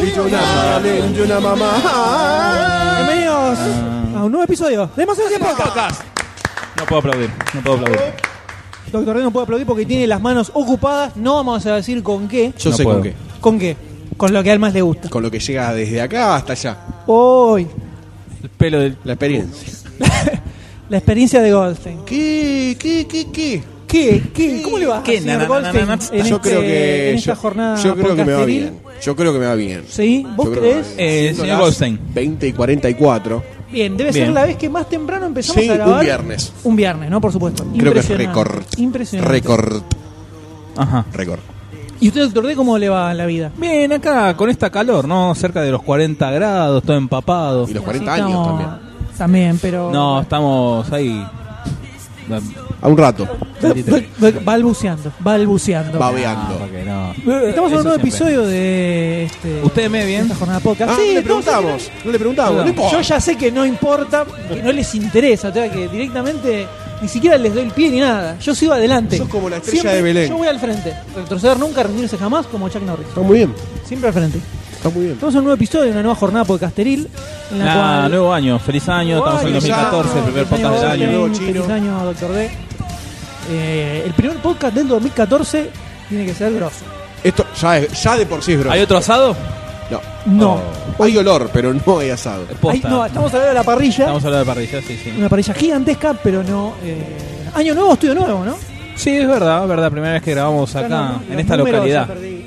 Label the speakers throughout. Speaker 1: Pichunaya, Hinjunamamaya.
Speaker 2: Bienvenidos
Speaker 1: Ah.
Speaker 2: a un nuevo episodio de Demasiado Cine Podcast.
Speaker 3: No puedo aplaudir, no puedo aplaudir.
Speaker 2: Doctor D no puede aplaudir porque tiene las manos ocupadas. No vamos a decir con qué.
Speaker 1: Yo
Speaker 3: No
Speaker 1: sé
Speaker 3: puedo.
Speaker 1: con qué.
Speaker 2: ¿Con qué? Con lo que a él más le gusta.
Speaker 1: Con lo que llega desde acá hasta allá.
Speaker 2: Hoy,
Speaker 3: El pelo del.
Speaker 1: La experiencia.
Speaker 2: la experiencia de Goldstein.
Speaker 1: ¿Qué? ¿Qué? ¿Qué? ¿Qué?
Speaker 2: ¿Qué? ¿Qué? ¿Cómo le va
Speaker 3: ¿Qué?
Speaker 2: señor
Speaker 3: Na, na, na,
Speaker 2: Goldstein
Speaker 3: na, na, na.
Speaker 2: en
Speaker 1: Yo
Speaker 2: este-
Speaker 1: creo que.
Speaker 2: en esta
Speaker 1: yo,
Speaker 2: jornada
Speaker 1: yo creo que me va
Speaker 2: podcasteril?
Speaker 1: bien. Yo creo que me va bien.
Speaker 2: ¿Sí? ¿Vos
Speaker 1: Yo creo que me va
Speaker 2: crees?
Speaker 1: bien.
Speaker 3: Eh,
Speaker 1: Siendo
Speaker 3: señor
Speaker 1: las
Speaker 3: Goldstein.
Speaker 1: 20 y 44.
Speaker 2: Bien, debe ser
Speaker 3: bien.
Speaker 2: la vez que más temprano empezamos
Speaker 1: Sí,
Speaker 2: a
Speaker 1: un
Speaker 2: grabar.
Speaker 1: viernes.
Speaker 2: Un viernes, ¿no? Por supuesto.
Speaker 1: Creo que es
Speaker 2: Impresionante.
Speaker 1: récord.
Speaker 2: Impresionante.
Speaker 1: Récord.
Speaker 3: Ajá.
Speaker 1: Récord.
Speaker 2: ¿Y usted, doctor D, cómo le va en la vida?
Speaker 3: Bien, acá con esta calor, ¿no? Cerca de los 40 grados, todo empapado.
Speaker 1: Y los 40
Speaker 2: Así
Speaker 1: años
Speaker 2: estamos-
Speaker 1: también.
Speaker 2: También, pero.
Speaker 3: No, estamos ahí. Da-
Speaker 1: A un rato.
Speaker 2: Balbuceando, balbuceando.
Speaker 3: No,
Speaker 1: Babeando.
Speaker 3: porque Ah, no.
Speaker 2: Estamos en un
Speaker 3: Eso
Speaker 2: nuevo
Speaker 3: siempre.
Speaker 2: episodio de este,
Speaker 3: ¿Usted me bien?
Speaker 2: esta jornada podcast.
Speaker 1: Ah,
Speaker 2: Sí,
Speaker 1: no le
Speaker 2: no,
Speaker 1: preguntamos.
Speaker 2: sí,
Speaker 1: No le preguntamos.
Speaker 3: Perdón.
Speaker 1: No
Speaker 2: sí,
Speaker 1: importa.
Speaker 2: Yo ya sé que no importa, que no les interesa, o sea, que directamente ni siquiera les doy el pie ni nada. Yo sigo adelante.
Speaker 1: Sos como la estrella
Speaker 2: Siempre-
Speaker 1: de Belén.
Speaker 2: Yo voy al frente. Retroceder nunca, rendirse jamás, como Chuck Norris.
Speaker 1: Está muy bien.
Speaker 2: Siempre al frente.
Speaker 1: Está muy bien.
Speaker 2: Estamos en un nuevo episodio, una nueva jornada podcasteril. En la
Speaker 3: Nada,
Speaker 2: cual-
Speaker 3: nuevo año, feliz año, estamos en el
Speaker 1: Feliz año,
Speaker 3: 2014, el primer
Speaker 2: Feliz
Speaker 3: podcast del
Speaker 2: año,
Speaker 3: año.
Speaker 1: nuevo
Speaker 2: Feliz
Speaker 1: chino.
Speaker 2: año, Doctor D. Eh, el primer podcast del 2014 tiene que ser grosso.
Speaker 1: Esto ya, es- ya de por sí es grosso.
Speaker 3: ¿Hay otro asado?
Speaker 1: No.
Speaker 2: No.
Speaker 1: Hay olor, pero no hay asado.
Speaker 2: Ahí-
Speaker 3: Posta.
Speaker 2: no, estamos hablando de la parrilla.
Speaker 3: Estamos hablando de parrilla, sí, sí.
Speaker 2: Una parrilla gigantesca, pero no. eh, año nuevo, estudio nuevo, ¿no?
Speaker 3: Sí, es verdad, es verdad, primera vez que grabamos
Speaker 2: Ya no,
Speaker 3: acá,
Speaker 2: no,
Speaker 3: en
Speaker 2: los
Speaker 3: esta
Speaker 2: números
Speaker 3: localidad.
Speaker 2: ya perdí.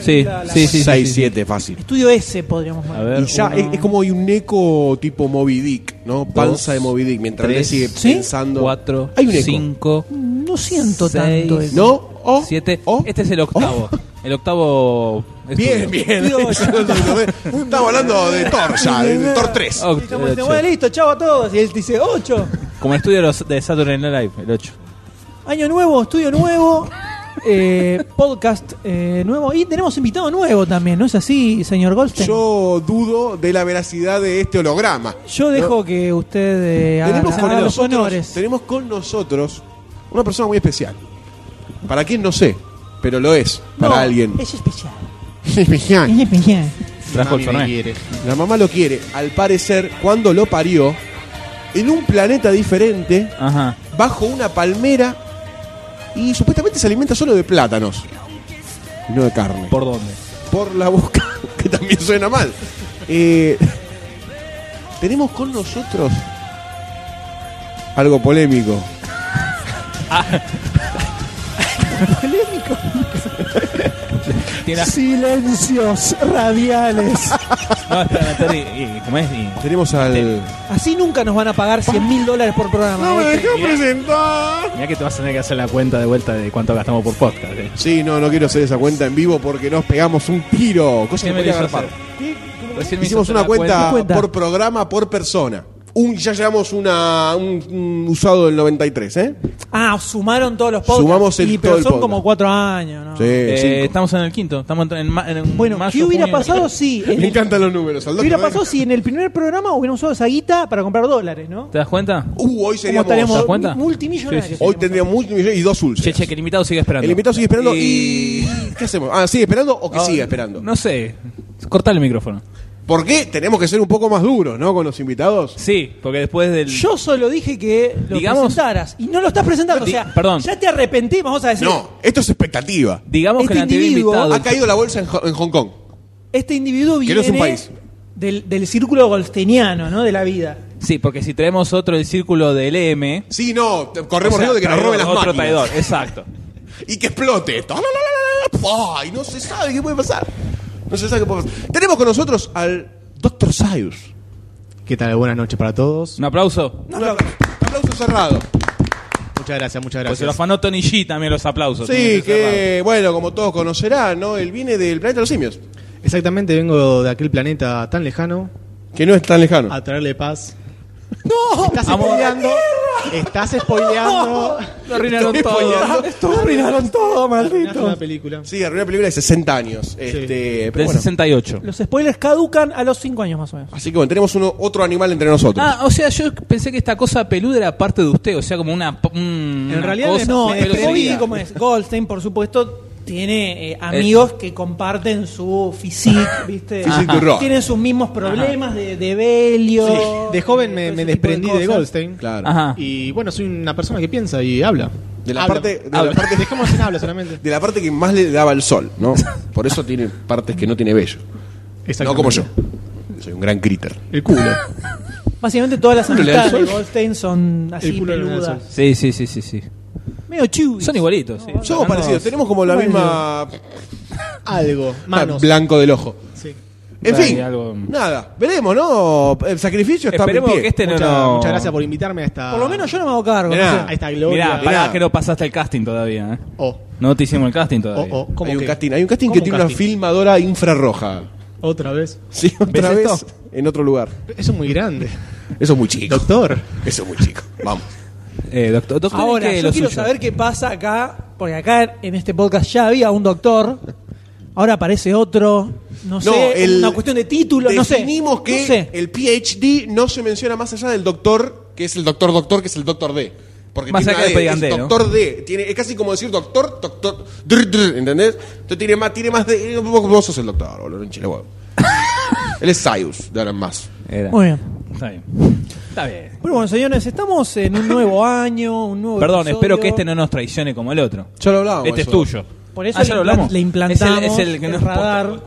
Speaker 3: Sí,
Speaker 2: La- la-
Speaker 3: sí, sí, sí,
Speaker 1: 6,
Speaker 3: sí.
Speaker 1: 7, fácil.
Speaker 2: Estudio S, podríamos
Speaker 3: A
Speaker 2: llamar.
Speaker 3: ver,
Speaker 1: Y ya
Speaker 3: uno,
Speaker 1: es, es como hay un eco tipo Moby Dick, ¿no? Panza de Moby Dick. Mientras
Speaker 3: tres,
Speaker 1: él sigue
Speaker 2: ¿sí?
Speaker 1: pensando.
Speaker 3: cuatro,
Speaker 1: Hay un eco.
Speaker 3: cinco,
Speaker 2: No siento
Speaker 3: Seis.
Speaker 2: tanto eso.
Speaker 1: ¿No? ¿O?
Speaker 3: siete.
Speaker 1: ¿O?
Speaker 3: Este es el octavo. Este El octavo. estudio.
Speaker 1: Bien, bien. Estamos hablando de Thor ya, de, de Thor 3.
Speaker 3: Oct-
Speaker 2: Y estamos diciendo,
Speaker 3: ocho.
Speaker 2: bueno, listo, chao a todos. Y él dice, 8.
Speaker 3: Como el estudio de, los- de Saturday Night Live, el 8.
Speaker 2: Año nuevo, estudio nuevo, eh, podcast eh, nuevo y tenemos invitado nuevo también, ¿no es así, señor Goldstein?
Speaker 1: Yo dudo de la veracidad de este holograma.
Speaker 2: Yo dejo que usted eh, haga,
Speaker 1: Tenemos con,
Speaker 2: haga los
Speaker 1: nosotros,
Speaker 2: honores.
Speaker 1: tenemos con nosotros una persona muy especial. Para quién no sé, pero lo es. Para
Speaker 2: No,
Speaker 1: alguien.
Speaker 2: Es especial.
Speaker 1: Especial.
Speaker 2: Es especial.
Speaker 3: Trajo el Fernet.
Speaker 1: La mamá lo quiere, al parecer, cuando lo parió, en un planeta diferente,
Speaker 3: Ajá.
Speaker 1: bajo una palmera, y supuestamente se alimenta solo de plátanos. Y no de carne. Por,
Speaker 3: ¿Por dónde?
Speaker 1: por la boca, que también suena mal. Eh, tenemos con nosotros algo polémico.
Speaker 2: Polémico.
Speaker 3: Tiene
Speaker 2: Silencios radiales.
Speaker 3: No, espera, Terry, y- y- ¿cómo es? Y-
Speaker 1: Tenemos al.
Speaker 2: Así nunca nos van a pagar 100 mil dólares por programa. ¿eh?
Speaker 1: presentar!
Speaker 4: Mirá que te vas a tener que hacer la cuenta de vuelta de cuánto gastamos por podcast. eh.
Speaker 1: Sí, no, no quiero hacer esa cuenta en vivo porque nos pegamos un tiro. Cosa que
Speaker 3: ¿Qué me
Speaker 1: podría
Speaker 3: hizo
Speaker 1: agarpar.
Speaker 3: hacer? Recién me hizo
Speaker 1: Hicimos
Speaker 3: hacer
Speaker 1: una
Speaker 3: la
Speaker 1: cuenta,
Speaker 2: ¿Qué cuenta?
Speaker 1: por programa, por persona. Un, ya llevamos una, un, un usado del 93, ¿eh?
Speaker 2: Ah, sumaron todos los podcasts.
Speaker 1: Sumamos el-
Speaker 2: y, pero
Speaker 1: todo el
Speaker 2: son
Speaker 1: podcast.
Speaker 2: como cuatro años, ¿no?
Speaker 1: Sí,
Speaker 3: Eh,
Speaker 1: cinco.
Speaker 3: estamos en el quinto. Estamos en, en ma- en
Speaker 2: Bueno,
Speaker 3: mayo,
Speaker 2: ¿qué hubiera
Speaker 3: junio.
Speaker 2: pasado si en
Speaker 1: Me
Speaker 2: el
Speaker 1: encantan los números. al
Speaker 2: ¿Qué hubiera
Speaker 1: doctor D.
Speaker 2: pasado si en el primer programa hubiéramos usado esa guita para comprar dólares, no?
Speaker 3: ¿Te das cuenta?
Speaker 1: Uh, hoy
Speaker 2: ¿Cómo
Speaker 1: seríamos...
Speaker 2: estaríamos
Speaker 3: das cuenta?
Speaker 2: multimillonarios?
Speaker 3: Sí, sí, sí.
Speaker 1: Hoy tendríamos muchos millones y dos
Speaker 3: Che,
Speaker 1: úlceras.
Speaker 3: che, que el invitado sigue esperando.
Speaker 1: El invitado sigue esperando y... ¿Qué hacemos? Ah, ¿sigue esperando o que
Speaker 3: Ah,
Speaker 1: siga esperando?
Speaker 3: No sé. Cortale el micrófono.
Speaker 1: ¿Por qué? Tenemos que ser un poco más duros, ¿no? Con los invitados.
Speaker 3: Sí, porque después del.
Speaker 2: Yo solo dije que lo
Speaker 3: Digamos-
Speaker 2: presentaras y no lo estás presentando, o
Speaker 3: Di-
Speaker 2: sea,
Speaker 3: perdón.
Speaker 2: ya te arrepentí, vamos a decir,
Speaker 1: No, esto es expectativa.
Speaker 3: Digamos
Speaker 2: Este
Speaker 3: que el anterior
Speaker 2: individuo-
Speaker 3: invitado.
Speaker 1: Ha caído la bolsa en, Ho- en Hong Kong.
Speaker 2: este individuo
Speaker 1: Que
Speaker 2: viene
Speaker 1: no es un país.
Speaker 2: Del, del círculo golsteniano, ¿no? De la vida.
Speaker 3: Sí, porque si traemos otro del círculo del M.
Speaker 1: Sí, no, te- corremos
Speaker 3: o sea,
Speaker 1: riesgo de que nos
Speaker 3: traidor,
Speaker 1: roben las
Speaker 3: Otro
Speaker 1: máquinas.
Speaker 3: traidor, exacto.
Speaker 1: y que explote esto. La, la, la, la, la, la, pa, Y no se sabe qué puede pasar. No se sabe qué puede pasar. Tenemos con nosotros al Dr. Sayus.
Speaker 4: ¿Qué tal? Buenas noches para todos.
Speaker 3: Un aplauso.
Speaker 1: Un apla- aplauso cerrado.
Speaker 4: Muchas gracias, muchas
Speaker 3: Pues se lo
Speaker 4: gracias.
Speaker 3: afanó Tony G también los aplausos.
Speaker 1: Sí,
Speaker 3: Tiene
Speaker 1: que bueno, como todos conocerán, ¿no? Él viene del planeta de los simios.
Speaker 4: Exactamente, vengo de aquel planeta tan lejano
Speaker 1: que no es tan lejano.
Speaker 5: A traerle paz.
Speaker 2: ¡No!
Speaker 5: Estás spoileando. Estás spoileando.
Speaker 3: Lo arruinaron
Speaker 1: Estoy
Speaker 3: todo.
Speaker 1: apoyando.
Speaker 2: Esto arruinaron todo,
Speaker 5: Terminaste
Speaker 2: maldito.
Speaker 5: una película.
Speaker 1: Sí, arruinó una película de 60 años. Este, pero
Speaker 3: Del
Speaker 1: bueno.
Speaker 3: 68.
Speaker 2: Los spoilers caducan a los 5 años más o menos.
Speaker 1: Así que bueno, tenemos uno, otro animal entre nosotros.
Speaker 3: Ah, o sea, yo pensé que esta cosa peluda era parte de usted, o sea, como una. en
Speaker 5: realidad es-
Speaker 2: No,
Speaker 5: Me
Speaker 2: es
Speaker 5: despelucé.
Speaker 2: Bobby, como es? Goldstein, por supuesto, tiene eh, amigos que comparten su physique, ¿viste?
Speaker 1: Physique du rock.
Speaker 2: Tienen sus mismos problemas de, de velio.
Speaker 5: Sí, de joven me,
Speaker 2: todo
Speaker 5: me
Speaker 2: ese tipo
Speaker 5: desprendí de,
Speaker 2: cosas.
Speaker 5: Goldstein. Ah.
Speaker 1: Claro.
Speaker 3: Ajá.
Speaker 5: Y bueno, soy una persona que piensa y habla.
Speaker 1: De la
Speaker 5: Habla.
Speaker 1: parte- de la
Speaker 5: Habla.
Speaker 1: parte-
Speaker 5: Dejémonos en habla solamente.
Speaker 1: De la parte que más le daba el sol, ¿no? Por eso tiene partes que no tiene vello. No como yo. Soy un gran critter.
Speaker 5: El culo.
Speaker 2: Básicamente todas las
Speaker 1: culo le da el
Speaker 2: amistades de
Speaker 1: sol?
Speaker 2: Goldstein son así
Speaker 5: El culo le da el
Speaker 2: peludas.
Speaker 3: Sí, sí, sí, sí, sí.
Speaker 2: Medio chubis.
Speaker 3: Son igualitos. sí.
Speaker 1: Somos parecidos, tenemos como la
Speaker 2: Bueno.
Speaker 1: misma
Speaker 5: Algo. Manos.
Speaker 1: blanco del ojo.
Speaker 5: Sí.
Speaker 1: En
Speaker 4: Claro,
Speaker 1: fin,
Speaker 4: hay algo-
Speaker 1: nada, veremos, ¿no? El sacrificio está
Speaker 3: Esperemos
Speaker 1: en pie.
Speaker 3: que este no.
Speaker 5: Muchas-
Speaker 3: no-
Speaker 5: Muchas gracias por invitarme a esta.
Speaker 2: Por lo menos yo no me hago cargo.
Speaker 1: Mirá.
Speaker 2: no sé.
Speaker 5: A esta gloria.
Speaker 3: Mirá,
Speaker 1: Mirá.
Speaker 3: pará, que no pasaste el casting todavía, ¿eh?
Speaker 5: Oh,
Speaker 3: No te hicimos el casting
Speaker 5: oh,
Speaker 3: todavía.
Speaker 5: oh. ¿cómo
Speaker 1: Hay un
Speaker 5: que?
Speaker 1: casting, hay un casting que
Speaker 5: ¿Cómo
Speaker 1: tiene una
Speaker 5: casting?
Speaker 1: filmadora infrarroja.
Speaker 5: Otra vez.
Speaker 1: Sí,
Speaker 3: ¿Ves
Speaker 1: otra vez
Speaker 3: esto?
Speaker 1: en otro lugar.
Speaker 5: Eso es muy grande.
Speaker 1: Eso es muy chico.
Speaker 5: Doctor.
Speaker 1: Eso es muy chico. Vamos.
Speaker 3: Eh, doctor, doctor,
Speaker 2: Ahora,
Speaker 3: ¿qué es
Speaker 2: yo
Speaker 3: lo
Speaker 2: quiero
Speaker 3: suyo?
Speaker 2: saber qué pasa acá, porque acá en este podcast ya había un doctor, ahora aparece otro, no, sé,
Speaker 1: el-
Speaker 2: una cuestión de título, no sé.
Speaker 1: Definimos que
Speaker 2: no sé.
Speaker 1: el PhD no se menciona más allá del doctor, que es el doctor doctor, que es el doctor D. Porque
Speaker 3: Más allá
Speaker 1: tiene
Speaker 3: de
Speaker 1: una D, es
Speaker 3: Pegandé, ¿no?
Speaker 1: doctor D. Tiene, es casi como decir doctor, doctor, dr, dr, ¿entendés? Entonces tiene más, tiene más de. eh, Vos, vos sos el doctor, boludo, en Chile, huevo. Él es Sayus, de ahora en más.
Speaker 3: Era.
Speaker 2: Muy bien.
Speaker 3: Está bien. Está bien.
Speaker 2: Pero bueno, señores, estamos en un nuevo año, un nuevo
Speaker 3: Perdón,
Speaker 2: episodio.
Speaker 3: espero que este no nos traicione como el otro.
Speaker 1: Ya lo hablábamos.
Speaker 3: este es
Speaker 1: eso.
Speaker 3: tuyo.
Speaker 2: Por eso
Speaker 3: Ah,
Speaker 2: le,
Speaker 3: ya lo
Speaker 2: impla-
Speaker 3: hablamos.
Speaker 2: le implantamos
Speaker 3: Es el, es el que
Speaker 2: el
Speaker 3: no es posta.
Speaker 2: radar,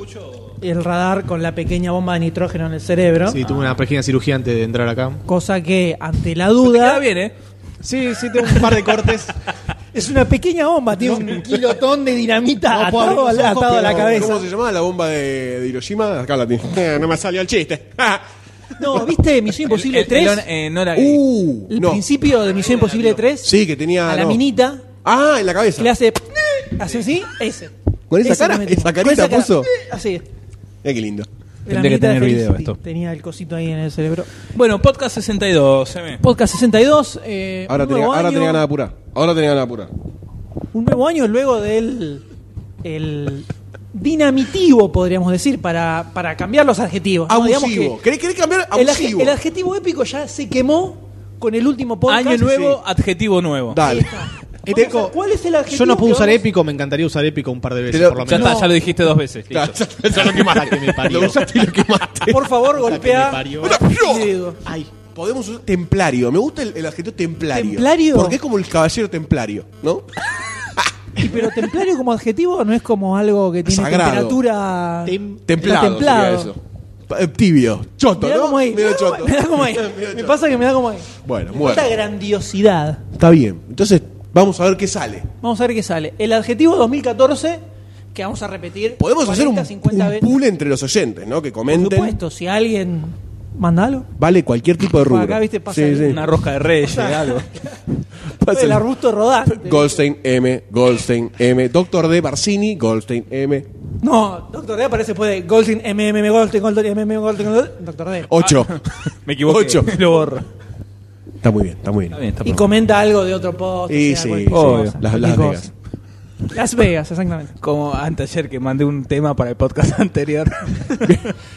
Speaker 2: el radar con la pequeña bomba de nitrógeno en el cerebro,
Speaker 5: Sí, tuve una pequeña cirugía antes de entrar acá.
Speaker 2: cosa que ante la
Speaker 3: Te
Speaker 2: duda
Speaker 3: queda bien, ¿eh?
Speaker 5: Sí, sí, tengo un par de cortes.
Speaker 2: es una pequeña bomba, tiene un kilotón de dinamita
Speaker 5: No puedo
Speaker 2: atado,
Speaker 5: abrir los
Speaker 2: al-
Speaker 5: ojos,
Speaker 2: atado a la
Speaker 5: pero-
Speaker 2: cabeza.
Speaker 1: ¿Cómo se llamaba la bomba de, de Hiroshima? Acá la tiene. No me salió el chiste.
Speaker 2: No, ¿viste Misión Imposible
Speaker 3: El- el-
Speaker 2: 3?
Speaker 3: el- eh, no la-
Speaker 1: uh,
Speaker 2: El
Speaker 1: no.
Speaker 2: principio de Misión Imposible 3.
Speaker 1: Sí, que tenía.
Speaker 2: a la
Speaker 1: no.
Speaker 2: minita
Speaker 1: Ah, en la cabeza.
Speaker 2: que le hace. Hace así, ese.
Speaker 1: Con esa
Speaker 2: Ese
Speaker 1: cara,
Speaker 2: lo metimos.
Speaker 1: esa
Speaker 2: Con
Speaker 1: carita
Speaker 2: cara,
Speaker 1: puso.
Speaker 2: Así.
Speaker 1: Mira Eh, qué lindo.
Speaker 2: Era
Speaker 3: que
Speaker 2: minita de
Speaker 3: tener video
Speaker 2: Felicity.
Speaker 3: esto.
Speaker 2: Tenía el cosito ahí en el cerebro.
Speaker 3: Bueno, podcast 62, se ve.
Speaker 2: Podcast 62. Eh,
Speaker 1: Ahora
Speaker 2: un
Speaker 1: tenía,
Speaker 2: nuevo
Speaker 1: ahora
Speaker 2: año,
Speaker 1: tenía ganas de apurar. Ahora tenía ganas de apurar.
Speaker 2: Un nuevo año luego del. El dinamitivo, podríamos decir, para, para cambiar los adjetivos. ¿no? Digamos que
Speaker 1: Abusivo. ¿Querés, querés cambiar?
Speaker 2: el, adje-
Speaker 1: Abusivo.
Speaker 2: el adjetivo épico ya se quemó con el último podcast.
Speaker 3: Año nuevo, adjetivo nuevo.
Speaker 2: Ahí
Speaker 1: Dale.
Speaker 2: está.
Speaker 5: Épico.
Speaker 2: Vamos a- ¿Cuál es el adjetivo?
Speaker 5: Yo no puedo
Speaker 2: que
Speaker 5: usar
Speaker 2: vamos-
Speaker 5: épico, me encantaría usar épico un par de veces,
Speaker 1: Pero-
Speaker 5: por lo
Speaker 3: Ya
Speaker 5: menos.
Speaker 3: está, ya lo dijiste dos veces.
Speaker 1: Ya,
Speaker 3: listo.
Speaker 1: ya, ya lo quemaste.
Speaker 5: que me parió.
Speaker 1: Lo usaste y lo quemaste.
Speaker 2: Por favor, golpea.
Speaker 5: parió.
Speaker 2: Individuo.
Speaker 5: Ay,
Speaker 1: Podemos usar templario. Me gusta el, el adjetivo templario.
Speaker 2: ¿Templario?
Speaker 1: Porque es como el caballero templario, ¿no?
Speaker 2: Y pero templario como adjetivo no es como algo que tiene
Speaker 1: Sagrado.
Speaker 2: temperatura
Speaker 5: Tem-
Speaker 1: Templado.
Speaker 2: No, templado.
Speaker 1: sería eso. Pa- eh, Tibio. Choto,
Speaker 2: Me da
Speaker 1: ¿no?
Speaker 2: como ahí.
Speaker 1: Medio choto.
Speaker 2: Me da como ahí.
Speaker 1: Medio
Speaker 2: Me
Speaker 1: choto.
Speaker 2: pasa que me da como ahí.
Speaker 1: Bueno,
Speaker 2: Falta
Speaker 1: bueno.
Speaker 2: grandiosidad.
Speaker 1: Está bien. Entonces, vamos a ver qué sale.
Speaker 2: Vamos a ver qué sale. El adjetivo 2014 que vamos a repetir.
Speaker 1: Podemos hacer un,
Speaker 2: 40, 50
Speaker 1: un
Speaker 2: veces.
Speaker 1: pool entre los oyentes, ¿no? Que
Speaker 2: Por
Speaker 1: comenten.
Speaker 2: supuesto, si alguien mandalo.
Speaker 1: Vale cualquier tipo de rubro.
Speaker 2: Acá, viste, pasa
Speaker 1: Sí,
Speaker 2: el-
Speaker 1: sí.
Speaker 3: Una rosca de reyes, algo.
Speaker 1: Pasa
Speaker 2: El
Speaker 1: el-
Speaker 2: arbusto rodante.
Speaker 1: Goldstein M, Goldstein M, Doctor D. Barcini, Goldstein M.
Speaker 2: No, Doctor D aparece después de Goldstein, MMM, Goldstein, Goldstein, MMM, Goldstein, Goldstein, Doctor D.
Speaker 1: 8.
Speaker 3: Me equivoqué.
Speaker 1: Ocho.
Speaker 3: Lo borro.
Speaker 1: Está muy bien, está muy bien.
Speaker 3: Está bien, está
Speaker 2: Y
Speaker 3: bien.
Speaker 2: comenta algo de otro post.
Speaker 1: Y
Speaker 2: o sea,
Speaker 1: sí, oh.
Speaker 2: cualquier
Speaker 3: obvio.
Speaker 2: cosa,
Speaker 1: Las,
Speaker 2: cualquier
Speaker 1: Las
Speaker 2: cosa.
Speaker 1: Vegas.
Speaker 2: Las Vegas, exactamente.
Speaker 3: Como anteayer que mandé un tema para el podcast anterior.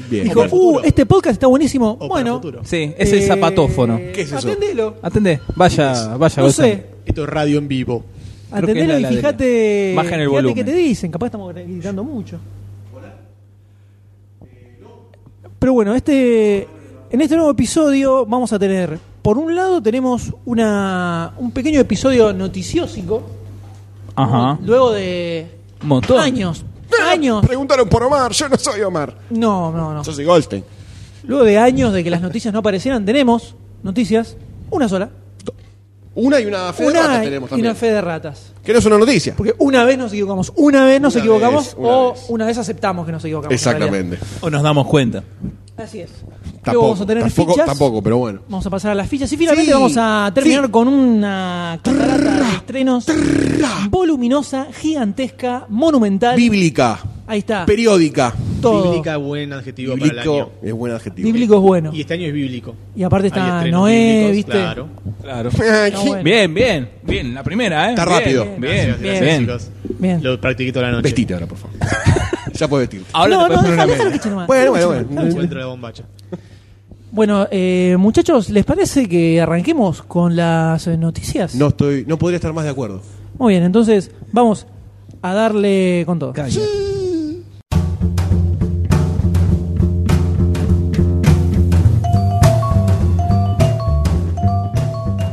Speaker 1: Bien.
Speaker 2: Dijo, uh, este podcast está buenísimo.
Speaker 5: para
Speaker 2: bueno,
Speaker 5: futuro.
Speaker 3: sí, es
Speaker 2: Eh,
Speaker 3: el zapatófono.
Speaker 2: ¿Qué
Speaker 1: es eso?
Speaker 2: Atendelo.
Speaker 3: Atendé, vaya, vaya.
Speaker 2: no
Speaker 3: Gonzalo.
Speaker 2: sé.
Speaker 5: esto es radio en vivo.
Speaker 3: Creo que es
Speaker 2: Atendelo
Speaker 3: la
Speaker 2: y
Speaker 3: heladera.
Speaker 2: fíjate.
Speaker 3: Baja en el
Speaker 2: fíjate
Speaker 3: volumen.
Speaker 2: qué te dicen. Capaz estamos gritando mucho. Pero bueno, este, en este nuevo episodio vamos a tener. Por un lado, tenemos una, un pequeño episodio noticiósico.
Speaker 3: Ajá.
Speaker 2: Luego de.
Speaker 3: Un montón.
Speaker 2: Años. Años.
Speaker 1: Preguntaron por Omar, yo no soy Omar.
Speaker 2: No, no, no.
Speaker 1: Yo soy Goldstein.
Speaker 2: Luego de años de que las noticias no aparecieran, tenemos noticias, una sola.
Speaker 1: Una y una fe de
Speaker 2: Una
Speaker 1: ratas tenemos
Speaker 2: y una
Speaker 1: también.
Speaker 2: fe de ratas.
Speaker 1: Que no es una noticia.
Speaker 2: Porque una vez nos equivocamos, una vez nos
Speaker 1: Una
Speaker 2: equivocamos
Speaker 1: vez, una
Speaker 2: o
Speaker 1: vez.
Speaker 2: una vez aceptamos que nos equivocamos. en
Speaker 1: Exactamente.
Speaker 3: O nos damos cuenta.
Speaker 2: realidad. Así es. Luego
Speaker 1: Tampoco,
Speaker 2: vamos a tener
Speaker 1: tampoco,
Speaker 2: fichas.
Speaker 1: tampoco, pero bueno.
Speaker 2: Vamos a pasar a las fichas y finalmente
Speaker 1: Sí,
Speaker 2: vamos a terminar
Speaker 1: sí.
Speaker 2: con una catarata de estrenos voluminosa, gigantesca, monumental.
Speaker 1: Bíblica,
Speaker 2: Ahí está.
Speaker 1: periódica,
Speaker 2: Todo.
Speaker 5: Bíblica es buen adjetivo para el
Speaker 1: Bíblico
Speaker 5: año.
Speaker 1: es buen adjetivo.
Speaker 2: Bíblico es bueno.
Speaker 5: Y este año es bíblico.
Speaker 2: Y aparte
Speaker 5: Hay
Speaker 2: está
Speaker 5: estrenos
Speaker 2: Noé,
Speaker 5: bíblicos,
Speaker 2: ¿viste?
Speaker 5: Claro.
Speaker 3: Claro.
Speaker 2: Está bueno.
Speaker 3: Bien, bien, bien, la primera, ¿eh?
Speaker 1: Está
Speaker 3: Bien,
Speaker 1: rápido.
Speaker 3: Bien,
Speaker 5: Gracias,
Speaker 3: bien.
Speaker 5: gracias, chicos.
Speaker 2: Bien.
Speaker 5: Lo practiqué toda la noche.
Speaker 1: Vestite ahora, por favor. ya puedes vestirte.
Speaker 3: Ahora te
Speaker 2: no, no,
Speaker 3: puedes poner
Speaker 2: déjalo,
Speaker 3: una
Speaker 2: déjalo
Speaker 3: media.
Speaker 2: que eche nomás.
Speaker 1: Bueno,
Speaker 2: Déjalo que
Speaker 1: bueno,
Speaker 2: eche
Speaker 1: bueno.
Speaker 5: No
Speaker 2: nomás.
Speaker 5: encuentro la bombacha.
Speaker 2: Bueno, eh, muchachos, ¿les parece que arranquemos con las eh, noticias?
Speaker 1: No estoy, no podría estar más de acuerdo.
Speaker 2: Muy bien, entonces vamos a darle con todo.
Speaker 3: Calla.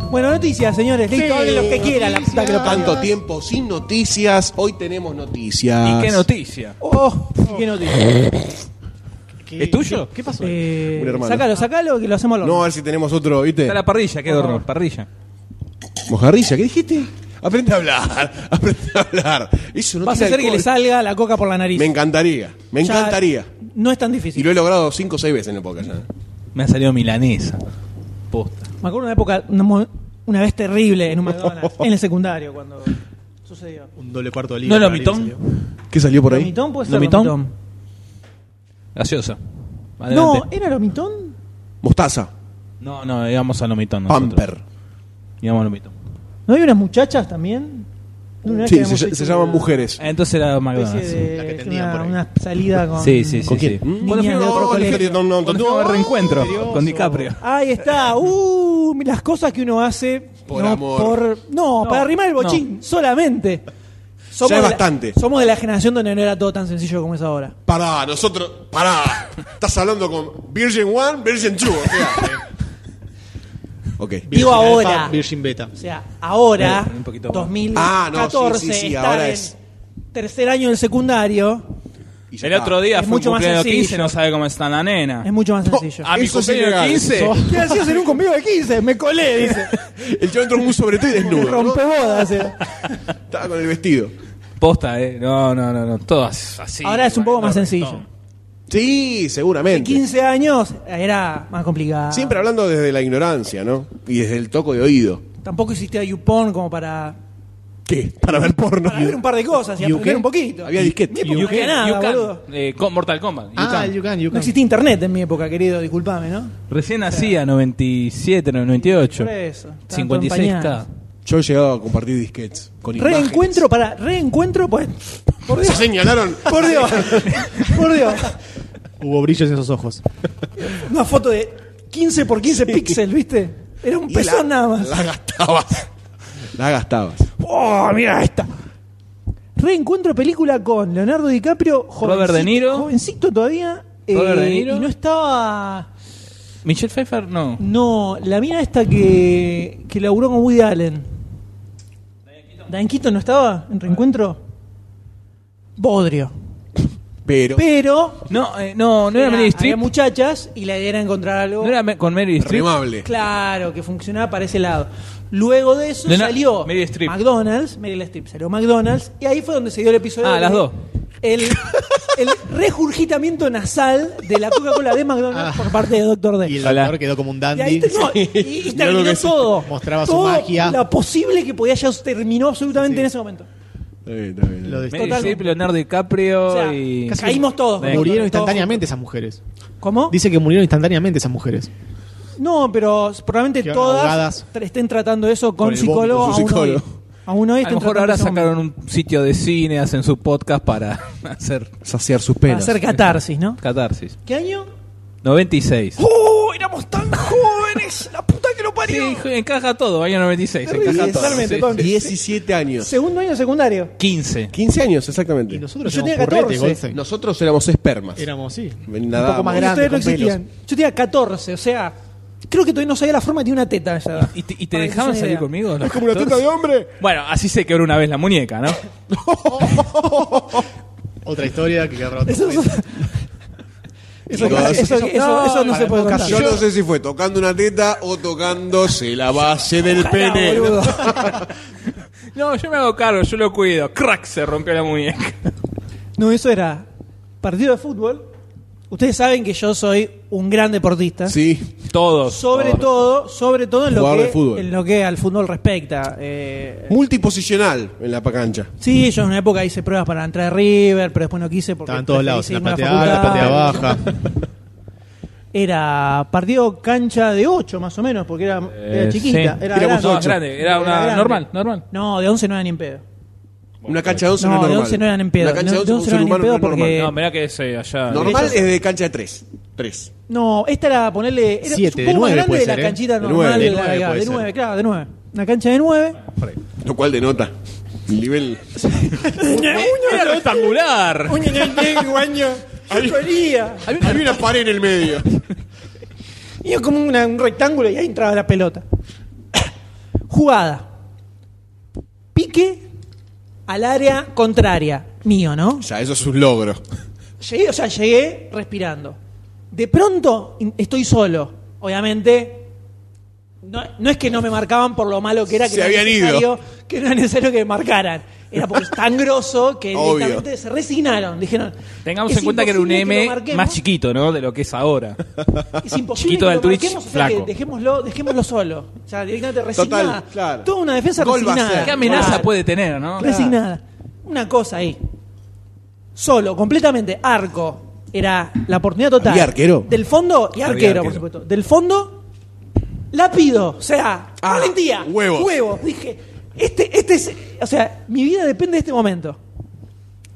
Speaker 2: Bueno, noticias, señores. Listo, hagan lo que quieran. La puta que lo parió.
Speaker 1: Tanto tiempo sin noticias, hoy tenemos noticias.
Speaker 3: ¿Y qué noticia?
Speaker 2: Oh, qué noticia.
Speaker 5: ¿Qué-
Speaker 3: ¿Es tuyo?
Speaker 5: ¿Qué, qué pasó?
Speaker 2: Eh,
Speaker 1: Un hermano.
Speaker 2: sácalo, sácalo, que lo hacemos al horno.
Speaker 1: No, a ver si tenemos otro, ¿viste?
Speaker 3: Está la parrilla, qué horror, parrilla.
Speaker 1: Mojarrilla, ¿qué dijiste? Aprende a hablar, aprende a hablar. Eso no
Speaker 2: Vas a
Speaker 1: tiene
Speaker 2: hacer que le
Speaker 1: alcohol.
Speaker 2: salga la coca por la nariz.
Speaker 1: Me encantaría, me
Speaker 2: Ya,
Speaker 1: encantaría.
Speaker 2: No es tan
Speaker 1: Y
Speaker 2: difícil.
Speaker 1: lo he logrado cinco o seis veces en el podcast ¿eh? ya.
Speaker 3: Me ha salido milanesa. Posta.
Speaker 2: Me acuerdo una época, una, mo- una vez terrible en un McDonald's, en el secundario, cuando sucedió.
Speaker 5: Un doble cuarto de liga.
Speaker 3: ¿No lo
Speaker 5: para arriba
Speaker 3: mitón?
Speaker 5: salió.
Speaker 1: ¿Qué salió por ahí?
Speaker 2: ¿Lomitón puede ser?
Speaker 3: ¿Lomitón?
Speaker 2: lomitón?
Speaker 3: Gaseosa.
Speaker 2: No, eh.
Speaker 3: Adelante.
Speaker 2: ¿era lomitón?
Speaker 1: Mostaza,
Speaker 3: No, no, íbamos a Lomitón nosotros.
Speaker 1: Pamper.
Speaker 3: Íbamos a Lomitón.
Speaker 2: ¿No había unas muchachas también? Una vez que
Speaker 1: Sí,
Speaker 2: habíamos
Speaker 1: se,
Speaker 2: hecho Eh.
Speaker 1: se llaman
Speaker 2: una
Speaker 1: mujeres.
Speaker 3: Ah, Entonces era
Speaker 2: especie
Speaker 3: McDonald's. sí.
Speaker 2: de-
Speaker 5: La que atendían
Speaker 2: una,
Speaker 5: por ahí.
Speaker 2: una salida con.
Speaker 3: Sí, sí, sí.
Speaker 1: ¿Con
Speaker 3: sí.
Speaker 1: quién? Mm.
Speaker 2: Niñas de otro colegio.
Speaker 1: no, no, no,
Speaker 3: Cuando
Speaker 1: no.
Speaker 3: fuimos a ver reencuentro con DiCaprio.
Speaker 2: Ahí está, uh, las cosas que uno hace
Speaker 1: Por
Speaker 2: no,
Speaker 1: amor.
Speaker 2: por- no,
Speaker 3: No,
Speaker 2: para arrimar el bochín, solamente.
Speaker 1: Ya es
Speaker 2: de la-
Speaker 1: bastante.
Speaker 2: somos de la generación donde no era todo tan sencillo como es ahora.
Speaker 1: Pará, nosotros, pará. Estás hablando con Virgin One, Virgin Two. O sea, eh. ok.
Speaker 2: Digo
Speaker 5: Virgin
Speaker 2: ahora.
Speaker 5: Alpha, Virgin Beta.
Speaker 2: O sea, ahora,
Speaker 3: Eh, un poquito más.
Speaker 2: 2014,
Speaker 1: Ah, no, sí, sí, sí,
Speaker 2: estar
Speaker 1: ahora
Speaker 2: en
Speaker 1: es-
Speaker 2: tercer año del secundario,
Speaker 1: Y ya
Speaker 3: El
Speaker 1: está.
Speaker 3: otro día
Speaker 2: Es
Speaker 3: fue un
Speaker 2: mucho más
Speaker 3: cumpleaños de
Speaker 2: sencillo.
Speaker 3: 15, no sabe cómo está la nena.
Speaker 2: es mucho más
Speaker 1: No, ah.
Speaker 2: sencillo.
Speaker 3: A mi
Speaker 1: Eso sí
Speaker 3: cumpleaños de
Speaker 1: legal.
Speaker 3: 15.
Speaker 2: ¿Qué hacías en un conmigo de 15? Me colé, dice.
Speaker 1: El chabón entró con un sobre todo y desnudo. ¿no?
Speaker 2: Rompebodas. era.
Speaker 1: Estaba con el vestido.
Speaker 3: Posta, eh. No, no, no, no. Todo as- así.
Speaker 2: Ahora es un poco más sencillo.
Speaker 1: Sí, seguramente.
Speaker 2: 15 años era más complicado.
Speaker 1: Siempre hablando desde la ignorancia, ¿no? Y desde el toco de oído.
Speaker 2: Tampoco existía YouPorn como para,
Speaker 1: ¿Qué? Para ver porno.
Speaker 2: para ver un par de cosas y aprender
Speaker 5: qué?
Speaker 2: un poquito.
Speaker 1: Había disquete.
Speaker 2: Mi época no había nada, boludo.
Speaker 3: Eh, con Mortal Kombat. You
Speaker 5: Ah,
Speaker 3: Can.
Speaker 5: you can, you
Speaker 2: No
Speaker 5: can.
Speaker 2: existía internet en mi época, querido, disculpame, ¿no?
Speaker 3: Recién hacía 97, no, 98.
Speaker 2: Por eso, estaban todos
Speaker 3: 56K.
Speaker 2: empañados.
Speaker 1: Yo he llegado a compartir disquetes con imágenes.
Speaker 2: Reencuentro para reencuentro, pues. Por
Speaker 1: Se
Speaker 2: Dios,
Speaker 1: señalaron.
Speaker 2: por Dios, por Dios.
Speaker 5: Hubo brillos en esos ojos.
Speaker 2: Una foto de 15 por 15 píxeles, ¿viste? Era un
Speaker 1: Y la-
Speaker 2: pezón nada más.
Speaker 1: La gastabas. La gastabas.
Speaker 2: ¡Oh, mira esta! Reencuentro película con Leonardo DiCaprio, jovencito,
Speaker 3: Robert De Niro.
Speaker 2: jovencito todavía. eh,
Speaker 3: Robert De Niro.
Speaker 2: Y no estaba.
Speaker 3: Michelle Pfeiffer, no.
Speaker 2: No, la mina esta que, que laburó con Woody Allen. ¿Dan Keaton no estaba en reencuentro? Bodrio.
Speaker 1: Pero.
Speaker 2: Pero.
Speaker 3: No, eh, no, no era,
Speaker 2: era-
Speaker 3: Meryl
Speaker 2: había
Speaker 3: Streep.
Speaker 2: muchachas y la idea era encontrar algo.
Speaker 3: No era me- con Meryl Streep.
Speaker 1: remable.
Speaker 2: Claro, que funcionaba para ese lado. Luego de eso
Speaker 3: De na-
Speaker 2: salió
Speaker 3: Meryl Streep.
Speaker 2: McDonald's, Meryl Streep, salió McDonald's y ahí fue donde se dio el episodio.
Speaker 3: Ah,
Speaker 2: de-
Speaker 3: las dos.
Speaker 2: El, el regurgitamiento nasal de la Coca-Cola de McDonald's por parte de Dr. D.
Speaker 5: Y el
Speaker 3: Hola.
Speaker 5: doctor quedó como un
Speaker 2: Y
Speaker 5: dandy.
Speaker 2: ahí terminó, y- y
Speaker 5: Mirá lo
Speaker 2: terminó
Speaker 5: que sí.
Speaker 2: todo.
Speaker 5: Mostraba su
Speaker 2: Todo
Speaker 5: magia.
Speaker 2: La posible que podía ya terminó absolutamente en ese momento.
Speaker 1: Está bien, está bien, está
Speaker 5: Lo
Speaker 1: bien.
Speaker 5: de-
Speaker 3: Meryl
Speaker 2: Total.
Speaker 3: Streep, Leonardo DiCaprio
Speaker 2: O sea,
Speaker 3: y.
Speaker 2: casi caímos todos.
Speaker 3: Venga.
Speaker 5: Murieron instantáneamente esas mujeres.
Speaker 2: ¿Cómo?
Speaker 5: Dice que murieron instantáneamente esas mujeres.
Speaker 2: no, pero probablemente
Speaker 5: Quedaron
Speaker 2: todas
Speaker 5: ahogadas.
Speaker 2: tra- estén tratando eso con,
Speaker 5: Con el
Speaker 2: psicólogo,
Speaker 1: vómito,
Speaker 2: a uno hoy.
Speaker 1: psicólogo.
Speaker 2: A uno hoy
Speaker 3: A
Speaker 2: estén
Speaker 3: lo mejor
Speaker 2: tratando
Speaker 3: ahora
Speaker 2: ese momento.
Speaker 3: sacaron un sitio de cine, hacen su podcast para hacer
Speaker 1: Saciar sus
Speaker 2: Para
Speaker 1: penas.
Speaker 2: hacer catarsis, ¿no?
Speaker 3: catarsis.
Speaker 2: ¿Qué año?
Speaker 3: 96.
Speaker 2: ¡Oh! Éramos tan jóvenes, la puta que lo parió.
Speaker 3: Sí, encaja todo, año 96.
Speaker 2: Terrible,
Speaker 3: Encaja todo.
Speaker 2: totalmente,
Speaker 3: Sí,
Speaker 2: todo.
Speaker 3: sí.
Speaker 1: 17 años.
Speaker 2: Segundo año de secundario.
Speaker 3: 15.
Speaker 1: 15 años, exactamente.
Speaker 5: Y nosotros
Speaker 2: Yo tenía
Speaker 5: éramos porretes,
Speaker 2: 14.
Speaker 5: Goldstein.
Speaker 1: Nosotros éramos espermas.
Speaker 5: Éramos, sí.
Speaker 1: Nadábamos.
Speaker 5: Un poco más
Speaker 2: Y
Speaker 5: grande,
Speaker 2: ustedes no
Speaker 5: con pelos.
Speaker 2: existían. Yo tenía 14, o sea, creo que todavía no sabía la forma de una teta a esa edad.
Speaker 3: ¿Y te, y te
Speaker 2: Para que
Speaker 3: dejaban
Speaker 2: se
Speaker 3: salir
Speaker 2: vea.
Speaker 3: conmigo?
Speaker 1: Es como una teta de hombre.
Speaker 3: Bueno, así se quebró una vez la muñeca, ¿no?
Speaker 5: Otra historia que quedará otro
Speaker 2: Eso, eso,
Speaker 5: momento.
Speaker 2: eso-
Speaker 1: No, eso-
Speaker 2: eso- eso- eso no se puede contar.
Speaker 1: Yo no sé si fue tocando una teta o tocándose la base del pene.
Speaker 2: boludo.
Speaker 3: No, yo me hago cargo, yo lo cuido. Crack, se rompió la muñeca.
Speaker 2: No, eso era partido de fútbol. Ustedes saben que yo soy un gran deportista.
Speaker 1: Sí.
Speaker 3: Todos.
Speaker 2: Sobre todo, sobre todo en lo,
Speaker 1: Jugador de
Speaker 2: que,
Speaker 1: fútbol.
Speaker 2: en lo que al fútbol respecta. Eh,
Speaker 1: Multiposicional en la cancha.
Speaker 2: sí, yo en una época hice pruebas para entrar a River, pero después no quise porque
Speaker 5: Estaba en todos lados,
Speaker 2: preferí
Speaker 5: en la
Speaker 2: seguirme a
Speaker 5: platea alta, la platea
Speaker 2: facultad.
Speaker 5: baja.
Speaker 2: Era partido cancha de 8 más o menos, porque era, era
Speaker 3: Eh,
Speaker 2: chiquita.
Speaker 3: sí.
Speaker 2: Era,
Speaker 3: Era
Speaker 2: grande.
Speaker 3: vos ocho. Grande, era una normal, normal.
Speaker 2: No, de 11 no era ni en pedo.
Speaker 1: Una cancha de 11 no,
Speaker 2: No,
Speaker 1: es
Speaker 2: de
Speaker 1: normal.
Speaker 2: 11 no eran en piedra.
Speaker 1: Una cancha
Speaker 2: No,
Speaker 1: de 11
Speaker 2: de
Speaker 1: un
Speaker 2: 11
Speaker 1: ser
Speaker 2: no eran en
Speaker 1: humano no
Speaker 2: pedo
Speaker 1: es normal.
Speaker 2: porque-
Speaker 3: No, mirá que ese allá.
Speaker 1: Normal
Speaker 2: ellos-
Speaker 1: es de cancha de 3. 3.
Speaker 2: No, esta era ponerle. Era
Speaker 5: Siete, de
Speaker 2: un poco más
Speaker 5: nueve
Speaker 2: grande
Speaker 5: puede
Speaker 2: de la
Speaker 5: ser, ¿eh?
Speaker 2: canchita
Speaker 5: De
Speaker 2: normal
Speaker 5: nueve,
Speaker 2: de
Speaker 5: de nueve
Speaker 2: la-
Speaker 5: puede
Speaker 2: de
Speaker 5: ser.
Speaker 2: 9, claro, de 9. Una cancha de 9.
Speaker 1: Lo cual denota el nivel.
Speaker 3: Era rectangular.
Speaker 1: Había una pared en el medio.
Speaker 2: Y como una- un rectángulo y ahí entraba la pelota. Jugada. Pique al área contraria. Mío, ¿no?
Speaker 1: Ya, eso es un logro.
Speaker 2: Llegué, o sea, llegué respirando. De pronto in- estoy solo. Obviamente, no, no es que no me marcaban por lo malo que era que
Speaker 1: Se
Speaker 2: no era
Speaker 1: habían ido.
Speaker 2: necesario- que no era necesario que me marcaran. Era porque es tan grosso que
Speaker 1: Obvio.
Speaker 2: directamente se resignaron. Dijeron.
Speaker 3: Tengamos
Speaker 2: "Es
Speaker 3: en cuenta que era un
Speaker 2: imposible que lo
Speaker 3: M
Speaker 2: marquemos,
Speaker 3: más chiquito, ¿no? De lo que es ahora.
Speaker 2: Es imposible
Speaker 3: chiquito
Speaker 2: que
Speaker 3: del
Speaker 2: lo
Speaker 3: Twitch,
Speaker 2: marquemos, o sea, que
Speaker 3: flaco.
Speaker 2: dejémoslo, dejémoslo solo. O sea, directamente resignada.
Speaker 1: claro.
Speaker 2: Toda una defensa
Speaker 1: Gol va a
Speaker 2: resignada.
Speaker 1: ser.
Speaker 3: ¿Qué amenaza
Speaker 2: Claro.
Speaker 3: puede tener, no?
Speaker 2: Resignada. Una cosa ahí. Solo, completamente. Arco. Era la oportunidad total.
Speaker 1: Había arquero.
Speaker 2: Del fondo y arquero,
Speaker 3: arquero.
Speaker 2: por supuesto. Del fondo, la pido. O sea,
Speaker 1: Ah,
Speaker 2: valentía.
Speaker 1: huevos.
Speaker 2: Dije, este, este es. O sea, mi vida depende de este momento.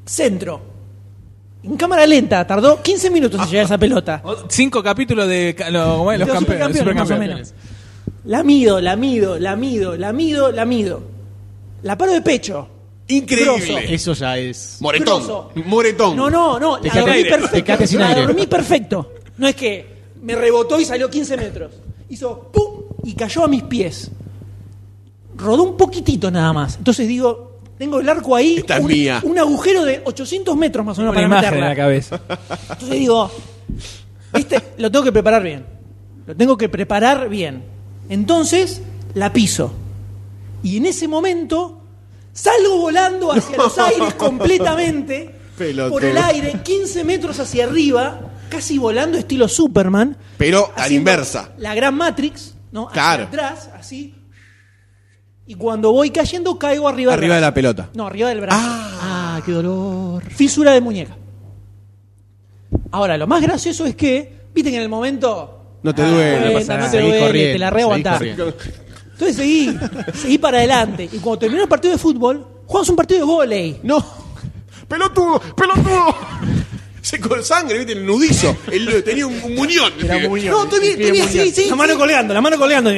Speaker 2: Centro. En cámara lenta, tardó 15 minutos en llegar esa pelota.
Speaker 3: O- Cinco capítulos de ca- lo- bueno, los,
Speaker 2: Los
Speaker 3: campeones.
Speaker 2: supercampeones, más o
Speaker 3: supercampeones.
Speaker 2: menos. La mido, la mido, la mido, la mido, la mido. La paro de pecho. Grosso.
Speaker 1: Increíble.
Speaker 5: Eso ya es.
Speaker 1: Moretón.
Speaker 2: Grosso.
Speaker 1: Moretón.
Speaker 2: No, no, no.
Speaker 5: Te
Speaker 2: La
Speaker 5: quedaste-
Speaker 2: dormí
Speaker 5: aire. te
Speaker 2: perfecto.
Speaker 5: quedaste sin
Speaker 2: La
Speaker 5: aire.
Speaker 2: dormí perfecto. No es que me rebotó y salió 15 metros. Hizo pum y cayó a mis pies. Rodó un poquitito nada más. Entonces digo, tengo el arco ahí.
Speaker 1: Esta es
Speaker 2: un,
Speaker 1: mía.
Speaker 2: un agujero de 800 metros más o
Speaker 3: Una
Speaker 2: menos para
Speaker 3: imagen en
Speaker 2: meterla.
Speaker 3: la cabeza.
Speaker 2: Entonces digo, este lo tengo que preparar bien. Lo tengo que preparar bien. Entonces la piso. Y en ese momento salgo volando hacia los aires completamente.
Speaker 1: Pelotudo.
Speaker 2: Por el aire, 15 metros hacia arriba, casi volando estilo Superman.
Speaker 1: Pero a la
Speaker 2: haciendo
Speaker 1: inversa.
Speaker 2: La gran Matrix, ¿no? Hacia
Speaker 1: Claro.
Speaker 2: atrás, así. Y cuando voy cayendo, caigo arriba del
Speaker 1: Arriba de
Speaker 2: brazo.
Speaker 1: la pelota.
Speaker 2: No, arriba del brazo. Ah, qué dolor. Fisura de muñeca. Ahora, lo más gracioso es que, viste que en el momento. Ah,
Speaker 1: No te duele.
Speaker 2: bueno,
Speaker 5: No pasa
Speaker 2: no
Speaker 5: nada.
Speaker 2: te
Speaker 5: Seguí
Speaker 2: duele,
Speaker 5: corriendo,
Speaker 2: te la
Speaker 5: seguí
Speaker 2: reaguantás.
Speaker 5: corriendo.
Speaker 2: Entonces seguí, seguí para adelante. Y cuando terminó el partido de fútbol, jugamos un partido de volei.
Speaker 1: No. Pelotudo, pelotudo. Se con sangre, viste, el nudizo. Él tenía un, un muñón.
Speaker 2: No, estoy bien, estoy bien, sí, sí.
Speaker 5: La
Speaker 2: mano colgando, la mano colgando.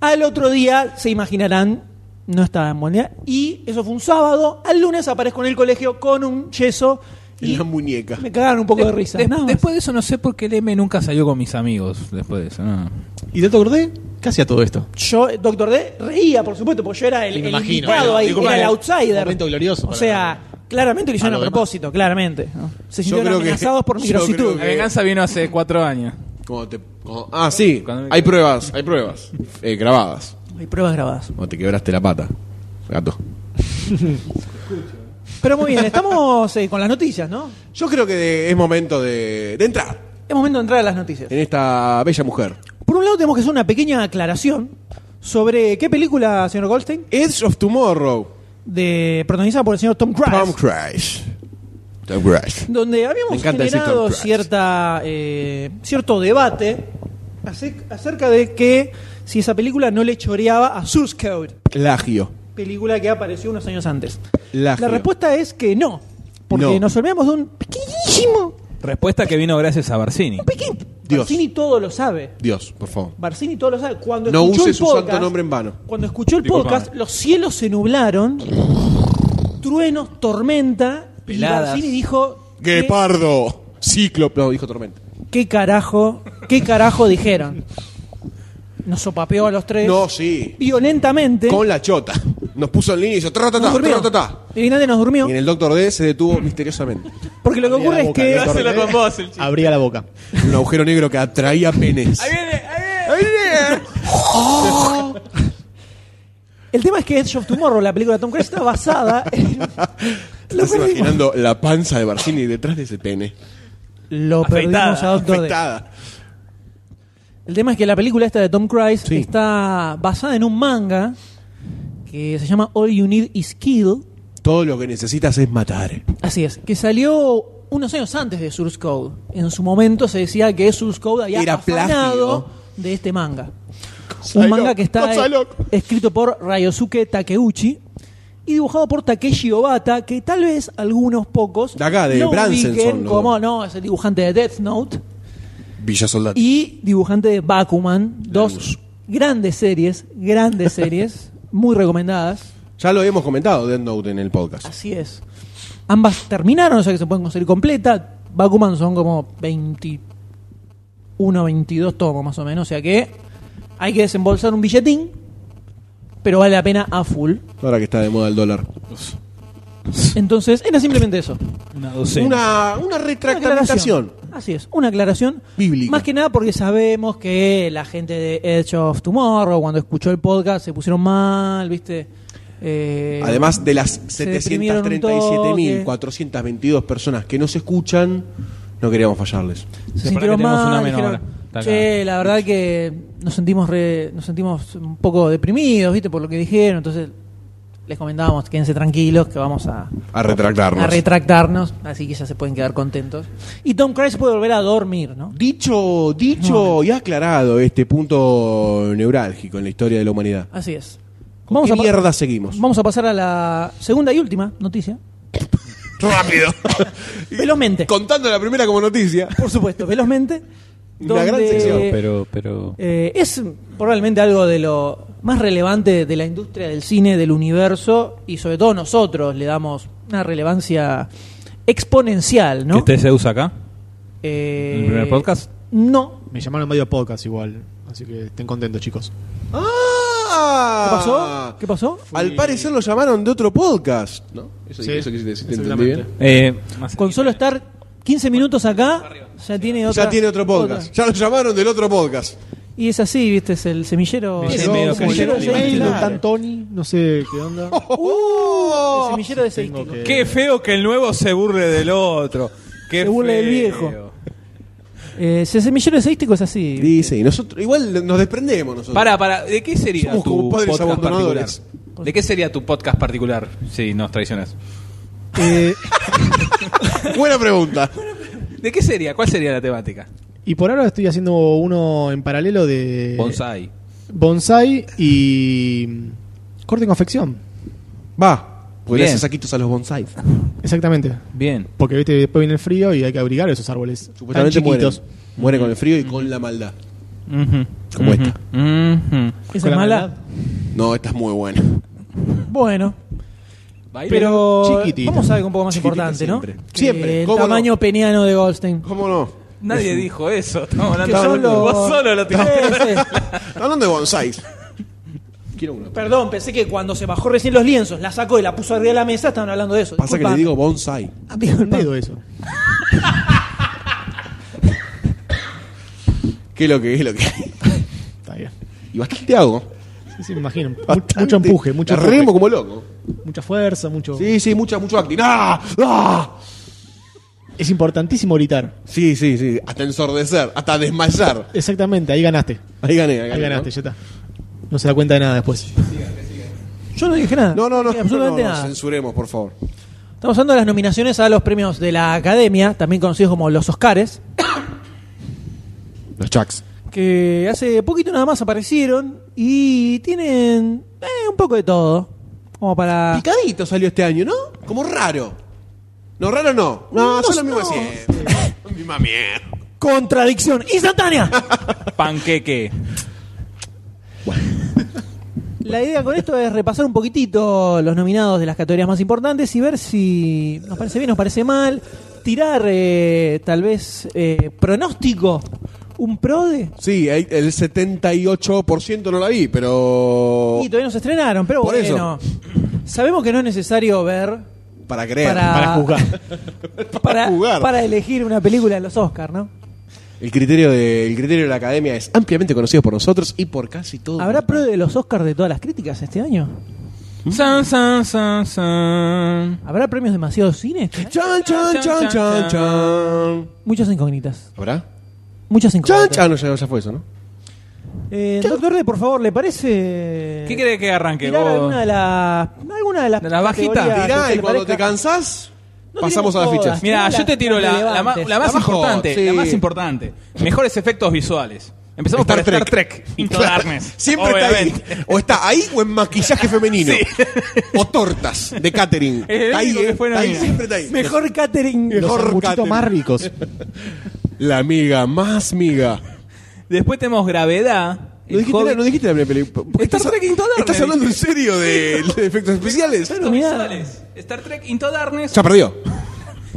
Speaker 2: Al otro día, se imaginarán, no estaba en Bolivia. Y eso fue un sábado. Al lunes aparezco en el colegio con un yeso.
Speaker 1: En
Speaker 2: Y
Speaker 1: la muñeca.
Speaker 2: me cagaron un poco de risa.
Speaker 3: Des-
Speaker 2: nada más.
Speaker 3: después de eso no sé por qué el M nunca salió con mis amigos. Después de eso, no.
Speaker 5: ¿Y te acordé? Casi a todo esto.
Speaker 2: yo, Doctor D, reía, por supuesto, porque yo era el,
Speaker 5: Sí, me
Speaker 2: el
Speaker 5: imagino.
Speaker 2: invitado
Speaker 5: Bueno,
Speaker 2: ahí,
Speaker 5: disculpa,
Speaker 2: era el
Speaker 5: eh,
Speaker 2: outsider.
Speaker 5: momento glorioso
Speaker 2: O
Speaker 5: para-
Speaker 2: sea, claramente lo hicieron a
Speaker 5: para lo
Speaker 2: propósito, claramente. ¿no? Se sintieron
Speaker 1: creo que-
Speaker 2: amenazados por mi
Speaker 1: yo
Speaker 2: grositud.
Speaker 1: creo
Speaker 3: La venganza vino hace cuatro años.
Speaker 1: Como te- como- ah, sí.
Speaker 3: Cuando me-
Speaker 1: Hay pruebas, hay pruebas. eh, grabadas.
Speaker 2: Hay pruebas grabadas.
Speaker 1: Como te quebraste la pata, gato.
Speaker 2: Pero muy bien, estamos eh, con las noticias, ¿no?
Speaker 1: Yo creo que de- es momento de, de entrar
Speaker 2: Es momento de entrar a las noticias.
Speaker 1: en esta bella mujer.
Speaker 2: Por un lado, tenemos que hacer una pequeña aclaración sobre qué película, señor Goldstein,
Speaker 1: Edge of Tomorrow.
Speaker 2: de, protagonizada por el señor Tom Cruise.
Speaker 1: Tom Crash. Tom Crash.
Speaker 2: donde
Speaker 1: Me
Speaker 2: habíamos
Speaker 1: encanta decir Tom
Speaker 2: generado
Speaker 1: Cruise.
Speaker 2: cierta eh, cierto debate ace- acerca de que si esa película no le choreaba a Source Code,
Speaker 1: Plagio.
Speaker 2: película que apareció unos años antes.
Speaker 1: Plagio.
Speaker 2: La respuesta es que no, porque
Speaker 1: No.
Speaker 2: nos olvidamos de un pequeñísimo,
Speaker 3: Respuesta que vino gracias a Barcini.
Speaker 2: pequeño.
Speaker 1: Dios.
Speaker 2: Barcini todo lo sabe.
Speaker 1: Dios, por favor.
Speaker 2: Barcini todo lo sabe. Cuando
Speaker 1: No
Speaker 2: escuchó
Speaker 1: use
Speaker 2: el
Speaker 1: su
Speaker 2: podcast,
Speaker 1: santo nombre en vano.
Speaker 2: Cuando escuchó el
Speaker 3: Disculpame.
Speaker 2: podcast, los cielos se nublaron, truenos, tormenta,
Speaker 3: Peladas.
Speaker 2: y Barcini dijo que-
Speaker 1: Guepardo. Cíclope. No, dijo Tormenta.
Speaker 2: ¿Qué carajo? ¿Qué carajo dijeron? Nos sopapeó a los tres.
Speaker 1: No, sí.
Speaker 2: Violentamente.
Speaker 1: Con la chota. Nos puso en línea y hizo tra, ta, ta,
Speaker 2: nos durmió.
Speaker 1: tra, ta, ta.
Speaker 2: Directamente nos durmió.
Speaker 1: Y en el Doctor D se detuvo misteriosamente.
Speaker 2: Porque lo que ocurre es que.
Speaker 5: con vos, el Abría la boca.
Speaker 1: Un agujero negro que atraía penes.
Speaker 2: El tema es que Edge of Tomorrow, la película de Tom Cruise, está basada en. Lo
Speaker 1: Estás
Speaker 2: perdimos.
Speaker 1: imaginando la panza de Barcini detrás de ese pene.
Speaker 2: lo
Speaker 3: Afeitada,
Speaker 2: perdimos a Doctor D.
Speaker 1: Afectada.
Speaker 2: El tema es que la película esta de Tom Cruise
Speaker 1: Sí.
Speaker 2: está basada en un manga que se llama All You Need Is Kill.
Speaker 1: Todo lo que necesitas es matar.
Speaker 2: Así es, que salió unos años antes de Source Code. En su momento se decía que Source Code había
Speaker 1: Era
Speaker 2: afanado
Speaker 1: plagio.
Speaker 2: de este manga.
Speaker 1: Cosa
Speaker 2: Un
Speaker 1: de
Speaker 2: manga
Speaker 1: loco,
Speaker 2: que está
Speaker 1: cosa de
Speaker 2: eh,
Speaker 1: loco.
Speaker 2: escrito por Ryosuke Takeuchi y dibujado por Takeshi Obata, que tal vez algunos pocos
Speaker 1: De acá, de
Speaker 2: lo
Speaker 1: Branson
Speaker 2: ubiquen
Speaker 1: son los
Speaker 2: como
Speaker 1: dos.
Speaker 2: no, es el dibujante de Death Note
Speaker 1: Villa Soldado.
Speaker 2: y dibujante de Bakuman, dos
Speaker 1: Luz.
Speaker 2: grandes series, grandes series, muy recomendadas.
Speaker 1: Ya lo habíamos comentado, Dead Note, en el podcast.
Speaker 2: Así es. Ambas terminaron, o sea que se pueden conseguir completa. Bakuman son como 21, 22 tomos más o menos, o sea que hay que desembolsar un billetín, pero vale la pena a full.
Speaker 1: Ahora que está de moda el dólar.
Speaker 2: Entonces, era simplemente eso.
Speaker 3: Una docena.
Speaker 1: Una, una
Speaker 2: Una aclaración.
Speaker 1: retractación.
Speaker 2: Así es, una aclaración.
Speaker 1: Bíblica.
Speaker 2: Más que nada porque sabemos que la gente de Edge of Tomorrow, cuando escuchó el podcast, se pusieron mal, ¿viste? Eh,
Speaker 1: Además de las
Speaker 2: se deprimieron un toque.
Speaker 1: 737.422 personas que nos escuchan, no queríamos fallarles.
Speaker 2: se
Speaker 3: Separá que
Speaker 2: sintieron
Speaker 3: tenemos
Speaker 2: mal,
Speaker 3: una menos
Speaker 2: dijeron,
Speaker 3: ahora. Está acá.
Speaker 2: che, la verdad que nos sentimos re- nos sentimos un poco deprimidos, ¿viste? Por lo que dijeron, entonces les comentábamos, quédense tranquilos que vamos a
Speaker 1: A retractarnos.
Speaker 2: a retractarnos, así que ya se pueden quedar contentos. Y Tom Cruise puede volver a dormir, ¿no?
Speaker 1: dicho dicho y aclarado este punto neurálgico en la historia de la humanidad.
Speaker 2: Así es.
Speaker 1: ¿Con qué
Speaker 2: pa-
Speaker 1: mierda seguimos?
Speaker 2: Vamos a pasar a la segunda y última noticia.
Speaker 1: Rápido.
Speaker 2: Velozmente.
Speaker 1: Contando la primera como noticia.
Speaker 2: Por supuesto, velozmente.
Speaker 1: Una gran
Speaker 2: donde,
Speaker 1: sección,
Speaker 3: eh, Pero, pero.
Speaker 2: eh, es probablemente algo de lo más relevante de la industria del cine, del universo, y sobre todo nosotros le damos una relevancia exponencial, ¿no?
Speaker 3: ¿Este se usa acá?
Speaker 2: Eh,
Speaker 3: ¿El primer podcast?
Speaker 2: No.
Speaker 5: Me llamaron medio podcast igual. Así que estén contentos, chicos.
Speaker 2: ¿Qué
Speaker 1: ¡Ah!
Speaker 2: pasó? ¿Qué pasó?
Speaker 1: Al parecer lo llamaron de otro podcast, ¿no? Eso,
Speaker 5: Sí,
Speaker 1: eso quisiste decir, ¿te entendí
Speaker 5: exactamente.
Speaker 1: bien?
Speaker 3: Eh, más-
Speaker 2: Con solo estar 15 minutos acá, ya tiene otra.
Speaker 1: ya tiene otro podcast.
Speaker 2: otra.
Speaker 1: Ya lo llamaron del otro podcast.
Speaker 2: Y es así, viste, es el semillero.
Speaker 3: Es
Speaker 2: el
Speaker 3: medio
Speaker 2: semillero
Speaker 3: que-
Speaker 2: de
Speaker 1: Claro.
Speaker 5: Tan Tony, no sé qué onda.
Speaker 2: El semillero de
Speaker 5: Tengo
Speaker 2: Seisting.
Speaker 5: que-
Speaker 3: Qué feo que el nuevo se burle del otro. Qué
Speaker 2: Se burla del
Speaker 3: feo.
Speaker 2: viejo. Eh, si el semillero estadístico es así.
Speaker 1: Dice, y nosotros, igual nos desprendemos nosotros.
Speaker 3: Pará, pará, ¿de qué sería
Speaker 1: Somos
Speaker 3: tu
Speaker 1: como padres
Speaker 3: podcast particular?
Speaker 1: abandonadores.
Speaker 3: ¿De qué sería tu podcast particular si nos traicionas?
Speaker 5: Eh,
Speaker 1: Buena pregunta.
Speaker 3: ¿De qué sería? ¿Cuál sería la temática?
Speaker 5: y por ahora estoy haciendo uno en paralelo
Speaker 3: Eh,
Speaker 5: de.
Speaker 3: Bonsai.
Speaker 5: Bonsai y. mm, Corte y confección.
Speaker 1: Va. Porque le
Speaker 3: Bien.
Speaker 1: haces saquitos a los bonsai.
Speaker 5: Exactamente.
Speaker 3: Bien.
Speaker 5: Porque viste, después viene el frío y hay que abrigar esos árboles. tan
Speaker 1: Supuestamente mueren.
Speaker 5: chiquitos. Mm.
Speaker 1: Mueren con el frío y con la maldad. Como esta.
Speaker 2: ¿Esa
Speaker 5: Con
Speaker 2: es
Speaker 5: la
Speaker 2: mala?
Speaker 5: maldad.
Speaker 1: No, esta es muy buena.
Speaker 2: Bueno,
Speaker 3: Baila.
Speaker 2: pero
Speaker 5: Chiquitita.
Speaker 2: vamos a algo un poco más
Speaker 1: Chiquitita
Speaker 2: importante, ¿no?
Speaker 1: siempre.
Speaker 2: Que
Speaker 1: Siempre,
Speaker 2: El
Speaker 1: ¿cómo no?
Speaker 2: tamaño peniano de Goldstein.
Speaker 1: ¿Cómo no?
Speaker 3: Nadie dijo eso. Estamos
Speaker 2: Que
Speaker 3: hablando
Speaker 2: solo-
Speaker 3: Vos solo lo tiraste.
Speaker 2: Sí, sí.
Speaker 1: Está hablando de bonsáis. Quiero uno.
Speaker 2: Perdón, pensé que cuando se bajó recién los lienzos, la sacó y la puso arriba de la mesa, estaban hablando de eso.
Speaker 1: Pasa que le
Speaker 2: Disculpa.
Speaker 1: digo bonsai.
Speaker 2: Ah, digo,
Speaker 5: Un dedo eso.
Speaker 1: ¿Qué es lo que es lo que hay?
Speaker 5: Está bien.
Speaker 1: Y bastante hago.
Speaker 5: Sí, sí, me imagino. Mu-
Speaker 1: Bastante.
Speaker 5: Mucho empuje, mucho
Speaker 1: La
Speaker 5: empuje.
Speaker 1: remo como loco.
Speaker 5: mucha fuerza, mucho.
Speaker 1: Sí, sí, mucha, mucho acting. ¡Ah! ¡Ah!
Speaker 5: Es importantísimo gritar.
Speaker 1: Sí, sí, sí. Hasta ensordecer, hasta desmayar.
Speaker 5: Exactamente, ahí ganaste.
Speaker 1: Ahí gané, ahí gané.
Speaker 5: Ahí ganaste,
Speaker 1: ¿no?
Speaker 5: ya está. No se da cuenta de nada después.
Speaker 2: Yo no dije nada.
Speaker 1: No, no, no,
Speaker 2: Dije absolutamente
Speaker 1: no, no, no,
Speaker 2: nada.
Speaker 1: censuremos, por favor.
Speaker 2: Estamos hablando de las nominaciones a los premios de la Academia, también conocidos como los Oscars.
Speaker 1: Los chucks.
Speaker 2: que hace poquito nada más aparecieron y tienen eh, un poco de todo. Como para.
Speaker 1: Picadito salió este año, ¿no? Como raro. No, raro no. No,
Speaker 2: No,
Speaker 1: son lo mismo
Speaker 2: no.
Speaker 1: siempre. La misma mierda.
Speaker 2: Contradicción instantánea.
Speaker 3: Panqueque.
Speaker 2: La idea con esto es repasar un poquitito los nominados de las categorías más importantes y ver si nos parece bien, nos parece mal. Tirar eh, tal vez eh, pronóstico, un prode.
Speaker 1: Sí, ahí el 78% no la vi, pero.
Speaker 2: Y todavía no se estrenaron, pero
Speaker 1: Oh. Por eso.
Speaker 2: bueno. Sabemos que no es necesario ver
Speaker 1: Eh, Para creer.
Speaker 2: para,
Speaker 5: Para juzgar.
Speaker 2: para,
Speaker 1: jugar.
Speaker 2: para elegir una película en los Oscars, ¿no?
Speaker 1: El criterio, de, el criterio de la academia es ampliamente conocido por nosotros y por casi todo.
Speaker 2: ¿Habrá prode de los Oscars de todas las críticas este año?
Speaker 1: ¿Mm?
Speaker 3: San, san, san, san.
Speaker 2: ¿Habrá premios demasiado cine?
Speaker 1: Chan, chan, chan, chan, chan.
Speaker 2: Muchas incógnitas.
Speaker 1: ¿Habrá?
Speaker 2: Muchas
Speaker 1: Chan,
Speaker 2: incógnitas.
Speaker 1: chan. Ah, no, ya, ya fue eso, ¿no?
Speaker 2: Eh, doctor D, por favor, ¿le parece?
Speaker 3: ¿Qué quiere que arranque
Speaker 2: tirar
Speaker 3: vos?
Speaker 2: alguna de las. Alguna de las.
Speaker 3: De las bajitas.
Speaker 2: categorías que
Speaker 1: Mirá,
Speaker 2: usted
Speaker 1: y
Speaker 2: le
Speaker 1: cuando te
Speaker 2: parezca?
Speaker 1: cansás,
Speaker 2: No
Speaker 1: pasamos a las
Speaker 2: tenemos todas.
Speaker 1: fichas.
Speaker 3: Mira,
Speaker 2: Mirá
Speaker 3: yo te tiro
Speaker 2: las
Speaker 3: la, la ma- la más
Speaker 1: relevantes.
Speaker 3: importante,
Speaker 1: Abajo,
Speaker 3: la
Speaker 1: sí.
Speaker 3: más importante. Mejores efectos visuales. Empezamos
Speaker 1: Star
Speaker 3: por Star Trek Into Darkness.
Speaker 1: Siempre
Speaker 3: obviamente.
Speaker 1: está ahí. O está ahí o en maquillaje femenino. O tortas de catering.
Speaker 3: Es el
Speaker 1: Está ahí,
Speaker 3: único que
Speaker 1: eh.
Speaker 3: fue
Speaker 1: Está ahí,
Speaker 3: Navidad.
Speaker 1: siempre está ahí.
Speaker 2: Mejor catering.
Speaker 1: Mejor
Speaker 5: Los sanguchitos
Speaker 1: catering.
Speaker 5: más ricos.
Speaker 1: La amiga, más miga.
Speaker 3: Después tenemos Gravedad. el
Speaker 1: ¿Lo dijiste,
Speaker 3: Hobbit.
Speaker 1: la, ¿Lo dijiste la primera película? ¿Por qué
Speaker 3: Star
Speaker 1: estás-
Speaker 3: Trek Into Darkness.
Speaker 1: ¿Estás hablando en serio de, de efectos especiales?
Speaker 2: Claro, mirá.
Speaker 3: Visuales. Star Trek Into Darkness.
Speaker 1: Ya perdió.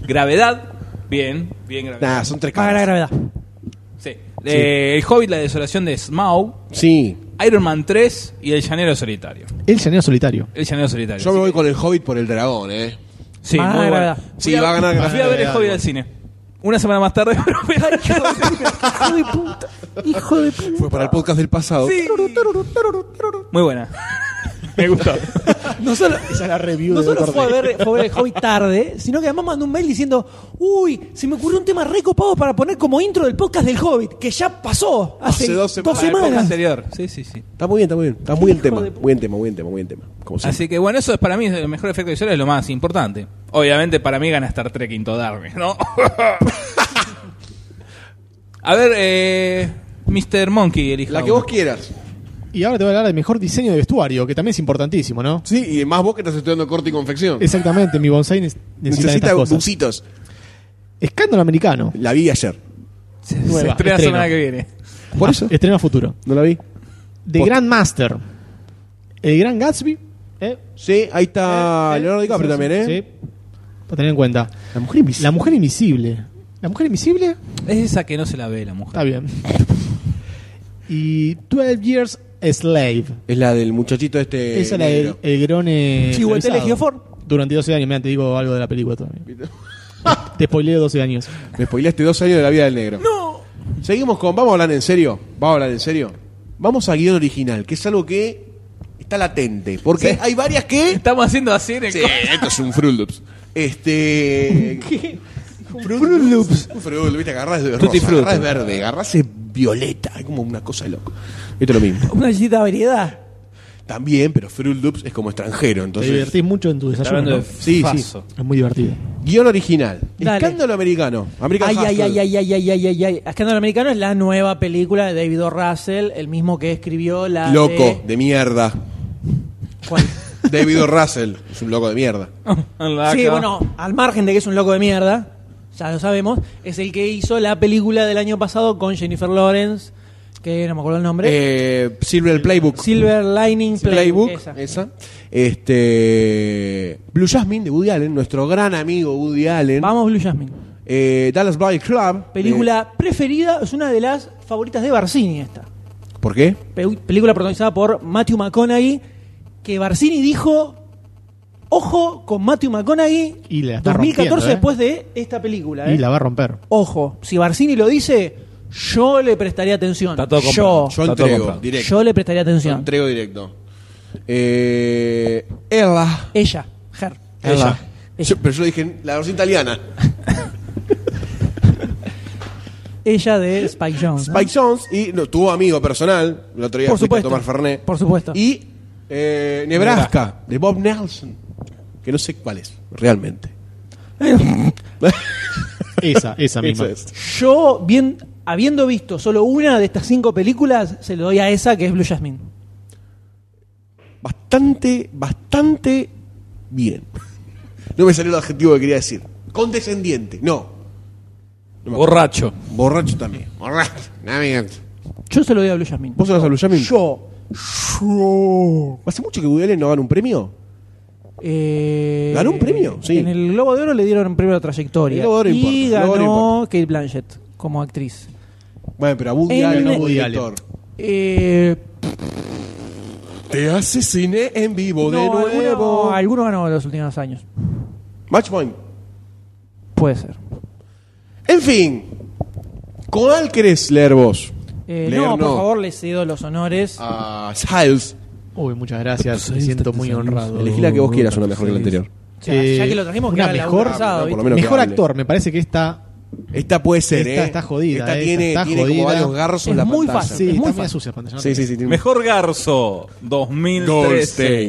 Speaker 3: Gravedad. Bien, bien gravedad.
Speaker 1: Nah, son tres
Speaker 2: Paga la
Speaker 1: caras.
Speaker 2: gravedad.
Speaker 3: Sí. Eh, el Hobbit, la desolación de Smaug.
Speaker 1: Sí.
Speaker 3: Iron Man 3 y El Llanero Solitario.
Speaker 5: El llanero solitario.
Speaker 3: El Llanero Solitario.
Speaker 1: Yo me voy con el Hobbit por el dragón, eh.
Speaker 3: Sí,
Speaker 2: Ah,
Speaker 3: muy bueno.
Speaker 2: gravedad.
Speaker 1: Sí,
Speaker 3: Fui a-
Speaker 1: va a ganar
Speaker 3: Fui a ver el
Speaker 1: gravedad.
Speaker 3: Hobbit al cine. Una semana más tarde, pero fui a ver el Hobbit.
Speaker 2: Hijo de puta. Hijo de puta.
Speaker 1: Fue para el podcast del pasado.
Speaker 3: Sí. Muy buena. Me gustó.
Speaker 2: No solo,
Speaker 5: Esa es la review
Speaker 2: no
Speaker 5: de
Speaker 2: solo
Speaker 5: Doctor
Speaker 2: fue, a
Speaker 5: D.
Speaker 2: ver, fue a ver el hobby tarde, sino que además mandó un mail diciendo: Uy, se me ocurrió un tema recopado para poner como intro del podcast del Hobbit, que ya pasó hace,
Speaker 1: Hace
Speaker 2: dos semanas.
Speaker 1: dos semanas.
Speaker 3: La época anterior. Sí, sí, sí.
Speaker 1: Está muy bien, está muy bien. Está muy en
Speaker 2: Hijo
Speaker 1: tema.
Speaker 2: de-
Speaker 1: Muy en tema, muy en tema, muy en tema. Como siempre.
Speaker 3: Así que bueno, eso es para mí el mejor efecto visual, es lo más importante. Obviamente para mí gana Star Trek Into Darkness, ¿no? A ver, eh, Mr. Monkey elija.
Speaker 1: La que
Speaker 3: uno.
Speaker 1: vos quieras.
Speaker 5: Y ahora te voy a hablar del mejor diseño de vestuario, que también es importantísimo, ¿no?
Speaker 1: Sí, y más vos que estás estudiando corte y confección.
Speaker 5: Exactamente, mi bonsai ne- necesita,
Speaker 1: Necesita
Speaker 5: estas cosas.
Speaker 1: bucitos.
Speaker 5: Escándalo americano.
Speaker 1: La vi ayer.
Speaker 3: Se,
Speaker 5: Nueva,
Speaker 3: se estrena la
Speaker 5: estreno.
Speaker 3: semana que viene.
Speaker 5: Ah,
Speaker 1: ¿Por eso?
Speaker 5: Estreno a futuro.
Speaker 1: ¿No la vi?
Speaker 5: The
Speaker 1: Posta.
Speaker 5: Grandmaster. El Gran Gatsby. ¿eh?
Speaker 1: Sí, ahí está
Speaker 5: Eh,
Speaker 1: Ah, Leonardo
Speaker 5: eh,
Speaker 1: DiCaprio
Speaker 5: sí,
Speaker 1: también, ¿eh?
Speaker 5: Sí. Para tener en cuenta.
Speaker 1: La mujer invisible.
Speaker 5: La mujer invisible. La mujer invisible
Speaker 3: Es esa que no se la ve la mujer.
Speaker 5: está bien. Y 12 Years a Slave.
Speaker 1: Es la del muchachito este.
Speaker 5: Esa era el,
Speaker 1: negro.
Speaker 5: el grone.
Speaker 2: Chihuetele
Speaker 5: revisado.
Speaker 2: Giofort.
Speaker 5: Durante 12 años, mira, te digo algo de la película todavía. Te spoileo 12 años.
Speaker 1: Me spoileaste dos años de la vida del negro. ¡No! Seguimos con. Vamos a hablar en serio. Vamos a hablar en serio. Vamos a guión original, que es algo que está latente. Porque
Speaker 3: Sí.
Speaker 1: hay varias que.
Speaker 3: Estamos haciendo así en el
Speaker 1: Sí,
Speaker 3: co-
Speaker 1: esto es un Fruit Loops. Este. ¿Qué? Fruit Loops. Un Fruit Loops, viste, agarrás de
Speaker 3: Tutti
Speaker 1: rosa,
Speaker 3: Frutti.
Speaker 1: agarrás verde, agarrás es violeta. Es como una cosa de loco. Esto es lo mismo.
Speaker 2: Una cita variedad.
Speaker 1: También, pero Fruit Loops es como extranjero,
Speaker 5: Te
Speaker 1: entonces.
Speaker 5: divertís mucho en tu desayuno.
Speaker 3: hablando de
Speaker 5: ¿no?
Speaker 1: Sí, sí.
Speaker 3: Faso.
Speaker 5: Es muy divertido.
Speaker 1: Guión original.
Speaker 2: Dale.
Speaker 1: Escándalo americano. American
Speaker 2: Ay, ay,
Speaker 1: Hustle.
Speaker 2: ay, ay, ay, ay, ay, ay, ay. Escándalo americano es la nueva película de David O. Russell, el mismo que escribió la.
Speaker 1: Loco
Speaker 2: de-
Speaker 1: de mierda.
Speaker 2: ¿Cuál?
Speaker 1: David O. Russell es un loco de mierda.
Speaker 3: Ah,
Speaker 2: Sí, bueno, al margen de que es un loco de mierda, ya lo sabemos, es el que hizo la película del año pasado con Jennifer Lawrence, que no me acuerdo el nombre.
Speaker 1: Eh, Silver Playbook.
Speaker 2: Silver Lining
Speaker 1: Playbook.
Speaker 2: Playbook. esa.
Speaker 1: Esa. Este. Blue Jasmine de Woody Allen, nuestro gran amigo Woody Allen.
Speaker 2: Vamos, Blue Jasmine.
Speaker 1: Eh, Dallas Buyers Club.
Speaker 2: Película preferida, es una de las favoritas de Barcini esta.
Speaker 1: Eh, ¿Por qué?
Speaker 2: Pe- película protagonizada por Matthew McConaughey, que Barcini dijo, ojo con Matthew McConaughey,
Speaker 5: Y la está
Speaker 2: 2014
Speaker 5: rompiendo, ¿eh?
Speaker 2: después de esta película. ¿eh?
Speaker 5: Y la va a romper.
Speaker 2: Ojo, si Barcini lo dice, yo le prestaría atención.
Speaker 3: Está todo
Speaker 2: yo,
Speaker 3: comprado.
Speaker 1: Yo
Speaker 3: Está todo
Speaker 1: entrego
Speaker 3: comprado.
Speaker 1: directo.
Speaker 2: yo le prestaría
Speaker 1: Yo
Speaker 2: atención.
Speaker 1: entrego directo. Eh, Ella.
Speaker 2: Ella, her.
Speaker 1: Ella.
Speaker 2: Ella.
Speaker 1: Yo- pero yo dije la versión italiana.
Speaker 2: Ella de Spike Jones. ¿no?
Speaker 1: Spike Jones y no, tu amigo personal, el otro día
Speaker 2: Por
Speaker 1: fuiste
Speaker 2: supuesto.
Speaker 1: a tomar Fernet.
Speaker 2: Por supuesto.
Speaker 1: Y eh, Nebraska, de Bob Nelson, que no sé cuál es realmente.
Speaker 5: Esa, esa
Speaker 1: Eso
Speaker 5: misma.
Speaker 1: es.
Speaker 2: Yo, bien, habiendo visto solo una de estas cinco películas, se lo doy a esa que es Blue Jasmine.
Speaker 1: Bastante, bastante bien. No me salió el adjetivo que quería decir. Condescendiente, no. No me acuerdo.
Speaker 3: Borracho.
Speaker 1: Borracho también. Borracho. Nada más.
Speaker 2: Yo se lo doy a Blue Jasmine.
Speaker 1: ¿Vos sos a Blue Jasmine?
Speaker 2: Yo. Yo.
Speaker 1: ¿Hace mucho que Woody Allen no gana un premio?
Speaker 2: Eh,
Speaker 1: ¿Ganó un premio? Sí.
Speaker 2: En el Globo de Oro le dieron un premio a la trayectoria.
Speaker 1: El Globo de Oro
Speaker 2: y
Speaker 1: importa, el
Speaker 2: ganó
Speaker 1: Globo de Oro
Speaker 2: Kate Blanchett como actriz.
Speaker 1: Bueno, pero a Woody
Speaker 2: En-
Speaker 1: Allen, no como
Speaker 5: Woody
Speaker 1: director.
Speaker 2: Eh,
Speaker 1: Te asesiné en vivo de
Speaker 2: no, alguno-
Speaker 1: nuevo.
Speaker 2: Alguno, ganó en los últimos años.
Speaker 1: Match point.
Speaker 2: Puede ser.
Speaker 1: En fin, ¿cuál querés leer vos?
Speaker 2: Eh,
Speaker 1: Leer Ah.
Speaker 2: no, por favor, le cedo los honores
Speaker 1: A Giles
Speaker 5: Uy, muchas gracias. Me siento muy honrado.
Speaker 1: Elegí la que vos quieras, una mejor que la anterior.
Speaker 2: O sea,
Speaker 1: Eh,
Speaker 2: ya que lo trajimos, que
Speaker 5: una
Speaker 2: haga el
Speaker 5: mejor,
Speaker 2: laburo pasado,
Speaker 1: Ah, por lo
Speaker 2: ¿viste?
Speaker 1: menos que
Speaker 5: mejor
Speaker 1: hable.
Speaker 5: actor. Me parece que esta
Speaker 1: Esta puede ser,
Speaker 5: Esta
Speaker 1: ¿eh?
Speaker 5: está jodida,
Speaker 1: Esta
Speaker 5: esta
Speaker 1: tiene,
Speaker 5: está
Speaker 1: tiene como
Speaker 5: jodida.
Speaker 1: varios garros en
Speaker 2: Es
Speaker 1: la
Speaker 2: muy
Speaker 1: pantalla.
Speaker 2: fácil.
Speaker 5: sí,
Speaker 2: Es muy
Speaker 5: está
Speaker 2: fácil.
Speaker 5: medio sucia la pantalla, ¿no?
Speaker 1: Sí, sí, sí. tiene-
Speaker 3: Mejor Garzo 2013.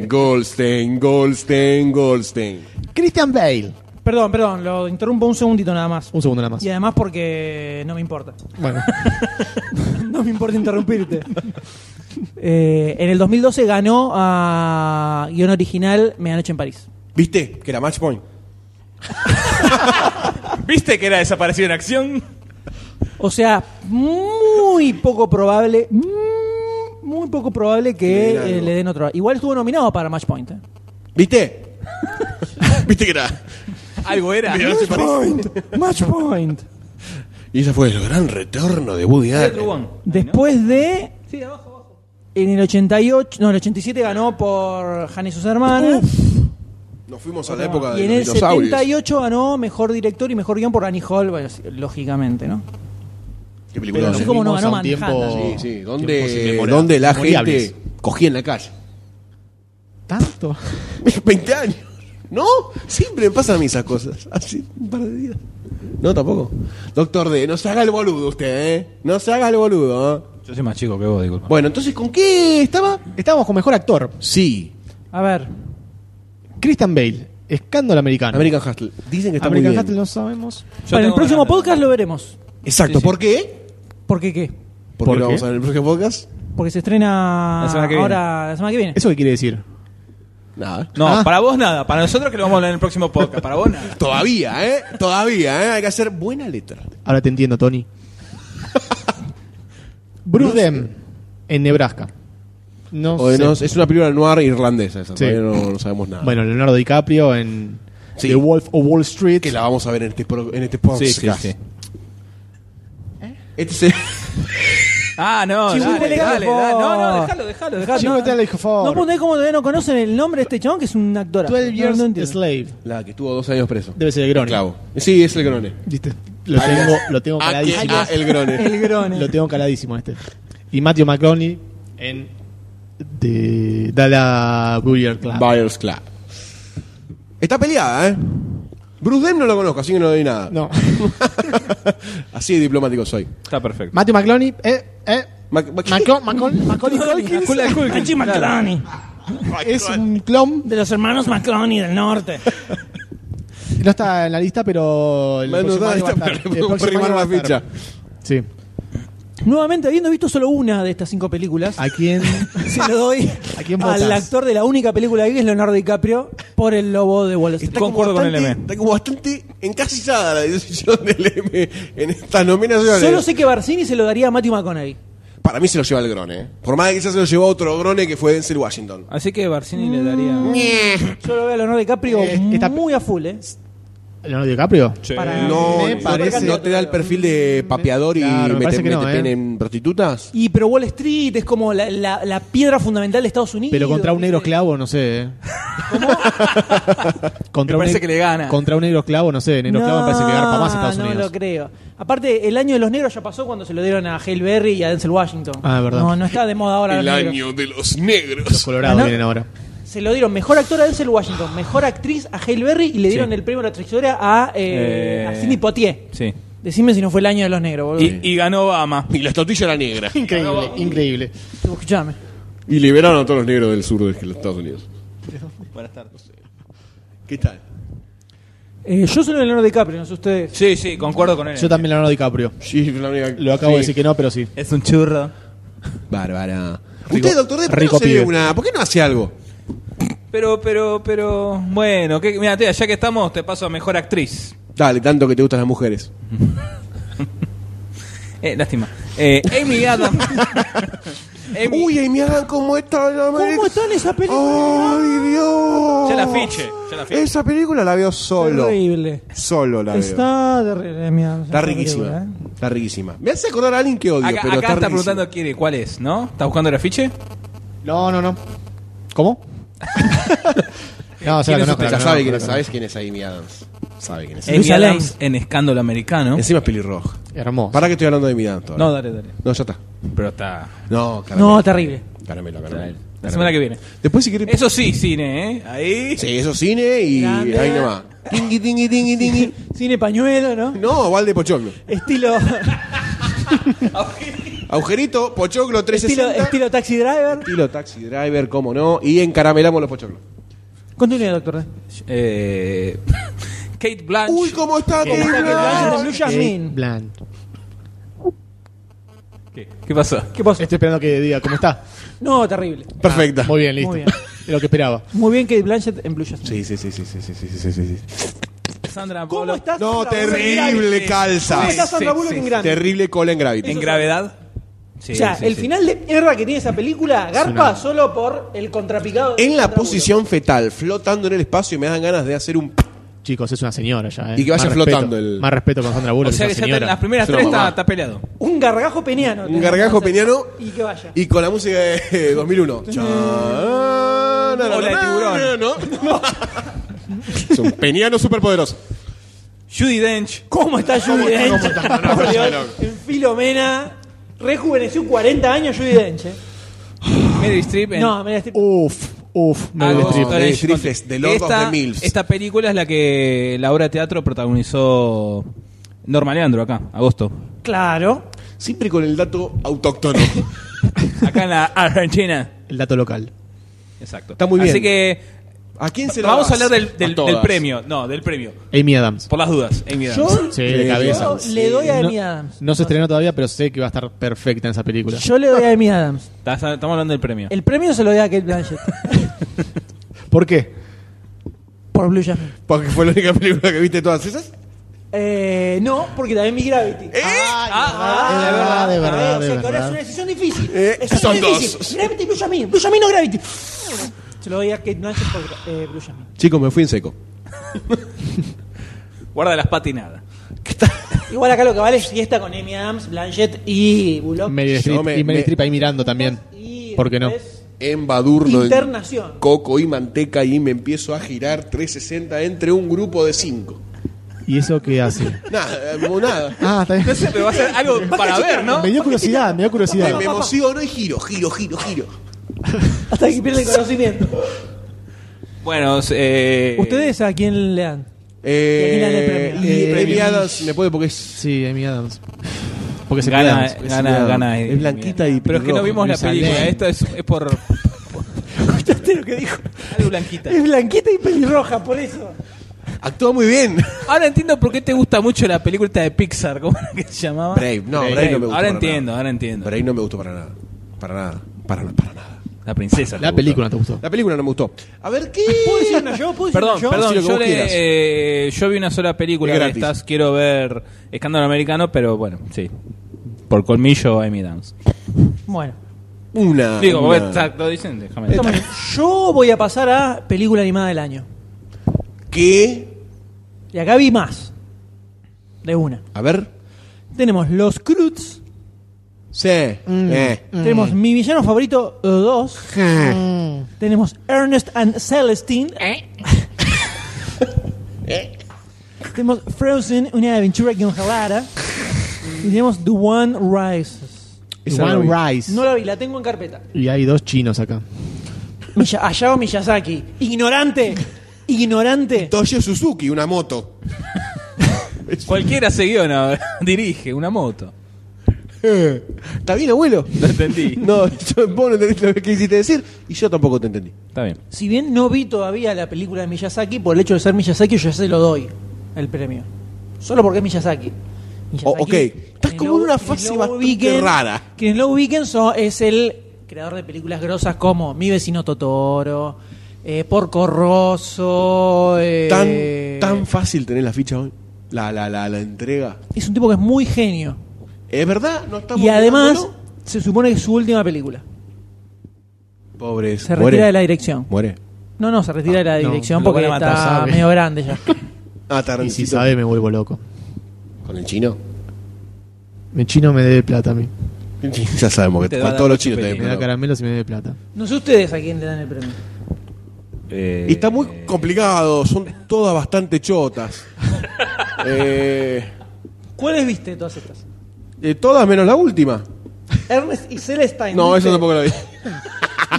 Speaker 1: Goldstein, Goldstein, Goldstein, Goldstein.
Speaker 5: Christian Bale.
Speaker 2: Perdón, perdón, lo interrumpo un segundito nada más.
Speaker 5: Un segundo nada más.
Speaker 2: Y además porque no me importa.
Speaker 5: Bueno,
Speaker 2: no me importa interrumpirte. Eh, en el 2012 ganó a guión original Medianoche en París.
Speaker 1: ¿Viste? Que era Match Point.
Speaker 3: ¿Viste que era desaparecido en acción?
Speaker 2: O sea, muy poco probable, mm, muy poco probable que
Speaker 1: Le den algo.
Speaker 2: eh, le den otro. Igual estuvo nominado para Match Point. eh.
Speaker 1: ¿Viste? ¿Viste que era?
Speaker 3: Algo era.
Speaker 1: Match Point.
Speaker 2: Match Point.
Speaker 1: Y ese fue el gran retorno de Woody
Speaker 3: Era el
Speaker 1: Allen.
Speaker 3: Trubón.
Speaker 2: Después de. Sí, abajo, abajo. En el 88, no, el 87 ganó por Hannah y sus hermanas.
Speaker 1: Nos fuimos a la época
Speaker 2: y
Speaker 1: de
Speaker 2: en
Speaker 1: los
Speaker 2: el
Speaker 1: dinosaurios.
Speaker 2: 78 ganó mejor director y mejor guión por Annie Hall, bueno, sí, lógicamente, ¿no?
Speaker 1: Qué
Speaker 5: pero
Speaker 1: película.
Speaker 2: así
Speaker 5: así
Speaker 2: como
Speaker 5: como
Speaker 2: no
Speaker 5: no
Speaker 2: ganó
Speaker 5: ganó
Speaker 2: Manhattan.
Speaker 5: tiempo,
Speaker 1: Sí, sí.
Speaker 5: tiempos
Speaker 1: ¿Dónde,
Speaker 5: inmemora-
Speaker 1: dónde la
Speaker 5: memorables.
Speaker 1: gente cogía en la calle?
Speaker 5: ¿Tanto?
Speaker 1: 20 años. ¿No? Siempre me pasan a mí esas cosas. Así, un par de días. No, tampoco. Doctor D, no se haga el boludo usted, ¿eh? No se haga el boludo. ¿eh?
Speaker 3: Yo soy más chico que vos, disculpa.
Speaker 1: Bueno, entonces, ¿con qué estaba?
Speaker 5: Estábamos con mejor actor.
Speaker 1: Sí.
Speaker 2: A ver,
Speaker 5: Christian Bale. Escándalo americano.
Speaker 1: American Hustle. Dicen que está
Speaker 5: American
Speaker 1: muy bien.
Speaker 5: Hustle no sabemos.
Speaker 3: Yo
Speaker 2: para el
Speaker 3: tengo
Speaker 2: próximo
Speaker 3: ganas de-
Speaker 2: podcast lo veremos.
Speaker 1: Exacto. ¿Por qué?
Speaker 2: ¿Por qué qué?
Speaker 1: ¿Por, qué
Speaker 5: ¿Por
Speaker 1: lo
Speaker 5: qué?
Speaker 1: vamos a ver en el próximo podcast?
Speaker 2: Porque se estrena
Speaker 3: La semana que viene.
Speaker 2: ahora la semana que viene.
Speaker 5: ¿Eso qué quiere decir?
Speaker 1: Nada.
Speaker 3: No,
Speaker 5: Ah.
Speaker 3: para vos nada. Para nosotros que lo vamos a hablar en el próximo podcast. Para vos nada.
Speaker 1: Todavía, ¿eh? Todavía, ¿eh? Hay que hacer buena letra.
Speaker 5: Ahora te entiendo, Tony. Bruce Dern en Nebraska. No
Speaker 1: O de
Speaker 5: sé.
Speaker 1: no- es una película noir irlandesa esa.
Speaker 5: Oh, Sí.
Speaker 1: Todavía no, no sabemos nada.
Speaker 5: Bueno, Leonardo DiCaprio en
Speaker 1: Sí.
Speaker 5: The Wolf of Wall Street.
Speaker 1: Que la vamos a ver en este, pro- en este podcast. Este es el-
Speaker 3: Ah, no.
Speaker 2: Chihuahua,
Speaker 3: dale,
Speaker 2: déjalo,
Speaker 3: dale,
Speaker 2: por
Speaker 3: dale. No, no,
Speaker 2: favor.
Speaker 3: déjalo, déjalo.
Speaker 2: Ah,
Speaker 5: Chico,
Speaker 2: no,
Speaker 5: te la dijo,
Speaker 2: No
Speaker 5: favor.
Speaker 2: entender cómo todavía no conocen el nombre de este chabón que es un actor.
Speaker 5: 12 Years
Speaker 2: no, entiendo.
Speaker 5: Slave.
Speaker 1: La que estuvo dos años preso.
Speaker 5: Debe ser el Grone.
Speaker 1: Clavo. Sí, es el grone.
Speaker 5: ¿Viste? Lo tengo, lo tengo
Speaker 1: Ah, que-
Speaker 5: caladísimo.
Speaker 1: ah, el grone.
Speaker 2: El grone.
Speaker 5: Lo tengo caladísimo este. Y Matthew McConaughey en The Dalla Bullier Club.
Speaker 1: Buyers Club. Está peleada, ¿eh? Bruce Dern no lo conozco, así que no doy nada.
Speaker 5: No.
Speaker 1: Así de diplomático soy.
Speaker 3: Está perfecto.
Speaker 5: Matthew McConaughey, eh, eh.
Speaker 1: Mac- Mac-
Speaker 5: Maco- Macon- Macaulay Culkin
Speaker 3: Macula- Culkin.
Speaker 2: Archie McCloney,
Speaker 5: es un clon.
Speaker 2: de los hermanos McCloney del norte.
Speaker 5: No está en la lista, pero el
Speaker 1: Bueno,
Speaker 5: próximo
Speaker 1: no,
Speaker 5: año va a
Speaker 1: está
Speaker 5: estar.
Speaker 1: para-
Speaker 5: El
Speaker 1: para
Speaker 5: próximo
Speaker 1: rimar
Speaker 5: año va a
Speaker 1: la
Speaker 5: estar. Sí.
Speaker 2: Nuevamente, habiendo visto solo una de estas cinco películas,
Speaker 5: ¿A quién?
Speaker 2: se lo doy
Speaker 5: ¿A quién
Speaker 2: al
Speaker 5: votás?
Speaker 2: actor de la única película que es Leonardo DiCaprio por el lobo de Wall Street.
Speaker 1: Está como
Speaker 3: Concuerdo con el
Speaker 1: bastante-
Speaker 3: M.
Speaker 1: Está como bastante encasillada la decisión del M en estas nominaciones.
Speaker 2: Solo sé que Barcini se lo daría a Matthew McConaughey.
Speaker 1: Para mí se lo lleva el grone. ¿eh? Por más que quizás se lo llevó otro grone que fue Denzel Washington.
Speaker 3: Así que Barcini le daría.
Speaker 2: Yo lo veo a Leonardo DiCaprio
Speaker 5: Eh, esta-
Speaker 2: muy a full, ¿eh?
Speaker 5: ¿Leonardo DiCaprio?
Speaker 2: Para-
Speaker 1: No,
Speaker 5: Me
Speaker 1: no-
Speaker 5: parece-
Speaker 1: no te da el perfil de papeador y
Speaker 5: Claro, me
Speaker 1: mete,
Speaker 5: parece que no,
Speaker 1: mete
Speaker 5: ¿eh?
Speaker 1: pene en prostitutas.
Speaker 2: Y pero Wall Street es como la, la- la piedra fundamental de Estados Unidos.
Speaker 5: Pero contra un negro
Speaker 2: ¿viste?
Speaker 5: esclavo, no sé. ¿eh? Contra
Speaker 3: Me parece
Speaker 5: neg-
Speaker 3: que le gana.
Speaker 5: Contra un negro esclavo, no sé. Negro esclavo me parece que garpa más a Estados
Speaker 2: no
Speaker 5: Unidos.
Speaker 2: lo creo. Aparte, el año de los negros ya pasó cuando se lo dieron a Hale Berry y a Denzel Washington.
Speaker 5: Ah, es verdad.
Speaker 2: No, no está de moda ahora. los negros.
Speaker 1: de los
Speaker 5: Los
Speaker 1: negros.
Speaker 5: colorados
Speaker 2: Ah, ¿no?
Speaker 5: vienen ahora.
Speaker 2: Se lo dieron mejor actor a Denzel Washington, mejor actriz a Hale Berry y le dieron
Speaker 3: Sí.
Speaker 2: el premio a la trayectoria a, eh,
Speaker 3: Eh.
Speaker 2: a Sidney Poitier.
Speaker 3: Sí.
Speaker 2: Decime si no fue el año de los negros, boludo.
Speaker 3: Y, y ganó Obama.
Speaker 1: Y la estatuilla era negra.
Speaker 5: Increíble, increíble.
Speaker 2: Escuchame.
Speaker 1: Y liberaron a todos los negros del sur de los Estados Unidos.
Speaker 3: Buenas tardes.
Speaker 1: ¿Qué tal?
Speaker 2: Eh, yo soy Leonardo DiCaprio, no sé ustedes.
Speaker 3: Sí, sí, concuerdo con él.
Speaker 5: Yo también Leonardo DiCaprio.
Speaker 1: Sí, la única-
Speaker 5: Lo acabo
Speaker 1: sí.
Speaker 5: de decir que no, pero sí.
Speaker 3: Es un churro.
Speaker 1: Bárbara.
Speaker 5: Rico-
Speaker 1: Usted, doctor D, ¿por qué,
Speaker 5: rico
Speaker 1: no se ve
Speaker 5: pibe.
Speaker 1: una, ¿por qué no hace algo?
Speaker 3: Pero, pero, pero. Bueno, que, mira, tía, ya que estamos, te paso a mejor actriz.
Speaker 1: Dale, tanto que te gustan las mujeres.
Speaker 3: Eh, lástima. Eh, Amy Adams. Amy-
Speaker 1: Uy, y me hagan como está la
Speaker 2: ¿Cómo están esa película?
Speaker 1: ¡Ay, Dios!
Speaker 3: Ya la fiche, ya la fiche.
Speaker 1: Esa película la veo solo.
Speaker 2: Terrible.
Speaker 1: Solo la veo.
Speaker 2: Está de re- de mierda,
Speaker 1: Está
Speaker 2: esa
Speaker 1: riquísima.
Speaker 2: película, ¿eh?
Speaker 1: Está riquísima. Me hace acordar a alguien que odio,
Speaker 3: acá
Speaker 1: pero
Speaker 3: acá está,
Speaker 1: riquísima.
Speaker 3: preguntando quién es, cuál es, ¿no? ¿Está buscando el afiche?
Speaker 5: No, no, no. ¿Cómo? no, o sea,
Speaker 3: ¿Quién es
Speaker 5: la
Speaker 3: usted?
Speaker 5: conozco, la
Speaker 1: Ya
Speaker 5: conozco,
Speaker 1: sabe quién
Speaker 5: la
Speaker 1: es,
Speaker 5: conozco.
Speaker 1: sabes quién es Amy Adams. Sabe quién es.
Speaker 2: Luis
Speaker 3: Amy
Speaker 2: Alain.
Speaker 3: Adams en Escándalo Americano.
Speaker 1: Encima es pelirroja.
Speaker 5: Hermoso.
Speaker 1: ¿Para que estoy hablando de Amy Adams todavía?
Speaker 3: No, dale, dale.
Speaker 1: No, ya está.
Speaker 3: Pero está.
Speaker 1: No, caramelo.
Speaker 2: No, terrible.
Speaker 1: Caramelo, caramelo.
Speaker 3: La semana que viene.
Speaker 1: Después si querés...
Speaker 3: Eso sí, cine, ¿eh? Ahí.
Speaker 1: Sí, eso cine y
Speaker 2: Grande.
Speaker 1: ahí nomás. Tingui, tingui, tingui, tingui.
Speaker 2: Cine pañuelo, ¿no?
Speaker 1: No, Valde Pochoclo.
Speaker 2: Estilo,
Speaker 1: Agujerito, Pochoclo
Speaker 2: estilo,
Speaker 1: 360.
Speaker 2: estilo taxi driver.
Speaker 1: Estilo taxi driver, cómo no. Y encaramelamos los pochoclos.
Speaker 2: Continúe, doctor. D.
Speaker 3: Eh, Kate Blanchett.
Speaker 1: Uy, cómo está, cómo
Speaker 2: Está que
Speaker 1: está.
Speaker 2: Blanche de Blue Jasmine.
Speaker 5: Blanc.
Speaker 3: ¿Qué? ¿Qué pasó?
Speaker 2: ¿Qué pasó?
Speaker 5: Estoy esperando que diga cómo está.
Speaker 2: No, terrible.
Speaker 1: Perfecta.
Speaker 5: Muy bien, listo.
Speaker 2: Muy bien.
Speaker 5: Es lo que esperaba.
Speaker 2: Muy bien que Blanchett en Blue Jasmine.
Speaker 1: Sí, sí, sí, sí, sí, sí, sí, sí, sí, sí.
Speaker 3: Sandra
Speaker 2: ¿Cómo
Speaker 3: Bullock.
Speaker 2: estás?
Speaker 1: No,
Speaker 2: Sandra Bullock?
Speaker 1: terrible calza.
Speaker 2: ¿Cómo estás, Sandra
Speaker 3: Sí,
Speaker 2: Bullock
Speaker 3: sí,
Speaker 2: en
Speaker 3: sí.
Speaker 2: grande?
Speaker 1: Terrible cola en Gravity.
Speaker 3: ¿En gravedad? Sí,
Speaker 2: o sea,
Speaker 3: sí,
Speaker 2: el
Speaker 3: sí.
Speaker 2: final de mierda que tiene esa película garpa solo por el contrapicado. de
Speaker 1: En la
Speaker 2: Sandra
Speaker 1: posición fetal, flotando en el espacio, y me dan ganas de hacer un...
Speaker 5: Chicos, es una señora ya, ¿eh?
Speaker 1: Y que vaya
Speaker 5: Más
Speaker 1: flotando
Speaker 5: respeto,
Speaker 1: el-
Speaker 5: Más respeto con Sandra Bullock,
Speaker 3: O sea que
Speaker 5: que
Speaker 3: ya
Speaker 5: esa
Speaker 3: en
Speaker 5: señora.
Speaker 3: las primeras
Speaker 1: Es una
Speaker 3: tres está,
Speaker 1: mamá.
Speaker 3: está peleado.
Speaker 2: Bullock. Un gargajo peniano.
Speaker 1: Un gargajo peniano.
Speaker 2: Y que vaya.
Speaker 1: Y con la música de 2001.
Speaker 3: Hola, tiburón.
Speaker 1: tiburón. Es un peniano superpoderoso.
Speaker 3: Judy Dench.
Speaker 2: ¿Cómo está Judy Dench? Por Dios, en Filomena. Rejuveneció 40 años Judy Dench. eh.
Speaker 3: Meryl Streep en
Speaker 2: No, mira, este-
Speaker 5: Uf, uf, Meryl
Speaker 3: Algo-
Speaker 5: Streep.
Speaker 1: Meryl
Speaker 3: Orange
Speaker 1: Streep
Speaker 3: County.
Speaker 1: es The Lord of
Speaker 3: esta,
Speaker 1: the Milfs.
Speaker 3: Esta película es la que la obra de teatro protagonizó Norma Leandro acá, agosto.
Speaker 2: claro.
Speaker 1: Siempre con el dato autóctono.
Speaker 3: Acá en la Argentina.
Speaker 5: El dato local.
Speaker 3: Exacto.
Speaker 1: Está muy
Speaker 3: Así
Speaker 1: bien.
Speaker 3: que
Speaker 1: ¿A quién se la
Speaker 3: vamos
Speaker 1: das?
Speaker 3: a hablar del, del-
Speaker 1: A todas.
Speaker 3: del premio. No, del premio.
Speaker 5: Amy Adams.
Speaker 3: Por las dudas, Amy Adams.
Speaker 2: Yo
Speaker 5: Sí, de cabeza.
Speaker 2: le doy a
Speaker 5: No-
Speaker 2: Amy Adams.
Speaker 5: No se estrenó todavía, pero sé que va a estar perfecta en esa película.
Speaker 2: Yo le doy a Amy Adams.
Speaker 3: Estás- Estamos hablando del premio.
Speaker 2: El premio se lo doy a Kate Blanchett.
Speaker 5: ¿Por qué?
Speaker 2: por Blue Jasmine.
Speaker 1: Porque fue la única película que viste todas esas.
Speaker 2: Eh, no, porque también mi Gravity.
Speaker 3: Ah,
Speaker 5: de verdad, de verdad,
Speaker 2: Ah, o sea,
Speaker 5: de
Speaker 2: que ahora es
Speaker 5: verdad.
Speaker 2: una decisión difícil.
Speaker 1: Eh,
Speaker 2: es una
Speaker 1: son
Speaker 2: decisión difícil.
Speaker 1: dos.
Speaker 2: Gravity y Blue Jasmine. Blue Jasmine o Gravity. Se lo doy a Kate Blanchett por eh, Blue Jasmine.
Speaker 1: Chicos, me fui en seco.
Speaker 3: Guarda las patinadas.
Speaker 2: Igual acá lo que vale es fiesta con Amy Adams, Blanchett y Bullock.
Speaker 5: Meryl
Speaker 1: Yo
Speaker 5: Streep.
Speaker 1: me-
Speaker 5: y Meryl
Speaker 1: me-
Speaker 5: Streep ahí mirando también.
Speaker 2: Y
Speaker 5: ¿Por qué no?
Speaker 2: después
Speaker 1: En Badurno. en
Speaker 2: Internación.
Speaker 1: Coco y manteca y me empiezo a girar 360 entre un grupo de cinco.
Speaker 5: ¿Y eso qué hace?
Speaker 1: Nada, eh, nada.
Speaker 5: Ah, está bien.
Speaker 3: No sé, pero va a ser algo para ver, ¿no?
Speaker 5: Me dio curiosidad, me dio
Speaker 1: Me,
Speaker 5: curiosidad.
Speaker 1: me emociono y giro, giro, giro, giro.
Speaker 2: Hasta que pierde el conocimiento.
Speaker 3: Bueno, eh,
Speaker 2: ¿Ustedes a quién le dan?
Speaker 1: Eh,
Speaker 2: Y aquí la de premio.
Speaker 1: y
Speaker 5: Eh,
Speaker 1: premiadas, me puede porque es,
Speaker 5: Sí, Amy Adams. Porque se
Speaker 3: Gana,
Speaker 5: queda.
Speaker 3: gana, gana.
Speaker 1: Es blanquita y
Speaker 3: Pero es que no
Speaker 1: pelirroja,
Speaker 3: vimos la
Speaker 5: Luisa
Speaker 3: película.
Speaker 5: Lane.
Speaker 3: Esto es, es por
Speaker 2: ¿Escuchaste lo que dijo?
Speaker 3: algo blanquita.
Speaker 2: Es blanquita y pelirroja, por eso.
Speaker 1: actúa muy bien.
Speaker 3: Ahora entiendo por qué te gusta mucho la película esta de Pixar, ¿cómo era que se llamaba?
Speaker 1: Brave, no, Brave, no me gustó.
Speaker 3: Ahora
Speaker 1: para
Speaker 3: entiendo,
Speaker 1: nada.
Speaker 3: ahora entiendo.
Speaker 1: Brave no me gustó para nada. Para nada, para, na- para nada.
Speaker 3: La princesa.
Speaker 5: La película te gustó.
Speaker 1: La película no me gustó. A ver qué.
Speaker 2: ¿Puedo decir una yo? ¿Puedo decir
Speaker 3: Perdón,
Speaker 2: una yo?
Speaker 3: perdón,
Speaker 1: Sí, lo que
Speaker 3: yo,
Speaker 1: vos
Speaker 3: le-
Speaker 1: quieras.
Speaker 3: eh, yo vi una sola película
Speaker 1: Es
Speaker 3: de
Speaker 1: gratis.
Speaker 3: estas, quiero ver Escándalo Americano, pero bueno, sí. Por colmillo Amy Downs.
Speaker 2: Bueno.
Speaker 1: Una.
Speaker 3: Digo,
Speaker 1: una.
Speaker 3: vos exacto, dicen, déjame.
Speaker 2: Está muy bien. Yo voy a pasar a película animada del año.
Speaker 1: ¿Qué?
Speaker 2: Y acá vi más. De una.
Speaker 1: A ver.
Speaker 2: Tenemos Los Cruz.
Speaker 1: Sí.
Speaker 2: Mm.
Speaker 1: Eh.
Speaker 2: Tenemos Mi Villano Favorito 2. Tenemos Ernest and Celestine. tenemos Frozen, una aventura congelada. Y tenemos The One Rises.
Speaker 1: Esa no
Speaker 5: One
Speaker 1: la vi.
Speaker 5: Rise.
Speaker 2: No la vi, la tengo en carpeta.
Speaker 5: Y hay dos chinos acá.
Speaker 2: Miya- Hayao Miyazaki. Ignorante. Ignorante.
Speaker 1: Toyo Suzuki, una moto.
Speaker 3: Cualquiera se guiona, dirige una moto.
Speaker 1: ¿Está bien, abuelo?
Speaker 3: Lo entendí.
Speaker 1: No, yo- vos no entendiste lo que quisiste decir y yo tampoco te entendí.
Speaker 3: Está bien.
Speaker 2: Si bien no vi todavía la película de Miyazaki, por el hecho de ser Miyazaki, yo ya se lo doy el premio. Solo porque es Miyazaki. Miyazaki,
Speaker 1: O- Oh, ok. Estás
Speaker 2: quienes
Speaker 1: como
Speaker 2: lo-
Speaker 1: en una
Speaker 2: quienes
Speaker 1: fase
Speaker 2: lo
Speaker 1: bastante rara.
Speaker 2: Quienes lo ubiquen son- es el creador de películas grosas como Mi vecino Totoro, eh, Porco Rosso. eh,
Speaker 1: Tan, tan fácil tener la ficha hoy. La, la, la, la entrega.
Speaker 2: Es un tipo que es muy genio.
Speaker 1: ¿Es verdad? No estamos
Speaker 2: Y además,
Speaker 1: mirándolo.
Speaker 2: se supone que es su última película.
Speaker 1: Pobre.
Speaker 2: Se retira
Speaker 1: muere.
Speaker 2: de la dirección.
Speaker 1: Muere.
Speaker 2: No, no, se retira de la
Speaker 5: no,
Speaker 2: dirección
Speaker 3: lo
Speaker 2: porque
Speaker 3: van a matar,
Speaker 2: está
Speaker 5: sabe.
Speaker 2: medio grande ya.
Speaker 1: Ah,
Speaker 5: Y si
Speaker 1: Tarancito.
Speaker 5: sabe, me vuelvo loco.
Speaker 1: ¿Con el chino?
Speaker 5: El chino me debe plata a mí.
Speaker 1: ya sabemos que
Speaker 3: Te va a dar
Speaker 1: todos los
Speaker 3: mucho
Speaker 1: chinos te
Speaker 3: pelín.
Speaker 5: Me da
Speaker 1: deben plata.
Speaker 5: caramelos y me debe plata.
Speaker 2: No sé ustedes a quién le dan el premio.
Speaker 3: Eh,
Speaker 1: Y Está muy complicado, son todas bastante chotas. Eh,
Speaker 2: ¿Cuáles viste de todas estas?
Speaker 1: eh, todas menos la última.
Speaker 2: Ernest y Celestine.
Speaker 1: No,
Speaker 2: ¿viste?
Speaker 1: eso tampoco la vi.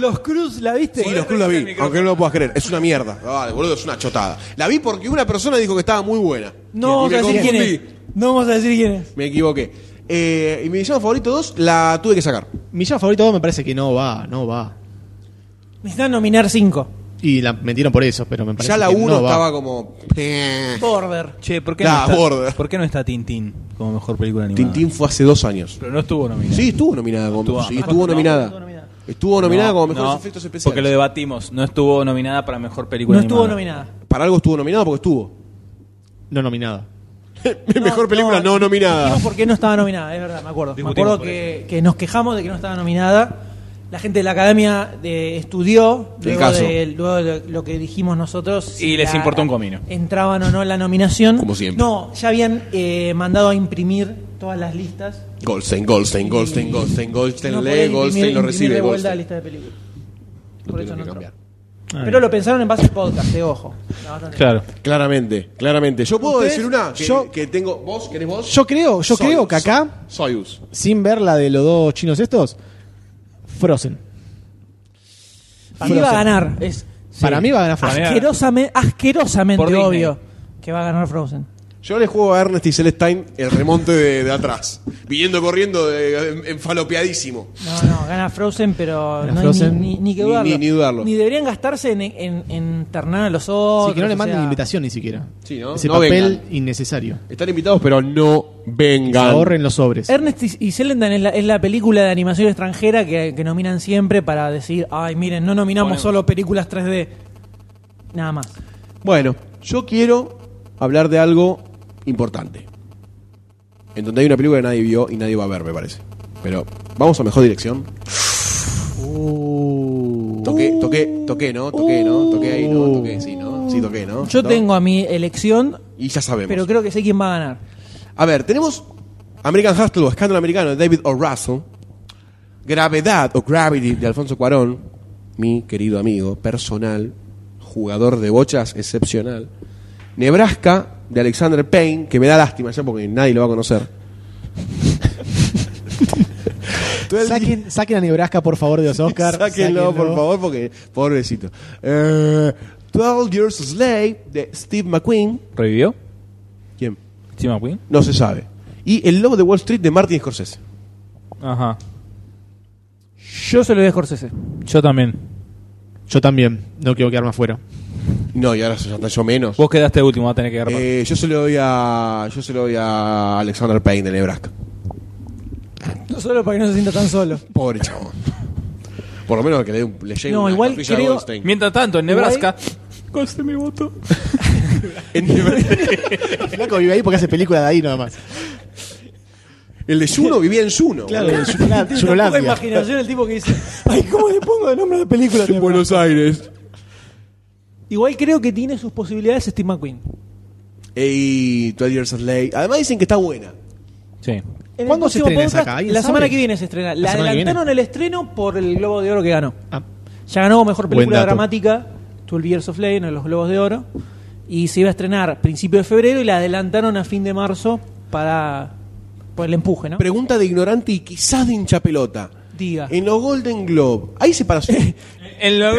Speaker 2: Los Cruz, ¿la viste?
Speaker 1: Sí, los Cruz la vi, aunque no lo puedas creer. Es una mierda. Vale, boludo, es una chotada. La vi porque una persona dijo que estaba muy buena.
Speaker 2: No
Speaker 1: Y
Speaker 2: vamos
Speaker 1: me
Speaker 2: a decir quién es.
Speaker 1: confundí.
Speaker 2: No vamos a decir quién es.
Speaker 1: Me equivoqué. Eh, y mi villano favorito 2 la tuve que sacar.
Speaker 5: Mi ya favorito dos me parece que no va, no va.
Speaker 2: Necesitan nominar cinco.
Speaker 5: Y la metieron por eso, pero me parece
Speaker 1: ya la
Speaker 5: que
Speaker 1: 1
Speaker 5: no va.
Speaker 1: estaba como. eh.
Speaker 2: Border.
Speaker 3: Che, ¿por qué,
Speaker 1: La
Speaker 3: no
Speaker 1: border.
Speaker 3: está, ¿por qué no está Tintín como mejor película animada?
Speaker 1: Tintín fue hace dos años.
Speaker 3: Pero no estuvo nominada.
Speaker 1: Sí, estuvo nominada como.
Speaker 3: Estuvo-
Speaker 1: sí, estuvo
Speaker 2: estuvo
Speaker 1: nominada.
Speaker 2: nominada.
Speaker 1: Estuvo nominada
Speaker 3: No,
Speaker 1: como mejores
Speaker 3: no,
Speaker 1: efectos especiales.
Speaker 3: Porque lo debatimos. No estuvo nominada para mejor película
Speaker 2: no estuvo
Speaker 3: animada.
Speaker 2: nominada.
Speaker 1: Para algo estuvo nominada porque estuvo.
Speaker 5: No nominada.
Speaker 1: Mi mejor película no, nominada.
Speaker 2: Dijimos por qué no estaba nominada, es verdad, me acuerdo. Me
Speaker 3: Discutimos
Speaker 2: acuerdo
Speaker 3: por
Speaker 2: que, que nos quejamos de que no estaba nominada. La gente de la academia de- estudió
Speaker 1: El
Speaker 2: luego
Speaker 1: caso.
Speaker 2: de, luego de lo que dijimos nosotros. si
Speaker 3: les
Speaker 2: la-
Speaker 3: importó un comino.
Speaker 2: Entraban o no en la nominación.
Speaker 1: Como siempre.
Speaker 2: No, ya habían eh, mandado a imprimir todas las listas.
Speaker 1: Goldstein, Goldstein, Goldstein, Goldstein, Goldstein,
Speaker 2: No podés
Speaker 1: lee,
Speaker 2: imprimir-
Speaker 1: Goldstein lo
Speaker 2: imprimir
Speaker 1: recibe.
Speaker 2: de vuelta
Speaker 1: Goldstein. Ah,
Speaker 2: la lista de películas.
Speaker 1: Lo
Speaker 2: Por eso
Speaker 1: tengo que
Speaker 2: no entró.
Speaker 1: cambiar.
Speaker 2: Pero lo pensaron en base al podcast, de ojo. La bastante-
Speaker 4: Claro.
Speaker 1: Claramente, claramente. Yo puedo
Speaker 5: ¿Ustedes?
Speaker 1: decir una que,
Speaker 5: Yo-
Speaker 1: que tengo. ¿Vos querés vos?
Speaker 5: Yo creo, yo
Speaker 1: Soyuz.
Speaker 5: creo que acá,
Speaker 1: Soyuz.
Speaker 5: sin ver la de los dos chinos estos, Frozen.
Speaker 2: Para mí va a ganar. Es
Speaker 5: Para mí va a ganar
Speaker 3: Para
Speaker 5: Frozen.
Speaker 3: mí
Speaker 2: asquerosamente, asquerosamente
Speaker 3: Por Disney.
Speaker 2: obvio que va a ganar Frozen.
Speaker 1: Yo le juego a Ernest y Celestine el remonte de, de atrás. Viniendo corriendo de- en- enfalopeadísimo.
Speaker 2: No, no, gana Frozen, pero
Speaker 5: Gana
Speaker 2: no hay
Speaker 5: Frozen.
Speaker 2: Ni, ni- que
Speaker 1: Ni-
Speaker 2: dudarlo.
Speaker 1: ni- ni dudarlo.
Speaker 2: deberían gastarse en, en, en internar a los otros.
Speaker 5: Sí, que no le
Speaker 2: o
Speaker 5: manden
Speaker 2: sea,
Speaker 5: invitación ni siquiera.
Speaker 1: Sí, ¿no?
Speaker 5: Ese
Speaker 1: No
Speaker 5: papel
Speaker 1: vengan.
Speaker 5: innecesario.
Speaker 1: Están invitados, pero no
Speaker 5: Que
Speaker 1: vengan.
Speaker 5: ahorren los sobres.
Speaker 2: Ernest y- y Selendan es la, es la película de animación extranjera que, que nominan siempre para decir, ay, miren, no nominamos
Speaker 3: Ponemos.
Speaker 2: solo películas 3D. Nada más.
Speaker 1: Bueno, yo quiero hablar de algo importante. En donde hay una película que nadie vio y nadie va a ver, me parece. Pero vamos a mejor dirección.
Speaker 2: Uh.
Speaker 1: Toqué, toqué, toqué, ¿no? Toqué, ¿no? Toqué ahí, ¿no? Toqué, sí, ¿no? Sí, toqué, ¿no?
Speaker 2: Yo
Speaker 1: ¿No?
Speaker 2: tengo a mi elección,
Speaker 1: Y ya sabemos.
Speaker 2: pero creo que sé quién va a ganar.
Speaker 1: A ver, tenemos American Hustle o Escándalo Americano de David O. Russell. Gravedad o Gravity de Alfonso Cuarón, mi querido amigo personal, jugador de bochas excepcional. Nebraska de Alexander Payne, que me da lástima ya porque nadie lo va a conocer.
Speaker 5: Saquen, saquen a Nebraska, por favor, de los Oscars.
Speaker 1: Sáquenlo, por favor, porque pobrecito. Eh, 12 Years a Slave de Steve McQueen.
Speaker 3: ¿Revivió?
Speaker 1: ¿Quién?
Speaker 3: ¿Tim McQueen?
Speaker 1: No se sabe. Y El Lobo de Wall Street de Martin Scorsese.
Speaker 3: Ajá.
Speaker 2: Yo se lo doy a Scorsese.
Speaker 3: Yo también.
Speaker 5: Yo también, no quiero quedarme afuera.
Speaker 1: No, y ahora se llama yo menos.
Speaker 3: Vos quedaste último, vas a tener que agarrar.
Speaker 1: Eh, yo se lo doy a. Yo se lo doy a Alexander Payne de Nebraska.
Speaker 2: Solo para que no se sienta tan solo.
Speaker 1: Pobre chabón. Por lo menos que le, dé un- le llegue
Speaker 2: No,
Speaker 1: una
Speaker 2: igual
Speaker 1: capilla a
Speaker 2: creo-
Speaker 1: Goldstein.
Speaker 3: Mientras tanto, en
Speaker 2: Igual-
Speaker 3: Nebraska. Coste mi voto.
Speaker 1: En Nebraska-
Speaker 5: Flaco vive ahí porque hace películas de ahí nada más.
Speaker 1: El de Juno vivía en Juno.
Speaker 2: Eh,
Speaker 5: en Yunola-
Speaker 2: Una poca
Speaker 5: Yunolandia.
Speaker 2: imaginación el tipo que dice, ay, ¿cómo le pongo de nombre a la película?
Speaker 1: En Buenos Aires.
Speaker 2: Igual creo que tiene sus posibilidades Steve McQueen.
Speaker 1: Y 12 Years a Slave. Además dicen que está buena.
Speaker 3: Sí.
Speaker 2: En el
Speaker 5: ¿Cuándo se
Speaker 2: próximo
Speaker 5: estrena esa acá? ¿Alguien
Speaker 2: La
Speaker 5: sabe?
Speaker 2: semana que viene se estrena.
Speaker 5: ¿La
Speaker 2: La
Speaker 5: semana que
Speaker 2: adelantaron el estreno por el Globo de Oro que ganó.
Speaker 5: Ah,
Speaker 2: Ya ganó como mejor
Speaker 5: Buen
Speaker 2: película
Speaker 5: dato.
Speaker 2: dramática, 12 Years of Lane en los Globos de Oro. Y se iba a estrenar a principio de febrero y la adelantaron a fin de marzo para por el empuje, ¿no?
Speaker 1: Pregunta de ignorante y quizás de hinchapelota.
Speaker 2: Diga.
Speaker 1: En los Golden Globe. Hay separación.
Speaker 3: En lo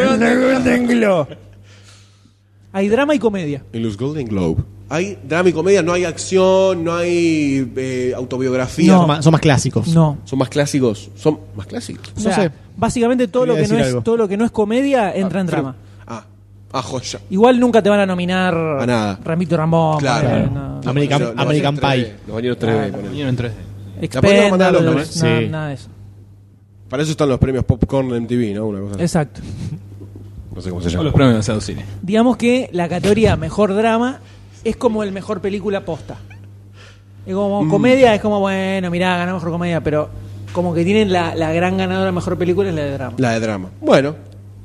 Speaker 2: Hay drama y comedia.
Speaker 1: en los Golden Globe. Hay drama y comedia, no hay acción, no hay eh, autobiografía.
Speaker 2: No.
Speaker 5: son, más, son más clásicos.
Speaker 2: No.
Speaker 1: Son más clásicos. Son más clásicos.
Speaker 2: O sea,
Speaker 5: sé.
Speaker 2: Básicamente todo
Speaker 5: Quería
Speaker 2: lo, que no
Speaker 5: decir
Speaker 2: es,
Speaker 5: algo.
Speaker 2: todo lo que no es comedia entra en drama.
Speaker 1: Ah, ah, joya.
Speaker 2: Igual nunca te van a nominar
Speaker 1: A nada.
Speaker 2: Ramito Ramón.
Speaker 1: Claro.
Speaker 2: ponele, Oh, no.
Speaker 5: Claro. American-
Speaker 1: Los bañeros
Speaker 5: American
Speaker 1: 3D,
Speaker 5: Pie.
Speaker 1: Los bañeros 3D, ponele.
Speaker 3: en 3D.
Speaker 1: Tampoco lo mandaron, ¿no?
Speaker 2: Expendables, nada,
Speaker 5: Sí.
Speaker 2: nada de eso.
Speaker 1: Para eso están los premios Popcorn de MTV, ¿no? Una cosa así.
Speaker 2: Exacto.
Speaker 1: No sé cómo se
Speaker 3: O
Speaker 1: llama.
Speaker 3: los premios de cine.
Speaker 2: Digamos que la categoría mejor drama es como el mejor película posta. Es como
Speaker 1: Mm.
Speaker 2: comedia, es como, bueno, mirá, ganó mejor comedia, pero como que tienen la, la gran ganadora mejor película es la de drama.
Speaker 1: La de drama. Bueno,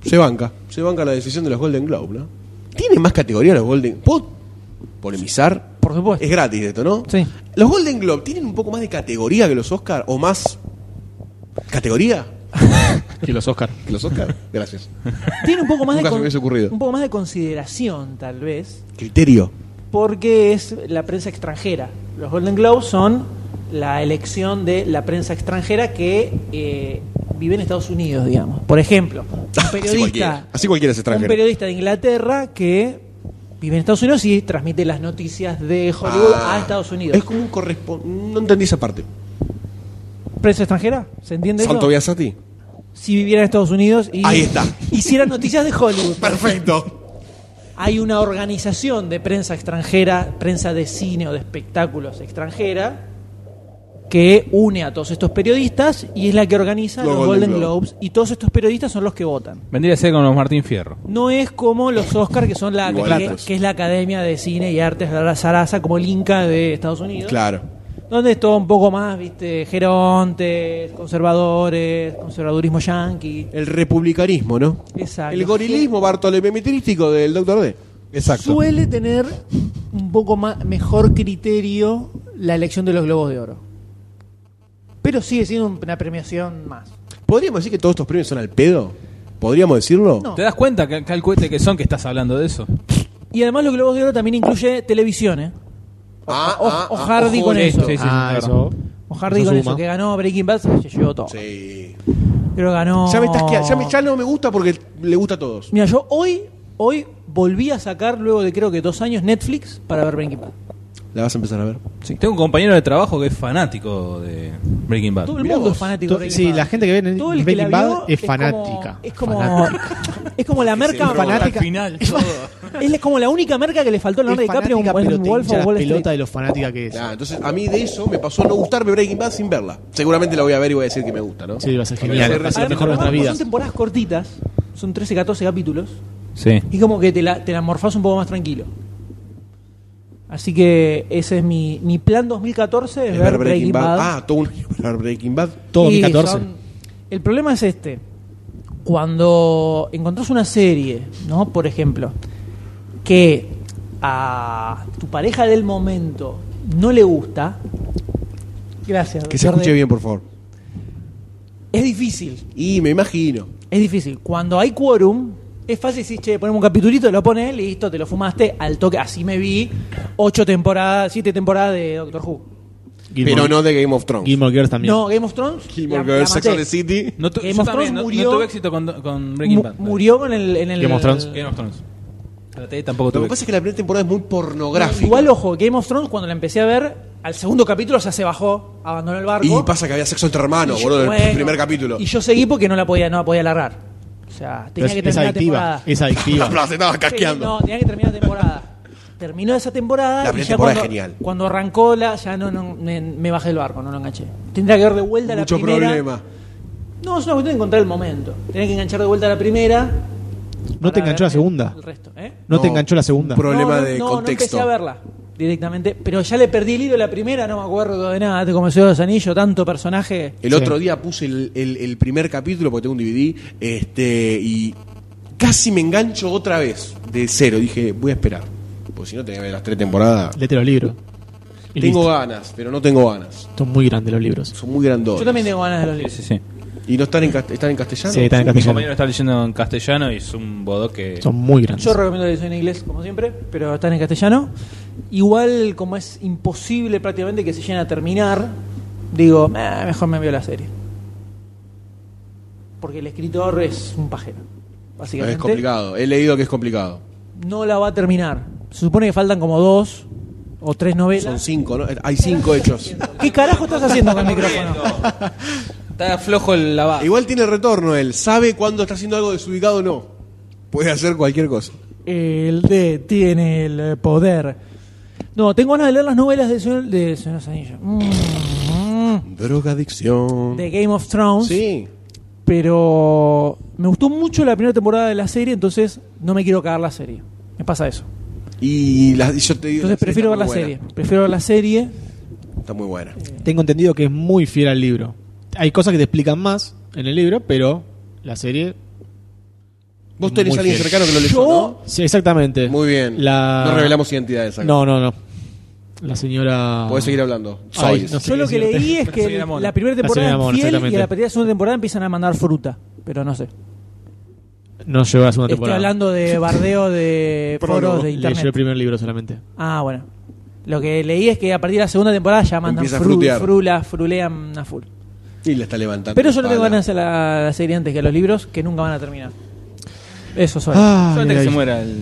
Speaker 1: se banca. Se banca la decisión de los Golden Globe, ¿no? Tienen más categoría los Golden ¿Puedo polemizar?
Speaker 2: Por supuesto.
Speaker 1: Es gratis esto, ¿no?
Speaker 2: Sí.
Speaker 1: ¿Los Golden Globe tienen un poco más de categoría que los Oscar? ¿O más categoría
Speaker 5: Que los Oscar.
Speaker 1: que los Oscar? Gracias.
Speaker 2: Tiene un poco más de
Speaker 1: Nunca se me hubiese ocurrido.
Speaker 2: un poco más de consideración, tal vez,
Speaker 1: Criterio.
Speaker 2: porque es la prensa extranjera. Los Golden Globes son la elección de la prensa extranjera que eh, vive en Estados Unidos, digamos. Por ejemplo, un
Speaker 1: Así cualquiera,
Speaker 2: periodista,
Speaker 1: así cualquiera es
Speaker 2: un
Speaker 1: extranjero.
Speaker 2: periodista de Inglaterra que vive en Estados Unidos y transmite las noticias de Hollywood
Speaker 1: Ah,
Speaker 2: a Estados Unidos.
Speaker 1: Es como un correspondiente. No entendí esa parte.
Speaker 2: ¿Prensa extranjera? ¿Se entiende? eso?
Speaker 1: Santo Biasati.
Speaker 2: Si viviera en Estados Unidos y
Speaker 1: Ahí está.
Speaker 2: hiciera noticias de Hollywood.
Speaker 1: Perfecto.
Speaker 2: Hay una organización de prensa extranjera, prensa de cine o de espectáculos extranjera, que une a todos estos periodistas y es la que organiza
Speaker 1: Los
Speaker 2: los
Speaker 1: Golden
Speaker 2: Golden
Speaker 1: Globes.
Speaker 2: Globes. Y todos estos periodistas son los que votan.
Speaker 3: Vendría a ser con los Martín Fierro.
Speaker 2: No es como los Oscars, que son la que,
Speaker 1: Igualitos.
Speaker 2: que es la Academia de Cine y Artes de la Sarasa, como el Inca de Estados Unidos.
Speaker 1: Claro.
Speaker 2: Donde es todo un poco más, viste, gerontes, conservadores, conservadurismo yanqui.
Speaker 1: El republicanismo, ¿no?
Speaker 2: Exacto.
Speaker 1: El gorilismo bartolomemitrístico del Doctor D.
Speaker 5: Exacto.
Speaker 2: Suele tener un poco más, mejor criterio la elección de los Globos de Oro. Pero sigue siendo una premiación más.
Speaker 1: ¿Podríamos decir que todos estos premios son al pedo? ¿Podríamos decirlo?
Speaker 2: No.
Speaker 3: ¿Te das cuenta que el cohete que son que estás hablando de eso?
Speaker 2: Y además los Globos de Oro también incluye televisión, ¿eh?
Speaker 1: Ah,
Speaker 2: O-
Speaker 1: ah,
Speaker 2: o
Speaker 1: ah,
Speaker 2: Hardy
Speaker 1: ojo
Speaker 2: con
Speaker 1: de
Speaker 2: eso.
Speaker 1: esto.
Speaker 3: Sí, sí,
Speaker 5: Ah,
Speaker 3: claro.
Speaker 5: eso.
Speaker 2: Mojardi
Speaker 5: Eso
Speaker 2: con
Speaker 5: suma.
Speaker 2: eso, que ganó Breaking Bad, se llevó todo.
Speaker 1: Sí.
Speaker 2: Pero ganó...
Speaker 1: Ya, me estás que- ya me- ya no me gusta porque le gusta a todos.
Speaker 2: Mira, yo hoy, hoy volví a sacar, luego de creo que dos años, Netflix para ver Breaking Bad.
Speaker 1: La vas a empezar a ver.
Speaker 3: Tengo un compañero de trabajo que es fanático de Breaking Bad.
Speaker 2: Todo el
Speaker 1: Mirá
Speaker 2: mundo
Speaker 1: vos.
Speaker 2: es fanático de
Speaker 5: Ah, To-
Speaker 2: Breaking
Speaker 5: Sí,
Speaker 2: Bad.
Speaker 5: la gente que ve en
Speaker 2: Todo el que la
Speaker 5: Breaking
Speaker 2: vio
Speaker 5: Bad es
Speaker 2: como-
Speaker 5: fanática.
Speaker 2: Es como,
Speaker 5: Fanática.
Speaker 2: es como la merca
Speaker 1: droga.
Speaker 5: Fanática.
Speaker 3: final, todo.
Speaker 2: Es como la única marca que le faltó a Leonardo
Speaker 5: Es
Speaker 2: DiCaprio
Speaker 5: fanática,
Speaker 2: en
Speaker 5: pero te
Speaker 2: Wolf
Speaker 5: hincha
Speaker 2: of
Speaker 5: las
Speaker 2: Wall
Speaker 5: pelota de
Speaker 2: Street.
Speaker 5: lo fanática que es.
Speaker 1: Ah, entonces a mí de eso me pasó no gustarme Breaking Bad sin verla. Seguramente la voy a ver y voy a decir que me gusta, ¿no?
Speaker 5: Sí, va a ser
Speaker 1: Voy a
Speaker 5: genial.
Speaker 1: hacer
Speaker 5: Va a ser
Speaker 1: reseña.
Speaker 5: lo mejor de nuestras
Speaker 2: Además,
Speaker 5: vidas.
Speaker 2: Son temporadas cortitas, son 13, 14 capítulos,
Speaker 3: Sí.
Speaker 2: y como que te la, te la morfás un poco más tranquilo. Así que ese es mi, mi plan 2014, es
Speaker 1: Es
Speaker 2: ver Breaking, Bad.
Speaker 1: Ah, todo un año para ver Breaking Bad.
Speaker 5: Todo
Speaker 2: Y
Speaker 5: 2014.
Speaker 2: son- el problema es este. Cuando encontrás una serie, ¿no? Por ejemplo, que a tu pareja del momento no le gusta. Gracias.
Speaker 1: Que se
Speaker 2: doctor
Speaker 1: escuche
Speaker 2: D.
Speaker 1: bien, por favor.
Speaker 2: Es difícil,
Speaker 1: Y me imagino.
Speaker 2: es difícil. Cuando hay quórum, es fácil decir, che, ponemos un capitulito, lo pones, listo, te lo fumaste, al toque, así me vi, ocho temporadas, siete temporadas de Doctor Who.
Speaker 5: Gilmore-
Speaker 1: Pero no de Game of Thrones.
Speaker 5: Gilmore Girls también.
Speaker 2: No, Game of Thrones.
Speaker 1: Gilmore
Speaker 2: la- la
Speaker 1: Girls, Sex and
Speaker 2: maté.
Speaker 1: the City.
Speaker 3: No tu-
Speaker 2: Game
Speaker 3: yo también,
Speaker 2: of Thrones
Speaker 3: no- no
Speaker 2: murió-
Speaker 3: tuve éxito con, con Breaking
Speaker 2: Mu-
Speaker 3: Bad.
Speaker 2: murió con el, en el.
Speaker 5: Game of Thrones.
Speaker 3: Game of Thrones. Traté, tampoco
Speaker 1: Lo
Speaker 3: tuve.
Speaker 1: que pasa es que la primera temporada es muy pornográfica.
Speaker 2: Igual, ojo, Game of Thrones, cuando la empecé a ver, al segundo capítulo ya se bajó, abandonó el barco.
Speaker 1: y pasa que había sexo entre hermanos,
Speaker 2: Y yo-
Speaker 1: boludo, en el
Speaker 2: bueno,
Speaker 1: primer capítulo.
Speaker 2: Y yo seguí porque no la podía, no la podía alargar. O sea, tenía
Speaker 5: Es,
Speaker 2: que
Speaker 5: es
Speaker 2: terminar la
Speaker 5: adictiva.
Speaker 2: temporada.
Speaker 5: Es adictiva.
Speaker 1: Pero se estaba
Speaker 2: Sí,
Speaker 1: casqueando.
Speaker 2: no, tenía que terminar la temporada. Terminó esa temporada.
Speaker 1: La
Speaker 2: y
Speaker 1: primera
Speaker 2: ya
Speaker 1: temporada
Speaker 2: cuando,
Speaker 1: es genial.
Speaker 2: Cuando arrancó la, ya no, no- me, me bajé del barco, no lo enganché. Tendría que ver de vuelta
Speaker 1: Mucho
Speaker 2: la primera.
Speaker 1: problema.
Speaker 2: No, es una cuestión de encontrar el momento. Tenía que enganchar de vuelta la primera.
Speaker 5: ¿No te
Speaker 2: para
Speaker 5: enganchó la
Speaker 2: ver
Speaker 5: segunda?
Speaker 2: El resto, ¿eh?
Speaker 5: No te enganchó la segunda.
Speaker 1: Un problema
Speaker 2: No, no,
Speaker 1: de
Speaker 2: no,
Speaker 1: contexto.
Speaker 2: No empecé a verla directamente, pero ya le perdí el hilo la primera, no me acuerdo de nada. Te comenzó los anillos, tanto personaje.
Speaker 1: el
Speaker 5: Sí.
Speaker 1: otro día puse el, el- el primer capítulo porque tengo un DVD este, y casi me engancho otra vez de cero. Dije, voy a esperar. Porque si no, tenía que ver las tres temporadas.
Speaker 5: Lete los libros. Y
Speaker 1: Tengo
Speaker 5: listo.
Speaker 1: ganas, pero no tengo ganas.
Speaker 5: Son muy grandes los libros.
Speaker 1: Son muy grandones.
Speaker 2: Yo también tengo ganas de los libros.
Speaker 3: Sí, sí, sí.
Speaker 1: ¿Y no están en, cast- están en castellano?
Speaker 5: Sí, están en
Speaker 3: Mi
Speaker 5: castellano.
Speaker 3: compañero está leyendo en castellano y es un bodoque.
Speaker 5: Son muy grandes.
Speaker 2: Yo recomiendo la edición en inglés, como siempre, pero están en castellano. Igual, como es imposible prácticamente que se lleguen a terminar, digo, "Meh, mejor me veo la serie. Porque el escritor es un pajero, básicamente.
Speaker 1: Es complicado. He leído que es complicado.
Speaker 2: No la va a terminar. Se supone que faltan como dos o tres novelas.
Speaker 1: Son cinco, ¿no? Hay cinco hechos.
Speaker 2: ¿Qué carajo estás haciendo con el micrófono?
Speaker 3: Está flojo el lavado.
Speaker 1: Igual tiene retorno él. Sabe cuándo está haciendo algo desubicado o no. Puede hacer cualquier cosa.
Speaker 2: El D tiene el poder. No, tengo ganas de leer las novelas de Señor de Señor de los Anillos. Mm, mm.
Speaker 1: Drogadicción.
Speaker 2: De Game of Thrones.
Speaker 1: Sí.
Speaker 2: Pero me gustó mucho la primera temporada de la serie, entonces no me quiero cagar la serie. Me pasa eso.
Speaker 1: Y, la- y yo te digo.
Speaker 2: Entonces
Speaker 1: sí,
Speaker 2: prefiero ver
Speaker 1: está
Speaker 2: la
Speaker 1: muy
Speaker 2: serie.
Speaker 1: buena.
Speaker 2: Prefiero ver la serie.
Speaker 1: Está muy buena.
Speaker 5: Tengo entendido que es muy fiel al libro. Hay cosas que te explican más en el libro, pero la serie.
Speaker 1: Vos tenés
Speaker 5: Muy
Speaker 1: a alguien
Speaker 5: fiel.
Speaker 1: cercano que lo leyó,
Speaker 2: Yo-
Speaker 5: Sí, exactamente.
Speaker 1: ¿no? Muy bien.
Speaker 5: La...
Speaker 1: No revelamos identidades acá.
Speaker 5: No, no, no. La señora.
Speaker 1: Podés seguir hablando.
Speaker 5: Ay,
Speaker 1: Sois.
Speaker 5: no sé
Speaker 2: Yo lo
Speaker 5: qué
Speaker 2: que
Speaker 5: decirte.
Speaker 2: leí es que
Speaker 3: serie de
Speaker 2: el-
Speaker 3: amor.
Speaker 2: la primera
Speaker 5: La
Speaker 2: temporada
Speaker 5: serie de
Speaker 2: es
Speaker 5: amor,
Speaker 2: fiel y
Speaker 5: exactamente.
Speaker 2: a la partir de la segunda temporada empiezan a mandar fruta. Pero no sé.
Speaker 5: No llegó a la segunda
Speaker 2: Estoy
Speaker 5: temporada.
Speaker 2: hablando de bardeo de foros de internet.
Speaker 5: Leyó el primer libro solamente.
Speaker 2: Ah, bueno. Lo que leí es que a partir de la segunda temporada ya mandan
Speaker 1: Empieza a
Speaker 2: fru-
Speaker 1: frutear.
Speaker 2: frula, frulean a full.
Speaker 1: Y le está levantando.
Speaker 2: Pero
Speaker 1: la
Speaker 2: yo le tengo
Speaker 1: pala.
Speaker 2: ganas a la, a la serie antes que a los libros que nunca van a terminar. Eso soy.
Speaker 5: Ah,
Speaker 3: Solamente
Speaker 5: mira
Speaker 3: que
Speaker 5: ahí.
Speaker 3: se muera el,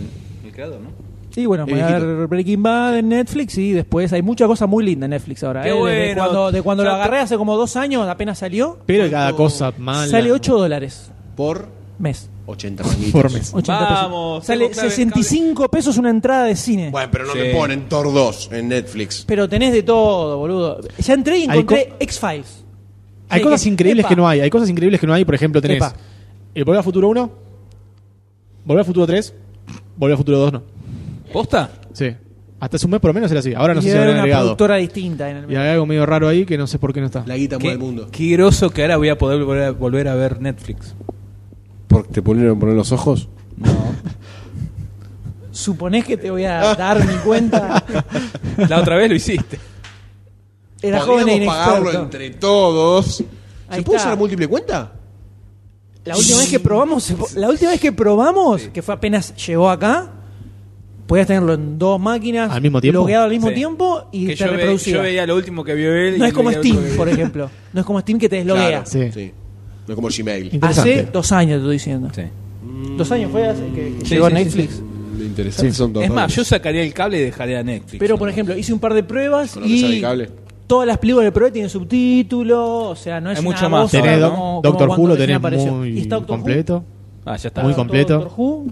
Speaker 3: el creador, ¿no?
Speaker 2: Y bueno,
Speaker 1: El
Speaker 2: voy a
Speaker 1: viejito.
Speaker 2: ver Breaking Bad en Netflix y después hay mucha cosa muy linda en Netflix ahora.
Speaker 3: Qué
Speaker 2: ¿eh? Desde
Speaker 3: bueno.
Speaker 2: cuando, de cuando lo
Speaker 3: Ya te-
Speaker 2: agarré hace como dos años, apenas salió,
Speaker 5: Pero cada cosa mala.
Speaker 2: sale 8 dólares
Speaker 1: Por
Speaker 2: mes.
Speaker 1: 80 manguitos.
Speaker 5: por mes.
Speaker 2: 80
Speaker 3: Vamos,
Speaker 2: pesos. Sale
Speaker 3: tengo clave,
Speaker 2: 65 pesos una entrada de cine.
Speaker 1: Bueno, pero no te
Speaker 3: Sí.
Speaker 1: ponen Thor 2 en Netflix.
Speaker 2: Pero tenés de todo, boludo. Ya entré y
Speaker 5: Hay
Speaker 2: encontré X-Files.
Speaker 5: Hay
Speaker 2: Sí,
Speaker 5: cosas
Speaker 2: que-
Speaker 5: increíbles
Speaker 2: epa.
Speaker 5: que no hay. Hay cosas increíbles que no hay. Por ejemplo, tenés
Speaker 2: Epa.
Speaker 5: el Volver a Futuro 1, Volver a Futuro 3, Volver a Futuro 2 no.
Speaker 3: ¿Posta?
Speaker 5: Sí. Hasta hace un mes por lo menos era así. Ahora no
Speaker 2: y
Speaker 5: sé si
Speaker 2: era
Speaker 5: habrán
Speaker 2: una
Speaker 5: agregado.
Speaker 2: productora distinta en el
Speaker 5: Y hay algo medio raro ahí que no sé por qué no está.
Speaker 1: La guita mueve
Speaker 3: Qué,
Speaker 1: el mundo.
Speaker 3: qué groso que ahora voy a poder volver a, volver a ver Netflix.
Speaker 1: Porque te ponieron poner los ojos.
Speaker 3: No.
Speaker 2: ¿Suponés que te voy a dar mi cuenta?
Speaker 3: La otra vez lo hiciste.
Speaker 2: Era
Speaker 1: Podríamos
Speaker 2: joven e
Speaker 1: pagarlo
Speaker 2: inexperto.
Speaker 1: entre todos.
Speaker 2: Ahí
Speaker 1: ¿Se puede
Speaker 2: está.
Speaker 1: usar múltiple cuenta?
Speaker 2: La última vez que probamos, se po- la última vez que probamos, que fue apenas llegó acá, podías tenerlo en dos máquinas,
Speaker 5: ¿Al mismo tiempo?
Speaker 2: logueado al mismo
Speaker 3: Sí.
Speaker 2: tiempo y
Speaker 3: Que
Speaker 2: te
Speaker 3: yo, ve-
Speaker 2: reproducía.
Speaker 3: yo veía lo último que vio él. y
Speaker 2: no es
Speaker 3: él
Speaker 2: como
Speaker 3: veía lo último
Speaker 2: Steam,
Speaker 3: que
Speaker 2: por
Speaker 3: vio.
Speaker 2: ejemplo. No es como Steam que te desloguea.
Speaker 1: Claro,
Speaker 5: Sí.
Speaker 1: No es como Gmail.
Speaker 5: Interesante.
Speaker 2: Hace dos años te estoy diciendo.
Speaker 3: Sí.
Speaker 2: Dos años fue hace que, que
Speaker 3: Sí,
Speaker 2: llegó a
Speaker 3: sí, sí,
Speaker 2: Netflix.
Speaker 3: sí.
Speaker 1: interesante son dos
Speaker 3: Es más,
Speaker 1: dólares.
Speaker 3: yo sacaría el cable y dejaría a Netflix.
Speaker 2: Pero por ejemplo, hice un par de pruebas
Speaker 1: Con lo que sale
Speaker 2: y
Speaker 1: el cable.
Speaker 2: todas las películas que probé tienen subtítulos, o sea, no es
Speaker 3: Hay
Speaker 2: una
Speaker 3: mucho más.
Speaker 2: bosta
Speaker 5: Tenés
Speaker 3: Ah,
Speaker 5: Doc-
Speaker 2: como- como
Speaker 5: Doctor
Speaker 2: cuando
Speaker 5: Who, lo
Speaker 2: recién
Speaker 5: tenés
Speaker 2: apareció. Y
Speaker 5: muy
Speaker 2: está Doctor Who,
Speaker 5: completo.
Speaker 3: Ah, ya está.
Speaker 5: Muy
Speaker 2: está
Speaker 5: completo.
Speaker 2: Doctor Who.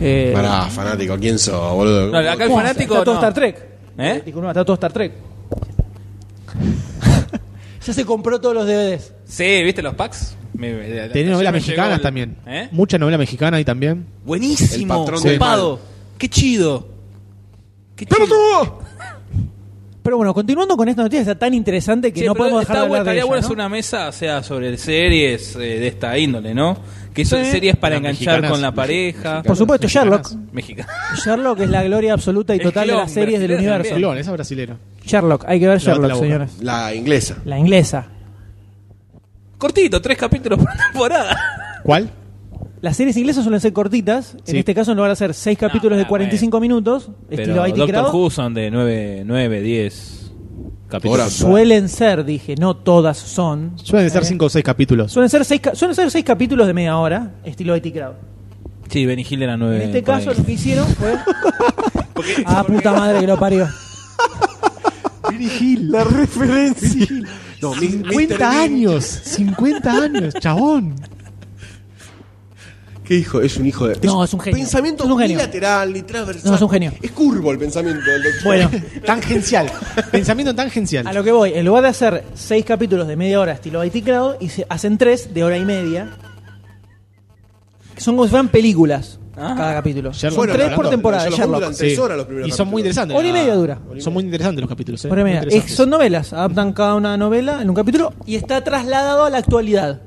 Speaker 2: Eh,
Speaker 1: Pará, fanático, ¿quién sos, boludo?
Speaker 3: No, acá el
Speaker 2: ¿cómo?
Speaker 3: fanático.
Speaker 2: Está todo
Speaker 3: no.
Speaker 2: Star Trek.
Speaker 3: ¿Eh?
Speaker 2: Disculpa, está todo Star Trek. ya se compró todos los DVDs.
Speaker 3: Sí, ¿viste los packs? Me- me- ayer
Speaker 5: Tenés novelas
Speaker 3: me llegó
Speaker 5: mexicanas
Speaker 3: el-
Speaker 5: también.
Speaker 3: ¿Eh?
Speaker 5: Mucha novela mexicana ahí también.
Speaker 3: Buenísimo.
Speaker 1: El patrón del
Speaker 3: copado.
Speaker 1: mal.
Speaker 3: Qué chido. Qué
Speaker 1: ¡Pero
Speaker 3: chido.
Speaker 1: tú!
Speaker 2: Pero bueno, continuando con esta noticia está tan interesante que
Speaker 3: Sí,
Speaker 2: no
Speaker 3: pero
Speaker 2: podemos dejar
Speaker 3: está
Speaker 2: de
Speaker 3: bueno-
Speaker 2: hablar
Speaker 3: estaría
Speaker 2: de ella,
Speaker 3: bueno
Speaker 2: ¿no?
Speaker 3: hacer una mesa, o sea, sobre series eh, de esta índole, ¿no? Que son
Speaker 2: Sí.
Speaker 3: series para
Speaker 5: Las
Speaker 3: enganchar
Speaker 5: mexicanas.
Speaker 3: con la pareja.
Speaker 2: Por supuesto, Sherlock.
Speaker 3: Mexicana.
Speaker 2: Sherlock es la gloria absoluta y
Speaker 3: El
Speaker 2: total de
Speaker 3: clon
Speaker 2: las series del
Speaker 3: brasileño
Speaker 2: universo.
Speaker 3: también.
Speaker 5: Clon, esa brasilera.
Speaker 2: Sherlock, hay que ver
Speaker 5: Lavate la
Speaker 2: Sherlock,
Speaker 5: boca.
Speaker 2: señores.
Speaker 1: La inglesa.
Speaker 2: La inglesa.
Speaker 3: Cortito, tres capítulos por temporada.
Speaker 5: ¿Cuál?
Speaker 2: Las series inglesas suelen ser cortitas. En
Speaker 5: Sí.
Speaker 2: este caso, no van a ser seis capítulos de
Speaker 3: bueno.
Speaker 2: 45 minutos, este estilo Haití
Speaker 3: Doctor
Speaker 2: Crowd.
Speaker 3: Who son de 9, 9 10 capítulos.
Speaker 1: Horas.
Speaker 2: Suelen ser, dije, no todas son.
Speaker 5: Suelen ser 5 o 6 capítulos.
Speaker 2: Suelen ser seis, ca- suelen ser seis capítulos de media hora, estilo Haití Crowd.
Speaker 3: Sí, Benny Hill era 9.
Speaker 2: En este caso, lo que hicieron fue. ah, puta madre que lo parió.
Speaker 5: La referencia.
Speaker 1: No, mi- Mr.
Speaker 5: 50
Speaker 1: Bean.
Speaker 5: años. 50 años, chabón.
Speaker 1: ¿Qué hijo? Es un hijo de.
Speaker 2: No, es un genio.
Speaker 1: Pensamiento
Speaker 2: Es un genio.
Speaker 1: bilateral, ni transversal.
Speaker 2: No, es un genio.
Speaker 1: Es curvo el pensamiento del doctor.
Speaker 2: Bueno,
Speaker 5: Tangencial. Pensamiento tangencial.
Speaker 2: a lo que voy, en lugar de hacer seis capítulos de media hora, estilo Haití Crowd, y se- hacen tres de hora y media. Que son como si fueran películas
Speaker 3: Ah.
Speaker 2: cada capítulo.
Speaker 5: Sherlock,
Speaker 2: son
Speaker 5: bueno,
Speaker 2: tres
Speaker 5: hablando
Speaker 2: por
Speaker 5: de
Speaker 2: temporada,
Speaker 1: Sherlock
Speaker 2: Sherlock.
Speaker 1: Holmes, seis horas los primeros
Speaker 5: y son muy
Speaker 1: capítulos.
Speaker 5: interesantes.
Speaker 2: Hora y
Speaker 5: la-
Speaker 2: media dura.
Speaker 5: Son muy interesantes los capítulos. eh,
Speaker 2: Hora y
Speaker 5: muy
Speaker 2: media.
Speaker 5: interesantes.
Speaker 2: Es- son novelas, adaptan cada una novela en un capítulo y está trasladado a la actualidad.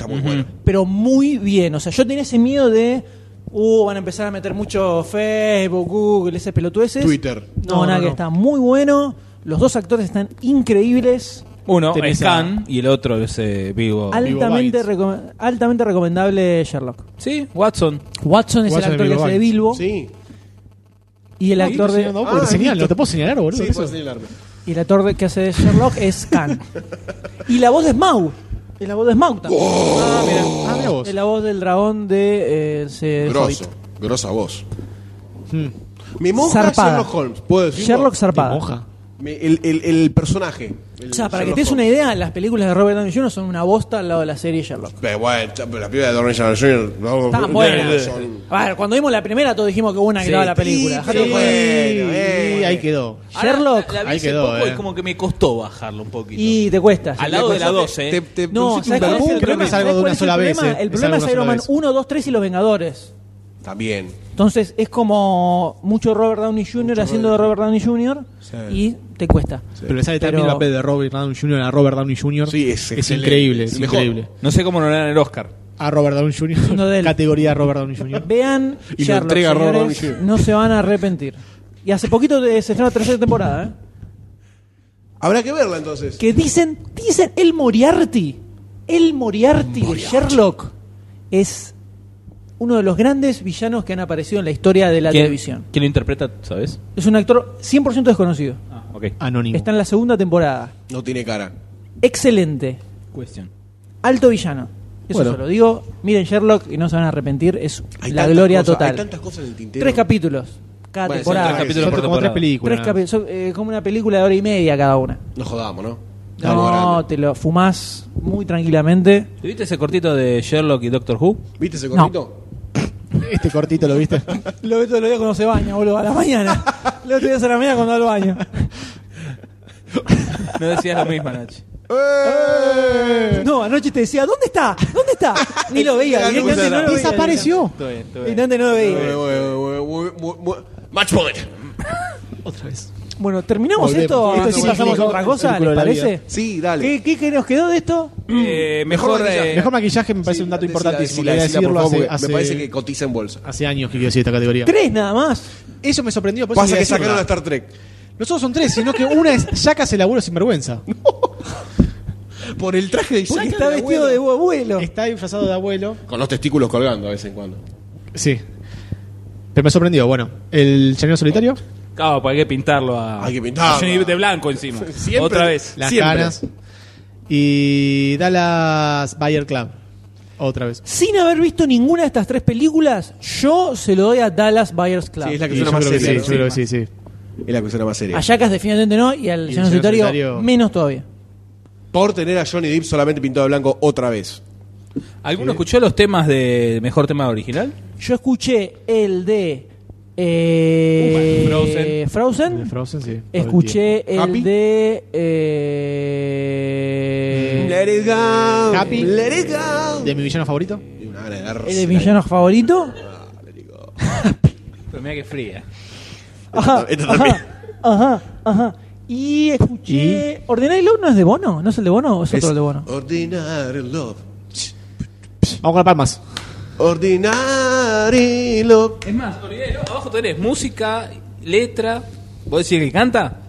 Speaker 1: Está muy bueno.
Speaker 2: pero muy bien. O sea, yo tenía ese miedo de. Uh, van a empezar a meter mucho Facebook, Google, esas pelotudeces.
Speaker 1: Twitter.
Speaker 2: No,
Speaker 5: No,
Speaker 2: nada,
Speaker 5: no,
Speaker 2: que
Speaker 5: no.
Speaker 2: está muy bueno. Los dos actores están increíbles.
Speaker 3: Uno
Speaker 5: Tenés
Speaker 3: es Khan y el otro es eh, Oh, Vivo.
Speaker 2: Altamente,
Speaker 5: Bites.
Speaker 2: recome- altamente recomendable Sherlock.
Speaker 3: Sí, Watson.
Speaker 2: Watson es
Speaker 5: Watson
Speaker 2: el actor
Speaker 5: y
Speaker 2: que
Speaker 5: Bilbo
Speaker 2: hace de
Speaker 5: Bites.
Speaker 2: Bilbo.
Speaker 1: Sí.
Speaker 2: Y el
Speaker 5: Ah,
Speaker 2: actor
Speaker 5: estoy señalando
Speaker 2: de,
Speaker 5: vos porque
Speaker 1: Ah,
Speaker 5: te señalo,
Speaker 1: listo.
Speaker 5: te puedo señalar, boludo.
Speaker 1: Sí,
Speaker 5: por eso.
Speaker 1: puedes señalarme.
Speaker 2: y el actor de- que hace de Sherlock es Khan. y la voz es Mau. Y la voz de Mau también.
Speaker 5: Ah, mira, ah, mira vos.
Speaker 2: Es la voz del dragón de. eh, ese Hobbit.
Speaker 1: Grosso. Grosa voz.
Speaker 5: Hmm.
Speaker 1: Me moja
Speaker 2: Zarpada.
Speaker 1: Sherlock Holmes. ¿Puedo decirlo?
Speaker 2: Sherlock
Speaker 5: Te
Speaker 2: Zarpada.
Speaker 5: moja.
Speaker 1: Me- el, el, el personaje. el
Speaker 2: O sea, para que
Speaker 1: Sherlock
Speaker 2: te des una
Speaker 1: Holmes.
Speaker 2: idea, las películas de Robert Downey Jr. son una bosta al lado de la serie Sherlock.
Speaker 1: Pero bueno, ch- pero la piba de Dorney Jr. no-
Speaker 2: Estaban
Speaker 1: no-
Speaker 2: buenas.
Speaker 1: son-
Speaker 2: A ver, cuando vimos la primera, todos dijimos que buena que
Speaker 3: Sí.
Speaker 2: estaba la película.
Speaker 1: Sí,
Speaker 2: Dejate de
Speaker 1: sí.
Speaker 2: joder.
Speaker 1: Bueno, eh.
Speaker 5: Y ahí quedó.
Speaker 2: Sherlock.
Speaker 3: Ahora, la, la vi
Speaker 5: Ahí
Speaker 3: hace
Speaker 5: quedó,
Speaker 3: poco
Speaker 5: eh.
Speaker 3: y como que me costó bajarlo un poquito.
Speaker 2: Y te cuesta.
Speaker 3: Al lado de la 12.
Speaker 1: Te,
Speaker 3: eh.
Speaker 1: te
Speaker 2: No,
Speaker 1: pusiste
Speaker 2: ¿sabes cuál es
Speaker 1: un vermú,
Speaker 2: el
Speaker 5: Creo que
Speaker 2: problema?
Speaker 5: es algo
Speaker 2: ¿Sabes
Speaker 5: de
Speaker 2: cuál es
Speaker 5: una
Speaker 2: el
Speaker 5: sola vez,
Speaker 2: problema?
Speaker 5: eh.
Speaker 2: El
Speaker 5: Es
Speaker 2: problema
Speaker 5: algo
Speaker 2: es
Speaker 5: una
Speaker 2: Iron
Speaker 5: sola
Speaker 2: Man
Speaker 5: vez.
Speaker 2: 1, 2, 3 y Los Vengadores.
Speaker 1: También.
Speaker 2: Entonces es como mucho Robert Downey Jr. haciendo de Robert Downey Jr.
Speaker 1: Sí.
Speaker 2: y te cuesta.
Speaker 5: Pero le sale también
Speaker 2: Pero-
Speaker 5: el papel de Robert Downey Jr. a Robert Downey Jr.
Speaker 1: Sí, es excelente.
Speaker 5: increíble, es
Speaker 1: Es mejor.
Speaker 5: increíble.
Speaker 3: No sé cómo no le dan el Oscar.
Speaker 5: A Robert Downey Jr.
Speaker 2: Uno de él.
Speaker 5: Categoría Robert Downey Jr.
Speaker 2: Vean
Speaker 1: Y lo
Speaker 2: Sherlock,
Speaker 1: entrega Robert
Speaker 2: señores,
Speaker 1: Downey Jr..
Speaker 2: no se van a arrepentir. Y hace poquito eh, se estrenó la tercera temporada, ¿eh?
Speaker 1: Habrá que verla entonces.
Speaker 2: que dicen, dicen el Moriarty, el Moriarty, de Sherlock es uno de los grandes villanos que han aparecido en la historia de la televisión.
Speaker 3: ¿Quién lo interpreta, sabes?
Speaker 2: Es un actor 100% desconocido.
Speaker 3: Ah, ok.
Speaker 5: Anónimo.
Speaker 2: Está en la segunda temporada.
Speaker 1: No tiene cara.
Speaker 2: excelente,
Speaker 3: Cuestión.
Speaker 2: alto villano. Eso
Speaker 1: Bueno.
Speaker 2: se lo digo. Miren Sherlock y no se van a arrepentir. Es
Speaker 1: Hay
Speaker 2: la
Speaker 1: tantas
Speaker 2: gloria
Speaker 1: cosas,
Speaker 2: total.
Speaker 1: Hay tantas cosas en el tintero.
Speaker 2: Tres capítulos cada
Speaker 1: Bueno, son
Speaker 2: temporada.
Speaker 1: tres capítulos.
Speaker 5: Son
Speaker 3: por
Speaker 5: como tres
Speaker 3: temporada.
Speaker 5: películas.
Speaker 2: Tres capi- son, eh, como una película de hora y media cada una.
Speaker 1: No jodamos, ¿no? Estamos
Speaker 2: No,
Speaker 1: grandes.
Speaker 2: te lo fumás muy tranquilamente.
Speaker 3: ¿Tuviste ese cortito de Sherlock y Doctor Who?
Speaker 1: ¿Viste ese cortito?
Speaker 5: Este cortito, ¿lo viste?
Speaker 2: Lo veo todos los días cuando se baña, boludo, a la mañana. Lo otro día a la mañana cuando va al baño.
Speaker 3: No decías lo mismo, Nachi.
Speaker 1: ¡Eh!
Speaker 2: No, anoche te decía, ¿dónde está? ¿Dónde está? Ni lo veía.
Speaker 1: La
Speaker 2: directamente
Speaker 1: luz
Speaker 2: no
Speaker 1: era.
Speaker 2: lo veía.
Speaker 5: Desapareció.
Speaker 3: Todo bien, todo bien.
Speaker 2: Directamente no lo
Speaker 1: Eh,
Speaker 2: veía.
Speaker 1: eh, eh, eh, eh, eh, Match point.
Speaker 5: Otra vez.
Speaker 2: Bueno, terminamos
Speaker 5: Volvemos.
Speaker 2: esto.
Speaker 5: Esto
Speaker 2: Esto
Speaker 5: sí
Speaker 2: sí pasamos a
Speaker 5: significó
Speaker 2: otra
Speaker 5: el
Speaker 2: cosa,
Speaker 5: círculo
Speaker 2: ¿les
Speaker 5: de la
Speaker 2: parece?
Speaker 1: Sí, dale.
Speaker 2: ¿Qué, qué, qué nos quedó de esto?
Speaker 3: Eh, mejor,
Speaker 1: Mejor
Speaker 3: eh,
Speaker 5: Mejor maquillaje me parece un dato
Speaker 1: Decila,
Speaker 5: importantísimo.
Speaker 1: decila,
Speaker 5: quería
Speaker 1: decila,
Speaker 5: decirlo
Speaker 1: por favor,
Speaker 5: hace,
Speaker 1: porque
Speaker 5: hace-
Speaker 1: Me parece que cotiza en bolsa.
Speaker 5: hace años que quiero decir esta categoría.
Speaker 2: Tres nada más.
Speaker 5: Eso me sorprendió. por eso
Speaker 1: Pasa
Speaker 5: quería
Speaker 1: que sacaron a
Speaker 5: decirlo.
Speaker 1: Star Trek.
Speaker 5: No solo son tres, sino que una es Yaka se laburo sin vergüenza.
Speaker 1: Por el traje de
Speaker 2: Porque
Speaker 1: Isaac,
Speaker 2: está
Speaker 1: el
Speaker 2: vestido de
Speaker 1: abuelo.
Speaker 2: abuelo.
Speaker 5: Está disfrazado de abuelo.
Speaker 1: Con los testículos colgando de vez en cuando.
Speaker 5: Sí. Pero me sorprendió. Bueno, el llanero solitario,
Speaker 3: Claro, pues hay que pintarlo a.
Speaker 1: Hay que pintarlo.
Speaker 3: a Johnny Depp de blanco encima.
Speaker 1: Siempre.
Speaker 3: Otra vez.
Speaker 5: las
Speaker 1: Siempre.
Speaker 5: canas y Dallas Bayer Club. Otra vez.
Speaker 2: Sin haber visto ninguna de estas tres películas, yo se lo doy a Dallas Buyers Club.
Speaker 1: Sí, es la que
Speaker 5: Y
Speaker 1: suena
Speaker 5: yo
Speaker 1: más
Speaker 5: creo que
Speaker 1: seria.
Speaker 5: sí,
Speaker 1: ¿no?
Speaker 5: yo creo que sí, sí.
Speaker 1: Es la que suena más seria.
Speaker 2: A Jackass definitivamente no y al
Speaker 5: el
Speaker 2: señor
Speaker 5: señor
Speaker 2: solitario,
Speaker 5: solitario-
Speaker 2: menos todavía.
Speaker 1: Por tener a Johnny Depp solamente pintado de blanco otra vez.
Speaker 3: ¿Alguno escuchó los temas de mejor tema original?
Speaker 2: Yo escuché el de eh,
Speaker 3: Frozen.
Speaker 5: De
Speaker 2: Frozen.
Speaker 5: Frozen, sí. todo el
Speaker 2: Escuché el,
Speaker 1: Happy.
Speaker 2: de eh,
Speaker 1: Let it go.
Speaker 5: Happy.
Speaker 1: Let it
Speaker 5: tiempo.
Speaker 1: go.
Speaker 5: ¿De mi villano favorito?
Speaker 1: Y una gana de darse
Speaker 2: el de
Speaker 1: la-
Speaker 2: villano favorito.
Speaker 3: Pero mira que fría.
Speaker 2: Ajá,
Speaker 1: Esto también.
Speaker 2: ajá, ajá, ajá. Y escuché. ¿Ordinary Love no es de Bono? ¿No es el de Bono o es
Speaker 1: Es
Speaker 2: otro el de Bono?
Speaker 1: Ordinary love.
Speaker 5: Vamos con las palmas.
Speaker 1: Ordinary love.
Speaker 3: Es más, olvidé, abajo tenés música, letra. ¿Vos decís que canta?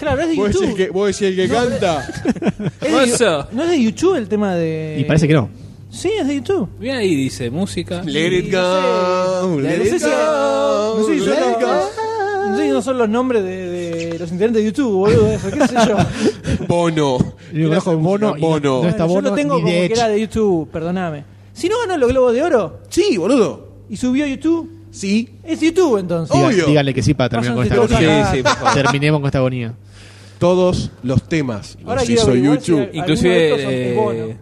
Speaker 2: Claro, es de
Speaker 1: Vos
Speaker 2: YouTube.
Speaker 1: decís que, vos decís el que canta.
Speaker 2: ¿Es de,
Speaker 3: Eso.
Speaker 2: Yu- ¿No es de YouTube el tema de.?
Speaker 5: Y parece que no.
Speaker 2: Sí, es de YouTube.
Speaker 3: Bien ahí dice música.
Speaker 1: Let it go.
Speaker 2: No
Speaker 1: Let
Speaker 2: sé
Speaker 1: it
Speaker 2: si- no
Speaker 1: go.
Speaker 2: sé si son
Speaker 1: Let it
Speaker 2: los-
Speaker 1: go.
Speaker 2: no sé si no son los nombres de, de los integrantes de YouTube, boludo, eso, qué sé yo.
Speaker 1: Bono.
Speaker 5: Y lo conozco en Bono y no-
Speaker 1: Bono.
Speaker 5: no está
Speaker 2: Bueno, yo
Speaker 5: Bono
Speaker 2: lo tengo
Speaker 5: ni
Speaker 2: como
Speaker 5: de
Speaker 2: que
Speaker 5: Edge.
Speaker 2: era de YouTube, perdóname. Si no ganó los Globos de Oro
Speaker 1: Sí, boludo.
Speaker 2: y subió a YouTube,
Speaker 1: Sí.
Speaker 2: es YouTube entonces.
Speaker 1: Obvio.
Speaker 5: Diga- Díganle que sí para terminar con
Speaker 2: Vayan
Speaker 5: esta
Speaker 2: si te
Speaker 5: agonía.
Speaker 2: lo
Speaker 3: Sí, sí, por favor.
Speaker 5: Terminemos con esta agonía.
Speaker 1: Todos los temas.
Speaker 2: Ahora
Speaker 1: Los
Speaker 2: quiero
Speaker 1: hizo
Speaker 2: averiguar si
Speaker 1: YouTube.
Speaker 2: hay-
Speaker 3: Inclusive
Speaker 2: Algunos de estos son de
Speaker 3: eh,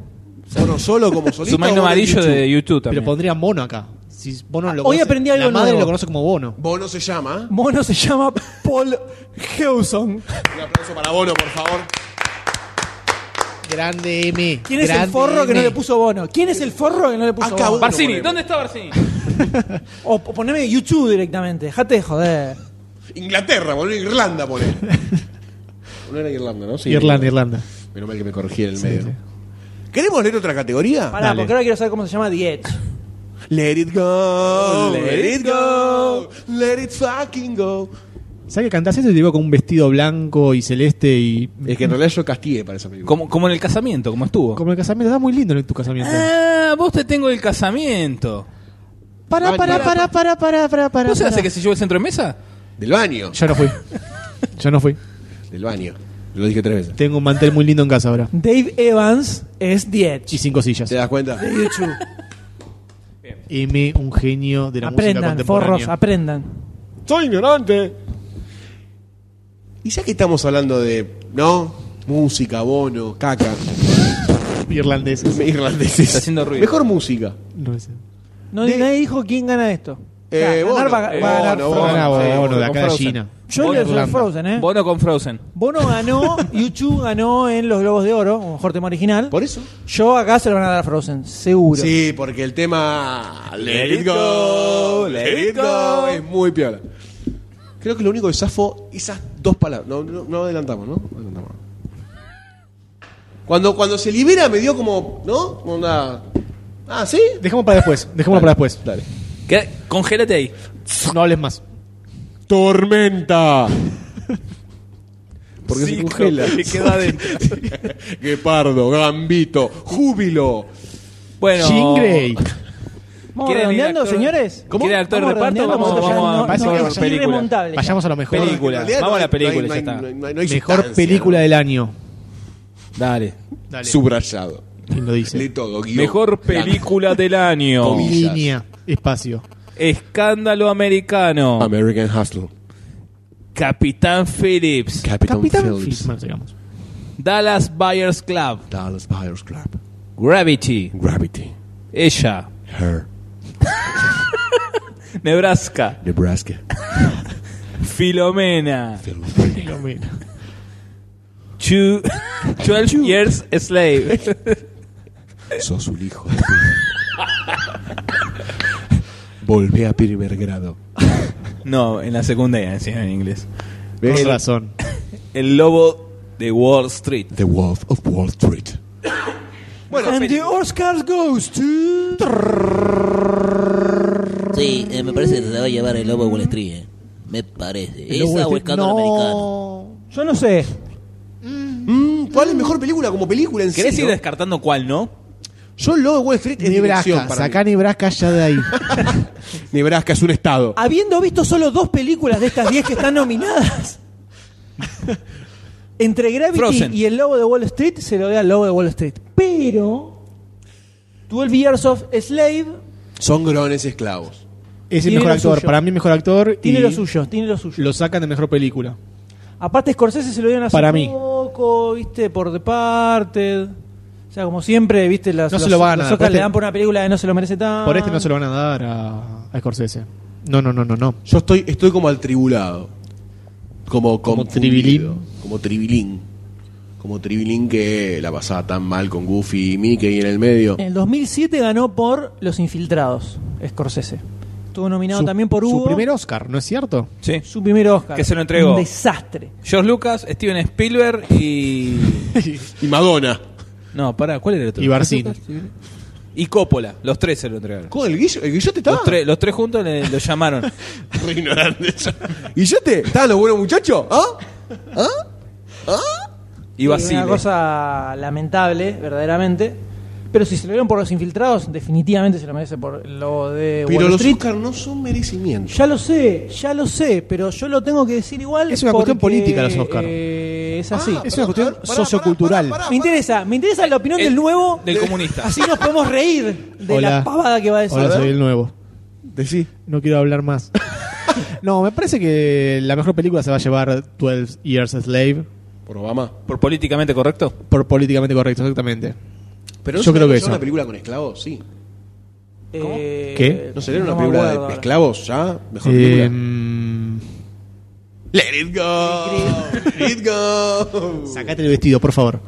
Speaker 1: Bono solo como solista.
Speaker 3: su mano
Speaker 1: Bono en
Speaker 3: amarillo
Speaker 1: YouTube.
Speaker 3: de YouTube también.
Speaker 5: Pero pondría Bono acá. Si Bono lo
Speaker 2: Ah, Hoy
Speaker 5: conoce-
Speaker 2: aprendí algo
Speaker 5: La madre
Speaker 2: nuevo.
Speaker 5: lo conoce como Bono.
Speaker 1: Bono se llama.
Speaker 2: Mono se llama Paul Hewson.
Speaker 1: Un aplauso para Bono, por favor.
Speaker 5: Grande M.
Speaker 2: ¿Quién es el
Speaker 5: grande
Speaker 2: forro que no
Speaker 5: M.
Speaker 2: le puso Bono? ¿Quién es el forro que no le puso
Speaker 1: Acá
Speaker 2: Bono?
Speaker 3: Barcini,
Speaker 1: ponemos.
Speaker 3: ¿dónde está Barcini?
Speaker 2: O, o poneme YouTube directamente, dejate de joder.
Speaker 1: Inglaterra, boludo. Irlanda, poner. No era Irlanda, ¿no? Sí.
Speaker 5: Irlanda, Irlanda.
Speaker 1: Menos mal que me corregí en el medio. ¿Queremos leer otra categoría?
Speaker 2: Pará,
Speaker 5: Dale.
Speaker 2: porque ahora quiero saber cómo se llama The Edge.
Speaker 1: Let it go, let
Speaker 3: Let
Speaker 1: it
Speaker 3: it
Speaker 1: go, let it fucking go.
Speaker 5: ¿Sabes que cantás eso y te digo con un vestido blanco y celeste y. eh,
Speaker 1: Es que en realidad yo castigué para esa película.
Speaker 3: Como, como en el casamiento, como estuvo.
Speaker 5: Como el casamiento, está muy lindo en tu casamiento.
Speaker 3: Ah, vos te tengo el casamiento.
Speaker 5: Pará, pará, pará, pará, pará, pará, pará.
Speaker 3: ¿Vos se hace
Speaker 5: pará.
Speaker 3: que se llevó el centro de mesa?
Speaker 1: Del baño,
Speaker 5: Yo no fui. Yo no fui.
Speaker 1: del baño. Lo dije tres veces.
Speaker 5: Tengo un mantel muy lindo en casa ahora.
Speaker 2: Dave Evans es The
Speaker 5: Y
Speaker 2: Edge.
Speaker 5: cinco sillas.
Speaker 1: ¿Te das cuenta?
Speaker 2: De YouTube.
Speaker 5: M, un genio de la música
Speaker 2: Aprendan,
Speaker 5: contemporánea.
Speaker 2: forros, aprendan.
Speaker 1: ¡Soy ignorante! Y ya que estamos hablando de, ¿no? Música, bono, caca,
Speaker 5: Irlandeses.
Speaker 1: irlandeses.
Speaker 3: Está haciendo ruido.
Speaker 1: Mejor música.
Speaker 5: No sé.
Speaker 2: No,
Speaker 1: De-
Speaker 2: Nadie dijo quién gana esto.
Speaker 1: Eh,
Speaker 2: O sea, ganar
Speaker 1: Bono,
Speaker 2: va, va a
Speaker 1: Bono,
Speaker 2: ganar Frozen.
Speaker 1: Bono,
Speaker 5: Bueno,
Speaker 1: sí,
Speaker 5: bueno,
Speaker 1: bueno,
Speaker 5: de acá de
Speaker 1: Frozen.
Speaker 5: China.
Speaker 2: Yo
Speaker 3: Bono
Speaker 2: le soy
Speaker 5: Irlanda.
Speaker 2: Frozen, ¿eh?
Speaker 3: Bono con Frozen.
Speaker 2: Bono ganó, Yuchu ganó en los Globos de Oro, como mejor tema original.
Speaker 1: ¿Por eso?
Speaker 2: Yo acá se lo van a dar a Frozen, seguro.
Speaker 1: Sí, porque el tema Let it go, let it go es muy piola. Creo que lo único que zafo esas dos palabras. No, no, no adelantamos, ¿no? Adelantamos. Cuando, cuando se libera me dio como, ¿no? Como una- Ah, ¿sí?
Speaker 5: Dejemos para después. Dejémoslo para después.
Speaker 1: Dale.
Speaker 3: Queda- Congélate ahí.
Speaker 5: No hables más.
Speaker 1: Tormenta. Porque se
Speaker 3: Ciclo,
Speaker 1: congela.
Speaker 3: que queda adentro.
Speaker 1: Guepardo, gambito, júbilo.
Speaker 3: Bueno.
Speaker 5: Jean Grey.
Speaker 2: ¿Vamos
Speaker 3: ¿Quieren ir
Speaker 2: redondeando,
Speaker 3: actor-
Speaker 2: señores?
Speaker 3: ¿Cómo? ¿Quieren actor de
Speaker 2: ¿Vamos
Speaker 3: reparto o
Speaker 2: redondeando?
Speaker 3: vamos-
Speaker 2: Porque ya
Speaker 3: vamos a-
Speaker 2: no-
Speaker 5: parece
Speaker 2: no,
Speaker 5: que
Speaker 2: es
Speaker 3: película?
Speaker 2: irremontable.
Speaker 5: Vayamos a lo mejor.
Speaker 3: Película.
Speaker 1: En realidad
Speaker 3: Vamos a la
Speaker 1: hay-
Speaker 3: película,
Speaker 1: no hay-
Speaker 3: ya está.
Speaker 1: no hay- no hay
Speaker 5: Mejor
Speaker 1: sustancia,
Speaker 5: película
Speaker 1: ¿no?
Speaker 5: del año.
Speaker 3: Dale.
Speaker 5: Dale.
Speaker 1: Subrayado.
Speaker 5: Y lo
Speaker 1: De
Speaker 5: dice.
Speaker 1: todo, guión.
Speaker 3: Mejor
Speaker 1: Claro.
Speaker 3: película del año.
Speaker 1: Comillas.
Speaker 5: Línea, espacio.
Speaker 3: Escándalo americano.
Speaker 1: American Hustle.
Speaker 3: Capitán Phillips.
Speaker 1: Capitán,
Speaker 5: Capitán
Speaker 1: Phillips.
Speaker 5: Phillips. Bueno, sigamos.
Speaker 3: Dallas Buyers Club.
Speaker 1: Dallas Buyers Club.
Speaker 3: Gravity.
Speaker 1: Gravity.
Speaker 3: Ella.
Speaker 1: Her.
Speaker 3: Nebraska.
Speaker 1: Nebraska.
Speaker 3: Filomena.
Speaker 1: Phillips.
Speaker 5: Filomena.
Speaker 3: Chu- 12 Years a Slave.
Speaker 1: Sos un hijo. de puta. Volvé a primer grado.
Speaker 3: No, en la secundaria decían en inglés.
Speaker 5: Con razón.
Speaker 3: El lobo de Wall Street.
Speaker 1: The Wolf of Wall Street.
Speaker 2: And the Oscars goes to...
Speaker 6: Sí, eh, me parece que se va a llevar el lobo de Wall Street. eh. Me parece. Esa o Escándalo Americano.
Speaker 2: Yo no sé.
Speaker 1: Mm, ¿Cuál es mejor película como película en
Speaker 3: ¿Querés ir
Speaker 1: serio?
Speaker 3: descartando cuál no?
Speaker 1: Yo lo de Wall Street es dirección
Speaker 5: Nebraska,
Speaker 1: para
Speaker 5: sacá Nebraska ya de ahí.
Speaker 1: mí. Nebraska es un estado.
Speaker 2: Habiendo visto solo dos películas de estas 10 que están nominadas, entre Gravity
Speaker 3: Frozen.
Speaker 2: y El Lobo de Wall Street se lo da al Lobo de Wall Street. Pero 12 Years of a Slave
Speaker 1: Son grones esclavos.
Speaker 5: Es el
Speaker 2: Tiene
Speaker 5: mejor
Speaker 2: lo
Speaker 5: actor.
Speaker 2: suyo.
Speaker 5: Para mí, mejor actor.
Speaker 2: tiene
Speaker 5: y
Speaker 2: lo suyo, tiene lo suyo.
Speaker 5: Lo sacan de mejor película.
Speaker 2: Aparte Scorsese se lo dieron hace
Speaker 5: Para mí.
Speaker 2: poco, viste, por Departed. O sea, como siempre, viste, las,
Speaker 5: No se
Speaker 2: los-
Speaker 5: lo van a
Speaker 2: los
Speaker 5: dar,
Speaker 2: Oscars
Speaker 5: por
Speaker 2: le
Speaker 5: este-
Speaker 2: dan por una película que no se lo merece tanto.
Speaker 5: Por este
Speaker 6: Ah.
Speaker 5: no se lo van a dar a, a Scorsese. No, no, no, no, no.
Speaker 1: Yo estoy, estoy como atribulado. Como, como
Speaker 5: tribilín.
Speaker 1: Como tribilín. Como tribilín que la pasaba tan mal con Goofy y Mickey en el medio.
Speaker 2: En el 2007 ganó por Los Infiltrados, Scorsese. Estuvo nominado
Speaker 5: su,
Speaker 2: también por
Speaker 5: su
Speaker 2: Hugo.
Speaker 5: primer Oscar, ¿no es cierto?
Speaker 3: Sí.
Speaker 2: Su primer Oscar.
Speaker 3: Que se lo entregó.
Speaker 2: Un desastre.
Speaker 3: George Lucas, Steven Spielberg y.
Speaker 1: Y Madonna.
Speaker 3: No, pará, ¿cuál era el otro?
Speaker 5: Y Barcini.
Speaker 3: Y Coppola, los tres se lo entregaron.
Speaker 1: ¿Cómo, ¿El, guillo, ¿El guillote estaba?
Speaker 3: Los, tres- los tres juntos le- lo llamaron.
Speaker 1: Re ignorante yo. ¿Guillote? ¿Estaban los buenos muchachos? ¿Ah? ¿Ah?
Speaker 3: Y
Speaker 2: Sí,
Speaker 3: Basile.
Speaker 2: Una cosa lamentable, verdaderamente. Pero si se lo dieron por los infiltrados, definitivamente se lo merece por lo de
Speaker 1: Pero
Speaker 2: Wall
Speaker 1: los
Speaker 2: Street.
Speaker 1: Oscar no son merecimientos.
Speaker 2: Ya lo sé, ya lo sé, pero yo lo tengo que decir igual.
Speaker 5: Es una cuestión
Speaker 2: porque,
Speaker 5: política los Oscar. Ah,
Speaker 2: eh, es así.
Speaker 5: es una cuestión sociocultural.
Speaker 2: me interesa, me interesa la opinión
Speaker 3: El-
Speaker 2: del nuevo. eh,
Speaker 3: del comunista.
Speaker 2: Así nos podemos reír de
Speaker 5: Hola.
Speaker 2: la pavada que va a decir.
Speaker 5: Hola, soy el nuevo.
Speaker 1: Decí.
Speaker 5: No quiero hablar más. no, me parece que la mejor película se va a llevar 12 Years a Slave.
Speaker 1: Por Obama.
Speaker 3: ¿Por políticamente correcto?
Speaker 5: Por políticamente correcto, exactamente.
Speaker 1: Pero
Speaker 5: Yo
Speaker 1: se
Speaker 5: creo
Speaker 1: le
Speaker 5: que
Speaker 1: hizo
Speaker 5: eso.
Speaker 1: una película con esclavos, sí.
Speaker 2: Eh,
Speaker 5: ¿Qué?
Speaker 1: ¿No sería una
Speaker 2: me
Speaker 1: película
Speaker 2: acuerdo
Speaker 1: de
Speaker 2: ahora.
Speaker 1: esclavos ya? Mejor
Speaker 5: Eh,
Speaker 1: película.
Speaker 5: mm,
Speaker 1: Let it go. Let it go.
Speaker 5: sacate el vestido, por favor.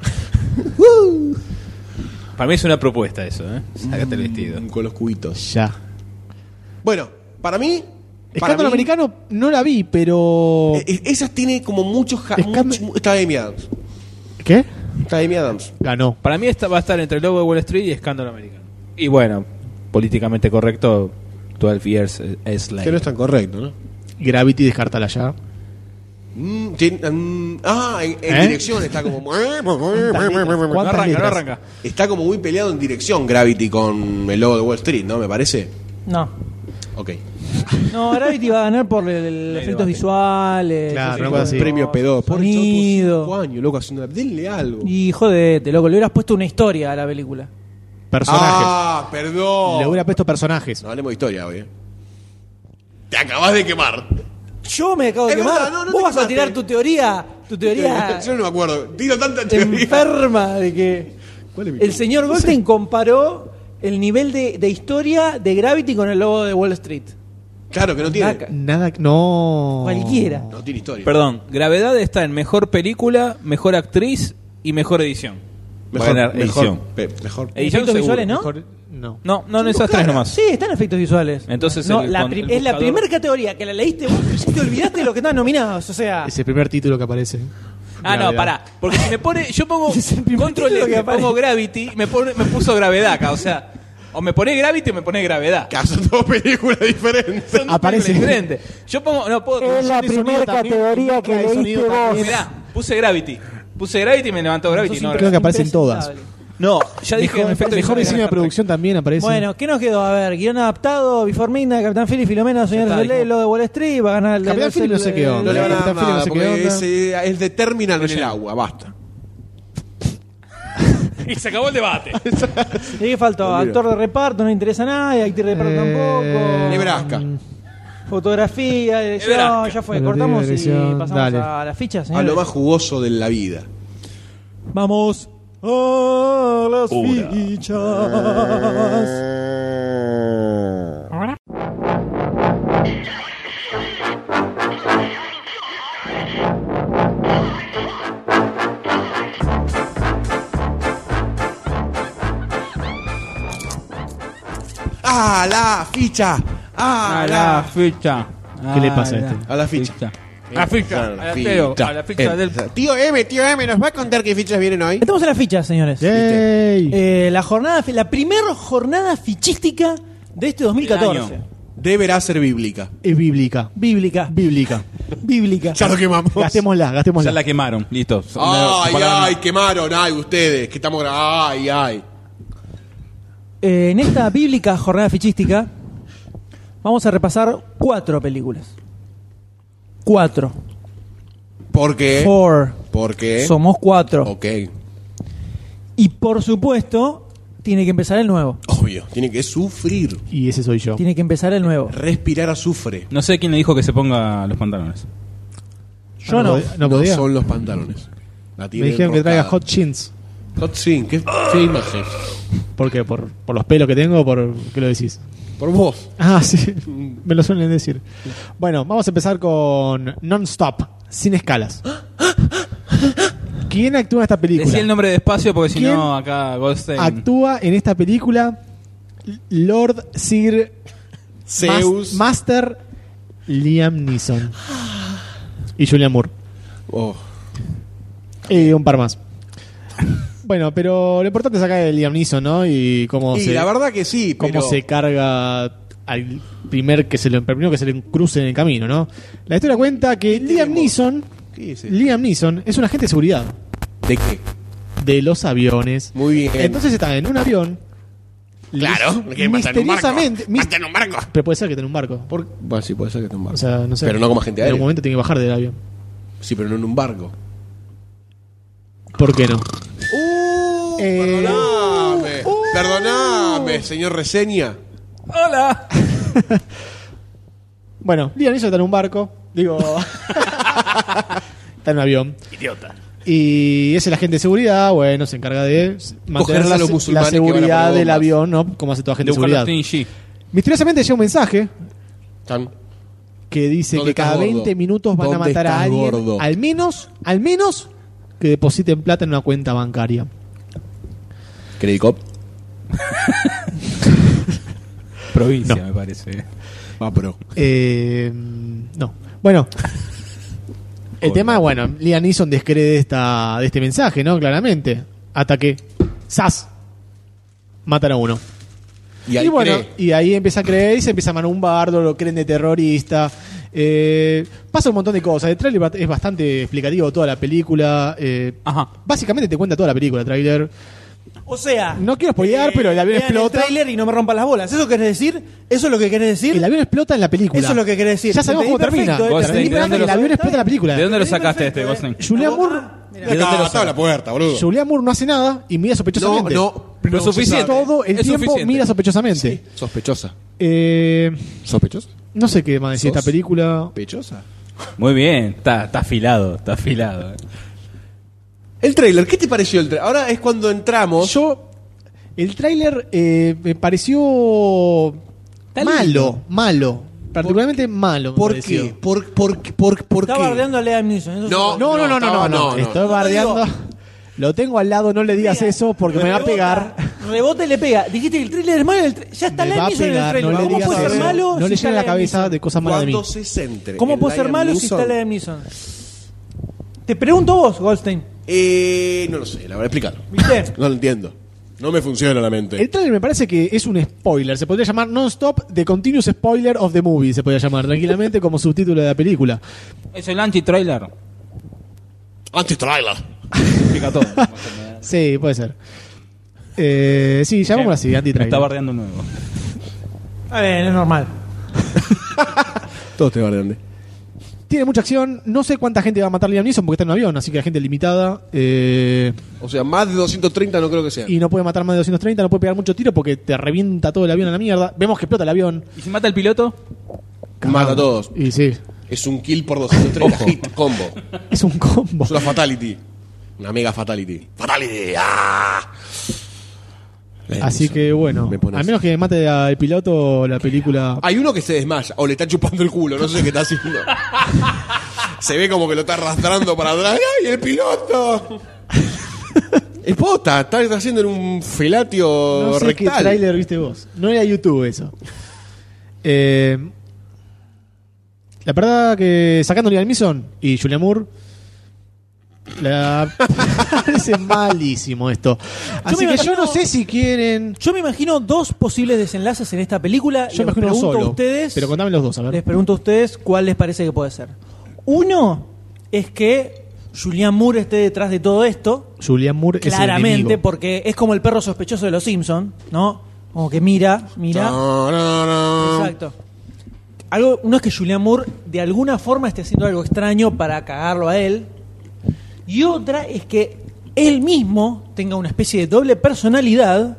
Speaker 3: Para mí es una propuesta eso, ¿eh? Sácate el vestido.
Speaker 1: Con los cubitos.
Speaker 5: Ya.
Speaker 1: Bueno, para mí. para
Speaker 5: Escándalo
Speaker 1: mí,
Speaker 5: americano no la vi, pero.
Speaker 1: eh, eh, Esas tiene como muchos. ja-
Speaker 5: Escándalo-
Speaker 1: mucho- Está Amy Adams.
Speaker 5: ¿Qué?
Speaker 1: Está Amy Adams.
Speaker 5: eh, Ganó.
Speaker 3: Para mí esta va a estar entre el Lobo de Wall Street y Escándalo Americano. Y bueno, políticamente correcto, 12 Years eh, a Slave.
Speaker 1: Que no es tan correcto, ¿no?
Speaker 5: Gravity, descártala ya.
Speaker 1: Mm, tiene- mm, ah, en, en
Speaker 5: ¿Eh?
Speaker 1: dirección está como. eh,
Speaker 3: No
Speaker 5: ¿Cuántas
Speaker 3: arranca, no
Speaker 5: letras?
Speaker 3: arranca.
Speaker 1: Está como muy peleado en dirección Gravity con el logo de Wall Street, ¿no? Me parece.
Speaker 2: No.
Speaker 1: Ok.
Speaker 2: No, Gravity va a ganar por el, el
Speaker 3: hay
Speaker 2: efectos
Speaker 3: debate.
Speaker 2: visuales.
Speaker 5: Claro,
Speaker 2: ese
Speaker 5: no
Speaker 2: tipo de
Speaker 5: así.
Speaker 2: cosas,
Speaker 1: Premio pedo. Por
Speaker 2: Sonido.
Speaker 1: cinco años, loco, haciendo. Denle algo.
Speaker 2: Y jodete, loco, le hubieras puesto una historia a la película.
Speaker 5: Personajes.
Speaker 1: Ah, perdón.
Speaker 5: Le hubiera puesto personajes.
Speaker 1: No hablemos de historia hoy. eh. Te acabas de quemar.
Speaker 2: Yo me acabo de
Speaker 1: Es
Speaker 2: quemar.
Speaker 1: verdad, no, no
Speaker 2: Vos
Speaker 1: te
Speaker 2: vas a
Speaker 1: quemaste.
Speaker 2: tirar tu teoría, tu teoría
Speaker 1: Yo no me acuerdo. Tiro tanta teoría.
Speaker 2: enferma de que
Speaker 1: ¿Cuál es mi
Speaker 2: el señor Goldstein comparó el nivel de, de historia de Gravity con el lobo de Wall Street.
Speaker 1: Claro que no tiene.
Speaker 2: Naca.
Speaker 5: Nada. No.
Speaker 2: Cualquiera.
Speaker 1: No tiene historia.
Speaker 3: Perdón, Gravedad está en mejor película, mejor actriz y mejor edición. Va a ganar edición.
Speaker 1: pe- mejor.
Speaker 3: Edición
Speaker 2: Efectos
Speaker 3: seguro.
Speaker 2: visuales, ¿no?
Speaker 5: Mejor- no.
Speaker 3: No, no, en esas tres nomás.
Speaker 2: Sí, están efectos visuales.
Speaker 3: Entonces,
Speaker 2: No,
Speaker 3: el-
Speaker 2: la
Speaker 3: con-
Speaker 2: pri-
Speaker 3: el
Speaker 2: es la
Speaker 3: buscador-
Speaker 2: primera categoría que la leíste vos y te olvidaste de lo que estaban nominados. O sea,
Speaker 5: Es el primer título que aparece.
Speaker 3: Ah, no,
Speaker 5: Gravedad.
Speaker 3: pará. Porque si me pone. Yo pongo.
Speaker 2: Es el primer
Speaker 3: control
Speaker 2: título
Speaker 3: F,
Speaker 2: que aparece.
Speaker 3: pongo Gravity, me, pone- me puso gravedad acá. O sea, o me pone Gravity o me pone gravedad.
Speaker 1: Caso dos películas diferentes.
Speaker 3: Son dos
Speaker 5: Aparece.
Speaker 3: películas diferentes. Yo pongo. No, puedo.
Speaker 7: Es la primera categoría que leíste vos.
Speaker 3: Mirá, puse Gravity. Puse Gravity y me levantó Gravity.
Speaker 2: sos
Speaker 3: No,
Speaker 5: Creo que aparecen
Speaker 2: impresentable.
Speaker 5: todas.
Speaker 3: no, ya dije.
Speaker 5: Mejor,
Speaker 3: efecto visual,
Speaker 5: mejor diseño de
Speaker 3: Star Trek.
Speaker 5: producción también aparece.
Speaker 2: Bueno, ¿qué nos quedó? A ver, guión adaptado, Before Midnight, Capitán Philly, Filomena, Señor
Speaker 3: está,
Speaker 2: de Ley,
Speaker 3: dijimos.
Speaker 2: lo de Wall Street, va a ganar el
Speaker 5: Capitán
Speaker 2: el-
Speaker 5: Philip no sé
Speaker 2: el-
Speaker 5: qué onda.
Speaker 1: No le van a dar
Speaker 5: Capitán Phillips,
Speaker 1: nada
Speaker 5: no sé qué
Speaker 1: porque
Speaker 5: onda.
Speaker 1: es, eh, es de terminal en el agua, basta.
Speaker 3: Y se acabó el debate.
Speaker 2: ¿Y qué faltó? Actor de reparto, no le interesa nada, actor de reparto
Speaker 5: Eh,
Speaker 2: tampoco.
Speaker 1: Nebraska.
Speaker 2: Fotografía, dirección,
Speaker 3: Nebraska.
Speaker 2: ya fue.
Speaker 5: Fotografía,
Speaker 2: Cortamos y
Speaker 5: dirección,
Speaker 2: pasamos
Speaker 5: dale.
Speaker 2: a las fichas,
Speaker 1: A
Speaker 2: señores.
Speaker 1: lo más jugoso de la vida.
Speaker 2: Vamos a las
Speaker 5: Eh.
Speaker 2: fichas.
Speaker 1: ¡A ¡Ah, la ficha! ¡A,
Speaker 3: A
Speaker 1: la,
Speaker 3: Ah, la ficha.
Speaker 5: ¿Qué le pasa a
Speaker 3: A la
Speaker 5: este?
Speaker 1: a la ficha!
Speaker 3: A la ficha.
Speaker 1: A la
Speaker 3: al ateo,
Speaker 1: ficha.
Speaker 3: A la ficha
Speaker 1: Eh,
Speaker 3: del.
Speaker 1: Tío M, tío M, ¿nos va a contar qué fichas vienen hoy?
Speaker 2: Estamos en las fichas, señores.
Speaker 5: ¡Yay!
Speaker 2: Eh, la jornada, fi- la primera jornada fichística de este 2014.
Speaker 3: Del año.
Speaker 1: Deberá ser bíblica.
Speaker 5: Es bíblica.
Speaker 2: Bíblica.
Speaker 5: Bíblica.
Speaker 2: Bíblica.
Speaker 1: Ya lo quemamos.
Speaker 5: Gastémosla,
Speaker 3: Ya
Speaker 5: gastémosla.
Speaker 3: la quemaron. Listo.
Speaker 1: Ay,
Speaker 3: Palabra-
Speaker 1: ay, quemaron, ay, ustedes, que estamos grabando, ay, ay.
Speaker 2: Eh, en esta bíblica jornada fichística vamos a repasar cuatro películas. Cuatro.
Speaker 1: ¿Por qué?
Speaker 2: Four.
Speaker 1: ¿Por qué?
Speaker 2: Somos cuatro.
Speaker 1: Ok,
Speaker 2: Y por supuesto, tiene que empezar el nuevo.
Speaker 1: obvio, tiene que sufrir.
Speaker 5: Y ese soy yo.
Speaker 2: Tiene que empezar el nuevo.
Speaker 1: Respirar a sufre.
Speaker 3: No sé quién le dijo que se ponga los pantalones.
Speaker 2: Yo no.
Speaker 5: podía- No podía.
Speaker 1: son los pantalones. La
Speaker 5: Me
Speaker 1: tiene
Speaker 5: dijeron que
Speaker 1: enroscada.
Speaker 5: traiga hot chins.
Speaker 1: Hot Sink, ¿qué, qué imagen?
Speaker 5: ¿Por qué? ¿Por, por los pelos que tengo o por qué lo decís?
Speaker 1: Por vos.
Speaker 5: Ah, sí. Me lo suelen decir. Bueno, vamos a empezar con Non-Stop, sin escalas. ¿Quién actúa en esta película?
Speaker 3: Decí el nombre despacio porque si
Speaker 5: ¿Quién
Speaker 3: no, acá Goldstein.
Speaker 5: Actúa en esta película Lord Sir
Speaker 1: Zeus.
Speaker 5: Mas- Master Liam Neeson y Julian Moore.
Speaker 1: Oh.
Speaker 5: Y un par más. Bueno, pero lo importante es acá el Liam Neeson, ¿no? Y cómo
Speaker 1: Y
Speaker 5: se
Speaker 1: la verdad que sí,
Speaker 5: cómo
Speaker 1: pero
Speaker 5: se carga al primer que se le primero que se le cruce en el camino, ¿no? La historia cuenta que Liam
Speaker 1: tenemos?
Speaker 5: Neeson,
Speaker 1: ¿Qué es eso?
Speaker 5: Liam Neeson es un agente de seguridad
Speaker 1: ¿De qué?
Speaker 5: de los aviones.
Speaker 1: Muy bien.
Speaker 5: Entonces está en un avión.
Speaker 1: Claro, que mata en un barco.
Speaker 5: misteriosamente, mis-
Speaker 1: Mata en un barco.
Speaker 5: pero puede ser que esté en un barco.
Speaker 1: Por- Bueno, sí, puede ser que esté en un barco.
Speaker 5: O sea, no sé.
Speaker 1: Pero no como agente
Speaker 5: En algún
Speaker 1: aérea.
Speaker 5: momento tiene que bajar del avión.
Speaker 1: Sí, pero no en un barco.
Speaker 5: ¿Por qué no?
Speaker 3: Uh,
Speaker 5: Eh,
Speaker 1: Perdoname,
Speaker 5: Oh.
Speaker 1: perdoname, señor Reseña.
Speaker 3: ¡Hola!
Speaker 5: Bueno, Liam Neeson está en un barco. Digo. está en un avión. Idiota. Y es el agente de seguridad, bueno, se encarga de mantener
Speaker 1: a
Speaker 5: la,
Speaker 1: los
Speaker 5: se- la
Speaker 1: musulmanes que van a por
Speaker 5: seguridad del
Speaker 1: bombas.
Speaker 5: avión, ¿no? Como hace toda
Speaker 3: De
Speaker 5: agente de
Speaker 3: buscar los
Speaker 5: seguridad.
Speaker 3: Twin G.
Speaker 5: Misteriosamente llega un mensaje
Speaker 1: Tan.
Speaker 5: que dice
Speaker 1: ¿Dónde
Speaker 5: que cada
Speaker 1: estás, gordo?
Speaker 5: 20 minutos van a
Speaker 1: ¿Dónde
Speaker 5: matar a
Speaker 1: estás,
Speaker 5: alguien.
Speaker 1: gordo?
Speaker 5: Al menos, al menos que depositen plata en una cuenta bancaria.
Speaker 1: Credit Cop.
Speaker 3: Provincia, me parece.
Speaker 1: Va, pero.
Speaker 5: Eh, no. Bueno. El tema, bueno, Liam Neeson descree de, esta, de este mensaje, ¿no? Claramente. Hasta que. ¡Sas! Matan a uno.
Speaker 1: Y ahí
Speaker 5: bueno,
Speaker 1: cree.
Speaker 5: y ahí empieza a creer y se empieza a mandar un bardo, lo creen de terrorista. Eh, pasa un montón de cosas. El trailer es bastante explicativo toda la película. eh,
Speaker 3: Ajá.
Speaker 5: Básicamente te cuenta toda la película, el trailer.
Speaker 2: O sea,
Speaker 5: No quiero
Speaker 1: Eh,
Speaker 5: spoilear, pero el avión
Speaker 2: vean
Speaker 5: explota.
Speaker 2: El trailer y no me rompan las bolas. ¿Eso querés decir? ¿Eso es lo que querés decir?
Speaker 5: El avión explota en la película.
Speaker 2: Eso es lo que quería decir.
Speaker 5: Ya sabemos
Speaker 2: Te
Speaker 5: cómo
Speaker 2: entendí
Speaker 5: termina.
Speaker 2: perfecto,
Speaker 3: Vos
Speaker 5: La
Speaker 3: entendí,
Speaker 5: película
Speaker 3: ¿de
Speaker 5: es
Speaker 3: dónde
Speaker 5: que el
Speaker 3: lo-
Speaker 5: avión explota en la película.
Speaker 3: ¿De dónde lo
Speaker 2: Está bien,
Speaker 3: sacaste este,
Speaker 2: perfecto,
Speaker 3: Goldstein?
Speaker 2: eh.
Speaker 5: Julian
Speaker 2: Ah,
Speaker 5: Moore-
Speaker 2: mirá.
Speaker 3: ¿De dónde lo
Speaker 1: Acá,
Speaker 3: saca?
Speaker 1: la puerta, boludo.
Speaker 5: Julian Moore no hace nada y mira
Speaker 1: No,
Speaker 5: sospechosamente.
Speaker 1: no.
Speaker 3: Pero
Speaker 1: no se
Speaker 3: suficiente.
Speaker 1: sabe.
Speaker 5: Todo el
Speaker 3: Es
Speaker 5: tiempo
Speaker 3: suficiente.
Speaker 5: mira sospechosamente.
Speaker 1: Sospechosa.
Speaker 5: Eh,
Speaker 1: ¿Sospechosa?
Speaker 5: no sé qué más decir
Speaker 1: ¿Sos?
Speaker 5: esta película.
Speaker 1: ¿Sospechosa?
Speaker 3: Muy bien, está, está afilado, está afilado. eh.
Speaker 1: El trailer, ¿qué te pareció el trailer? Ahora es cuando entramos.
Speaker 5: Yo. El tráiler eh, me pareció.
Speaker 3: Está
Speaker 5: malo,
Speaker 3: lindo.
Speaker 5: malo. Particularmente malo. me
Speaker 1: ¿Por
Speaker 5: pareció.
Speaker 1: qué? ¿Por, por, qué? por, por
Speaker 2: Está
Speaker 1: qué?
Speaker 2: bardeando a Liam Neeson. eso
Speaker 1: No,
Speaker 2: sí.
Speaker 5: No, no, no, no, no,
Speaker 1: No,
Speaker 5: no.
Speaker 1: no, no.
Speaker 5: Estoy
Speaker 2: No,
Speaker 5: bardeando.
Speaker 2: digo-
Speaker 5: Lo tengo al lado, no le digas
Speaker 2: Pega.
Speaker 5: eso porque me va a
Speaker 2: Rebota,
Speaker 5: pegar.
Speaker 2: Rebota y le pega. Dijiste que el thriller es malo. el thr- ya está
Speaker 5: Me
Speaker 2: Liam
Speaker 5: va a
Speaker 2: Neeson en el
Speaker 5: pegar,
Speaker 2: trailer.
Speaker 5: no le
Speaker 2: ¿Cómo
Speaker 5: digas
Speaker 2: puede ser
Speaker 5: eso.
Speaker 2: malo?
Speaker 5: No
Speaker 2: si
Speaker 5: le
Speaker 2: está
Speaker 5: llena la
Speaker 2: Liam
Speaker 5: cabeza
Speaker 2: Neeson?
Speaker 5: de cosas malas de mí.
Speaker 1: Cuando se centre.
Speaker 2: ¿Cómo
Speaker 1: en
Speaker 2: puede ser
Speaker 1: Liam
Speaker 2: malo si
Speaker 1: Neeson,
Speaker 2: está Liam Neeson? Te pregunto vos, Goldstein.
Speaker 1: Eh, no lo sé, la verdad, explícalo.
Speaker 2: ¿Viste?
Speaker 1: No lo entiendo. No me funciona la
Speaker 5: El
Speaker 1: mente.
Speaker 5: trailer me parece que es un spoiler. Se podría llamar Non-Stop The Continuous Spoiler of the Movie. Se podría llamar tranquilamente como subtítulo de la película.
Speaker 3: Es el anti-trailer.
Speaker 1: Anti-trailer.
Speaker 3: Explica todo.
Speaker 5: Sí, puede ser. Eh, sí, llamémoslo así, anti
Speaker 3: Me Está bardeando nuevo.
Speaker 2: A ver, es normal.
Speaker 1: Todos te bardean.
Speaker 5: Tiene mucha acción. No sé cuánta gente va a matar Liam Neeson porque está en un avión, así que la gente limitada. eh,
Speaker 1: O sea, más de 230 no creo que sea.
Speaker 5: y no puede matar más de 230, no puede pegar mucho tiro porque te revienta todo el avión a la mierda. Vemos que explota el avión.
Speaker 3: ¿Y si mata el piloto?
Speaker 1: Mata a todos.
Speaker 5: Y sí,
Speaker 1: Es un kill por 230 hit combo.
Speaker 5: es un combo.
Speaker 1: Es una fatality. Una mega fatality. ¡Fatality! ¡Ah!
Speaker 5: Así que bueno,
Speaker 1: Me pones-
Speaker 5: al menos que mate al piloto la película.
Speaker 1: Hay uno que se desmaya o le está chupando el culo, no sé qué está haciendo. se ve como que lo está arrastrando para atrás. ¡Ay, el piloto! Es posta, está haciendo en un felatio
Speaker 5: No sé qué
Speaker 1: rectal.
Speaker 5: tráiler viste vos. No era YouTube eso. Eh, la verdad que sacando Liam Neeson y Julia Moore la parece malísimo esto. Así
Speaker 2: me
Speaker 5: que yo
Speaker 2: imagino-
Speaker 5: no sé si quieren.
Speaker 2: Yo me imagino dos posibles desenlaces en esta película.
Speaker 5: Yo me
Speaker 2: les
Speaker 5: imagino
Speaker 2: pregunto
Speaker 5: solo.
Speaker 2: a ustedes.
Speaker 5: Pero contame los dos, a
Speaker 2: Les
Speaker 5: ver.
Speaker 2: pregunto a ustedes cuál les parece que puede ser. Uno es que Julian Moore esté detrás de todo esto,
Speaker 5: Julian Moore es el
Speaker 2: claramente,
Speaker 5: enemigo.
Speaker 2: porque es como el perro sospechoso de los Simpson, ¿no? Como que mira, mira.
Speaker 1: No, no, no.
Speaker 2: Exacto. Algo, no es que Julian Moore de alguna forma esté haciendo algo extraño para cagarlo a él. Y otra es que él mismo tenga una especie de doble personalidad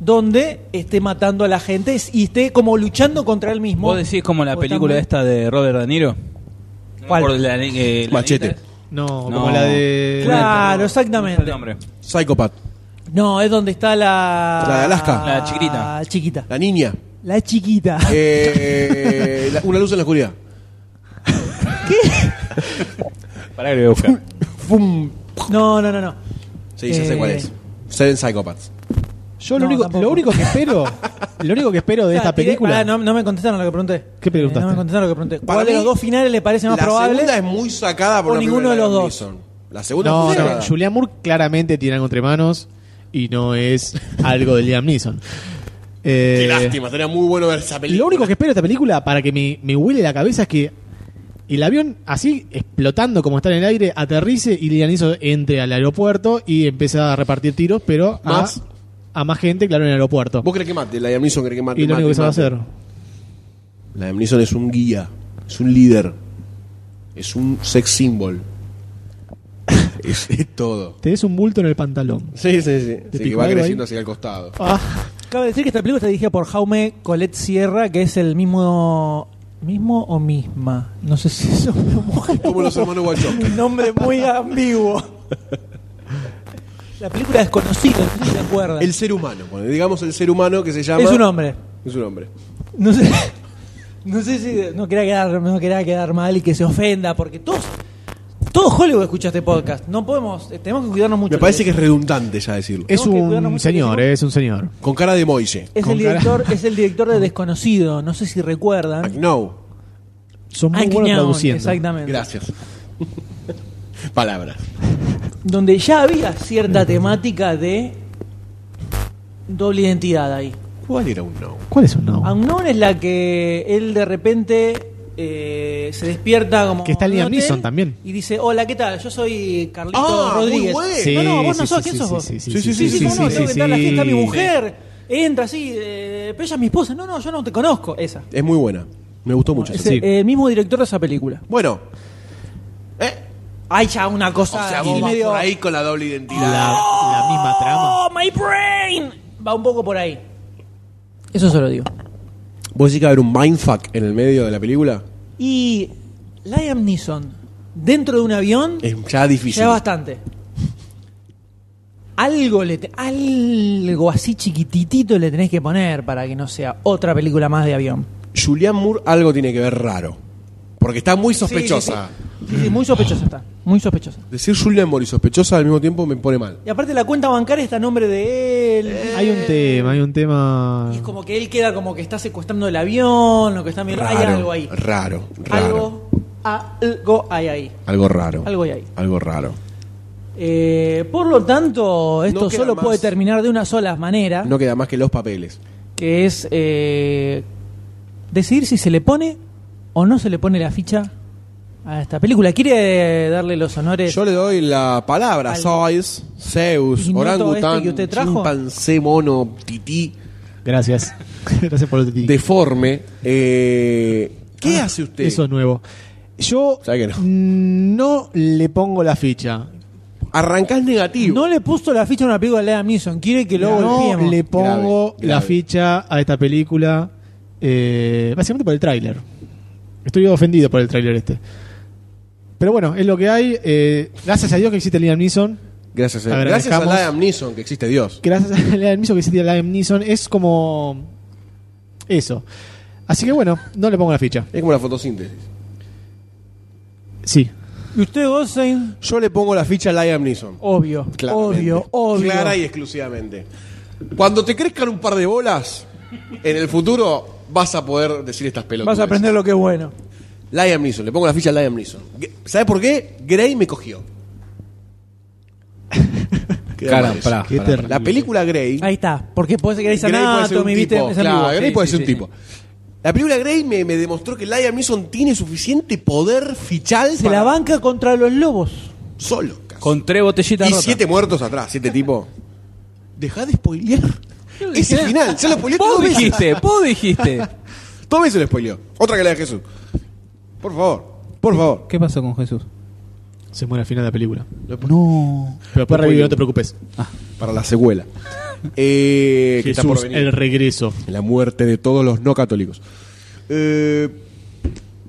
Speaker 2: donde esté matando a la gente y esté como luchando contra él mismo.
Speaker 3: ¿Vos decís como la
Speaker 2: O está
Speaker 3: película
Speaker 2: muy-
Speaker 3: esta de Robert De Niro? No me
Speaker 2: ¿Cuál?
Speaker 3: acuerdo la- eh, la
Speaker 1: Machete.
Speaker 3: neta.
Speaker 5: No,
Speaker 3: No.
Speaker 5: como la de.
Speaker 2: Claro,
Speaker 3: El
Speaker 2: exactamente.
Speaker 3: nombre.
Speaker 1: Psychopath.
Speaker 2: No, es donde está la.
Speaker 1: La de Alaska.
Speaker 3: La chiquitita.
Speaker 2: La chiquita.
Speaker 1: La niña.
Speaker 2: La chiquita.
Speaker 1: Eh, la- una luz en la oscuridad.
Speaker 3: Pará que lo voy a buscar.
Speaker 1: ¡Fum!
Speaker 2: No, no, no, no.
Speaker 1: Sí, ya sé
Speaker 2: Eh.
Speaker 1: cuál es. Seven Psychopaths.
Speaker 5: Yo
Speaker 2: No,
Speaker 5: lo, único,
Speaker 2: tampoco.
Speaker 5: lo único que espero. lo único que espero de
Speaker 2: Ah,
Speaker 5: esta
Speaker 2: tiré-
Speaker 5: película.
Speaker 2: pará, no, no me contestaron lo que pregunté.
Speaker 5: ¿Qué preguntaste?
Speaker 2: Eh, no me contestaron lo que pregunté.
Speaker 1: Para
Speaker 2: ¿Cuál de
Speaker 1: mí,
Speaker 2: los dos finales le parece más
Speaker 1: la
Speaker 2: probable?
Speaker 1: segunda es muy sacada por
Speaker 2: O
Speaker 1: la
Speaker 2: ninguno
Speaker 1: primera
Speaker 2: de los
Speaker 1: Liam
Speaker 2: dos.
Speaker 1: Neeson. La segunda
Speaker 5: no,
Speaker 1: es muy
Speaker 5: no,
Speaker 1: sacada.
Speaker 5: Julian Moore claramente tiene algo entre manos y no es algo de Liam Neeson. Eh,
Speaker 1: Qué lástima, estaría muy bueno ver esa película.
Speaker 5: Lo único que espero de esta película para que me, me huele la cabeza es que el avión, así explotando como está en el aire, aterrice y Liam Neeson entre al aeropuerto y empieza a repartir tiros, pero a
Speaker 1: Más.
Speaker 5: a más gente, claro, en el aeropuerto.
Speaker 1: ¿Vos crees que mate? La Liam Neeson cree que mate.
Speaker 5: Y lo
Speaker 1: mate,
Speaker 5: único que se va a
Speaker 1: mate.
Speaker 5: hacer.
Speaker 1: Liam Neeson es un guía, es un líder, es un sex symbol. es, es todo.
Speaker 5: Tenés un bulto en el pantalón.
Speaker 1: Sí, sí, sí.
Speaker 5: ¿Te
Speaker 1: que
Speaker 5: picó
Speaker 1: va
Speaker 5: algo
Speaker 1: creciendo
Speaker 5: ahí?
Speaker 1: hacia el costado.
Speaker 5: Ah,
Speaker 2: Cabe decir que esta película está dirigida por Jaume Colette Sierra, que es el mismo. ¿Mismo o misma? No sé si eso es
Speaker 1: Como los hermanos Wachowski.
Speaker 2: un nombre muy ambiguo. La película desconocida, no se acuerdan.
Speaker 1: El ser humano, bueno, digamos el ser humano que se llama.
Speaker 2: Es un hombre.
Speaker 1: Es un hombre.
Speaker 2: No sé, no sé si. No quería, quedar, no quería quedar mal y que se ofenda, porque todos. Todo Hollywood escucha este podcast. No podemos. eh, Tenemos que cuidarnos mucho.
Speaker 1: Me parece que es redundante ya decirlo.
Speaker 5: es
Speaker 2: Tenemos que cuidarnos
Speaker 5: un
Speaker 2: mucho,
Speaker 5: señor,
Speaker 2: dijimos.
Speaker 5: eh, es un señor.
Speaker 1: Con cara Ah, de Moise.
Speaker 2: Es el,
Speaker 5: Con cara-
Speaker 2: director, es el director de Desconocido, no sé si recuerdan.
Speaker 1: No.
Speaker 5: Son muy
Speaker 2: Ike
Speaker 5: buenos
Speaker 2: Neon,
Speaker 5: traduciendo.
Speaker 2: Exactamente.
Speaker 1: Gracias. Palabras.
Speaker 2: Donde ya había cierta temática de doble identidad ahí.
Speaker 1: ¿Cuál era un no?
Speaker 5: ¿Cuál es un no?
Speaker 2: Unknown es la que él de repente eh, se despierta como.
Speaker 5: Que está
Speaker 2: en un
Speaker 5: Liam
Speaker 2: hotel
Speaker 5: Neeson también.
Speaker 2: Y dice: Hola, ¿qué tal? Yo soy Carlito
Speaker 1: Ah, muy
Speaker 2: Rodríguez. no,
Speaker 1: bueno.
Speaker 2: no, vos no sos, ¿quién
Speaker 5: sí,
Speaker 2: sos vos?
Speaker 5: Sí, sí,
Speaker 1: Sí,
Speaker 5: sí,
Speaker 1: sí, sí,
Speaker 5: sí,
Speaker 2: no, no, tengo que
Speaker 5: sí, sí,
Speaker 2: entrar a la fiesta a mi
Speaker 5: sí.
Speaker 2: mujer. Entra así, eh, pero ella es mi esposa. No, no, yo no te conozco. Esa.
Speaker 1: Es muy buena. Me gustó mucho.
Speaker 2: Es
Speaker 5: Sí.
Speaker 2: el eh, mismo director de esa película.
Speaker 1: Bueno. ¿Eh?
Speaker 2: Hay ya una cosa
Speaker 1: O sea,
Speaker 2: así
Speaker 1: vos vas
Speaker 2: medio-
Speaker 1: por ahí con la doble identidad.
Speaker 5: La, la misma trama.
Speaker 2: ¡Oh, my brain! Va un poco por ahí. Eso se lo digo.
Speaker 1: ¿Vos decís que va a haber un mindfuck en el medio de la película?
Speaker 2: Y Liam Neeson, dentro de un avión,
Speaker 1: Es ya difícil.
Speaker 2: ya bastante. Algo, le te- algo así chiquititito le tenés que poner para que no sea otra película más de avión.
Speaker 1: Julian Moore algo tiene que ver raro. Porque está muy sospechosa.
Speaker 2: Sí, sí, muy sospechosa está. Muy sospechosa.
Speaker 1: Decir Julian Moore y sospechosa al mismo tiempo me pone mal.
Speaker 2: Y aparte la cuenta bancaria está a nombre de él.
Speaker 5: Hay un tema, hay un tema.
Speaker 2: Y es como que él queda como que está secuestrando el avión, lo que está mirando.
Speaker 1: Raro,
Speaker 2: Hay algo ahí.
Speaker 1: Raro, raro. Algo,
Speaker 2: Algo, ah, algo hay ahí.
Speaker 1: raro.
Speaker 2: Algo hay ahí.
Speaker 1: Algo raro.
Speaker 2: Eh, por lo tanto, esto
Speaker 1: No queda
Speaker 2: solo
Speaker 1: más.
Speaker 2: puede terminar de una sola manera,
Speaker 1: No queda más que los papeles.
Speaker 2: que es eh, decidir si se le pone o no se le pone la ficha a esta película. ¿Quiere eh, darle los honores?
Speaker 1: Yo le doy la palabra.
Speaker 2: Al-
Speaker 1: Zeus, Zeus,
Speaker 2: Ignoto
Speaker 1: orangután,
Speaker 2: este que usted trajo.
Speaker 1: chimpancé, mono, tití,
Speaker 5: Gracias. Gracias por lo que te dije.
Speaker 2: Ah,
Speaker 1: deforme. Eh, ¿Qué hace usted?
Speaker 5: Eso es nuevo. Yo
Speaker 1: ¿Sabe que no?
Speaker 5: no le pongo la ficha.
Speaker 1: Arrancás negativo.
Speaker 2: No le puso la ficha a una película de Adam Neeson. Quiere que lo
Speaker 5: No
Speaker 2: golpeemos.
Speaker 5: le pongo
Speaker 1: Grave,
Speaker 5: la
Speaker 1: grave.
Speaker 5: ficha a esta película. eh, básicamente por el tráiler. Estoy ofendido por el tráiler este. Pero bueno, es lo que hay. eh, gracias a Dios que existe Liam Neeson.
Speaker 1: Gracias a,
Speaker 5: Agradezcamos.
Speaker 1: gracias a Liam Neeson, que existe Dios.
Speaker 5: Gracias a Liam Neeson que existe Liam Neeson. Es como... Eso. Así que bueno, no le pongo la ficha.
Speaker 1: Es como la fotosíntesis.
Speaker 5: Sí.
Speaker 2: ¿Y usted, Goldstein?
Speaker 1: Yo le pongo la ficha a Liam Neeson.
Speaker 2: Obvio.
Speaker 1: Claramente.
Speaker 2: Obvio, obvio.
Speaker 1: Clara y exclusivamente. Cuando te crezcan un par de bolas, en el futuro vas a poder decir estas pelotas.
Speaker 2: Vas a aprender lo que es bueno.
Speaker 1: Liam Neeson, le pongo la ficha a Liam Neeson. ¿Sabes por qué? Grey me cogió. Queda
Speaker 3: Cara,
Speaker 1: mal eso.
Speaker 3: pará,
Speaker 5: Qué
Speaker 3: pará, pará.
Speaker 5: terrible.
Speaker 1: La película Grey.
Speaker 2: Ahí está. Porque puede ser Grey's
Speaker 1: Grey puede ser un
Speaker 2: Anatomy, ¿viste?
Speaker 1: tipo.
Speaker 2: Esa
Speaker 1: Claro,
Speaker 2: película.
Speaker 1: Grey
Speaker 2: Sí,
Speaker 1: puede
Speaker 2: sí,
Speaker 1: ser un
Speaker 2: sí.
Speaker 1: tipo. La película Grey me, me demostró que Liam Neeson tiene suficiente poder fichal
Speaker 2: Se
Speaker 1: para-
Speaker 2: la banca contra los lobos.
Speaker 1: solo. casi.
Speaker 3: Con tres botellitas
Speaker 1: Y
Speaker 3: rotas.
Speaker 1: siete muertos atrás, siete tipo. Dejá de spoilear. Ese
Speaker 3: dije
Speaker 1: final, ya lo spoileé
Speaker 3: Vos
Speaker 1: dos veces.
Speaker 3: dijiste, vos dijiste.
Speaker 1: Dos veces lo spoileó. Otra que la de Jesús. Por favor, por favor.
Speaker 3: ¿Qué pasó con Jesús?
Speaker 5: Se muere al final de la película.
Speaker 3: No.
Speaker 5: Pero después revivir, no te preocupes.
Speaker 1: Para la secuela. Eh, que está por
Speaker 5: Jesús,
Speaker 1: venir.
Speaker 5: el regreso. Este
Speaker 1: La muerte de todos los no católicos. Eh,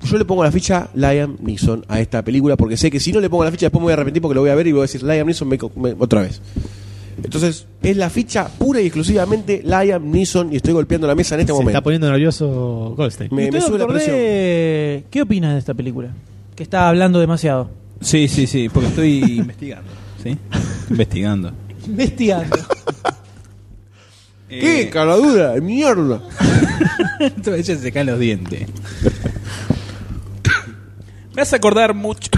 Speaker 1: yo le pongo la ficha Liam Neeson a esta película porque sé que si no le pongo la ficha después me voy a arrepentir porque lo voy a ver y voy a decir Liam Neeson me co- me- otra vez. Entonces es la ficha pura y exclusivamente Liam Neeson y estoy golpeando la mesa en este
Speaker 5: Se
Speaker 1: momento.
Speaker 5: está poniendo nervioso Goldstein.
Speaker 1: Me-
Speaker 2: ¿Y
Speaker 1: me
Speaker 2: usted,
Speaker 1: sube la
Speaker 2: doctor D, ¿Qué opina de esta película? Que está hablando demasiado.
Speaker 3: Sí, sí, sí, porque estoy investigando. ¿Sí? investigando.
Speaker 2: Investigando.
Speaker 1: ¿Qué? Cara dura, mierda.
Speaker 3: Ella Eh, se caen los dientes. Me hace acordar mucho.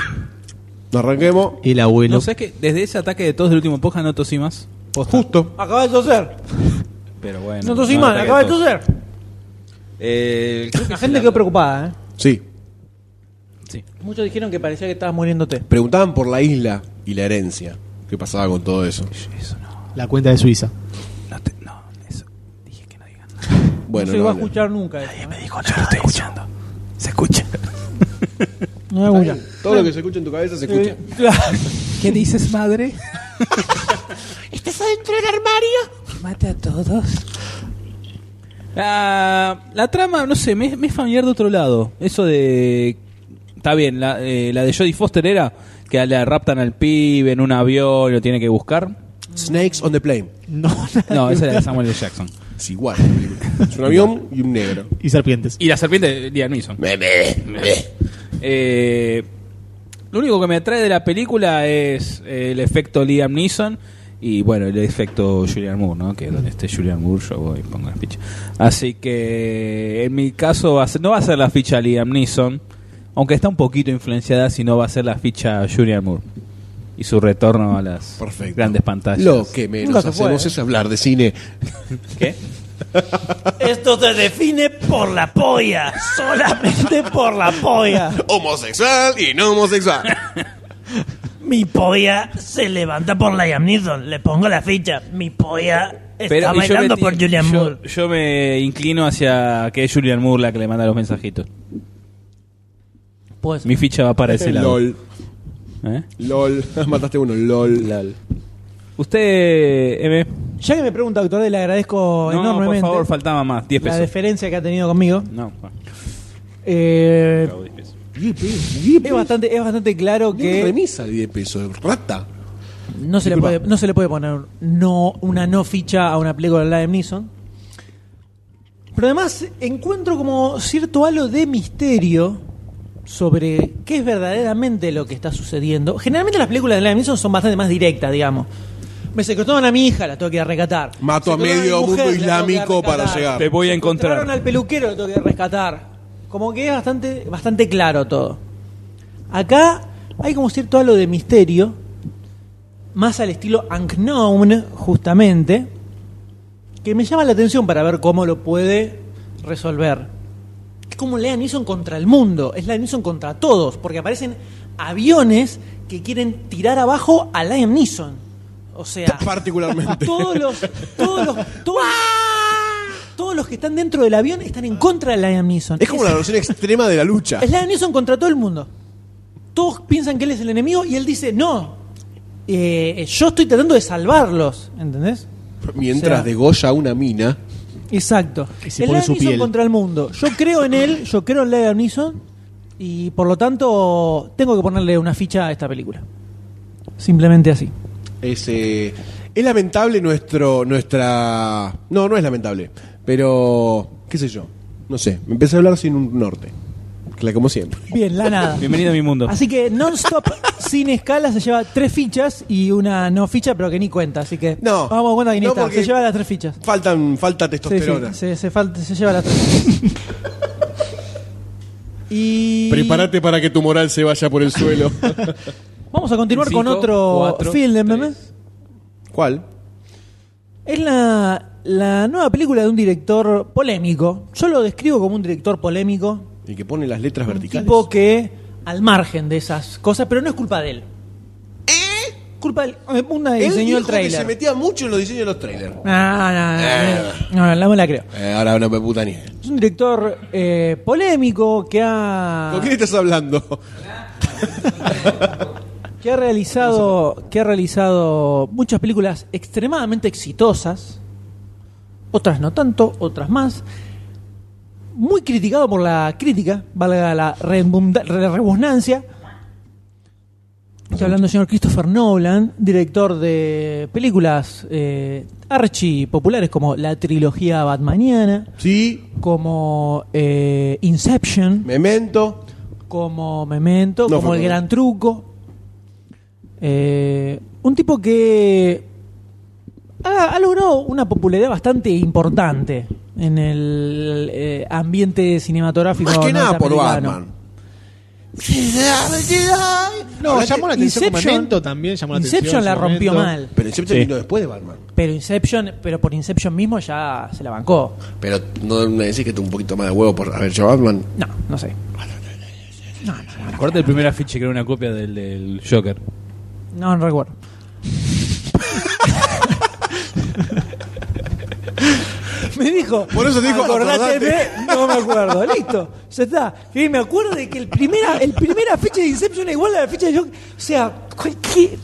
Speaker 1: Arranquemos.
Speaker 5: El abuelo.
Speaker 3: No sé, es que desde ese ataque de todos del último poja no tosí más. Posta.
Speaker 1: Justo.
Speaker 2: Acaba de toser.
Speaker 3: Pero bueno.
Speaker 2: No tosí mal,
Speaker 3: ataque
Speaker 2: acaba de
Speaker 3: tos.
Speaker 2: toser.
Speaker 3: Eh, creo que
Speaker 2: La
Speaker 3: se
Speaker 2: gente quedó preocupada, ¿eh?
Speaker 1: Sí.
Speaker 3: Sí.
Speaker 2: Muchos dijeron que parecía que estabas muriéndote.
Speaker 1: Preguntaban por la isla y la herencia. ¿Qué pasaba con todo eso?
Speaker 3: Eso no.
Speaker 5: La cuenta de Suiza.
Speaker 3: No, te- no, eso. Dije que no digan nada.
Speaker 1: Bueno,
Speaker 2: no se va a
Speaker 1: no,
Speaker 2: escuchar nunca. esto, ¿eh?
Speaker 3: Dijo, no lo estoy escuchando. Se escucha.
Speaker 2: No se va a escuchar.
Speaker 1: todo lo que se escucha en tu cabeza se escucha.
Speaker 2: Claro.
Speaker 3: ¿Qué dices, madre?
Speaker 2: ¿Estás adentro del armario?
Speaker 3: Mate a todos. La, la trama, no sé, me, me es familiar de otro lado. Eso de. Está bien, la, eh, la de Jodie Foster era que le raptan al pibe en un avión y lo tiene que buscar.
Speaker 1: Snakes on the plane.
Speaker 5: No,
Speaker 3: No, esa era de Samuel L. Jackson.
Speaker 1: Es igual. la película. Es un avión y un negro.
Speaker 5: Y serpientes.
Speaker 3: Y la serpiente de Liam Neeson.
Speaker 1: Me, me, me.
Speaker 3: Eh, lo único que me atrae de la película es eh, el efecto Liam Neeson y bueno, el efecto Julian Moore, ¿no? Que donde esté Julian Moore yo voy y pongo la ficha. Así que en mi caso va a ser- no va a ser la ficha Liam Neeson, aunque está un poquito influenciada, sino va a ser la ficha Julian Moore y su retorno a las
Speaker 1: Perfecto.
Speaker 3: grandes pantallas.
Speaker 1: Lo que
Speaker 2: Nunca
Speaker 1: menos
Speaker 2: se
Speaker 1: hacemos
Speaker 2: fue, ¿eh?
Speaker 1: es hablar de cine.
Speaker 3: ¿Qué?
Speaker 2: Esto se define por la polla. Solamente por la polla.
Speaker 1: Homosexual y no homosexual.
Speaker 2: Mi polla se levanta por Liam Neeson. Le pongo la ficha. Mi polla está
Speaker 3: Pero- y yo me
Speaker 2: bailando
Speaker 3: ti-
Speaker 2: por Julian
Speaker 3: yo-
Speaker 2: Moore.
Speaker 3: Yo me inclino hacia que es Julian Moore la que le manda los mensajitos.
Speaker 2: Pues,
Speaker 3: Mi ficha va para ese lado.
Speaker 1: LOL.
Speaker 3: ¿Eh?
Speaker 1: LOL. Mataste uno. LOL.
Speaker 3: Usted, M.
Speaker 2: ya que me pregunta, doctor, D, le agradezco
Speaker 3: No, por
Speaker 2: enormemente
Speaker 3: favor, faltaba más. 10
Speaker 2: la
Speaker 3: pesos.
Speaker 2: deferencia que ha tenido conmigo.
Speaker 3: No, pa,
Speaker 2: Eh,
Speaker 3: cago, 10 pesos.
Speaker 2: es, bastante, es bastante claro
Speaker 1: ¿Qué?
Speaker 2: que
Speaker 1: Remisa de 10 pesos. Rata.
Speaker 2: no se, le puede, no se le puede poner no, una no ficha a una película de Liam Neeson. Pero además encuentro como cierto halo de misterio sobre qué es verdaderamente lo que está sucediendo. Generalmente las películas de Liam Neeson son bastante más directas, digamos. Me secuestraron a mi hija, la tengo que ir a rescatar.
Speaker 1: Mato a
Speaker 2: Secuestraron
Speaker 1: medio
Speaker 2: mi mujer, la
Speaker 1: mundo
Speaker 2: tengo que ir a
Speaker 1: islámico para
Speaker 2: rescatar.
Speaker 1: llegar.
Speaker 3: Te voy a encontrar.
Speaker 2: Secuestraron al peluquero, lo tengo que rescatar. Como que es bastante, bastante claro todo. Acá hay como cierto halo de misterio, más al estilo Unknown, justamente, que me llama la atención para ver cómo lo puede resolver. Es como Liam Neeson contra el mundo, es Liam Neeson contra todos, porque aparecen aviones que quieren tirar abajo a Liam Neeson. O sea,
Speaker 1: Particularmente.
Speaker 2: todos los, todos los, todos, todos los que están dentro del avión están en contra de Liam Neeson.
Speaker 1: Es como la versión extrema de la lucha.
Speaker 2: Es Liam Neeson contra todo el mundo. todos piensan que él es el enemigo y él dice, no, eh, yo estoy tratando de salvarlos, ¿entendés?
Speaker 1: Mientras
Speaker 2: O sea-
Speaker 1: degolla una mina.
Speaker 2: Exacto.
Speaker 5: se
Speaker 2: el
Speaker 5: pone
Speaker 2: Liam
Speaker 5: su
Speaker 2: Neeson
Speaker 5: piel.
Speaker 2: contra el mundo. Yo creo en él, yo creo en Liam Neeson y por lo tanto tengo que ponerle una ficha a esta película. Simplemente así.
Speaker 1: Es, eh, es lamentable nuestro, nuestra... No, no es lamentable. Pero, qué sé yo. No sé. Me empecé a hablar sin un norte. Cla- Como siempre.
Speaker 2: Bien, la nada.
Speaker 3: Bienvenido a mi mundo.
Speaker 2: Así que Non-Stop Sin Escala se lleva tres fichas y una no ficha, pero que ni cuenta. Así que
Speaker 1: No.
Speaker 2: vamos a cuenta que ni
Speaker 1: No,
Speaker 2: está.
Speaker 1: porque-
Speaker 2: Se lleva las tres fichas.
Speaker 1: Faltan, falta
Speaker 2: Sí, sí,
Speaker 1: testosterona.
Speaker 2: se, se falta- se lleva las tres fichas. y
Speaker 1: Prepárate para que tu moral se vaya por el suelo.
Speaker 2: vamos a continuar con
Speaker 3: Cinco,
Speaker 2: otro
Speaker 3: cuatro,
Speaker 2: film de meme.
Speaker 3: tres.
Speaker 1: ¿Cuál?
Speaker 2: Es la, la nueva película de un director polémico. Yo lo describo como un director polémico.
Speaker 1: El que pone las letras
Speaker 2: Un
Speaker 1: verticales.
Speaker 2: tipo que al margen de esas cosas, pero no es culpa de él. Culpa de él. Una
Speaker 1: Él
Speaker 2: diseñó el
Speaker 1: dijo que
Speaker 2: trailer.
Speaker 1: se metía mucho en los diseños de los trailers.
Speaker 2: No, no, no, no, no, no me la creo.
Speaker 1: Eh, ahora no me puta ni.
Speaker 2: Es un director eh, polémico que ha,
Speaker 1: ¿Con quién estás hablando?
Speaker 2: que ha realizado que ha realizado muchas películas extremadamente exitosas, otras no tanto, otras más. Muy criticado por la crítica, valga la redunda- re- rebusnancia. Está hablando el señor Christopher Nolan, director de películas eh, archi populares como la trilogía Batmaniana,
Speaker 1: Sí,
Speaker 2: como eh, Inception,
Speaker 1: Memento.
Speaker 2: como Memento,
Speaker 1: No,
Speaker 2: como
Speaker 1: fue
Speaker 2: El
Speaker 1: como-
Speaker 2: Gran Truco. Eh, un tipo que ha, ha logrado una popularidad bastante importante en el eh, ambiente cinematográfico.
Speaker 1: Más que nada por
Speaker 2: norteamericano.
Speaker 1: Batman.
Speaker 5: No,
Speaker 1: Hablate-
Speaker 5: llamó la atención
Speaker 2: Inception-
Speaker 5: Memento también, llamó la atención.
Speaker 2: Inception
Speaker 5: en
Speaker 2: la
Speaker 5: su
Speaker 2: rompió
Speaker 5: momento.
Speaker 2: mal,
Speaker 1: Pero Inception
Speaker 4: Sí.
Speaker 1: vino después de Batman.
Speaker 2: pero Inception, pero por Inception mismo ya se la bancó.
Speaker 1: Pero no me decís que tuvo un poquito más de huevo por haber hecho Batman.
Speaker 2: No, no sé. No, no, no, no.
Speaker 3: Acordate el primer afiche que era una copia del, del Joker.
Speaker 2: No, no recuerdo. me dijo.
Speaker 1: Por eso te dijo,
Speaker 2: "Acordate de-
Speaker 1: acordate".
Speaker 2: No me acuerdo. Listo. Ya está. Y me acuerdo de que el primera, el primera fecha de Inception era igual a la fecha de Joker. O sea, cualquier.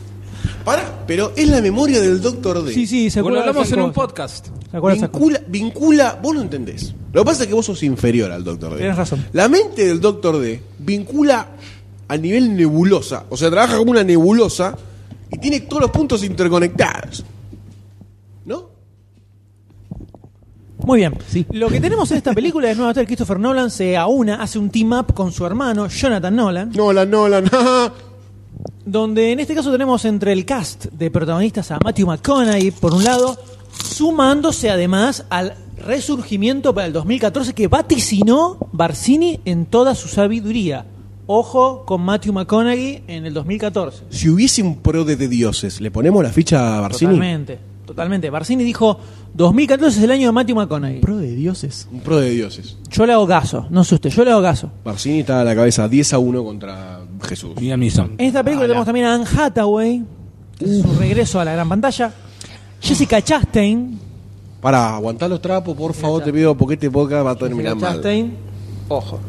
Speaker 1: Pará, pero es la memoria del Doctor D.
Speaker 2: Sí, sí, se
Speaker 3: Bueno,
Speaker 2: acuerda.
Speaker 3: lo hablamos
Speaker 2: de
Speaker 3: en
Speaker 2: esas
Speaker 3: un
Speaker 2: cosas.
Speaker 3: podcast.
Speaker 2: ¿Se acuerda de esas cosas?
Speaker 1: Vincula, vincula, vos no entendés. Lo que pasa es que vos sos inferior al Doctor D.
Speaker 2: Tenés razón.
Speaker 1: La mente del Doctor D vincula a nivel nebulosa. O sea, trabaja como una nebulosa y tiene todos los puntos interconectados. ¿No?
Speaker 2: Muy bien. Lo que tenemos en esta película es nuevamente Christopher Nolan se aúna, hace un team up con su hermano Jonathan Nolan.
Speaker 1: Nolan, Nolan.
Speaker 2: donde en este caso tenemos entre el cast de protagonistas a Matthew McConaughey, por un lado, sumándose además al resurgimiento para el 2014 que vaticinó Barcini en toda su sabiduría. Ojo con Matthew McConaughey en el 2014.
Speaker 1: si hubiese un pro de, de dioses, ¿le ponemos la ficha a Barcini?
Speaker 2: Totalmente, totalmente. Barcini dijo, 2014 es el año de Matthew McConaughey.
Speaker 5: Pro de dioses.
Speaker 1: Un pro de dioses.
Speaker 2: Yo le hago caso, no sé usted, yo le hago caso.
Speaker 1: Barcini está a la cabeza 10 a 1 contra Jesús.
Speaker 3: Liam Neeson.
Speaker 2: En esta película tenemos también a Anne Hathaway, que es su regreso a la gran pantalla. Jessica Chastain,
Speaker 1: Para aguantar los trapos, por favor, te pido, porque este podcast va a terminar
Speaker 2: Jessica
Speaker 1: mal.
Speaker 2: Chastain, Ojo.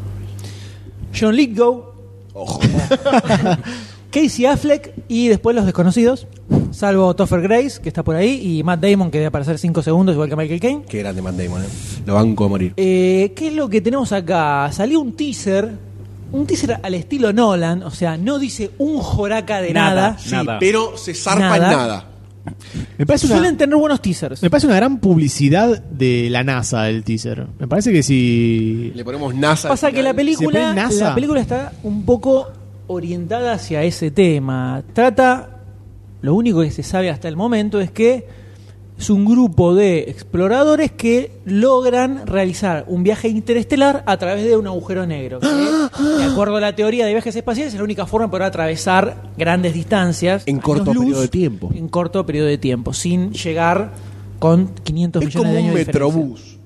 Speaker 2: John Lithgow.
Speaker 1: Ojo.
Speaker 2: Casey Affleck y después los desconocidos. Salvo Topher Grace, que está por ahí, y Matt Damon, que debe aparecer 5 segundos, igual que Michael Caine.
Speaker 1: Qué grande Matt Damon, ¿eh? Lo banco a morir.
Speaker 2: Eh, ¿Qué es lo que tenemos acá? Salió un teaser. Un teaser al estilo Nolan, o sea, no dice un joraca de nada.
Speaker 4: Nada,
Speaker 2: Sí,
Speaker 4: nada.
Speaker 1: Pero se zarpa
Speaker 2: Nada.
Speaker 1: en nada.
Speaker 5: Me parece,
Speaker 2: Suelen
Speaker 5: una,
Speaker 2: tener buenos teasers.
Speaker 5: me parece una gran publicidad de la NASA el teaser. Me parece que si.
Speaker 1: Le ponemos NASA. al
Speaker 2: Pasa que la
Speaker 1: final.
Speaker 5: Se
Speaker 2: película,
Speaker 5: pone NASA.
Speaker 2: la película está un poco orientada hacia ese tema. Trata, lo único que se sabe hasta el momento es que es un grupo de exploradores que logran realizar un viaje interestelar a través de un agujero negro. que, de acuerdo a la teoría de viajes espaciales, es la única forma de poder atravesar grandes distancias.
Speaker 1: En
Speaker 2: años
Speaker 1: corto periodo de tiempo.
Speaker 2: En corto periodo de tiempo, sin llegar con 500
Speaker 1: Es
Speaker 2: millones
Speaker 1: como
Speaker 2: de
Speaker 1: un
Speaker 2: años de diferencia.
Speaker 1: metrobús.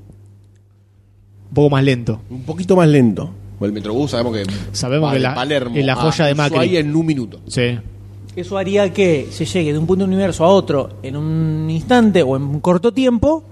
Speaker 5: Un poco más lento.
Speaker 1: Un poquito más lento. El metrobús sabemos que.
Speaker 5: Sabemos
Speaker 1: va
Speaker 5: que
Speaker 1: de
Speaker 5: la-
Speaker 1: Palermo
Speaker 5: que la
Speaker 1: a
Speaker 5: joya de Macri.
Speaker 1: Ushuaia en un minuto.
Speaker 5: Sí.
Speaker 2: Eso haría que se llegue de un punto de universo a otro en un instante o en un corto tiempo,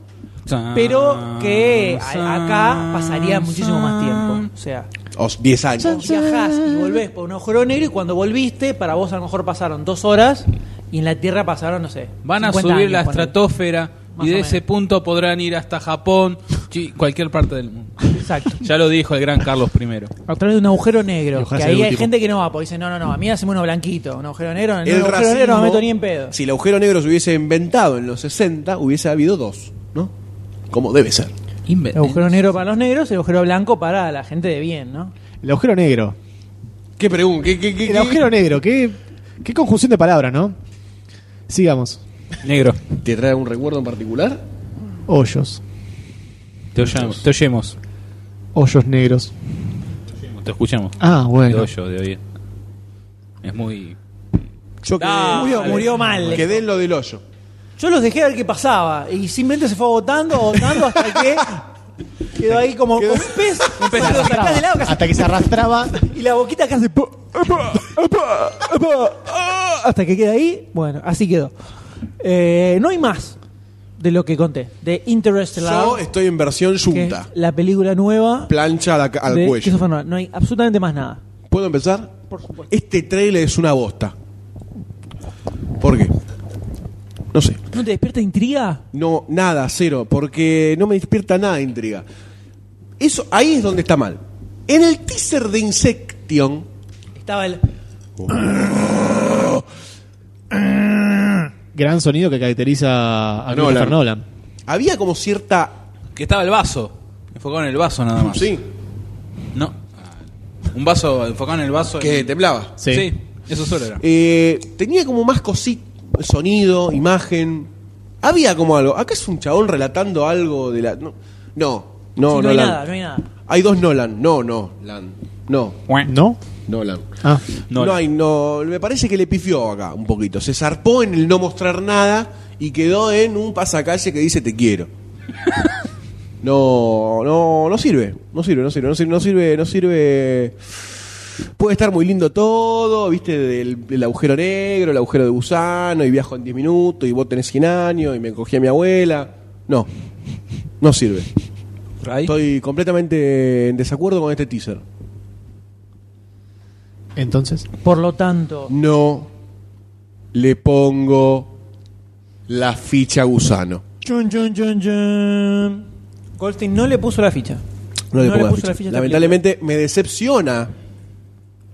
Speaker 3: Ah,
Speaker 2: Pero que a- acá pasaría muchísimo más tiempo. O sea,
Speaker 1: O 10 años.
Speaker 2: viajás y volvés por un agujero negro y cuando volviste, para vos a lo mejor pasaron dos horas y en la Tierra pasaron, no sé.
Speaker 3: Van a
Speaker 2: 50
Speaker 3: subir
Speaker 2: años,
Speaker 3: la
Speaker 2: ponele.
Speaker 3: estratosfera
Speaker 2: Más
Speaker 3: y
Speaker 2: o
Speaker 3: de
Speaker 2: menos.
Speaker 3: ese punto podrán ir hasta Japón, chi- cualquier parte del mundo.
Speaker 2: Exacto.
Speaker 3: Ya lo dijo el gran Carlos I.
Speaker 2: A través de un agujero negro.
Speaker 5: ojalá
Speaker 2: Que
Speaker 5: sea el
Speaker 2: ahí hay
Speaker 5: último.
Speaker 2: gente que no va, porque dice, no, no, no, a mí hacemos uno blanquito. Un agujero negro, no, un
Speaker 1: El
Speaker 2: agujero negro no me
Speaker 1: racismo,
Speaker 2: meto ni en pedo.
Speaker 1: Si el agujero negro se hubiese inventado en los 60, hubiese habido dos, ¿no? Como debe ser.
Speaker 2: El agujero negro para los negros, el agujero blanco para la gente de bien, ¿no?
Speaker 5: El agujero negro.
Speaker 1: ¿Qué pregunta? ¿Qué, qué, qué,
Speaker 5: El
Speaker 1: qué?
Speaker 5: agujero negro, qué, qué conjunción de palabras, ¿no? Sigamos.
Speaker 3: Negro,
Speaker 1: ¿Te trae un recuerdo en particular?
Speaker 5: Hoyos.
Speaker 3: te oyamos, te oyemos,
Speaker 5: Hoyos negros.
Speaker 3: te escuchamos.
Speaker 5: Ah,
Speaker 3: Te
Speaker 5: bueno.
Speaker 3: oyo, de oír. Es muy...
Speaker 1: Yo quedé,
Speaker 2: murió, murió mal.
Speaker 1: quedé en lo del hoyo.
Speaker 2: Yo los dejé a ver qué pasaba. Y simplemente se fue agotando, agotando hasta que quedó ahí como como un pez. Un pez lo sacás del agua casi-
Speaker 5: Hasta que se arrastraba.
Speaker 2: y la boquita casi. po- epa, epa, epa, ah, hasta que queda ahí. Bueno, así quedó. Eh, no hay más de lo que conté. De Interstellar.
Speaker 1: Yo estoy en versión
Speaker 2: que es
Speaker 1: yunta.
Speaker 2: la película nueva
Speaker 1: Plancha a la ca- al
Speaker 2: de
Speaker 1: cuello.
Speaker 2: Christopher Nolan. No hay absolutamente más nada.
Speaker 1: ¿Puedo empezar?
Speaker 2: Por supuesto.
Speaker 1: Este trailer es una bosta. ¿Por qué? No sé.
Speaker 2: ¿No te despierta intriga?
Speaker 1: No, nada, cero, porque no me despierta nada de intriga. Eso, ahí es donde está mal. En el teaser de Insection,
Speaker 2: Estaba el.
Speaker 5: Gran sonido que caracteriza a
Speaker 1: Nolan.
Speaker 5: Christopher Nolan.
Speaker 1: había como cierta.
Speaker 3: Que estaba el vaso. Enfocado en el vaso nada más.
Speaker 1: Sí,
Speaker 3: No. Un vaso enfocado en el vaso.
Speaker 1: que
Speaker 3: y-
Speaker 1: temblaba.
Speaker 5: Sí.
Speaker 3: Sí. eso solo era.
Speaker 1: Eh, tenía como más cositas, sonido, imagen. Había como algo. Acá es un chabón relatando algo de la. No, no, no,
Speaker 2: Sí, no hay
Speaker 1: Nolan.
Speaker 2: nada, no hay nada.
Speaker 1: Hay dos Nolan. No, no, Lan. No,
Speaker 5: ¿No?
Speaker 1: Nolan.
Speaker 5: Ah.
Speaker 3: No,
Speaker 1: No, hay, no. Me parece que le pifió acá un poquito. Se zarpó en el no mostrar nada y quedó en un pasacalle que dice te quiero. No, no, no sirve. No sirve, no sirve, no sirve, no sirve, no sirve. Puede estar muy lindo todo, viste, del, del agujero negro, el agujero de gusano, y viajo en 10 minutos, y vos tenés 100 años, y me cogí a mi abuela. No, no sirve.
Speaker 3: Ray.
Speaker 1: Estoy completamente en desacuerdo con este teaser.
Speaker 5: Entonces.
Speaker 2: Por lo tanto.
Speaker 1: no le pongo la ficha a gusano.
Speaker 2: Chun, chun, chun, chun. Goldstein no le puso la ficha.
Speaker 1: No le
Speaker 2: No le
Speaker 1: pongo la
Speaker 2: puso
Speaker 1: ficha.
Speaker 2: la ficha a esta
Speaker 1: Lamentablemente me decepciona.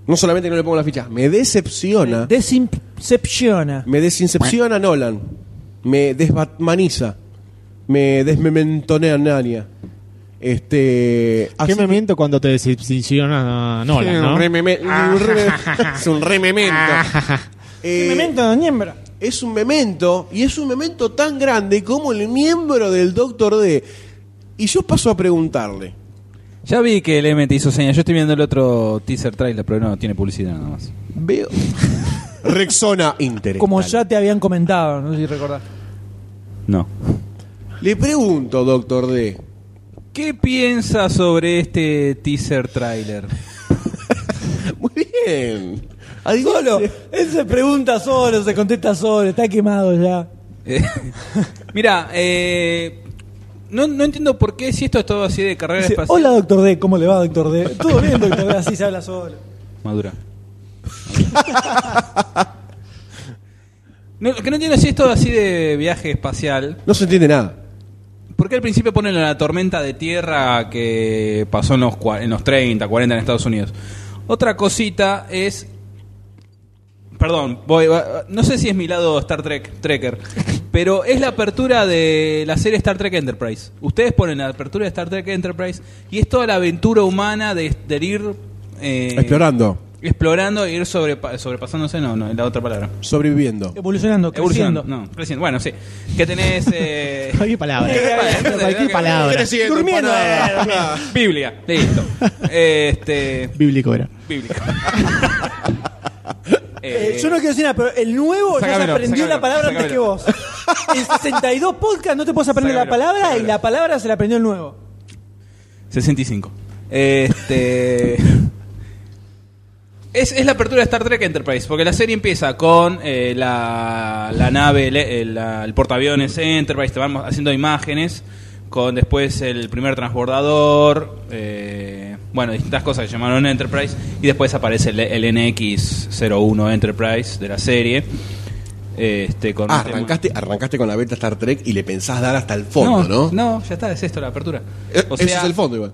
Speaker 1: No solamente que no le pongo la ficha, me decepciona.
Speaker 2: Desincepciona.
Speaker 1: me desincepciona Nolan. Me desbatmaniza. Me desmementonea Nania. Este. así
Speaker 5: ¿Qué
Speaker 1: que-
Speaker 5: me miento cuando te desilusiona Nolan,
Speaker 1: Un
Speaker 5: no?
Speaker 1: rememe- un reme- Es un rememento. Eh,
Speaker 2: miembro.
Speaker 1: es un memento y es un memento tan grande como el miembro del Doctor D. Y yo paso a preguntarle,
Speaker 3: Ya vi que el M te hizo señas. Yo estoy viendo el otro teaser trailer, pero no, tiene publicidad nada más.
Speaker 1: veo Rexona Inter.
Speaker 2: Como ya te habían comentado, no sé si recordás.
Speaker 3: No.
Speaker 1: Le pregunto, Doctor D,
Speaker 3: ¿Qué piensa sobre este teaser trailer?
Speaker 1: muy bien. Adiós.
Speaker 2: Solo, él se pregunta solo, se contesta solo, está quemado ya.
Speaker 3: Eh, Mira, eh, no, no entiendo por qué si esto es todo así de carrera
Speaker 2: Dice,
Speaker 3: espacial.
Speaker 2: Hola, doctor D, ¿cómo le va, doctor D? Todo bien, doctor D, así se habla solo.
Speaker 3: Madura. No, lo que no entiendo es si esto así de viaje espacial.
Speaker 1: No se entiende nada.
Speaker 3: ¿Por qué al principio ponen la tormenta de tierra que pasó en los, cua- en los 30, 40 en Estados Unidos? Otra cosita es. Perdón, voy- va- no sé si es mi lado Star Trek, Trekker, pero es la apertura de la serie Star Trek Enterprise. Ustedes ponen la apertura de Star Trek Enterprise y es toda la aventura humana de, de ir. eh,
Speaker 1: Explorando,
Speaker 3: Explorando e ir sobrepa- sobrepasándose, no, no, la otra palabra.
Speaker 1: sobreviviendo. Ah,
Speaker 2: Evolucionando, creciendo.
Speaker 3: Evolucionando, no, creciendo. Bueno, sí. Que tenés. eh,
Speaker 5: Cualquier palabra. Cualquier palabra.
Speaker 2: Durmiendo.
Speaker 3: Biblia, listo. Este.
Speaker 5: Bíblico era.
Speaker 3: Bíblica.
Speaker 2: Eh, yo no quiero decir nada, pero el nuevo ya se
Speaker 3: sácamelo,
Speaker 2: aprendió la
Speaker 3: sácamelo,
Speaker 2: palabra antes que
Speaker 3: sácamelo.
Speaker 2: vos. En 62 podcast no te puedes aprender la
Speaker 3: Sácamelo,
Speaker 2: palabra y
Speaker 3: sácamelo.
Speaker 2: la palabra se la aprendió el nuevo.
Speaker 3: 65. Este. Es, es la apertura de Star Trek Enterprise, porque la serie empieza con eh, la, la nave, el, el- la- el portaaviones Enterprise, te van haciendo imágenes, con después el primer transbordador, eh, bueno, distintas cosas que llamaron Enterprise, y después aparece el, el NX-01 Enterprise de la serie. Este, con
Speaker 1: Ah,
Speaker 3: un tema-
Speaker 1: arrancaste, arrancaste con la beta Star Trek y le pensás dar hasta el fondo, ¿no?
Speaker 3: No, ya está, es esto la apertura.
Speaker 1: Eh,
Speaker 3: O
Speaker 1: ese
Speaker 3: sea,
Speaker 1: es el fondo igual.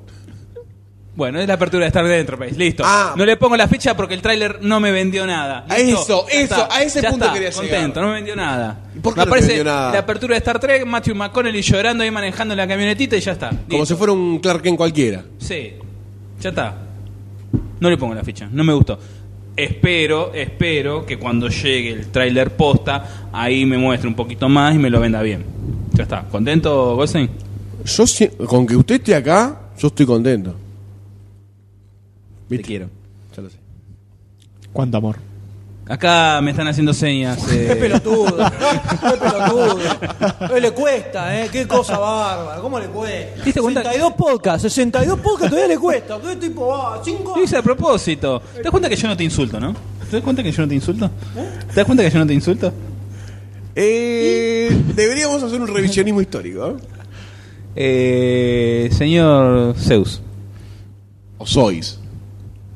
Speaker 3: Bueno, es la apertura de Star Trek Enterprise, listo.
Speaker 1: Ah.
Speaker 3: No le pongo la ficha porque el tráiler no me vendió nada.
Speaker 1: A
Speaker 3: Listo,
Speaker 1: eso,
Speaker 3: ya
Speaker 1: eso, a ese
Speaker 3: ya
Speaker 1: punto
Speaker 3: está,
Speaker 1: quería llegar.
Speaker 3: contento, no me vendió nada.
Speaker 1: ¿Y por
Speaker 3: Me
Speaker 1: qué no te
Speaker 3: aparece
Speaker 1: vendió nada?
Speaker 3: La apertura de Star Trek, Matthew McConaughey llorando ahí manejando la camionetita y ya está.
Speaker 1: Como
Speaker 3: Listo.
Speaker 1: si fuera un Clark Kent cualquiera.
Speaker 3: Sí, ya está. No le pongo la ficha, no me gustó. Espero, espero que cuando llegue el tráiler posta, ahí me muestre un poquito más y me lo venda bien. Ya está. ¿Contento, Goldstein?
Speaker 1: Yo si- con que usted esté acá, yo estoy contento.
Speaker 3: Te quiero.
Speaker 1: Ya lo sé.
Speaker 5: Cuánto amor.
Speaker 3: Acá me están haciendo señas. eh.
Speaker 2: Qué pelotudo, qué pelotudo. Eh, le cuesta, ¿eh? Qué cosa bárbara, ¿cómo le cuesta?
Speaker 3: ¿Te diste cuenta?
Speaker 2: 62 podcasts, 62 podcasts todavía le cuesta. ¿Qué tipo va? ¿Cinco?
Speaker 3: Lo hice a propósito. ¿Te das cuenta que yo no te insulto, no? ¿Te das cuenta que yo no te insulto? ¿Te das cuenta que yo no te insulto?
Speaker 1: Eh, deberíamos hacer un revisionismo histórico. ¿eh?
Speaker 3: Eh, señor Zeus,
Speaker 1: O sois.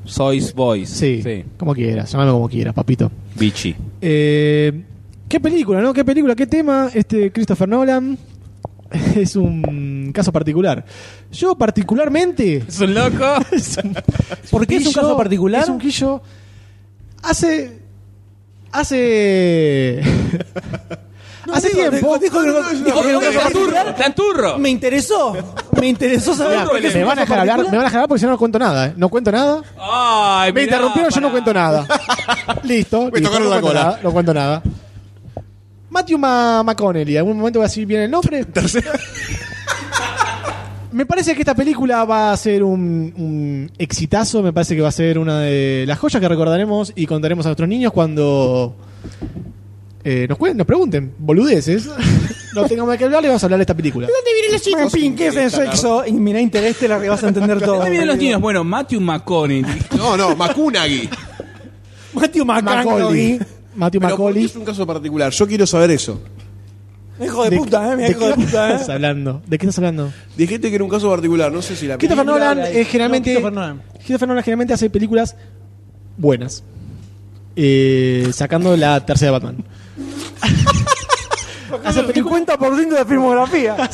Speaker 3: sois boys.
Speaker 5: Sí, como quieras, llámalo como quieras, papito.
Speaker 3: Bichi.
Speaker 5: Eh, qué película, ¿no? Qué película, qué tema. Este Christopher Nolan es un caso particular. Yo particularmente
Speaker 3: ¿Es un loco?
Speaker 2: ¿Por qué es un
Speaker 5: quillo,
Speaker 2: caso particular?
Speaker 5: Es un quillo. Hace. Hace. hace
Speaker 2: digo,
Speaker 5: tiempo.
Speaker 2: dijo- dijo que no- dijo que no-
Speaker 3: ¡Tanturro!
Speaker 2: Me interesó, me interesó saber
Speaker 5: Mirá,
Speaker 2: por qué es
Speaker 5: me
Speaker 2: un
Speaker 5: van a
Speaker 2: caso
Speaker 5: dejar hablar, me
Speaker 2: particular.
Speaker 5: van a dejar hablar porque si no no cuento nada, ¿eh? No cuento nada.
Speaker 3: Ay,
Speaker 5: Me
Speaker 3: mirá,
Speaker 5: interrumpieron, yo no
Speaker 3: pará.
Speaker 5: cuento nada. listo. listo,
Speaker 1: tocaron
Speaker 5: no
Speaker 1: la
Speaker 5: cuento
Speaker 1: cola.
Speaker 5: nada, no cuento nada. Matthew Ma McConaughey, algún momento voy a decir bien el nombre. Me parece que esta película va a ser un, un exitazo, me parece que va a ser una de las joyas que recordaremos y contaremos a nuestros niños cuando eh, nos, cuen- nos pregunten boludeces. no tengamos que hablar, le vamos a hablar de esta película.
Speaker 2: Me pinques en sexo y mirá interés te la que vas a entender todo.
Speaker 3: Ahí vienen los niños. Bueno, Matthew McConaughey.
Speaker 1: No, no, Macunagui.
Speaker 2: Matthew
Speaker 5: Macaulay.
Speaker 2: McConaughey.
Speaker 5: Matthew
Speaker 1: Pero ¿por qué
Speaker 5: Macaulay.
Speaker 1: es un caso particular. Yo quiero saber eso.
Speaker 2: Hijo de puta, eh, mirá
Speaker 5: ¿De
Speaker 2: hijo de
Speaker 5: qué
Speaker 2: puta,
Speaker 5: estás
Speaker 2: eh.
Speaker 5: hablando? ¿De qué estás hablando?
Speaker 1: Dijiste que era un caso particular. No sé si la
Speaker 5: Christopher
Speaker 2: película
Speaker 5: Nolan
Speaker 2: habla de-
Speaker 5: eh, generalmente
Speaker 2: No, Christopher Nolan.
Speaker 5: Christopher Nolan generalmente hace películas buenas. Eh, sacando la tercera de Batman. hace películas
Speaker 2: 50% de filmografía.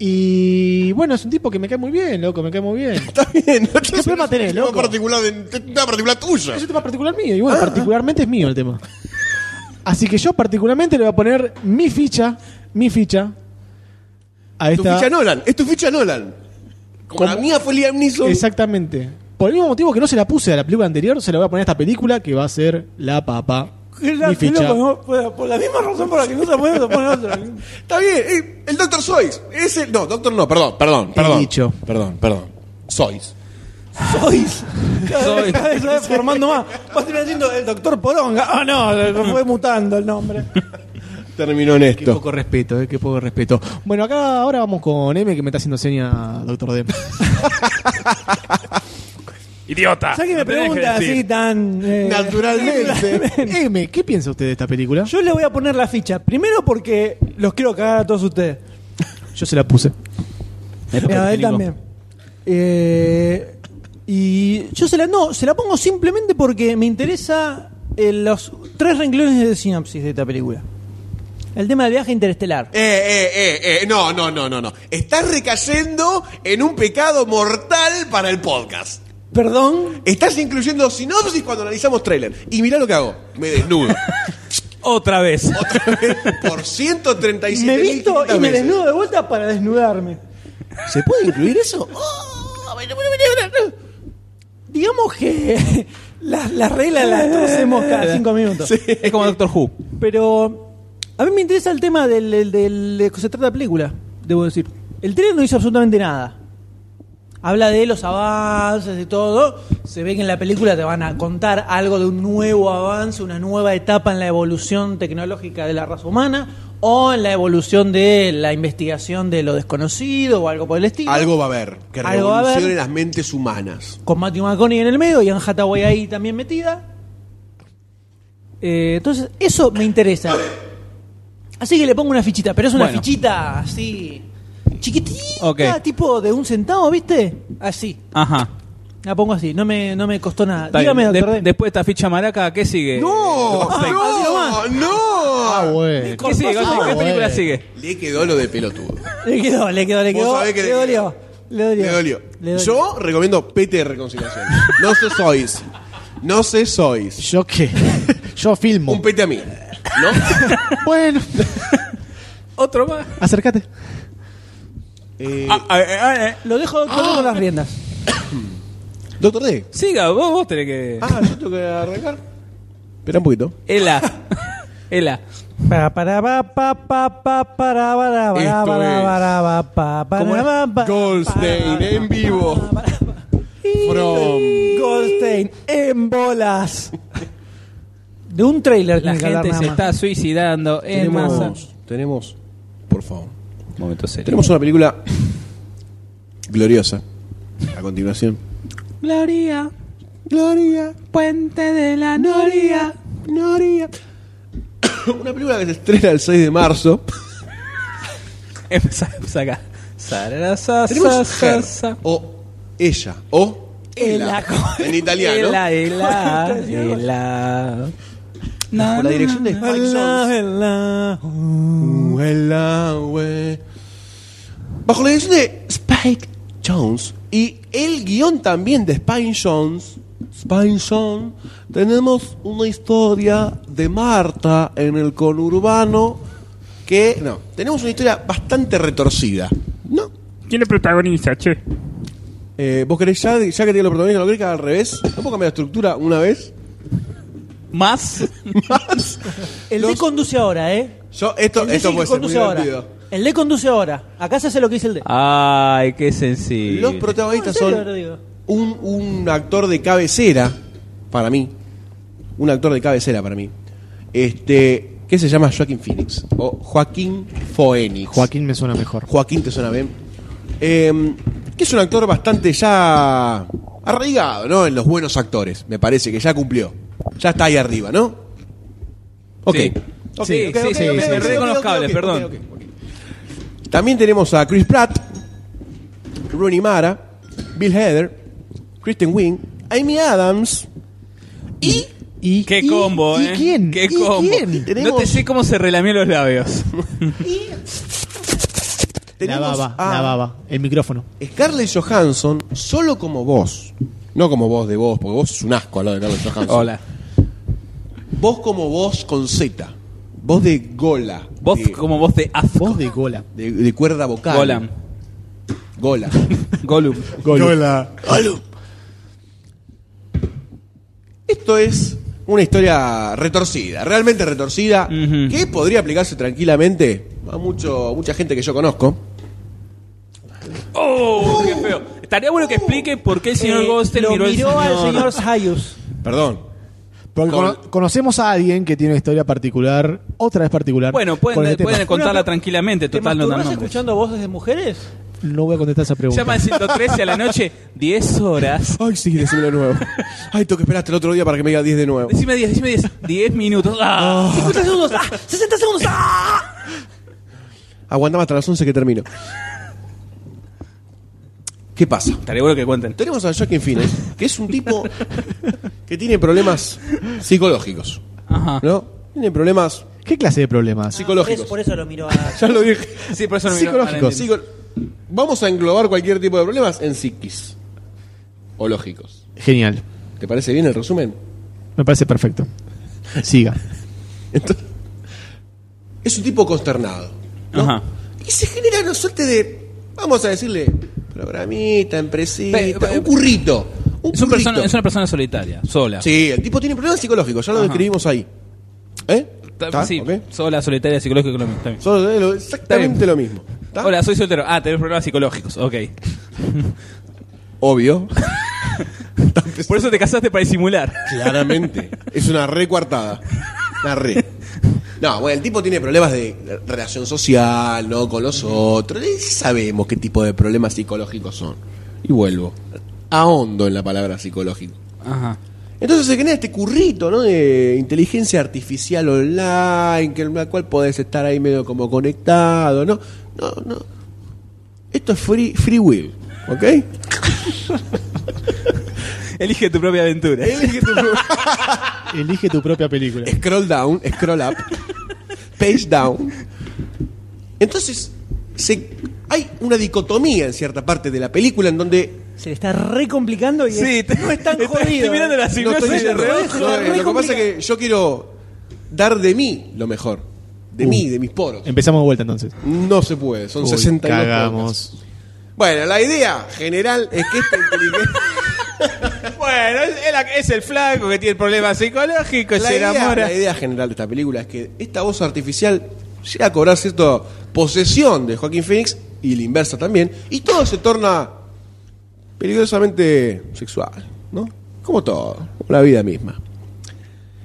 Speaker 5: y bueno, es un tipo que me cae muy bien, loco, me cae muy bien.
Speaker 1: Está bien. No
Speaker 5: ¿Qué problema tenés,
Speaker 1: un tema
Speaker 5: loco?
Speaker 1: particular, de, un tema particular tuyo.
Speaker 5: Es un tema particular mío y bueno, particularmente es mío el tema. Así que yo particularmente le voy a poner mi ficha, mi ficha a
Speaker 1: Tu
Speaker 5: esta
Speaker 1: ficha Nolan. Es tu ficha Nolan. Como
Speaker 5: ¿Cómo?
Speaker 1: la mía fue Liam Neeson.
Speaker 5: Exactamente. Por el mismo motivo que no se la puse a la película anterior, se la voy a poner a esta película que va a ser La Papa.
Speaker 2: Qué
Speaker 5: Mi
Speaker 2: loco,
Speaker 5: ficha.
Speaker 2: ¿no? Por por la misma razón por la que no se puede se pone otra.
Speaker 1: Está bien. eh, el Doctor Sois. Ese, no, Doctor no. Perdón, perdón, perdón.
Speaker 5: dicho.
Speaker 1: Perdón, perdón. Sois.
Speaker 2: Sois. Cada vez-
Speaker 3: Sois.
Speaker 2: cada vez se va formando más. Vos te vas diciendo el doctor Poronga. Ah, no, fue mutando el nombre.
Speaker 1: Terminó en
Speaker 5: Qué
Speaker 1: esto.
Speaker 5: poco respeto, eh, qué poco respeto. Bueno, acá ahora vamos con M que me está haciendo seña Doctor D.
Speaker 3: ¡Idiota!
Speaker 2: ¿Sabes que me pregunta así tan. eh,
Speaker 1: Naturalmente.
Speaker 5: M, ¿qué piensa usted de esta película?
Speaker 2: Yo le voy a poner la ficha. Primero porque los quiero cagar a todos ustedes.
Speaker 5: Yo se la puse.
Speaker 2: Mira, a él también. Eh, y yo se la, no, se la pongo simplemente porque me interesa eh, los tres renglones de sinopsis de esta película. El tema del viaje interestelar.
Speaker 1: Eh, eh, eh, eh, no, no, no, no, no. Estás recayendo en un pecado mortal para el podcast.
Speaker 2: Perdón.
Speaker 1: Estás incluyendo sinopsis cuando analizamos trailer. Y mirá lo que hago. Me desnudo.
Speaker 3: Otra vez.
Speaker 1: Otra vez por 137
Speaker 2: Me visto y me desnudo de vuelta para desnudarme.
Speaker 1: ¿Se puede incluir eso?
Speaker 2: Digamos que la, la regla la torcemos cada cinco minutos.
Speaker 3: Es como Doctor Who.
Speaker 2: Pero a mí me interesa el tema del, del- del- de que se trata la película, debo decir. El trailer no hizo absolutamente nada. Habla de los avances, de todo. Se ve que en la película te van a contar algo de un nuevo avance, una nueva etapa en la evolución tecnológica de la raza humana o en la evolución de la investigación de lo desconocido o algo por el estilo.
Speaker 1: Algo va a haber que
Speaker 2: Algo va a haber.
Speaker 1: revolucione las mentes humanas.
Speaker 2: Con Matthew McConaughey en el medio y Anne Hathaway ahí también metida. Eh, entonces, eso me interesa. Así que le pongo una fichita, pero es una
Speaker 3: Bueno.
Speaker 2: fichita así. chiquitita,
Speaker 3: Ok.
Speaker 2: tipo de un centavo, ¿viste? Así.
Speaker 3: Ajá.
Speaker 2: La pongo así, no me, no me costó nada.
Speaker 3: Está
Speaker 2: Dígame,
Speaker 3: bien. De-
Speaker 2: doctor D.
Speaker 3: después de esta ficha maraca, ¿qué sigue?
Speaker 1: ¡No!
Speaker 2: así
Speaker 1: ¡No!
Speaker 2: nomás.
Speaker 1: ¡No!
Speaker 5: Ah, bueno.
Speaker 3: ¿Qué sigue?
Speaker 2: Cortó
Speaker 3: Gonzalo? ¿Qué
Speaker 5: todo,
Speaker 3: película
Speaker 5: eh.
Speaker 3: sigue?
Speaker 1: Le quedó lo de pelotudo.
Speaker 2: Le quedó, le quedó, le
Speaker 1: Vos
Speaker 2: quedó.
Speaker 1: sabés que
Speaker 2: le,
Speaker 1: le
Speaker 2: dolió. Le dolió.
Speaker 1: Le dolió.
Speaker 2: Le dolió.
Speaker 1: Yo recomiendo Pete de Reconciliación. No sé sois. No sé sois.
Speaker 5: ¿Yo qué? Yo filmo.
Speaker 1: Un pete a mí. ¿No?
Speaker 5: Bueno,
Speaker 3: Otro más.
Speaker 5: acércate.
Speaker 1: Eh,
Speaker 2: Lo dejo doctor D, con las riendas.
Speaker 1: Doctor D.
Speaker 3: Siga, vos, vos tenés que.
Speaker 1: Ah, yo tengo que arrancar. Espera un poquito.
Speaker 3: Ela. Ela.
Speaker 2: Pa, para, pa, pa, pa, pa, para, para, para,
Speaker 1: Esto
Speaker 2: para,
Speaker 1: es-
Speaker 2: para, pa, pa, para,
Speaker 1: ¿Cómo era?
Speaker 2: pa, pa,
Speaker 1: Goldstein
Speaker 2: para,
Speaker 1: en vivo.
Speaker 2: para, para, para.
Speaker 1: From-
Speaker 2: Goldstein en bolas. De un trailer
Speaker 3: La
Speaker 2: tiene que hablar
Speaker 3: gente
Speaker 2: nada
Speaker 3: se
Speaker 2: más.
Speaker 3: está suicidando en masa.
Speaker 1: Tenemos, tenemos, por favor,
Speaker 3: Momento serio.
Speaker 1: tenemos una película gloriosa. A continuación.
Speaker 3: Gloria,
Speaker 1: Gloria,
Speaker 3: puente de la noria.
Speaker 1: Gloria. una película que se estrena el 6 de marzo.
Speaker 3: Empezamos acá. Sarara, sa, sa,
Speaker 1: Tenemos
Speaker 3: sa,
Speaker 1: Her,
Speaker 3: sa.
Speaker 1: o ella o
Speaker 2: Ella.
Speaker 1: ella en italiano.
Speaker 3: Ela,
Speaker 2: Ah,
Speaker 3: ela, ela. Na,
Speaker 1: Con la dirección de
Speaker 3: na,
Speaker 1: Spike
Speaker 2: Ela,
Speaker 1: Jonze.
Speaker 2: ela.
Speaker 1: Uh, ella, we. Bajo la dirección de Spike Jones y el guión también de Spike Jones. Spike Jones, tenemos una historia de Marta en el conurbano que no, tenemos una historia bastante retorcida, ¿no?
Speaker 8: ¿Quién es protagonista, che?
Speaker 1: Eh, ¿Vos querés ya, ya que tiene los protagonistas, lo querés que haga al revés? ¿No puedo cambiar la estructura una vez?
Speaker 3: na. Más.
Speaker 1: Más.
Speaker 2: El D
Speaker 1: Los-
Speaker 2: conduce ahora, ¿eh?
Speaker 1: Yo, esto,
Speaker 2: El D
Speaker 1: esto
Speaker 2: sí
Speaker 1: puede ser muy
Speaker 2: conduce ahora.
Speaker 1: divertido.
Speaker 2: El D conduce ahora. Acá se hace lo que dice el
Speaker 3: Ah,
Speaker 2: D.
Speaker 3: Ay, qué sencillo.
Speaker 1: Los protagonistas
Speaker 2: No, en serio
Speaker 1: son
Speaker 2: lo digo.
Speaker 1: un, un actor de cabecera, para mí. Un actor de cabecera para mí. Este, que se llama Joaquín Phoenix. O Joaquín Phoenix.
Speaker 5: Joaquín me suena mejor.
Speaker 1: Joaquín te suena bien. Eh, que es un actor bastante ya arraigado, ¿no? En los buenos actores, me parece, que ya cumplió. Ya está ahí arriba, ¿no? Ok.
Speaker 3: Sí.
Speaker 1: Ok,
Speaker 3: Sí,
Speaker 1: ok,
Speaker 3: sí,
Speaker 1: ok,
Speaker 3: sí,
Speaker 1: ok,
Speaker 3: sí, me
Speaker 1: ok,
Speaker 3: enredé con
Speaker 1: ok,
Speaker 3: los
Speaker 1: ok,
Speaker 3: cables,
Speaker 1: ok,
Speaker 3: perdón.
Speaker 1: ok, ok, ok. También tenemos a Chris Pratt, Rooney Mara, Bill Heather, Kristen Wiig, Amy Adams y
Speaker 5: ¿Y,
Speaker 3: Qué
Speaker 5: y-
Speaker 3: combo,
Speaker 5: ¿y
Speaker 3: ¿eh?
Speaker 5: quién?
Speaker 3: Qué
Speaker 5: ¿Y
Speaker 3: combo.
Speaker 5: quién?
Speaker 3: No te sé cómo se relamió los labios.
Speaker 5: La
Speaker 1: tenemos
Speaker 5: baba,
Speaker 1: a
Speaker 5: la baba. El micrófono.
Speaker 1: Scarlett Johansson solo como vos. No como vos de vos, porque vos sos un asco al lado de Scarlett Johansson.
Speaker 3: Hola.
Speaker 1: Vos como vos con Z. Vos de gola.
Speaker 3: Vos
Speaker 1: de,
Speaker 3: como voz de asco.
Speaker 5: Voz de gola.
Speaker 1: de- de cuerda vocal.
Speaker 3: Golam.
Speaker 1: Gola.
Speaker 3: Golum.
Speaker 5: Gola.
Speaker 1: Esto es una historia retorcida, realmente retorcida,
Speaker 3: Ujú.
Speaker 1: que podría aplicarse tranquilamente a mucho, mucha gente que yo conozco.
Speaker 3: ¡Oh! ¡Qué feo! Estaría bueno que explique por qué el señor
Speaker 2: Eh,
Speaker 3: Goldstein
Speaker 2: lo
Speaker 3: miró,
Speaker 2: miró
Speaker 3: al
Speaker 2: al
Speaker 3: señor.
Speaker 2: señor Sayus.
Speaker 1: Perdón.
Speaker 5: Porque
Speaker 1: Con-
Speaker 5: cono- conocemos a alguien que tiene una historia particular, otra vez particular.
Speaker 3: Bueno,
Speaker 5: con
Speaker 3: pueden,
Speaker 5: este
Speaker 3: pueden
Speaker 5: tema.
Speaker 3: contarla
Speaker 2: Una-
Speaker 3: tranquilamente,
Speaker 2: ¿Te
Speaker 3: total, no dan
Speaker 2: masturbas
Speaker 3: nombres.
Speaker 2: escuchando voces de mujeres?
Speaker 5: No voy a contestar esa pregunta.
Speaker 3: Llama al 113 a la noche, 10 horas.
Speaker 1: Ay, sí, decímelo de nuevo. Ay, tengo que esperar hasta el otro día para que me diga 10 de nuevo.
Speaker 3: Decime 10, decime 10. 10 minutos. ¡Ah!
Speaker 2: 50 segundos, ah, 60 segundos. ah.
Speaker 1: Aguantame hasta las 11 que termino. ¿Qué pasa?
Speaker 3: Estaría bueno que cuenten.
Speaker 1: Tenemos a Joaquin Phoenix, que es un tipo que tiene problemas psicológicos,
Speaker 3: Ajá.
Speaker 1: ¿no? Tiene problemas
Speaker 5: ¿Qué clase de problemas?
Speaker 1: psicológicos.
Speaker 2: Es por eso lo miró a...
Speaker 1: Ya lo dije.
Speaker 3: Sí, por eso no miró
Speaker 1: Psicológicos.
Speaker 3: Valentín.
Speaker 1: psico- Vamos a englobar cualquier tipo de problemas en psiquis o lógicos.
Speaker 5: Genial.
Speaker 1: ¿Te parece bien el resumen?
Speaker 5: Me parece perfecto. Siga.
Speaker 1: Entonces, es un tipo consternado. ¿no?
Speaker 3: Ajá.
Speaker 1: Y se genera una suerte de, vamos a decirle, programita, empresita,
Speaker 3: Pe- pe-
Speaker 1: un currito. Un
Speaker 3: Es, un
Speaker 1: currito.
Speaker 3: persona, es una persona solitaria, sola.
Speaker 1: Sí, el tipo tiene problemas psicológicos, ya lo
Speaker 3: Ajá.
Speaker 1: describimos ahí. ¿Eh?
Speaker 3: Está-
Speaker 5: Ah,
Speaker 1: ¿Está?
Speaker 3: sí,
Speaker 1: ¿Ok?
Speaker 3: sola, solitaria, psicológica, lo mismo. está bien.
Speaker 1: Solo es lo-
Speaker 3: Está
Speaker 1: exactamente lo mismo. ¿Está?
Speaker 3: Hola, soy soltero. Ah, tenés problemas psicológicos. Ok.
Speaker 1: Obvio.
Speaker 3: Por eso te casaste para disimular.
Speaker 1: Claramente. es una re coartada. Una re. No, bueno, el tipo tiene problemas de relación social, ¿no? Con los otros. Y sabemos qué tipo de problemas psicológicos son. Y vuelvo. Ahondo en la palabra psicológico.
Speaker 3: Ajá.
Speaker 1: Entonces se genera este currito, ¿no? De inteligencia artificial online, que en la cual podés estar ahí medio como conectado, ¿no? No, no. Esto es free, free will, ¿ok?
Speaker 3: Elige tu propia aventura.
Speaker 1: Elige tu pro-
Speaker 5: Elige tu propia película.
Speaker 1: scroll down, scroll up, page down. Entonces, se- hay una dicotomía en cierta parte de la película en donde
Speaker 2: Se le está re complicando y
Speaker 3: Sí,
Speaker 2: es-
Speaker 3: te-
Speaker 2: no es tan
Speaker 3: te- te-
Speaker 2: jodido. ¿eh?
Speaker 3: estoy mirando la
Speaker 2: No,
Speaker 1: No
Speaker 3: Ignacio
Speaker 1: estoy
Speaker 2: estoy
Speaker 3: de
Speaker 1: yendo
Speaker 2: yendo
Speaker 3: reojo,
Speaker 2: re-
Speaker 1: reojo,
Speaker 2: está
Speaker 1: eh,
Speaker 2: re
Speaker 1: Lo que pasa es
Speaker 2: complicado.
Speaker 1: que yo quiero dar de mí lo mejor. De mí, de mis poros.
Speaker 5: Empezamos de vuelta entonces.
Speaker 1: No se puede, son
Speaker 5: Uh. Uy,
Speaker 1: 62 podcasts.
Speaker 5: Cagamos.
Speaker 1: Bueno, la idea general es que esta inteligencia...
Speaker 3: Bueno, es, es la- es el flaco que tiene problemas psicológicos,
Speaker 1: la,
Speaker 3: se
Speaker 1: idea,
Speaker 3: enamora.
Speaker 1: la idea general de esta película es que esta voz artificial llega a cobrar cierta posesión de Joaquín Phoenix y la inversa también, y todo se torna peligrosamente sexual, ¿no? Como todo, como la vida misma.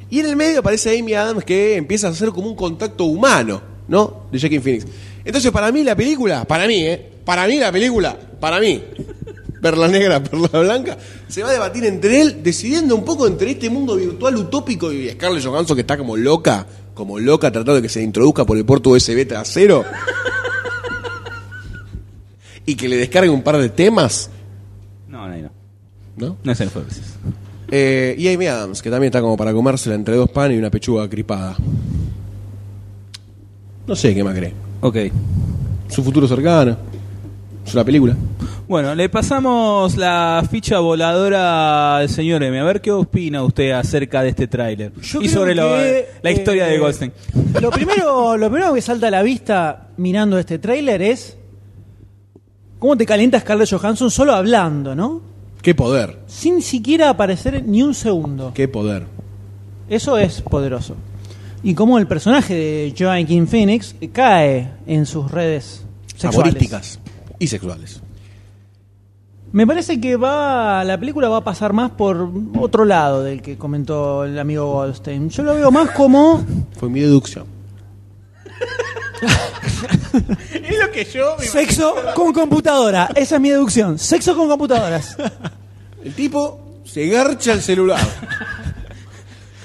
Speaker 1: Y en el medio aparece Amy Adams que empieza a hacer como un contacto humano, ¿no? De Joaquin Phoenix. Entonces, para mí la película, para mí, ¿eh? Para mí la película, para mí, Perla Negra, Perla Blanca, se va a debatir entre él, decidiendo un poco entre este mundo virtual utópico y Scarlett Johansson que está como loca, como loca tratando de que se le introduzca por el puerto USB trasero y que le descargue un par de temas,
Speaker 3: No, no, no.
Speaker 1: ¿no?
Speaker 3: No es el juego.
Speaker 1: Eh, y Amy Adams, que también está como para comérsela entre dos panes y una pechuga gripada. No sé qué más cree.
Speaker 3: Ok.
Speaker 1: Su futuro cercano. Es una película.
Speaker 3: Bueno, le pasamos la ficha voladora al señor M. A ver qué opina usted acerca de este tráiler.
Speaker 2: Yo
Speaker 3: Y
Speaker 2: creo
Speaker 3: sobre lo-
Speaker 2: que,
Speaker 3: la
Speaker 2: eh,
Speaker 3: historia de Goldstein.
Speaker 2: Lo primero, lo primero que salta a la vista mirando este tráiler es cómo te calienta Scarlett Johansson solo hablando, ¿no?
Speaker 1: Qué poder.
Speaker 2: Sin siquiera aparecer ni un segundo.
Speaker 1: Qué poder.
Speaker 2: Eso es poderoso. Y cómo el personaje de Joaquin Phoenix cae en sus redes sexuales.
Speaker 1: Amorísticas y sexuales.
Speaker 2: Me parece que va la película va a pasar más por otro lado del que comentó el amigo Goldstein. Yo lo veo más como
Speaker 1: Fue mi deducción.
Speaker 2: Sexo con computadora. Esa es mi deducción. Sexo con computadoras.
Speaker 1: El tipo se garcha el celular.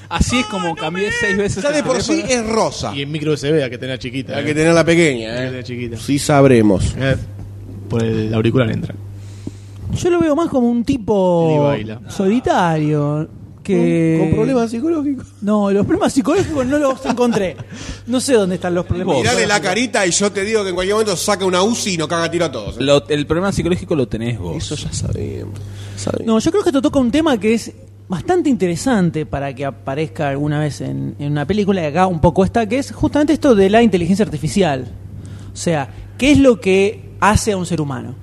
Speaker 3: Así es como cambié seis veces.
Speaker 1: ya
Speaker 3: el
Speaker 1: de por sí
Speaker 3: teléfono.
Speaker 1: es rosa.
Speaker 5: Y en micro USB hay que tener chiquita.
Speaker 1: Hay
Speaker 5: eh.
Speaker 1: que tenerla pequeña,
Speaker 5: Hay que
Speaker 1: ¿eh?
Speaker 5: tener chiquita.
Speaker 1: Sí sabremos.
Speaker 5: Eh, Por el auricular entra.
Speaker 2: Yo lo veo más como un
Speaker 5: Ni
Speaker 2: tipo
Speaker 5: baila.
Speaker 2: solitario. Que...
Speaker 1: Con problemas psicológicos.
Speaker 2: No, los problemas psicológicos no los encontré. No sé dónde están los problemas.
Speaker 1: Mirale la
Speaker 2: psicológicos.
Speaker 1: carita y yo te digo que en cualquier momento saca una UCI y nos caga tiro a todos. ¿eh?
Speaker 3: Lo- el problema psicológico lo tenés vos.
Speaker 1: Eso ya sabemos. sabemos.
Speaker 2: No, yo creo que esto toca un tema que es bastante interesante para que aparezca alguna vez en, en una película, y acá un poco está, que es justamente esto de la inteligencia artificial. O sea, ¿qué es lo que hace a un ser humano?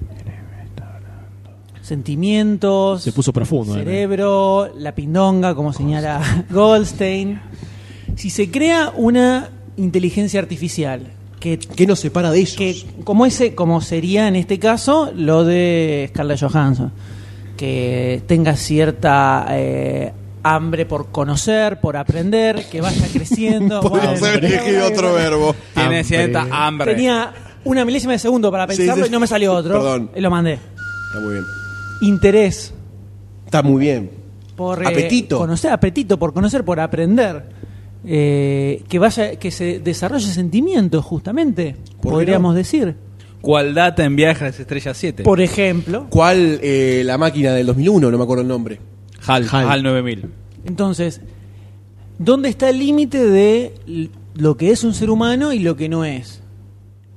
Speaker 2: Sentimientos,
Speaker 5: Se puso profundo. eh.
Speaker 2: cerebro, la pindonga, como señala Goldstein. Si se crea una inteligencia artificial que
Speaker 1: ¿Qué nos separa de ellos?
Speaker 2: que como ese como sería en este caso lo de Scarlett Johansson que tenga cierta eh, hambre por conocer por aprender que vaya creciendo Bueno,
Speaker 1: Podríamos haber elegido otro verbo.
Speaker 3: Tiene
Speaker 5: Hambre.
Speaker 3: cierta hambre.
Speaker 2: tenía una milésima de segundo para
Speaker 1: Sí,
Speaker 2: pensarlo
Speaker 1: sí.
Speaker 2: y no me salió otro
Speaker 1: Perdón.
Speaker 2: Eh, lo mandé
Speaker 1: Está muy bien.
Speaker 2: interés
Speaker 1: Está muy bien.
Speaker 2: por eh,
Speaker 1: Apetito.
Speaker 2: conocer apetito por conocer por aprender Eh, que vaya que se desarrolle sentimientos justamente
Speaker 1: qué
Speaker 2: podríamos
Speaker 1: no?
Speaker 2: decir
Speaker 3: ¿Cuál data en viaje a las estrellas 7?
Speaker 2: por ejemplo
Speaker 1: ¿Cuál eh, la máquina del 2001? No me acuerdo el nombre.
Speaker 3: HAL, HAL 9000.
Speaker 2: Entonces, ¿dónde está el límite de l- lo que es un ser humano y lo que no es?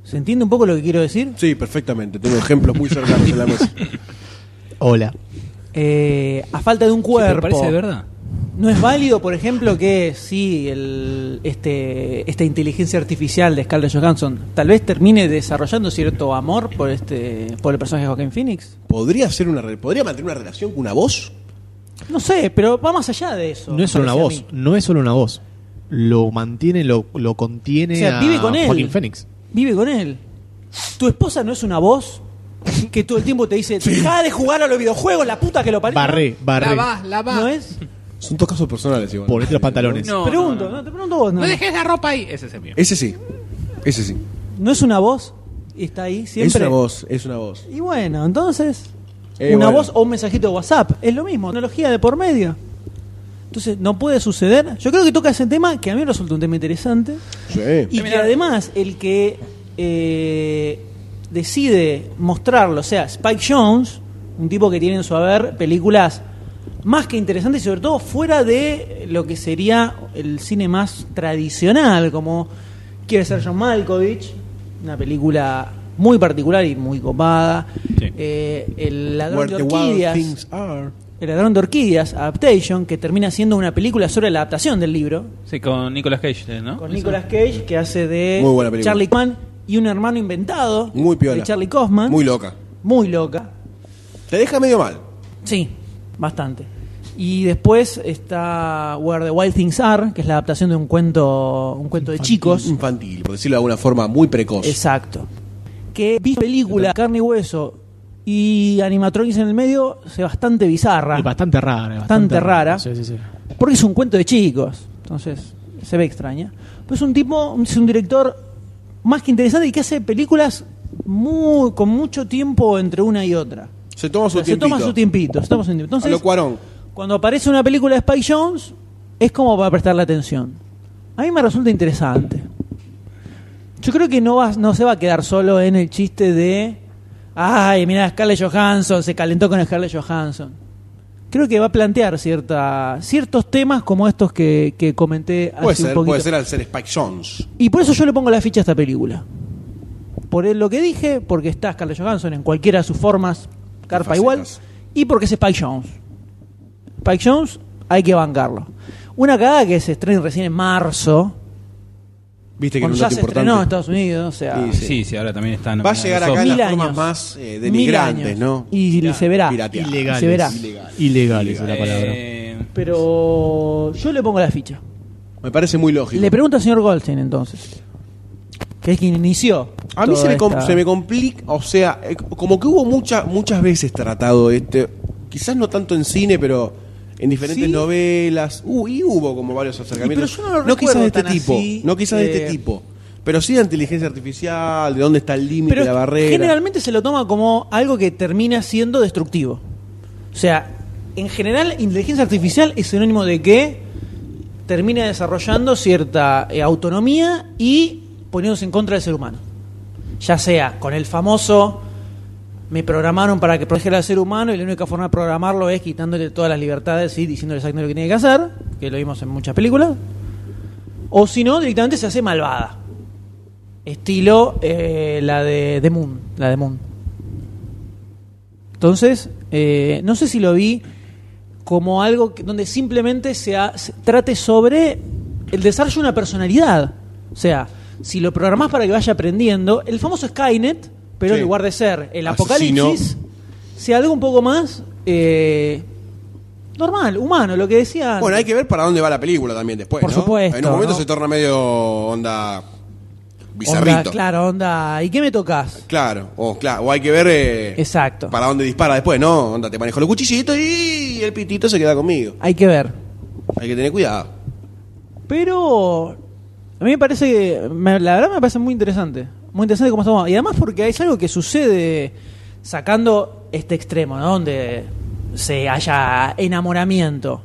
Speaker 2: ¿Se entiende un poco lo que quiero decir?
Speaker 1: Sí, perfectamente. Tengo ejemplos muy cercanos en la mesa.
Speaker 5: Hola.
Speaker 2: Eh, a falta de un
Speaker 3: ¿Te
Speaker 2: cuerpo.
Speaker 3: parece de verdad?
Speaker 2: ¿No es válido, por ejemplo, que si el, este, esta inteligencia artificial de Scarlett Johansson tal vez termine desarrollando cierto amor por este por el personaje de Joaquin Phoenix?
Speaker 1: ¿Podría, ser una, re- ¿Podría mantener una relación con una voz?
Speaker 2: No sé, pero va más allá de eso.
Speaker 5: No es solo
Speaker 2: me
Speaker 5: una
Speaker 2: parece a
Speaker 5: voz.
Speaker 2: mí.
Speaker 5: No es solo una voz. Lo mantiene, lo, lo contiene.
Speaker 2: O sea,
Speaker 5: a
Speaker 2: vive con él.
Speaker 5: Joaquín Phoenix.
Speaker 2: Vive con él. Tu esposa no es una voz que todo el tiempo te dice, deja de jugar a los videojuegos, la puta que lo parió.
Speaker 5: Barré, barré.
Speaker 2: ¿No es?
Speaker 1: Son dos casos personales igual.
Speaker 5: Ponete los pantalones.
Speaker 3: No,
Speaker 2: pregunto, no, te pregunto vos. No,
Speaker 3: la ropa ahí. Ese es el mío.
Speaker 1: Ese sí. Ese sí.
Speaker 2: ¿No es una voz y está ahí siempre.
Speaker 1: Es una voz. Es una voz.
Speaker 2: Y bueno, entonces,
Speaker 1: Eh,
Speaker 2: una
Speaker 1: bueno.
Speaker 2: voz o un mensajito de WhatsApp, es lo mismo, tecnología de por medio. Entonces, no puede suceder. Yo creo que toca ese tema que a mí me resulta un tema interesante.
Speaker 1: Sí.
Speaker 2: Y que además el que eh, decide mostrarlo, o sea, Spike Jones, un tipo que tiene en su haber películas más que interesantes y sobre todo fuera de lo que sería el cine más tradicional, como Quiere ser John Malkovich, una película muy particular y muy copada,
Speaker 3: Sí.
Speaker 2: Eh, El ladrón
Speaker 1: Where
Speaker 2: de
Speaker 1: the wild
Speaker 2: orquídeas,
Speaker 1: things are.
Speaker 2: El ladrón de orquídeas, Adaptation, que termina siendo una película sobre la adaptación del libro,
Speaker 3: Sí, con Nicolas Cage, ¿eh, ¿no?
Speaker 2: con
Speaker 3: Eso.
Speaker 2: Nicolas Cage, que hace de
Speaker 1: Muy buena película.
Speaker 2: Charlie Kaufman y un hermano inventado
Speaker 1: Muy piola.
Speaker 2: de Charlie Kaufman.
Speaker 1: Muy loca.
Speaker 2: Muy loca.
Speaker 1: Te deja medio mal.
Speaker 2: Sí, bastante. Y después está Where the Wild Things Are, que es la adaptación de un cuento, un cuento de chicos.
Speaker 1: Infantil, por decirlo de alguna forma muy precoz.
Speaker 2: Exacto. Que vi película, carne y hueso y animatronics en el medio, se bastante bizarra.
Speaker 5: Es bastante rara. es
Speaker 2: Bastante rara.
Speaker 5: Sí, sí, sí.
Speaker 2: Porque es un cuento de chicos. Entonces, se ve extraña. Pero es un tipo, es un director más que interesante y que hace películas muy, con mucho tiempo entre una y otra.
Speaker 1: Se toma
Speaker 2: O sea,
Speaker 1: su
Speaker 2: se
Speaker 1: tiempo.
Speaker 2: toma su tiempito. se toma su tiempo.
Speaker 1: A
Speaker 2: Entonces,
Speaker 1: lo Cuarón.
Speaker 2: cuando aparece una película de Spike Jones, es como para prestarle atención. A mí me resulta interesante. Yo creo que no, va, no se va a quedar solo en el chiste de. Ay, mira, Scarlett Johansson, se calentó con Scarlett Johansson. Creo que va a plantear cierta, ciertos temas como estos que, que comenté hace
Speaker 1: Puede
Speaker 2: un
Speaker 1: ser,
Speaker 2: poquito.
Speaker 1: puede ser al ser Spike Jones.
Speaker 2: Y por eso yo le pongo la ficha a esta película. Por el- lo que dije, porque está Scarlett Johansson en cualquiera de sus formas, carpa
Speaker 1: Facetas.
Speaker 2: igual, y porque es Spike Jones. Spike Jones hay que bancarlo. Una cagada que se estrena recién en marzo,
Speaker 1: Viste que
Speaker 2: cuando ya
Speaker 1: era un dato
Speaker 2: se estrenó en
Speaker 1: importante.
Speaker 2: Estados Unidos, o sea,
Speaker 1: Sí,
Speaker 3: Sí, sí, sí, ahora también está
Speaker 1: Va a
Speaker 3: nominado
Speaker 1: llegar
Speaker 3: los
Speaker 1: acá en
Speaker 2: mil
Speaker 1: las
Speaker 2: años.
Speaker 1: formas más eh,
Speaker 2: Mil
Speaker 1: denigrantes,
Speaker 2: años.
Speaker 1: ¿no?
Speaker 2: Y se verá.
Speaker 1: Piratear.
Speaker 2: Se verá.
Speaker 5: Ilegales es
Speaker 3: Oscars.
Speaker 5: la palabra.
Speaker 3: Eh,
Speaker 2: Pero yo le pongo la ficha.
Speaker 1: Me parece muy lógico.
Speaker 2: Le pregunto al señor Goldstein entonces, que es quien inició.
Speaker 1: A mí
Speaker 2: toda
Speaker 1: se me, com-
Speaker 2: esta-
Speaker 1: se me complica, o sea, eh, como que hubo muchas muchas veces tratado este, quizás no tanto en cine, pero en diferentes
Speaker 2: Sí.
Speaker 1: novelas, uh, y hubo como varios acercamientos.
Speaker 2: Y pero yo no lo recuerdo
Speaker 1: quizás de este
Speaker 2: tan
Speaker 1: tipo,
Speaker 2: así,
Speaker 1: no quizás de
Speaker 2: eh,
Speaker 1: este tipo, pero sí de inteligencia artificial, de dónde está el límite,
Speaker 2: Pero
Speaker 1: la barrera.
Speaker 2: generalmente se lo toma como algo que termina siendo destructivo. O sea, en general, inteligencia artificial es sinónimo de que termina desarrollando cierta eh, autonomía y poniéndose en contra del ser humano. Ya sea con el famoso me programaron para que proteger al ser humano y la única forma de programarlo es quitándole todas las libertades y diciéndole exactamente lo que tiene que hacer, que lo vimos en muchas películas. O si no, directamente se hace malvada. Estilo eh, la de, de Moon. La de Moon. Entonces, eh, no sé si lo vi como algo que- donde simplemente se, ha- se trate sobre el desarrollo de una personalidad. O sea, si lo programás para que vaya aprendiendo, el famoso Skynet, pero
Speaker 1: Sí.
Speaker 2: en lugar de ser el
Speaker 1: Asesino.
Speaker 2: apocalipsis, sea algo un poco más eh, normal, humano, lo que decía.
Speaker 1: Bueno,
Speaker 2: antes.
Speaker 1: hay que ver para dónde va la película también después,
Speaker 2: Por
Speaker 1: ¿no?
Speaker 2: supuesto,
Speaker 1: En un momento
Speaker 2: ¿no?
Speaker 1: se torna medio onda bizarrito.
Speaker 2: Onda, claro, onda. ¿Y qué me tocas?
Speaker 1: Claro, o, cla- o hay que ver eh,
Speaker 2: Exacto.
Speaker 1: para dónde dispara después, ¿no? Onda, te manejo los cuchillitos y el pitito se queda conmigo.
Speaker 2: Hay que ver.
Speaker 1: Hay que tener cuidado.
Speaker 2: Pero a mí me parece que, me- la verdad me parece muy interesante. Muy interesante cómo estamos. Y además porque es algo que sucede sacando este extremo, ¿no? Donde se haya enamoramiento.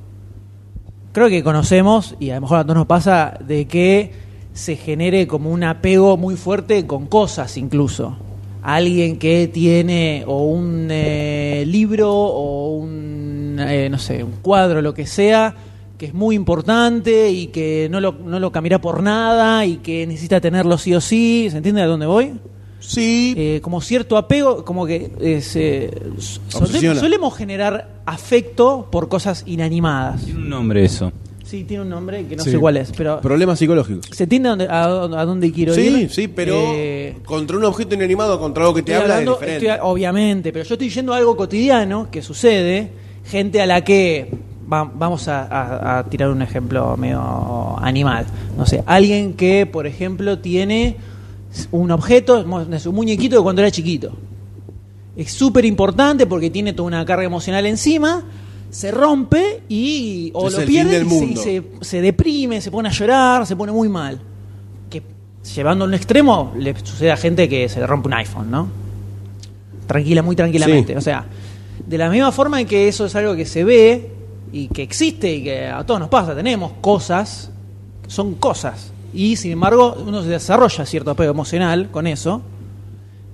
Speaker 2: Creo que conocemos, y a lo mejor a todos nos pasa, de que se genere como un apego muy fuerte con cosas incluso. Alguien que tiene o un eh, libro o un, eh, no sé, un cuadro, lo que sea, que es muy importante y que no lo, no lo cambiará por nada y que necesita tenerlo sí o sí. ¿Se entiende a dónde voy?
Speaker 1: Sí,
Speaker 2: Eh, como cierto apego, como que eh, se- so-
Speaker 1: Obsesiona.
Speaker 2: solemos generar afecto por cosas inanimadas.
Speaker 3: Tiene un nombre eso.
Speaker 2: Sí, tiene un nombre que no
Speaker 5: Sí.
Speaker 2: sé cuál es, pero
Speaker 1: problemas psicológicos.
Speaker 2: ¿se entiende a dónde, a, dónde- a dónde quiero ir?
Speaker 1: Sí, sí, pero
Speaker 2: Eh,
Speaker 1: contra un objeto inanimado, contra algo que te
Speaker 2: estoy
Speaker 1: habla
Speaker 2: hablando-
Speaker 1: es diferente.
Speaker 2: estoy- oh, obviamente, pero yo estoy yendo a algo cotidiano que sucede, gente a la que va- vamos a, a- a tirar un ejemplo medio animal, no sé, alguien que por ejemplo tiene un objeto, es un muñequito de cuando era chiquito. Es súper importante porque tiene toda una carga emocional encima, se rompe y o
Speaker 1: Es el
Speaker 2: lo
Speaker 1: fin
Speaker 2: pierde
Speaker 1: del
Speaker 2: y se- y
Speaker 1: mundo.
Speaker 2: se, se deprime, se pone a llorar, se pone muy mal. Que llevando a un extremo le sucede a gente que se le rompe un iPhone, ¿no? Tranquila, muy tranquilamente.
Speaker 1: Sí.
Speaker 2: O sea, de la misma forma en que eso es algo que se ve y que existe y que a todos nos pasa, tenemos cosas, son cosas. Y sin embargo, uno se desarrolla cierto apego emocional con eso.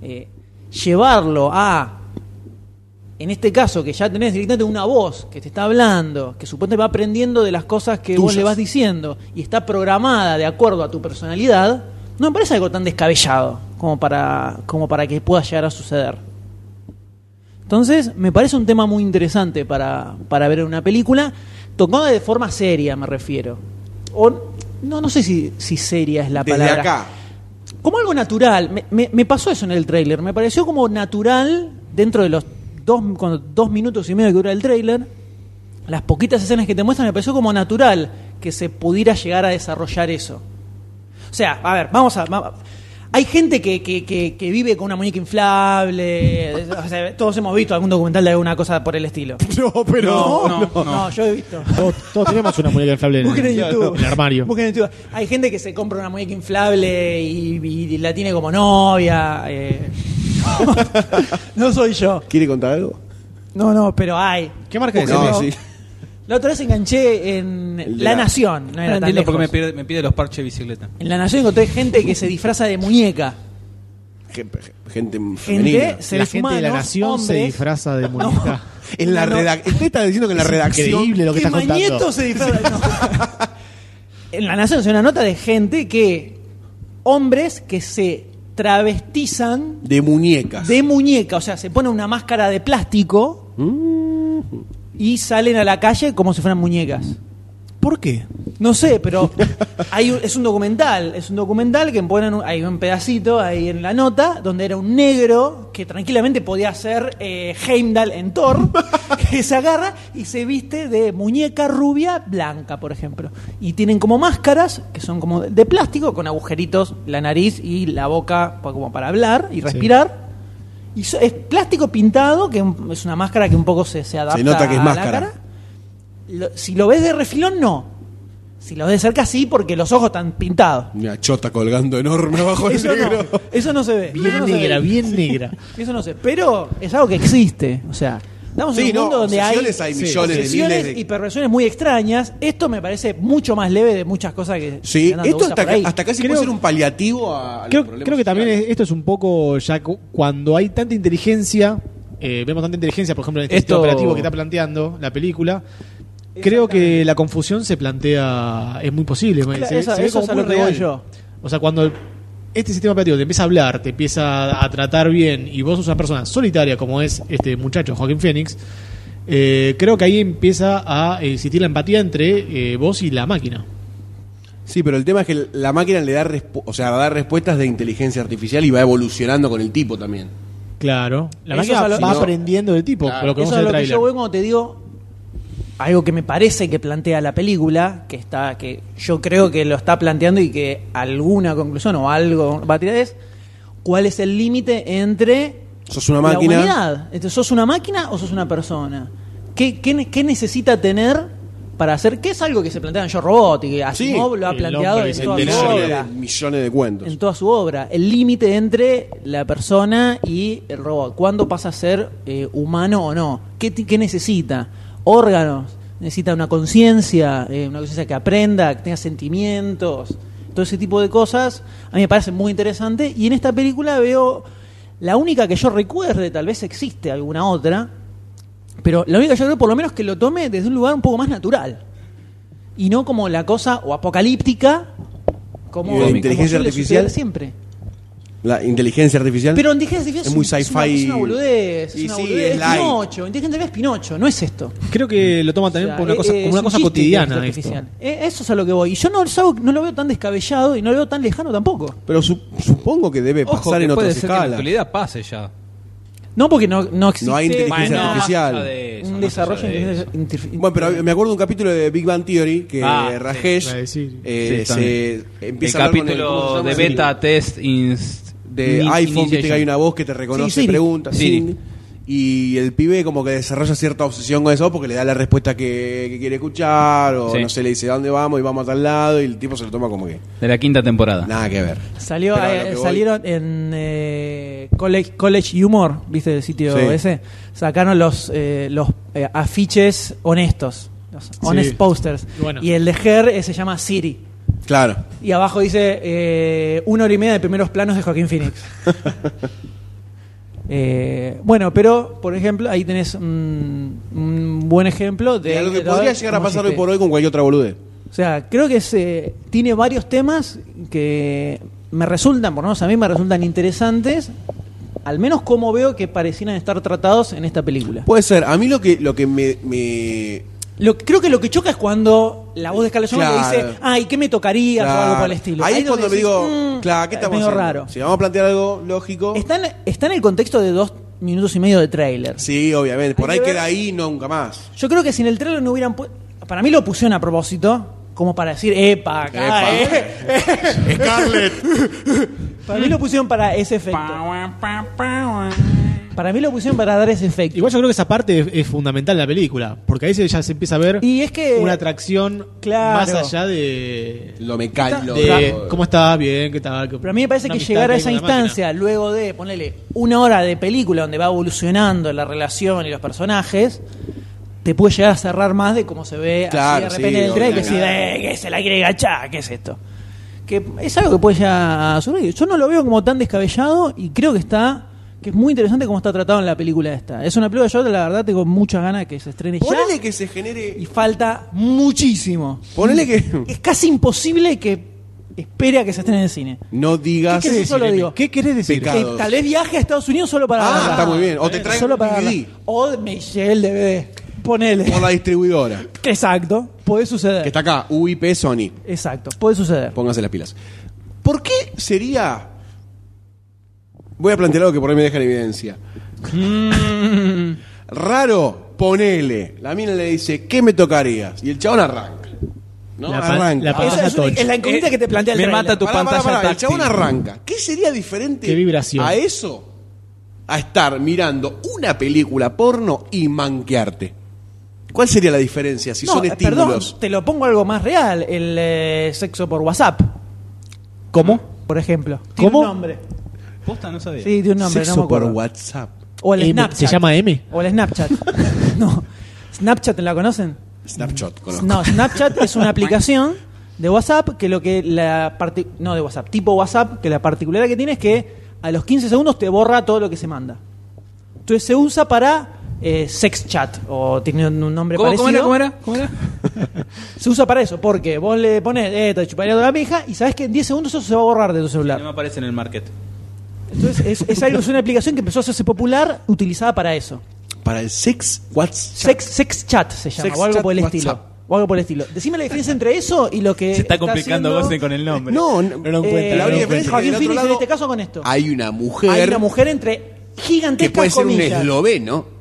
Speaker 2: Eh, llevarlo a, en este caso, que ya tenés directamente una voz que te está hablando, que suponte va aprendiendo de las cosas que vos
Speaker 1: Tuyas.
Speaker 2: le vas diciendo y está programada de acuerdo a tu personalidad, no me parece algo tan descabellado como para, como para que pueda llegar a suceder. Entonces, me parece un tema muy interesante para, para ver en una película, tocado de forma seria, me refiero. O, no, no sé si, si seria es la
Speaker 1: Desde
Speaker 2: palabra
Speaker 1: acá.
Speaker 2: como algo natural. Me, me- me pasó eso en el tráiler. Me pareció como natural dentro de los dos, cuando- dos minutos y medio que dura el tráiler. Las poquitas escenas que te muestran me pareció como natural que se pudiera llegar a desarrollar eso. O sea, a ver, vamos a... va- hay gente que, que- que- que vive con una muñeca inflable. o sea, todos hemos visto algún documental de alguna cosa por el estilo.
Speaker 5: No, pero.
Speaker 2: no, no yo he visto.
Speaker 5: Todos, todos tenemos una muñeca inflable en,
Speaker 2: Busquen en YouTube.
Speaker 5: en el armario.
Speaker 2: Busquen en YouTube. Hay gente que se compra una muñeca inflable y, y la tiene como novia. eh. no soy yo.
Speaker 1: ¿Quiere contar algo?
Speaker 2: No, no, pero hay.
Speaker 5: ¿Qué marca es?
Speaker 2: No,
Speaker 5: esa?
Speaker 2: sí. La otra vez enganché en
Speaker 1: El de
Speaker 2: La
Speaker 1: la-
Speaker 2: Nación. No
Speaker 3: Ahora
Speaker 2: era tan
Speaker 3: entiendo por qué me
Speaker 2: lejos.
Speaker 3: pide, me pide los parches de bicicleta.
Speaker 2: En La Nación encontré gente que se disfraza de muñeca.
Speaker 1: Gente, gente femenina.
Speaker 2: Gente,
Speaker 5: La
Speaker 2: seres
Speaker 5: gente de la
Speaker 2: humanos,
Speaker 5: nación se
Speaker 2: hombres.
Speaker 5: disfraza de muñeca.
Speaker 1: En la
Speaker 2: No, no.
Speaker 1: redacción. Usted está diciendo que en la
Speaker 5: Es
Speaker 1: redacción.
Speaker 5: increíble lo que
Speaker 2: que
Speaker 5: estás contando.
Speaker 2: Mañeto se disfraza. no. en La Nación se una nota de gente que. Hombres que se travestizan
Speaker 1: De muñecas.
Speaker 2: de muñeca, o sea, se pone una máscara de plástico y salen a la calle como si fueran muñecas.
Speaker 5: ¿Por qué?
Speaker 2: No sé, pero hay un- es un documental, es un documental que ponen un- hay un pedacito ahí en la nota donde era un negro que tranquilamente podía ser eh, Heimdall en Thor, que se agarra y se viste de muñeca rubia blanca, por ejemplo. Y tienen como máscaras que son como de- de plástico con agujeritos la nariz y la boca pa- como para hablar y respirar. Y so- es plástico pintado, que un- es una máscara que un poco se, se adapta
Speaker 1: nota que es
Speaker 2: a la
Speaker 1: máscara.
Speaker 2: cara. Lo- si lo ves de refilón, no. Si lo ves de cerca, sí, porque los ojos están pintados.
Speaker 1: Una chota colgando enorme abajo del
Speaker 2: Eso
Speaker 1: negro.
Speaker 2: no, eso no se ve. eso
Speaker 5: Bien
Speaker 2: no se
Speaker 5: negra,
Speaker 2: ve.
Speaker 5: bien negra.
Speaker 2: Eso no sé. Pero es algo que existe. O sea, estamos en
Speaker 1: Sí,
Speaker 2: un
Speaker 1: no,
Speaker 2: mundo donde hay,
Speaker 1: obsesiones hay millones de
Speaker 2: obsesiones
Speaker 1: miles de-
Speaker 2: y perversiones muy extrañas. Esto me parece mucho más leve de muchas cosas que. que
Speaker 1: Sí,
Speaker 2: andan dando
Speaker 1: esto
Speaker 2: vueltas
Speaker 1: hasta,
Speaker 2: por ahí.
Speaker 1: hasta casi
Speaker 5: Creo-
Speaker 1: puede ser un paliativo a. a los
Speaker 5: creo,
Speaker 1: problemas
Speaker 5: creo que también
Speaker 1: sociales.
Speaker 5: es- esto es un poco ya cu- cuando hay tanta inteligencia eh, vemos tanta inteligencia por ejemplo en este
Speaker 3: Esto-
Speaker 5: sistema operativo que está planteando la película creo que la confusión se plantea es muy posible
Speaker 2: Claro,
Speaker 5: se, ve-
Speaker 2: eso-
Speaker 5: se ve
Speaker 2: eso
Speaker 5: como
Speaker 2: es a
Speaker 5: muy
Speaker 2: lo que voy
Speaker 5: real.
Speaker 2: yo.
Speaker 5: o sea cuando el- este sistema operativo te empieza a hablar te empieza a tratar bien y vos sos una persona solitaria como es este muchacho Joaquín Phoenix eh, creo que ahí empieza a existir la empatía entre eh, vos y la máquina
Speaker 1: Sí, pero el tema es que la máquina le da, respu- o sea, da respuestas de inteligencia artificial y va evolucionando con el tipo también.
Speaker 5: claro la
Speaker 2: Eso
Speaker 5: máquina
Speaker 2: es a lo-
Speaker 5: va
Speaker 2: no.
Speaker 5: aprendiendo del tipo
Speaker 1: Claro.
Speaker 5: lo que
Speaker 2: Eso
Speaker 5: vemos
Speaker 2: es
Speaker 5: en el
Speaker 2: lo que
Speaker 5: tráiler.
Speaker 2: yo veo cuando te digo algo que me parece que plantea la película, que está, que yo creo que lo está planteando y que alguna conclusión o algo va a tirar es cuál es el límite entre
Speaker 1: Sos una
Speaker 2: la
Speaker 1: máquina.
Speaker 2: humanidad. Entonces, ¿sos una máquina o sos una persona? ¿Qué, qué ne- qué necesita tener para hacer? ¿Qué es algo que se plantea en Yo Robot y que Asimov
Speaker 1: Sí,
Speaker 2: lo ha
Speaker 5: el
Speaker 2: planteado
Speaker 5: hombre
Speaker 2: en toda su
Speaker 5: bicentenario.
Speaker 2: obra?
Speaker 1: millones de cuentos.
Speaker 2: en toda su obra. El límite entre la persona y el robot. ¿Cuándo pasa a ser eh, humano o no? ¿Qué, ti- qué necesita? Órganos. Necesita una conciencia, eh, una conciencia que aprenda, que tenga sentimientos. Todo ese tipo de cosas a mí me parece muy interesante. Y en esta película veo la única que yo recuerde, tal vez existe alguna otra, pero la única que yo creo por lo menos que lo tome desde un lugar un poco más natural. Y no como la cosa o apocalíptica, como
Speaker 1: Y la inteligencia
Speaker 2: como suele
Speaker 1: artificial.
Speaker 2: suceder siempre.
Speaker 1: La inteligencia artificial.
Speaker 2: Pero inteligencia artificial
Speaker 1: Es muy
Speaker 2: una-
Speaker 1: sci-fi.
Speaker 2: Es una boludez.
Speaker 1: Y
Speaker 2: Es una
Speaker 1: sí,
Speaker 2: boludez.
Speaker 1: es
Speaker 2: Es
Speaker 1: light.
Speaker 2: Pinocho. Inteligencia artificial es Pinocho, no es esto.
Speaker 5: Creo que lo toma
Speaker 2: O sea,
Speaker 5: también por una
Speaker 2: eh,
Speaker 5: cosa,
Speaker 2: eh,
Speaker 5: como una
Speaker 2: es
Speaker 5: cosa
Speaker 2: chiste
Speaker 5: cotidiana.
Speaker 2: inteligencia
Speaker 5: Esto.
Speaker 2: artificial. Eh, Eso es a lo que voy. Y yo no, es algo- no lo veo tan descabellado y no lo veo tan lejano tampoco.
Speaker 1: Pero su- supongo que debe
Speaker 3: Ojo,
Speaker 1: pasar
Speaker 3: que
Speaker 1: en
Speaker 3: puede ser
Speaker 1: otras
Speaker 3: que en la
Speaker 1: escalas.
Speaker 3: actualidad pase ya.
Speaker 2: No porque no, no existe
Speaker 1: No hay inteligencia
Speaker 2: una-
Speaker 1: artificial.
Speaker 2: un desarrollo de inteligencia artificial.
Speaker 1: Bueno, pero me acuerdo de un capítulo de Big Bang Theory que
Speaker 3: Ah, sí,
Speaker 1: Rajesh
Speaker 5: la de Siri.
Speaker 1: eh,
Speaker 3: Sí,
Speaker 1: se
Speaker 3: también.
Speaker 1: empieza a
Speaker 3: el
Speaker 1: hablar con el- ¿cómo se
Speaker 3: capítulo
Speaker 1: llama?
Speaker 3: de beta test inst-
Speaker 1: de
Speaker 3: in-
Speaker 1: iPhone, viste que
Speaker 3: initiation.
Speaker 1: hay una voz que te reconoce
Speaker 2: Sí, Siri.
Speaker 1: preguntas.
Speaker 3: Siri.
Speaker 1: Siri. Y el pibe como que desarrolla cierta obsesión con eso porque le da la respuesta que, que quiere escuchar o
Speaker 3: Sí.
Speaker 1: no sé, le dice "¿A dónde vamos y vamos a tal lado y el tipo se lo toma como que
Speaker 3: de la quinta
Speaker 2: Ah.
Speaker 3: temporada.
Speaker 1: nada que ver.
Speaker 2: Salió,
Speaker 1: Pero a lo
Speaker 2: eh,
Speaker 1: que voy-
Speaker 2: salieron en eh, College, College Humor, ¿viste el sitio
Speaker 1: Sí.
Speaker 2: ese? Sacaron los, eh, los eh, afiches honestos, los honest posters.
Speaker 5: Y bueno.
Speaker 2: Y el de Her eh, se llama Siri.
Speaker 1: Claro.
Speaker 2: Y abajo dice eh, una hora y media de primeros planos de Joaquín Phoenix. Eh, bueno, pero, por ejemplo, ahí tenés un, un buen ejemplo de...
Speaker 1: De lo que
Speaker 2: de
Speaker 1: podría llegar a
Speaker 2: cómo
Speaker 1: pasar
Speaker 2: hiciste.
Speaker 1: hoy por hoy con cualquier otra boludez.
Speaker 2: O sea, creo que se, tiene varios temas que me resultan, por lo menos a mí me resultan interesantes, al menos como veo que parecieran estar tratados en esta película.
Speaker 1: Puede ser. A mí lo que, lo que me, me-
Speaker 2: Lo, que- creo que lo que choca es cuando la voz de Scarlett Johansson le
Speaker 1: Claro.
Speaker 2: dice, ay, ¿qué me tocaría?
Speaker 1: Claro.
Speaker 2: o algo por el estilo.
Speaker 1: Ahí es
Speaker 2: donde
Speaker 1: cuando me
Speaker 2: decís,
Speaker 1: digo,
Speaker 2: "Mm,
Speaker 1: claro, ¿qué estamos
Speaker 2: medio
Speaker 1: haciendo?
Speaker 2: raro.
Speaker 1: Si vamos a plantear algo lógico.
Speaker 2: Está en, está en el contexto de dos minutos y medio de tráiler.
Speaker 1: Sí, obviamente. Por
Speaker 2: Hay
Speaker 1: ahí
Speaker 2: que ver-
Speaker 1: queda ahí nunca más.
Speaker 2: Yo creo que si en el tráiler no hubieran puesto... Para mí lo pusieron a propósito, como para decir, epa, acá,
Speaker 1: Epa.
Speaker 2: eh". Para mí lo pusieron para ese efecto. Para mí lo pusieron para dar ese efecto.
Speaker 5: Igual yo creo que esa parte es, es fundamental de la película, porque ahí se, ya se empieza a ver
Speaker 2: Y es que-
Speaker 5: una atracción
Speaker 2: Claro.
Speaker 5: más allá de,
Speaker 1: Lo me calo.
Speaker 5: de cómo está, bien, qué tal. qué-
Speaker 2: Pero a mí me parece
Speaker 5: una
Speaker 2: que
Speaker 5: amistad
Speaker 2: llegar a
Speaker 5: ahí
Speaker 2: esa
Speaker 5: con la máquina.
Speaker 2: instancia, luego de ponerle una hora de película donde va evolucionando la relación y los personajes, te puede llegar a cerrar más de cómo se ve
Speaker 1: Claro,
Speaker 2: así de repente en
Speaker 1: sí,
Speaker 2: el trailer. Que
Speaker 1: obvio,
Speaker 2: decís, "Eh, que se la quiere gachar, ¿qué es esto? Que es algo que puede ya surgir. Yo no lo veo como tan descabellado y creo que está que es muy interesante cómo está tratado en la película esta. Es una película que yo la verdad tengo muchas ganas de que se estrene
Speaker 1: Ponele
Speaker 2: ya
Speaker 1: que se genere.
Speaker 2: y falta muchísimo.
Speaker 1: Ponele que.
Speaker 2: Es casi imposible que espere a que se estrene en el cine.
Speaker 1: No digas.
Speaker 2: ¿Qué querés Eso lo
Speaker 5: Emi?
Speaker 2: digo.
Speaker 5: ¿Qué querés decir?
Speaker 1: Pecado.
Speaker 2: Que tal vez viaje a Estados Unidos solo para.
Speaker 1: Ah,
Speaker 2: verla.
Speaker 1: está muy bien. O te traigo
Speaker 2: Solo
Speaker 1: un
Speaker 2: para
Speaker 1: DVD.
Speaker 2: verla. O Michelle DVD. Ponele.
Speaker 1: Por la distribuidora.
Speaker 2: Exacto. Puede suceder.
Speaker 1: Que está acá, UIP Sony.
Speaker 2: Exacto. Puede suceder.
Speaker 1: Pónganse las pilas. ¿Por qué sería.? Voy a plantear algo que por ahí me deja en evidencia.
Speaker 2: Mm.
Speaker 1: Raro, ponele. La mina le dice, ¿qué me tocarías? Y el chabón arranca. ¿No?
Speaker 5: La pan-
Speaker 1: arranca.
Speaker 5: la pan-
Speaker 2: Esa es, una- es la incógnita
Speaker 3: Eh,
Speaker 2: que te plantea el
Speaker 3: me
Speaker 2: tráiler.
Speaker 3: mata tu-
Speaker 1: Pará, pará,
Speaker 3: pantalla
Speaker 1: pará, El
Speaker 3: táctil.
Speaker 1: chabón arranca. ¿Qué sería diferente
Speaker 5: Qué vibración.
Speaker 1: a eso? A estar mirando una película porno y manquearte. ¿Cuál sería la diferencia si
Speaker 2: No,
Speaker 1: son
Speaker 2: eh, perdón,
Speaker 1: estímulos?
Speaker 2: te lo pongo algo más real. El eh, sexo por WhatsApp,
Speaker 5: ¿Cómo?
Speaker 2: por ejemplo. Tiene
Speaker 5: ¿Cómo?
Speaker 2: un nombre.
Speaker 3: Posta, no sabía.
Speaker 2: Sí, tiene un nombre.
Speaker 1: Sexo
Speaker 2: no me
Speaker 1: por
Speaker 2: acuerdo.
Speaker 1: WhatsApp.
Speaker 2: O el
Speaker 5: M,
Speaker 2: Snapchat.
Speaker 5: ¿se llama M?
Speaker 2: O el Snapchat. no. ¿Snapchat la conocen?
Speaker 1: Snapchat, conozco.
Speaker 2: No, Snapchat es una aplicación de WhatsApp que lo que la parti- no de WhatsApp, tipo WhatsApp, que la particularidad que tiene es que a los 15 segundos te borra todo lo que se manda. Entonces se usa para eh, sex chat o tiene un un nombre
Speaker 3: ¿Cómo,
Speaker 2: parecido.
Speaker 3: cómo era? ¿Cómo era? ¿Cómo era?
Speaker 2: Se usa para eso, porque vos le pones, eh, te chuparía toda la pija y sabes que en 10 segundos eso se va a borrar de
Speaker 3: No
Speaker 2: tu
Speaker 3: me
Speaker 2: celular.
Speaker 3: aparece en el market.
Speaker 1: Eh,
Speaker 2: Entonces es, es algo, es una aplicación que empezó a hacerse popular utilizada para eso.
Speaker 1: Para el sex WhatsApp.
Speaker 2: Sex, sex chat se llama,
Speaker 1: Sex
Speaker 2: o algo
Speaker 1: chat
Speaker 2: por el
Speaker 1: WhatsApp.
Speaker 2: estilo. O algo por el estilo. Decime la diferencia entre eso y lo que.
Speaker 3: Se está complicando
Speaker 2: haciendo-
Speaker 3: Gosen con el nombre.
Speaker 1: No, no,
Speaker 5: lo
Speaker 2: Eh,
Speaker 5: encuentra, no lo
Speaker 1: la única
Speaker 5: encuentra.
Speaker 1: diferencia es que
Speaker 2: Joaquín
Speaker 1: del otro
Speaker 2: Phoenix en
Speaker 1: lado
Speaker 2: este caso con esto.
Speaker 1: hay una mujer,
Speaker 2: Hay una mujer entre
Speaker 1: que
Speaker 2: gigantescas
Speaker 1: puede ser un
Speaker 2: comillas.
Speaker 1: esloveno.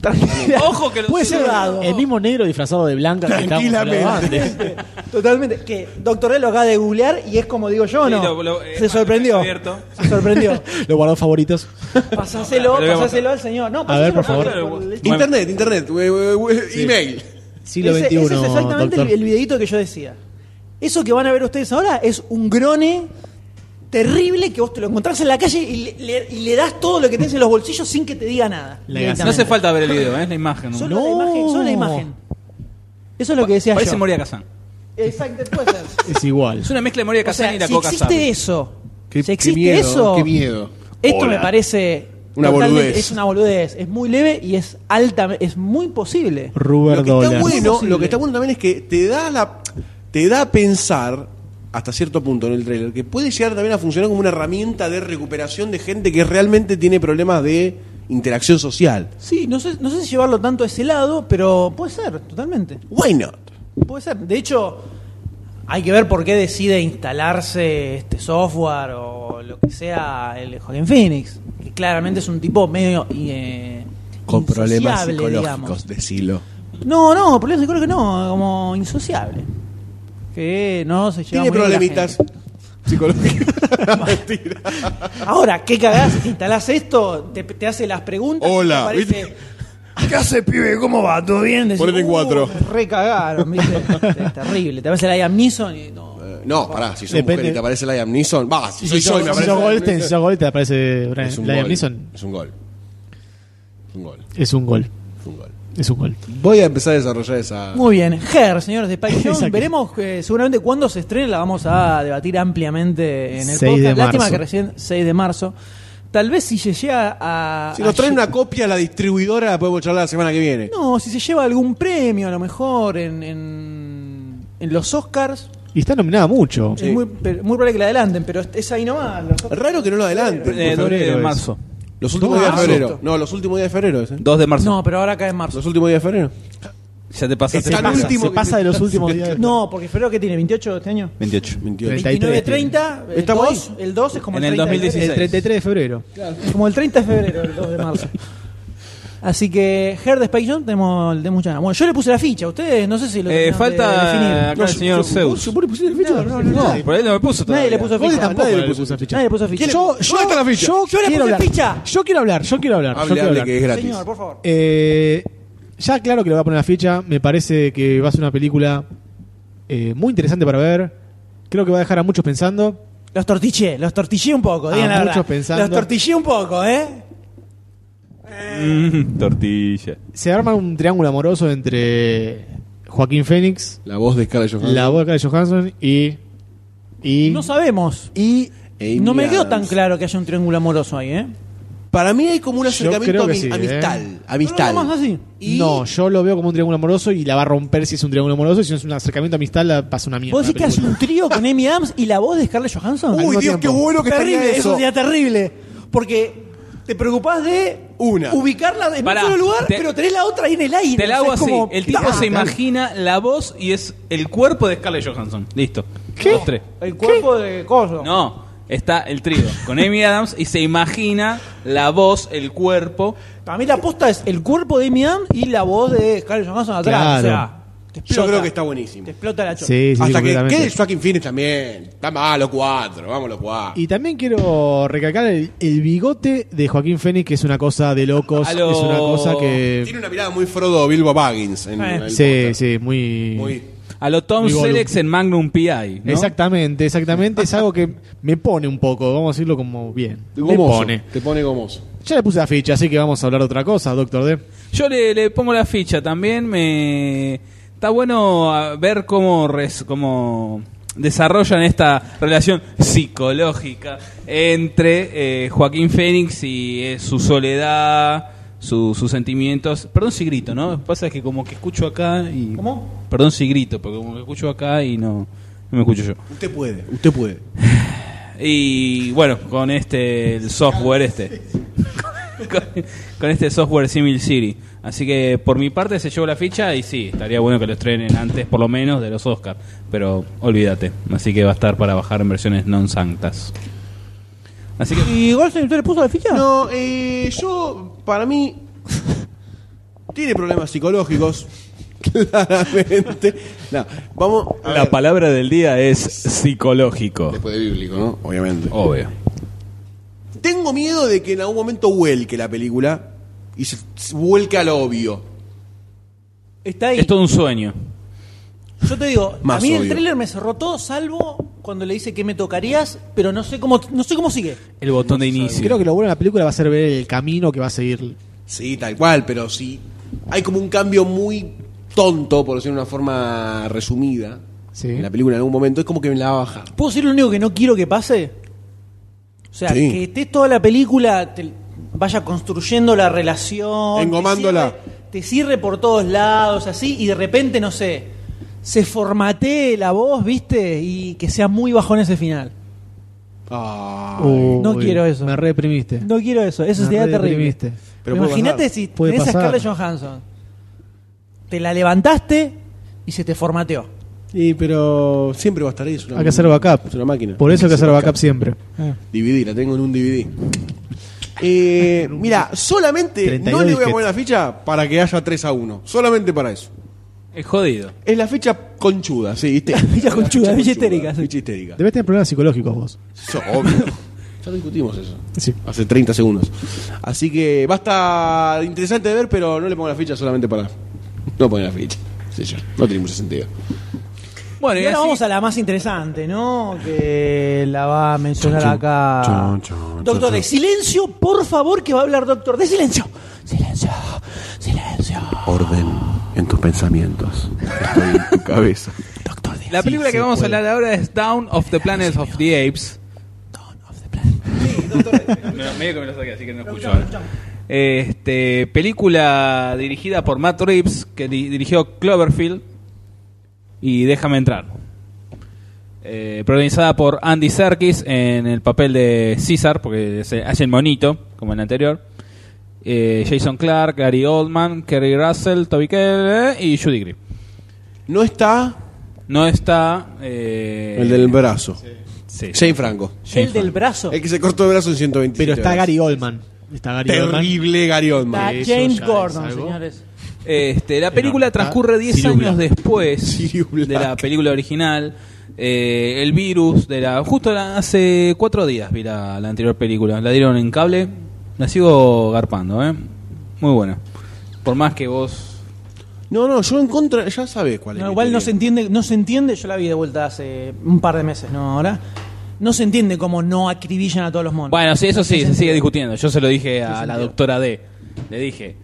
Speaker 2: Tranquila.
Speaker 3: Ojo que lo- Eh,
Speaker 2: puede ser dado.
Speaker 5: El mismo negro disfrazado de blanca que estábamos hablando antes.
Speaker 2: Totalmente. Que Doctor E lo acaba de googlear y es como digo yo, ¿o
Speaker 3: Sí,
Speaker 2: ¿no?
Speaker 3: lo- lo- eh,
Speaker 2: Se sorprendió.
Speaker 3: abierto.
Speaker 2: Se sorprendió.
Speaker 5: Los guardados favoritos.
Speaker 2: Pasáselo,
Speaker 3: Pero le voy a
Speaker 2: pasáselo al señor. No,
Speaker 5: A ver, por
Speaker 2: pasáselo,
Speaker 3: favor.
Speaker 2: por el-
Speaker 1: Internet, internet, we- we- we- email.
Speaker 5: Siglo
Speaker 2: ese,
Speaker 5: XXI.
Speaker 2: ese es exactamente
Speaker 5: doctor.
Speaker 2: el, el videito que yo decía. Eso que van a ver ustedes ahora es un grone terrible que vos te lo encontrás en la calle y le, le- y le das todo lo que tenés en los bolsillos sin que te diga nada.
Speaker 5: Le
Speaker 2: directamente.
Speaker 3: No hace falta ver el video, ¿eh? es la imagen. ¿no?
Speaker 2: Solo
Speaker 5: No.
Speaker 2: la imagen, solo la imagen. Eso es lo que decía
Speaker 3: Parece
Speaker 2: yo.
Speaker 3: Moria Kazan.
Speaker 2: Exacto, puede ser.
Speaker 5: Es igual.
Speaker 3: Es una mezcla de Moria
Speaker 2: O
Speaker 3: Kazan
Speaker 2: sea,
Speaker 3: y la
Speaker 2: si
Speaker 3: Coca
Speaker 2: existe
Speaker 3: Sabe.
Speaker 2: eso,
Speaker 1: Qué-
Speaker 2: si
Speaker 1: qué
Speaker 2: existe
Speaker 1: miedo,
Speaker 2: eso,
Speaker 1: qué miedo.
Speaker 2: esto
Speaker 1: Hola.
Speaker 2: me parece
Speaker 1: Una
Speaker 2: totalmente-
Speaker 1: boludez.
Speaker 2: Es una boludez, es muy leve y es alta, es muy posible.
Speaker 5: Rubber
Speaker 1: lo que
Speaker 5: Dollar.
Speaker 1: está bueno,
Speaker 2: Imposible.
Speaker 1: lo que está bueno también es que te da la te da a pensar hasta cierto punto en el trailer que puede llegar también a funcionar como una herramienta de recuperación de gente que realmente tiene problemas de interacción social.
Speaker 2: Sí, no sé, no sé si llevarlo tanto a ese lado, pero puede ser, totalmente.
Speaker 1: Why not?
Speaker 2: Puede ser. De hecho, hay que ver por qué decide instalarse este software o lo que sea el Joaquin Phoenix, que claramente es un tipo medio eh,
Speaker 1: Con problemas
Speaker 2: insociable,
Speaker 1: psicológicos, decilo.
Speaker 2: digamos. No, no, problemas psicológicos no, como insociable. Que no se lleva
Speaker 1: Tiene
Speaker 2: muy bien con la
Speaker 1: problemitas
Speaker 2: gente.
Speaker 1: psicológicos. Mentira.
Speaker 2: Ahora, ¿qué cagás? Te instalás esto, te, te hace las preguntas.
Speaker 1: Hola,
Speaker 2: te aparece-
Speaker 1: ¿viste? ¿Qué hace, pibe? ¿Cómo va? ¿Todo bien?
Speaker 2: decís,
Speaker 1: Ponete en
Speaker 2: "Uh,
Speaker 1: cuatro.
Speaker 2: me Recagaron, ¿viste? Es terrible. Te aparece la Ian Neeson y no.
Speaker 1: Eh, No, pará, si sos
Speaker 5: Depende.
Speaker 1: mujer y te aparece Liam Neeson, va, si
Speaker 5: Y
Speaker 1: soy
Speaker 5: si
Speaker 1: yo y
Speaker 5: sos
Speaker 1: me
Speaker 5: si
Speaker 1: aparece
Speaker 5: sos Goldstein, si sos Goldstein, te aparece Brian-
Speaker 1: es un
Speaker 5: Liam
Speaker 1: gol.
Speaker 5: Neeson.
Speaker 1: Es un gol. Es un gol.
Speaker 5: Es un gol.
Speaker 1: Es un gol.
Speaker 5: Es un gol.
Speaker 1: Voy a empezar a desarrollar esa.
Speaker 2: Muy bien. Her, señores de Spike Jones.
Speaker 5: Exacto.
Speaker 2: Veremos eh, seguramente cuándo se estrene. La vamos a debatir ampliamente en el
Speaker 5: 6 de
Speaker 2: podcast. Lástima
Speaker 5: marzo.
Speaker 2: que recién 6 de marzo. Tal vez si se llega a.
Speaker 1: Si nos
Speaker 2: a
Speaker 1: traen
Speaker 2: lle-
Speaker 1: una copia a la distribuidora, la podemos charlar la semana que viene.
Speaker 2: No, si se lleva algún premio, a lo mejor, en, en, en los Oscars.
Speaker 5: Y está nominada mucho.
Speaker 2: Es muy, pero- muy probable que la adelanten, pero es- es ahí nomás. los Oscars.
Speaker 1: Raro que no lo adelante.
Speaker 3: Eh,
Speaker 1: por
Speaker 3: 2
Speaker 1: febrero
Speaker 3: de
Speaker 1: es.
Speaker 3: marzo.
Speaker 1: Los últimos
Speaker 2: No,
Speaker 1: días de
Speaker 2: marzo.
Speaker 1: febrero. No, los últimos días de febrero. es, eh.
Speaker 3: 2 de marzo.
Speaker 2: No, pero ahora cae en marzo.
Speaker 1: Los últimos días de febrero.
Speaker 3: Ya te pasaste.
Speaker 1: Es
Speaker 5: Se
Speaker 1: el
Speaker 3: la
Speaker 5: pasa,
Speaker 1: último
Speaker 5: se
Speaker 1: que-
Speaker 5: pasa de los últimos días. del-
Speaker 2: No, porque febrero que tiene, 28 este año.
Speaker 3: 28.
Speaker 1: 28.
Speaker 2: 29,
Speaker 5: 33
Speaker 2: 30, el
Speaker 1: Estamos
Speaker 2: 2, el 2 es como
Speaker 3: En
Speaker 2: el
Speaker 3: el
Speaker 2: 30 de febrero.
Speaker 3: 2016.
Speaker 5: El 33 de febrero.
Speaker 2: Es Como el 30 de febrero, el 2 de marzo. Así que Her de Space Jam tenemos, tenemos muchas ganas. Bueno, yo le puse la ficha, ustedes no sé si lo
Speaker 3: Eh,
Speaker 2: terminaron de
Speaker 3: falta
Speaker 2: definir.
Speaker 3: acá el señor Zeus.
Speaker 2: No, no, no,
Speaker 5: No,
Speaker 2: no.
Speaker 3: Por ahí no me puso todavía.
Speaker 2: Nadie le puso
Speaker 5: Vos
Speaker 2: ficha.
Speaker 5: tampoco
Speaker 2: Nadie
Speaker 5: le puso ficha.
Speaker 2: Nadie le puso ficha.
Speaker 5: Yo, yo,
Speaker 1: está la ficha?
Speaker 5: Yo,
Speaker 2: Yo le
Speaker 5: quiero
Speaker 2: puse
Speaker 5: hablar.
Speaker 2: ficha.
Speaker 5: Yo quiero hablar, yo quiero hablar. yo
Speaker 1: Hable,
Speaker 5: quiero
Speaker 1: hable,
Speaker 5: hablar.
Speaker 1: que es gratis.
Speaker 2: Señor, por favor.
Speaker 5: Eh, ya claro que le voy a poner la ficha. Me parece que va a ser una película eh, muy interesante para ver. Creo que va a dejar a muchos pensando.
Speaker 2: Los tortillé, los tortillé un poco,
Speaker 5: A
Speaker 2: digan la
Speaker 5: Ah, muchos
Speaker 2: verdad.
Speaker 5: pensando.
Speaker 2: Los tortillé un poco, ¿eh?
Speaker 3: Mm, tortilla.
Speaker 5: Se arma un triángulo amoroso entre Joaquín Fénix,
Speaker 1: La voz de Scarlett Johansson.
Speaker 5: la boca de Johansson y. y
Speaker 2: No sabemos.
Speaker 5: y
Speaker 1: Amy
Speaker 2: no me quedó tan
Speaker 1: Adams.
Speaker 2: claro que haya un triángulo amoroso ahí, ¿eh?
Speaker 1: Para mí hay como un
Speaker 5: Yo
Speaker 1: acercamiento
Speaker 5: creo que
Speaker 1: ami-
Speaker 5: sí, ¿eh?
Speaker 1: amistad. Amistad.
Speaker 2: No, no, más así.
Speaker 1: Y-
Speaker 5: No, yo lo veo como un triángulo amoroso y la va a romper si es un triángulo amoroso. Si es un acercamiento a amistad, la pasa una mierda.
Speaker 2: ¿Vos decís que
Speaker 5: la
Speaker 2: hace
Speaker 5: película.
Speaker 2: un trío con Amy Adams y la voz de Scarlett Johansson?
Speaker 1: Uy,
Speaker 2: Al mismo
Speaker 1: Dios,
Speaker 2: tiempo.
Speaker 1: qué bueno que estaría
Speaker 2: Terrible,
Speaker 1: eso.
Speaker 2: eso sería terrible. Porque te preocupás de
Speaker 1: Una.
Speaker 2: ubicarla en
Speaker 3: Pará,
Speaker 2: un solo lugar,
Speaker 3: te-
Speaker 2: pero tenés la otra ahí en el aire.
Speaker 3: Te la
Speaker 2: O sea,
Speaker 3: hago
Speaker 2: es
Speaker 3: así.
Speaker 2: como-
Speaker 3: el tipo
Speaker 2: ¡Ah!
Speaker 3: se imagina la voz y es el cuerpo de Scarlett Johansson. Listo.
Speaker 5: ¿Qué?
Speaker 3: Los tres.
Speaker 2: El cuerpo de Coso.
Speaker 3: No, está el trío con Amy Adams y se imagina la voz, el cuerpo.
Speaker 2: Para mí la aposta es el cuerpo de Amy Adams y la voz de Scarlett Johansson atrás. O
Speaker 5: Claro.
Speaker 2: sea, te
Speaker 1: Yo
Speaker 2: explota.
Speaker 1: creo que está
Speaker 2: Te
Speaker 1: buenísimo.
Speaker 2: explota la chota.
Speaker 5: Sí, sí, sí,
Speaker 1: Hasta que
Speaker 5: completamente.
Speaker 1: quede Joaquin Phoenix también. Está mal, los cuatro. Vamos, los cuatro.
Speaker 5: Y también quiero recalcar el, el bigote de Joaquín Fénix, que es una cosa de locos,
Speaker 3: A lo-
Speaker 5: es una cosa
Speaker 1: Tiene
Speaker 5: que...
Speaker 1: una mirada muy Frodo Bilbo Baggins. En
Speaker 2: Eh.
Speaker 1: el
Speaker 5: eh, Sí,
Speaker 1: póster.
Speaker 5: sí, muy...
Speaker 1: Muy-
Speaker 3: A lo Tom
Speaker 5: Muy Gollum.
Speaker 3: Selleck en Magnum PI. ¿no?
Speaker 5: Exactamente, exactamente. Es algo que me pone un poco, vamos a decirlo como bien. Me
Speaker 1: Gomoso.
Speaker 5: pone.
Speaker 1: Te pone gomoso.
Speaker 5: Ya le puse la ficha, así que vamos a hablar de otra cosa, Doctor D.
Speaker 3: Yo le, le pongo la ficha también. Me Está bueno a ver cómo, res- cómo desarrollan esta relación psicológica entre eh, Joaquín Fénix y eh, su soledad, su- sus sentimientos. Perdón si grito, ¿no? Lo que Pasa es que como que escucho acá y...
Speaker 2: ¿Cómo?
Speaker 3: Perdón si grito, porque como que escucho acá y no, no me escucho yo.
Speaker 1: Usted puede. Usted puede.
Speaker 3: Y bueno, con este el software este. con, con este software Simil City. Así que por mi parte se llevó la ficha y sí, estaría bueno que lo estrenen antes por lo menos de los Oscars. Pero olvídate, así que va a estar para bajar en versiones non sanctas. Así que
Speaker 2: ¿Y Goldstein usted le puso la ficha?
Speaker 1: No, eh, yo, para mí, tiene problemas psicológicos, claramente. No, vamos. a ver.
Speaker 3: palabra del día es psicológico.
Speaker 1: Después de bíblico, ¿no? Obviamente.
Speaker 3: Obvio.
Speaker 1: Tengo miedo de que en algún momento vuelque la película y se se vuelque a lo obvio.
Speaker 2: Está ahí.
Speaker 3: Es todo un sueño.
Speaker 2: Yo te digo, a
Speaker 1: Más
Speaker 2: mí el
Speaker 1: obvio.
Speaker 2: tráiler me cerró todo, salvo cuando le dice que me tocarías, pero no sé cómo, no sé cómo sigue.
Speaker 3: El botón de inicio.
Speaker 5: Creo que lo bueno de la película va a ser ver el camino que va a seguir.
Speaker 1: Sí, tal cual, pero sí. Hay como un cambio muy tonto, por decirlo de una forma resumida,
Speaker 5: Sí.
Speaker 1: en la película en algún momento. Es como que me la va a bajar.
Speaker 2: ¿Puedo decir lo único que no quiero que pase? O sea,
Speaker 1: Sí.
Speaker 2: que estés toda la película, te- vaya construyendo la relación.
Speaker 1: Engomándola.
Speaker 2: Te cierre, te cierre por todos lados, así, y de repente, no sé, se formatee la voz, ¿viste? Y que sea muy bajón ese final.
Speaker 1: Ah.
Speaker 5: Uh.
Speaker 2: no quiero eso.
Speaker 5: Me reprimiste.
Speaker 2: No quiero eso, eso
Speaker 5: Me
Speaker 2: sería
Speaker 5: re
Speaker 2: terrible.
Speaker 5: deprimiste.
Speaker 1: Pero
Speaker 2: Pero
Speaker 1: puede
Speaker 2: Imagínate
Speaker 1: pasar.
Speaker 2: si
Speaker 5: Puede
Speaker 2: tenés a
Speaker 5: pasar.
Speaker 2: Scarlett Johansson, te la levantaste y se te formateó.
Speaker 1: Y, pero siempre va a estar ahí. es una-
Speaker 5: Hay que hacer backup.
Speaker 1: Es una máquina.
Speaker 5: Por eso hay que hacer backup siempre.
Speaker 1: DVD, la tengo en un DVD. Eh, mira, solamente
Speaker 5: 32
Speaker 1: no le voy a
Speaker 5: disquetes.
Speaker 1: poner la ficha para que haya 3 a 1. Solamente para eso.
Speaker 3: Es jodido.
Speaker 1: Es la ficha conchuda, sí, ¿viste? La
Speaker 2: ficha conchuda, ficha histérica, sí.
Speaker 1: Ficha histérica.
Speaker 5: Debes tener problemas psicológicos vos.
Speaker 1: Eso, obvio. ya discutimos eso.
Speaker 5: Sí.
Speaker 1: Hace 30 segundos. Así que va a estar interesante de ver, pero no le pongo la ficha solamente para. No poner la ficha. Sí, yo. No tiene mucho sentido.
Speaker 3: Bueno,
Speaker 2: Y
Speaker 3: y
Speaker 2: ahora
Speaker 3: así-
Speaker 2: vamos a la más interesante, ¿no? Que la va a mencionar acá. doctor de silencio, por favor, que va a hablar doctor de silencio. Silencio, silencio.
Speaker 1: Orden en tus pensamientos. Estoy en tu cabeza.
Speaker 2: Doctor de
Speaker 3: La película que vamos a hablar ahora es Down of the Planet of the Apes.
Speaker 2: Dawn of the Planet.
Speaker 3: eh, Me- medio que me lo saqué, así que no escucho ahora. Este, película dirigida por Matt Reeves, que di- dirigió Cloverfield y Déjame entrar. Eh, protagonizada por Andy Serkis en el papel de César, porque se hace el monito, como en el anterior. Eh, Jason Clark, Gary Oldman, Kerry Russell, Toby Kebbell eh, y Judy Greer.
Speaker 1: No está
Speaker 3: No está. eh,
Speaker 1: el del brazo.
Speaker 3: sí.
Speaker 1: Jane Franco.
Speaker 2: El del brazo.
Speaker 1: El que se cortó el brazo en 127
Speaker 5: Pero está
Speaker 1: horas.
Speaker 5: Gary Oldman. Está Gary Oldman.
Speaker 1: Terrible Gary
Speaker 2: Está
Speaker 1: Oldman.
Speaker 5: Eso
Speaker 2: James
Speaker 5: ya es
Speaker 2: Gordon,
Speaker 5: algo.
Speaker 2: señores.
Speaker 3: Este, la película
Speaker 5: no, está
Speaker 3: transcurre 10
Speaker 5: Sirius
Speaker 3: años
Speaker 5: Black.
Speaker 3: después
Speaker 1: Sirius Black.
Speaker 3: de la película original. Eh, el virus de la. Justo la- hace cuatro días vi la, la anterior película. La dieron en cable. La sigo garpando, ¿eh? Muy buena. Por más que vos.
Speaker 1: No, no, yo en contra, ya sabes cuál es.
Speaker 2: No,
Speaker 1: mi
Speaker 2: igual no se
Speaker 1: teoría.
Speaker 2: entiende, no se entiende, yo la vi de vuelta hace un par de meses, no ahora. No se entiende cómo no acribillan a todos los monos.
Speaker 3: Bueno, sí, eso sí, se sigue discutiendo. Yo se lo dije a la doctora D. Le dije: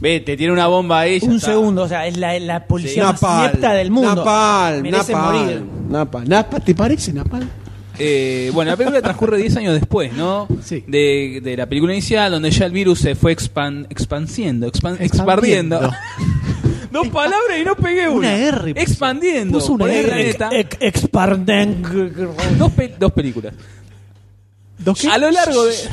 Speaker 3: Vete, tiene una bomba ahí. ya
Speaker 2: un
Speaker 3: está".
Speaker 2: segundo, o sea, es la, la policía más
Speaker 1: Napal,
Speaker 2: inepta del mundo.
Speaker 1: Napal,
Speaker 2: Merece
Speaker 1: Napal,
Speaker 2: morir.
Speaker 1: Napal. Napal, ¿te parece Napal?
Speaker 3: Eh, bueno, la película transcurre 10 años después, ¿no?
Speaker 5: Sí.
Speaker 3: De, de la película inicial, donde ya el virus se fue expan, expansiendo, expan-
Speaker 5: Expandiendo.
Speaker 3: expandiendo. Dos palabras y no pegué una.
Speaker 2: Una R, puso.
Speaker 3: Expandiendo.
Speaker 5: Puso una
Speaker 3: por el
Speaker 5: R.
Speaker 3: planeta.
Speaker 2: Ex- exparden-
Speaker 3: Dos, pe- dos películas.
Speaker 5: ¿Dos qué?
Speaker 3: A lo largo de.
Speaker 1: Esto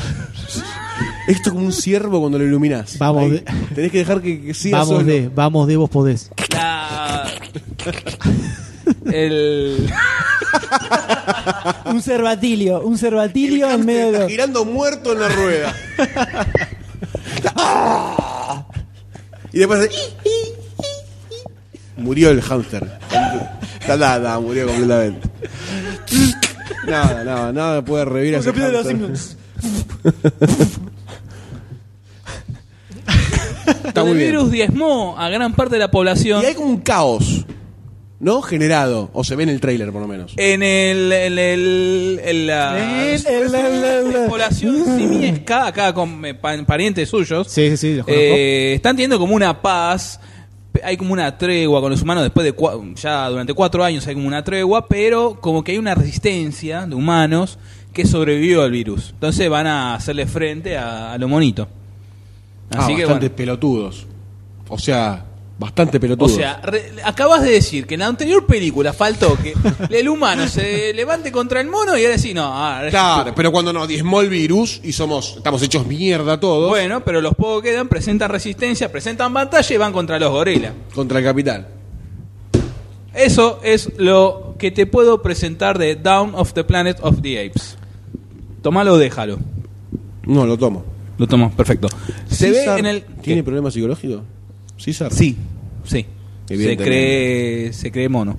Speaker 1: es como un ciervo cuando lo iluminás.
Speaker 5: Vamos
Speaker 1: Ahí.
Speaker 5: de-
Speaker 1: Tenés que dejar que, que siga
Speaker 5: Vamos
Speaker 1: solo.
Speaker 5: de, vamos de, vos podés.
Speaker 3: la- el.
Speaker 2: un cervatilio, un cervatilio en medio de
Speaker 1: Está
Speaker 2: dos.
Speaker 1: girando muerto en la rueda. Está- ¡Ah! y después hace- murió el hámster. Está nada, nada, murió completamente. Nada, nada, nada puede revivir a ese hámster. Está
Speaker 3: donde
Speaker 1: muy
Speaker 3: el
Speaker 1: bien.
Speaker 3: virus diezmó a gran parte de la población.
Speaker 1: Y hay como un caos, ¿no? Generado, o se ve en el tráiler por lo menos.
Speaker 3: En el. En el. En la.
Speaker 2: El- el- el- el- el-
Speaker 3: población simiesca, acá con eh, pa- parientes suyos.
Speaker 5: Sí, sí, sí, los conozco.
Speaker 3: Eh, están teniendo como una paz. pe- Hay como una tregua con los humanos después de cua- ya durante cuatro años hay como una tregua, pero como que hay una resistencia de humanos que sobrevivió al virus. Entonces van a hacerle frente a, a lo monito. Así
Speaker 1: Ah,
Speaker 3: que
Speaker 1: bastante
Speaker 3: bueno.
Speaker 1: pelotudos. O sea, bastante
Speaker 3: O
Speaker 1: pelotudos.
Speaker 3: sea, re- acabas de decir que en la anterior película faltó que el humano se levante contra el mono y ahora sí, no. ah, ahora-
Speaker 1: claro, pero cuando nos diezmó el virus y somos, estamos hechos mierda todos
Speaker 3: Bueno, pero los pocos que quedan presentan resistencia, presentan batalla y van contra los gorilas.
Speaker 1: contra el capital.
Speaker 3: Eso es lo que te puedo presentar de Down of the Planet of the Apes. Tomalo o déjalo.
Speaker 1: No, lo tomo.
Speaker 3: Lo tomo, perfecto. Se ve
Speaker 1: César
Speaker 3: en el.
Speaker 1: ¿Tiene
Speaker 3: ¿Qué?
Speaker 1: problemas psicológicos? César.
Speaker 3: Sí, sí. Se
Speaker 1: Evidentemente.
Speaker 3: cree, se cree mono.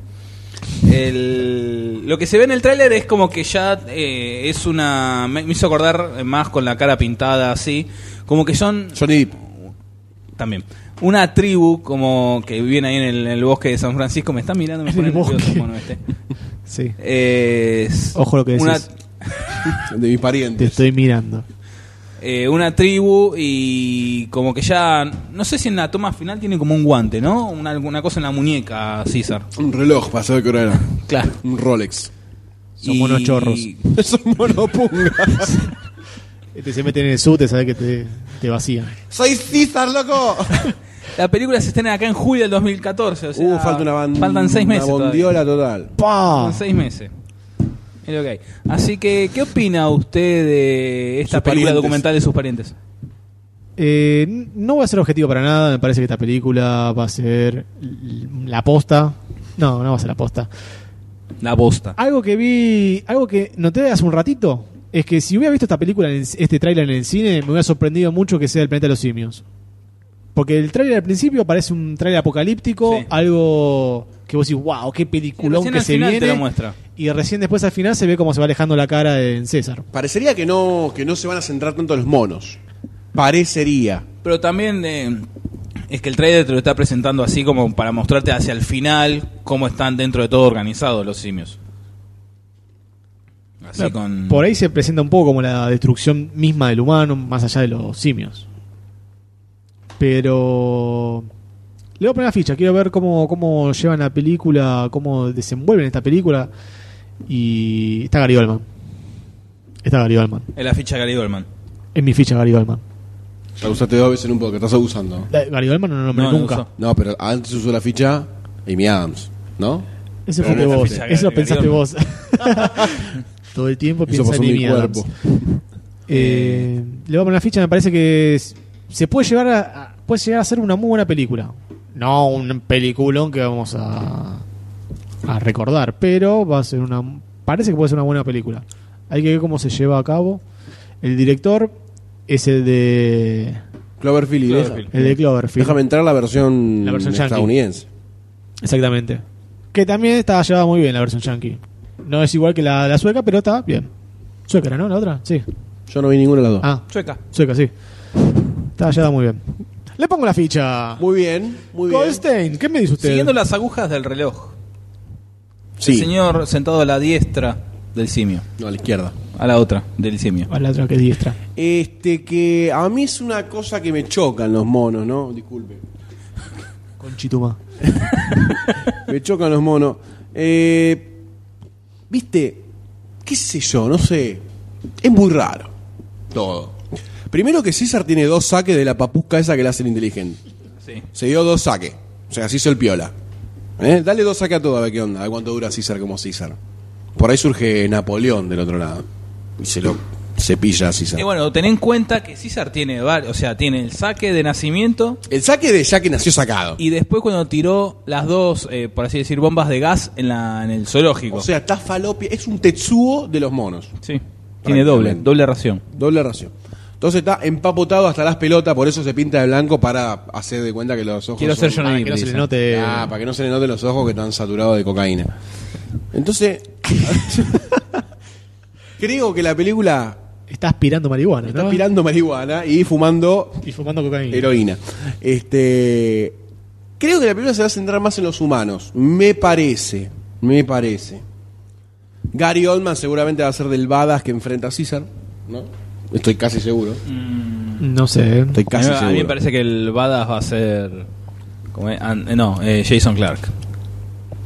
Speaker 3: El- lo que se ve en el tráiler es como que ya eh, es una. Me, me hizo acordar eh, más con la cara pintada así. Como que son.
Speaker 1: Johnny Depp.
Speaker 3: También. Una tribu como que viven ahí en el, en el bosque de San Francisco. Me están mirando, me
Speaker 5: En
Speaker 3: pone
Speaker 5: el
Speaker 3: nervioso el
Speaker 5: bosque.
Speaker 3: mono este.
Speaker 5: Sí.
Speaker 3: Es
Speaker 5: Ojo lo que
Speaker 3: una,
Speaker 5: decís.
Speaker 1: De mis
Speaker 5: Te
Speaker 1: parientes.
Speaker 5: estoy mirando.
Speaker 3: eh, una tribu y como que ya, no sé si en la toma final tiene como un guante, ¿no? Una, una cosa en la muñeca, César.
Speaker 1: Un reloj para saber qué hora era.
Speaker 3: Claro.
Speaker 1: Un Rolex.
Speaker 5: Son monos chorros.
Speaker 1: Son monopungas.
Speaker 5: Este se meten en el subte, sabes que te, te vacían.
Speaker 1: ¡Soy César, loco!
Speaker 3: La película se estrena acá en julio del 2014. O sea,
Speaker 1: uh, falta una banda.
Speaker 3: Faltan seis meses.
Speaker 1: Una
Speaker 3: todavía.
Speaker 1: bondiola Ah. total.
Speaker 5: ¡Pah!
Speaker 3: Faltan seis meses. Es lo que hay. Así que, ¿qué opina usted de esta película
Speaker 1: Sus parientes.
Speaker 3: documental de sus parientes?
Speaker 5: Eh, n- no voy a ser objetivo para nada. Me parece que esta película va a ser l- la posta. No, no va a ser la posta.
Speaker 3: La bosta.
Speaker 5: Algo que vi, algo que noté hace un ratito, es que si hubiera visto esta película, en el- este tráiler en el cine, me hubiera sorprendido mucho que sea el planeta de los simios. Porque el tráiler al principio parece un tráiler apocalíptico,
Speaker 3: Sí.
Speaker 5: algo que vos decís, wow, qué peliculón
Speaker 3: Recién
Speaker 5: que
Speaker 3: al
Speaker 5: se
Speaker 3: final te
Speaker 5: viene.
Speaker 3: lo muestra.
Speaker 5: Y recién después al final se ve cómo se va alejando la cara en César.
Speaker 1: Parecería que no, que no se van a centrar tanto en los monos. Parecería.
Speaker 3: Pero también eh, es que el trailer te lo está presentando así como para mostrarte hacia el final cómo están dentro de todo organizados los simios. Así con...
Speaker 5: Por ahí se presenta un poco como la destrucción misma del humano, más allá de los simios. Pero. Le voy a poner la ficha, quiero ver cómo, cómo llevan la película, cómo desenvuelven esta película. Y está Gary Oldman. Está Gary Oldman.
Speaker 3: En la ficha de Gary Goldman.
Speaker 5: En mi ficha Gary Oldman.
Speaker 1: La usaste dos veces en un podcast, estás abusando.
Speaker 5: La- Gary Oldman no lo nombré
Speaker 3: No, no
Speaker 5: nunca.
Speaker 3: usó.
Speaker 1: No, pero antes usó la ficha Amy Adams, ¿no?
Speaker 5: Ese
Speaker 3: Pero
Speaker 5: fuiste
Speaker 3: no es la
Speaker 5: vos.
Speaker 3: ficha de
Speaker 5: Eso lo
Speaker 3: Gary
Speaker 5: pensaste
Speaker 3: Oldman.
Speaker 5: vos. Todo el tiempo
Speaker 1: Eso
Speaker 5: piensa
Speaker 1: pasó
Speaker 5: en
Speaker 1: en
Speaker 5: Amy
Speaker 1: mi
Speaker 5: Adams.
Speaker 1: cuerpo.
Speaker 5: Eh, le voy a poner una ficha, me parece que es- se puede llegar a, a- puede llegar a ser una muy buena película. No un peliculón que vamos a, a recordar, pero va a ser una parece que puede ser una buena película. Hay que ver cómo se lleva a cabo. El director es el de
Speaker 1: Cloverfield y
Speaker 3: Cloverfield.
Speaker 5: el de Cloverfield.
Speaker 1: Déjame entrar la versión,
Speaker 5: La versión yankee.
Speaker 1: estadounidense.
Speaker 5: Exactamente. Que también está llevada muy bien la versión yankee. No es igual que la, la sueca, pero está bien. Sueca, era, ¿no? La otra, sí.
Speaker 1: Yo no vi ninguna de las dos.
Speaker 5: Ah,
Speaker 3: Sueca.
Speaker 5: Sueca, sí. Está hallada muy bien. Le pongo la ficha.
Speaker 1: Muy bien, muy bien.
Speaker 5: Goldstein, ¿qué me dice usted?
Speaker 3: Siguiendo las agujas del reloj. El
Speaker 1: Sí,
Speaker 3: señor sentado a la diestra del simio.
Speaker 1: no, a la izquierda.
Speaker 3: A la otra del simio.
Speaker 5: A la otra que es diestra.
Speaker 1: Este que a mí es una cosa que me chocan los monos, ¿no? Disculpe.
Speaker 5: Con Chituma.
Speaker 1: Me chocan los monos. Eh, Viste, qué sé yo, no sé. Es muy raro. Todo. Primero que César tiene dos saques de la papusca esa que la hacen inteligente.
Speaker 3: Sí.
Speaker 1: Se dio dos saques. O sea, se hizo el piola. ¿Eh? Dale dos saques a todo a ver qué onda, a ver cuánto dura César como César. Por ahí surge Napoleón del otro lado. Y se lo cepilla a César.
Speaker 3: Y bueno, ten en cuenta que César tiene varios, o sea, tiene el saque de nacimiento
Speaker 1: El saque de ya que nació sacado.
Speaker 3: y después cuando tiró las dos, eh, por así decir, bombas de gas en, la, en el zoológico.
Speaker 1: O sea, está falopia. Es un tetsuo de los monos.
Speaker 3: sí. Tiene doble,
Speaker 1: Prácticamente.
Speaker 3: doble ración.
Speaker 1: Doble ración. Entonces está empapotado hasta las pelotas, por eso se pinta de blanco para hacer de cuenta que los ojos.
Speaker 3: Quiero
Speaker 1: son-
Speaker 3: ser yo
Speaker 5: Para que no se le note.
Speaker 1: Ah, para que no se le noten los ojos que están saturados de cocaína. Entonces. creo que la película
Speaker 5: Está aspirando marihuana.
Speaker 1: está
Speaker 5: ¿no?
Speaker 1: aspirando marihuana y fumando
Speaker 5: Y fumando cocaína.
Speaker 1: heroína. Este. Creo que la película se va a centrar más en los humanos. Me parece. Me parece. Gary Oldman seguramente va a ser del badass que enfrenta a César, ¿no? Estoy casi seguro.
Speaker 5: No sé.
Speaker 3: A mí,
Speaker 1: Estoy casi
Speaker 3: a mí
Speaker 1: seguro.
Speaker 3: me parece que el badass va a ser... ¿cómo es? An- eh, no, eh, Jason Clark.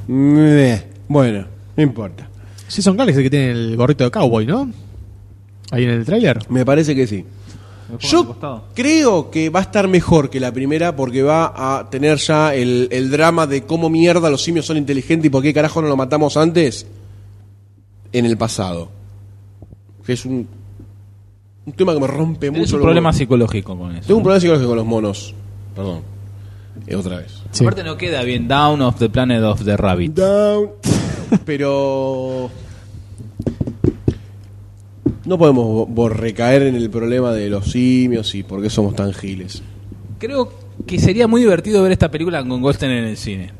Speaker 1: Meh. Eh, Bueno, no importa.
Speaker 5: Jason Clarke es el que tiene el gorrito de cowboy, ¿no? Ahí en el tráiler.
Speaker 1: Me parece que sí. Yo creo que va a estar mejor que la primera porque va a tener ya el, el drama de cómo mierda los simios son inteligentes y por qué carajo no lo matamos antes en el pasado. Que es un, un tema que me rompe
Speaker 3: Es
Speaker 1: mucho.
Speaker 3: un
Speaker 1: los
Speaker 3: problema
Speaker 1: huevos.
Speaker 3: psicológico con eso.
Speaker 1: Tengo un problema psicológico con los monos. Perdón. Eh, otra vez.
Speaker 5: Sí.
Speaker 3: Aparte no queda bien Down of the Planet of the Rabbit.
Speaker 1: Down. Pero. No podemos bo- bo- recaer en el problema de los simios y por qué somos tan giles.
Speaker 3: Creo que sería muy divertido ver esta película con Goldstein en el cine.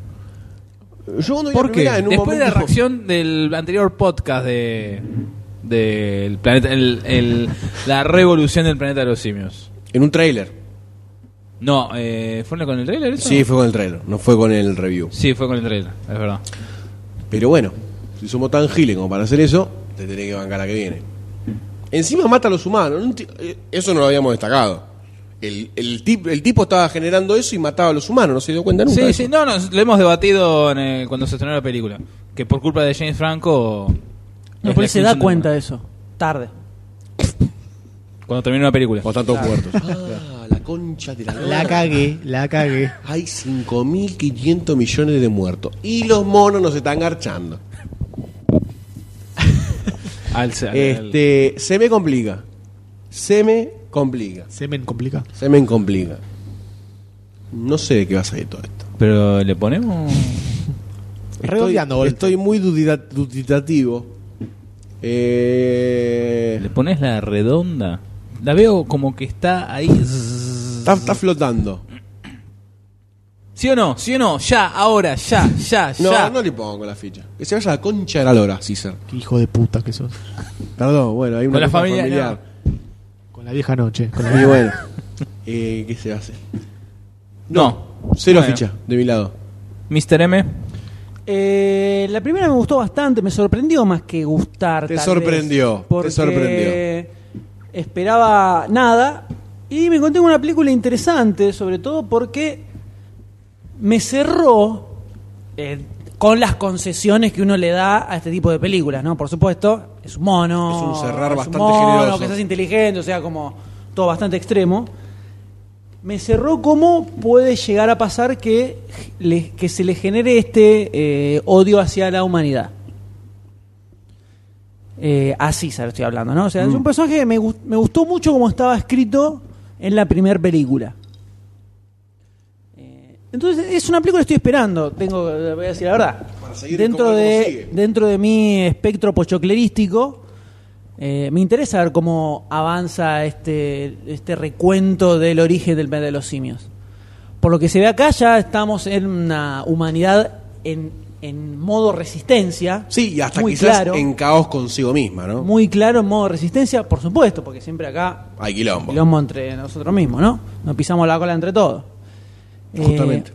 Speaker 1: Yo cuando vi
Speaker 3: ¿Por
Speaker 1: la
Speaker 3: qué?
Speaker 1: primera, en un
Speaker 3: Después de la
Speaker 1: momento-
Speaker 3: reacción del anterior podcast de del planeta el- el- la revolución del planeta de los simios.
Speaker 1: En un trailer.
Speaker 3: No, eh, ¿fue con el trailer eso?
Speaker 1: Sí, fue con el trailer, no fue con el review.
Speaker 3: Sí, fue con el trailer, es verdad.
Speaker 1: Pero bueno, si somos tan giles como para hacer eso, te tenés que bancar la que viene. Encima mata a los humanos. no enti- eh, Eso no lo habíamos destacado. El, el tip- el tipo estaba generando eso y mataba a los humanos, no se dio cuenta nunca. de
Speaker 3: Sí,
Speaker 1: eso.
Speaker 3: sí, no, no, lo hemos debatido en el- cuando se estrenó la película, que por culpa de James Franco
Speaker 2: No,
Speaker 3: es
Speaker 2: pero
Speaker 3: la
Speaker 2: él se da
Speaker 3: extinción del
Speaker 2: cuenta
Speaker 3: mundo.
Speaker 2: de eso. Tarde.
Speaker 3: cuando termina una película.
Speaker 1: Cuando están todos muertos. Ah, la concha de la
Speaker 5: La cagué, la cagué.
Speaker 1: Hay 5.500 millones de muertos. Y los monos nos están garchando.
Speaker 3: Al- al- al-
Speaker 1: Este, se me complica. Se me complica.
Speaker 5: Semen complica.
Speaker 1: Se me complica. No sé de qué va a salir todo esto.
Speaker 3: Pero le ponemos
Speaker 1: estoy,
Speaker 5: Redondeando, Gold.
Speaker 1: estoy muy dudida- duditativo. Eh,
Speaker 3: le pones la redonda. La veo como que está ahí.
Speaker 1: está, está flotando.
Speaker 3: ¿Sí o no? ¿Sí o no? Ya, ahora, ya, ya,
Speaker 1: No,
Speaker 3: ya.
Speaker 1: no le pongo la ficha. Que se vaya a la concha de la lora, César.
Speaker 5: Qué hijo de puta que sos.
Speaker 1: Perdón, bueno, hay una
Speaker 3: Con la
Speaker 1: cosa
Speaker 3: familia,
Speaker 5: Con la vieja noche. Con la
Speaker 1: Y
Speaker 5: vieja...
Speaker 1: bueno, eh, ¿qué se hace?
Speaker 3: No.
Speaker 1: Cero
Speaker 3: Bueno.
Speaker 1: ficha, de mi lado.
Speaker 3: Mr. M.
Speaker 2: Eh, la primera me gustó bastante, me sorprendió más que gustar.
Speaker 1: Te
Speaker 2: tal
Speaker 1: sorprendió,
Speaker 2: vez,
Speaker 1: te
Speaker 2: porque
Speaker 1: sorprendió.
Speaker 2: Esperaba nada y me encontré con una película interesante, sobre todo porque me cerró eh, con las concesiones que uno le da a este tipo de películas, ¿no? Por supuesto, es un mono.
Speaker 1: Es un cerrar bastante
Speaker 2: mono,
Speaker 1: generoso.
Speaker 2: que seas inteligente, o sea, como todo bastante extremo. Me cerró cómo puede llegar a pasar que, le- que se le genere este eh, odio hacia la humanidad. Eh, a César estoy hablando, ¿no? O sea, es
Speaker 1: Mm.
Speaker 2: un personaje que me, gust- me gustó mucho como estaba escrito en la primera película. Eh, Entonces, es una película que estoy esperando, tengo eh, voy a decir la verdad.
Speaker 1: Para seguir
Speaker 2: Dentro
Speaker 1: cómo- cómo
Speaker 2: de,
Speaker 1: sigue.
Speaker 2: dentro de mi espectro pochoclerístico, eh, me interesa ver cómo avanza este, este recuento del origen del mes de los simios. Por lo que se ve acá, ya estamos en una humanidad en, en modo resistencia.
Speaker 1: Sí, y hasta
Speaker 2: muy
Speaker 1: quizás
Speaker 2: claro,
Speaker 1: en caos consigo misma, ¿no?
Speaker 2: Muy claro en modo resistencia, por supuesto, porque siempre acá
Speaker 1: Hay quilombo.
Speaker 2: quilombo entre nosotros mismos, ¿no? Nos pisamos la cola entre todos. Eh,
Speaker 1: Justamente.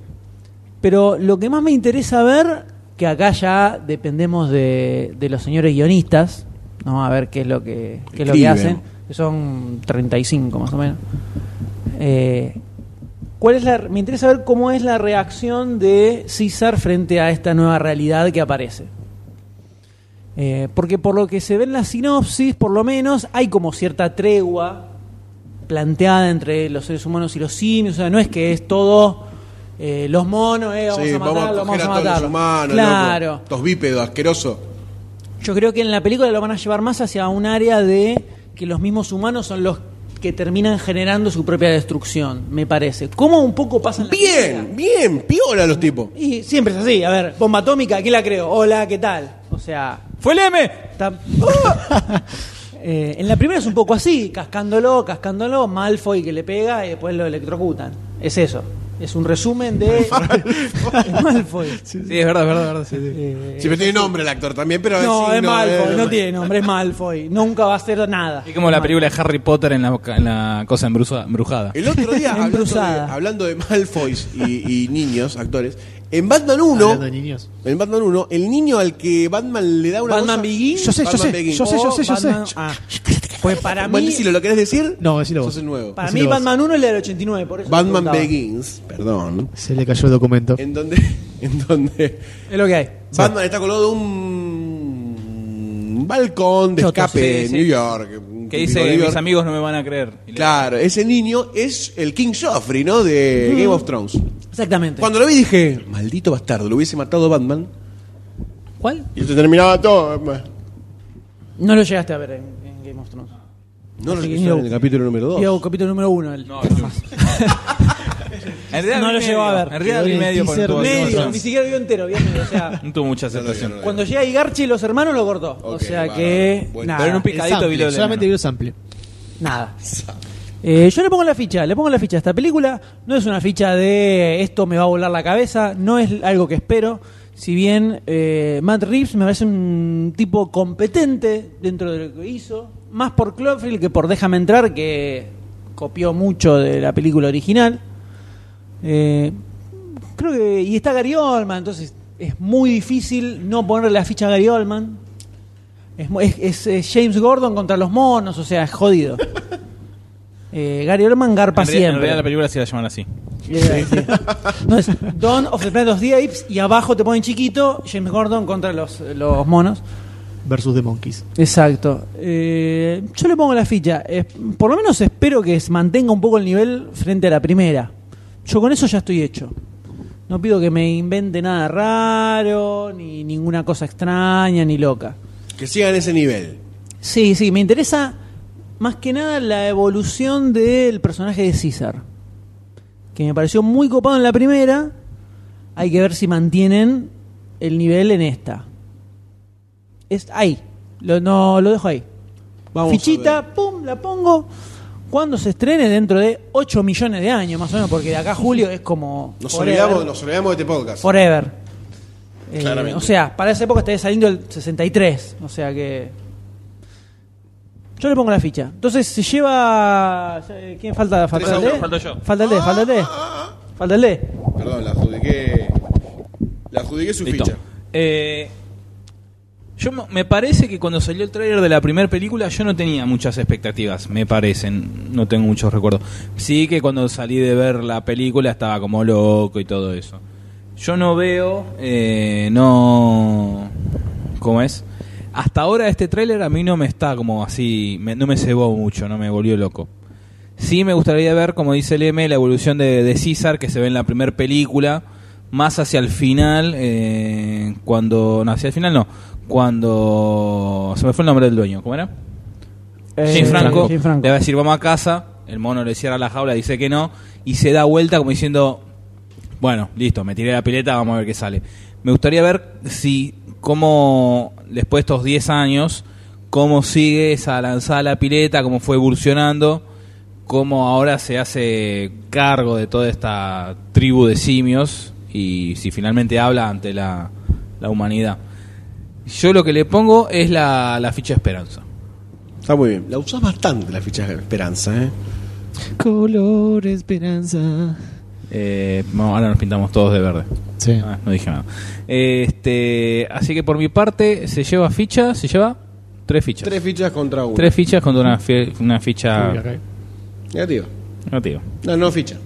Speaker 2: pero lo que más me interesa ver, que acá ya dependemos de, de los señores guionistas, ¿no? A ver qué es lo que, qué es lo que
Speaker 1: Escriben.
Speaker 2: hacen, que son 35 más o menos. Eh, ¿cuál es la, me interesa ver cómo es la reacción de César frente a esta nueva realidad que aparece. Eh, porque por lo que se ve en la sinopsis, por lo menos, hay como cierta tregua planteada entre los seres humanos y los simios. O sea, no es que es todo eh, los monos, eh, vamos
Speaker 1: Sí,
Speaker 2: a
Speaker 1: vamos a
Speaker 2: matarlos, vamos
Speaker 1: coger
Speaker 2: a,
Speaker 1: a todos los
Speaker 2: matarlos.
Speaker 1: humanos,
Speaker 2: claro.
Speaker 1: loco. Estos bípedos asquerosos.
Speaker 2: Yo creo que en la película lo van a llevar más hacia un área de que los mismos humanos son los que terminan generando su propia destrucción, me parece. Como un poco pasa en la película.
Speaker 1: Bien, bien, piola los tipos.
Speaker 2: Y siempre es así, a ver, bomba atómica, ¿quién la creo? Hola, ¿qué tal? O sea,
Speaker 3: ¡Fue el M!
Speaker 2: Está- ¡Ah! Eh, en la primera es un poco así, cascándolo, cascándolo, Malfoy que le pega y después lo electrocutan. Es eso. Es un resumen de Malfoy.
Speaker 3: Sí, es verdad, es verdad, es verdad. sí, sí.
Speaker 2: Eh,
Speaker 1: Si me tiene nombre el actor también, pero
Speaker 2: no,
Speaker 1: sí,
Speaker 2: es Malfoy,
Speaker 1: eh,
Speaker 2: no tiene nombre, es Malfoy. Nunca va a ser nada.
Speaker 3: Es como la película de Harry Potter en la, en la cosa embruza- embrujada.
Speaker 1: El otro día, hablando de,
Speaker 2: Embruzada.
Speaker 1: hablando de Malfoys y, y niños, actores, en Batman
Speaker 5: Hablando de
Speaker 1: 1,
Speaker 5: niños.
Speaker 1: en Batman 1, el niño al que Batman le da una
Speaker 2: Batman
Speaker 1: cosa-
Speaker 2: Begins. Yo
Speaker 5: sé, yo
Speaker 1: Batman
Speaker 5: sé,
Speaker 1: Begins.
Speaker 5: yo sé, yo sé, yo sé.
Speaker 2: Batman- ah. Pues para
Speaker 1: Bueno,
Speaker 2: mí,
Speaker 1: decilo, ¿lo querés decir?
Speaker 5: No, decilo vos.
Speaker 1: Sos el nuevo.
Speaker 2: para
Speaker 5: Decilo
Speaker 2: mí
Speaker 5: vos.
Speaker 2: Batman 1 es la del 89, por eso
Speaker 1: Batman
Speaker 2: me preguntaba.
Speaker 1: Begins, perdón.
Speaker 5: Se le cayó el documento.
Speaker 1: En donde, en donde
Speaker 2: Es lo que hay.
Speaker 1: Batman está colgado de un balcón de
Speaker 2: Choto,
Speaker 1: escape
Speaker 3: sí,
Speaker 1: de
Speaker 3: sí.
Speaker 1: New York.
Speaker 3: Que dice,
Speaker 1: Típico New
Speaker 3: mis
Speaker 1: York.
Speaker 3: amigos no me van a creer. Y le-
Speaker 1: Claro, ese niño es el King Joffrey, ¿no? De Game of Thrones.
Speaker 2: Exactamente.
Speaker 1: Cuando lo vi dije, maldito bastardo, lo hubiese matado Batman.
Speaker 2: ¿Cuál?
Speaker 1: Y se terminaba todo. No
Speaker 2: No lo llegaste a ver en, en Game of Thrones.
Speaker 1: lo
Speaker 2: Así que
Speaker 1: hizo
Speaker 2: yo-
Speaker 1: en el capítulo número 2.
Speaker 2: Digo, capítulo número 1.
Speaker 3: No, yo- En realidad
Speaker 2: No
Speaker 3: vi
Speaker 2: lo
Speaker 3: medio,
Speaker 2: llegó a ver.
Speaker 3: En realidad vi
Speaker 5: Pero el
Speaker 3: medio por
Speaker 5: teaser
Speaker 3: todo el
Speaker 5: medio,
Speaker 3: tema.
Speaker 2: ni siquiera vio entero, vio medio, o sea...
Speaker 3: No tuvo mucha sensación.
Speaker 2: Cuando llega Igarchi y los hermanos lo cortó. o
Speaker 1: Ok,
Speaker 2: sea
Speaker 1: va,
Speaker 2: que.
Speaker 1: bueno.
Speaker 2: nada.
Speaker 3: Pero en un
Speaker 5: El
Speaker 3: picadito
Speaker 5: sample,
Speaker 3: vi lo del
Speaker 5: solamente
Speaker 3: enano.
Speaker 5: vio el sample.
Speaker 2: nada. Eh, yo le pongo la ficha, le pongo la ficha a esta película. No es una ficha de esto me va a volar la cabeza, no es algo que espero. Si bien eh, Matt Reeves me parece un tipo competente dentro de lo que hizo, más por Cloverfield que por Déjame entrar, que copió mucho de la película original. Eh, creo que. Y está Gary Oldman, entonces es muy difícil no ponerle la ficha a Gary Oldman. Es, mu- es- es, eh, James Gordon contra los monos, o sea, es jodido. Eh, Gary Oldman garpa
Speaker 3: En realidad, en
Speaker 2: siempre.
Speaker 3: realidad la película se iba a llamar así.
Speaker 2: No, es Dawn of the Planet of the Apes y abajo te ponen chiquito James Gordon contra los, los monos.
Speaker 5: Versus The Monkeys.
Speaker 2: Exacto. Eh, yo le pongo la ficha. Eh, por lo menos espero que se mantenga un poco el nivel frente a la primera. Yo con eso ya estoy hecho. No pido que me invente nada raro, ni ninguna cosa extraña, ni loca.
Speaker 1: Que sigan ese nivel.
Speaker 2: Sí, sí, me interesa más que nada la evolución del personaje de César. Que me pareció muy copado en la primera. Hay que ver si mantienen el nivel en esta. Es ahí. Lo, no, lo dejo ahí.
Speaker 1: Vamos a ver.
Speaker 2: Fichita, pum, la pongo. Cuando se estrene dentro de 8 millones de años, más o menos, porque de acá a julio es como.
Speaker 1: Nos
Speaker 2: forever.
Speaker 1: olvidamos, nos olvidamos de este podcast.
Speaker 2: Forever. Eh,
Speaker 1: Claramente.
Speaker 2: o sea, para esa época estaría saliendo el 63. O sea que. Yo le pongo la ficha. Entonces se lleva. eh, ¿Quién falta? ¿Falta
Speaker 1: Tres a
Speaker 2: el
Speaker 1: uno,
Speaker 2: D?
Speaker 3: falto yo.
Speaker 2: Falta el D, falta el
Speaker 1: Ah,
Speaker 2: D. Falta el D.
Speaker 1: Perdón, la adjudiqué. La adjudiqué su
Speaker 3: Listo.
Speaker 1: ficha.
Speaker 3: Eh, yo me- me parece que cuando salió el tráiler de la primera película yo no tenía muchas expectativas, me parecen, no tengo muchos recuerdos. Sí que cuando salí de ver la película estaba como loco y todo eso. Yo no veo, eh, no... ¿Cómo es? Hasta ahora este tráiler a mí no me está como así, me- no me cebó mucho, no me volvió loco. Sí me gustaría ver, como dice el M, la evolución de, de César que se ve en la primera película, más hacia el final, eh, cuando... No, hacia el final no, cuando... Se me fue el nombre del dueño, ¿cómo era?
Speaker 7: Eh,
Speaker 3: Jim Franco,
Speaker 7: Jim Franco.
Speaker 3: le va a decir vamos a casa, el mono le cierra la jaula, dice que no, y se da vuelta como diciendo, bueno, listo, me tiré la pileta, vamos a ver qué sale. Me gustaría ver si, cómo, después de estos 10 años, cómo sigue esa lanzada a la pileta, cómo fue evolucionando, cómo ahora se hace cargo de toda esta tribu de simios y si finalmente habla ante la, la humanidad. Yo lo que le pongo es la, la ficha esperanza.
Speaker 1: Está muy bien. La usás bastante la ficha de Esperanza, ¿eh?
Speaker 5: Color esperanza.
Speaker 3: Eh, vamos, ahora nos pintamos todos de verde.
Speaker 5: Sí.
Speaker 3: Ah, no dije nada. Este, así que por mi parte se lleva ficha, se lleva tres fichas.
Speaker 1: Tres
Speaker 3: Tres,
Speaker 1: fichas contra uno.
Speaker 3: fichas contra una, fi- una ficha
Speaker 1: Negativo.
Speaker 3: negativa.
Speaker 1: No, no ficha.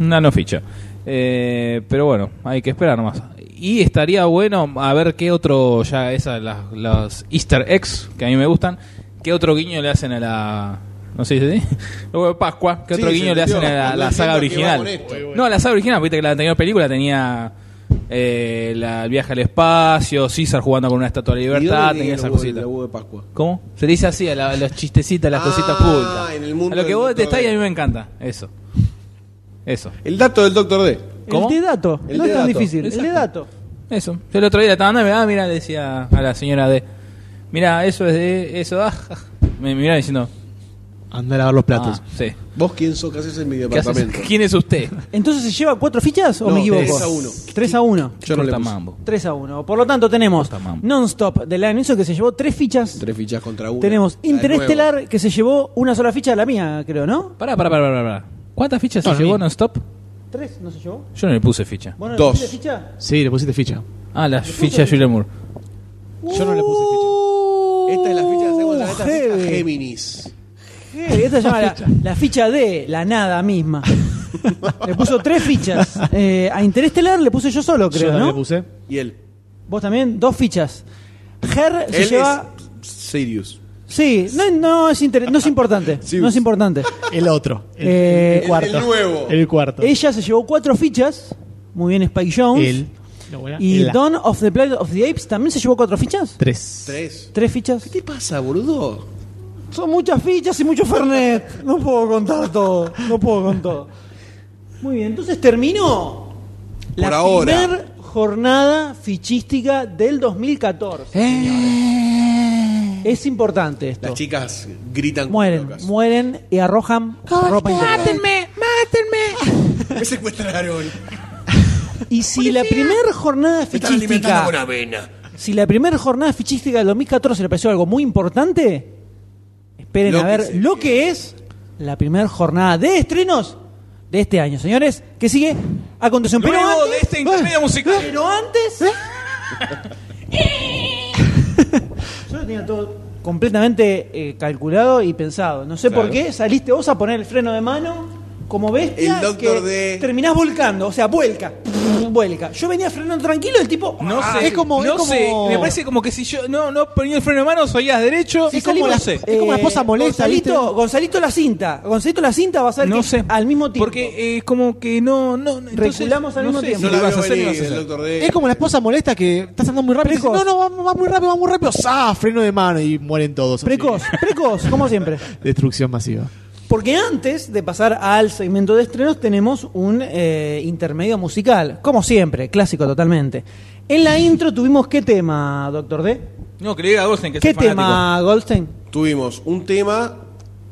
Speaker 3: Una no ficha. Eh, pero bueno, hay que esperar nomás. Y estaría bueno a ver qué otro, ya esas las, las Easter eggs que a mí me gustan, qué otro guiño le hacen a la... No sé si Luego de Pascua, ¿qué
Speaker 1: Sí,
Speaker 3: otro
Speaker 1: se
Speaker 3: guiño le hacen
Speaker 1: entendió.
Speaker 3: a la,
Speaker 1: No
Speaker 3: la saga
Speaker 1: entiendo que va
Speaker 3: original?
Speaker 1: con esto.
Speaker 3: No, la saga original, viste que la anterior película tenía eh, la, el viaje al espacio, César jugando con una estatua de la
Speaker 1: ¿Y
Speaker 3: libertad,
Speaker 1: dónde
Speaker 3: tenía
Speaker 1: tiene
Speaker 3: esa
Speaker 1: la uva-
Speaker 3: cosita.
Speaker 1: La uva de Pascua.
Speaker 3: ¿Cómo? Se le dice así a, la- a los chistecitos, a las
Speaker 1: Ah,
Speaker 3: cositas ocultas.
Speaker 1: en el mundo
Speaker 3: a lo que
Speaker 1: del
Speaker 3: vos
Speaker 1: doctor
Speaker 3: detestás y a
Speaker 1: D.
Speaker 3: mí me encanta. Eso. Eso.
Speaker 1: El dato del doctor D.
Speaker 3: ¿Cómo?
Speaker 2: El de dato.
Speaker 1: El
Speaker 2: no
Speaker 1: de
Speaker 2: es tan
Speaker 1: dato.
Speaker 2: difícil. El de
Speaker 3: Exacto.
Speaker 2: dato.
Speaker 3: Eso. Yo el otro día la estaba andando y me daba, mira, le decía a la señora D. Mira, eso es de eso. ah, ah". Me miraba diciendo.
Speaker 5: Anda a lavar los
Speaker 3: Ah,
Speaker 5: platos.
Speaker 3: sí.
Speaker 1: ¿Vos quién sos? ¿Qué haces en mi
Speaker 3: ¿Qué haces?
Speaker 1: departamento?
Speaker 3: ¿Quién es usted?
Speaker 2: Entonces se lleva cuatro fichas o
Speaker 1: No,
Speaker 2: me equivoco?
Speaker 1: tres a uno.
Speaker 2: 3 a 1.
Speaker 1: Yo no le
Speaker 3: Corta
Speaker 1: puse.
Speaker 3: mambo.
Speaker 2: 3 a 1. Por lo tanto tenemos
Speaker 3: Puta mamá.
Speaker 2: Nonstop de Lion Neeson que se llevó tres fichas.
Speaker 1: Tres fichas contra uno.
Speaker 2: Tenemos
Speaker 1: La del nuevo.
Speaker 2: Interestelar que se llevó una sola ficha de la mía, creo, ¿no?
Speaker 3: Pará, pará, pará, pará. pará. ¿Cuántas fichas
Speaker 5: No,
Speaker 3: se
Speaker 5: la
Speaker 3: llevó
Speaker 5: mía.
Speaker 3: non-stop?
Speaker 2: ¿Tres no se llevó?
Speaker 3: Yo no le puse ficha.
Speaker 2: ¿Vos no
Speaker 1: Dos.
Speaker 2: le pusiste ficha?
Speaker 5: Sí, le pusiste ficha.
Speaker 3: Ah, la ficha de Julia Moore.
Speaker 5: Yo no le puse ficha.
Speaker 1: Uh, Esta es la ficha de
Speaker 2: Uh,
Speaker 1: segunda. Esta es la
Speaker 2: heavy.
Speaker 1: ficha Géminis.
Speaker 2: Eh, Esta se llama la, la ficha de la nada misma. le puso tres fichas. Eh, a Interestelar le puse yo solo, creo,
Speaker 5: Yo
Speaker 2: ¿no?
Speaker 5: le puse.
Speaker 1: Y él.
Speaker 2: Vos también, dos fichas. Her se
Speaker 1: él
Speaker 2: lleva.
Speaker 1: es Sirius.
Speaker 2: Sí, no, no es inter- no es importante.
Speaker 1: Sí.
Speaker 2: No es importante.
Speaker 5: El otro. El,
Speaker 2: Eh,
Speaker 5: el cuarto.
Speaker 1: el nuevo.
Speaker 5: El cuarto.
Speaker 2: Ella se llevó cuatro fichas. Muy bien, Spike Jones.
Speaker 5: El.
Speaker 2: Y
Speaker 5: el-
Speaker 2: Dawn of the Planet of the Apes también se llevó cuatro fichas.
Speaker 5: Tres.
Speaker 1: Tres.
Speaker 2: Tres fichas.
Speaker 1: ¿Qué te pasa, boludo?
Speaker 2: Son muchas fichas y mucho Fernet. No puedo contar todo. No puedo con todo. Muy bien, entonces terminó la
Speaker 1: Por ahora.
Speaker 2: primer jornada fichística del 2014.
Speaker 1: Eh.
Speaker 2: señores. Es importante esto.
Speaker 1: Las chicas gritan como
Speaker 2: mueren,
Speaker 1: locas.
Speaker 2: mueren y arrojan ropa interior.
Speaker 1: Me secuestraron. Me
Speaker 2: Y si la primera jornada
Speaker 1: están alimentando con
Speaker 2: fichística,
Speaker 1: avena.
Speaker 2: si la primera jornada fichística del 2014 le pareció algo muy importante, esperen
Speaker 1: Lo
Speaker 2: a
Speaker 1: que
Speaker 2: ver
Speaker 1: se
Speaker 2: lo que es la primera jornada de estrenos de este año, señores, que sigue a continuación. Pero
Speaker 3: Luego
Speaker 2: antes,
Speaker 3: de este intermedio musical.
Speaker 2: pero antes, yo lo tenía todo completamente eh, calculado y pensado. No sé por qué saliste vos a poner el freno de mano. Como bestia,
Speaker 1: El doctor
Speaker 2: que
Speaker 1: D.
Speaker 2: terminás volcando, o sea, vuelca, vuelca. Yo venía frenando tranquilo, el tipo
Speaker 3: No
Speaker 2: ah,
Speaker 3: sé.
Speaker 5: es como-
Speaker 3: no
Speaker 5: es como-
Speaker 3: sé. Me parece como que si yo no, no ponía el freno de mano, soy derecho.
Speaker 2: Sí,
Speaker 3: y
Speaker 2: es como
Speaker 3: salimos,
Speaker 2: la-
Speaker 3: no sé.
Speaker 5: es como la esposa molesta,
Speaker 2: Eh, Gonzalito,
Speaker 5: ¿viste?
Speaker 2: Gonzalito la cinta. Gonzalito la cinta va a ser
Speaker 3: No
Speaker 2: que
Speaker 3: sé.
Speaker 2: al mismo tiempo.
Speaker 3: Porque eh, como que no. no entonces,
Speaker 2: Reculamos al
Speaker 3: no
Speaker 2: mismo
Speaker 3: sé
Speaker 2: tiempo.
Speaker 3: si
Speaker 1: No
Speaker 3: lo
Speaker 1: la
Speaker 3: vas a
Speaker 1: veo
Speaker 3: hacer, no
Speaker 1: venir,
Speaker 3: vas a
Speaker 1: el
Speaker 3: hacer.
Speaker 1: doctor D.
Speaker 5: Es como la esposa molesta que estás andando muy rápido. y dice,
Speaker 2: Precoz.
Speaker 5: no, no, va, va muy rápido, va muy rápido. ¡Zah! Freno de mano y mueren todos. así.
Speaker 2: precoz, precoz, como siempre.
Speaker 5: Destrucción masiva.
Speaker 2: Porque antes de pasar al segmento de estrenos tenemos un eh, intermedio musical, como siempre, clásico totalmente. En la intro tuvimos qué tema, doctor D.
Speaker 3: No, que le diga a Goldstein que
Speaker 2: ¿Qué
Speaker 3: soy fanático.
Speaker 2: tema, Goldstein?
Speaker 1: Tuvimos un tema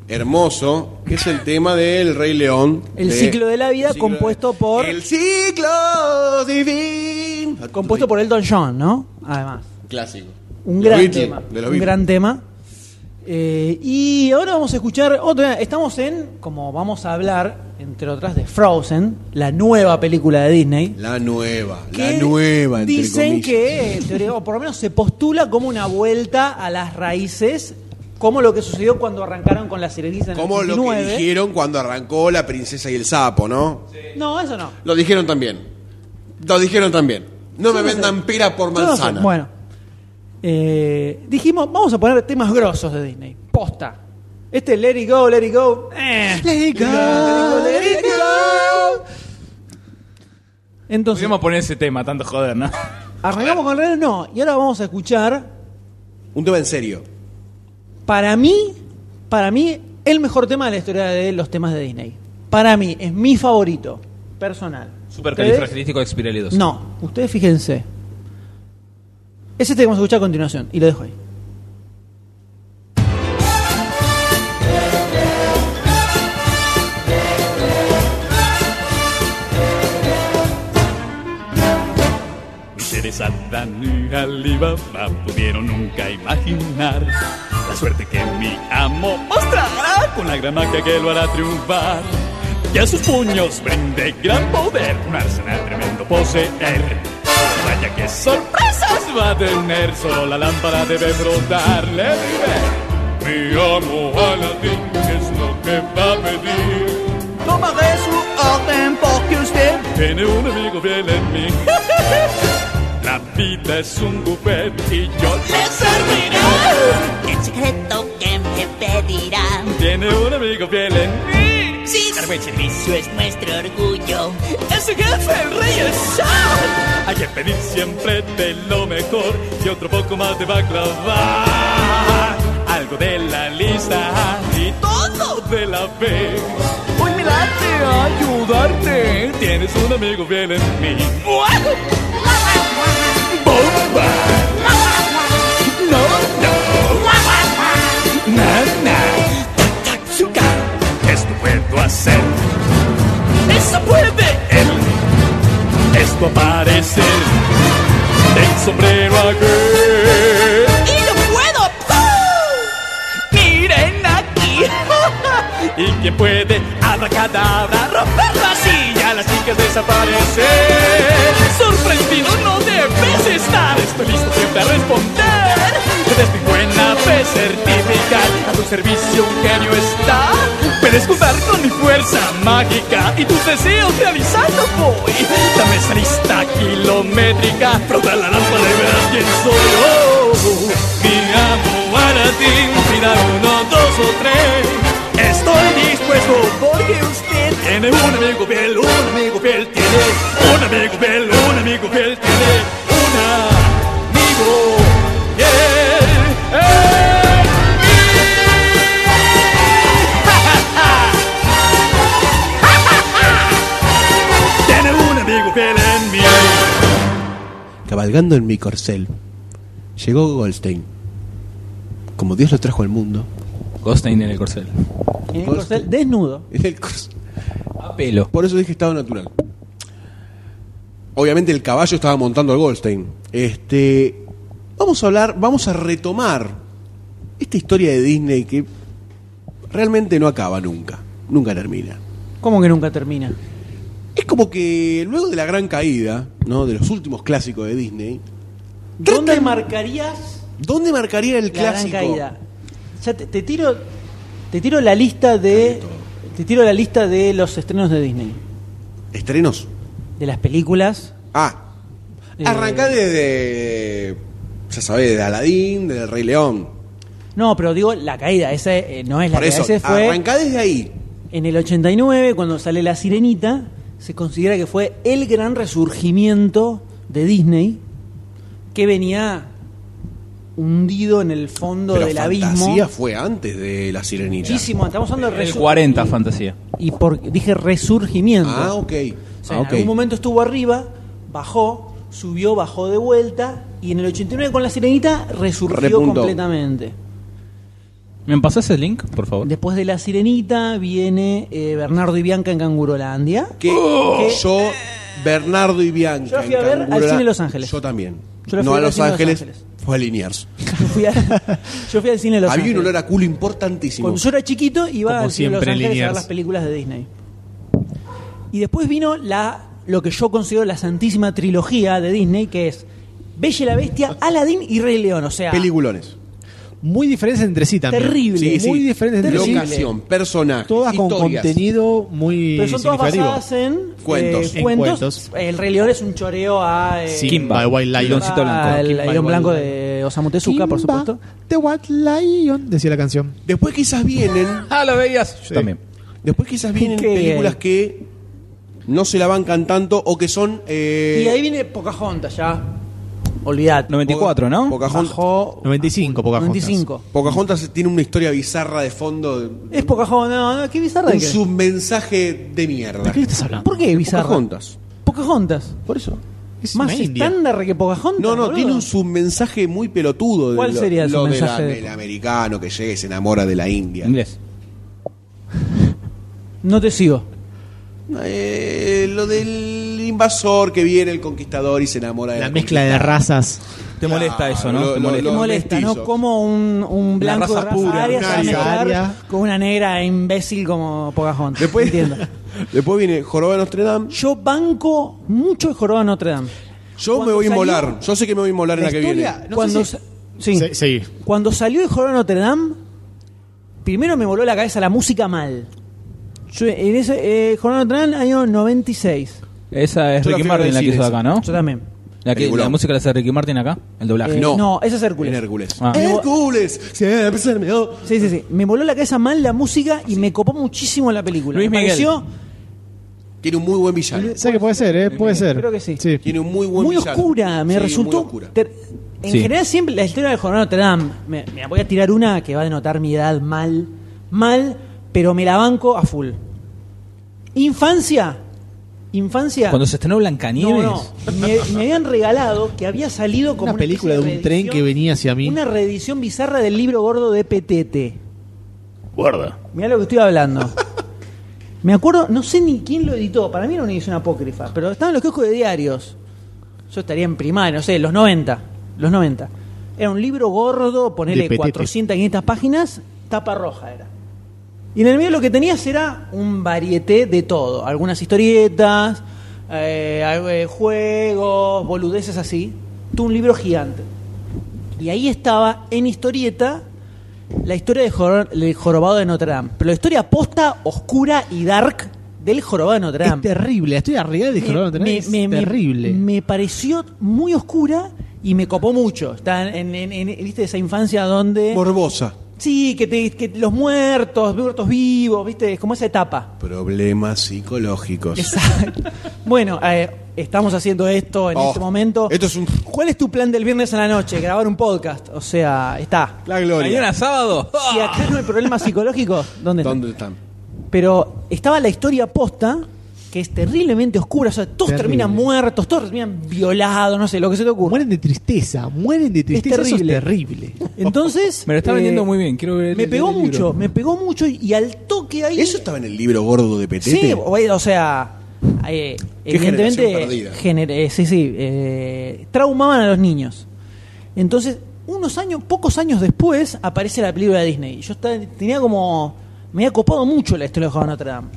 Speaker 1: hermoso, que es el tema del Rey León.
Speaker 2: El ciclo de la vida
Speaker 1: el ciclo de-
Speaker 2: compuesto por-
Speaker 1: El ciclo divino.
Speaker 2: Compuesto por Elton John, ¿no? Además.
Speaker 1: Clásico.
Speaker 2: Un
Speaker 1: De los
Speaker 2: gran
Speaker 1: Beatles,
Speaker 2: tema.
Speaker 1: de los
Speaker 2: un
Speaker 1: Beatles.
Speaker 2: gran tema. Eh, y ahora vamos a escuchar otra. Estamos en, como vamos a hablar, entre otras, de Frozen, la nueva película de Disney.
Speaker 1: La nueva, la
Speaker 2: que
Speaker 1: nueva, entre
Speaker 2: Dicen
Speaker 1: comillas.
Speaker 2: que, en teoría, o por lo menos se postula como una vuelta a las raíces, como lo que sucedió cuando arrancaron con la sirenita en
Speaker 1: Como
Speaker 2: el
Speaker 1: lo que
Speaker 2: 19.
Speaker 1: dijeron cuando arrancó La Princesa y el Sapo, ¿no?
Speaker 2: No, eso no.
Speaker 1: Lo dijeron también. Lo dijeron también. No
Speaker 2: Yo
Speaker 1: me
Speaker 2: no sé.
Speaker 1: vendan pera por
Speaker 2: Yo no sé.
Speaker 1: manzana.
Speaker 2: Bueno. eh, dijimos, vamos a poner temas grosos de Disney. Posta. Este Let It Go, Let It Go. eh.
Speaker 5: Let it go,
Speaker 2: Let It Go. Entonces,
Speaker 3: Podríamos poner ese tema, tanto joder, ¿no?
Speaker 2: arrancamos con Red No. Y ahora vamos a escuchar
Speaker 1: Un tema en serio.
Speaker 2: Para mí, para mí, el mejor tema de la historia de los temas de Disney. Para mí, es mi favorito, personal. ¿Ustedes?
Speaker 3: Supercalifragilístico expiralidoso.
Speaker 2: No, ustedes fíjense. Es este que vamos a escuchar a continuación, y lo dejo ahí.
Speaker 8: Miseres Adán y Alibaba pudieron nunca imaginar la suerte que mi amo mostrará con la gran magia que lo hará triunfar. Y a sus puños brinde gran poder, un arsenal tremendo poseer. Vaya que sorpresas va a tener, solo la lámpara debe brotarle. Mi amo Aladdin es lo que va a pedir.
Speaker 9: Tomaré su orden porque usted
Speaker 8: Tiene un amigo fiel en mí. La vida es un buffet y yo le serviré.
Speaker 9: el secreto que me pedirá.
Speaker 8: Tiene un amigo fiel en mí.
Speaker 9: Sí,
Speaker 8: Dar buen servicio es
Speaker 9: nuestro orgullo.
Speaker 8: es el jefe, el rey, el shah. Hay que pedir siempre de lo mejor y otro poco más de baklava. Algo de la lista y todo de la fe. Hoy mirarte, ayudarte. Tienes un amigo fiel en mí. ¡Mua! bomba. No, no. Na, na. Takatsuka. Esto puedo hacer. Eso puede él. Esto aparece. El sombrero aquel.
Speaker 9: ¡Y lo puedo!
Speaker 8: Miren aquí. y que puede abracadabra romperlo así y a las chicas desaparecer. Sorprendido no debes estar, estoy listo siempre a responder. Eres mi buena fe certificar, a tu servicio un genio está. Puedes contar con mi fuerza mágica y tus deseos realizando voy. Dame esa lista kilométrica, frota la lámpara y verás quién soy. Oh, mi amo Aladdin, tirar uno, dos o tres. Estoy dispuesto porque usted tiene un amigo fiel, un amigo fiel, tiene un amigo fiel, un amigo fiel, tiene un amigo fiel. en mí. Tiene un amigo fiel en mí.
Speaker 1: Cabalgando en mi corcel, llegó Goldstein. Como Dios lo trajo al mundo.
Speaker 3: Goldstein en el corcel.
Speaker 1: Eh,
Speaker 2: En el corcel, desnudo.
Speaker 1: en el corcel.
Speaker 3: A pelo.
Speaker 1: Por eso dije estado natural. Obviamente el caballo estaba montando al Goldstein. Este, vamos a hablar, vamos a retomar esta historia de Disney que realmente no acaba nunca, nunca termina.
Speaker 2: ¿Cómo que nunca termina?
Speaker 1: Es como que luego de la gran caída, ¿no? De los últimos clásicos de Disney,
Speaker 2: ¿Dónde
Speaker 1: Tratan-
Speaker 2: marcarías
Speaker 1: ¿dónde marcaría el
Speaker 2: la gran
Speaker 1: clásico?
Speaker 2: caída? Ya te, te tiro, te tiro la lista de, te tiro la lista de los estrenos de Disney,
Speaker 1: Estrenos.
Speaker 2: de las películas.
Speaker 1: Ah,
Speaker 2: eh,
Speaker 1: arrancá desde, ya sabés, de Aladín, del Rey León.
Speaker 2: No, pero digo la caída. Esa eh, no es la
Speaker 1: Por
Speaker 2: caída.
Speaker 1: eso,
Speaker 2: Ese fue
Speaker 1: arrancá desde ahí.
Speaker 2: En el 89, cuando sale La Sirenita, se considera que fue el gran resurgimiento de Disney, que venía hundido en el fondo
Speaker 1: Pero
Speaker 2: del abismo.
Speaker 1: Fantasía fue antes de La Sirenita.
Speaker 2: Muchísimo, estamos hablando de
Speaker 3: El
Speaker 2: resu-
Speaker 3: 40, fantasía.
Speaker 2: Y por, dije resurgimiento.
Speaker 1: Ah, ok.
Speaker 2: O sea,
Speaker 1: Ah,
Speaker 2: en
Speaker 1: ok.
Speaker 2: algún momento estuvo arriba, bajó, subió, bajó de vuelta, y en el 89 con La Sirenita resurgió
Speaker 1: Repuntó.
Speaker 2: completamente.
Speaker 3: ¿Me pasás el link, por favor?
Speaker 2: Después de La Sirenita viene eh, Bernardo y Bianca en Cangurolandia.
Speaker 1: Que
Speaker 2: que-
Speaker 1: yo, Bernardo y Bianca.
Speaker 2: Yo la fui a
Speaker 1: en
Speaker 2: ver
Speaker 1: Canguro
Speaker 2: al
Speaker 1: la-
Speaker 2: cine Los Ángeles.
Speaker 1: Yo también.
Speaker 2: Yo la fui
Speaker 1: no
Speaker 2: a
Speaker 1: a
Speaker 2: ver al
Speaker 1: Los
Speaker 2: cine Los
Speaker 1: Ángeles,
Speaker 2: Ángeles.
Speaker 1: fue a Liniers.
Speaker 2: Yo fui, a- yo fui al cine de Los
Speaker 1: Había un
Speaker 2: Ángeles.
Speaker 1: olor a culo importantísimo.
Speaker 2: Cuando yo era chiquito iba
Speaker 4: Como
Speaker 2: al cine de Los
Speaker 4: siempre,
Speaker 2: Ángeles a ver
Speaker 4: Liniers.
Speaker 2: las películas de Disney. Y después vino la lo que yo considero la santísima trilogía de Disney, que es Bella y la Bestia, Aladdin y Rey León. O sea,
Speaker 1: Peliculones.
Speaker 5: Muy diferentes entre sí también.
Speaker 2: Terrible.
Speaker 5: Sí, sí. Muy diferentes entre sí.
Speaker 1: Locación, personajes,
Speaker 5: Todas con
Speaker 1: historias.
Speaker 5: contenido muy
Speaker 2: pero son todas
Speaker 5: significativo.
Speaker 2: basadas en
Speaker 1: Cuentos.
Speaker 2: eh,
Speaker 5: En
Speaker 2: cuentos.
Speaker 5: cuentos.
Speaker 2: El Rey León es un choreo a eh,
Speaker 5: Kimba, By White Lion.
Speaker 3: Leoncito
Speaker 2: a
Speaker 3: blanco.
Speaker 2: el
Speaker 5: Kimba,
Speaker 2: León
Speaker 5: Wild
Speaker 2: Blanco
Speaker 5: Lion.
Speaker 2: de de Osamu Tezuka, por
Speaker 5: Kimba,
Speaker 2: supuesto.
Speaker 5: The White Lion, decía la canción.
Speaker 1: Después quizás vienen.
Speaker 3: Ah, lo veías. Yo también.
Speaker 1: Después quizás vienen
Speaker 2: Qué
Speaker 1: películas que no se la bancan tanto o que son. eh,
Speaker 2: Y ahí viene Pocahontas ya. Olvidate.
Speaker 3: 94, ¿no?
Speaker 1: Pocahontas,
Speaker 2: Bajó-
Speaker 5: 95 Pocahontas.
Speaker 2: 95.
Speaker 1: Pocahontas tiene una historia bizarra de fondo. de-
Speaker 2: Es Pocahontas, no, no, qué bizarra
Speaker 1: un
Speaker 2: que-
Speaker 1: submensaje de mierda.
Speaker 5: ¿Qué estás hablando?
Speaker 2: ¿Por qué bizarra?
Speaker 1: Pocahontas.
Speaker 2: Pocahontas.
Speaker 1: Por eso.
Speaker 5: Es
Speaker 2: Más
Speaker 5: una india.
Speaker 2: estándar que Pocahontas.
Speaker 1: No, no,
Speaker 2: boludo.
Speaker 1: tiene un submensaje muy pelotudo. de
Speaker 2: ¿Cuál
Speaker 1: lo-
Speaker 2: sería el
Speaker 1: lo de la-
Speaker 2: submensaje?
Speaker 1: del americano que llega y se enamora de la India.
Speaker 3: Inglés.
Speaker 2: No te sigo.
Speaker 1: Eh, lo del invasor que viene, el conquistador y se enamora de la,
Speaker 5: La mezcla de razas.
Speaker 3: Te molesta
Speaker 1: Claro,
Speaker 3: eso, ¿no?
Speaker 1: lo-
Speaker 3: Te
Speaker 1: lo-
Speaker 3: molesta.
Speaker 1: Los lo-
Speaker 2: molesta, ¿no?
Speaker 1: mestizos.
Speaker 2: Como un, un
Speaker 3: La raza
Speaker 2: blanco de raza
Speaker 3: pura,
Speaker 2: aria se va a
Speaker 1: aria.
Speaker 2: mezclar
Speaker 5: Aria.
Speaker 2: con una negra imbécil como Pocahontas.
Speaker 1: Después,
Speaker 2: Entiendo.
Speaker 1: después viene Joroba de Notre Dame.
Speaker 2: Yo banco mucho el joroba de Notre Dame.
Speaker 1: Yo
Speaker 2: Cuando
Speaker 1: me voy a
Speaker 2: salió-
Speaker 1: inmolar. Yo sé que me voy a inmolar en la,
Speaker 5: La
Speaker 1: que viene.
Speaker 5: historia- No sé
Speaker 2: cuando,
Speaker 5: si-
Speaker 2: sa- sí.
Speaker 5: Se- seguí.
Speaker 2: cuando salió el joroba de Notre Dame, primero me voló la cabeza la música mal. Yo, en ese eh, joroba de Notre Dame, año 96.
Speaker 3: Esa es
Speaker 1: Yo la
Speaker 3: Ricky
Speaker 1: fui a ver
Speaker 3: Martin
Speaker 1: en
Speaker 3: la que
Speaker 1: cines.
Speaker 3: hizo acá, ¿no?
Speaker 2: Yo también.
Speaker 3: La, que,
Speaker 1: Peliculón.
Speaker 3: la música la hace Ricky Martin acá, el doblaje.
Speaker 2: Eh,
Speaker 1: No.
Speaker 2: esa es Hércules.
Speaker 1: En Hércules.
Speaker 3: Ah.
Speaker 1: ¡Hércules! Siempre se me dio.
Speaker 2: Sí, sí, sí. Me voló la cabeza mal la música y me copó muchísimo la película.
Speaker 3: Luis
Speaker 2: me
Speaker 3: Miguel.
Speaker 2: pareció
Speaker 1: Tiene un muy buen villano.
Speaker 5: Sé que puede ser, ¿eh? Puede ser.
Speaker 2: Creo que sí.
Speaker 1: Tiene un muy buen
Speaker 2: muy
Speaker 1: villano.
Speaker 2: oscura. Me
Speaker 1: Sí, muy
Speaker 2: resultó.
Speaker 1: oscura.
Speaker 2: ter- en
Speaker 3: Sí.
Speaker 2: general, siempre la historia del jornal Notre Dame. Me, me voy a tirar una que va a denotar mi edad mal. Mal, pero me la banco a full. Infancia. Infancia.
Speaker 3: Cuando se estrenó Blancanieves.
Speaker 2: No, no. Me, me habían regalado que había salido como
Speaker 5: Una película
Speaker 2: especie
Speaker 5: de un tren
Speaker 2: reedición-
Speaker 5: que venía hacia mí.
Speaker 2: Una reedición bizarra del libro gordo de PTT. Guarda. Mirá lo que estoy hablando. Me acuerdo, no sé ni quién lo editó. Para mí era una edición apócrifa, pero estaba en los kioscos de diarios. Yo estaría en primaria, no sé, los 90. Los 90. Era un libro gordo,
Speaker 5: De
Speaker 2: ponele
Speaker 5: PTT.
Speaker 2: 400, 500 páginas, tapa roja era. Y en el medio lo que tenías era un varieté de todo. Algunas historietas, eh, algo de juegos, boludeces así. Tú un libro gigante. Y ahí estaba, en historieta, la historia del jor- del jorobado de Notre Dame. Pero la historia posta, oscura y dark del jorobado de Notre
Speaker 5: Es
Speaker 2: Dame.
Speaker 5: terrible. La historia real de Jorobado de Notre Dame es terrible.
Speaker 2: me pareció muy oscura y me copó mucho. Está en, en- en- ¿Viste esa infancia donde...
Speaker 1: Morbosa.
Speaker 2: Sí, que, te- que los muertos, muertos vivos, ¿viste? Es como esa etapa.
Speaker 1: Problemas psicológicos.
Speaker 2: Exacto. bueno, eh, estamos haciendo esto en
Speaker 1: Oh,
Speaker 2: este momento.
Speaker 1: esto es un-
Speaker 2: ¿Cuál es tu plan del viernes a la noche? Grabar un podcast. O sea, está.
Speaker 1: La gloria.
Speaker 3: Mañana sábado. Ah.
Speaker 2: Si acá no hay problemas psicológicos, ¿dónde está?
Speaker 1: ¿Dónde están?
Speaker 2: Pero estaba la historia posta, que es terriblemente oscura. O sea, todos
Speaker 5: Terrible.
Speaker 2: terminan muertos, todos terminan violados, no sé, lo que se te ocurra.
Speaker 5: Mueren de tristeza. Mueren de tristeza. Eso es
Speaker 2: terrible.
Speaker 5: terrible.
Speaker 2: Entonces. eh,
Speaker 3: Me lo está vendiendo muy bien, quiero ver-
Speaker 2: Me
Speaker 3: leer
Speaker 2: pegó
Speaker 3: el libro.
Speaker 2: mucho, me pegó mucho y, y al toque ahí.
Speaker 1: ¿Eso estaba en el libro gordo de Petete?
Speaker 2: Sí, o sea, eh,
Speaker 1: Qué
Speaker 2: evidentemente,
Speaker 1: generación perdida.
Speaker 2: gener- eh, sí, sí, eh, traumaban a los niños. Entonces, unos años, pocos años después, aparece la película de Disney. Yo estaba- tenía como, me había copado mucho la historia de Jorobado de Notre Dame.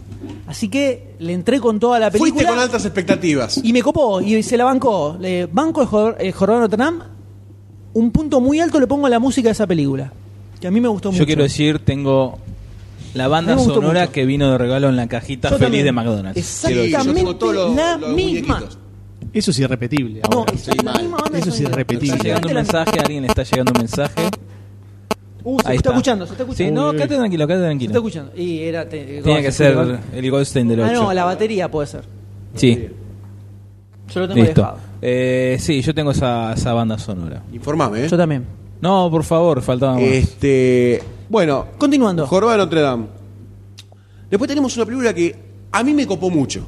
Speaker 2: Así que le entré con toda la película.
Speaker 1: Fuiste con altas expectativas.
Speaker 2: Y me copó y se la bancó. Le banco el Jor- el Jorobado de Notre Dame. Un punto muy alto le pongo a la música de esa película. Que a mí me gustó mucho.
Speaker 3: Yo quiero decir, tengo la
Speaker 2: A
Speaker 3: banda
Speaker 2: mí me gustó
Speaker 3: sonora
Speaker 2: mucho.
Speaker 3: que vino de regalo en la cajita
Speaker 2: Yo
Speaker 3: feliz
Speaker 2: también.
Speaker 3: de McDonald's.
Speaker 1: Sí, yo
Speaker 2: Exactamente
Speaker 1: tengo todos los-
Speaker 2: la
Speaker 1: los
Speaker 2: misma.
Speaker 1: muñequitos.
Speaker 5: Eso es irrepetible.
Speaker 2: No,
Speaker 5: ahora.
Speaker 2: es la misma banda de
Speaker 5: Eso es
Speaker 2: sonido.
Speaker 5: irrepetible.
Speaker 3: Está llegando un mensaje, a alguien le está llegando un mensaje.
Speaker 2: Uh, se
Speaker 3: Ahí
Speaker 2: está
Speaker 3: está.
Speaker 2: escuchando, se está escuchando.
Speaker 3: Sí, no,
Speaker 2: se
Speaker 3: quédate tranquilo, quédate
Speaker 2: está
Speaker 3: tranquilo.
Speaker 2: escuchando. Y era te-
Speaker 3: Tiene que ser
Speaker 2: Ah,
Speaker 3: el Goldstein del 8.
Speaker 2: no, la batería puede ser.
Speaker 3: Sí,
Speaker 2: Yo lo tengo
Speaker 3: listo.
Speaker 2: dejado.
Speaker 3: Eh, sí, yo tengo esa, esa banda sonora.
Speaker 1: Informame, ¿eh?
Speaker 2: Yo también.
Speaker 3: No, por favor, faltaba más.
Speaker 1: Este, bueno,
Speaker 2: Continuando.
Speaker 1: Jorba de Notre Dame. Después tenemos una película que a mí me copó mucho.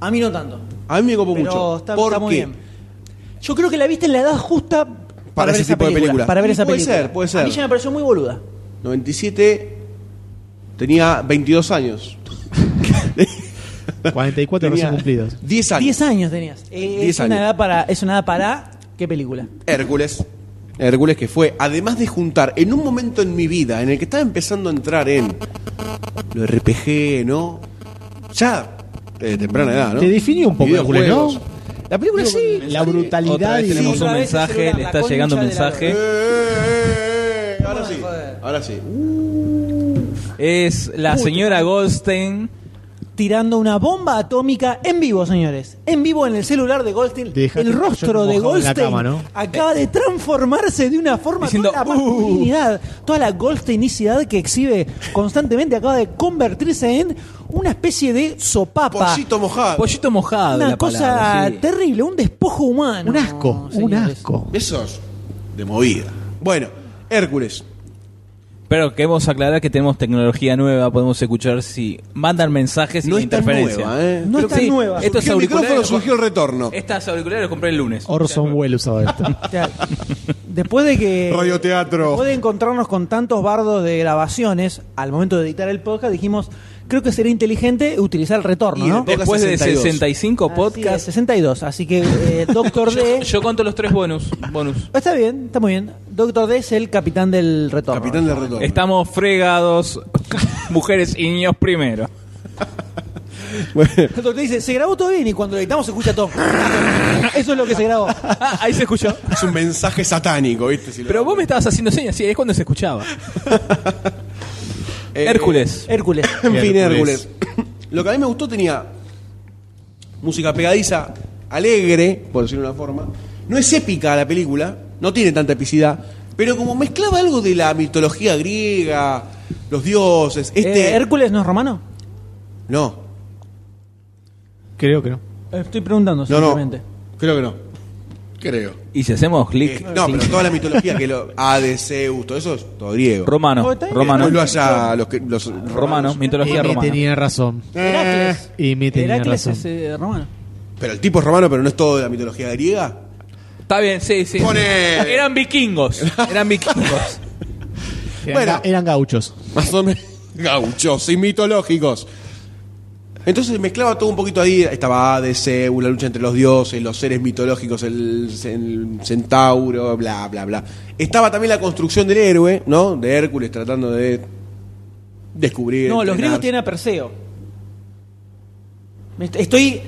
Speaker 2: A mí no tanto.
Speaker 1: A mí me copó
Speaker 2: Pero
Speaker 1: mucho.
Speaker 2: está,
Speaker 1: ¿Por
Speaker 2: está muy
Speaker 1: qué?
Speaker 2: bien. Yo creo que la viste en la edad justa para,
Speaker 1: Para
Speaker 2: ver
Speaker 1: ese
Speaker 2: esa
Speaker 1: tipo de películas.
Speaker 2: Para ver
Speaker 1: Y
Speaker 2: esa
Speaker 1: puede
Speaker 2: película.
Speaker 1: ser, puede ser.
Speaker 2: A mí ya me pareció muy boluda.
Speaker 1: 97 tenía 22 años.
Speaker 5: 44
Speaker 1: Tenía
Speaker 5: recién cumplidos.
Speaker 1: 10 años.
Speaker 2: 10 años tenías. Eh,
Speaker 1: Diez
Speaker 2: es, Una
Speaker 1: años.
Speaker 2: edad para, es una edad para. ¿Qué película?
Speaker 1: Hércules. Hércules que fue, además de juntar, en un momento en mi vida en el que estaba empezando a entrar en lo RPG, ¿no? Ya, eh, de temprana edad, ¿no?
Speaker 5: Te definió un poco Hércules, ¿no?
Speaker 1: Videojuegos. La película sí.
Speaker 5: La brutalidad
Speaker 3: Otra vez
Speaker 5: y-
Speaker 3: tenemos
Speaker 2: Sí,
Speaker 3: un
Speaker 2: otra vez el
Speaker 3: mensaje,
Speaker 2: celular,
Speaker 3: le
Speaker 2: la
Speaker 3: está llegando un
Speaker 2: concha de la
Speaker 3: mensaje.
Speaker 1: Eh, eh, eh, ahora sí, ahora sí.
Speaker 3: Es la señora Goldstein
Speaker 2: tirando una bomba atómica en vivo, señores. En vivo en el celular de Goldstein.
Speaker 5: Dejate
Speaker 2: el rostro
Speaker 5: yo
Speaker 2: de
Speaker 5: mojado en la
Speaker 2: Goldstein
Speaker 5: cama, ¿no?
Speaker 2: acaba de transformarse de una forma
Speaker 3: Diciendo,
Speaker 2: toda la masculinidad, toda la Goldsteinicidad que exhibe constantemente acaba de convertirse en una especie de sopapa.
Speaker 1: Pollito mojado.
Speaker 3: Pollito mojado.
Speaker 2: Una
Speaker 3: la
Speaker 2: cosa
Speaker 3: palabra, sí.
Speaker 2: terrible, un despojo humano.
Speaker 5: Un asco, un
Speaker 2: señores.
Speaker 5: asco.
Speaker 1: Esos de movida. Bueno, Hércules.
Speaker 3: Pero queremos aclarar que tenemos tecnología nueva, podemos escuchar si mandan mensajes sin
Speaker 1: No es tan
Speaker 3: interferencia.
Speaker 1: nueva, ¿eh?
Speaker 2: No
Speaker 1: Creo
Speaker 2: es tan
Speaker 1: que-
Speaker 2: nueva.
Speaker 3: Estos
Speaker 1: Surgió el micrófono,
Speaker 3: auriculares,
Speaker 1: surgió el retorno.
Speaker 3: Estas auriculares los compré el lunes.
Speaker 5: Orson Welles usaba esto.
Speaker 2: O sea, después de que.
Speaker 1: Radioteatro.
Speaker 2: Después de encontrarnos con tantos bardos de grabaciones, al momento de editar el podcast, dijimos: Creo que sería inteligente utilizar el retorno,
Speaker 1: Y
Speaker 2: ¿no?
Speaker 1: de-
Speaker 3: Después de
Speaker 1: 62.
Speaker 3: 65
Speaker 2: Así es,
Speaker 3: podcasts.
Speaker 2: 62. Así que, eh, Doctor D.
Speaker 3: Yo conto los tres bonus. bonus.
Speaker 2: Está bien, está muy bien. Doctor D es el capitán del retorno.
Speaker 1: Capitán del retorno.
Speaker 3: Estamos fregados, mujeres y niños primero.
Speaker 2: El Doctor D dice: Se grabó todo bien y cuando lo editamos se escucha todo. Eso es lo que se grabó.
Speaker 3: Ahí se escuchó.
Speaker 1: Es un mensaje satánico, ¿viste? Si lo-
Speaker 3: Pero vos me estabas haciendo señas, sí, es cuando se escuchaba.
Speaker 1: Eh,
Speaker 3: Hércules.
Speaker 2: Hércules.
Speaker 1: En fin,
Speaker 4: Hércules.
Speaker 1: Hércules. Lo que a mí me gustó tenía música pegadiza, alegre, por decirlo de una forma. No es épica la película, no tiene tanta epicidad, pero como mezclaba algo de la mitología griega, los dioses, este...
Speaker 2: Eh, ¿Hércules no es romano?
Speaker 1: no,
Speaker 5: Creo que no.
Speaker 2: Estoy preguntando,
Speaker 1: no,
Speaker 2: simplemente.
Speaker 1: no. Creo que no. Creo.
Speaker 3: Y si hacemos clic.
Speaker 1: eh, no, pero toda la mitología que lo... Hades, Zeus, todo eso es todo griego. Eh,
Speaker 3: Romano,
Speaker 2: Está bien.
Speaker 3: romano,
Speaker 1: No lo haya los, que- los
Speaker 3: romano, mitología
Speaker 5: Y me
Speaker 3: romana.
Speaker 5: tenía razón.
Speaker 1: Eh,
Speaker 2: Heracles.
Speaker 5: Y mi tenía
Speaker 2: Heracles
Speaker 5: razón.
Speaker 2: es eh, romano.
Speaker 1: Pero el tipo es romano, pero no es todo de la mitología griega.
Speaker 3: Está bien, sí, sí.
Speaker 1: Pone-
Speaker 3: Eran vikingos. Eran vikingos.
Speaker 5: Eran,
Speaker 1: Bueno.
Speaker 5: ga- eran gauchos.
Speaker 1: Más o menos gauchos y mitológicos. Entonces mezclaba todo un poquito ahí. Estaba Hades, Zeus, la lucha entre los dioses, los seres mitológicos, el, el centauro, bla, bla, bla. Estaba también la construcción del héroe, ¿no? De Hércules tratando de descubrir.
Speaker 2: No, los
Speaker 1: entrenar.
Speaker 2: griegos tienen a Perseo. Me est- Estoy,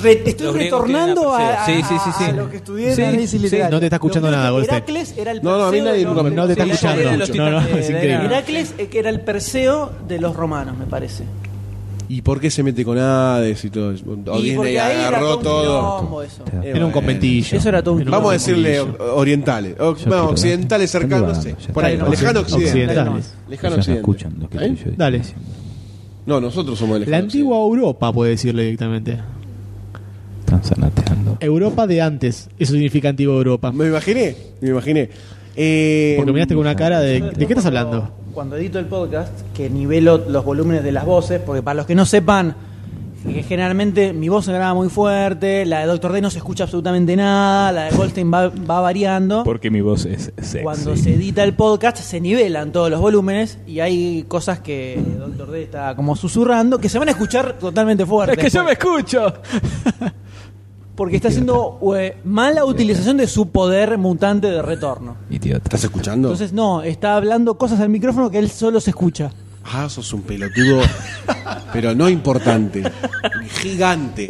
Speaker 2: re- estoy
Speaker 3: Los griegos
Speaker 2: retornando
Speaker 3: tienen
Speaker 2: a,
Speaker 3: a Perseo. Sí, sí, sí,
Speaker 2: a- a
Speaker 3: sí.
Speaker 2: lo que estudié en
Speaker 3: Sí,
Speaker 2: análisis
Speaker 3: sí,
Speaker 2: literario.
Speaker 5: no te está escuchando
Speaker 2: Los
Speaker 5: nada,
Speaker 2: griegos-
Speaker 5: Goldstein.
Speaker 2: Heracles era el
Speaker 1: No, no, a mí
Speaker 2: Perseo
Speaker 1: nadie
Speaker 2: de
Speaker 1: nunca me-
Speaker 2: los-
Speaker 5: No te está
Speaker 2: de-
Speaker 3: Sí, era de
Speaker 5: escuchando.
Speaker 3: los
Speaker 5: No, no,
Speaker 3: titanes,
Speaker 5: es
Speaker 3: era-
Speaker 5: increíble.
Speaker 2: Heracles eh, que era el Perseo de los romanos, me parece.
Speaker 1: ¿Y por qué se mete con Hades y todo eso? O
Speaker 2: y
Speaker 1: Disney
Speaker 2: porque ahí era
Speaker 1: agarró
Speaker 2: todo un
Speaker 1: todo.
Speaker 2: quilombo eso.
Speaker 1: Eh,
Speaker 5: Era un
Speaker 1: bueno.
Speaker 5: conventillo.
Speaker 2: Eso era todo un
Speaker 1: Vamos a decirle orientales. O-
Speaker 3: quiero
Speaker 1: bueno, occidentales
Speaker 3: ver.
Speaker 1: cercanos.
Speaker 3: Están divagando,
Speaker 1: Por ahí,
Speaker 2: ya está.
Speaker 1: lejano occidente.
Speaker 5: Occidentales.
Speaker 1: Lejano
Speaker 3: Ellos no
Speaker 1: occidente.
Speaker 3: escuchan lo que
Speaker 1: ¿Eh?
Speaker 3: yo digo.
Speaker 5: Dale.
Speaker 1: No, nosotros somos el
Speaker 5: La antigua Europa, puede decirle directamente.
Speaker 3: Están zanateando.
Speaker 5: Europa de antes. Eso significa antigua Europa.
Speaker 1: Me imaginé, me imaginé. Eh,
Speaker 5: Porque miraste con una cara de. ¿De qué estás hablando?
Speaker 2: Cuando edito el podcast, que nivelo los volúmenes de las voces, porque para los que no sepan, que generalmente mi voz se graba muy fuerte, la de Doctor D no se escucha absolutamente nada, la de Goldstein va, va variando.
Speaker 3: Porque mi voz es sexy.
Speaker 2: Cuando se edita el podcast se nivelan todos los volúmenes y hay cosas que Doctor D está como susurrando que se van a escuchar totalmente fuerte.
Speaker 3: Es que yo me escucho.
Speaker 2: Porque está haciendo eh, mala utilización de su poder mutante de retorno.
Speaker 3: Idiota.
Speaker 1: ¿Estás escuchando?
Speaker 2: Entonces no, está hablando cosas al micrófono que él solo se escucha.
Speaker 1: ah, sos un pelotudo, pero no importante. Gigante.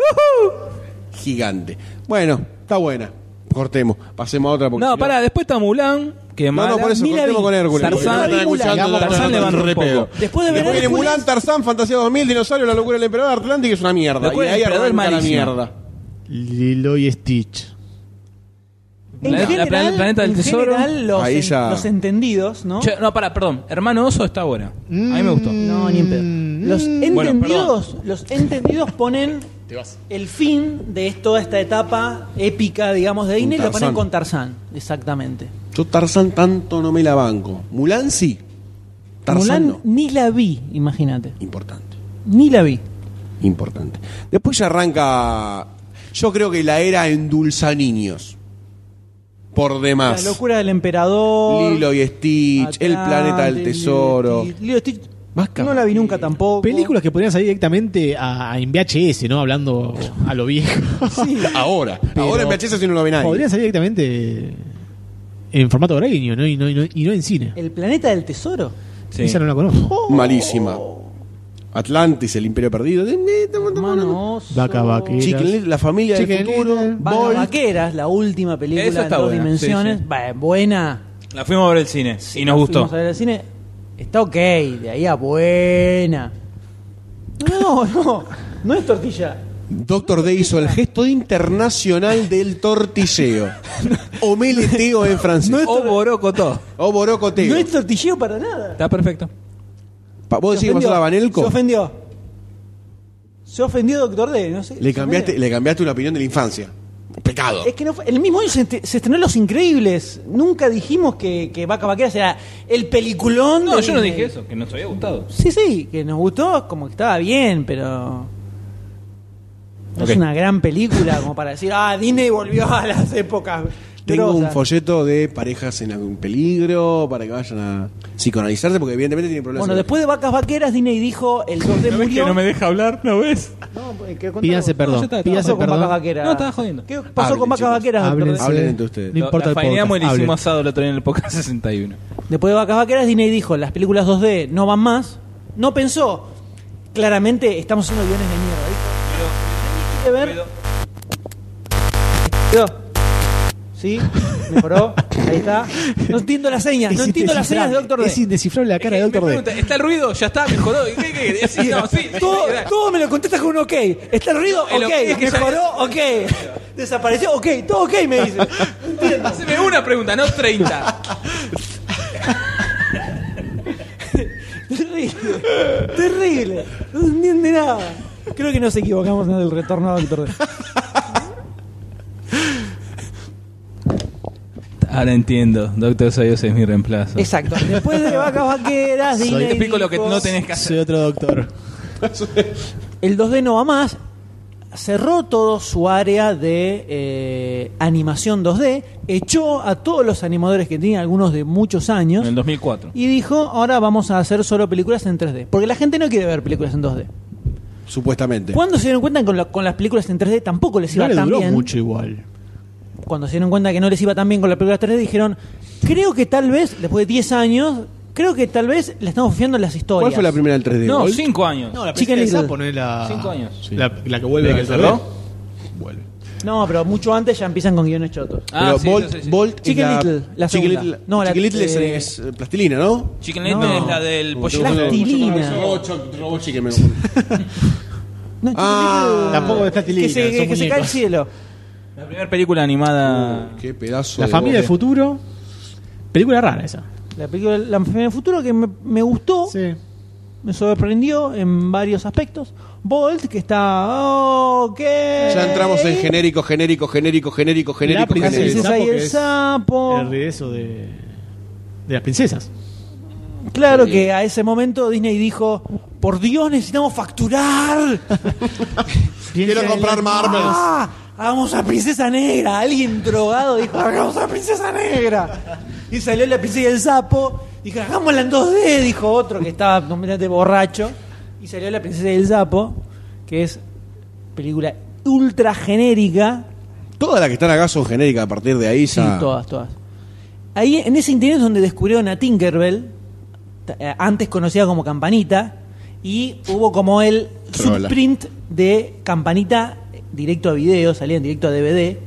Speaker 1: Gigante. Bueno, está buena. Cortemos. Pasemos a otra. porque
Speaker 3: No,
Speaker 1: si
Speaker 3: pará, después está Mulan. Que
Speaker 1: No,
Speaker 3: mala.
Speaker 1: no, por eso
Speaker 2: ni la
Speaker 1: cortemos
Speaker 2: vi.
Speaker 1: con Hércules.
Speaker 3: Tarzán-
Speaker 1: porque están
Speaker 2: Ni la vi,
Speaker 1: escuchando,
Speaker 3: Mulan.
Speaker 1: no,
Speaker 3: Tarzán
Speaker 1: no,
Speaker 3: le van
Speaker 1: no,
Speaker 3: re
Speaker 1: no,
Speaker 3: pedo.
Speaker 1: no.
Speaker 2: Después de ver
Speaker 1: Después viene
Speaker 2: Hércules-
Speaker 1: Mulan, Tarzán, Fantasía 2000, Dinosaurio, La locura del emperador Atlántico, es una mierda.
Speaker 3: La
Speaker 1: Y
Speaker 3: locura del
Speaker 1: ahí
Speaker 3: emperador es
Speaker 1: arranca la
Speaker 3: malísima.
Speaker 1: mierda.
Speaker 5: Lilo y Stitch.
Speaker 2: En
Speaker 3: La- la
Speaker 2: general,
Speaker 3: plan- Planeta del
Speaker 2: en
Speaker 3: Tesoro.
Speaker 2: general, los,
Speaker 1: Ahí
Speaker 2: en-
Speaker 1: ya-
Speaker 2: los entendidos, ¿no? Mm.
Speaker 3: Che, no, pará, perdón. Hermano Oso está buena. A mí me gustó.
Speaker 2: No, ni en pedo.
Speaker 1: Mm.
Speaker 2: Los
Speaker 3: Bueno,
Speaker 2: entendidos, los entendidos ponen el fin de toda esta etapa épica, digamos, de Disney, lo ponen
Speaker 1: Tarzán.
Speaker 2: con Tarzán, exactamente.
Speaker 1: Yo Tarzán tanto no me la banco. Mulan sí. Tarzán
Speaker 2: Mulan
Speaker 1: no.
Speaker 2: ni la vi, imagínate.
Speaker 1: Importante.
Speaker 2: Ni la vi.
Speaker 1: importante. Después ya arranca, yo creo que la era endulza niños. Por demás.
Speaker 2: La locura del emperador.
Speaker 1: Lilo y Stitch, El planeta del tesoro.
Speaker 2: Lilo y Stitch. no la vi nunca tampoco.
Speaker 5: Películas que podrían salir directamente a, en VHS, ¿no? Hablando a lo viejo.
Speaker 1: Ahora, ahora en VHS si no lo ve nadie.
Speaker 5: Podrían salir directamente en formato horario, ¿no? Y no, y no, y no en cine.
Speaker 2: El planeta del tesoro.
Speaker 3: Sí.
Speaker 5: Esa no la
Speaker 1: Oh,
Speaker 5: conozco. Oh,
Speaker 1: Malísima. Atlantis, el imperio perdido.
Speaker 2: Hermano oso.
Speaker 5: Vaca vaquera.
Speaker 1: Chicken Little, la familia del
Speaker 5: Chicken
Speaker 1: futuro.
Speaker 5: Little.
Speaker 2: Vaca
Speaker 1: Bolt.
Speaker 2: Vaqueras, la última película
Speaker 3: Esa
Speaker 2: en
Speaker 3: está
Speaker 2: dos
Speaker 3: buena,
Speaker 2: dimensiones.
Speaker 3: sí, sí.
Speaker 2: Va, buena.
Speaker 3: La fuimos a ver al cine. y nos
Speaker 2: La fuimos
Speaker 3: gustó.
Speaker 2: a ver al cine. Está ok, de ahí a buena. No, no. No es tortilla.
Speaker 1: Doctor D hizo el gesto internacional del tortilleo. o meleteo en francés.
Speaker 3: O borocotó.
Speaker 1: o borocoteo.
Speaker 2: No es tortilleo para nada.
Speaker 3: Está perfecto.
Speaker 1: Pa- ¿Vos decís que pasó la Banelco?
Speaker 2: Se ofendió. Se ofendió, doctor D. No sé,
Speaker 1: Le
Speaker 2: se
Speaker 1: cambiaste,
Speaker 2: ofendió.
Speaker 1: le cambiaste una opinión de la infancia. Pecado.
Speaker 2: Es que no fue- el mismo año se, est- se estrenó Los Increíbles. Nunca dijimos que, que Vaca Vaquera será el peliculón.
Speaker 3: No,
Speaker 2: de
Speaker 3: yo no
Speaker 2: Disney.
Speaker 3: dije eso, que nos había gustado.
Speaker 2: Sí, sí, que nos gustó, como que estaba bien, pero. No
Speaker 1: Ok.
Speaker 2: es una gran película como para decir, ah, Disney volvió a las épocas.
Speaker 1: Tengo un
Speaker 2: grosas".
Speaker 1: folleto de parejas en algún peligro para que vayan a psicoanalizarse porque evidentemente tienen problemas.
Speaker 2: Bueno, después de Vacas Vaqueras, Disney dijo, el 2 de murió.
Speaker 3: deja hablar? ¿No ves?
Speaker 2: No, que contá
Speaker 5: Pídanse
Speaker 2: vos.
Speaker 5: perdón.
Speaker 3: ya está,
Speaker 2: ¿Qué
Speaker 5: Pídanse
Speaker 2: pasó con Vacas
Speaker 5: perdón.
Speaker 2: Vaqueras?
Speaker 3: No, estaba jodiendo.
Speaker 2: ¿Qué pasó
Speaker 1: Hablen,
Speaker 2: con Vacas
Speaker 1: chicos.
Speaker 2: Vaqueras? doctor?
Speaker 5: Háblense.
Speaker 1: Hablen entre ustedes.
Speaker 5: No importa
Speaker 3: la
Speaker 5: el
Speaker 3: faineamos
Speaker 5: podcast,
Speaker 3: y le hicimos
Speaker 5: hablen.
Speaker 3: asado el otro día en el podcast 61.
Speaker 2: Después de Vacas Vaqueras, Disney dijo, las películas 2D no van más. No pensó, claramente estamos haciendo guiones de mierda. ¿viste? ¿Quiere ver? Cuidado. ¿Sí? ¿Mejoró? Ahí está. No entiendo las señas, Ah, no
Speaker 5: Es
Speaker 2: entiendo las señas de
Speaker 5: indescifrable.
Speaker 2: Doctor D.
Speaker 5: Es indescifrable la cara de
Speaker 3: Me
Speaker 5: Doctor D.
Speaker 3: pregunta, ¿Está el ruido? ¿Ya está? ¿Mejoró? ¿Qué, qué, qué? Sí, no, sí,
Speaker 2: Todo,
Speaker 3: sí, era-
Speaker 2: todo me lo contestas con un ok. ¿Está el ruido?
Speaker 3: El
Speaker 2: Ok.
Speaker 3: ok es que ya-
Speaker 2: ¿Mejoró? Ok. ¿Desapareció? Ok. Todo ok, me dice.
Speaker 3: Haceme una pregunta, no 30.
Speaker 2: Terrible. Terrible. No se entiende nada. Creo que nos equivocamos en el retorno a Doctor D.
Speaker 3: Ahora entiendo, Doctor Sayos es mi reemplazo.
Speaker 2: Exacto. Después de vacas vaqueras,
Speaker 3: Te
Speaker 2: Disney
Speaker 3: explico lo que
Speaker 2: dijo,
Speaker 3: no tenés que hacer.
Speaker 5: Soy otro doctor.
Speaker 2: El 2D no va más. Cerró todo su área de eh, animación 2D, echó a todos los animadores que tenía, algunos de muchos
Speaker 3: En
Speaker 2: años,
Speaker 3: el 2004.
Speaker 2: y dijo, ahora vamos a hacer solo películas en 3D. Porque la gente no quiere ver películas en 2D.
Speaker 1: Supuestamente.
Speaker 2: Cuando se dieron cuenta que con, la- con las películas en 3D tampoco les iba
Speaker 5: No le
Speaker 2: tan
Speaker 5: duró
Speaker 2: bien,
Speaker 5: mucho igual.
Speaker 2: cuando se dieron cuenta que no les iba tan bien con las películas 3D, dijeron, creo que tal vez, después de 10 años, creo que tal vez le estamos fiando en las historias.
Speaker 1: ¿Cuál fue la primera del 3D?
Speaker 3: No,
Speaker 1: Gold?
Speaker 3: 5 años.
Speaker 5: No, la
Speaker 2: Chicken Little.
Speaker 5: película de sapo, no es la.
Speaker 3: Cinco años.
Speaker 5: La, la que vuelve.
Speaker 3: ¿La
Speaker 5: a
Speaker 3: que
Speaker 5: la
Speaker 3: cerró?
Speaker 5: vez. Vuelve.
Speaker 2: No, pero mucho antes ya empiezan con guiones chotos.
Speaker 3: Ah,
Speaker 1: Pero
Speaker 3: sí,
Speaker 1: Bolt,
Speaker 3: sí, sí, sí.
Speaker 1: Bolt es
Speaker 2: Chicken Little, la
Speaker 1: Chicken
Speaker 2: segunda.
Speaker 1: Little,
Speaker 2: No, la-
Speaker 1: Chicken Little es-
Speaker 2: eh,
Speaker 1: es, eh, plastilina, ¿no?
Speaker 3: Chicken Little
Speaker 2: No.
Speaker 3: es la del pollo.
Speaker 2: Plastilina. No,
Speaker 1: Ah,
Speaker 5: Tampoco
Speaker 2: que
Speaker 5: es plastilina,
Speaker 2: se,
Speaker 5: son
Speaker 2: que se cae el
Speaker 5: muñecos.
Speaker 2: cielo.
Speaker 3: La primera película animada.
Speaker 1: Qué pedazo.
Speaker 5: La
Speaker 1: de
Speaker 5: familia del
Speaker 1: voz.
Speaker 5: futuro. Película rara esa.
Speaker 2: La película La enfermedad del futuro que me, me gustó,
Speaker 5: Sí.
Speaker 2: me sorprendió en varios aspectos. Bolt, que está. ok.
Speaker 1: Ya entramos en genérico, genérico, genérico, genérico,
Speaker 5: La
Speaker 1: genérico,
Speaker 5: princesa
Speaker 1: genérico.
Speaker 2: Princesa y
Speaker 5: que
Speaker 2: el
Speaker 5: es
Speaker 2: sapo.
Speaker 5: El regreso de. De las princesas.
Speaker 2: Claro que a ese momento Disney dijo: Por Dios, necesitamos facturar.
Speaker 1: Quiero comprar Marvels.
Speaker 2: ¡Ah! ¡Hagamos a Princesa Negra! Alguien drogado dijo, hagamos a Princesa Negra. Y salió la princesa y el sapo. Dijo, hagámosla en 2D, dijo otro que estaba completamente borracho. Y salió la princesa y el sapo, que es película ultra genérica.
Speaker 1: Todas las que están acá son genéricas a partir de ahí.
Speaker 2: Sí,
Speaker 1: ya-
Speaker 2: todas, todas. Ahí, en ese interés es donde descubrieron a Tinkerbell, ta- eh, antes conocida como Campanita, y hubo como el
Speaker 1: Trola.
Speaker 2: subprint de Campanita eh, directo a video, salía en directo a DVD.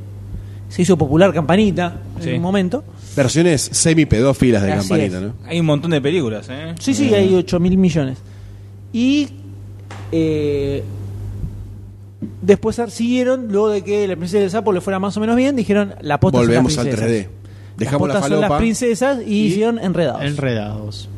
Speaker 2: Se hizo popular Campanita
Speaker 3: Sí.
Speaker 2: en un momento.
Speaker 1: Versiones semi-pedófilas de
Speaker 2: Así
Speaker 1: campanita,
Speaker 2: es.
Speaker 1: ¿no?
Speaker 3: Hay un montón de películas, ¿eh?
Speaker 2: Sí, sí, hay 8 mil millones. Y eh, después siguieron, luego de que la princesa del sapo le fuera más o menos bien, dijeron la posta son las
Speaker 1: Volvemos al
Speaker 2: princesas".
Speaker 1: 3D. Dejamos
Speaker 2: las
Speaker 1: la
Speaker 2: potas son las
Speaker 1: falopa.
Speaker 2: princesas y, hicieron enredados.
Speaker 5: Enredados.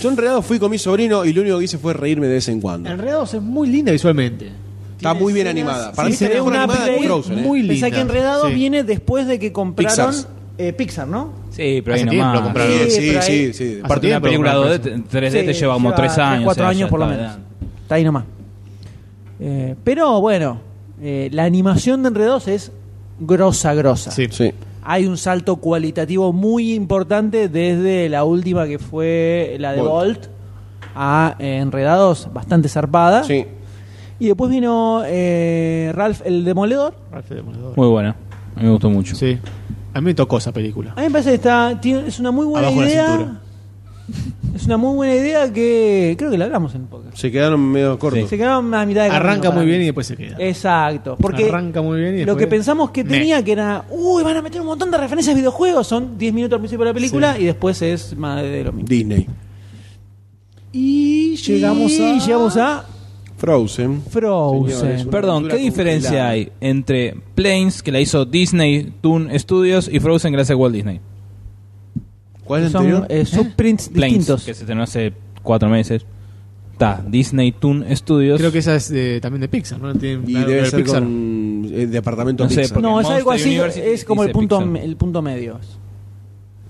Speaker 1: Yo enredado fui con mi sobrino y lo único que hice fue reírme de vez en cuando.
Speaker 5: Enredados es muy linda visualmente.
Speaker 1: Está muy bien animada. Para
Speaker 2: Sí,
Speaker 1: mí
Speaker 2: se ve
Speaker 1: está mejor
Speaker 2: una
Speaker 1: animada que
Speaker 2: play
Speaker 1: Frozen, ¿eh?
Speaker 5: muy-
Speaker 2: Pensá
Speaker 5: linda.
Speaker 2: que Enredados
Speaker 5: Sí.
Speaker 2: viene después de que compraron
Speaker 1: Pixar.
Speaker 2: eh, Pixar, ¿no?
Speaker 3: Sí, pero
Speaker 5: Hace
Speaker 3: ahí
Speaker 5: tiempo
Speaker 3: nomás.
Speaker 5: compraron.
Speaker 1: Sí,
Speaker 2: Sí,
Speaker 1: sí,
Speaker 2: pero
Speaker 1: sí,
Speaker 2: ahí-
Speaker 1: sí.
Speaker 5: Hace
Speaker 3: Aparte, una
Speaker 5: tiempo
Speaker 3: película
Speaker 5: compraron
Speaker 3: 2D, te- 3D te
Speaker 2: Sí,
Speaker 3: este lleva como 3 años.
Speaker 2: Cuatro
Speaker 3: o sea,
Speaker 2: años
Speaker 3: ya
Speaker 2: por lo
Speaker 3: está,
Speaker 2: menos.
Speaker 3: ya.
Speaker 2: Está ahí nomás. Eh, pero bueno, eh, la animación de Enredados es grosa, grosa.
Speaker 5: Sí.
Speaker 1: Sí.
Speaker 2: Hay un salto cualitativo muy importante desde la última que fue la de
Speaker 1: Bolt.
Speaker 2: Bolt a eh, Enredados, bastante zarpada.
Speaker 1: Sí.
Speaker 2: Y después vino eh, Ralph el Demoledor.
Speaker 5: Ralph el Demoledor.
Speaker 3: Muy buena. A mí me gustó mucho.
Speaker 5: Sí. A mí me tocó esa película.
Speaker 2: A mí me parece que está, tiene- es una muy buena
Speaker 5: Abajo la
Speaker 2: idea.
Speaker 5: cintura.
Speaker 2: Es una muy buena idea que creo que la hablamos en podcast.
Speaker 1: Se quedaron medio cortos.
Speaker 2: Se quedaron a mitad de camino
Speaker 5: Arranca
Speaker 2: para
Speaker 5: muy
Speaker 2: mí.
Speaker 5: bien y después se queda.
Speaker 2: Exacto. Porque
Speaker 5: Arranca muy bien y
Speaker 2: lo
Speaker 5: después-
Speaker 2: que pensamos que
Speaker 5: Meh.
Speaker 2: tenía que era, uy, van a meter un montón de referencias a videojuegos. Son 10 minutos al principio de la película y después es más de lo mismo.
Speaker 1: Disney.
Speaker 2: Y llegamos
Speaker 5: Y
Speaker 2: a.
Speaker 5: llegamos
Speaker 1: Frozen. Señores,
Speaker 2: Frozen.
Speaker 1: una
Speaker 3: Perdón,
Speaker 1: cultura
Speaker 3: ¿qué diferencia
Speaker 1: compilada.
Speaker 3: hay entre Planes, que la hizo Disney, Toon Studios, y Frozen, gracias a Walt Disney?
Speaker 1: ¿Cuál es el
Speaker 2: Son
Speaker 1: anterior?
Speaker 2: eh, subprints
Speaker 3: Planes,
Speaker 2: distintos.
Speaker 3: que se estrenó hace cuatro meses. Está, Disney, Toon Studios.
Speaker 5: Creo que esa es de- también de Pixar, ¿no? Tiene
Speaker 1: Y
Speaker 5: algo
Speaker 1: debe
Speaker 5: de
Speaker 1: ser
Speaker 5: Pixar.
Speaker 1: con el departamento
Speaker 3: No sé,
Speaker 1: Pixar.
Speaker 3: porque-
Speaker 2: No, es algo
Speaker 3: Monster
Speaker 2: así,
Speaker 3: University
Speaker 2: es como el
Speaker 3: dice
Speaker 2: punto,
Speaker 3: Pixar.
Speaker 2: el punto medio.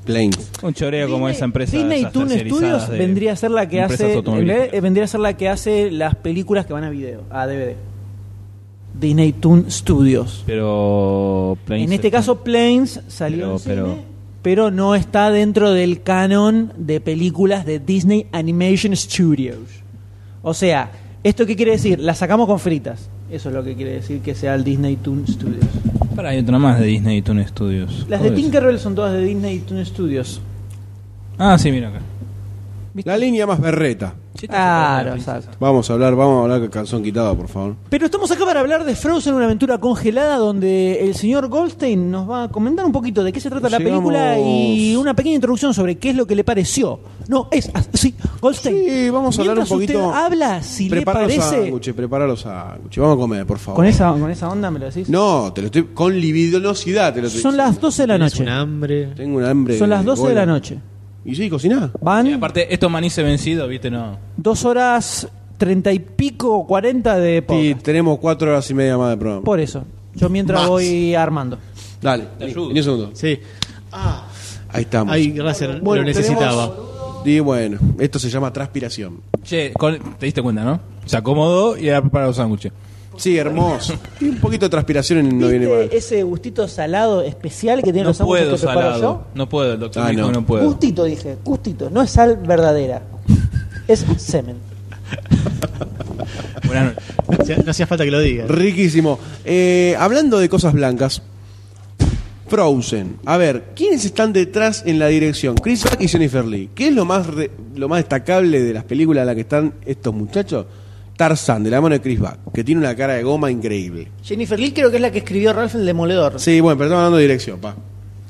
Speaker 1: Planes.
Speaker 3: Un choreo como esa empresa.
Speaker 2: Disney
Speaker 3: esas
Speaker 2: Toon
Speaker 3: tercerizadas
Speaker 2: Studios
Speaker 3: de
Speaker 2: vendría a ser la que
Speaker 3: empresas
Speaker 2: hace en
Speaker 3: automovilísticas.
Speaker 2: vez- eh, vendría a ser la que hace las películas que van a video, a DVD. Disney Toon Studios.
Speaker 3: Pero. Planes
Speaker 2: en este
Speaker 3: está-
Speaker 2: caso Planes salió
Speaker 3: Pero-
Speaker 2: en cine, pero,
Speaker 3: pero-
Speaker 2: no está dentro del canon de películas de Disney Animation Studios. O sea, esto qué quiere decir? La sacamos con fritas. Eso es lo que quiere decir que sea el Disney Toon Studios.
Speaker 3: Pará, hay otra más de Disney Toon Studios.
Speaker 2: Las de
Speaker 3: Joder.
Speaker 2: Tinkerbell son todas de Disney Toon Studios.
Speaker 3: Ah, sí, mira acá.
Speaker 1: La línea más berreta.
Speaker 2: Claro, exacto.
Speaker 1: Vamos a hablar, vamos a hablar con calzón quitado, por favor.
Speaker 2: Pero estamos acá para hablar de Frozen, una aventura congelada donde el señor Goldstein nos va a comentar un poquito de qué se trata la
Speaker 1: Llegamos.
Speaker 2: película y una pequeña introducción sobre qué es lo que le pareció. No, es así. Goldstein.
Speaker 1: Sí, vamos a hablar
Speaker 2: mientras
Speaker 1: un poquito-
Speaker 2: Usted habla, si le
Speaker 1: Prepara los
Speaker 2: parece.
Speaker 1: sándwiches, prepara los sándwiches. Vamos a comer, por favor.
Speaker 2: Con esa, con esa onda me lo decís.
Speaker 1: No, te lo estoy. Con libidinosidad te lo estoy
Speaker 2: Son las
Speaker 1: diciendo.
Speaker 2: 12 de la
Speaker 5: Tenés
Speaker 2: noche.
Speaker 5: un hambre.
Speaker 1: Tengo una hambre.
Speaker 2: Son las 12 de
Speaker 1: gola.
Speaker 2: la noche.
Speaker 1: Y sí, cociná.
Speaker 3: Y
Speaker 2: Van
Speaker 3: aparte, esto maní se vencido, viste, no.
Speaker 2: dos horas treinta y pico, cuarenta de
Speaker 1: Y
Speaker 2: podcast.
Speaker 1: tenemos cuatro horas y media más de programa.
Speaker 2: Por eso. Yo mientras
Speaker 1: Más.
Speaker 2: voy armando.
Speaker 1: Dale,
Speaker 3: Te ayudo.
Speaker 1: en un segundo.
Speaker 5: Sí.
Speaker 1: Ahí estamos.
Speaker 5: Ay, gracias,
Speaker 1: Bueno,
Speaker 5: lo necesitaba.
Speaker 1: tenemos- Y bueno, esto se llama transpiración.
Speaker 3: Che, con- te diste cuenta, ¿no? Se acomodó y ahora prepara los sándwiches.
Speaker 1: Sí, hermoso. Y un poquito de transpiración no viene mal.
Speaker 2: ¿Viste ese gustito salado especial que tiene
Speaker 3: No
Speaker 2: los sándwiches
Speaker 3: puedo,
Speaker 2: que preparo yo?
Speaker 3: salado. No puedo, el doctor
Speaker 1: Ah,
Speaker 3: me dijo
Speaker 1: no.
Speaker 3: que no puedo.
Speaker 2: Gustito, dije, gustito. No es sal verdadera. Es semen.
Speaker 3: Buenas noches.
Speaker 5: No hacía- no hacía falta que lo digas.
Speaker 1: Riquísimo. Eh, hablando de cosas blancas, Frozen. A ver, ¿quiénes están detrás en la dirección? Chris Pratt y Jennifer Lee. ¿Qué es lo más, re- lo más destacable de las películas en las que están estos muchachos? Tarzan, de la mano de Chris Pratt, que tiene una cara de goma increíble.
Speaker 2: Jennifer Lee creo que es la que escribió Ralph el Demoledor.
Speaker 1: Sí, bueno, pero estamos hablando de dirección, pa.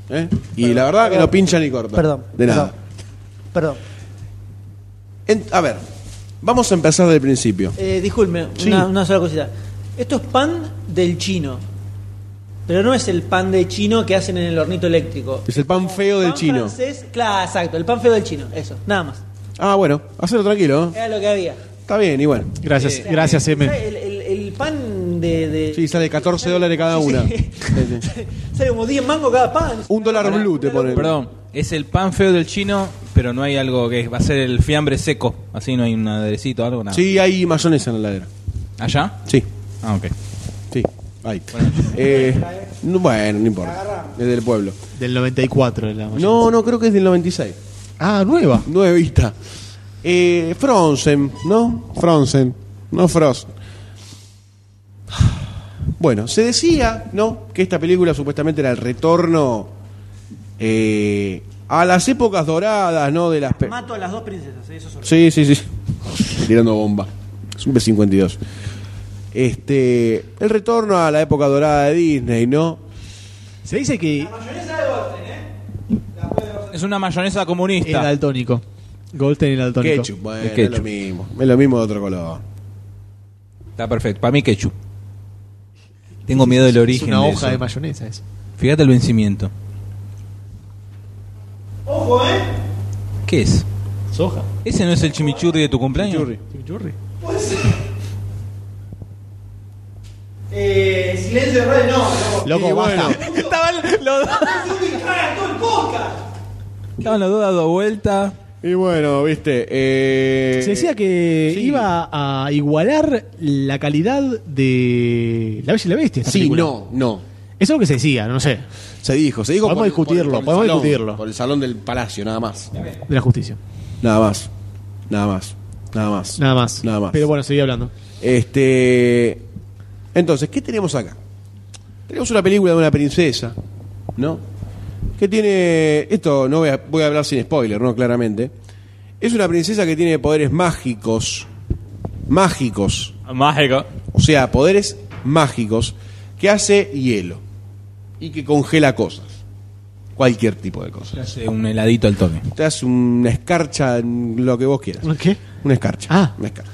Speaker 1: ¿Eh? Y la verdad que no pinchan ni cortan.
Speaker 2: Perdón.
Speaker 1: De nada.
Speaker 2: Perdón.
Speaker 1: En- a ver, vamos a empezar del principio.
Speaker 2: Eh, disculpe,
Speaker 1: Sí.
Speaker 2: una, una sola cosita. Esto es pan del chino. Pero no es el pan de chino que hacen en el hornito eléctrico.
Speaker 1: Es el pan feo del
Speaker 2: Pan
Speaker 1: chino.
Speaker 2: francés, claro, exacto. El pan feo del chino. Eso, nada más.
Speaker 1: Ah, bueno, hacelo tranquilo. ¿eh?
Speaker 2: Era lo que había.
Speaker 1: Está bien, y bueno.
Speaker 5: Gracias, gracias, M.
Speaker 2: ¿Sabe? El, el- el pan de... de-
Speaker 1: Sí, sale 14 dólares cada
Speaker 2: Sí,
Speaker 1: una.
Speaker 2: sí.
Speaker 1: Sí, sí.
Speaker 2: Sale como 10 mangos cada pan.
Speaker 1: Un dólar blue te ponen.
Speaker 3: Perdón, es el pan feo del chino, pero no hay algo que va a ser el fiambre seco. Así no hay un aderecito, algo, nada.
Speaker 1: Sí, hay mayonesa en la heladera.
Speaker 3: ¿Allá?
Speaker 1: Sí,
Speaker 3: Ah, ok.
Speaker 1: sí, hay. Eh, no, bueno, no importa. Es del pueblo.
Speaker 5: Del 94 de la mayoría.
Speaker 1: No, no, creo que es del 96.
Speaker 5: Ah, nueva.
Speaker 1: Nueve vista. Eh, Fronzen, ¿no? Fronzen, no Frost. Bueno, se decía, ¿no? Que esta película supuestamente era el retorno eh, a las épocas doradas, ¿no? De las pe-
Speaker 2: Mato a las dos princesas, eh, eso solo.
Speaker 1: Sí, sí, sí. Tirando bomba. Es un B-52. Este, el retorno a la época dorada de Disney, ¿no?
Speaker 5: Se dice que
Speaker 3: Es una mayonesa
Speaker 5: el
Speaker 3: comunista.
Speaker 5: daltónico. Golden y el daltónico.
Speaker 1: Ketchup, bueno,
Speaker 3: El ketchup.
Speaker 1: es lo mismo. Es lo mismo de otro color.
Speaker 3: Está perfecto. Para mí, ketchup. Tengo miedo del
Speaker 5: Es
Speaker 3: origen.
Speaker 5: una
Speaker 3: de
Speaker 5: hoja
Speaker 3: eso.
Speaker 5: de mayonesa eso.
Speaker 3: Fíjate el vencimiento.
Speaker 2: Ojo, eh.
Speaker 3: ¿Qué es?
Speaker 5: Soja.
Speaker 3: ¿Ese no es el chimichurri de tu cumpleaños?
Speaker 2: Eh, silencio de radio, no. no.
Speaker 5: Loco,
Speaker 1: Y
Speaker 5: basta.
Speaker 1: bueno,
Speaker 3: Estaban los dos. Estaban los dos dando vuelta.
Speaker 1: y bueno, viste. eh,
Speaker 5: Se decía que
Speaker 1: sí.
Speaker 5: iba a igualar la calidad de La Bella y la Bestia. esta
Speaker 1: Sí,
Speaker 5: película.
Speaker 1: no, no.
Speaker 5: Eso es lo que se decía, no sé.
Speaker 1: Se dijo, se dijo.
Speaker 5: Podemos
Speaker 1: por el-
Speaker 5: discutirlo,
Speaker 1: por el- por el
Speaker 5: podemos
Speaker 1: salón,
Speaker 5: discutirlo.
Speaker 1: Por el salón del palacio, nada más.
Speaker 5: De la justicia.
Speaker 1: Nada más. Nada más. Nada más.
Speaker 5: Nada más.
Speaker 1: Nada más.
Speaker 5: Pero bueno, seguí hablando.
Speaker 1: Este. Entonces, ¿qué tenemos acá? Tenemos una película de una princesa, ¿no? Que tiene. Esto no voy a, voy a hablar sin spoiler, ¿no? Claramente. Es una princesa que tiene poderes mágicos. Mágicos.
Speaker 3: Mágico.
Speaker 1: O sea, poderes mágicos. Que hace hielo. Y que congela cosas. Cualquier tipo de cosa.
Speaker 3: Hace un heladito al toque.
Speaker 1: Te hace una escarcha en lo que vos quieras.
Speaker 5: ¿Qué?
Speaker 1: Una escarcha.
Speaker 5: Ah.
Speaker 1: Una escarcha.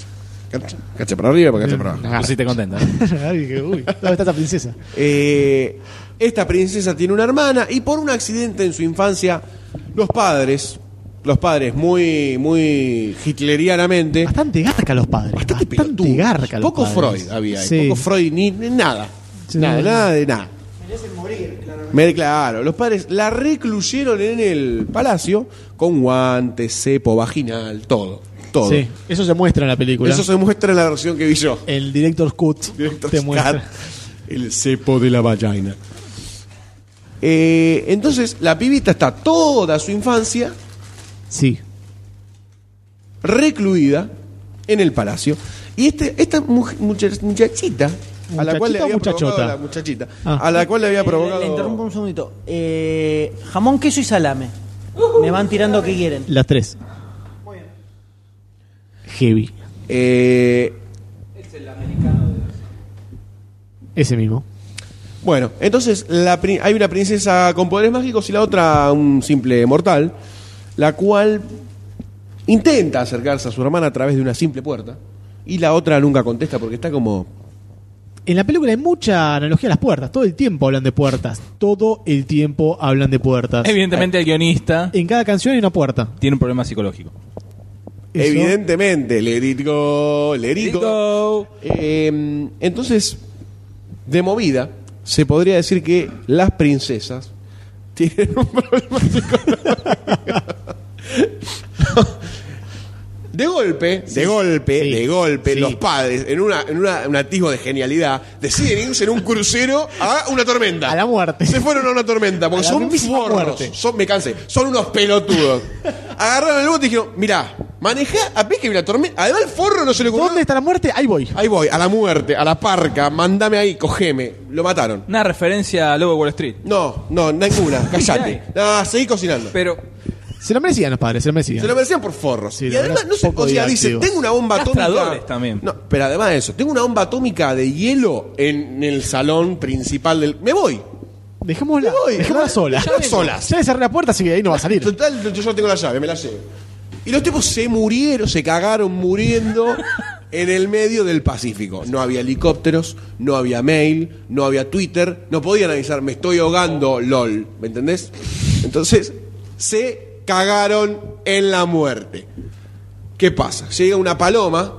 Speaker 1: Escarcha, escarcha para arriba, escarcha para abajo.
Speaker 3: No sé si te contenta.
Speaker 5: Ay, que, uy, ¿dónde está esa princesa?
Speaker 1: Eh, esta princesa tiene una hermana y por un accidente en su infancia, los padres, los padres muy, muy hitlerianamente,
Speaker 5: Bastante garca los padres.
Speaker 1: bastante pelotudos,
Speaker 5: garca los
Speaker 1: poco
Speaker 5: padres.
Speaker 1: Freud había, ahí,
Speaker 5: Sí.
Speaker 1: poco Freud ni ni nada,
Speaker 5: Sí.
Speaker 1: nada, nada de nada. Me- Claro, los padres la recluyeron en el palacio con guantes, cepo, vaginal, todo, todo.
Speaker 5: Sí, eso se muestra en la película.
Speaker 1: Eso se muestra en la versión que vi yo.
Speaker 5: El director Scott
Speaker 1: Director
Speaker 5: te
Speaker 1: Scott,
Speaker 5: muestra.
Speaker 1: el cepo de la vagina. Eh, entonces, la pibita está toda su infancia
Speaker 5: Sí.
Speaker 1: recluida en el palacio. Y este, esta muj- muchach- muchachita, a la
Speaker 5: ¿Muchachita
Speaker 1: cual le
Speaker 5: o
Speaker 1: había provocado
Speaker 5: muchachota?
Speaker 1: la muchachita,
Speaker 5: Ah.
Speaker 1: a la cual le había
Speaker 2: Eh, le-
Speaker 1: provocado.
Speaker 2: Le interrumpo un segundito. Eh, jamón, queso y salame. Me van tirando que quieren.
Speaker 5: Las tres. Heavy.
Speaker 1: Eh,
Speaker 5: Ese mismo.
Speaker 1: bueno, entonces la pri- hay una princesa con poderes mágicos y la otra un simple mortal, la cual intenta acercarse a su hermana a través de una simple puerta y la otra nunca contesta porque está como
Speaker 5: En la película hay mucha analogía a las puertas. Todo el tiempo hablan de puertas. Todo el tiempo hablan de puertas.
Speaker 3: Evidentemente el guionista
Speaker 5: En cada canción hay una puerta.
Speaker 3: tiene un problema psicológico.
Speaker 5: Eso-
Speaker 1: Evidentemente, let it go, let it go. Eh, entonces, de movida, se podría decir que las princesas tienen un problema psicológico. De golpe, de golpe,
Speaker 5: sí,
Speaker 1: de golpe,
Speaker 5: sí.
Speaker 1: los padres, en, una, en una- un atisbo de genialidad, deciden irse en un crucero a una tormenta.
Speaker 5: A la muerte.
Speaker 1: Se fueron a una tormenta, porque
Speaker 5: A la
Speaker 1: son
Speaker 5: misma
Speaker 1: forros,
Speaker 5: muerte.
Speaker 1: son, me cansé, son unos pelotudos. Agarraron el bote y dijeron, mirá, maneja a pie que la tormenta. Además, el forro no se le ocurrió.
Speaker 5: ¿Dónde está la muerte? Ahí voy.
Speaker 1: Ahí voy, a la muerte, a la parca, mandame ahí, cogeme. Lo mataron.
Speaker 3: Una referencia a Lobo de Wall Street.
Speaker 1: No, no, ninguna, callate. No, seguí cocinando.
Speaker 3: Pero
Speaker 5: Se lo merecían los padres, se lo merecían.
Speaker 1: Se lo merecían por forros.
Speaker 5: Sí,
Speaker 1: y
Speaker 5: la
Speaker 1: además,
Speaker 5: verdad,
Speaker 1: no sé,
Speaker 5: poco
Speaker 1: o sea, dice,
Speaker 5: didácticos.
Speaker 1: tengo una bomba atómica.
Speaker 3: Castradores también.
Speaker 1: No, pero además de eso, tengo una bomba atómica de hielo en el salón principal del. Me voy.
Speaker 5: Dejémosla,
Speaker 1: Me voy,
Speaker 5: dejémosla
Speaker 1: ¿no?
Speaker 5: sola.
Speaker 1: Ya vengo. Solas.
Speaker 5: Ya le cerré la puerta, así que ahí no va a salir.
Speaker 1: Total, yo ya tengo la llave, me la llevo. Y los tipos se murieron, se cagaron muriendo en el medio del Pacífico. No había helicópteros, no había mail, no había Twitter, no podían avisar, me estoy ahogando, lol. ¿Me entendés? Entonces, se cagaron en la muerte. ¿Qué pasa? Llega una paloma,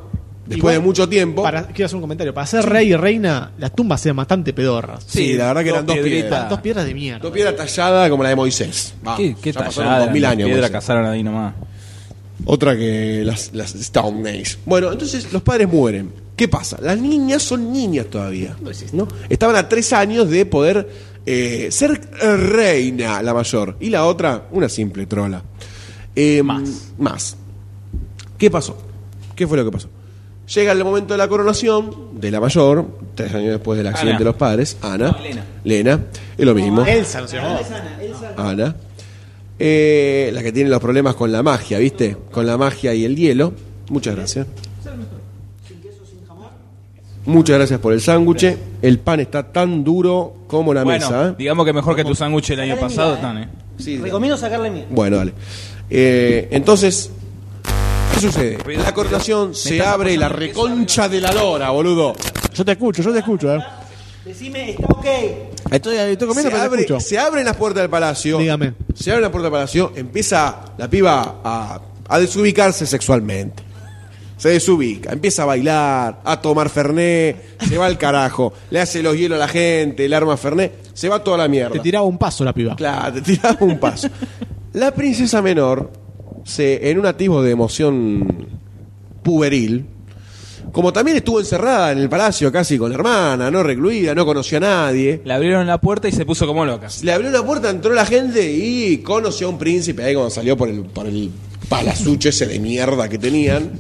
Speaker 1: después
Speaker 5: Igual,
Speaker 1: de mucho tiempo.
Speaker 5: Para, quiero hacer un comentario. Para ser rey y reina, las tumbas eran bastante pedorras.
Speaker 1: Sí, la verdad que eran dos
Speaker 3: piedritas.
Speaker 1: piedras.
Speaker 5: Dos piedras de mierda.
Speaker 1: Dos piedras talladas como la de Moisés. Vamos,
Speaker 3: ¿Qué, qué
Speaker 1: ya pasaron
Speaker 3: tallada,
Speaker 1: 2000
Speaker 3: las
Speaker 1: años. pues.
Speaker 3: Piedra
Speaker 1: Moisés.
Speaker 3: cazaron ahí nomás.
Speaker 1: Otra que las, las Stone Age. Bueno, entonces los padres mueren. ¿Qué pasa? Las niñas son niñas todavía. ¿no? Estaban a tres años de poder eh, ser eh, reina, la mayor. Y la otra, una simple trola. Eh, más. Más. ¿Qué pasó? ¿Qué fue lo que pasó? Llega el momento de la coronación de la mayor, tres años después del accidente
Speaker 3: Ana.
Speaker 1: de los padres, Ana.
Speaker 3: No, Elena.
Speaker 1: Lena. Es lo mismo.
Speaker 5: Elsa, no se llamaba.
Speaker 1: Ana. Eh, la que tiene los problemas con la magia, ¿viste? Con la magia y el hielo. Muchas gracias. Muchas gracias por el sándwich. El pan está tan duro como la
Speaker 3: Bueno,
Speaker 1: mesa. ¿eh?
Speaker 3: digamos que mejor que tu sándwich el año
Speaker 2: Sacale
Speaker 3: pasado, están,
Speaker 2: mierda,
Speaker 3: eh.
Speaker 1: Sí,
Speaker 2: Recomiendo sacarle miedo.
Speaker 1: Bueno, dale. Eh, entonces, ¿qué sucede? La coronación se abre la reconcha de la lora, boludo.
Speaker 5: Yo te escucho, yo te escucho. eh.
Speaker 2: Decime, está ok.
Speaker 1: Estoy,
Speaker 5: comiendo,
Speaker 1: se,
Speaker 5: pero te
Speaker 1: abre-
Speaker 5: escucho.
Speaker 1: se abren las puertas del palacio.
Speaker 5: Dígame.
Speaker 1: Se abre la puerta del palacio, empieza la piba a, a desubicarse sexualmente. Se desubica, empieza a bailar, a tomar fernet, se va al carajo, le hace los hielos a la gente, le arma fernet, se va toda la mierda.
Speaker 5: Te tiraba un paso la piba.
Speaker 1: Claro, te tiraba un paso. La princesa menor, se, en un atisbo de emoción puberil, como también estuvo encerrada en el palacio casi con la hermana, no recluida, no conocía a nadie,
Speaker 3: Le abrieron la puerta y se puso como loca.
Speaker 1: le abrió una puerta, entró la gente y conoció a un príncipe ahí cuando salió por el, por el palazucho ese de mierda que tenían.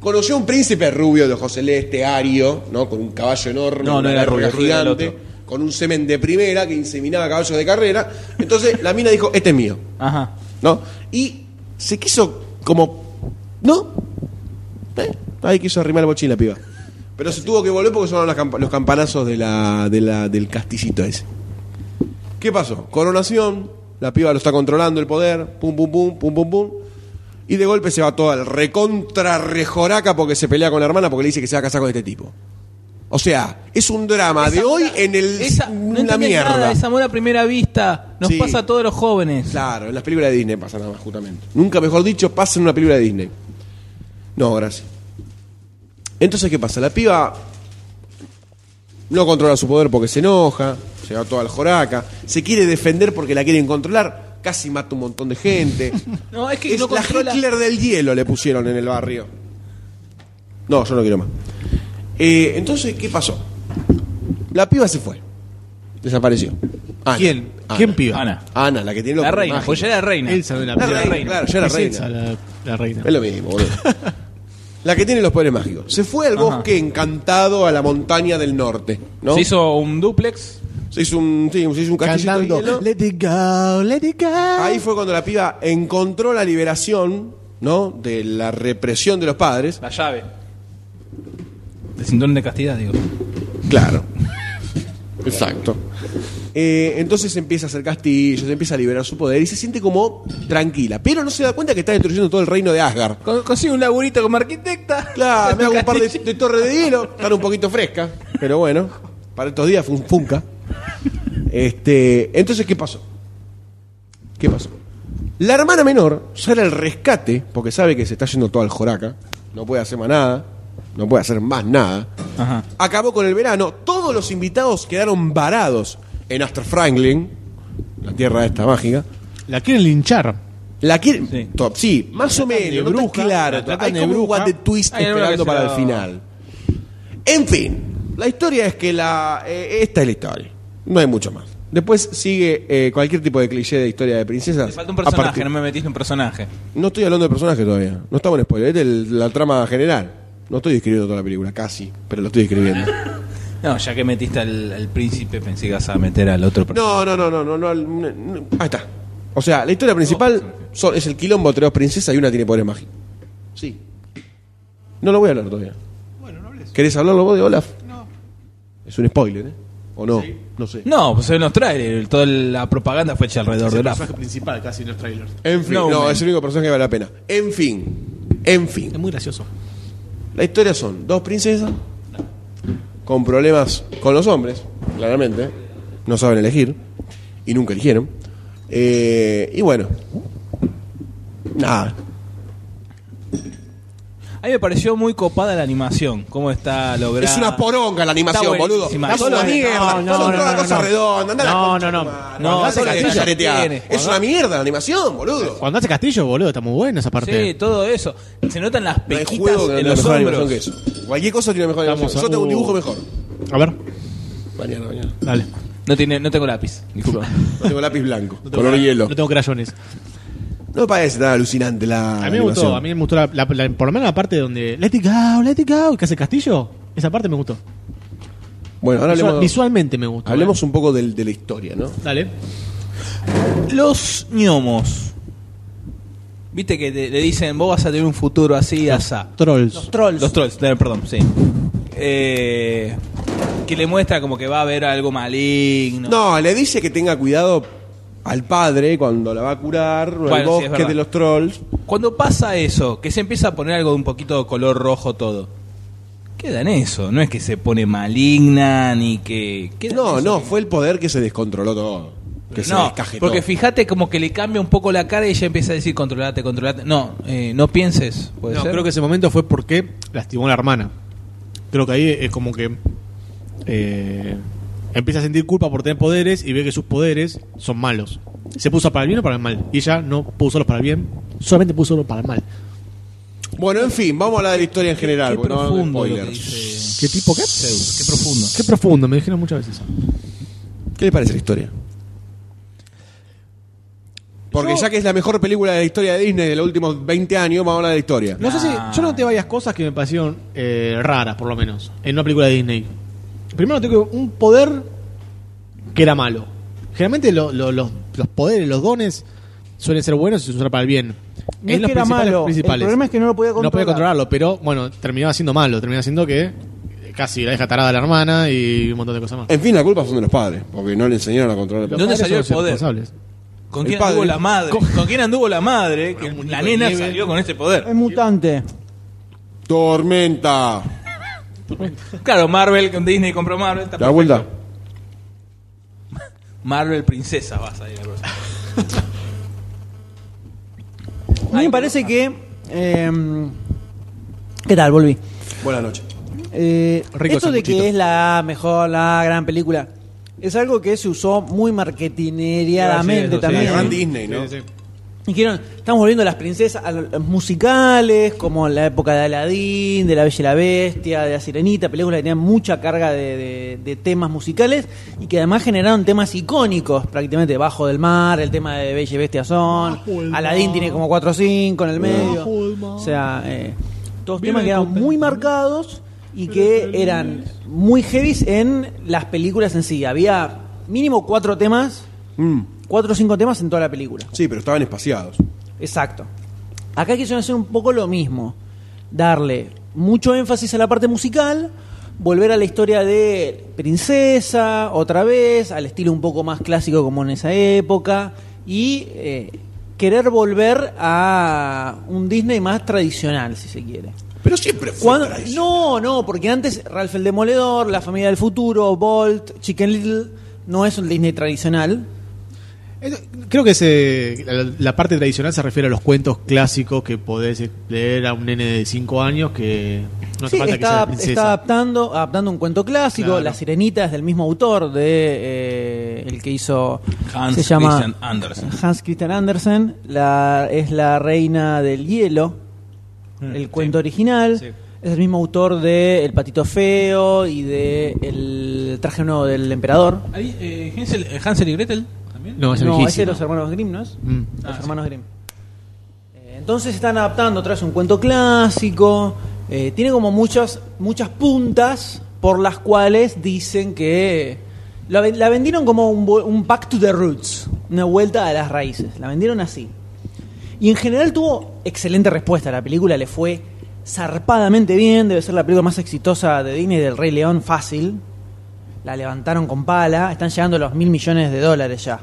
Speaker 1: Conoció a un príncipe rubio de ojos celeste, ario, ¿no? Con un caballo enorme,
Speaker 3: No, no
Speaker 1: una
Speaker 3: era
Speaker 1: verga
Speaker 3: rubio, rubio era el otro.
Speaker 1: con un semen de primera que inseminaba caballos de carrera. Entonces la mina dijo, este es mío,
Speaker 3: Ajá.
Speaker 1: ¿no? Y se quiso como, ¿no? Eh, ahí quiso arrimar el bochín la piba. Pero se tuvo que volver porque sonaron las campa- los campanazos de la, de la- del castillito ese. ¿Qué pasó? Coronación, la piba lo está controlando el poder, pum, pum, pum, pum, pum, pum. Y de golpe se va toda el recontra rejoraca porque se pelea con la hermana porque le dice que se va a casar con este tipo. O sea, es un drama de hoy en el
Speaker 3: Esa, no
Speaker 1: en la
Speaker 3: entendés
Speaker 1: mierda.
Speaker 3: nada, es amor a primera vista. Nos
Speaker 1: Sí.
Speaker 3: pasa a todos los jóvenes.
Speaker 1: Claro, en las películas de Disney pasa nada más, justamente. Nunca, mejor dicho, pasa en una película de Disney. No, gracias. Entonces, ¿qué pasa? La piba no controla su poder porque se enoja, se va toda al joraca, se quiere defender porque la quieren controlar, casi mata un montón de gente.
Speaker 3: No, es que
Speaker 1: Es
Speaker 3: no
Speaker 1: la
Speaker 3: controla.
Speaker 1: Hitler del hielo le pusieron en el barrio. No, yo no quiero más. Eh, entonces, ¿qué pasó? La piba se fue. Desapareció. Ana.
Speaker 5: ¿Quién?
Speaker 1: Ana.
Speaker 5: ¿Quién piba?
Speaker 3: Ana.
Speaker 1: Ana, la que tiene los
Speaker 3: La
Speaker 1: poderes
Speaker 3: reina,
Speaker 1: mágicos.
Speaker 3: pues ya era reina.
Speaker 5: Elsa de la
Speaker 1: La
Speaker 5: piba.
Speaker 1: reina, claro, ya era
Speaker 5: Es
Speaker 1: reina.
Speaker 5: Elsa, la, la reina.
Speaker 1: Es lo mismo, boludo. La que tiene los poderes mágicos. Se fue al bosque encantado a la montaña del norte, ¿no?
Speaker 3: Se hizo un duplex.
Speaker 1: Se hizo un, sí, se hizo un castillo de hielo.
Speaker 5: Cantando. Let it go, let it go.
Speaker 1: Ahí fue cuando la piba encontró la liberación, ¿no? De la represión de los padres.
Speaker 3: La llave. El cinturón de castidad, digo.
Speaker 1: Claro. Exacto. Eh, entonces empieza a hacer castillos, empieza a liberar su poder y se siente como tranquila. Pero no se da cuenta que está destruyendo todo el reino de Asgard.
Speaker 3: Con- Consigo un laburito como arquitecta.
Speaker 1: Claro, me hago un par de, de torres de hielo, están un poquito frescas, pero bueno, para estos días fue un funca. Este, entonces, ¿qué pasó? ¿Qué pasó? La hermana menor sale al rescate, porque sabe que se está yendo todo al joraca, no puede hacer más nada, no puede hacer más nada.
Speaker 3: Ajá.
Speaker 1: Acabó con el verano, todos los invitados quedaron varados en Astor Franklin, la tierra esta mágica.
Speaker 5: La quieren linchar.
Speaker 1: La quieren.
Speaker 3: Sí.
Speaker 1: Top, sí, más o menos. no está claro.
Speaker 4: la tratan
Speaker 1: Hay
Speaker 4: de
Speaker 1: como un
Speaker 4: bruja.
Speaker 1: what the twist
Speaker 3: Hay alguna
Speaker 1: esperando
Speaker 3: que se
Speaker 1: para
Speaker 3: la-
Speaker 1: el final. En fin, la historia es que la. eh, esta es la historia. No hay mucho más. Después sigue eh, cualquier tipo de cliché de historia de princesas.
Speaker 3: Me falta un
Speaker 1: A
Speaker 3: personaje,
Speaker 1: partir-
Speaker 3: no me metiste un personaje.
Speaker 1: No estoy hablando de personaje todavía. No estamos en spoiler. Es de la trama general. No estoy describiendo toda la película, casi, pero lo estoy describiendo.
Speaker 3: No, ya que metiste al, al príncipe, pensé que ibas a meter al otro personaje.
Speaker 1: No, no, no, no, no, no, no, no. Ahí está. O sea, la historia principal son- es el quilombo entre dos princesas y una tiene poderes mágicos. Sí. No lo voy a hablar todavía. Bueno, no hables. ¿Querés hablarlo vos de Olaf? No. Es un spoiler, ¿eh? ¿O no? No sé.
Speaker 3: No, pues en los trailers, toda la propaganda fue hecha alrededor de la.
Speaker 5: principal casi en los trailers.
Speaker 1: En fin, no,
Speaker 3: No, man.
Speaker 1: es el único personaje que vale la pena. En fin, en fin.
Speaker 5: Es muy gracioso.
Speaker 1: La historia son dos princesas con problemas con los hombres, claramente. No saben elegir y nunca eligieron. Eh, y bueno, nada.
Speaker 3: A mí me pareció muy copada la animación, cómo está lograda.
Speaker 1: Es una poronga la animación,
Speaker 3: Está
Speaker 1: boludo.
Speaker 3: buenísima.
Speaker 1: Es una
Speaker 3: No,
Speaker 1: mierda.
Speaker 5: no,
Speaker 1: Son
Speaker 5: no,
Speaker 1: todas
Speaker 5: no,
Speaker 1: cosas
Speaker 5: no.
Speaker 1: redondas. Andá a la
Speaker 5: No,
Speaker 1: concha
Speaker 5: no,
Speaker 1: de
Speaker 5: no.
Speaker 1: madre.
Speaker 3: No,
Speaker 1: Andá a
Speaker 3: son
Speaker 1: la
Speaker 3: las
Speaker 1: cancha
Speaker 3: sillas que
Speaker 1: areteada.
Speaker 3: tiene.
Speaker 1: Es una mierda la animación, boludo.
Speaker 5: Cuando hace castillo, boludo, está muy bueno esa parte.
Speaker 3: Sí, todo eso. Se notan las
Speaker 1: No hay
Speaker 3: pequitas
Speaker 1: juego que
Speaker 3: en
Speaker 1: tenga
Speaker 3: los
Speaker 1: mejor animación
Speaker 3: hombros.
Speaker 1: que eso. Cualquier cosa tiene mejor animación.
Speaker 5: Estamos a-
Speaker 1: Yo tengo un
Speaker 5: uh.
Speaker 1: dibujo mejor.
Speaker 5: A ver,
Speaker 1: Mañana, mañana.
Speaker 5: dale.
Speaker 3: No, tiene, no tengo lápiz, disculpa.
Speaker 1: No tengo lápiz blanco. Color hielo.
Speaker 5: No tengo crayones.
Speaker 1: No me parece tan alucinante la
Speaker 5: A mí me gustó,
Speaker 1: animación.
Speaker 5: a mí me gustó la, la- la- por lo menos la parte donde Let it go, let it go, que hace castillo. Esa parte me gustó.
Speaker 1: Bueno, ahora
Speaker 5: Visual-
Speaker 1: hablemos,
Speaker 5: visualmente me gustó.
Speaker 1: hablemos un poco del- de la historia, ¿no?
Speaker 5: eh. Dale.
Speaker 3: Los gnomos. Viste que te- le dicen, vos vas a tener un futuro así, asá.
Speaker 5: Trolls.
Speaker 2: Trolls.
Speaker 3: Los trolls, eh, perdón, sí. Eh, que le muestra como que va a haber algo maligno.
Speaker 1: No, le dice que tenga cuidado al padre cuando la va a curar, o
Speaker 3: Bueno,
Speaker 1: al
Speaker 3: sí, es
Speaker 1: bosque
Speaker 3: verdad.
Speaker 1: de los trolls.
Speaker 3: Cuando pasa eso, que se empieza a poner algo de un poquito de color rojo todo. Queda en eso, no es que se pone maligna ni que... queda en
Speaker 1: No,
Speaker 3: eso.
Speaker 1: no, fue el poder que se descontroló todo. Que se
Speaker 3: no,
Speaker 1: descajetó.
Speaker 3: porque fijate como que le cambia un poco la cara y ella empieza a decir controlate, controlate. No, eh, no pienses, puede
Speaker 5: No,
Speaker 3: ser.
Speaker 5: creo que ese momento fue porque lastimó a la hermana. Creo que ahí es como que eh, empieza a sentir culpa por tener poderes y ve que sus poderes son malos. Se puso para el bien o para el mal. Y ella no puso los para el bien, solamente puso los para el mal.
Speaker 1: Bueno, en fin, vamos a hablar de la historia en general.
Speaker 3: Qué
Speaker 1: porque no hablamos de
Speaker 3: profundo lo que
Speaker 1: spoilers.
Speaker 3: dice
Speaker 5: ¿Qué tipo qué?
Speaker 3: Zeus, qué profundo.
Speaker 5: Qué profundo, me dijeron muchas veces.
Speaker 1: ¿Qué le parece la historia? Porque ya que es la mejor película de la historia de Disney de los últimos 20 años, vamos a hablar de la historia.
Speaker 5: No sé si. Yo noté varias cosas que me parecieron eh, raras, por lo menos, en una película de Disney. Primero noté que un poder que era malo. Generalmente lo- lo- los, los poderes, los dones, suelen ser buenos y se usan para el bien.
Speaker 2: No
Speaker 5: En
Speaker 2: es
Speaker 5: los
Speaker 2: que era
Speaker 5: principales-
Speaker 2: malo,
Speaker 5: principales.
Speaker 2: el problema es que no lo podía
Speaker 5: No podía
Speaker 2: controlar.
Speaker 5: controlarlo, pero bueno, terminaba siendo malo. Terminaba siendo que eh, casi la deja tarada a la hermana y un montón de cosas más.
Speaker 1: En fin, la culpa son de los padres, porque no le enseñaron a controlar el
Speaker 5: Los
Speaker 3: ¿dónde
Speaker 5: padres
Speaker 3: salió
Speaker 5: son
Speaker 3: el
Speaker 5: los
Speaker 3: poder?
Speaker 5: irresponsables.
Speaker 3: ¿Con
Speaker 1: El
Speaker 3: quién
Speaker 1: padre.
Speaker 3: anduvo la madre? ¿Con, quién anduvo la madre? Que la nena salió con ese poder.
Speaker 7: Es mutante.
Speaker 1: Tormenta.
Speaker 3: Claro, Marvel, con Disney compró Marvel. está
Speaker 1: Da
Speaker 3: perfecto.
Speaker 1: vuelta.
Speaker 3: Marvel Princesa vas a ir la próxima.
Speaker 2: A mí me parece que. eh, ¿Qué tal? Volví.
Speaker 1: Buenas noches.
Speaker 2: Eh,
Speaker 5: Rico
Speaker 2: esto de
Speaker 5: sanguchito.
Speaker 2: que es la mejor, la gran película, es algo que se usó muy marketineriadamente
Speaker 3: Sí, sí,
Speaker 2: también.
Speaker 1: Gran Disney, ¿no?
Speaker 2: Y quieren- estamos volviendo a las princesas a los- los musicales, como la época de Aladdin, de La Bella y la Bestia, de La Sirenita, películas que tenían mucha carga de, de- de temas musicales y que además generaron temas icónicos, prácticamente Bajo del Mar, el tema de Bella y Bestia son, Aladdin tiene como 4 o 5 en el medio. O sea, eh, todos temas que eran muy marcados y que eran muy heavy en las películas en sí. Había mínimo cuatro temas,
Speaker 1: Mm.
Speaker 2: cuatro o cinco temas en toda la película.
Speaker 1: Sí, pero estaban espaciados.
Speaker 2: Exacto. Acá quisieron hacer un poco lo mismo. Darle mucho énfasis a la parte musical, volver a la historia de princesa otra vez, al estilo un poco más clásico como en esa época, y eh, querer volver a un Disney más tradicional, si se quiere.
Speaker 1: Pero siempre fue
Speaker 2: Cuando-
Speaker 1: tradición.
Speaker 2: no, no, porque antes Ralph el Demoledor, La Familia del Futuro, Bolt, Chicken Little, no es un Disney tradicional.
Speaker 5: Esto- Creo que se, la, la parte tradicional se refiere a los cuentos clásicos que podés leer a un nene de 5 años que no hace
Speaker 2: Sí,
Speaker 5: falta que sea
Speaker 2: está,
Speaker 5: la princesa.
Speaker 2: está adaptando, adaptando un cuento clásico.
Speaker 5: Claro.
Speaker 2: La Sirenita es del mismo autor de eh, el que hizo
Speaker 3: Hans
Speaker 2: se llama
Speaker 3: Christian Andersen.
Speaker 2: Hans Christian Andersen. La, es la reina del hielo,
Speaker 5: Mm,
Speaker 2: el cuento original. Es el mismo autor de El patito feo y de El traje nuevo del emperador.
Speaker 3: Ahí, eh, Hansel, eh, Hansel y Gretel también.
Speaker 5: No, es
Speaker 2: no, ese de
Speaker 5: viejísimo.
Speaker 2: los hermanos Grimm, ¿no es?
Speaker 5: Mm.
Speaker 2: Los
Speaker 3: Ah,
Speaker 2: hermanos Grimm. Eh, Entonces están adaptando otra vez un cuento clásico. eh, tiene como muchas, muchas puntas por las cuales dicen que. La, ven- la vendieron como un, vu- un back to the roots, una vuelta a las raíces. La vendieron así. Y en general tuvo excelente respuesta. La película le fue zarpadamente bien. Debe ser la película más exitosa de Disney del Rey León, fácil. La levantaron con pala. Están llegando a los mil millones de dólares ya.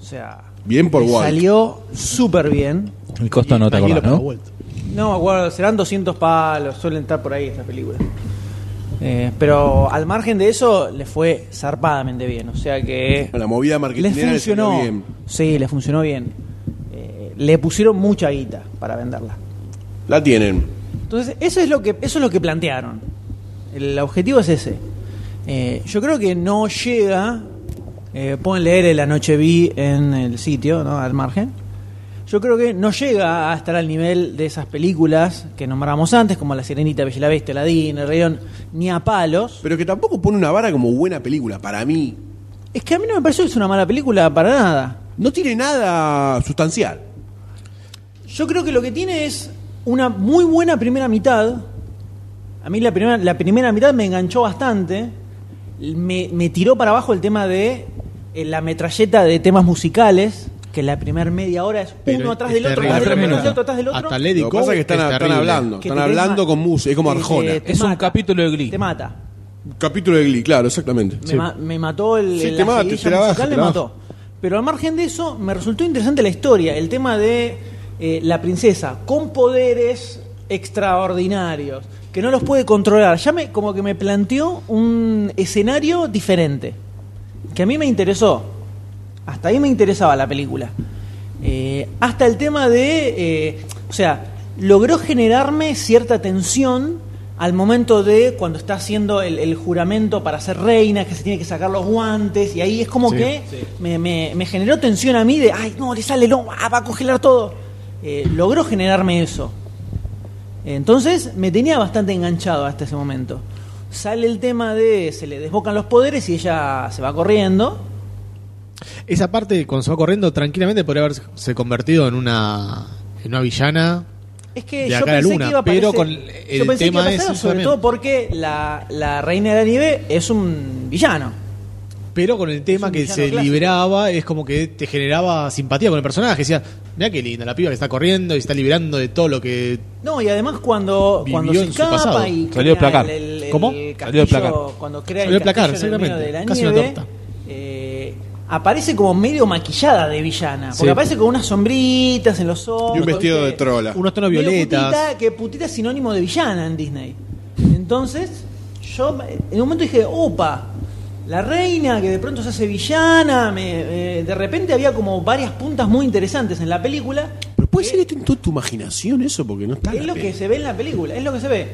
Speaker 2: O sea,
Speaker 1: Bien por
Speaker 2: le
Speaker 1: Walt.
Speaker 2: Salió súper bien.
Speaker 3: El costo no te
Speaker 5: Tranquilo,
Speaker 3: acordás,
Speaker 5: pero
Speaker 3: ¿no?
Speaker 5: vuelta.
Speaker 2: No me acuerdo, serán 200 palos, suelen estar por ahí estas películas. Eh, pero al margen de eso, le fue zarpadamente bien. O sea que.
Speaker 1: La movida
Speaker 2: Les
Speaker 1: marketinera les salió
Speaker 2: funcionó.
Speaker 1: bien.
Speaker 2: Sí, les funcionó bien. Eh, le pusieron mucha guita para venderla.
Speaker 1: La tienen.
Speaker 2: Entonces, eso es lo que, eso es lo que plantearon. El objetivo es ese. Eh, yo creo que no llega. Eh, pueden leer el Anoche Vi en el sitio, ¿no? Al margen. Yo creo que no llega a estar al nivel de esas películas que nombramos antes, como La Sirenita, Bella y la Bestia, Aladdin, El Rey León, ni a palos.
Speaker 1: Pero que tampoco pone una vara como buena película, para mí.
Speaker 2: Es que a mí no me pareció que es una mala película para nada.
Speaker 1: No tiene nada sustancial.
Speaker 2: Yo creo que lo que tiene es una muy buena primera mitad. A mí la primera, la primera mitad me enganchó bastante. Me, me tiró para abajo el tema de eh, la metralleta de temas musicales, que la primera media hora es
Speaker 5: Pero
Speaker 2: uno atrás del
Speaker 5: es
Speaker 2: otro,
Speaker 5: terrible.
Speaker 2: atrás del
Speaker 3: Tres
Speaker 2: otro,
Speaker 3: minutos.
Speaker 2: atrás del otro.
Speaker 5: Hasta Lady
Speaker 1: Lo que
Speaker 5: Go
Speaker 1: pasa es que están,
Speaker 5: es
Speaker 1: están
Speaker 5: terrible.
Speaker 1: hablando,
Speaker 2: que
Speaker 1: están
Speaker 2: te
Speaker 1: hablando
Speaker 2: ma-
Speaker 1: con música, es como
Speaker 2: te-
Speaker 1: Arjona.
Speaker 2: te
Speaker 3: Es un
Speaker 2: mata,
Speaker 3: capítulo de Glee.
Speaker 2: Te mata.
Speaker 1: Capítulo de Glee, claro, exactamente.
Speaker 2: Me, ma- me mató el,
Speaker 1: Sí,
Speaker 2: el-
Speaker 1: te
Speaker 2: la
Speaker 1: mata,
Speaker 2: seguidilla
Speaker 1: te la baja,
Speaker 2: musical,
Speaker 1: te
Speaker 2: me
Speaker 1: la
Speaker 2: mató. Pero al margen de eso, me resultó interesante la historia, el tema de eh, la princesa con poderes extraordinarios, que no los puede controlar. Ya me, como que me planteó un escenario diferente, que a mí me interesó. Hasta ahí me interesaba la película. Eh, hasta el tema de, eh, o sea, logró generarme cierta tensión al momento de cuando está haciendo el, el juramento para ser reina, que se tiene que sacar los guantes, y ahí es como que Me, me- me generó tensión a mí de, ay, no, le sale, no, ah, va a congelar todo. Eh, logró generarme eso. Entonces me tenía bastante enganchado hasta ese momento. Sale el tema de, se le desbocan los poderes y ella se va corriendo.
Speaker 5: Esa parte, cuando se va corriendo, tranquilamente podría haberse convertido en una, en una villana.
Speaker 2: Es que
Speaker 5: de
Speaker 2: yo
Speaker 5: acá a la
Speaker 2: pensé
Speaker 5: luna,
Speaker 2: que iba a
Speaker 5: pero
Speaker 2: aparecer-
Speaker 5: con el
Speaker 2: yo pensé
Speaker 5: tema
Speaker 2: que iba a pasar,
Speaker 5: ese
Speaker 2: sobre
Speaker 5: también.
Speaker 2: todo porque la, la reina de la nieve es un villano.
Speaker 5: Pero con el tema
Speaker 2: un
Speaker 5: que
Speaker 2: villano
Speaker 5: se
Speaker 2: clásico.
Speaker 5: liberaba, es como que te generaba simpatía con el personaje. Decía, mira qué linda la piba que está corriendo y está liberando de todo lo que.
Speaker 2: No, y además cuando,
Speaker 5: Vivió
Speaker 2: cuando se
Speaker 5: en su
Speaker 2: escapa
Speaker 5: pasado.
Speaker 2: y
Speaker 3: Salió el
Speaker 2: crea
Speaker 3: placar.
Speaker 2: el- el
Speaker 5: ¿Cómo?
Speaker 2: castillo-
Speaker 3: Salió el placar.
Speaker 2: Cuando crea
Speaker 5: Salió
Speaker 2: el
Speaker 5: el placar,
Speaker 2: castillo en el medio
Speaker 5: seguramente.
Speaker 2: de la
Speaker 5: Casi una
Speaker 2: nieve,
Speaker 5: torta.
Speaker 2: eh, aparece como medio maquillada de villana. Porque
Speaker 3: Sí.
Speaker 2: aparece con unas sombritas en los ojos.
Speaker 1: Y un vestido
Speaker 2: ¿viste?
Speaker 1: de trola.
Speaker 5: Unos tonos
Speaker 2: Medio
Speaker 5: violetas.
Speaker 2: putita, que putita es sinónimo de villana en Disney. Entonces, yo en un momento dije, opa, la reina que de pronto se hace villana. me- eh, de repente había como varias puntas muy interesantes en la película.
Speaker 1: Pero puede ser esto en toda tu imaginación eso, porque no está. en
Speaker 2: Es
Speaker 1: Ah, la
Speaker 2: lo
Speaker 1: peli.
Speaker 2: que se ve en la película, es lo que se ve.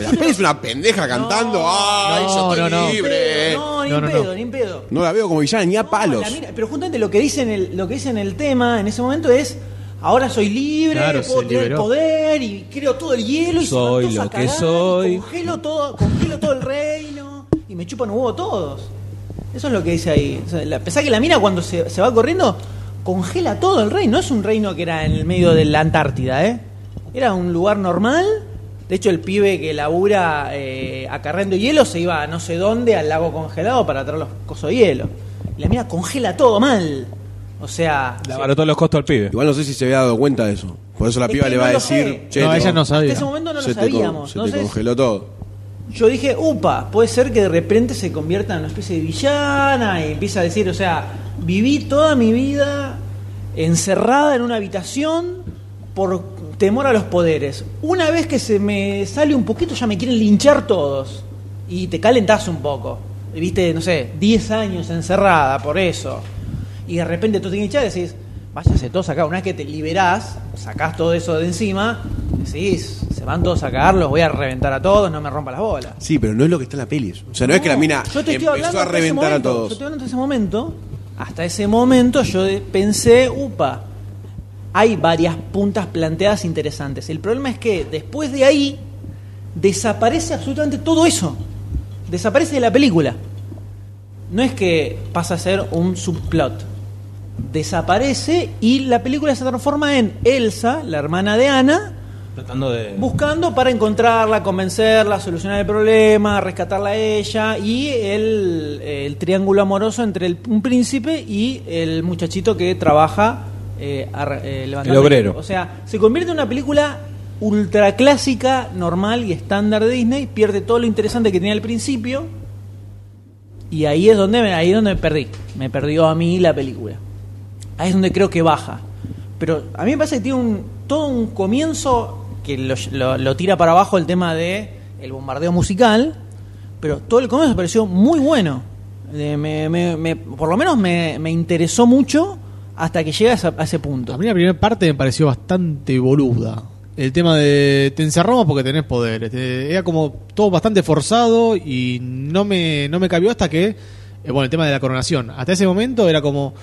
Speaker 1: La peli es una pendeja cantando. ¡Ay, yo
Speaker 5: No,
Speaker 1: estoy
Speaker 5: no, no.
Speaker 1: libre! No.
Speaker 2: No, ni
Speaker 5: No,
Speaker 2: en
Speaker 5: no,
Speaker 2: pedo,
Speaker 5: no.
Speaker 2: ni en pedo.
Speaker 1: la veo como villana ni a palos.
Speaker 2: la mina- pero justamente lo que dice en el, lo que dice en el tema en ese momento es ahora soy libre,
Speaker 5: Claro,
Speaker 2: puedo
Speaker 5: se
Speaker 2: tener
Speaker 5: liberó.
Speaker 2: poder y creo todo el hielo y se van
Speaker 3: Soy
Speaker 2: todos a
Speaker 3: lo que
Speaker 2: cagar y
Speaker 3: soy.
Speaker 2: Congelo todo, congelo todo el reino y me chupan huevo todos. Eso es lo que dice ahí. O sea, la- pensá que la mina cuando se, se va corriendo congela todo el reino. No es un reino que era en el medio de la Antártida, ¿eh? Era un lugar normal. De hecho, el pibe que labura eh, acarreando hielo se iba a no sé dónde, al lago congelado, para traer los cosos de hielo. Y la mina congela todo mal. O sea,
Speaker 3: Le abarotó los costos al pibe.
Speaker 1: Igual no sé si se había dado cuenta de eso. Por eso la
Speaker 2: Es
Speaker 1: piba
Speaker 2: que
Speaker 1: le va
Speaker 2: no
Speaker 1: a
Speaker 2: lo
Speaker 1: decir.
Speaker 2: sé.
Speaker 1: "Che,
Speaker 5: No,
Speaker 1: te-
Speaker 5: ella no
Speaker 2: hasta
Speaker 5: sabía.
Speaker 2: ese este momento no
Speaker 1: se
Speaker 2: lo
Speaker 1: te con-
Speaker 2: sabíamos.
Speaker 1: Se te
Speaker 2: Entonces,
Speaker 1: congeló todo.
Speaker 2: yo dije, upa, puede ser que de repente se convierta en una especie de villana y empieza a decir, o sea, viví toda mi vida encerrada en una habitación por temor a los poderes. Una vez que se me sale un poquito ya me quieren linchar todos y te calentás un poco. Viste, no sé, 10 años encerrada por eso. Y de repente tú te hinchas y decís, váyase todos acá. Una vez que te liberás, sacás todo eso de encima, decís, se van todos a cagar, los voy a reventar a todos, no me rompa las bolas.
Speaker 1: Sí, pero no es lo que está en la peli. O sea, no, es que la mina
Speaker 2: Yo te estoy hablando
Speaker 1: empezó a
Speaker 2: hasta ese
Speaker 1: reventar a
Speaker 2: momento,
Speaker 1: todos.
Speaker 2: Yo te hablando hasta ese momento. Hasta ese momento yo de- pensé, upa, hay varias puntas planteadas interesantes. El problema es que después de ahí desaparece absolutamente todo eso. Desaparece de la película. No es que pasa a ser un subplot. Desaparece y la película se transforma en Elsa, la hermana de Ana,
Speaker 3: Tratando de.
Speaker 2: Buscando para encontrarla, convencerla, solucionar el problema, rescatarla a ella y el, el triángulo amoroso entre el- un príncipe y el muchachito que trabaja eh, ar- eh, levantando-
Speaker 3: El obrero.
Speaker 2: O sea, se convierte en una película ultra clásica, normal y estándar de Disney, pierde todo lo interesante que tenía al principio y ahí es donde me, ahí es donde me perdí, me perdió a mí la película. Ahí es donde creo que baja. Pero a mí me parece que tiene un, todo un comienzo que lo, lo- lo tira para abajo el tema de el bombardeo musical, pero todo el comienzo me pareció muy bueno. Eh, me- me- me- por lo menos me, me interesó mucho hasta que llega a, esa- a ese punto.
Speaker 5: A mí la primera parte me pareció bastante boluda. El tema de te encerramos porque tenés poderes. Te- Era como todo bastante forzado y no me, no me cabió hasta que, eh, bueno, el tema de la coronación. Hasta ese momento era como,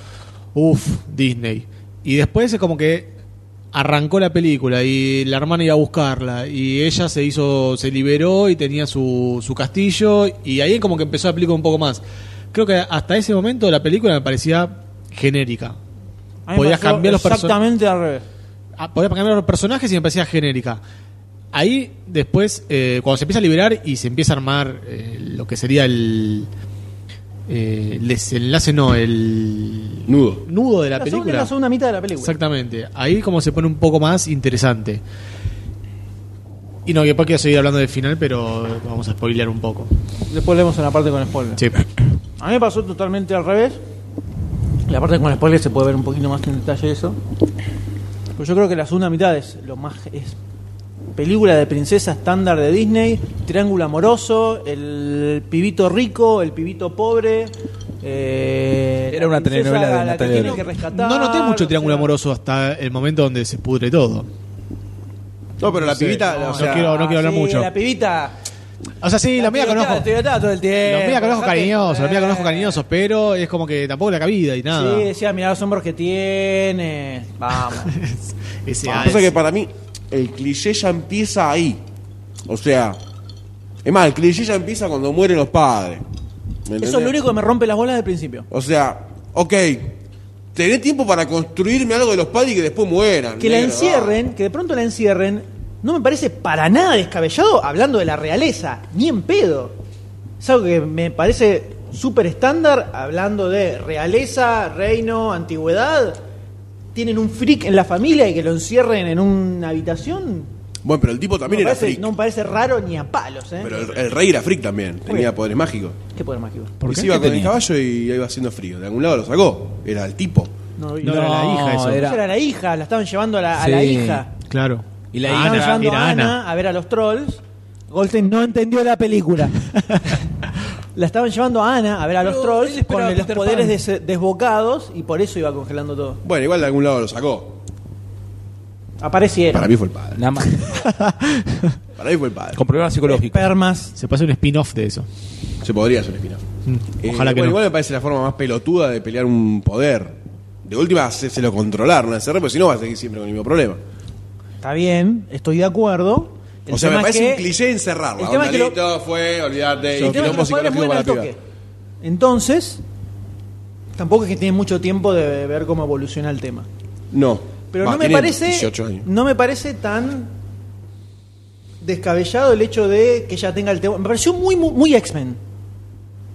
Speaker 5: uff, Disney. Y después es como que arrancó la película y la hermana iba a buscarla y ella se hizo, se liberó y tenía su, su castillo y ahí como que empezó a aplicar un poco más. Creo que hasta ese momento la película me parecía genérica.
Speaker 2: A mí me
Speaker 5: Podías
Speaker 2: pareció
Speaker 5: cambiar los perso-
Speaker 2: Exactamente al revés.
Speaker 5: Ah, podía cambiar los personajes y me parecía genérica. Ahí después, eh, cuando se empieza a liberar y se empieza a armar eh, lo que sería el, eh, el desenlace, no, el
Speaker 1: Nudo.
Speaker 5: nudo de la,
Speaker 2: La segunda,
Speaker 5: película.
Speaker 2: la segunda mitad de la película.
Speaker 5: Exactamente. Ahí como se pone un poco más interesante. Y no, que después quiero seguir hablando del final, pero vamos a spoilear un poco.
Speaker 2: Después leemos una parte con spoiler.
Speaker 5: Sí.
Speaker 2: A mí me pasó totalmente al revés. La parte con spoiler se puede ver un poquito más en detalle eso. Pero yo creo que la segunda mitad es lo más es película de princesa estándar de Disney, triángulo amoroso, el pibito rico, el pibito pobre. eh,
Speaker 3: Era una
Speaker 2: la princesa
Speaker 3: telenovela de
Speaker 2: a la que
Speaker 3: Natalia
Speaker 2: tiene que
Speaker 3: Oreiro.
Speaker 2: rescatar,
Speaker 5: No noté mucho
Speaker 2: o
Speaker 5: triángulo
Speaker 2: sea,
Speaker 5: amoroso hasta el momento donde se pudre todo.
Speaker 1: No, pero la
Speaker 5: sé,
Speaker 1: pibita.
Speaker 5: no,
Speaker 1: o sea,
Speaker 5: no quiero- hablar
Speaker 2: sí,
Speaker 5: mucho.
Speaker 2: La pibita.
Speaker 5: O sea, sí, la, media
Speaker 2: pibita,
Speaker 5: conozco.
Speaker 2: la pibita todo el tiempo.
Speaker 5: Los media conozco
Speaker 2: Dejate-
Speaker 5: cariñosos, los media conozco
Speaker 2: Eh,
Speaker 5: cariñosos, pero es como que tampoco la cabida y nada.
Speaker 2: Sí, decía, mirá los hombros que tiene. Vamos.
Speaker 5: Ese-
Speaker 1: Lo
Speaker 5: ah,
Speaker 1: que pasa es
Speaker 5: ese-
Speaker 1: que para mí el cliché ya empieza ahí. O sea, es más, el cliché ya empieza cuando mueren los padres. ¿Me
Speaker 2: Eso es
Speaker 1: entendés?
Speaker 2: lo único que me rompe las bolas del principio.
Speaker 1: O sea, ok, tener tiempo para construirme algo de los padres y que después mueran.
Speaker 2: Que la
Speaker 1: negro,
Speaker 2: encierren, que de pronto la encierren, no me parece para nada descabellado hablando de la realeza, ni en pedo. Es algo que me parece súper estándar hablando de realeza, reino, antigüedad. Tienen un freak en la familia y que lo encierren en una habitación.
Speaker 1: Ah. Bueno, pero el tipo
Speaker 2: No me,
Speaker 1: también era
Speaker 2: parece,
Speaker 1: freak.
Speaker 2: no me parece raro ni a palos, ¿eh?
Speaker 1: Pero el, el rey era freak también. Tenía poderes mágicos.
Speaker 2: ¿Qué poder mágico?
Speaker 1: Y se iba con el caballo y iba haciendo frío. De algún lado lo sacó. Era el tipo.
Speaker 2: No, lo vi.
Speaker 5: No, era la hija eso.
Speaker 2: Esa
Speaker 3: era-
Speaker 2: era la hija, la estaban llevando a la, a la
Speaker 3: Sí.
Speaker 2: hija.
Speaker 5: Claro. Ah,
Speaker 3: Y la
Speaker 2: Estaban
Speaker 3: hija
Speaker 2: llevando
Speaker 5: era
Speaker 2: a Ana,
Speaker 5: Ana.
Speaker 2: a ver a los trolls. Goldstein no entendió la película. la estaban llevando a Ana a ver a los
Speaker 3: Pero él
Speaker 2: trolls con
Speaker 3: esperaba a
Speaker 2: los
Speaker 3: Peter Pan.
Speaker 2: poderes des- desbocados y por eso iba congelando todo.
Speaker 1: Bueno, igual de algún lado lo sacó.
Speaker 2: Aparecieron.
Speaker 1: Para mí fue el padre.
Speaker 3: nada más.
Speaker 1: Para mí fue el padre.
Speaker 3: Con problemas psicológicos.
Speaker 2: Permas.
Speaker 5: Se pasa un spin-off de eso. Mm,
Speaker 1: Se podría hacer un spin-off. Eh,
Speaker 5: Ojalá que
Speaker 1: bueno,
Speaker 5: no.
Speaker 1: Igual me parece la forma más pelotuda de pelear un poder. De última, lo controlar, no hacerlo, porque si no vas a seguir siempre con el mismo problema.
Speaker 2: Está bien, estoy de acuerdo. El
Speaker 1: o sea,
Speaker 2: tema
Speaker 1: me
Speaker 2: es que-
Speaker 1: parece un cliché encerrarla.
Speaker 2: el tema es que lo-
Speaker 1: Listo, fue, olvidarte.
Speaker 2: El
Speaker 1: Y
Speaker 2: tema es que
Speaker 1: quilombo
Speaker 2: los padres
Speaker 1: psicológico
Speaker 2: mueren
Speaker 1: para
Speaker 2: al
Speaker 1: la piba.
Speaker 2: toque. Entonces, tampoco es que tienen mucho tiempo de ver cómo evoluciona el tema.
Speaker 1: No.
Speaker 2: Pero
Speaker 1: Va,
Speaker 2: no me
Speaker 1: tiene
Speaker 2: parece.
Speaker 1: 18 años.
Speaker 2: No me parece tan descabellado el hecho de que ella tenga el temor. Me pareció muy, muy, muy X-Men.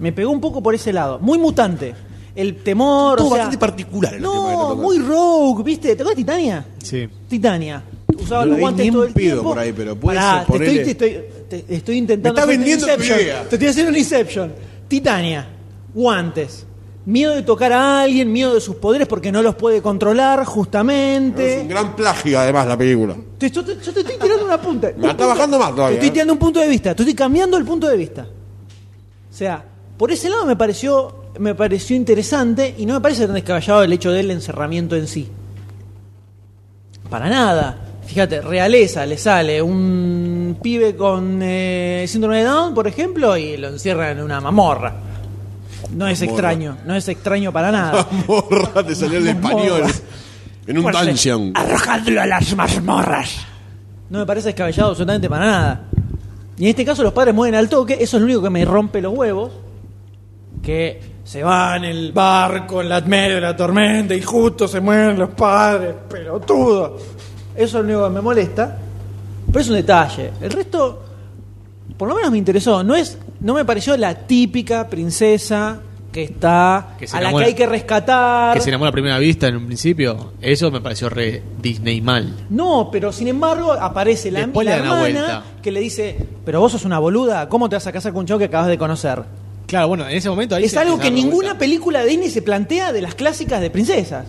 Speaker 2: Me pegó un poco por ese lado. Muy mutante. El temor.
Speaker 1: Todo
Speaker 2: o sea-
Speaker 1: bastante particular el tema que
Speaker 2: No,
Speaker 1: tocó.
Speaker 2: muy rogue, ¿viste? ¿Te acuerdas de Titania?
Speaker 5: Sí.
Speaker 2: Titania. Usaba
Speaker 1: No
Speaker 2: los
Speaker 1: vi
Speaker 2: guantes
Speaker 1: ni
Speaker 2: todo
Speaker 1: un
Speaker 2: el
Speaker 1: pedo
Speaker 2: tiempo.
Speaker 1: por ahí, pero puede
Speaker 2: Pará,
Speaker 1: ser,
Speaker 2: te estoy,
Speaker 1: ponele.
Speaker 2: te estoy, te estoy intentando.
Speaker 1: Me está
Speaker 2: hacer un
Speaker 1: vendiendo tu
Speaker 2: Inception.
Speaker 1: idea.
Speaker 2: Te estoy haciendo un Inception. Titania. Guantes. Miedo de tocar a alguien, miedo de sus poderes porque no los puede controlar,
Speaker 1: Es
Speaker 2: justamente.
Speaker 1: un gran plagio, además, la película.
Speaker 2: Te- yo, te, yo te estoy tirando una punta.
Speaker 1: Me está bajando más todavía,
Speaker 2: Te estoy
Speaker 1: ¿eh?
Speaker 2: tirando un punto de vista. Te estoy cambiando el punto de vista. O sea, por ese lado me pareció, me pareció interesante y no me parece tan descabellado el hecho del encerramiento en sí. Para nada. Fíjate, realeza le sale un pibe con eh, síndrome de Down, por ejemplo, y lo encierra en una mamorra. No es extraño, no es extraño para nada.
Speaker 1: Morra, te salió el español.
Speaker 2: Morra.
Speaker 1: En un
Speaker 2: Fuerte.
Speaker 1: dungeon.
Speaker 2: Arrojadlo a las mazmorras. No me parece descabellado absolutamente para nada. Y en este caso los padres mueren al toque, eso es lo único que me rompe los huevos. Que se va en el barco en la medio de la tormenta y justo se mueren los padres, pelotudo. Eso es lo único que me molesta. Pero es un detalle. El resto, por lo menos me interesó. No, es, no me pareció la típica princesa que está
Speaker 5: Que se
Speaker 2: a la que
Speaker 5: enamora.
Speaker 2: hay que rescatar.
Speaker 5: Que se enamora a primera vista en un principio. Eso me pareció re Disney mal.
Speaker 2: No, pero sin embargo aparece la,
Speaker 5: Después
Speaker 2: la
Speaker 5: le dan la
Speaker 2: hermana
Speaker 5: vuelta.
Speaker 2: que le dice, pero vos sos una boluda, ¿cómo te vas a casar con un chavo que acabas de conocer?
Speaker 5: Claro, bueno, en ese momento ahí
Speaker 2: es
Speaker 5: se
Speaker 2: algo
Speaker 5: empezaron
Speaker 2: que
Speaker 5: a
Speaker 2: ninguna
Speaker 5: revoltar.
Speaker 2: película de Disney se plantea de las clásicas de princesas.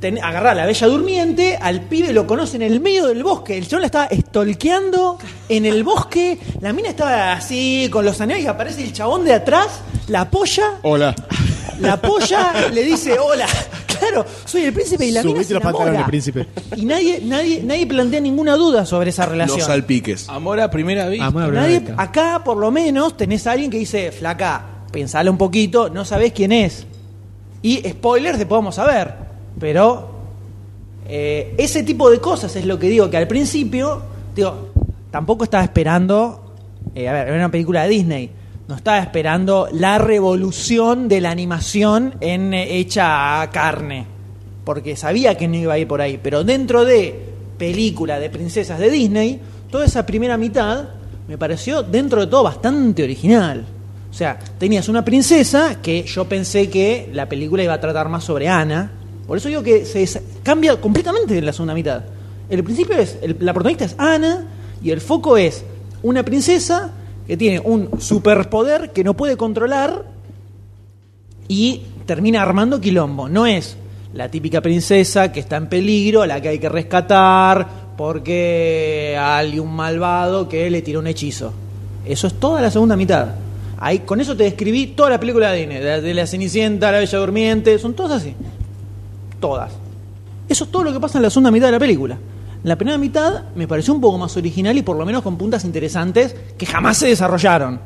Speaker 2: Ten, agarrá a la bella durmiente, al pibe lo conoce en el medio del bosque, el chavo la estaba estolqueando en el bosque, la mina estaba así con los anillos y aparece el chabón de atrás, la apoya,
Speaker 1: Hola.
Speaker 2: la apoya, le dice hola. Claro, soy el príncipe y la mina
Speaker 5: Subite
Speaker 2: se
Speaker 5: los pantalones,
Speaker 2: enamora.
Speaker 5: príncipe.
Speaker 2: Y nadie, nadie, nadie plantea ninguna duda sobre esa
Speaker 1: No
Speaker 2: relación.
Speaker 1: salpiques.
Speaker 3: Amor a primera vista.
Speaker 5: Ah, madre,
Speaker 2: Nadie-
Speaker 5: blanca.
Speaker 2: acá por lo menos tenés a alguien que dice, flaca, pensale un poquito, no sabés quién es. Y spoilers te podemos saber, pero eh, ese tipo de cosas es lo que digo, que al principio, digo, tampoco estaba esperando, eh, a ver, era una película de Disney, no estaba esperando la revolución de la animación en eh, hecha a carne, porque sabía que no iba a ir por ahí, pero dentro de película de princesas de Disney, toda esa primera mitad me pareció dentro de todo bastante original. O sea, tenías una princesa que yo pensé que la película iba a tratar más sobre Ana. Por eso digo que se desa- cambia completamente en la segunda mitad. El principio es, el- la protagonista es Ana y el foco es una princesa que tiene un superpoder que no puede controlar y termina armando quilombo. No es la típica princesa que está en peligro, a la que hay que rescatar porque hay un malvado que le tiró un hechizo. Eso es toda la segunda mitad. Ahí, con eso te describí toda la película de Disney, de, de La Cenicienta, La Bella Durmiente, son todas así. Todas. Eso es todo lo que pasa en la segunda mitad de la película. En la primera mitad me pareció un poco más original y por lo menos con puntas interesantes que jamás se desarrollaron.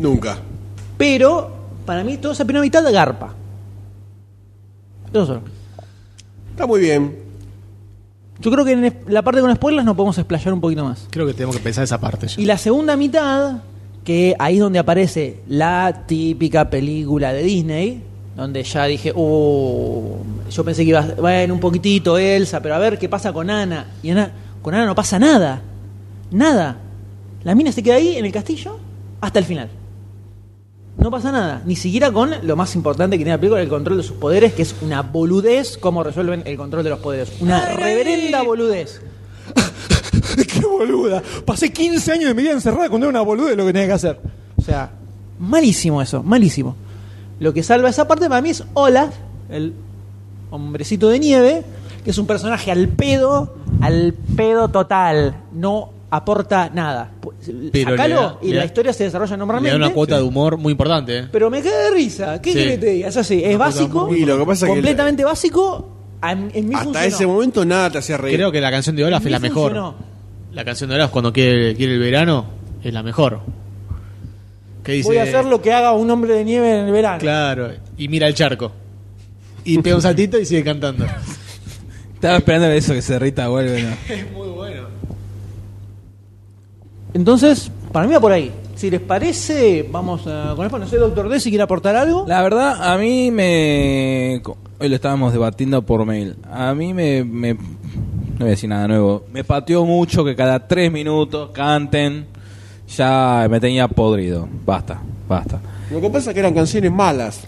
Speaker 1: Nunca.
Speaker 2: Pero para mí toda esa primera mitad de garpa. Eso solo.
Speaker 1: Está muy bien.
Speaker 2: Yo creo que en es- la parte con spoilers no podemos explayar un poquito más.
Speaker 5: Creo que tenemos que pensar esa parte. ya.
Speaker 2: Y la segunda mitad, que ahí es donde aparece la típica película de Disney, donde ya dije, oh, yo pensé que iba a bueno, un poquitito Elsa, pero a ver qué pasa con Ana. Y Ana, con Ana no pasa nada. Nada. La mina se queda ahí en el castillo hasta el final. No pasa nada, ni siquiera con lo más importante que tiene la película, el control de sus poderes, que es una boludez cómo resuelven el control de los poderes. Una reverenda boludez. ¡Qué boluda! Pasé 15 años de mi vida encerrada cuando era una boluda de lo que tenía que hacer. O sea, malísimo eso, malísimo. Lo que salva esa parte para mí es Olaf, el hombrecito de nieve, que es un personaje al pedo, al pedo total. No aporta nada.
Speaker 10: Pero le
Speaker 2: Sacalo
Speaker 10: da-
Speaker 2: y
Speaker 10: le
Speaker 2: la
Speaker 10: da-
Speaker 2: historia se desarrolla
Speaker 10: Le
Speaker 2: normalmente.
Speaker 10: da una cuota de humor muy importante, ¿eh?
Speaker 2: Pero me quedé de risa. ¿Qué
Speaker 10: Sí.
Speaker 2: querés que te diga? Es así, es básico.
Speaker 1: muy- Y lo que pasa es que-
Speaker 2: completamente básico. a- En, mí funcionó.
Speaker 1: Hasta ese momento nada te hacía reír.
Speaker 10: Creo que la canción de Olaf
Speaker 2: En
Speaker 10: es la
Speaker 2: mí
Speaker 10: mejor.
Speaker 2: funcionó.
Speaker 10: La canción de Olaf cuando quiere, quiere el verano es la mejor. Que dice,
Speaker 2: Voy a hacer lo que haga un hombre de nieve en el verano.
Speaker 10: Claro, y mira el charco. Y pega un saltito y sigue cantando.
Speaker 3: Estaba esperando eso que se Rita vuelve. ¿no?
Speaker 2: Entonces, para mí va por ahí. Si les parece, vamos a- con esto. No sé, doctor D, si quiere aportar algo.
Speaker 3: La verdad, a mí me. co- Hoy lo estábamos debatiendo por mail. A mí me. me- no voy a decir nada nuevo. Me pateó mucho que cada tres minutos canten. Ya me tenía podrido. Basta, basta.
Speaker 1: Lo que pasa es que eran canciones malas.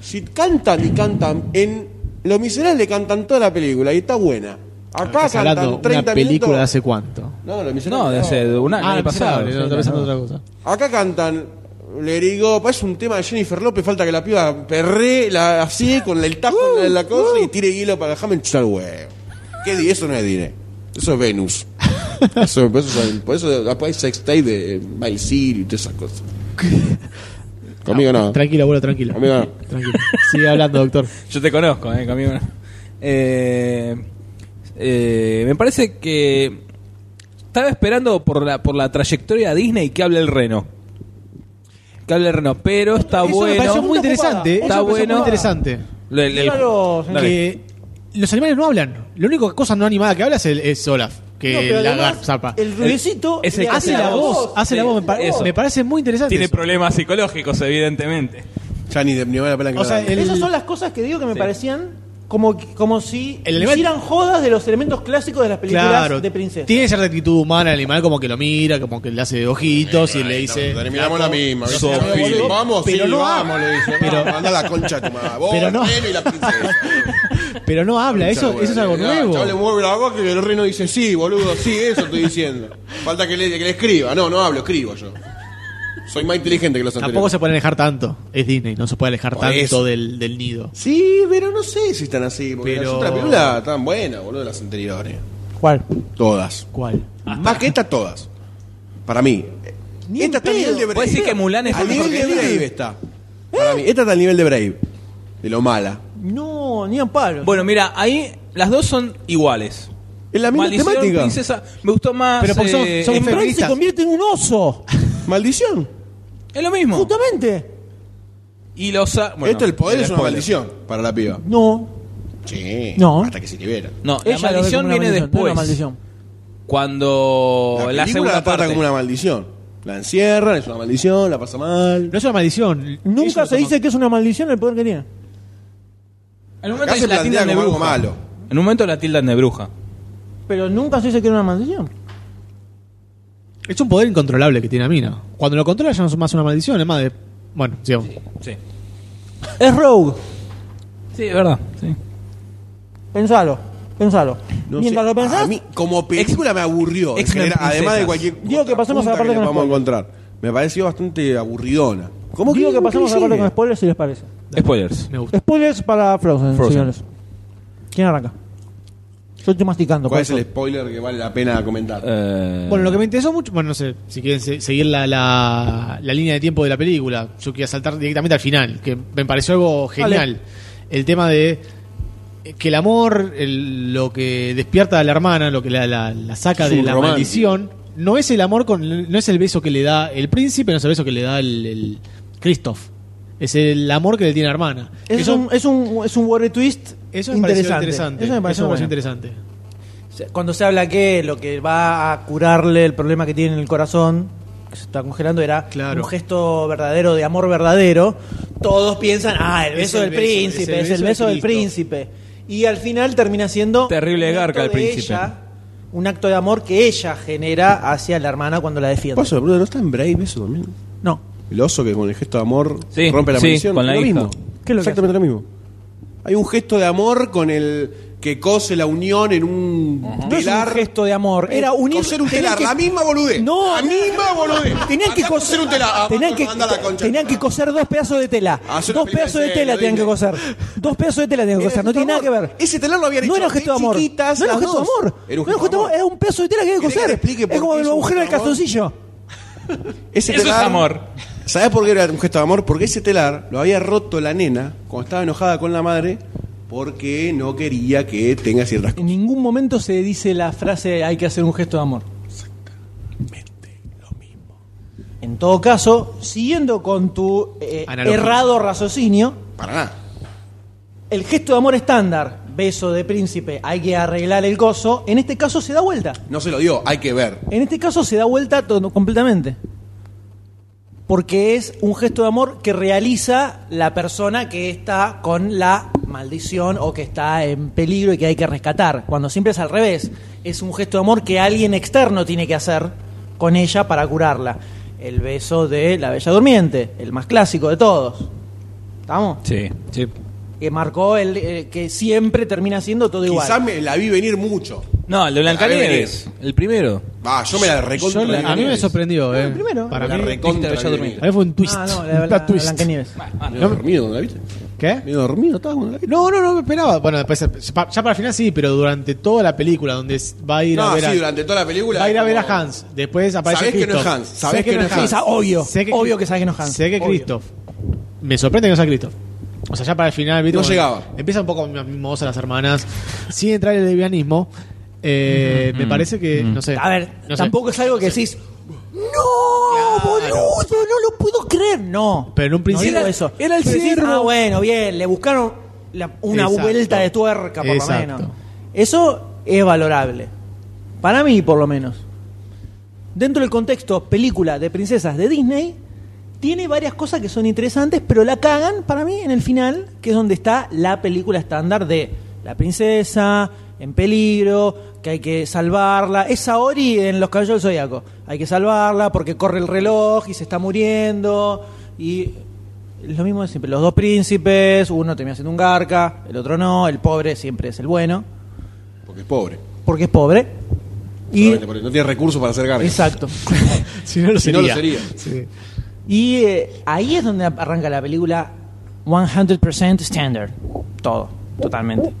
Speaker 1: Si cantan y cantan en Los Miserables cantan toda la película y está buena. Acá
Speaker 10: Estás hablando de
Speaker 1: cantan 30
Speaker 10: una película
Speaker 1: minutos.
Speaker 10: de hace cuánto.
Speaker 1: No, Los Miserables.
Speaker 3: No, de hace un año.
Speaker 10: Ah,
Speaker 3: año pasado.
Speaker 10: pasable, no, estaba
Speaker 3: Sí,
Speaker 10: pensando
Speaker 3: no.
Speaker 10: en otra cosa.
Speaker 1: Acá cantan le digo, es un tema de Jennifer López, falta que la piba perre la, así con el tajo en
Speaker 10: Uh,
Speaker 1: la, la cosa y tire hilo para dejarme enchufar el huevo. ¿Qué di? Eso no es dire. Eso es Venus. Eso, por eso, son- por eso después hay sextape de Maicil y todas esas cosas. Conmigo no.
Speaker 5: Ah. Tranquilo, abuelo, tranquilo.
Speaker 1: Conmigo no.
Speaker 5: Tranquilo. Sigue hablando, doctor.
Speaker 3: Yo te conozco, eh, conmigo no. Eh, eh, me parece que estaba esperando por la por la trayectoria de Disney que hable el reno. Que hable el reno, pero está
Speaker 2: Eso me
Speaker 3: bueno.
Speaker 5: pareció muy
Speaker 2: Está
Speaker 5: interesante.
Speaker 2: ocupada.
Speaker 5: Está
Speaker 3: Está
Speaker 5: bueno.
Speaker 3: bueno.
Speaker 5: Muy interesante.
Speaker 3: Lo- el- el-
Speaker 2: Dígalo, señor.
Speaker 3: Dale.
Speaker 5: Que los animales no hablan. La única cosa no animada que habla es, el- es Olaf.
Speaker 2: No,
Speaker 5: Que
Speaker 2: pero
Speaker 5: Eh, la
Speaker 2: además,
Speaker 5: garzapa.
Speaker 2: El ruidecito
Speaker 3: Es
Speaker 2: le
Speaker 3: el-
Speaker 5: Hace la voz. Hace la
Speaker 3: Sí,
Speaker 5: voz. Me, pare-
Speaker 3: eso.
Speaker 5: me parece muy interesante.
Speaker 3: Tiene
Speaker 5: eso.
Speaker 3: problemas psicológicos, evidentemente.
Speaker 1: Ya ni de ni van a pelar que
Speaker 5: O sea,
Speaker 1: nada.
Speaker 5: el-
Speaker 2: Esas son las cosas que digo que me parecían como, como si
Speaker 5: El elemento-
Speaker 2: hicieran jodas de los elementos clásicos de las películas
Speaker 5: Claro,
Speaker 2: de princesa.
Speaker 5: tiene cierta actitud humana el animal, como que lo mira, como que le hace ojitos y le dice.
Speaker 1: Terminamos la misma. ¿viste?
Speaker 3: Sofía.
Speaker 1: Vamos,
Speaker 5: Pero
Speaker 1: sí,
Speaker 5: no
Speaker 1: vamos,
Speaker 5: habla.
Speaker 1: le dice.
Speaker 5: Pero-
Speaker 1: Pero, anda la concha a tu madre. Vos,
Speaker 5: Pero
Speaker 1: pero
Speaker 5: no.
Speaker 1: y la princesa.
Speaker 5: Pero no habla, eso, eso es algo
Speaker 1: Yo le
Speaker 5: nuevo.
Speaker 1: mueve la boca y el reno dice, sí, boludo, sí, eso estoy diciendo. Falta que le, que le escriba. No, no hablo, escribo yo. Soy más inteligente que los
Speaker 5: Tampoco
Speaker 1: anteriores.
Speaker 5: se puede alejar tanto. Es Disney, no se puede alejar
Speaker 1: Por
Speaker 5: tanto
Speaker 1: eso.
Speaker 5: del, del nido.
Speaker 1: Sí, pero no sé si están así, porque
Speaker 5: Pero-
Speaker 1: las otras películas están buenas, boludo, las anteriores.
Speaker 2: ¿Cuál?
Speaker 1: Todas.
Speaker 5: ¿Cuál?
Speaker 1: Más que estas, todas. Para mí.
Speaker 2: Ni en
Speaker 1: Esta está al
Speaker 2: pedo.
Speaker 1: nivel de Brave.
Speaker 3: ¿Puedes decir que Mulan es
Speaker 1: Al
Speaker 3: mejor
Speaker 1: nivel
Speaker 3: que
Speaker 1: de
Speaker 3: Brave?
Speaker 1: Brave está. Para mí. Esta está al nivel de Brave. De lo mala.
Speaker 2: No, ni a palo.
Speaker 3: Bueno, mira, ahí las dos son iguales.
Speaker 1: Es la misma
Speaker 3: Maldición,
Speaker 1: temática.
Speaker 3: princesa. Me gustó más.
Speaker 5: Pero porque son-
Speaker 3: eh,
Speaker 5: son
Speaker 3: es-
Speaker 2: Frank se
Speaker 5: feministas.
Speaker 2: convierte en un oso.
Speaker 1: Maldición.
Speaker 3: es lo mismo.
Speaker 2: Justamente.
Speaker 3: Y los. a- bueno,
Speaker 1: Esto el poder
Speaker 3: el
Speaker 1: es una
Speaker 3: spoiler.
Speaker 1: maldición para la piba.
Speaker 2: No.
Speaker 1: Sí.
Speaker 2: No.
Speaker 1: Hasta que se libera.
Speaker 3: No, la
Speaker 2: Ella lo ve como
Speaker 3: maldición
Speaker 2: una
Speaker 3: viene
Speaker 2: maldición, no
Speaker 3: después.
Speaker 2: una maldición.
Speaker 3: Cuando la,
Speaker 1: película
Speaker 3: segunda
Speaker 1: la trata
Speaker 3: parte.
Speaker 1: como una maldición. La encierran, es una maldición, la pasa mal.
Speaker 5: No es una maldición. Eso
Speaker 2: Nunca
Speaker 5: lo
Speaker 2: se dice que es una maldición el poder que tiene.
Speaker 3: En un
Speaker 1: Acá
Speaker 3: momento
Speaker 1: se
Speaker 3: la
Speaker 1: plantea
Speaker 3: tildan de
Speaker 1: como algo
Speaker 3: bruja.
Speaker 1: malo.
Speaker 3: En un momento la tildan de bruja.
Speaker 2: Pero nunca se dice que era una maldición.
Speaker 5: toman- Es un poder incontrolable que tiene la mina. Cuando lo controla ya no es más una maldición, es más de. Bueno, sigamos.
Speaker 3: Sí.
Speaker 2: Es rogue.
Speaker 3: Sí, es verdad. Sí.
Speaker 2: Pensalo. Pensalo.
Speaker 1: No
Speaker 2: Mientras
Speaker 1: sé,
Speaker 2: lo pensás,
Speaker 1: a mí, como película me aburrió. en
Speaker 3: X-Men
Speaker 1: general, además de
Speaker 3: princesas.
Speaker 1: cualquier.
Speaker 2: Digo que pasemos a la
Speaker 1: punta
Speaker 2: parte
Speaker 1: le
Speaker 2: con
Speaker 1: vamos a
Speaker 2: spoiler.
Speaker 1: encontrar. Me pareció bastante aburridona. ¿Cómo
Speaker 2: digo que
Speaker 1: cómo
Speaker 2: pasamos a la parte
Speaker 1: hicieron?
Speaker 2: con spoilers si les parece.
Speaker 3: Spoilers.
Speaker 5: Me gusta.
Speaker 2: Spoilers para Frozen,
Speaker 3: Frozen.
Speaker 2: señores. ¿Quién arranca? Yo estoy masticando. por
Speaker 1: ¿Cuál es
Speaker 2: eso.
Speaker 1: el spoiler que vale la pena comentar?
Speaker 3: Eh,
Speaker 5: Bueno, lo que me interesó mucho. Bueno, no sé si quieren se- seguir la, la- la línea de tiempo de la película. Yo quería saltar directamente al final, que me pareció algo genial. El tema de eh, que el amor, el- lo que despierta a la hermana, lo que la, la- la saca
Speaker 1: Es
Speaker 5: de
Speaker 1: un
Speaker 5: la
Speaker 1: romántico.
Speaker 5: maldición, no es el amor, con, no es el beso que le da el príncipe, no es el beso que le da el, el Christoph. Es el amor que le tiene la hermana.
Speaker 2: Es,
Speaker 5: Eso-
Speaker 2: un, es, un, es un word twist
Speaker 5: eso me pareció
Speaker 2: interesante.
Speaker 5: interesante.
Speaker 2: Eso me pareció bueno.
Speaker 5: interesante.
Speaker 2: O sea, Cuando se habla que lo que va a curarle el problema que tiene en el corazón, que se está congelando, era
Speaker 5: Claro.
Speaker 2: un gesto verdadero de amor verdadero, todos piensan, ah, el
Speaker 5: Es
Speaker 2: beso
Speaker 5: el
Speaker 2: del
Speaker 5: beso,
Speaker 2: príncipe, es el beso
Speaker 5: de
Speaker 2: del
Speaker 5: Cristo".
Speaker 2: príncipe. Y al final termina siendo...
Speaker 3: Terrible
Speaker 2: un acto
Speaker 3: garca el
Speaker 2: de
Speaker 3: príncipe.
Speaker 2: ella, un acto de amor que ella genera hacia la hermana cuando la defiende.
Speaker 1: Paso, boludo, ¿no está en Brave eso también?
Speaker 2: No.
Speaker 1: El oso que con el gesto de amor
Speaker 3: Sí,
Speaker 1: rompe la
Speaker 3: sí,
Speaker 1: maldición.
Speaker 3: con la
Speaker 1: lo
Speaker 3: hija.
Speaker 1: mismo.
Speaker 2: ¿Qué es lo que
Speaker 1: Exactamente lo mismo. Hay un gesto de amor con el que cose la unión en un
Speaker 2: No es un
Speaker 1: telar.
Speaker 2: gesto de amor, era unir.
Speaker 1: Coser un
Speaker 2: tenían
Speaker 1: telar,
Speaker 2: que-
Speaker 1: la misma boludez.
Speaker 2: No,
Speaker 1: la misma boludez.
Speaker 2: Tenían que
Speaker 1: Acá
Speaker 2: coser
Speaker 1: un telar. Ah,
Speaker 2: Tenían que,
Speaker 1: anda la concha.
Speaker 2: tenían que coser dos pedazos de tela.
Speaker 1: Hacer
Speaker 2: Dos
Speaker 1: una película
Speaker 2: pedazos de
Speaker 1: de
Speaker 2: tela
Speaker 1: serie,
Speaker 2: tenían que
Speaker 1: ¿lo viste?
Speaker 2: coser. Dos pedazos de tela tenían que
Speaker 1: Era
Speaker 2: coser. No
Speaker 1: gesto de
Speaker 2: tiene nada que
Speaker 1: amor.
Speaker 2: ver.
Speaker 1: Ese telar lo habían
Speaker 2: No
Speaker 1: hecho
Speaker 2: era objeto de
Speaker 1: de
Speaker 2: amor.
Speaker 1: chiquitas,
Speaker 2: no era
Speaker 1: las
Speaker 2: objeto de
Speaker 1: dos.
Speaker 2: amor.
Speaker 1: Era un
Speaker 2: no era objeto de amor. Era un pedazo de tela que había que
Speaker 1: ¿Querés que
Speaker 2: coser.
Speaker 1: te explique por
Speaker 2: es como
Speaker 1: qué
Speaker 2: el
Speaker 1: es un
Speaker 2: agujero del
Speaker 1: gesto de amor?
Speaker 2: calzoncillo.
Speaker 1: Ese
Speaker 3: Eso es
Speaker 1: telar-
Speaker 3: amor.
Speaker 1: ¿Sabés por qué era un gesto de amor? Porque ese telar lo había roto la nena cuando estaba enojada con la madre porque no quería que tenga ciertas
Speaker 2: En ningún momento se dice la frase hay que hacer un gesto de amor. En todo caso, siguiendo con tu eh,
Speaker 5: Analogía.
Speaker 2: errado raciocinio,
Speaker 1: Para nada.
Speaker 2: el gesto de amor estándar, beso de príncipe, hay que arreglar el coso, en este caso se da vuelta.
Speaker 1: No se lo dio, hay que ver.
Speaker 2: En este caso se da vuelta todo, completamente. Porque es un gesto de amor que realiza la persona que está con la maldición o que está en peligro y que hay que rescatar. Cuando siempre es al revés. Es un gesto de amor que alguien externo tiene que hacer con ella para curarla. El beso de la Bella Durmiente, el más clásico de todos. ¿Estamos?
Speaker 3: Sí, sí.
Speaker 2: Que marcó el eh, que siempre termina siendo todo igual.
Speaker 1: Quizás me la vi venir mucho.
Speaker 3: No, el de Blancanieves, el primero.
Speaker 1: Va, yo me la recontra.
Speaker 5: Yo la-
Speaker 1: vi
Speaker 5: a mí me
Speaker 1: venir.
Speaker 5: sorprendió, eh.
Speaker 2: primero.
Speaker 5: Para
Speaker 1: La
Speaker 5: mí,
Speaker 1: recontra.
Speaker 3: Viste, Bella
Speaker 1: vi
Speaker 3: Durmiente.
Speaker 5: para mí fue un twist.
Speaker 2: Ah, no, la,
Speaker 5: un
Speaker 2: la-
Speaker 5: tal twist.
Speaker 2: Blancanieves.
Speaker 1: venir. Medio dormido, ¿no la viste?
Speaker 5: ¿Qué?
Speaker 1: Medio dormido estaba cuando la viste.
Speaker 5: No, no, no me esperaba. Bueno, después ya para el final sí, pero durante toda la película donde s- va a ir a
Speaker 1: No,
Speaker 5: ver a,
Speaker 1: sí, durante toda la película.
Speaker 5: va a ir a ver a
Speaker 1: como-
Speaker 5: Hans, después aparece
Speaker 1: Sabés que no es
Speaker 5: Christoph.
Speaker 1: Hans, sabés
Speaker 5: Sé
Speaker 1: que no es Hans.
Speaker 2: Sí, sa- obvio, obvio que sabés que no es Hans,
Speaker 5: Sé que
Speaker 2: obvio.
Speaker 5: Christoph. Me sorprende que no sea Christoph. O sea, ya para el final, ¿viste?
Speaker 1: No
Speaker 5: Cuando
Speaker 1: llegaba.
Speaker 5: Empieza un poco mimosa las hermanas. Sin entrar en el lesbianismo. eh, me parece que, no sé.
Speaker 2: A ver,
Speaker 5: no sé.
Speaker 2: tampoco es algo que decís, ¡No, boludo! ¡No lo puedo creer! No.
Speaker 5: Pero en un principio-
Speaker 2: No digo eso.
Speaker 3: Era el
Speaker 2: Pero decís,
Speaker 3: ciervo.
Speaker 2: Ah, bueno, bien, le buscaron la- una
Speaker 5: Exacto.
Speaker 2: vuelta de tuerca, por
Speaker 5: Exacto.
Speaker 2: lo menos. Eso es valorable. Para mí, por lo menos. Dentro del contexto película de princesas de Disney, tiene varias cosas que son interesantes, pero la cagan para mí en el final, que es donde está la película estándar de la princesa en peligro, que hay que salvarla. Esa Ori en Los Caballos del Zodiaco. Hay que salvarla porque corre el reloj y se está muriendo. Y es lo mismo de siempre: los dos príncipes, uno termina siendo un garca, el otro no, el pobre siempre es el bueno,
Speaker 1: Porque es pobre.
Speaker 2: porque es pobre. Y.
Speaker 1: Solamente porque No tiene recursos para hacer gargas.
Speaker 2: Exacto.
Speaker 5: Si no lo
Speaker 1: Si
Speaker 5: sería.
Speaker 1: no lo sería.
Speaker 5: Sí.
Speaker 2: Y eh, ahí es donde arranca la película 100% standard. Todo, totalmente.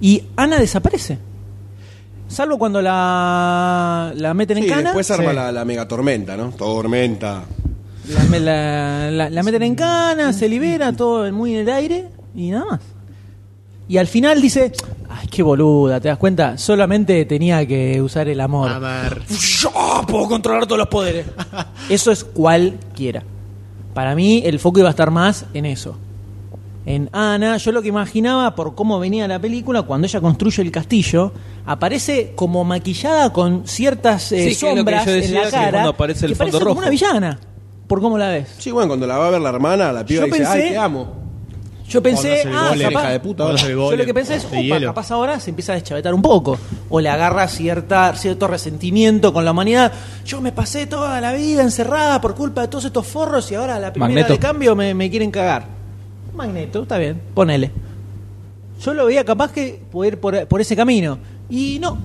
Speaker 2: Y Ana desaparece. Salvo cuando la, la meten en
Speaker 1: Sí,
Speaker 2: cana.
Speaker 1: después arma
Speaker 5: Sí.
Speaker 1: la, la mega tormenta, ¿no? Tormenta.
Speaker 2: La, me- la- la- la meten en cana, se libera, todo muy en el aire y nada más. Y al final dice, ay, qué boluda, ¿te das cuenta? Solamente tenía que usar el amor.
Speaker 5: Ah, Amar.
Speaker 2: Yo puedo controlar todos los poderes. Eso es cualquiera. Para mí el foco iba a estar más en eso. En Ana, yo lo que imaginaba por cómo venía la película, cuando ella construye el castillo, aparece como maquillada con ciertas eh,
Speaker 3: Sí, que es lo que
Speaker 2: sombras
Speaker 3: yo decía,
Speaker 2: en la
Speaker 3: que
Speaker 2: cara.
Speaker 3: cuando aparece el
Speaker 2: que
Speaker 3: fondo
Speaker 2: parece como
Speaker 3: rojo.
Speaker 2: una villana, por cómo la ves.
Speaker 1: Sí, bueno, cuando la va a ver la hermana, la piba
Speaker 2: Yo
Speaker 1: dice,
Speaker 2: pensé-
Speaker 1: ay, te amo.
Speaker 2: Yo pensé,
Speaker 5: Cuando hace el
Speaker 2: ah,
Speaker 5: golem,
Speaker 2: capaz-
Speaker 1: hija de puta,
Speaker 5: cuando hace el
Speaker 2: yo lo que
Speaker 5: golem
Speaker 2: pensé es,
Speaker 5: de
Speaker 2: opa,
Speaker 5: hielo.
Speaker 2: capaz ahora se empieza a deschavetar un poco. O le agarra cierta, cierto resentimiento con la humanidad. Yo me pasé toda la vida encerrada por culpa de todos estos forros y ahora a la primera
Speaker 3: Magneto.
Speaker 2: de cambio me, me quieren cagar. Magneto, está bien, ponele. Yo lo veía capaz que poder ir por, por ese camino. Y no.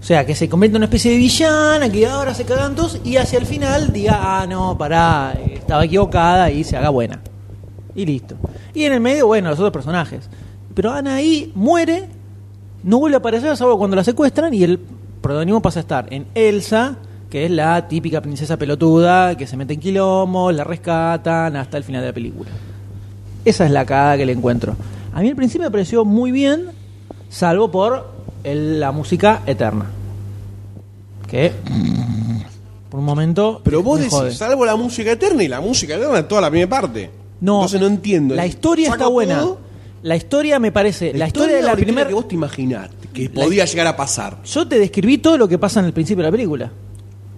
Speaker 2: O sea, que se convierte en una especie de villana, que ahora se cagan todos y hacia el final diga, ah, no, pará, estaba equivocada y se haga buena. Y listo. Y en el medio, bueno, los otros personajes. Pero Ana ahí muere, no vuelve a aparecer, salvo cuando la secuestran y el protagonismo pasa a estar en Elsa, que es la típica princesa pelotuda que se mete en quilombo, la rescatan hasta el final de la película. Esa es la cagada que le encuentro. A mí al principio me pareció muy bien, salvo por el- la música eterna. Que por un momento.
Speaker 1: Pero vos
Speaker 2: me
Speaker 1: decís,
Speaker 2: jode.
Speaker 1: salvo la música eterna y la música eterna toda la primera parte.
Speaker 2: No,
Speaker 1: Entonces no entiendo.
Speaker 2: La historia
Speaker 1: Saco
Speaker 2: está buena.
Speaker 1: todo,
Speaker 2: La historia me parece. La, historia de la
Speaker 1: original
Speaker 2: primera.
Speaker 1: que vos te imaginaste que podía llegar a pasar.
Speaker 2: Yo te describí todo lo que pasa en el principio de la película.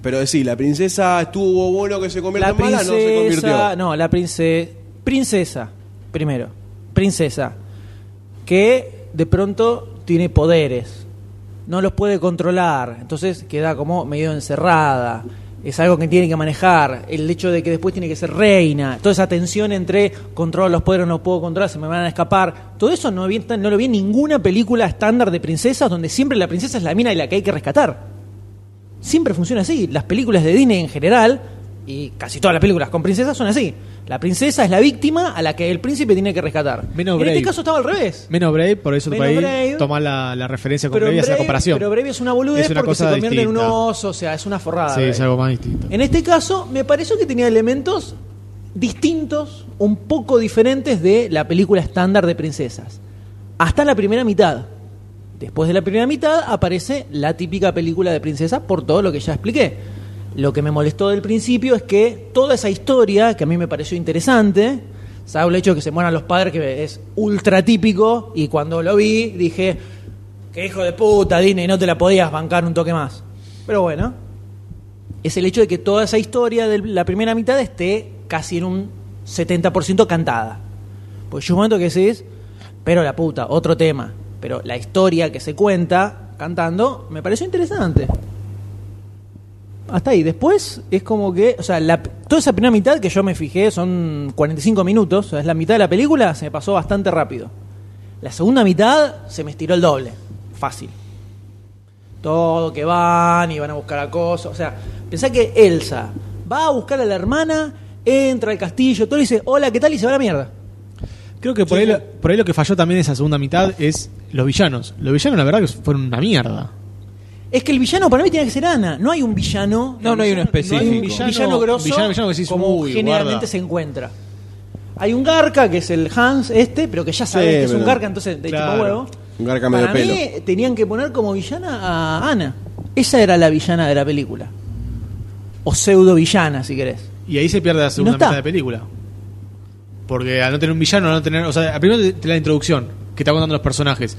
Speaker 1: Pero decís, la princesa estuvo bueno que se convierta
Speaker 2: La
Speaker 1: en mala, no se
Speaker 2: princesa.
Speaker 1: convirtió.
Speaker 2: No, la princesa. Princesa, primero. Princesa. Que de pronto tiene poderes. No los puede controlar. Entonces queda como medio encerrada. es algo que tiene que manejar, el hecho de que después tiene que ser reina, toda esa tensión entre controlo los poderes, no los puedo controlar, se me van a escapar, todo eso no, vi- no lo vi en ninguna película estándar de princesas donde siempre la princesa es la mina y la que hay que rescatar. Siempre funciona así, las películas de Disney en general, y casi todas las películas con princesas son así, la princesa es la víctima a la que el príncipe tiene que rescatar.
Speaker 5: Menos
Speaker 2: en
Speaker 5: Brave.
Speaker 2: este caso estaba al revés.
Speaker 5: Menos Brave, por eso
Speaker 2: Menos
Speaker 5: por ahí
Speaker 2: Brave.
Speaker 5: toma la, la referencia con Brave y hace la
Speaker 2: Brave-
Speaker 5: comparación.
Speaker 2: pero Brave es una boludez
Speaker 5: Es una
Speaker 2: porque se
Speaker 5: cosa
Speaker 2: convierte en un
Speaker 5: distinta.
Speaker 2: oso, o sea, es una forrada.
Speaker 5: sí,
Speaker 2: Brave.
Speaker 5: es algo más distinto.
Speaker 2: En este caso, me pareció que tenía elementos distintos, un poco diferentes de la película estándar de princesas. Hasta la primera mitad. Después de la primera mitad aparece la típica película de princesa por todo lo que ya expliqué. Lo que me molestó del principio es que toda esa historia, que a mí me pareció interesante, salvo el hecho de que se mueran los padres, que es ultra típico, y cuando lo vi dije, que hijo de puta, Disney, no te la podías bancar un toque más. Pero bueno, es el hecho de que toda esa historia de la primera mitad esté casi en un 70% cantada. Pues yo un momento que decís, pero la puta, otro tema. Pero la historia que se cuenta cantando me pareció interesante. Hasta ahí. Después es como que, o sea, la- toda esa primera mitad que yo me fijé son 45 minutos, o sea, es la mitad de la película, se me pasó bastante rápido. La segunda mitad se me estiró el doble. Fácil todo, que van y van a buscar a cosas. O sea, pensá que Elsa va a buscar a la hermana, entra al castillo, todo y dice, hola, ¿qué tal? Y se va a la mierda.
Speaker 5: Creo que por,
Speaker 2: Sí,
Speaker 5: ahí,
Speaker 2: sí.
Speaker 5: Lo, por ahí lo que falló también esa segunda mitad es los villanos. Los villanos, la verdad, que fueron una mierda.
Speaker 2: Es que el villano para mí tiene que ser Ana. No hay un villano.
Speaker 3: No, no hay uno
Speaker 2: No hay un
Speaker 3: específico.
Speaker 2: villano,
Speaker 5: Villano-
Speaker 2: grosso
Speaker 5: villano- villano que decís,
Speaker 2: como
Speaker 5: "Uy,
Speaker 2: generalmente
Speaker 5: guarda".
Speaker 2: se encuentra. Hay un garca, que es el Hans este, pero que ya sabes
Speaker 1: Sí,
Speaker 2: que es un
Speaker 1: pero-
Speaker 2: garca, entonces de
Speaker 5: Claro.
Speaker 2: tipo huevo.
Speaker 1: Un garca medio
Speaker 2: Para mí
Speaker 1: pelo.
Speaker 2: tenían que poner como villana a Ana. Esa era la villana de la película. O pseudo villana, si querés.
Speaker 5: Y ahí se pierde la segunda
Speaker 2: No está.
Speaker 5: mitad de película. Porque al no tener un villano, al no tener. O sea, primero te- te la introducción que está contando los personajes.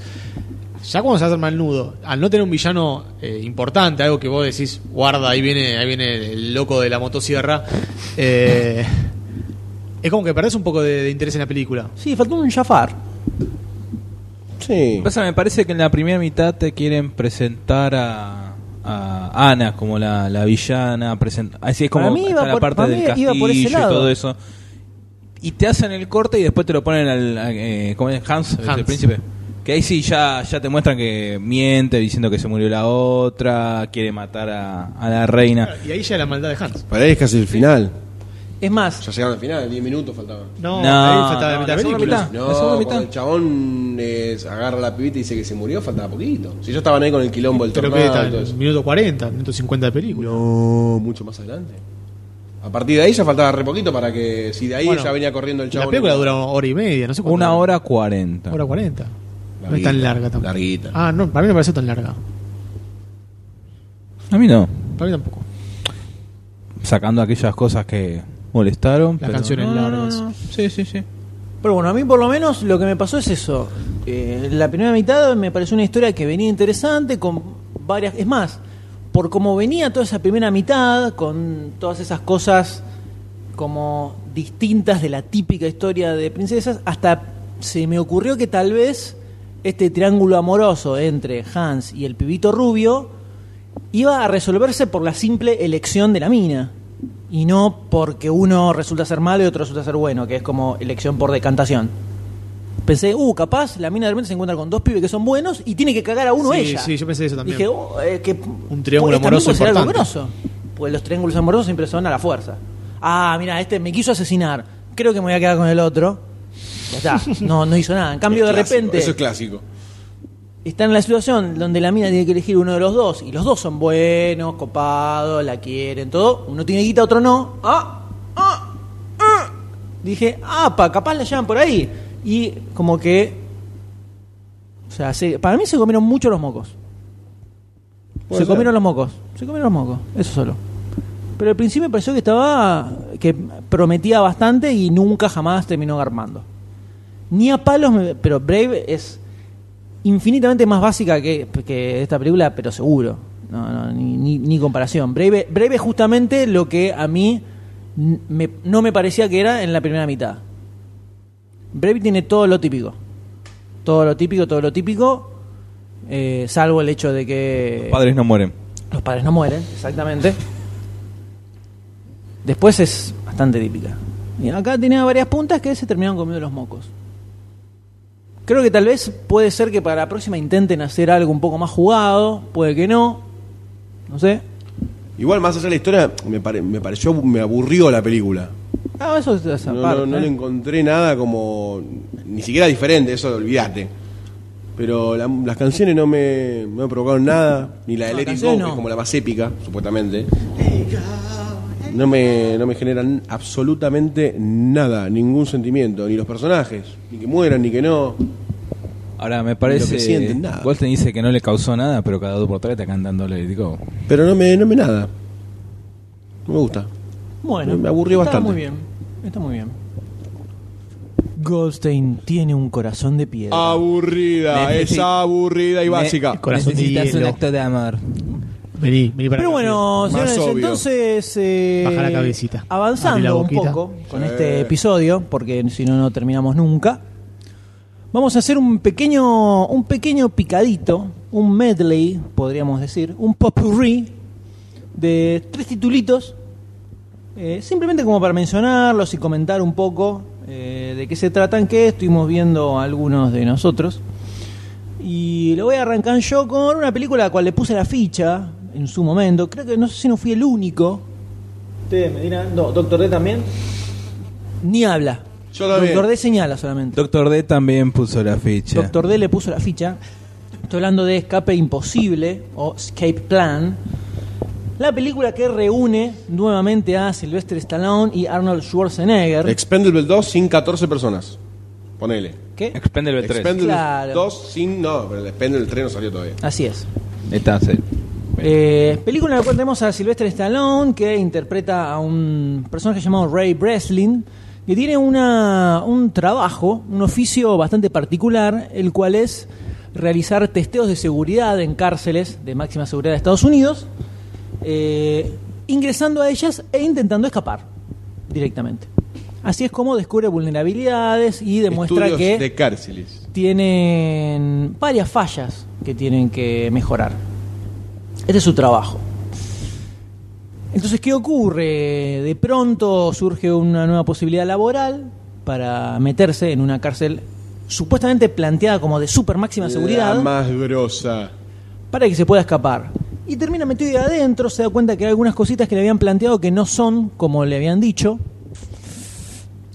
Speaker 5: Ya cuando se hace mal nudo, al no tener un villano eh, importante, algo que vos decís, guarda, ahí viene, ahí viene el loco de la motosierra, eh, es como que perdés un poco de, de interés en la película.
Speaker 2: Sí, faltó un Jafar.
Speaker 1: Sí.
Speaker 3: Pasa, me parece que en la primera mitad te quieren presentar a, a Ana como la, la villana, present- así es como
Speaker 2: Para mí iba
Speaker 3: está la
Speaker 2: por-
Speaker 3: parte
Speaker 2: para
Speaker 3: del
Speaker 2: mí iba
Speaker 3: castillo
Speaker 2: por ese
Speaker 3: y
Speaker 2: lado.
Speaker 3: todo eso. Y te hacen el corte y después te lo ponen al a- eh, ¿cómo es? Hans,
Speaker 5: Hans.
Speaker 3: el príncipe. Que ahí sí ya, ya te muestran que miente diciendo que se murió la otra, quiere matar a, a la reina.
Speaker 5: Y ahí ya la maldad de Hans.
Speaker 1: Para ahí es casi el final.
Speaker 2: Es más,
Speaker 1: Ya llegaron al final, 10 minutos faltaban.
Speaker 5: No,
Speaker 3: No,
Speaker 5: ahí faltaba la
Speaker 3: no,
Speaker 5: mitad
Speaker 3: la
Speaker 5: de
Speaker 3: segunda
Speaker 5: película.
Speaker 3: mitad.
Speaker 1: No,
Speaker 3: La segunda
Speaker 1: cuando
Speaker 3: mitad.
Speaker 1: el chabón eh, agarra a la pibita y dice que se murió, faltaba poquito. Si yo estaban ahí con el quilombo, el
Speaker 5: Creo
Speaker 1: tornado
Speaker 5: que
Speaker 1: y todo eso.
Speaker 5: está minuto 40, minuto 50 de película.
Speaker 1: No, mucho más adelante. A partir de ahí ya faltaba re poquito para que si de ahí
Speaker 5: Bueno,
Speaker 1: ya venía corriendo el
Speaker 5: La
Speaker 1: chabón.
Speaker 5: película dura hora y media, no sé cuánto.
Speaker 3: Una hora cuarenta.
Speaker 5: Hora 40. no es
Speaker 1: Larguita,
Speaker 5: tan larga tampoco.
Speaker 1: larguita.
Speaker 5: Ah, no, para mí no me pareció tan larga.
Speaker 3: A mí no.
Speaker 5: Para mí tampoco.
Speaker 3: Sacando aquellas cosas que molestaron.
Speaker 5: Las canciones
Speaker 3: No, no,
Speaker 5: largas.
Speaker 3: no, no. Sí, sí, sí.
Speaker 2: Pero bueno, a mí por lo menos lo que me pasó es eso. Eh, la primera mitad me pareció una historia que venía interesante, con varias... Es más, por cómo venía toda esa primera mitad, con todas esas cosas como distintas de la típica historia de princesas, hasta se me ocurrió que tal vez este triángulo amoroso entre Hans y el pibito rubio iba a resolverse por la simple elección de la mina y no porque uno resulta ser malo y otro resulta ser bueno, que es como elección por decantación. Pensé, uh, capaz la mina de repente se encuentra con dos pibes que son buenos y tiene que cagar a uno
Speaker 5: Sí,
Speaker 2: ella.
Speaker 5: sí, yo pensé eso también.
Speaker 2: Dije, "Oh, eh, que
Speaker 5: Un triángulo
Speaker 2: esta mina
Speaker 5: amoroso
Speaker 2: puede ser algo
Speaker 5: importante.
Speaker 2: grosso". Pues los triángulos amorosos siempre son a la fuerza. Ah, mira, este me quiso asesinar. Creo que me voy a quedar con el otro. Ya está. No, no hizo nada. En cambio, de
Speaker 1: Clásico,
Speaker 2: repente
Speaker 1: Eso es clásico.
Speaker 2: está en la situación donde la mina tiene que elegir uno de los dos y los dos son buenos, copados, la quieren, todo. Uno tiene guita, otro no. Ah, ah, ah. Dije, apa, capaz la llevan por ahí. Y como que. O sea, se- para mí se comieron mucho los mocos. Se
Speaker 1: Puede ser.
Speaker 2: comieron los mocos. Se comieron los mocos, eso solo. Pero al principio me pareció que estaba. que prometía bastante y nunca jamás terminó garmando. Ni a palos, me- pero Brave es infinitamente más básica que, que esta película, pero seguro. No, no, ni, ni- ni comparación. Brave, Brave es justamente lo que a mí n- me- no me parecía que era en la primera mitad. Brave tiene todo lo típico. Todo lo típico, todo lo típico. eh, salvo el hecho de que
Speaker 3: Padres no mueren.
Speaker 2: los padres no mueren, exactamente. Después es bastante típica. Y acá tenía varias puntas que se terminaron comiendo los mocos. Creo que tal vez puede ser que para la próxima intenten hacer algo un poco más jugado, puede que no. No sé.
Speaker 1: Igual, más allá de la historia, me, pare- me pareció, me aburrió la película.
Speaker 2: Ah, eso es ¿eh?
Speaker 1: No, no, no le encontré nada como. ni siquiera diferente, eso olvídate. Pero la- las canciones no me, no me provocaron nada, ni la de
Speaker 2: No,
Speaker 1: Let It Go,
Speaker 2: canciones
Speaker 1: que
Speaker 2: no.
Speaker 1: es como la más épica, supuestamente. No me, no me generan absolutamente nada, ningún sentimiento, ni los personajes, ni que mueran, ni que no.
Speaker 3: Ahora me parece.
Speaker 1: Lo que sienten, nada.
Speaker 3: Golden dice que no le causó nada, pero cada dos por tres está cantando Let It Go.
Speaker 1: Pero no me, no me nada. No me gusta.
Speaker 2: Bueno,
Speaker 1: Me aburrió
Speaker 2: está
Speaker 1: bastante.
Speaker 2: muy bien. Está muy bien. Goldstein tiene un corazón de piedra.
Speaker 1: Aburrida,
Speaker 3: Necesi-
Speaker 1: es aburrida y básica.
Speaker 5: Corazón de
Speaker 3: Necesitas un
Speaker 5: hielo.
Speaker 3: acto de amor.
Speaker 5: Vení, vení para
Speaker 2: Pero
Speaker 5: acá.
Speaker 2: bueno,
Speaker 1: Más
Speaker 2: señores,
Speaker 1: obvio.
Speaker 2: entonces eh,
Speaker 5: Baja la cabecita. Abrí la
Speaker 2: avanzando un
Speaker 5: boquita.
Speaker 2: poco con
Speaker 1: Sí.
Speaker 2: este episodio, porque si no no terminamos nunca. Vamos a hacer un pequeño, un pequeño picadito, un medley, podríamos decir, un popurrí de tres titulitos, eh, simplemente como para mencionarlos y comentar un poco eh, de qué se tratan, que estuvimos viendo algunos de nosotros. Y lo voy a arrancar yo con una película a la cual le puse la ficha en su momento. Creo que no sé si no fui el único. Ustedes me dirán, no, Doctor D también. Ni habla.
Speaker 1: Yo también.
Speaker 2: Doctor D señala solamente.
Speaker 3: Doctor D también puso la ficha.
Speaker 2: Doctor D le puso la ficha. Estoy hablando de Escape Imposible o Escape Plan. La película que reúne nuevamente a Sylvester Stallone y Arnold Schwarzenegger.
Speaker 1: Expendable 2 sin 14 personas. Ponele.
Speaker 2: que,
Speaker 3: Expendable 3.
Speaker 1: Expendable
Speaker 2: Claro.
Speaker 1: 2 sin. No, pero el Expendable 3 no salió todavía.
Speaker 2: así es.
Speaker 3: Entonces,
Speaker 2: Eh, película en la cual tenemos a Sylvester Stallone que interpreta a un personaje llamado Ray Breslin que tiene una, un trabajo, un oficio bastante particular, el cual es realizar testeos de seguridad en cárceles de máxima seguridad de Estados Unidos, eh, ingresando a ellas e intentando escapar directamente. Así es como descubre vulnerabilidades y demuestra
Speaker 1: Estudios
Speaker 2: que
Speaker 1: de cárceles.
Speaker 2: tienen varias fallas que tienen que mejorar. Este es su trabajo. Entonces, ¿qué ocurre? De pronto surge una nueva posibilidad laboral para meterse en una cárcel supuestamente planteada como de super máxima seguridad
Speaker 1: La más grosa.
Speaker 2: para que se pueda escapar. Y termina metido ahí adentro, se da cuenta que hay algunas cositas que le habían planteado que no son como le habían dicho.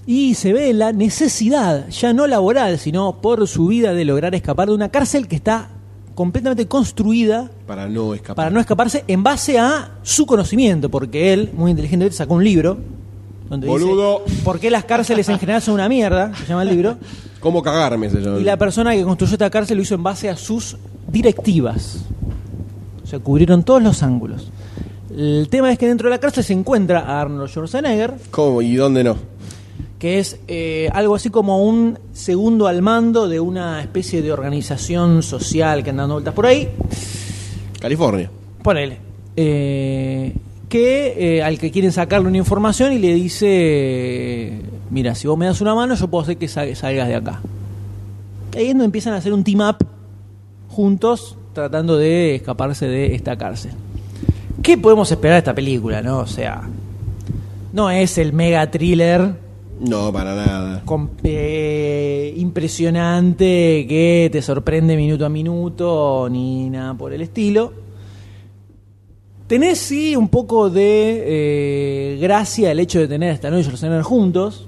Speaker 2: Y se ve la necesidad, ya no laboral, sino por su vida, de lograr escapar de una cárcel que está completamente construida
Speaker 1: Para no escapar.
Speaker 2: para no escaparse en base a su conocimiento, porque él, muy inteligentemente, sacó un libro. Donde
Speaker 1: Boludo.
Speaker 2: Dice, ¿Por qué las cárceles en general son una mierda? Se llama el libro.
Speaker 1: ¿Cómo cagarme? Se llama.
Speaker 2: Y la persona que construyó esta cárcel lo hizo en base a sus directivas. O sea, cubrieron todos los ángulos. El tema es que dentro de la cárcel se encuentra a Arnold Schwarzenegger,
Speaker 1: ¿Cómo y dónde no?
Speaker 2: que es eh, algo así como un segundo al mando de una especie de organización social que anda dando vueltas por ahí,
Speaker 1: California.
Speaker 2: Ponele. Eh, que eh, al que quieren sacarle una información y le dice, eh, mira, si vos me das una mano, yo puedo hacer que sa- salgas de acá. Y ahí es donde empiezan a hacer un team up juntos tratando de escaparse de esta cárcel. ¿Qué podemos esperar de esta película, no? O sea, no es el mega thriller
Speaker 1: No, para nada.
Speaker 2: com- eh, impresionante que te sorprende minuto a minuto ni nada por el estilo. Tenés sí un poco de eh, gracia el hecho de tener a Stallone y Schwarzenegger juntos.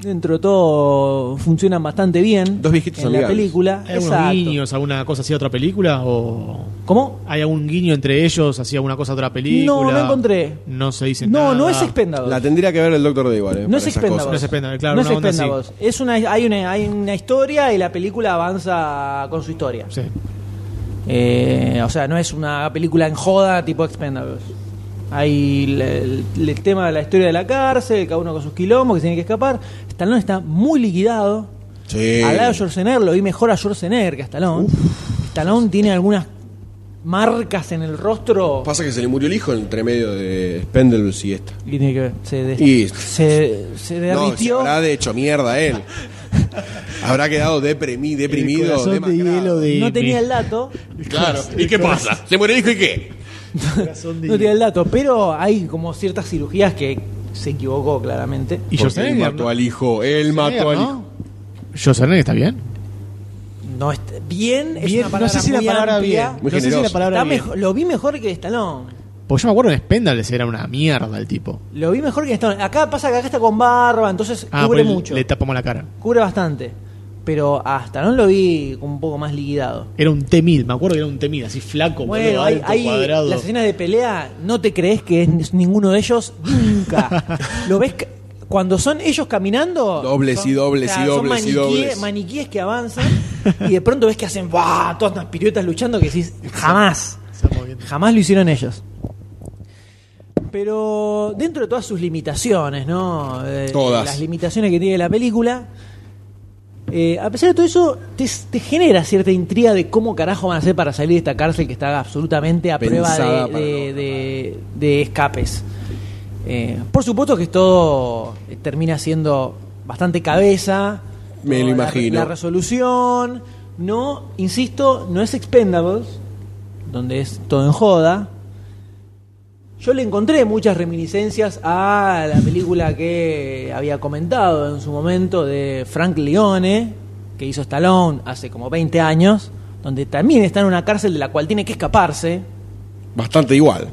Speaker 2: Dentro de todo funcionan bastante bien
Speaker 1: Dos viejitos
Speaker 2: en la
Speaker 1: amigables.
Speaker 2: película.
Speaker 5: ¿Hay algunos
Speaker 2: Exacto.
Speaker 5: guiños, alguna cosa así a otra película? ¿O
Speaker 2: ¿Cómo?
Speaker 5: hay algún guiño entre ellos, así alguna cosa a otra película?
Speaker 2: No, no encontré.
Speaker 5: No se dice
Speaker 2: No,
Speaker 5: nada.
Speaker 2: no es Expendables.
Speaker 1: La tendría que ver el Doctor de igual. eh,
Speaker 2: No
Speaker 1: para
Speaker 2: es
Speaker 1: esas
Speaker 2: Expendables.
Speaker 5: No
Speaker 1: cosas.
Speaker 5: es Expendables, claro,
Speaker 2: No es
Speaker 5: una onda así.
Speaker 2: Expendables. Es una, hay, una, hay una historia y la película avanza con su historia.
Speaker 5: Sí.
Speaker 2: Eh, o sea, no es una película en joda tipo Expendables. Hay el, el- el tema de la historia de la cárcel, cada uno con sus quilombos que tiene que escapar. Stallone está muy liquidado.
Speaker 1: Sí.
Speaker 2: Al lado de Schwarzenegger lo vi mejor a Schwarzenegger que a Stallone. Stallone tiene algunas marcas en el rostro.
Speaker 1: Pasa que se le murió el hijo entre medio de Expendables y esta.
Speaker 2: Y tiene que ver, se, des-
Speaker 1: Y-
Speaker 2: se, se
Speaker 1: No, se
Speaker 2: derritió.
Speaker 1: habrá de hecho mierda él. habrá quedado deprimi-
Speaker 5: El
Speaker 1: deprimido.
Speaker 5: corazón de
Speaker 1: demacrado.
Speaker 5: hielo de
Speaker 2: no tenía
Speaker 5: Amy.
Speaker 2: el dato.
Speaker 1: Claro. ¿Y qué pasa? ¿Se murió el hijo y qué?
Speaker 5: Corazón de
Speaker 2: No
Speaker 5: hielo.
Speaker 2: tiene el dato, pero hay como ciertas cirugías que se equivocó claramente.
Speaker 5: Y
Speaker 1: Porque él
Speaker 5: Schwarzenegger,
Speaker 1: mató al hijo, él mató al hijo.
Speaker 5: ¿no? Schwarzenegger está bien.
Speaker 2: No está- bien, es una palabra
Speaker 5: no sé si la
Speaker 2: muy
Speaker 5: palabra
Speaker 2: amplia.
Speaker 5: bien.
Speaker 1: Muy
Speaker 5: no sé si la
Speaker 1: generoso.
Speaker 5: palabra
Speaker 2: Está
Speaker 5: bien.
Speaker 2: mejo- lo vi mejor que Stallone.
Speaker 5: Porque yo me acuerdo en Spendales era una mierda el tipo.
Speaker 2: Lo vi mejor que Stallone. Acá pasa que acá está con barba, entonces
Speaker 5: Ah,
Speaker 2: cubre
Speaker 5: pues le-
Speaker 2: mucho.
Speaker 5: le tapamos la cara.
Speaker 2: Cubre bastante. Pero a Stallone lo vi un poco más liquidado.
Speaker 5: Era un T-1000, me acuerdo que era un T-1000, así flaco,
Speaker 2: Bueno,
Speaker 5: boludo,
Speaker 2: hay,
Speaker 5: alto,
Speaker 2: hay
Speaker 5: cuadrado.
Speaker 2: las escenas de pelea, no te crees que es ninguno de ellos nunca. Lo ves ca- cuando son ellos caminando.
Speaker 1: Dobles y
Speaker 2: son-
Speaker 1: dobles y
Speaker 2: son
Speaker 1: dobles y
Speaker 2: maniquíes-
Speaker 1: dobles.
Speaker 2: Maniquíes que avanzan y de pronto ves que hacen ¡buah! todas unas piruetas luchando que decís, jamás. Jamás lo hicieron ellos. Pero dentro de todas sus limitaciones, ¿no? Eh,
Speaker 1: Todas.
Speaker 2: Las limitaciones que tiene la película. eh, a pesar de todo eso, te, te genera cierta intriga de cómo carajo van a hacer para salir de esta cárcel que está absolutamente a prueba de,
Speaker 1: Pensada para
Speaker 2: de-
Speaker 1: no
Speaker 2: de- de escapes. Eh, por supuesto que todo eh, termina siendo bastante cabeza.
Speaker 1: Me
Speaker 2: ¿no?
Speaker 1: lo
Speaker 2: La-
Speaker 1: imagino.
Speaker 2: La, resolución. No, insisto, no es Expendables, donde es todo en joda. Yo le encontré muchas reminiscencias a la película que había comentado en su momento de Frank Leone, que hizo Stallone hace como 20 años, donde también está en una cárcel de la cual tiene que escaparse.
Speaker 1: Bastante igual.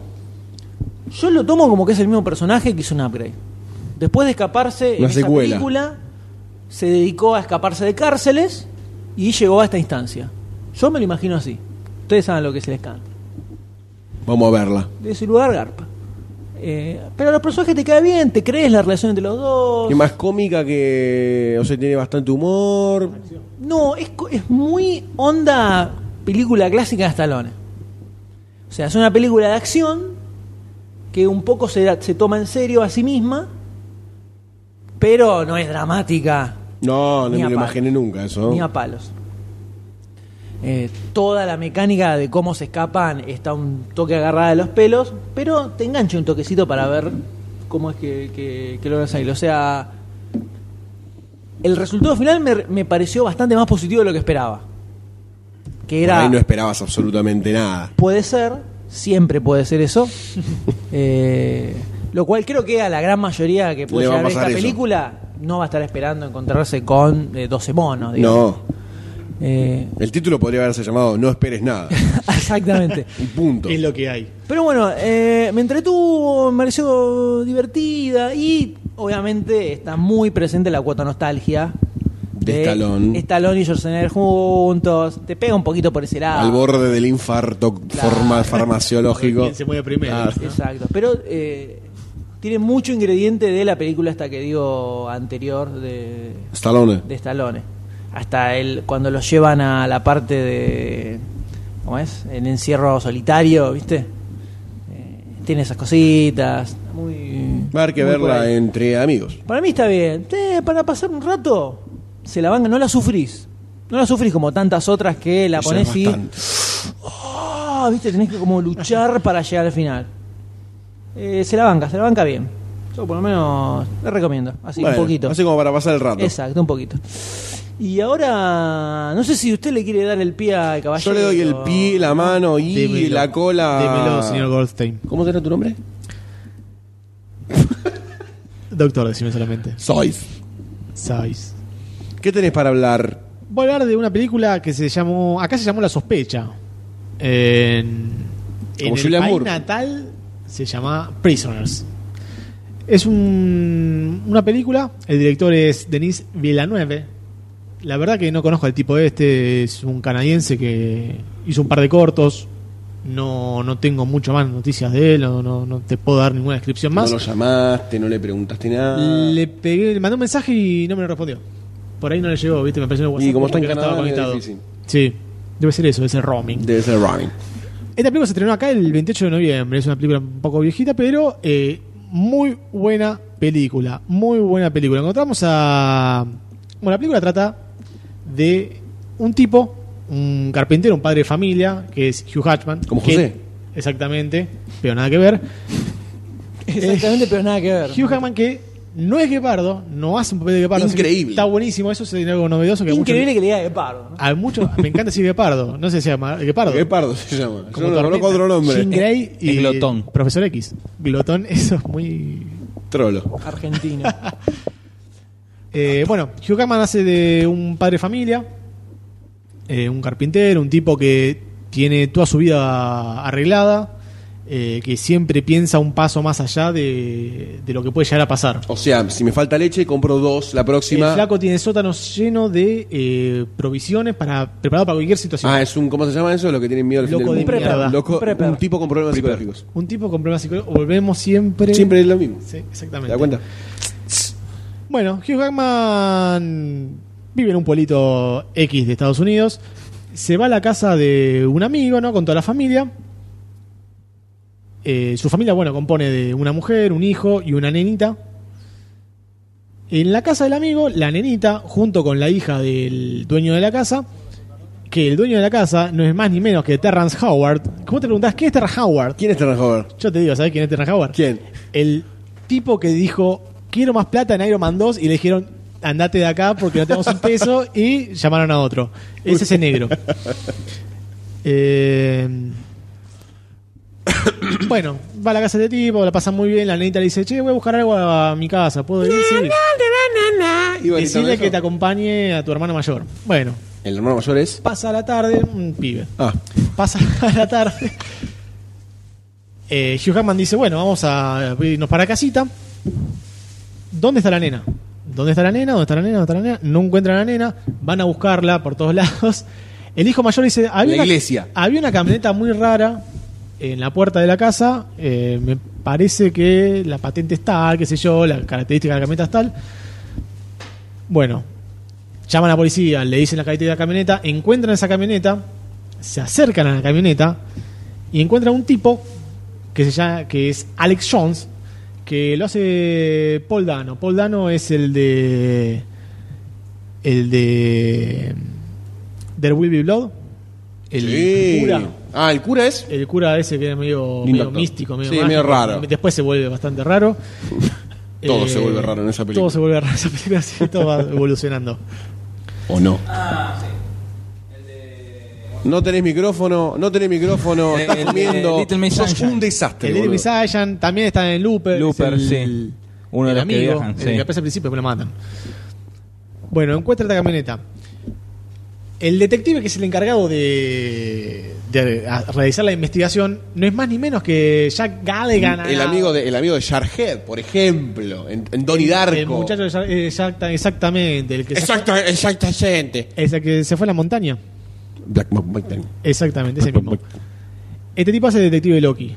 Speaker 2: Yo lo tomo como que es el mismo personaje que hizo un upgrade. Después de escaparse en
Speaker 1: Una
Speaker 2: esa
Speaker 1: secuela.
Speaker 2: película, se dedicó a escaparse de cárceles y llegó a esta instancia. Yo me lo imagino así. Ustedes saben lo que se les canta.
Speaker 1: Vamos a verla.
Speaker 2: De ese lugar, Garpa. Eh, pero a los personajes te queda bien, te crees la relación entre los dos.
Speaker 1: Es más cómica que. O sea, tiene bastante humor.
Speaker 2: No, es, co- es muy onda película clásica de Stallone. O sea, es una película de acción que un poco se, da- se toma en serio a sí misma, pero no es dramática
Speaker 1: No, no
Speaker 2: Ni
Speaker 1: me
Speaker 2: a
Speaker 1: lo
Speaker 2: palo.
Speaker 1: imaginé nunca eso.
Speaker 2: ni a palos. Eh, toda la mecánica de cómo se escapan está un toque agarrada de los pelos, pero te engancha un toquecito para ver cómo es que, que, que logran salir. O sea, el resultado final me, me pareció bastante más positivo de lo que esperaba. Que
Speaker 1: Por
Speaker 2: era,
Speaker 1: Ahí no esperabas absolutamente nada.
Speaker 2: puede ser, siempre puede ser eso. Eh, lo cual creo que a la gran mayoría que puede
Speaker 1: Le va
Speaker 2: llegar a
Speaker 1: a
Speaker 2: ver esta
Speaker 1: pasar eso.
Speaker 2: película no va a estar esperando encontrarse con eh, 12 monos. digamos.
Speaker 1: No.
Speaker 2: Eh,
Speaker 1: El título podría haberse llamado No esperes nada.
Speaker 2: Exactamente.
Speaker 1: Y punto.
Speaker 5: Es lo que hay.
Speaker 2: Pero bueno, eh, me entretuvo, me pareció divertida y obviamente está muy presente la cuota nostalgia.
Speaker 1: De Stallone.
Speaker 2: Stallone y Schwarzenegger juntos. Te pega un poquito por ese lado.
Speaker 1: Al borde del infarto
Speaker 2: Claro.
Speaker 1: forma- farmaciológico.
Speaker 5: ¿Quién se mueve primero?
Speaker 1: Claro.
Speaker 2: Exacto. Pero eh, tiene mucho ingrediente de la película hasta que digo anterior de,
Speaker 1: Stallone.
Speaker 2: de Stallone. Hasta el, cuando los llevan a la parte de. ¿Cómo es? El encierro solitario, ¿viste? Eh, tiene esas cositas. Muy.
Speaker 1: Va a haber que
Speaker 2: muy por
Speaker 1: verla
Speaker 2: ahí.
Speaker 1: entre amigos.
Speaker 2: Para mí está bien. Eh, para pasar un rato, se la van, no la sufrís. No la sufrís como tantas otras que la
Speaker 1: Eso es
Speaker 2: pones y.
Speaker 1: bastante.
Speaker 2: Ah, viste, tenés que como luchar para llegar al final. Eh, se la banca, se la banca bien. Yo por lo menos la recomiendo, así
Speaker 1: Bueno,
Speaker 2: un poquito.
Speaker 1: Así como para pasar el rato.
Speaker 2: Exacto, un poquito. Y ahora, no sé si usted le quiere dar el pie al
Speaker 1: Yo
Speaker 2: caballero.
Speaker 1: le doy el pie, la mano y
Speaker 5: Démelo.
Speaker 1: la cola.
Speaker 5: Démelo, señor Goldstein.
Speaker 1: ¿Cómo será tu nombre?
Speaker 5: Doctor, decime solamente.
Speaker 1: Sois.
Speaker 5: Sais.
Speaker 1: ¿Qué tenés para hablar?
Speaker 5: Voy a hablar de una película que se llamó. Acá se llamó La Sospecha. En.
Speaker 1: Como
Speaker 5: en el
Speaker 1: Julian
Speaker 5: país
Speaker 1: Moore.
Speaker 5: natal se llama Prisoners. Es un- una película. El director es Denis Villeneuve. La verdad que no conozco al tipo este. Es un canadiense que hizo un par de cortos. No, no tengo mucho más noticias de él. No, no- no te puedo dar ninguna descripción más.
Speaker 1: No lo llamaste, no le preguntaste nada.
Speaker 5: Le pegué, le mandé un mensaje y no me lo respondió. Por ahí no le llegó, viste, me apareció en el WhatsApp.
Speaker 1: Y como está en
Speaker 5: porque no
Speaker 1: Canadá, medio
Speaker 5: estaba
Speaker 1: difícil.
Speaker 5: conectado. Sí, debe ser eso, debe ser roaming.
Speaker 1: Debe ser running.
Speaker 5: Esta película se estrenó acá el 28 de noviembre. Es una película un poco viejita, pero eh, muy buena película. Muy buena película. Encontramos a. Bueno, la película trata de un tipo, un carpintero, un padre de familia, que es Hugh Hatchman.
Speaker 1: Como
Speaker 5: que-
Speaker 1: José.
Speaker 5: Exactamente, pero nada que ver.
Speaker 2: Exactamente, pero nada que ver.
Speaker 5: Hugh Hackman que no es guepardo, no hace un papel de guepardo. así que
Speaker 1: Increíble.
Speaker 5: Está buenísimo, eso es algo novedoso que a muchos-
Speaker 2: Increíble que le diga de paro. ¿no?
Speaker 5: a muchos me encanta decir guepardo, no sé si se llama guepardo.
Speaker 1: ¿Qué pardo se llama? Yo
Speaker 5: Como
Speaker 1: no
Speaker 5: tormenta.
Speaker 1: conozco otro nombre.
Speaker 5: Jean Grey y
Speaker 3: Es glotón.
Speaker 5: Profesor X. Glotón, eso es muy
Speaker 1: Trolo.
Speaker 2: Argentina.
Speaker 5: Eh, bueno, Hugh Jackman hace de un padre de familia, eh, un carpintero, un tipo que tiene toda su vida arreglada, eh, que siempre piensa un paso más allá de, de lo que puede llegar a pasar.
Speaker 1: O sea, si me falta leche, compro dos la
Speaker 5: El
Speaker 1: próxima.
Speaker 5: flaco tiene sótano lleno de eh, provisiones para preparado para cualquier situación.
Speaker 1: Ah, es un. ¿Cómo se llama eso? Lo que tienen miedo al
Speaker 5: Loco
Speaker 1: fin
Speaker 5: de
Speaker 1: del mundo.
Speaker 5: mierda.
Speaker 1: Loco-
Speaker 2: Un prepper.
Speaker 1: un tipo con problemas psicológicos.
Speaker 5: Un tipo con problemas psicológicos. Volvemos siempre.
Speaker 1: Siempre es lo mismo.
Speaker 5: Sí,
Speaker 1: ¿Te
Speaker 5: exactamente.
Speaker 1: das cuenta?
Speaker 5: Bueno, Hugh Jackman vive en un pueblito X de Estados Unidos. Se va a la casa de un amigo, ¿no? Con toda la familia. Eh, su familia, bueno, compone de una mujer, un hijo y una nenita. En la casa del amigo, la nenita, junto con la hija del dueño de la casa, que el dueño de la casa no es más ni menos que Terrence Howard. ¿Cómo te preguntás quién es Terrence Howard?
Speaker 1: ¿Quién es Terran Howard?
Speaker 5: Yo te digo, ¿sabes quién es Terrence Howard?
Speaker 1: ¿Quién?
Speaker 5: el tipo que dijo, quiero más plata en Iron Man 2 y le dijeron, andate de acá porque no tenemos un peso y llamaron a otro. Es ese negro. Eh, bueno, va a la casa de este tipo, la pasa muy bien, la nenita le dice, che, voy a buscar algo a mi casa, ¿puedo ir? Sí.
Speaker 1: Iba a gritar
Speaker 5: Ah, Decirle
Speaker 1: eso.
Speaker 5: que te acompañe a tu hermano mayor. Bueno,
Speaker 1: El hermano mayor es.
Speaker 5: pasa la tarde, un pibe
Speaker 1: Ah,
Speaker 5: pasa la tarde. Eh, Hugh Jackman dice, bueno, vamos a irnos para casita. ¿Dónde está la nena? ¿Dónde está la nena? ¿Dónde está la nena? ¿Dónde está la nena? No encuentran a la nena, van a buscarla por todos lados. El hijo mayor dice, había,
Speaker 1: La
Speaker 5: una,
Speaker 1: iglesia.
Speaker 5: había una camioneta muy rara en la puerta de la casa, eh, me parece que la patente es tal, qué sé yo, la característica de la camioneta es tal. Bueno, llaman a la policía, le dicen la característica de la camioneta, encuentran esa camioneta, se acercan a la camioneta y encuentran un tipo que se llama, que es Alex Jones, que lo hace Paul Dano. Paul Dano es el de el de There Will Be Blood, el
Speaker 1: sí.
Speaker 5: cura,
Speaker 1: Ah, el cura es.
Speaker 5: el cura ese que es medio,
Speaker 1: Lindo
Speaker 5: medio
Speaker 1: actor.
Speaker 5: místico, medio,
Speaker 1: Sí,
Speaker 5: mágico.
Speaker 1: medio raro.
Speaker 5: Después se vuelve bastante raro. Eh,
Speaker 1: Todo se vuelve raro en esa película.
Speaker 5: Todo se vuelve raro en esa película, sí, todo va evolucionando.
Speaker 1: ¿O no? No tenés micrófono, no tenés micrófono,
Speaker 3: El-
Speaker 1: estás
Speaker 3: el-
Speaker 1: comiendo.
Speaker 3: el Little Miss
Speaker 1: Sos
Speaker 3: Sunshine.
Speaker 1: un desastre.
Speaker 5: El Little
Speaker 1: boludo.
Speaker 5: Miss Island también está en Looper. es
Speaker 3: Looper,
Speaker 5: Pues el-
Speaker 3: sí. Uno de
Speaker 5: el
Speaker 3: los que
Speaker 5: amigo,
Speaker 3: viajan,
Speaker 5: el
Speaker 3: sí.
Speaker 5: que aparece al principio, pero lo matan. Bueno, encuentra esta camioneta. El detective que es el encargado de, de a- realizar la investigación no es más ni menos que Jack Galligan.
Speaker 1: El amigo de, el amigo de Jarhead, por ejemplo, en, en Donnie Darko.
Speaker 5: El muchacho de Jack- exacta- exactamente. El que, se,
Speaker 1: Exacto, exactamente.
Speaker 5: es el que se fue a la montaña.
Speaker 1: Black Mac Mountain.
Speaker 5: Exactamente, ese mismo. Este tipo hace detective Loki.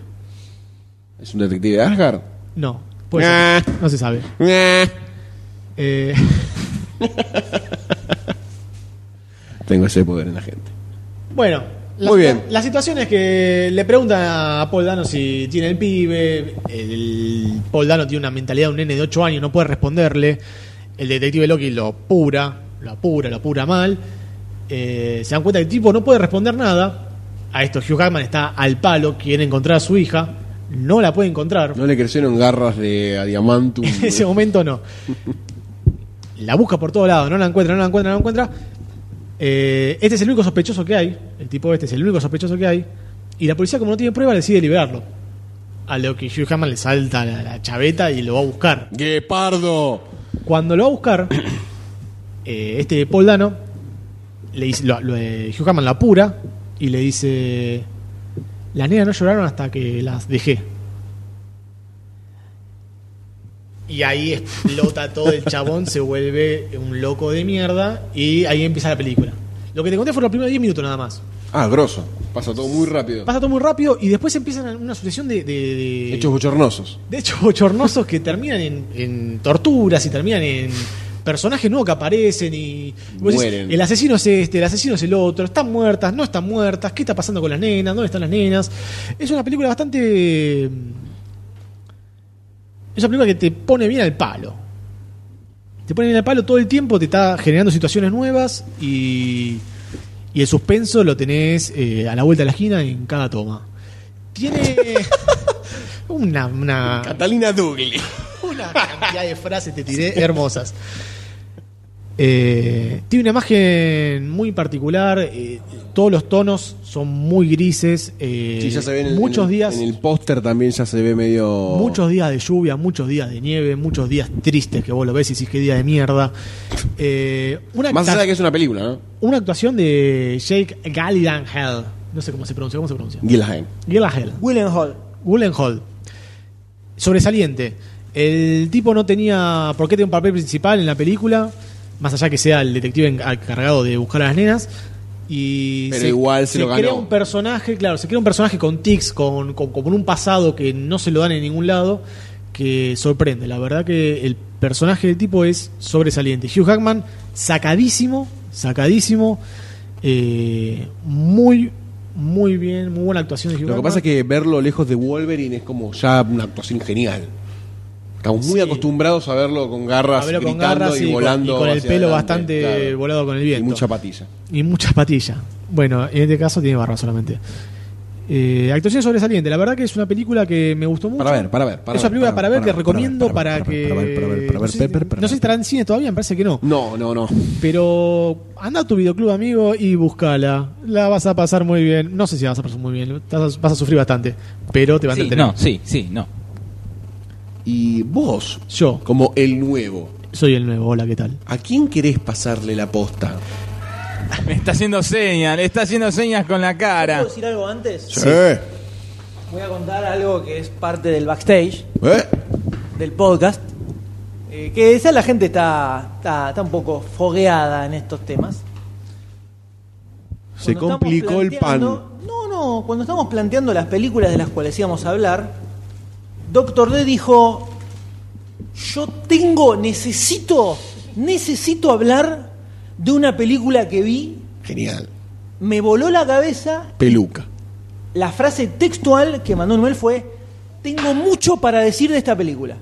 Speaker 1: ¿Es un detective de Asgard?
Speaker 5: No, puede ser.
Speaker 1: Nah.
Speaker 5: no se sabe.
Speaker 1: Eh,
Speaker 5: Eh,
Speaker 1: Tengo ese poder en la gente.
Speaker 5: Bueno, la,
Speaker 1: Muy bien.
Speaker 5: la situación es que le preguntan a Paul Dano si tiene el pibe. El, Paul Dano tiene una mentalidad de un nene de 8 años, no puede responderle. El detective Loki lo apura, lo apura, lo apura mal. Eh, se dan cuenta que el tipo no puede responder nada. A esto Hugh Jackman está al palo, quiere encontrar a su hija, no la puede encontrar.
Speaker 1: No le crecieron garras de a diamantum.
Speaker 5: En ese momento no. La busca por todos lados, no la encuentra, no la encuentra, no la encuentra. Eh, este es el único sospechoso que hay. El tipo este es el único sospechoso que hay. Y la policía, como no tiene prueba, decide liberarlo. A lo que Hugh Hammond le salta la, la chaveta y lo va a buscar.
Speaker 1: ¡Guepardo!
Speaker 5: Cuando lo va a buscar, eh, este Paul Dano, le dice, lo- lo- eh, Hugh Hammond la apura y le dice: Las nenas no lloraron hasta que las dejé. Y ahí explota todo el chabón, se vuelve un loco de mierda y ahí empieza la película. Lo que te conté fueron los primeros 10 minutos nada más.
Speaker 1: Ah, grosso. Pasa todo muy rápido.
Speaker 5: Pasa todo muy rápido y después empiezan una sucesión de, de- de-
Speaker 1: Hechos bochornosos.
Speaker 5: de hecho, bochornosos que terminan en, en torturas y terminan en personajes nuevos que aparecen y y vos decís,
Speaker 1: Mueren.
Speaker 5: el asesino es este, el asesino es el otro, están muertas, no están muertas, qué está pasando con las nenas, dónde están las nenas. Es una película bastante... Es una película que te pone bien al palo. Te pone bien al palo todo el tiempo, te está generando situaciones nuevas y, y el suspenso lo tenés eh, a la vuelta de la esquina en cada toma. Tiene una- una,
Speaker 1: Catalina Douglas.
Speaker 5: una cantidad de frases te tiré hermosas. Eh, tiene una imagen muy particular. eh, todos los tonos son muy grises. eh,
Speaker 1: Sí, ya se ve en el- en
Speaker 5: muchos
Speaker 1: el-
Speaker 5: días.
Speaker 1: En el póster también ya se ve medio.
Speaker 5: Muchos días de lluvia, muchos días de nieve, muchos días tristes que vos lo ves y decís qué día de mierda. Eh, una,
Speaker 1: Más
Speaker 5: acta-
Speaker 1: allá de que es una película, ¿no?
Speaker 5: una actuación de Jake Gyllenhaal. No sé cómo se pronuncia, ¿cómo se pronuncia?
Speaker 1: Gilheim.
Speaker 5: Gyllenhaal.
Speaker 2: William Hall.
Speaker 5: Hall. Sobresaliente. El tipo no tenía por qué tener un papel principal en la película, más allá que sea el detective encargado de buscar a las nenas. Y
Speaker 1: Pero igual se lo ganó.
Speaker 5: crea un personaje, claro, se crea un personaje con tics, con, con, con un pasado que no se lo dan en ningún lado, que sorprende. La verdad que el personaje del tipo es sobresaliente. Hugh Hackman, sacadísimo, sacadísimo, eh, muy, muy bien, muy buena actuación de Hugh
Speaker 1: Lo que
Speaker 5: Hackman.
Speaker 1: pasa es que verlo lejos de Wolverine es como ya una actuación genial. Estamos muy
Speaker 5: Sí.
Speaker 1: acostumbrados a verlo con garras
Speaker 5: A verlo con
Speaker 1: gritando
Speaker 5: garras
Speaker 1: y,
Speaker 5: y con-
Speaker 1: volando.
Speaker 5: y con el
Speaker 1: hacia
Speaker 5: pelo
Speaker 1: adelante,
Speaker 5: bastante
Speaker 1: claro.
Speaker 5: volado con el viento.
Speaker 1: Y mucha patilla.
Speaker 5: Y muchas patillas. Bueno, en este caso tiene barba solamente. Eh, actuación sobresaliente. La verdad que es una película que me gustó mucho.
Speaker 1: Para ver, para ver. Para
Speaker 5: es una película para ver,
Speaker 1: te
Speaker 5: te recomiendo para que. No sé si- No sé si estará en cine todavía, me parece que no.
Speaker 1: No, no, no.
Speaker 5: Pero anda a tu videoclub, amigo, y búscala. La vas a pasar muy bien. No sé si la vas a pasar muy bien. estás- Vas a sufrir bastante. Pero te van a
Speaker 3: Sí,
Speaker 5: entretener.
Speaker 3: no, sí, sí, no.
Speaker 1: Y vos,
Speaker 5: Yo
Speaker 1: como el nuevo,
Speaker 5: soy el nuevo. Hola, ¿qué tal?
Speaker 1: ¿a quién querés pasarle la posta?
Speaker 3: Me está haciendo señas, le está haciendo señas con la cara.
Speaker 2: ¿Puedo decir algo antes?
Speaker 1: ¿Eh?
Speaker 2: Voy a contar algo que es parte del backstage
Speaker 1: ¿Eh?
Speaker 2: del podcast. eh, que esa la gente está, está, está un poco fogueada en estos temas.
Speaker 1: Se
Speaker 2: Cuando
Speaker 1: complicó
Speaker 2: estamos
Speaker 1: el pan.
Speaker 2: planteando- No, no, cuando estamos planteando las películas de las cuales íbamos a hablar, Doctor D dijo, yo tengo, necesito, necesito hablar de una película que vi,
Speaker 1: Genial.
Speaker 2: me voló la cabeza,
Speaker 1: Peluca.
Speaker 2: la frase textual que mandó Noel fue, tengo mucho para decir de esta película.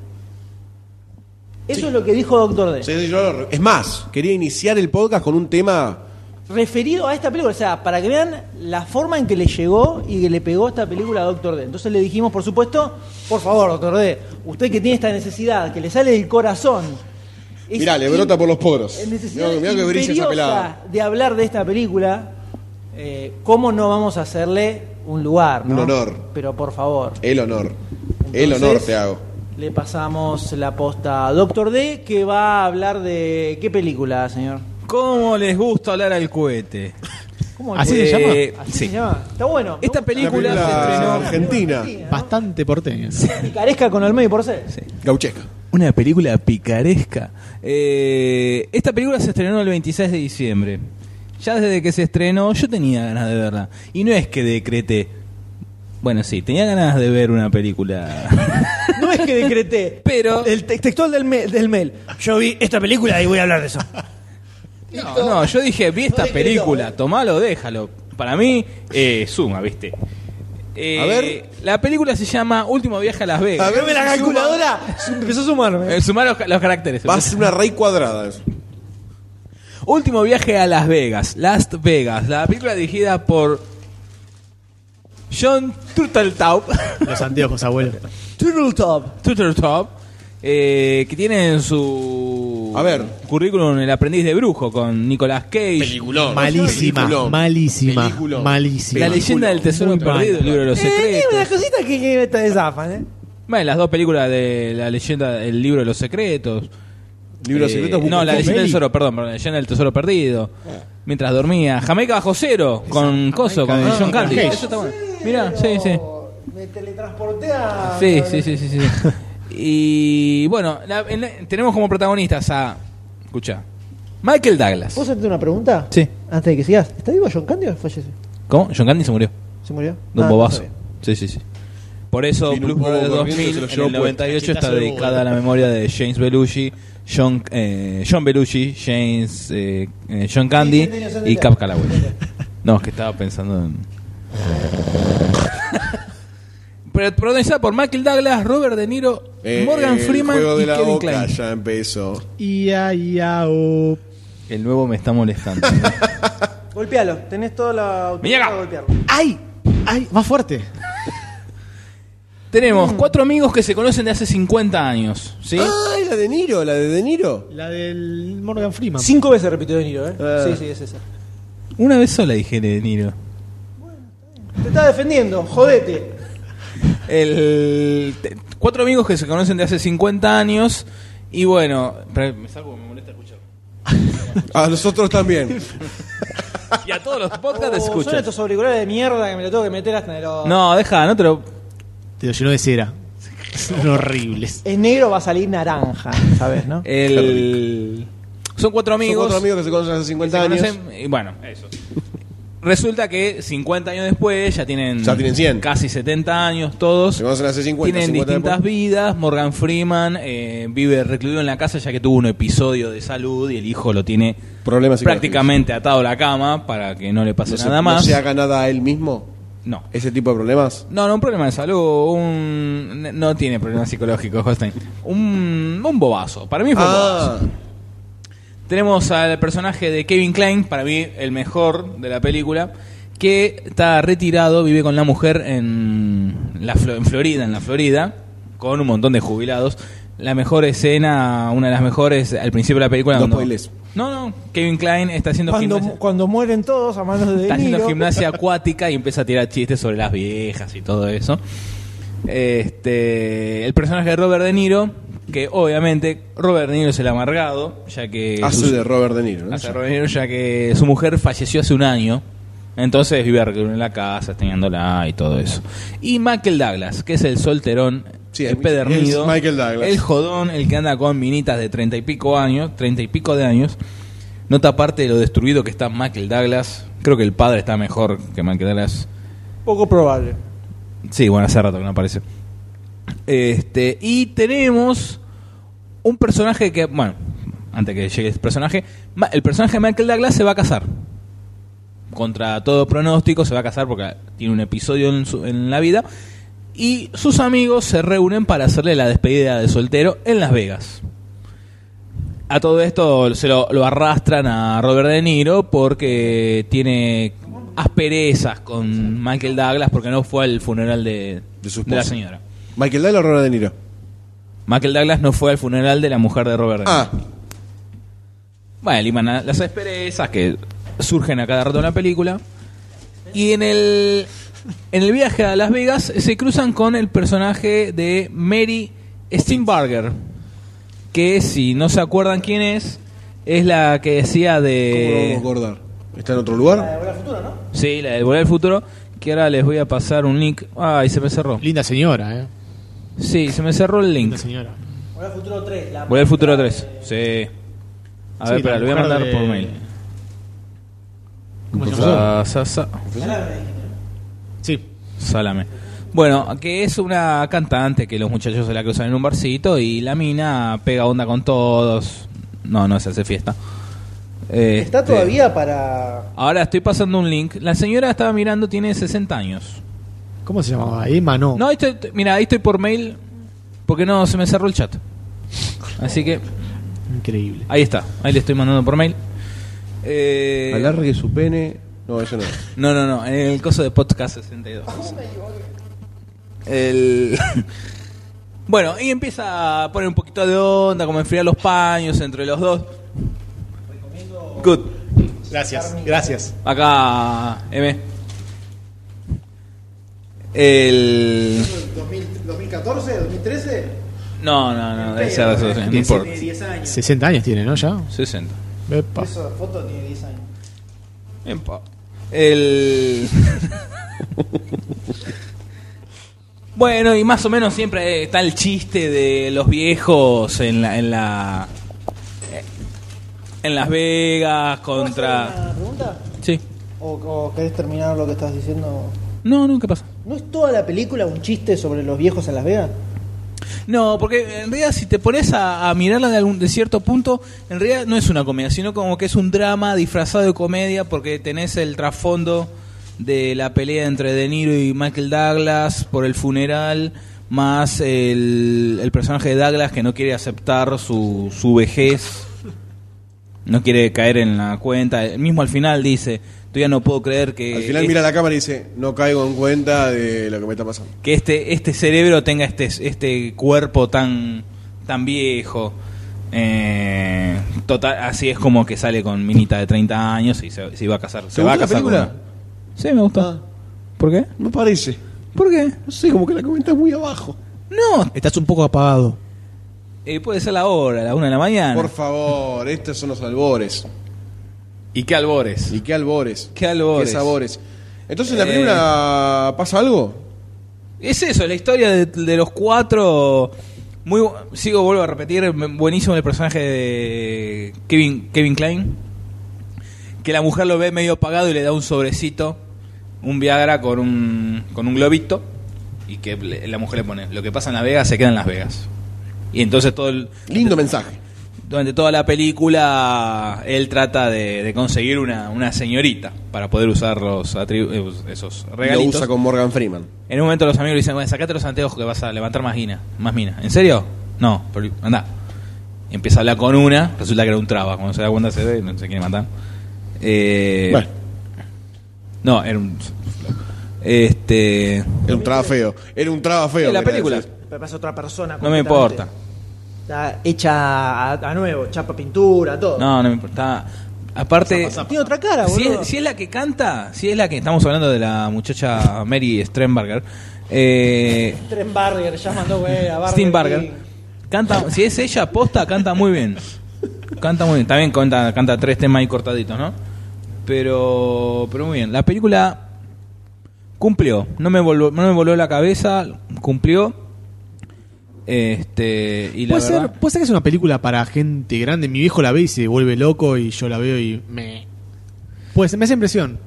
Speaker 2: Eso es lo que dijo Doctor D.
Speaker 1: Sí, sí, yo lo re- Es más, quería iniciar el podcast con un tema.
Speaker 2: referido a esta película, o sea, para que vean la forma en que le llegó y que le pegó esta película a Doctor D. Entonces le dijimos, por supuesto, por favor, Doctor D, usted que tiene esta necesidad, que le sale del corazón. es
Speaker 1: Mirá, le
Speaker 2: in-
Speaker 1: brota por los poros.
Speaker 2: es necesidad
Speaker 1: Mirá, mirá que brilla esa
Speaker 2: imperiosa
Speaker 1: pelada.
Speaker 2: de hablar de esta película, eh, ¿cómo no vamos a hacerle un lugar?
Speaker 1: Un
Speaker 2: ¿no?
Speaker 1: honor.
Speaker 2: Pero por favor.
Speaker 1: El honor. el honor
Speaker 2: Entonces,
Speaker 1: te hago.
Speaker 2: Le pasamos la posta a Doctor D, que va a hablar de... ¿Qué película, señor?
Speaker 3: ¿Cómo les gusta hablar al cohete?
Speaker 2: ¿Cómo Pues
Speaker 5: ¿Así se
Speaker 3: Eh,
Speaker 2: Así
Speaker 3: sí.
Speaker 2: se llama. Está bueno. Me
Speaker 3: Esta
Speaker 2: gusta.
Speaker 3: película se
Speaker 1: La
Speaker 3: estrenó.
Speaker 1: Argentina.
Speaker 5: Bastante porteño.
Speaker 2: Picaresca con Olmedo y Porcel.
Speaker 1: Gauchesca.
Speaker 3: Una película picaresca. Eh, esta película se estrenó el 26 de diciembre. Ya desde que se estrenó yo tenía ganas de verla. Y no es que decreté. Bueno, sí, tenía ganas de ver una película.
Speaker 2: No es que decreté.
Speaker 3: Pero-
Speaker 2: El te- textual del, me- del mail. Yo vi esta película y voy a hablar de eso.
Speaker 3: No, no, yo dije, vi esta película, tomalo, déjalo. Para mí, eh, suma, viste. Eh,
Speaker 1: A ver.
Speaker 3: La película se llama Último viaje a Las Vegas.
Speaker 1: A ver,
Speaker 2: la
Speaker 1: si suma.
Speaker 2: calculadora empezó a sumarme.
Speaker 3: Eh, sumá los, los caracteres.
Speaker 1: Va a ser una raíz cuadrada. eso.
Speaker 3: Último viaje a Las Vegas, Las Vegas, la película dirigida por John Turteltaub,
Speaker 5: Los anteojos, abuelo.
Speaker 2: Turtle Top.
Speaker 3: Turteltaub, eh, que tiene en su
Speaker 1: A ver.
Speaker 3: currículum El aprendiz de brujo con Nicolas Cage,
Speaker 1: Peliculón.
Speaker 5: Malísima,
Speaker 1: Peliculón.
Speaker 5: malísima,
Speaker 1: Peliculón.
Speaker 5: malísima.
Speaker 3: La leyenda del tesoro
Speaker 5: Muy
Speaker 3: perdido,
Speaker 5: mala.
Speaker 3: el libro de los
Speaker 2: Eh, dime las
Speaker 3: secretos.
Speaker 2: cositas que, que te desafan, ¿eh?
Speaker 3: Bueno, las dos películas de La leyenda el libro de los secretos.
Speaker 1: Libro de
Speaker 3: Eh,
Speaker 1: secretos.
Speaker 3: No, La
Speaker 1: Bucafé.
Speaker 3: leyenda del
Speaker 5: Feli.
Speaker 3: tesoro, perdón, perdón, La leyenda del tesoro perdido. Mientras dormía, Jamaica bajo cero con Coso, con
Speaker 5: de
Speaker 3: John
Speaker 5: Nicolas
Speaker 3: Candy.
Speaker 5: Cage.
Speaker 3: Eso está bueno. Mirá, sí, sí.
Speaker 2: Me teletransporté a.
Speaker 3: Sí, sí, sí, sí, sí. Y bueno, la- en la- tenemos como protagonistas a. Escucha. Michael Douglas.
Speaker 7: ¿Puedo hacerte una pregunta?
Speaker 3: Sí.
Speaker 7: Antes de que sigas. ¿Está vivo John Candy o falleció?
Speaker 3: ¿Cómo? John Candy se murió.
Speaker 7: ¿Se murió?
Speaker 3: De un
Speaker 7: Ah, no
Speaker 3: bobazo.
Speaker 7: sabía.
Speaker 3: Sí, sí, sí. Por eso
Speaker 1: Vino
Speaker 3: Blue
Speaker 1: un bobo
Speaker 3: Brothers
Speaker 1: corriendo,
Speaker 3: 2000
Speaker 1: se
Speaker 3: en
Speaker 1: lo llevó Este
Speaker 3: el 98
Speaker 5: puesto.
Speaker 3: está dedicada a la memoria de James Belushi, John, eh, John Belushi, James, eh, eh, John Candy y Cap Calloway. No, es que estaba pensando en... Pero Protagonizada por Michael Douglas, Robert De Niro,
Speaker 1: Eh,
Speaker 3: Morgan
Speaker 1: el
Speaker 3: Freeman
Speaker 1: juego de
Speaker 3: y
Speaker 1: la
Speaker 3: Kevin
Speaker 1: boca
Speaker 3: Klein.
Speaker 1: Ya empezó.
Speaker 5: Ia, ia, o.
Speaker 3: El nuevo me está molestando.
Speaker 2: Golpealo. Tenés toda la
Speaker 3: Me llega.
Speaker 2: autoridad para golpearlo.
Speaker 5: ¡Ay! ¡Ay! Más fuerte.
Speaker 3: Tenemos cuatro amigos que se conocen de hace 50 años, ¿sí?
Speaker 1: ¡Ay, Ah, la de Niro! ¿La de De Niro?
Speaker 5: La del Morgan Freeman.
Speaker 2: Cinco veces repitió De Niro, ¿eh?
Speaker 1: Eh.
Speaker 2: Sí, sí, es esa.
Speaker 3: Una vez sola dije De Niro.
Speaker 2: Te está defendiendo, jodete.
Speaker 3: El, te- cuatro amigos que se conocen de hace 50 años y bueno, pero me salgo, me molesta escuchar.
Speaker 1: A nosotros Ah, también.
Speaker 3: Y a todos los podcasts
Speaker 2: Oh, son
Speaker 3: escuchan.
Speaker 2: estos auriculares de mierda que me lo tengo que meter hasta en el...
Speaker 3: No, deja, no te lo...
Speaker 5: Te lo llenó de cera. Son horribles.
Speaker 2: Es negro, va a salir naranja, ¿sabes, no?
Speaker 3: El, son cuatro
Speaker 1: Son
Speaker 3: amigos.
Speaker 1: cuatro amigos que se conocen hace
Speaker 3: que se
Speaker 1: 50 años.
Speaker 3: conocen, y bueno, eso. Resulta que 50 años después ya tienen,
Speaker 1: Ya tienen 100.
Speaker 3: casi 70 años todos.
Speaker 1: Se conocen hace 50,
Speaker 3: tienen
Speaker 1: 50
Speaker 3: distintas
Speaker 1: después.
Speaker 3: vidas. Morgan Freeman eh, vive recluido en la casa ya que tuvo un episodio de salud y el hijo lo tiene
Speaker 1: Problemas psicológicos.
Speaker 3: prácticamente atado a la cama para que no le pase
Speaker 1: No se-
Speaker 3: nada
Speaker 1: no
Speaker 3: más.
Speaker 1: se haga nada a él mismo?
Speaker 3: No.
Speaker 1: ¿Ese tipo de problemas?
Speaker 3: No, no, un problema de salud, un... No tiene problemas psicológicos, Hostain. Un, un bobazo. Para mí fue un bobazo.
Speaker 1: Ah,
Speaker 3: Tenemos al personaje de Kevin Klein, para mí el mejor de la película, que está retirado, vive con la mujer en, la, Flo- en Florida, en la Florida, con un montón de jubilados. La mejor escena, una de las mejores al principio de la película.
Speaker 1: No
Speaker 3: cuando-
Speaker 1: spoilees.
Speaker 3: No, no, Kevin Klein está haciendo
Speaker 2: Cuando,
Speaker 3: gimnasia-
Speaker 2: cuando mueren todos a manos de
Speaker 3: Está
Speaker 2: De
Speaker 3: haciendo
Speaker 2: Niro.
Speaker 3: gimnasia acuática y empieza a tirar chistes sobre las viejas y todo eso. Este, el personaje de Robert De Niro, que obviamente Robert De Niro es el amargado, ya que
Speaker 1: hace
Speaker 3: su-
Speaker 1: de Robert De Niro. ¿no?
Speaker 3: hace Robert De Niro, ya que su mujer falleció hace un año. Entonces vive recluido en la casa, teniéndola y todo eso. Y Michael Douglas, que es el solterón,
Speaker 1: Sí,
Speaker 3: el
Speaker 1: es-
Speaker 3: pedernido,
Speaker 1: es Michael Douglas.
Speaker 3: el jodón, el que anda con minitas de treinta y pico años, treinta y pico de años. Nota aparte de lo destruido que está Michael Douglas. Creo que el padre está mejor que Michael Douglas.
Speaker 2: Poco probable.
Speaker 3: Sí, bueno, hace rato que no aparece. Este, y tenemos un personaje que, bueno, antes que llegue este personaje, ma- el personaje de Michael Douglas se va a casar. Contra todo pronóstico, se va a casar porque tiene un episodio en, su- en la vida. Y sus amigos se reúnen para hacerle la despedida de soltero en Las Vegas. A todo esto se lo, lo arrastran a Robert De Niro porque tiene asperezas con Michael Douglas porque no fue al funeral de,
Speaker 1: De su
Speaker 3: la
Speaker 1: esposa.
Speaker 3: señora.
Speaker 1: ¿Michael Douglas o Robert De Niro?
Speaker 3: Michael Douglas no fue al funeral de la mujer de Robert De Niro.
Speaker 1: Ah,
Speaker 3: Bueno, liman a- las asperezas que surgen a cada rato en la película. Y en el, en el viaje a Las Vegas se cruzan con el personaje de Mary Steinberger. Que si no se acuerdan quién es, es la que decía
Speaker 1: ¿cómo lo vamos a
Speaker 3: de...
Speaker 1: acordar? ¿Está en otro lugar?
Speaker 3: Sí, la del Volver al Futuro. Que ahora les voy a pasar un link. Ay, se me cerró.
Speaker 5: Linda señora, ¿eh?
Speaker 3: Sí, se me cerró el link.
Speaker 5: Linda señora.
Speaker 2: Volver al futuro 3. La
Speaker 3: Volver al Futuro 3. Sí. A
Speaker 5: Sí,
Speaker 3: ver, espera,
Speaker 5: la
Speaker 3: lo voy a
Speaker 5: mujer
Speaker 3: mandar
Speaker 5: de-
Speaker 3: por mail.
Speaker 5: ¿Cómo se llama?
Speaker 3: Sa- sa- sa-
Speaker 5: Sí.
Speaker 3: Salame. Bueno, que es una cantante que los muchachos se la cruzan en un barcito y la mina pega onda con todos. No, no se hace fiesta. Eh,
Speaker 7: Está
Speaker 3: este,
Speaker 7: todavía para.
Speaker 3: Ahora estoy pasando un link. La señora estaba mirando, tiene 60 años.
Speaker 5: ¿Cómo se llamaba? Emma, no.
Speaker 3: No, ahí estoy- mira, ahí estoy por mail porque no se me cerró el chat. Así que
Speaker 5: Increíble.
Speaker 3: ahí está, ahí le estoy mandando por mail. Eh,
Speaker 1: Alargue su pene. No, eso no.
Speaker 3: No, no, no, en el coso de Podcast 62. El... bueno, y empieza a poner un poquito de onda, como enfriar los paños entre los dos. Good.
Speaker 5: Gracias, gracias.
Speaker 3: Acá, M. El...
Speaker 7: 2014, 2013.
Speaker 3: No, no, no, esa resolución, no importa.
Speaker 7: 10 años.
Speaker 5: 60 años tiene, ¿no? Ya.
Speaker 3: 60.
Speaker 5: Epa.
Speaker 7: Esa foto tiene 10 años.
Speaker 3: Empa. El. bueno, y más o menos siempre eh, está el chiste de los viejos en la. En, la, eh, en Las Vegas contra.
Speaker 7: ¿Una pregunta?
Speaker 3: Sí.
Speaker 7: ¿O, o querés terminar lo que estás diciendo?
Speaker 3: No, nunca pasa.
Speaker 7: ¿No es toda la película un chiste sobre los viejos en Las Vegas?
Speaker 3: No, porque en realidad si te pones a, a mirarla de algún de cierto punto, en realidad no es una comedia, sino como que es un drama disfrazado de comedia porque tenés el trasfondo de la pelea entre De Niro y Michael Douglas por el funeral, más el, el personaje de Douglas que no quiere aceptar su, su vejez, no quiere caer en la cuenta. Él mismo al final dice, Todavía no puedo creer que,
Speaker 1: Al final
Speaker 3: es-
Speaker 1: mira la cámara y dice, no caigo en cuenta de lo que me está pasando.
Speaker 3: que este, este cerebro tenga este, este cuerpo tan, tan viejo. Eh, total, así es como que sale con minita de 30 años y se, se iba a casar.
Speaker 1: ¿Te
Speaker 3: se va a
Speaker 1: gustó la
Speaker 3: casar
Speaker 1: película? Ah.
Speaker 3: con una- Sí, me gustó. ¿Por qué?
Speaker 1: No parece.
Speaker 3: ¿Por qué?
Speaker 1: No sé, como que la comentas muy abajo.
Speaker 3: No,
Speaker 5: Estás un poco apagado.
Speaker 3: eh, puede ser la hora, la una de la mañana.
Speaker 1: Por favor, estos son los albores.
Speaker 3: ¿Y qué albores?
Speaker 1: ¿Y qué albores?
Speaker 3: ¿Qué albores?
Speaker 1: ¿Qué sabores? Entonces, ¿en la
Speaker 3: Eh.
Speaker 1: película pasa algo?
Speaker 3: Es eso, la historia de, de los cuatro. Muy bu- sigo vuelvo a repetir, me- buenísimo el personaje de Kevin Kevin Klein, que la mujer lo ve medio apagado y le da un sobrecito, un Viagra con un con un globito y que le- la mujer le pone, lo que pasa en Las Vegas se queda en Las Vegas. Y entonces todo el,
Speaker 1: Lindo mensaje.
Speaker 3: durante toda la película él trata de, de conseguir una, una señorita para poder usar los atribu- eh, esos regalitos.
Speaker 1: Lo usa con Morgan Freeman.
Speaker 3: En un momento los amigos le dicen, bueno, sacate los anteojos que vas a levantar más guina, más mina. ¿En serio? No, pero anda. Empieza a hablar con una, resulta que era un traba. Cuando se da cuenta se ve y no se quiere matar. Eh,
Speaker 1: Bueno.
Speaker 3: No, era un... Este...
Speaker 1: Era un traba feo. Era un traba feo.
Speaker 3: En la
Speaker 1: quería
Speaker 3: película.
Speaker 1: decir.
Speaker 7: Pero pasa otra persona.
Speaker 3: No me importa.
Speaker 7: Está hecha a, a nuevo, chapa pintura, todo.
Speaker 3: No, no me importa. Aparte...
Speaker 7: Tiene otra cara,
Speaker 3: Si
Speaker 7: boludo.
Speaker 3: es, si es la que canta, si es la que... Estamos hablando de la muchacha Mary Strenberger. Eh,
Speaker 7: Trenbarger, ya mandó, güey, a Barger
Speaker 3: Steinberger.
Speaker 7: King.
Speaker 3: Canta, si es ella, posta, canta muy bien. Canta muy bien. También canta, canta tres temas ahí cortaditos, ¿no? Pero, pero muy bien. La película cumplió. No me voló, no me voló la cabeza. Cumplió. Este. Y la
Speaker 5: ¿Puede ser,
Speaker 3: verdad-
Speaker 5: puede ser que es una película para gente grande. Mi viejo la ve y se vuelve loco y yo la veo y me... Pues me hace impresión.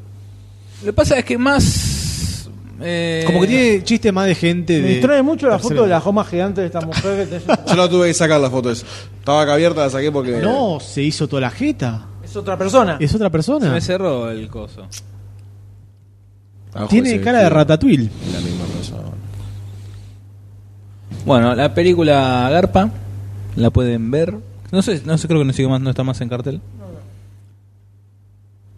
Speaker 3: Lo que pasa es que más. eh,
Speaker 5: Como que tiene chistes más de gente
Speaker 7: Me
Speaker 5: de...
Speaker 7: distrae mucho la
Speaker 5: tercera
Speaker 7: foto de la
Speaker 5: edad.
Speaker 7: joma gigante de esta mujer que te-
Speaker 1: Yo no tuve que sacar la foto esa. Estaba acá abierta, la saqué porque.
Speaker 5: No, se hizo toda la jeta.
Speaker 7: Es otra persona.
Speaker 5: Es otra
Speaker 3: Se
Speaker 5: persona.
Speaker 3: me cerró el coso.
Speaker 1: Abajo
Speaker 5: Tiene
Speaker 1: ese
Speaker 5: cara de
Speaker 1: vestido.
Speaker 5: ratatouille.
Speaker 1: La misma persona.
Speaker 3: Bueno, la película Garpa. La pueden ver. No sé, no sé, creo que no sigue más, no está más en cartel.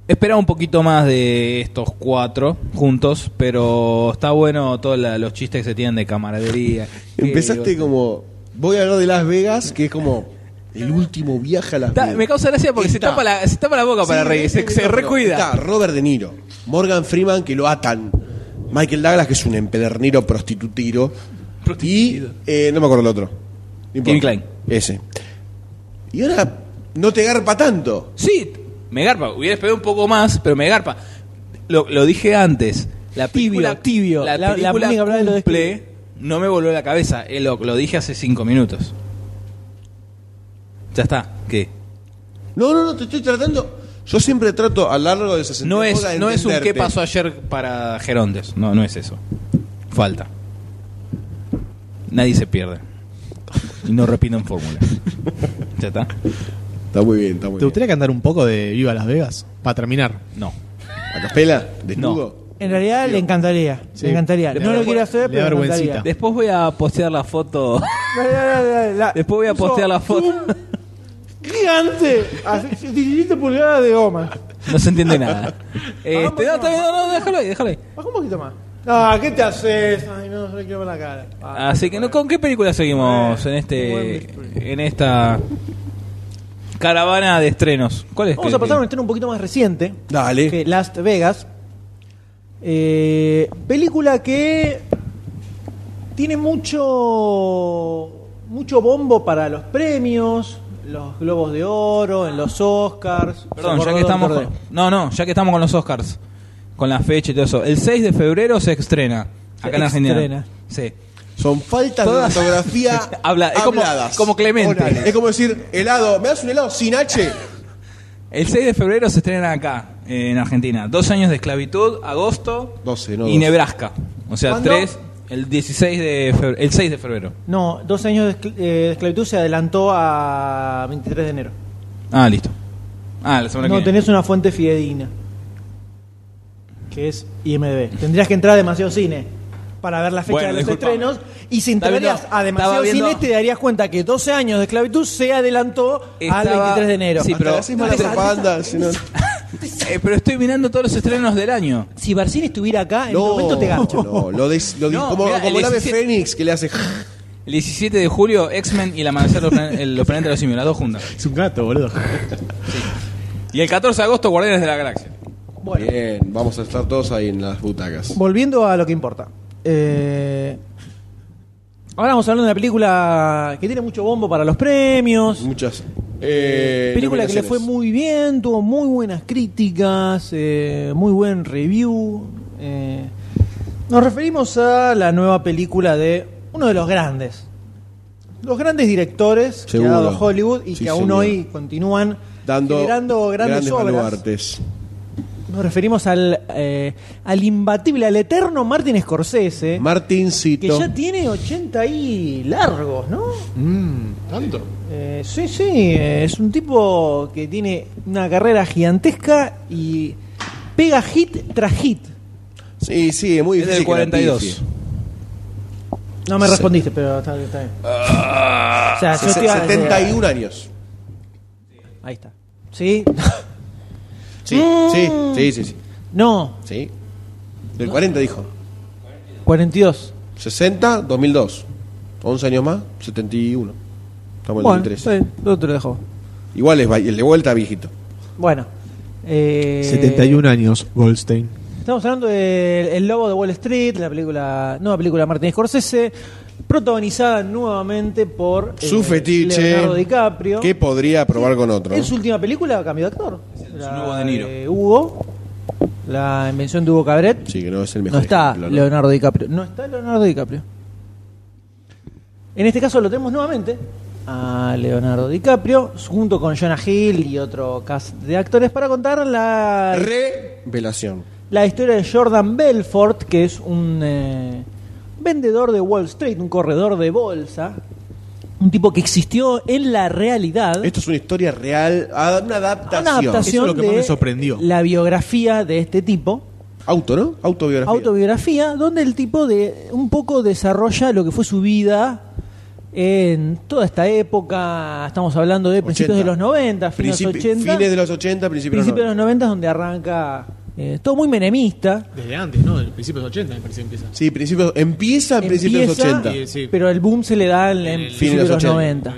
Speaker 3: Esperaba un poquito más de estos cuatro juntos, pero está bueno todos la- los chistes que se tienen de camaradería. Que-
Speaker 1: Empezaste como. Voy a hablar de Las Vegas, que es como. El último viaje a Las
Speaker 3: Está-
Speaker 1: Vegas.
Speaker 3: me causa gracia porque se
Speaker 1: Está.
Speaker 3: tapa, la, se tapa la boca para
Speaker 1: Sí,
Speaker 3: reír, se,
Speaker 1: este
Speaker 3: se
Speaker 1: video, pero Está
Speaker 3: recuida.
Speaker 1: Robert De Niro, Morgan Freeman, que lo atan. Michael Douglas, que es un empederniro prostitutiro.
Speaker 3: Prostituido.
Speaker 1: Y eh, no me acuerdo el otro. No importa.
Speaker 3: Kevin Kline.
Speaker 1: Ese. Y ahora no te garpa tanto.
Speaker 3: Sí, me garpa, hubiera esperado un poco más, pero me garpa. Lo, lo dije antes, la película
Speaker 2: tibio.
Speaker 3: la,
Speaker 2: La- la
Speaker 3: película
Speaker 2: única palabra que lo
Speaker 3: cumple, no me voló la cabeza, eh, lo, lo dije hace cinco minutos. Ya está, ¿qué?
Speaker 1: No, no, no, te estoy tratando. Yo siempre trato a lo largo de 60
Speaker 3: No es,
Speaker 1: horas de
Speaker 3: no es un qué
Speaker 1: entenderte.
Speaker 3: pasó ayer para Gerondes. No, no es eso. Falta. Nadie se pierde. Y no repiten fórmula. ¿Ya está?
Speaker 1: Está muy bien, está muy
Speaker 5: ¿Te
Speaker 1: bien.
Speaker 5: gustaría cantar un poco de Viva Las Vegas? Para terminar.
Speaker 3: No.
Speaker 1: ¿A capela? ¿Desnudo?
Speaker 2: En realidad le encantaría.
Speaker 5: Sí.
Speaker 2: Le encantaría.
Speaker 5: Le
Speaker 2: no
Speaker 5: da
Speaker 2: lo
Speaker 5: vergüenza.
Speaker 2: quiere hacer,
Speaker 5: Le da
Speaker 2: pero le encantaría.
Speaker 5: vergüencita.
Speaker 3: Después voy a postear la foto.
Speaker 2: La- la- la- la-
Speaker 3: Después voy a
Speaker 2: puso
Speaker 3: postear la foto.
Speaker 2: Gigante. Así, 17 pulgadas de goma.
Speaker 3: No se entiende nada.
Speaker 2: Ah,
Speaker 3: Este, no, está bien, no, no, déjalo ahí, déjalo ahí.
Speaker 2: Baja un poquito más. No, ¿qué te haces? Ay, no, no le quiero ver la cara. Ah,
Speaker 3: Así que, no, ¿con qué película seguimos en este, en esta caravana de estrenos? ¿Cuál es?
Speaker 2: Vamos
Speaker 3: que-
Speaker 2: a pasar a un estreno un poquito más reciente.
Speaker 1: Dale.
Speaker 2: Que Last Vegas. Eh, película que tiene mucho mucho bombo para los premios, los Globos de Oro, en los Oscars.
Speaker 3: Perdón,
Speaker 2: Se
Speaker 3: ya
Speaker 2: acordó
Speaker 3: que
Speaker 2: del
Speaker 3: estamos
Speaker 2: cordero.
Speaker 3: con, no, no, ya que estamos con los Oscars, con la fecha y todo eso. El 6 de febrero se estrena
Speaker 2: Se
Speaker 3: acá en Argentina.
Speaker 2: estrena.
Speaker 3: Sí.
Speaker 1: Son faltas
Speaker 3: Todas-
Speaker 1: de ortografía
Speaker 3: Habla- es como-
Speaker 1: habladas.
Speaker 3: como Clemente.
Speaker 1: Orales. Es como decir, helado, ¿me das un helado sin H?
Speaker 3: El 6 de febrero se estrena acá eh, en Argentina. Dos años de esclavitud, agosto
Speaker 1: 12, no
Speaker 3: y
Speaker 1: 12.
Speaker 3: Nebraska. O sea,
Speaker 2: ¿Cuándo?
Speaker 3: tres el 16 de febrero, el 6 de febrero.
Speaker 2: No, dos años de, escl- eh, de esclavitud se adelantó a 23 de enero.
Speaker 3: Ah, listo. Ah, la semana
Speaker 2: No
Speaker 3: que viene.
Speaker 2: tenés una fuente fidedigna, que es IMDB. Tendrías que entrar a demasiado cine para ver la fecha
Speaker 3: Bueno,
Speaker 2: de los
Speaker 3: discúlpame.
Speaker 2: estrenos y si
Speaker 3: Estaba
Speaker 2: entrarías
Speaker 3: viendo-
Speaker 2: a demasiado
Speaker 3: estaba viendo-
Speaker 2: cine te darías cuenta que 12 años de esclavitud se adelantó
Speaker 3: Estaba-
Speaker 2: al 23 de enero.
Speaker 3: Sí,
Speaker 2: Sí,
Speaker 3: pero-
Speaker 1: Hasta la misma
Speaker 2: Hasta-
Speaker 1: propaganda, si no-
Speaker 3: Eh, pero estoy mirando todos los estrenos del año.
Speaker 2: Si Barcini estuviera acá, en
Speaker 1: No,
Speaker 2: un momento te gancho.
Speaker 1: No, lo dis- lo dis-
Speaker 3: No,
Speaker 1: como,
Speaker 3: mirá,
Speaker 1: como
Speaker 3: el
Speaker 1: el ave
Speaker 3: 17
Speaker 1: Fénix que le hace.
Speaker 3: El 17 de julio, X-Men y el amanecer de los Planet- el- los planetas de los simios, las dos juntas.
Speaker 5: Es un gato, boludo.
Speaker 3: Y el 14 de agosto, Guardianes de la Galaxia.
Speaker 2: Bueno.
Speaker 1: Bien, vamos a estar todos ahí en las butacas.
Speaker 2: Volviendo a lo que importa. Eh, ahora vamos a hablar de una película que tiene mucho bombo para los premios.
Speaker 1: Muchas. eh,
Speaker 2: película que le fue
Speaker 1: nominaciones.
Speaker 2: muy bien, tuvo muy buenas críticas, eh, muy buen review. eh. Nos referimos a la nueva película de uno de los grandes. Los grandes directores
Speaker 1: Seguro.
Speaker 2: que ha dado Hollywood y
Speaker 1: Sí,
Speaker 2: que aún
Speaker 1: señor.
Speaker 2: hoy continúan
Speaker 1: Dando
Speaker 2: generando grandes, obras.
Speaker 1: baluartes.
Speaker 2: Nos referimos al, eh, al imbatible, al eterno Martin Scorsese, que
Speaker 1: Martincito.
Speaker 2: ya tiene 80 y largos, ¿no?
Speaker 1: Mm,
Speaker 5: ¿Tanto?
Speaker 2: Eh, sí, sí, eh, es un tipo que tiene una carrera gigantesca y pega hit tras hit.
Speaker 1: Sí, sí, muy
Speaker 3: Es
Speaker 1: difícil.
Speaker 3: del
Speaker 1: que la
Speaker 3: 42.
Speaker 1: pifie.
Speaker 2: No me respondiste, pero está, está bien. O sea, Ah, yo
Speaker 1: Ah, Se-
Speaker 2: te iba a-
Speaker 1: 71 años.
Speaker 2: Ahí está. ¿Sí?
Speaker 1: Sí, sí, sí, sí, sí.
Speaker 2: No,
Speaker 1: sí. Del 40 dijo.
Speaker 2: 42.
Speaker 1: 60, 2002. 11 años más, 71. Estamos en el
Speaker 2: Bueno,
Speaker 1: 2013.
Speaker 2: sí, yo te lo dejo.
Speaker 1: Igual es va- el de vuelta viejito.
Speaker 2: Bueno. eh,
Speaker 5: 71 años, Goldstein.
Speaker 2: Estamos hablando de El Lobo de Wall Street, la película nueva película de Martin Scorsese, protagonizada nuevamente por eh,
Speaker 1: Su fetiche.
Speaker 2: Leonardo DiCaprio.
Speaker 1: ¿Qué podría probar con otro?
Speaker 2: En su última película cambió de actor.
Speaker 3: su nuevo De Niro.
Speaker 2: de Hugo, la invención de Hugo Cabret.
Speaker 1: Sí, que no es el mejor.
Speaker 2: No está
Speaker 1: ejemplo, ¿no?
Speaker 2: Leonardo DiCaprio. No está Leonardo DiCaprio. En este caso lo tenemos nuevamente a Leonardo DiCaprio junto con Jonah Hill y otro cast de actores para contar la
Speaker 1: Revelación.
Speaker 2: la historia de Jordan Belfort, que es un eh, vendedor de Wall Street, un corredor de bolsa, un tipo que existió en la realidad.
Speaker 1: Esto es una historia real, ad- una adaptación.
Speaker 2: una adaptación
Speaker 5: Eso es lo que más
Speaker 2: de
Speaker 5: me sorprendió.
Speaker 2: la biografía de este tipo,
Speaker 1: Auto, ¿no? Autobiografía.
Speaker 2: autobiografía, donde el tipo de un poco desarrolla lo que fue su vida en toda esta época, estamos hablando de principios
Speaker 1: 80.
Speaker 2: de los 90, fines de los
Speaker 1: Principi-
Speaker 2: 80,
Speaker 1: Fines de los 80, principios
Speaker 2: principios de los
Speaker 1: de los 90.
Speaker 2: 90 donde arranca eh, todo muy menemista.
Speaker 5: Desde antes, ¿no? El principio de los 80 me parece que empieza.
Speaker 1: Sí, principios, empieza Ah, en principios de los
Speaker 2: Empieza,
Speaker 1: 80.
Speaker 5: y- sí.
Speaker 2: Pero el boom se le da en, en
Speaker 5: el-
Speaker 2: principios de los
Speaker 1: 80.
Speaker 2: 90.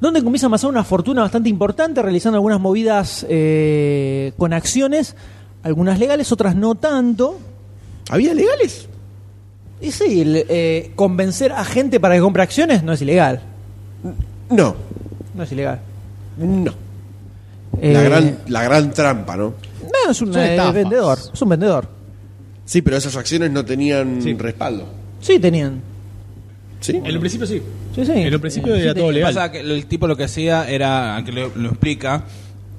Speaker 2: Donde comienza a amasar una fortuna bastante importante realizando algunas movidas eh, con acciones, algunas legales, otras no tanto.
Speaker 1: ¿Había legales?
Speaker 2: Y sí, el, eh, convencer a gente para que compre acciones no es ilegal.
Speaker 1: No,
Speaker 2: No es ilegal.
Speaker 1: no. la,
Speaker 2: Eh,
Speaker 1: gran, la gran trampa, ¿no?
Speaker 2: No, es un
Speaker 5: Son
Speaker 2: eh,
Speaker 5: estafas.
Speaker 2: vendedor. Es un vendedor.
Speaker 1: Sí, pero esas acciones no tenían
Speaker 5: Sí.
Speaker 1: respaldo.
Speaker 2: Sí, tenían.
Speaker 1: ¿Sí?
Speaker 5: En un principio sí.
Speaker 2: Sí, sí.
Speaker 5: En un principio
Speaker 2: Eh,
Speaker 5: era todo
Speaker 3: Lo que
Speaker 5: legal.
Speaker 3: pasa es que el tipo lo que hacía era, que lo, lo explica,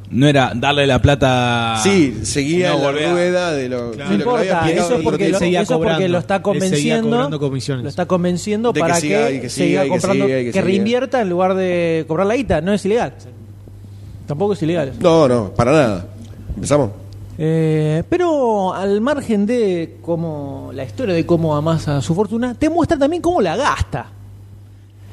Speaker 3: no era darle la plata.
Speaker 1: sí, seguía
Speaker 3: No,
Speaker 1: en la
Speaker 3: volvía.
Speaker 1: rueda de lo,
Speaker 2: No
Speaker 1: de lo que había
Speaker 2: importa, eso
Speaker 1: explicado
Speaker 2: es
Speaker 1: el otro
Speaker 2: porque,
Speaker 5: él
Speaker 2: lo,
Speaker 1: tipo.
Speaker 2: eso
Speaker 5: seguía
Speaker 2: es porque
Speaker 5: cobrando.
Speaker 2: lo está
Speaker 5: Él seguía
Speaker 2: convenciendo.
Speaker 5: cobrando comisiones.
Speaker 2: Lo está convenciendo
Speaker 1: De que
Speaker 2: para que,
Speaker 1: siga, y que siga,
Speaker 2: siga
Speaker 1: y que
Speaker 2: comprando,
Speaker 1: siga, y
Speaker 2: que,
Speaker 1: que siga.
Speaker 2: reinvierta en lugar de cobrar la guita. No es ilegal. Tampoco es ilegal. eso.
Speaker 1: No, no, para nada. ¿Empezamos?
Speaker 2: Eh, pero al margen de cómo la historia de cómo amasa su fortuna, te muestra también cómo la gasta.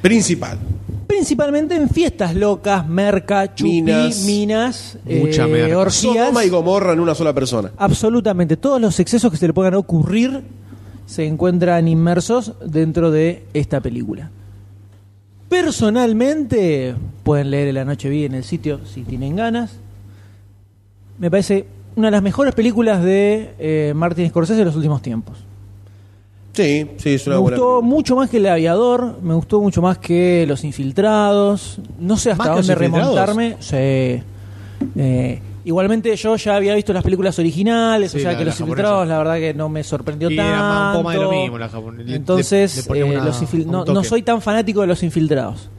Speaker 1: Principal.
Speaker 2: Principalmente en fiestas locas, merca, chupí,
Speaker 1: Minas.
Speaker 2: minas, eh,
Speaker 5: Mucha merca.
Speaker 2: orgías.
Speaker 1: Sodoma y Gomorra en una sola persona.
Speaker 2: Absolutamente. Todos los excesos que se le puedan ocurrir se encuentran inmersos dentro de esta película. Personalmente, pueden leer La Noche Vi en el sitio si tienen ganas. Me parece una de las mejores películas de eh, Martin Scorsese de los últimos tiempos.
Speaker 1: Sí, sí, es una
Speaker 2: me
Speaker 1: buena.
Speaker 2: gustó
Speaker 1: película.
Speaker 2: mucho más que El Aviador, me gustó mucho más que Los Infiltrados. No sé hasta
Speaker 5: ¿Más que Los
Speaker 2: dónde
Speaker 5: Infiltrados?
Speaker 2: remontarme. Sí. Eh, igualmente yo ya había visto las películas originales,
Speaker 5: Sí,
Speaker 2: o sea
Speaker 5: la-
Speaker 2: que
Speaker 5: la
Speaker 2: Los
Speaker 5: japonesa.
Speaker 2: Infiltrados la verdad que no me sorprendió
Speaker 5: Y
Speaker 2: tanto.
Speaker 5: era más- un poco más de lo mismo la japonesa. Le- le-
Speaker 2: Entonces,
Speaker 5: le ponía
Speaker 2: eh,
Speaker 5: una-
Speaker 2: los infil-
Speaker 5: un
Speaker 2: no,
Speaker 5: toque.
Speaker 2: no soy tan fanático de Los Infiltrados.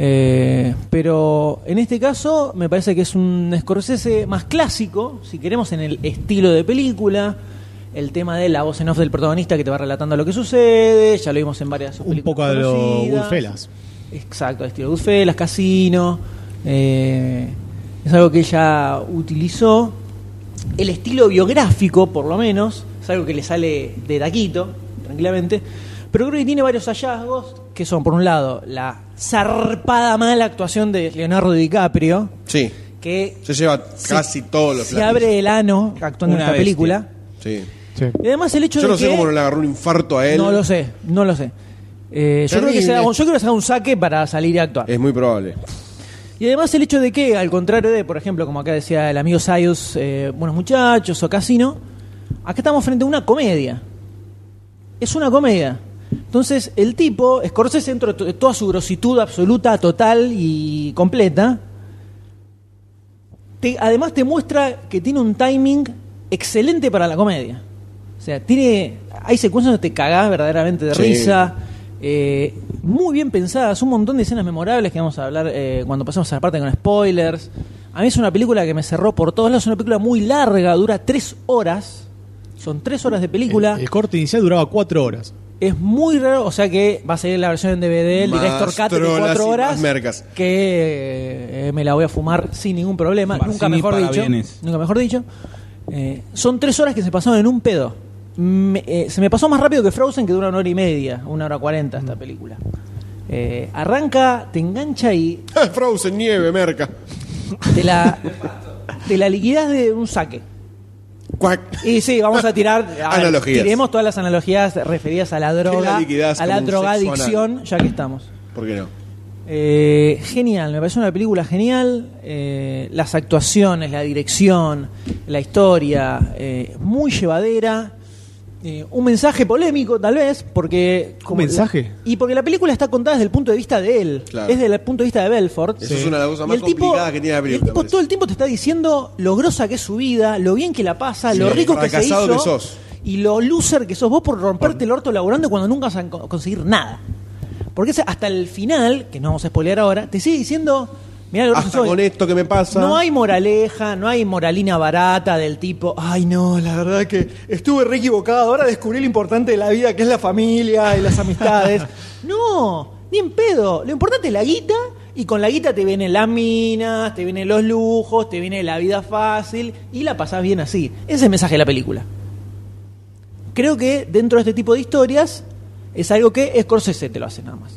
Speaker 2: Eh, pero en este caso me parece que es un Scorsese más clásico, si queremos, en el estilo de película. El tema de la voz en off del protagonista que te va relatando lo que sucede, ya lo vimos en varias de sus
Speaker 5: Un
Speaker 2: películas
Speaker 5: poco a lo
Speaker 2: conocidas.
Speaker 5: Goodfellas.
Speaker 2: Exacto, estilo Goodfellas, Casino. eh, es algo que ella utilizó. El estilo biográfico, por lo menos, es algo que le sale de taquito, tranquilamente. Pero creo que tiene varios hallazgos, que son, por un lado, la zarpada mala actuación de Leonardo DiCaprio,
Speaker 1: Sí.
Speaker 2: que
Speaker 1: Se lleva
Speaker 2: se-
Speaker 1: casi todos los
Speaker 2: se
Speaker 1: platillos.
Speaker 2: abre el ano actuando en
Speaker 3: Una
Speaker 2: esta
Speaker 3: bestia.
Speaker 2: película.
Speaker 1: Sí.
Speaker 2: Y además el hecho
Speaker 1: Yo
Speaker 2: de
Speaker 1: no sé
Speaker 2: que-
Speaker 1: cómo no le agarró un infarto a él.
Speaker 2: No lo sé, no lo sé. Eh, yo, creo que
Speaker 1: Terrible.
Speaker 2: se da- yo creo que se da un saque para salir a actuar.
Speaker 1: Es muy probable.
Speaker 2: Y además el hecho de que, al contrario de, por ejemplo, como acá decía el amigo Sayus, eh, Buenos Muchachos o Casino, acá estamos frente a una comedia. Es una comedia. Entonces, el tipo, Scorsese, dentro de to- de toda su grositud absoluta, total y completa, te- además te muestra que tiene un timing excelente para la comedia. O sea, tiene hay secuencias donde te cagás verdaderamente de
Speaker 1: Sí.
Speaker 2: risa, eh, muy bien pensadas, un montón de escenas memorables que vamos a hablar eh, cuando pasemos a la parte con spoilers. A mí es una película que me cerró por todos lados, es una película muy larga, dura tres horas, son tres horas de película.
Speaker 5: El, el corte inicial duraba cuatro horas.
Speaker 2: Es muy raro, o sea que va a salir la versión en DVD, el
Speaker 1: Más
Speaker 2: director cut de
Speaker 1: trolas y
Speaker 2: cuatro
Speaker 1: más
Speaker 2: horas,
Speaker 1: mercas.
Speaker 2: que eh, me la voy a fumar sin ningún problema,
Speaker 3: Barcini
Speaker 2: nunca mejor
Speaker 3: para
Speaker 2: dicho.
Speaker 3: bienes.
Speaker 2: Nunca mejor dicho. Eh, son tres horas que se pasaron en un pedo. Me- eh, se me pasó más rápido que Frozen, que dura una hora y media, una hora cuarenta esta película. Eh, arranca, te engancha y
Speaker 1: Frozen nieve, merca.
Speaker 2: te la, te la liquidas de un saque.
Speaker 1: Cuac.
Speaker 2: Y sí, vamos a tirar. a ver,
Speaker 1: Analogías.
Speaker 2: Tiremos todas las analogías referidas a la droga,
Speaker 1: liquidás
Speaker 2: a la
Speaker 1: como un
Speaker 2: drogadicción, ya que estamos.
Speaker 1: ¿Por qué no?
Speaker 2: Eh, genial, me parece una película genial. eh, las actuaciones, la dirección, la historia, eh, muy llevadera. eh, un mensaje polémico, tal vez, porque. como-
Speaker 5: mensaje?
Speaker 2: y porque la película está contada desde el punto de vista de él.
Speaker 1: Claro.
Speaker 2: Es desde el punto de vista de Belfort.
Speaker 1: Eso es una de las cosas
Speaker 2: Y
Speaker 1: más
Speaker 2: el tipo-
Speaker 1: complicadas que tiene la
Speaker 2: y
Speaker 1: película,
Speaker 2: El tipo
Speaker 1: me parece.
Speaker 2: todo el tiempo te está diciendo lo grosa que es su vida, lo bien que la pasa,
Speaker 1: Sí,
Speaker 2: lo rico que se
Speaker 1: fracasado
Speaker 2: hizo.
Speaker 1: que sos.
Speaker 2: Y lo loser que sos vos por romperte el orto laburando cuando nunca vas a co- conseguir nada. Porque es hasta el final, que no vamos a spoilear ahora, te sigue diciendo, mirá lo que
Speaker 1: Hasta
Speaker 2: soy.
Speaker 1: con esto que me pasa.
Speaker 2: No hay moraleja, no hay moralina barata del tipo, ay no, la verdad que estuve re equivocado, ahora descubrí lo importante de la vida, que es la familia y las amistades. no, ni en pedo, lo importante es la guita y con la guita te vienen las minas, te vienen los lujos, te viene la vida fácil y la pasás bien así. Ese es el mensaje de la película. Creo que dentro de este tipo de historias es algo que Scorsese te lo hace nada más.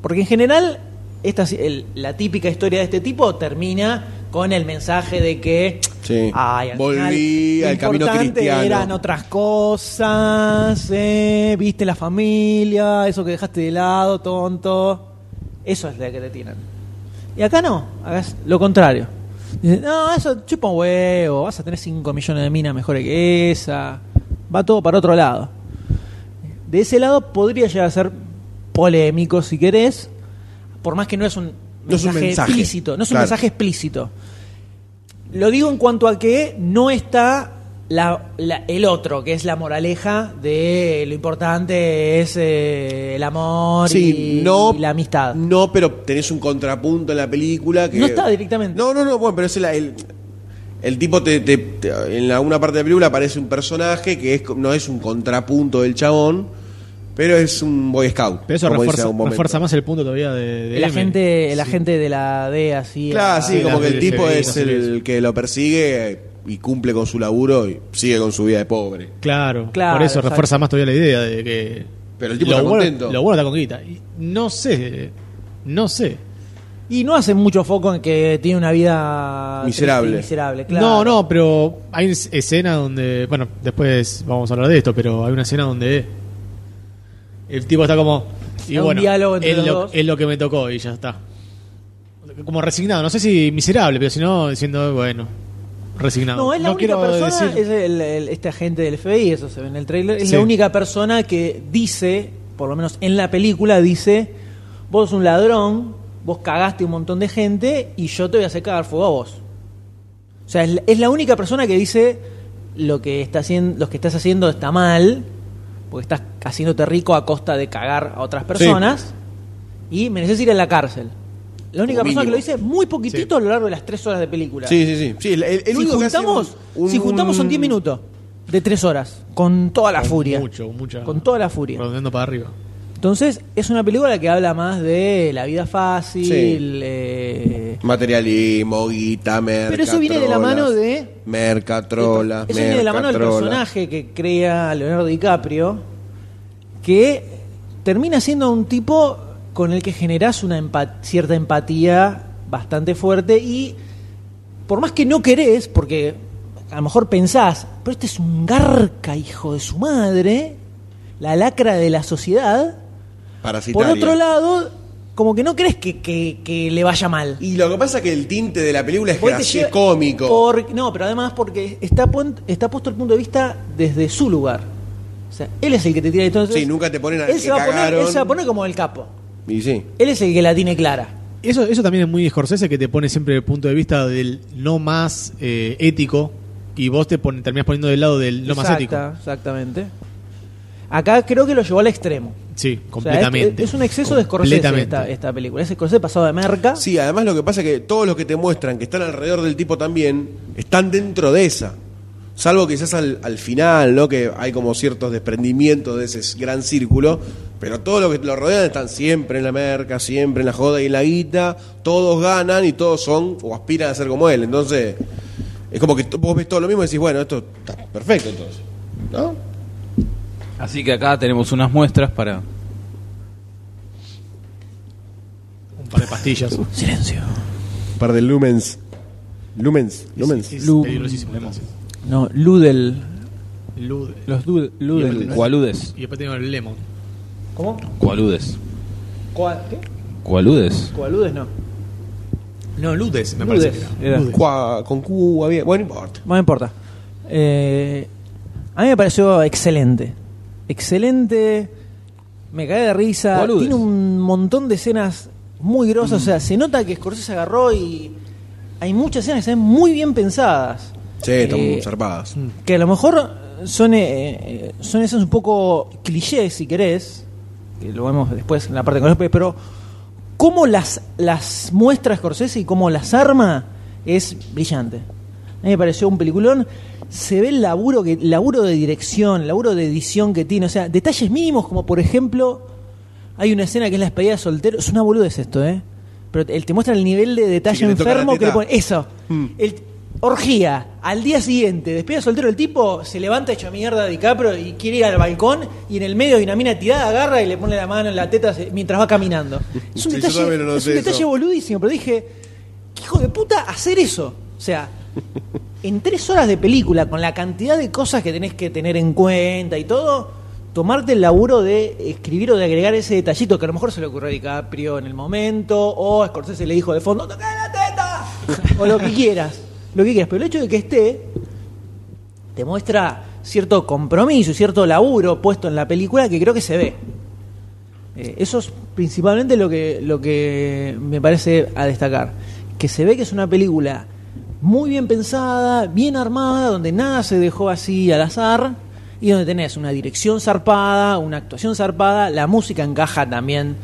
Speaker 2: Porque en general, esta, es el- la típica historia de este tipo termina con el mensaje de que
Speaker 1: Sí.
Speaker 2: "Ay, al
Speaker 1: Volví
Speaker 2: final,
Speaker 1: al
Speaker 2: lo
Speaker 1: camino
Speaker 2: importante
Speaker 1: cristiano".
Speaker 2: Eran otras cosas, eh, viste la familia, eso que dejaste de lado, tonto. Eso es la que te tienen. Y acá no, acá es lo contrario. Dicen, no, eso chupa un huevo, vas a tener 5 millones de minas mejores que esa. Va todo para otro lado. De ese lado podría llegar a ser polémico si querés, por más que no es un
Speaker 1: No es un mensaje,
Speaker 2: explícito, no es un
Speaker 1: claro.
Speaker 2: mensaje explícito. Lo digo en cuanto a que no está la- la- el otro, que es la moraleja de lo importante es eh, el amor
Speaker 1: Sí,
Speaker 2: y,
Speaker 1: no,
Speaker 2: y la amistad.
Speaker 1: No, pero tenés un contrapunto en la película que.
Speaker 2: No está directamente.
Speaker 1: No, no, no, bueno, pero es el. el el tipo te, te- te- en alguna parte de la película aparece un personaje que es, co- no es un contrapunto del chabón, pero es un boy scout.
Speaker 5: Pero eso
Speaker 1: como dice en
Speaker 5: refuerza,
Speaker 1: algún momento.
Speaker 5: refuerza más el punto todavía de. de
Speaker 2: El
Speaker 5: M.
Speaker 2: agente, el
Speaker 5: Sí.
Speaker 2: agente de la DEA, así.
Speaker 1: Claro,
Speaker 2: a-
Speaker 1: sí,
Speaker 5: Sí,
Speaker 1: como
Speaker 5: la-
Speaker 1: que el
Speaker 5: sí,
Speaker 1: tipo
Speaker 5: sí,
Speaker 1: es
Speaker 5: sí,
Speaker 1: el
Speaker 5: sí.
Speaker 1: que lo persigue y cumple con su laburo y sigue con su vida de pobre.
Speaker 5: Claro,
Speaker 2: Claro,
Speaker 5: por eso
Speaker 2: exacto.
Speaker 5: refuerza más todavía la idea de que.
Speaker 1: Pero el tipo
Speaker 5: lo
Speaker 1: está
Speaker 5: bueno,
Speaker 1: contento.
Speaker 5: Lo bueno está con guita. Y No sé, no sé.
Speaker 2: Y no hace mucho foco en que tiene una vida triste y
Speaker 1: Miserable.
Speaker 2: miserable claro.
Speaker 5: No, no, pero hay es- escena donde. Bueno, después vamos a hablar de esto, pero hay una escena donde. El tipo está como. Y
Speaker 2: Da un
Speaker 5: bueno,
Speaker 2: diálogo entre
Speaker 5: es
Speaker 2: los
Speaker 5: lo,
Speaker 2: dos.
Speaker 5: es lo que me tocó y ya está. Como resignado, no sé si miserable, pero si no, diciendo, bueno, resignado.
Speaker 2: No, es la única
Speaker 5: quiero
Speaker 2: persona,
Speaker 5: decir-
Speaker 2: es el- el- este agente del FBI, eso se ve en el trailer, es
Speaker 5: Sí.
Speaker 2: la única persona que dice, por lo menos en la película, dice, vos sos un ladrón, vos cagaste un montón de gente y yo te voy a hacer cagar fuego a vos. O sea, es, la- es la única persona que dice lo que, está haciendo, lo que estás haciendo está mal, porque estás haciéndote rico a costa de cagar a otras personas y mereces ir a la cárcel. La única
Speaker 1: Como
Speaker 2: persona que lo
Speaker 1: mínimo.
Speaker 2: dice muy poquitito a lo largo de las tres horas de película
Speaker 1: Sí, sí, sí. Sí, el- el
Speaker 2: si,
Speaker 1: único que hace
Speaker 2: juntamos,
Speaker 1: un-
Speaker 2: si juntamos son 10 minutos de 3 horas, con toda la
Speaker 5: Con
Speaker 2: furia.
Speaker 5: Mucho, mucha,
Speaker 2: Con toda la furia.
Speaker 5: Redondeando para arriba.
Speaker 2: Entonces, es una película que habla más de la vida fácil.
Speaker 1: Sí.
Speaker 2: eh,
Speaker 1: Materialismo, guita, merca.
Speaker 2: Pero eso viene de la mano de-
Speaker 1: Merca, trola,
Speaker 2: eso viene de la mano del
Speaker 1: mercatrola.
Speaker 2: personaje que crea Leonardo DiCaprio, que termina siendo un tipo con el que generás una empa- cierta empatía bastante fuerte y por más que no querés, porque a lo mejor pensás, pero este es un garca, hijo de su madre, la lacra de la sociedad. Por
Speaker 1: Parasitaria.
Speaker 2: otro lado, como que no crees que, que- que le vaya mal.
Speaker 1: Y lo que pasa es que el tinte de la película es
Speaker 2: Porque te
Speaker 1: gracioso,
Speaker 2: lleva-
Speaker 1: cómico.
Speaker 2: por- no, pero además porque está, pon- está puesto el punto de vista desde su lugar. O sea, él es el que te tira entonces.
Speaker 1: Sí, nunca te ponen a
Speaker 2: él
Speaker 1: que
Speaker 2: se, va a poner,
Speaker 1: cagaron.
Speaker 2: él se va a poner como el capo.
Speaker 1: Y sí.
Speaker 2: Él es el que la tiene clara.
Speaker 5: Eso, eso también es muy Scorsese que te pone siempre el punto de vista del no más eh, ético y vos te pone, terminás poniendo del lado del no más
Speaker 2: Exacta,
Speaker 5: ético.
Speaker 2: Exactamente. Acá creo que lo llevó al extremo.
Speaker 5: Sí,
Speaker 2: O sea, es-
Speaker 5: completamente.
Speaker 2: es, un exceso de Scorsese
Speaker 5: Completamente.
Speaker 2: esta, esta película. Es Scorsese pasado de merca.
Speaker 1: Sí, además lo que pasa es que todos los que te muestran que están alrededor del tipo también están dentro de esa. Salvo quizás al, al final, ¿no? Que hay como ciertos desprendimientos de ese gran círculo. Pero todos los que lo rodean están siempre en la merca, siempre en la joda y en la guita. Todos ganan y todos son o aspiran a ser como él. Entonces, es como que t- vos ves todo lo mismo y decís, bueno, esto está perfecto entonces. ¿No?
Speaker 3: Así que acá tenemos unas muestras para.
Speaker 5: Un par de pastillas.
Speaker 2: Silencio.
Speaker 1: Un par de lumens. Lumens, lumens.
Speaker 5: Es
Speaker 3: Lu-
Speaker 5: peligrosísimo, entonces.
Speaker 3: No, Ludel.
Speaker 5: Lude.
Speaker 3: Los Dud-
Speaker 5: Y
Speaker 3: Ludel.
Speaker 5: aparte-
Speaker 3: Cualudes.
Speaker 5: Y después tenemos el lemon.
Speaker 2: ¿Cómo?
Speaker 3: Cualudes.
Speaker 2: ¿Cuál? ¿Qué?
Speaker 3: Cualudes.
Speaker 2: Coaludes no.
Speaker 5: No, ludes, me
Speaker 2: Ludes.
Speaker 5: parece. que
Speaker 3: Era.
Speaker 5: era. Ludes.
Speaker 1: Cua- con Cuba, bien. Bueno, no importa.
Speaker 2: No me importa. Eh, a mí me pareció excelente. Excelente. Me cae de risa.
Speaker 3: Boludes.
Speaker 2: Tiene un montón de escenas muy
Speaker 1: Mm.
Speaker 2: grosas. O sea, se nota que Scorsese agarró y hay muchas escenas que están muy bien pensadas.
Speaker 1: Sí, están
Speaker 2: Eh,
Speaker 1: muy zarpadas.
Speaker 2: Que a lo mejor son, eh, eh, son esas un poco clichés, si querés, que lo vemos después en la parte con López, pero cómo las, las muestra Scorsese y cómo las arma es brillante. A mí me pareció un peliculón. Se ve el laburo, que, laburo de dirección, laburo de edición que tiene. O sea, detalles mínimos como, por ejemplo, hay una escena que es la despedida de soltero. Es una boludez esto, ¿eh? Pero te, te muestra el nivel de detalle
Speaker 1: Sí, que te toca
Speaker 2: enfermo
Speaker 1: la
Speaker 2: que le
Speaker 1: teta.
Speaker 2: pone. Eso.
Speaker 1: Mm.
Speaker 2: El, orgía. Al día siguiente, despedida de soltero, el tipo se levanta hecho mierda de DiCaprio y quiere ir al balcón. Y en el medio hay una mina tirada, agarra y le pone la mano en la teta se- mientras va caminando. Es un
Speaker 1: Sí, yo
Speaker 2: detalle,
Speaker 1: también lo
Speaker 2: es
Speaker 1: noté
Speaker 2: un
Speaker 1: eso.
Speaker 2: detalle boludísimo, pero dije, "¿Qué hijo de puta hacer eso. O sea, en tres horas de película, con la cantidad de cosas que tenés que tener en cuenta y todo, tomarte el laburo de escribir o de agregar ese detallito que a lo mejor se le ocurrió a DiCaprio en el momento, o a Scorsese le dijo de fondo, ¡Tocá la teta! o lo que quieras, lo que quieras. Pero el hecho de que esté, te muestra cierto compromiso y cierto laburo puesto en la película que creo que se ve. Eh, eso es principalmente lo que, lo que me parece a destacar. Que se ve que es una película muy bien pensada, bien armada, donde nada se dejó así al azar y donde tenés una dirección zarpada, una actuación zarpada, la música encaja también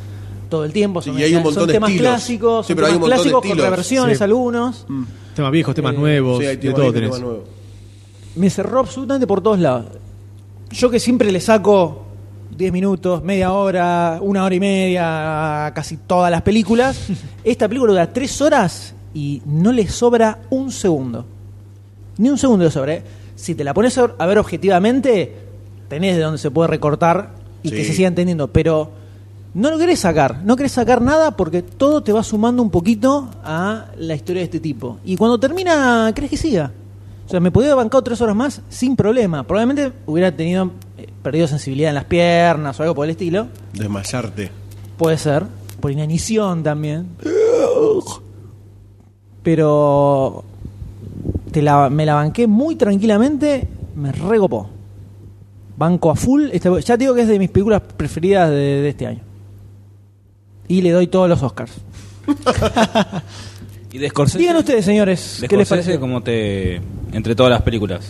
Speaker 2: todo el tiempo.
Speaker 1: Sí, y hay un
Speaker 2: son
Speaker 1: montón de
Speaker 2: temas
Speaker 1: estilos.
Speaker 2: clásicos,
Speaker 1: Sí,
Speaker 2: son
Speaker 1: pero hay
Speaker 2: temas
Speaker 1: un montón de
Speaker 2: clásicos con
Speaker 1: estilos.
Speaker 2: reversiones
Speaker 5: Sí.
Speaker 2: algunos.
Speaker 5: Temas viejos, temas
Speaker 2: Eh,
Speaker 5: nuevos,
Speaker 1: Sí, hay
Speaker 5: de
Speaker 1: temas
Speaker 5: todo
Speaker 1: viejos,
Speaker 5: tenés.
Speaker 1: temas nuevos.
Speaker 2: me cerró absolutamente por todos lados. Yo que siempre le saco 10 minutos, media hora, una hora y media a casi todas las películas, esta película dura 3 horas y no le sobra un segundo. Ni un segundo le sobra. ¿eh? Si te la pones a a ver objetivamente, tenés de donde se puede recortar y
Speaker 1: Sí.
Speaker 2: que se siga entendiendo, pero no lo querés sacar, no querés sacar nada porque todo te va sumando un poquito a la historia de este tipo. Y cuando termina, ¿crees que siga? O sea, me podía haber bancado tres horas más sin problema. Probablemente hubiera tenido eh, perdido sensibilidad en las piernas o algo por el estilo.
Speaker 1: Desmayarte.
Speaker 2: Puede ser. Por inanición también. Pero te la- me la banqué muy tranquilamente. Me regopó. Banco a full. Esta- ya te digo que es de mis películas preferidas de, de este año. Y le doy todos los Oscars.
Speaker 3: Y de Scorsese.
Speaker 2: Digan ustedes, señores,
Speaker 3: de
Speaker 2: ¿qué les
Speaker 3: Scorsese,
Speaker 2: parece?
Speaker 3: como te. Entre todas las películas.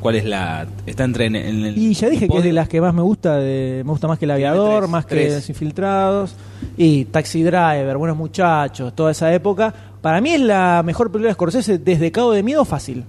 Speaker 3: ¿Cuál es la. Está entre. En, en el
Speaker 2: Y ya dije que es de
Speaker 3: podio?
Speaker 2: las que más me gusta, de, me gusta más que El Aviador,
Speaker 3: tres,
Speaker 2: más que
Speaker 3: tres.
Speaker 2: Los Infiltrados, y Taxi Driver, Buenos Muchachos, toda esa época. Para mí es la mejor película de Scorsese desde Cabo de Miedo, fácil.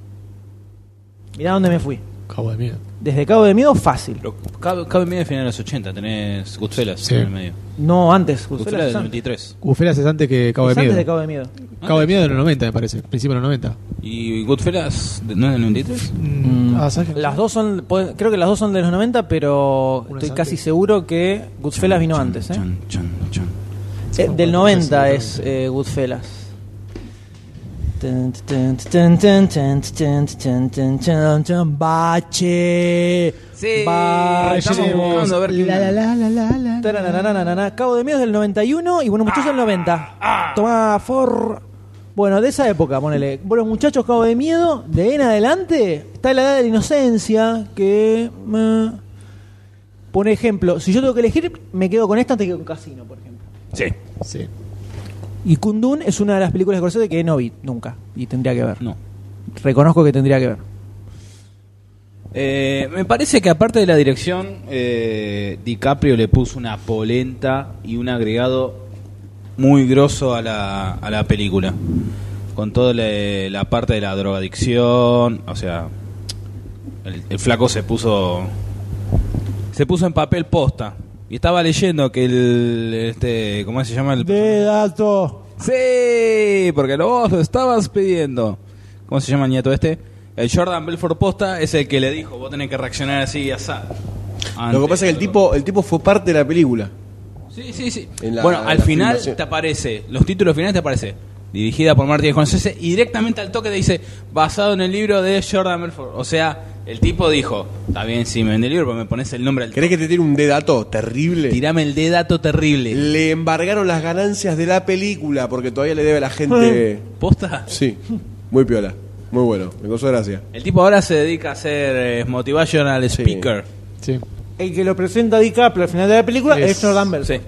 Speaker 2: Mirá dónde me fui.
Speaker 5: Cabo de miedo.
Speaker 2: Desde Cabo de Miedo, fácil.
Speaker 3: Pero cabe, cabe medio de final de los 80. Tenés Goodfellas
Speaker 5: Sí.
Speaker 3: en el medio.
Speaker 2: No antes,
Speaker 3: Goodfellas
Speaker 2: Goodfellas
Speaker 3: del
Speaker 2: es antes.
Speaker 3: 93.
Speaker 5: Gufelas es antes que Cabo
Speaker 2: Es
Speaker 5: de
Speaker 2: antes de
Speaker 5: Miedo.
Speaker 2: Cabo de Miedo.
Speaker 5: Cabo de Miedo de los 90, me parece. Principio de los 90.
Speaker 3: ¿Y Goodfellas de- no es del 93?
Speaker 5: Mm, ah, ¿sabes qué?
Speaker 2: Las dos son, puede- creo que las dos son de los 90, pero
Speaker 5: Una
Speaker 2: estoy
Speaker 5: es antes.
Speaker 2: casi seguro que Goodfellas vino antes. ¿eh?
Speaker 3: Chan, chan, chan.
Speaker 2: Eh, del 90 es eh, Goodfellas. Bache.
Speaker 3: Sí,
Speaker 2: Bache.
Speaker 3: estamos buscando a ver quién-
Speaker 2: La, la, la, la, la, la, Tarananananana. Cabo de Miedo es del 91 y Buenos Muchachos del 90. Tomá, for. Bueno, de esa época, ponele. Buenos Muchachos, Cabo de Miedo. De ahí en adelante está la edad de la inocencia que. eh, Por ejemplo, si yo tengo que elegir, me quedo con esta antes que con Casino, por ejemplo.
Speaker 3: Sí.
Speaker 5: Sí.
Speaker 2: Y Kundun es una de las películas de Scorsese que no vi nunca y tendría que ver.
Speaker 3: No.
Speaker 2: Reconozco que tendría que ver.
Speaker 3: Eh, me parece que aparte de la dirección, eh, DiCaprio le puso una polenta y un agregado muy grosso a la, a la película. Con toda la, la parte de la drogadicción, o sea, el, el flaco se puso se puso en papel posta y estaba leyendo que el este cómo se llama el
Speaker 2: De alto.
Speaker 3: Sí, porque lo- vos lo estabas pidiendo. ¿Cómo se llama el nieto este? El Jordan Belfort Posta es el que le dijo, vos tenés que reaccionar así y asá.
Speaker 1: Lo que pasa es que el tipo, el tipo fue parte de la película.
Speaker 3: Sí, sí, sí.
Speaker 1: En la-
Speaker 3: bueno,
Speaker 1: en
Speaker 3: al
Speaker 1: la
Speaker 3: final
Speaker 1: filmación.
Speaker 3: te aparece, los títulos finales te aparece, dirigida por Martin Scorsese y directamente al toque te dice, basado en el libro de Jordan Belfort. O sea, el tipo dijo, está bien, sí, me vende el libro, pero me pones el nombre al
Speaker 1: ¿Querés que te tire un dedato terrible?
Speaker 3: Tirame el dedato terrible.
Speaker 1: Le embargaron las ganancias de la película porque todavía le debe a la gente.
Speaker 3: ¿Posta?
Speaker 1: Sí, muy piola. Muy bueno, me causó gracia.
Speaker 3: El tipo ahora se dedica a ser eh, motivational speaker.
Speaker 5: Sí.
Speaker 2: El que lo presenta a DiCaprio al final de la película es, Jordan Belfort.
Speaker 3: Sí.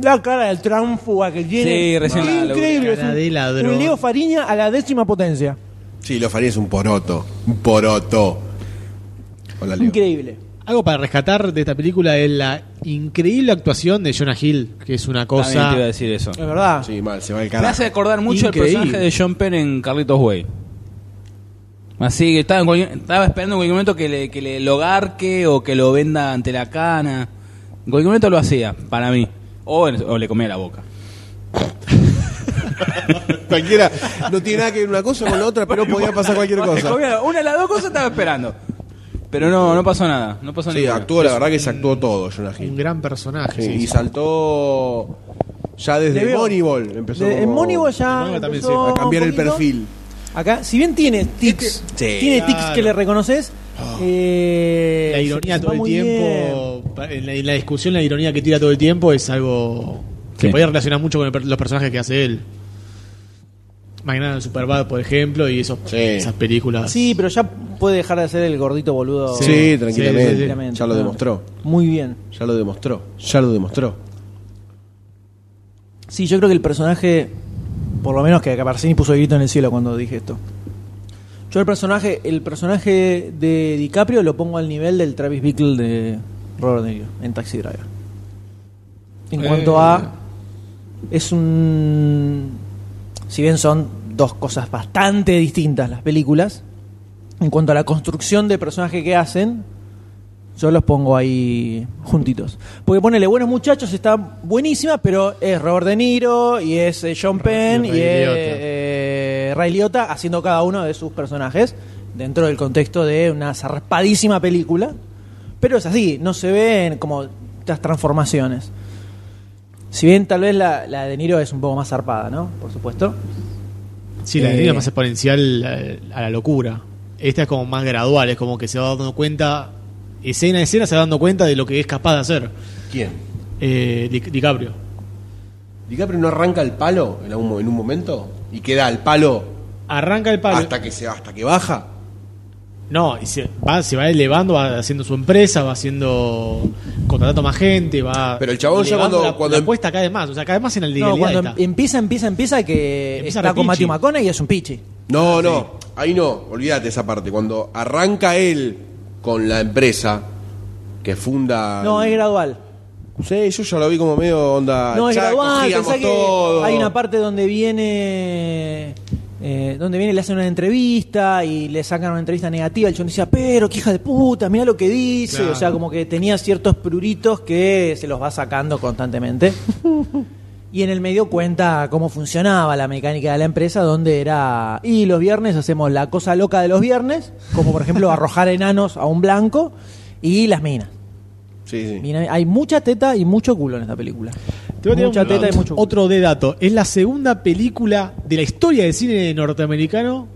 Speaker 2: La cara del tránfuga que tiene.
Speaker 3: Sí, recién la- la-
Speaker 2: Increíble. es
Speaker 5: cara de
Speaker 2: un,
Speaker 5: ladrón.
Speaker 2: un Leo Fariña a la décima potencia.
Speaker 1: Sí, lo faría es un poroto. Un poroto. Hola, Leo.
Speaker 2: Increíble.
Speaker 5: Algo para rescatar de esta película es la increíble actuación de Jonah Hill, que es una
Speaker 3: También te iba a
Speaker 5: cosa.
Speaker 3: decir eso.
Speaker 2: Es verdad.
Speaker 1: Sí, mal, se va el
Speaker 3: Me
Speaker 1: carajo.
Speaker 3: hace acordar mucho
Speaker 5: Increíble.
Speaker 3: el personaje de John Penn en Carlitos Way. Así que estaba, en cualquier- estaba esperando en cualquier momento que le, que le lo garque o que lo venda ante la cana. En cualquier momento lo hacía, para mí. O, o le comía la boca.
Speaker 1: Cualquiera. No tiene nada que ver una cosa con la otra, pero podía pasar cualquier
Speaker 3: O le
Speaker 1: cosa.
Speaker 3: comía- una de las dos cosas estaba esperando. Pero no, no pasó nada. No pasó
Speaker 1: Sí,
Speaker 3: ninguna.
Speaker 1: actuó, la verdad que se actuó todo, Jonah
Speaker 5: Un
Speaker 1: Hill.
Speaker 5: gran personaje.
Speaker 1: Sí,
Speaker 5: sí,
Speaker 1: y
Speaker 5: sí.
Speaker 1: saltó ya desde
Speaker 2: Le veo-
Speaker 1: Moneyball. Empezó
Speaker 2: De- en
Speaker 1: como
Speaker 2: Moneyball ya
Speaker 5: Moneyball también,
Speaker 2: empezó
Speaker 1: a cambiar
Speaker 2: un
Speaker 1: el
Speaker 2: poquito.
Speaker 1: perfil.
Speaker 2: Acá, si bien tiene tics, tiene tics que le reconoces, eh,
Speaker 5: La
Speaker 2: se
Speaker 5: ironía
Speaker 2: va
Speaker 5: todo el
Speaker 2: muy
Speaker 5: tiempo, pa- en la, en la discusión, la ironía que tira todo el tiempo es algo que
Speaker 3: Sí.
Speaker 5: podía relacionar mucho con el per- los personajes que hace él. Magnana Superbad, por ejemplo, y esos,
Speaker 1: Sí.
Speaker 5: esas películas.
Speaker 2: bien. Sí, pero ya puede dejar de ser el gordito boludo.
Speaker 1: Sí,
Speaker 5: Sí,
Speaker 1: tranquilamente.
Speaker 5: sí,
Speaker 2: sí, sí.
Speaker 1: Ya lo demostró.
Speaker 2: Muy bien.
Speaker 1: Ya lo demostró. Ya lo demostró.
Speaker 2: Sí, yo creo que el personaje, por lo menos que Caparcini puso el grito en el cielo cuando dije esto. Yo el personaje, el personaje de DiCaprio lo pongo al nivel del Travis Bickle de Robert De Niro en Taxi Driver. En cuanto a
Speaker 5: Eh.
Speaker 2: es un si bien son dos cosas bastante distintas las películas, en cuanto a la construcción de personaje que hacen, yo los pongo ahí juntitos. Porque ponele, Buenos Muchachos está buenísima, pero es Robert De Niro y es eh, John Penn y,
Speaker 5: Ray
Speaker 2: es
Speaker 5: Liotta.
Speaker 2: eh, Ray Liotta haciendo cada uno de sus personajes dentro del contexto de una zarpadísima película. Pero es así, no se ven como estas transformaciones. Si bien tal vez la, la de Niro es un poco más zarpada, ¿no? Por supuesto.
Speaker 5: Sí, la
Speaker 2: Eh.
Speaker 5: ironía es más exponencial eh, a la locura. Esta es como más gradual, es como que se va dando cuenta, escena a escena se va dando cuenta de lo que es capaz de hacer
Speaker 1: ¿Quién?
Speaker 5: eh, Di- DiCaprio.
Speaker 1: ¿DiCaprio no arranca el palo en, algún mo- en un momento? ¿Y queda al palo,
Speaker 5: Arranca el palo.
Speaker 1: hasta que se hasta que baja?
Speaker 5: No, y se va, se va elevando, va haciendo su empresa, va haciendo contratando más gente, va.
Speaker 1: Pero el chabón ya
Speaker 5: elevando
Speaker 1: cuando-
Speaker 5: la,
Speaker 1: cuando
Speaker 5: la
Speaker 1: em-
Speaker 5: apuesta cada vez más, o sea, cada vez más en la
Speaker 2: No,
Speaker 5: legalidad
Speaker 2: cuando
Speaker 5: está.
Speaker 2: em- empieza, empieza, empieza que
Speaker 5: Empieza
Speaker 2: está con
Speaker 5: Rapichi.
Speaker 2: Matthew McConaughey y es un pichi.
Speaker 1: No, no, ahí no, olvídate esa parte. Cuando arranca él con la empresa que
Speaker 5: Ah,
Speaker 1: funda.
Speaker 2: No, es gradual.
Speaker 1: Sí, yo ya lo vi como medio onda.
Speaker 2: No, es
Speaker 1: chaco,
Speaker 2: gradual.
Speaker 1: giramos
Speaker 2: Pensá que
Speaker 1: todo.
Speaker 2: hay una parte donde viene. eh, donde viene, le hacen una entrevista y le sacan una entrevista negativa. El chon decía, pero qué hija de puta, mira lo que dice.
Speaker 5: Claro.
Speaker 2: O sea, como que tenía ciertos pruritos que se los va sacando constantemente. Y en el medio cuenta cómo funcionaba la mecánica de la empresa, donde era. Y los viernes hacemos la cosa loca de los viernes, como por ejemplo arrojar enanos a un blanco y las minas.
Speaker 1: Sí, sí.
Speaker 2: Mina- hay mucha teta y mucho culo en esta película.
Speaker 5: Te voy a tirar
Speaker 2: Mucha
Speaker 5: un-
Speaker 2: teta y mucho culo.
Speaker 5: Otro de dato. Es la segunda película de la historia del cine norteamericano.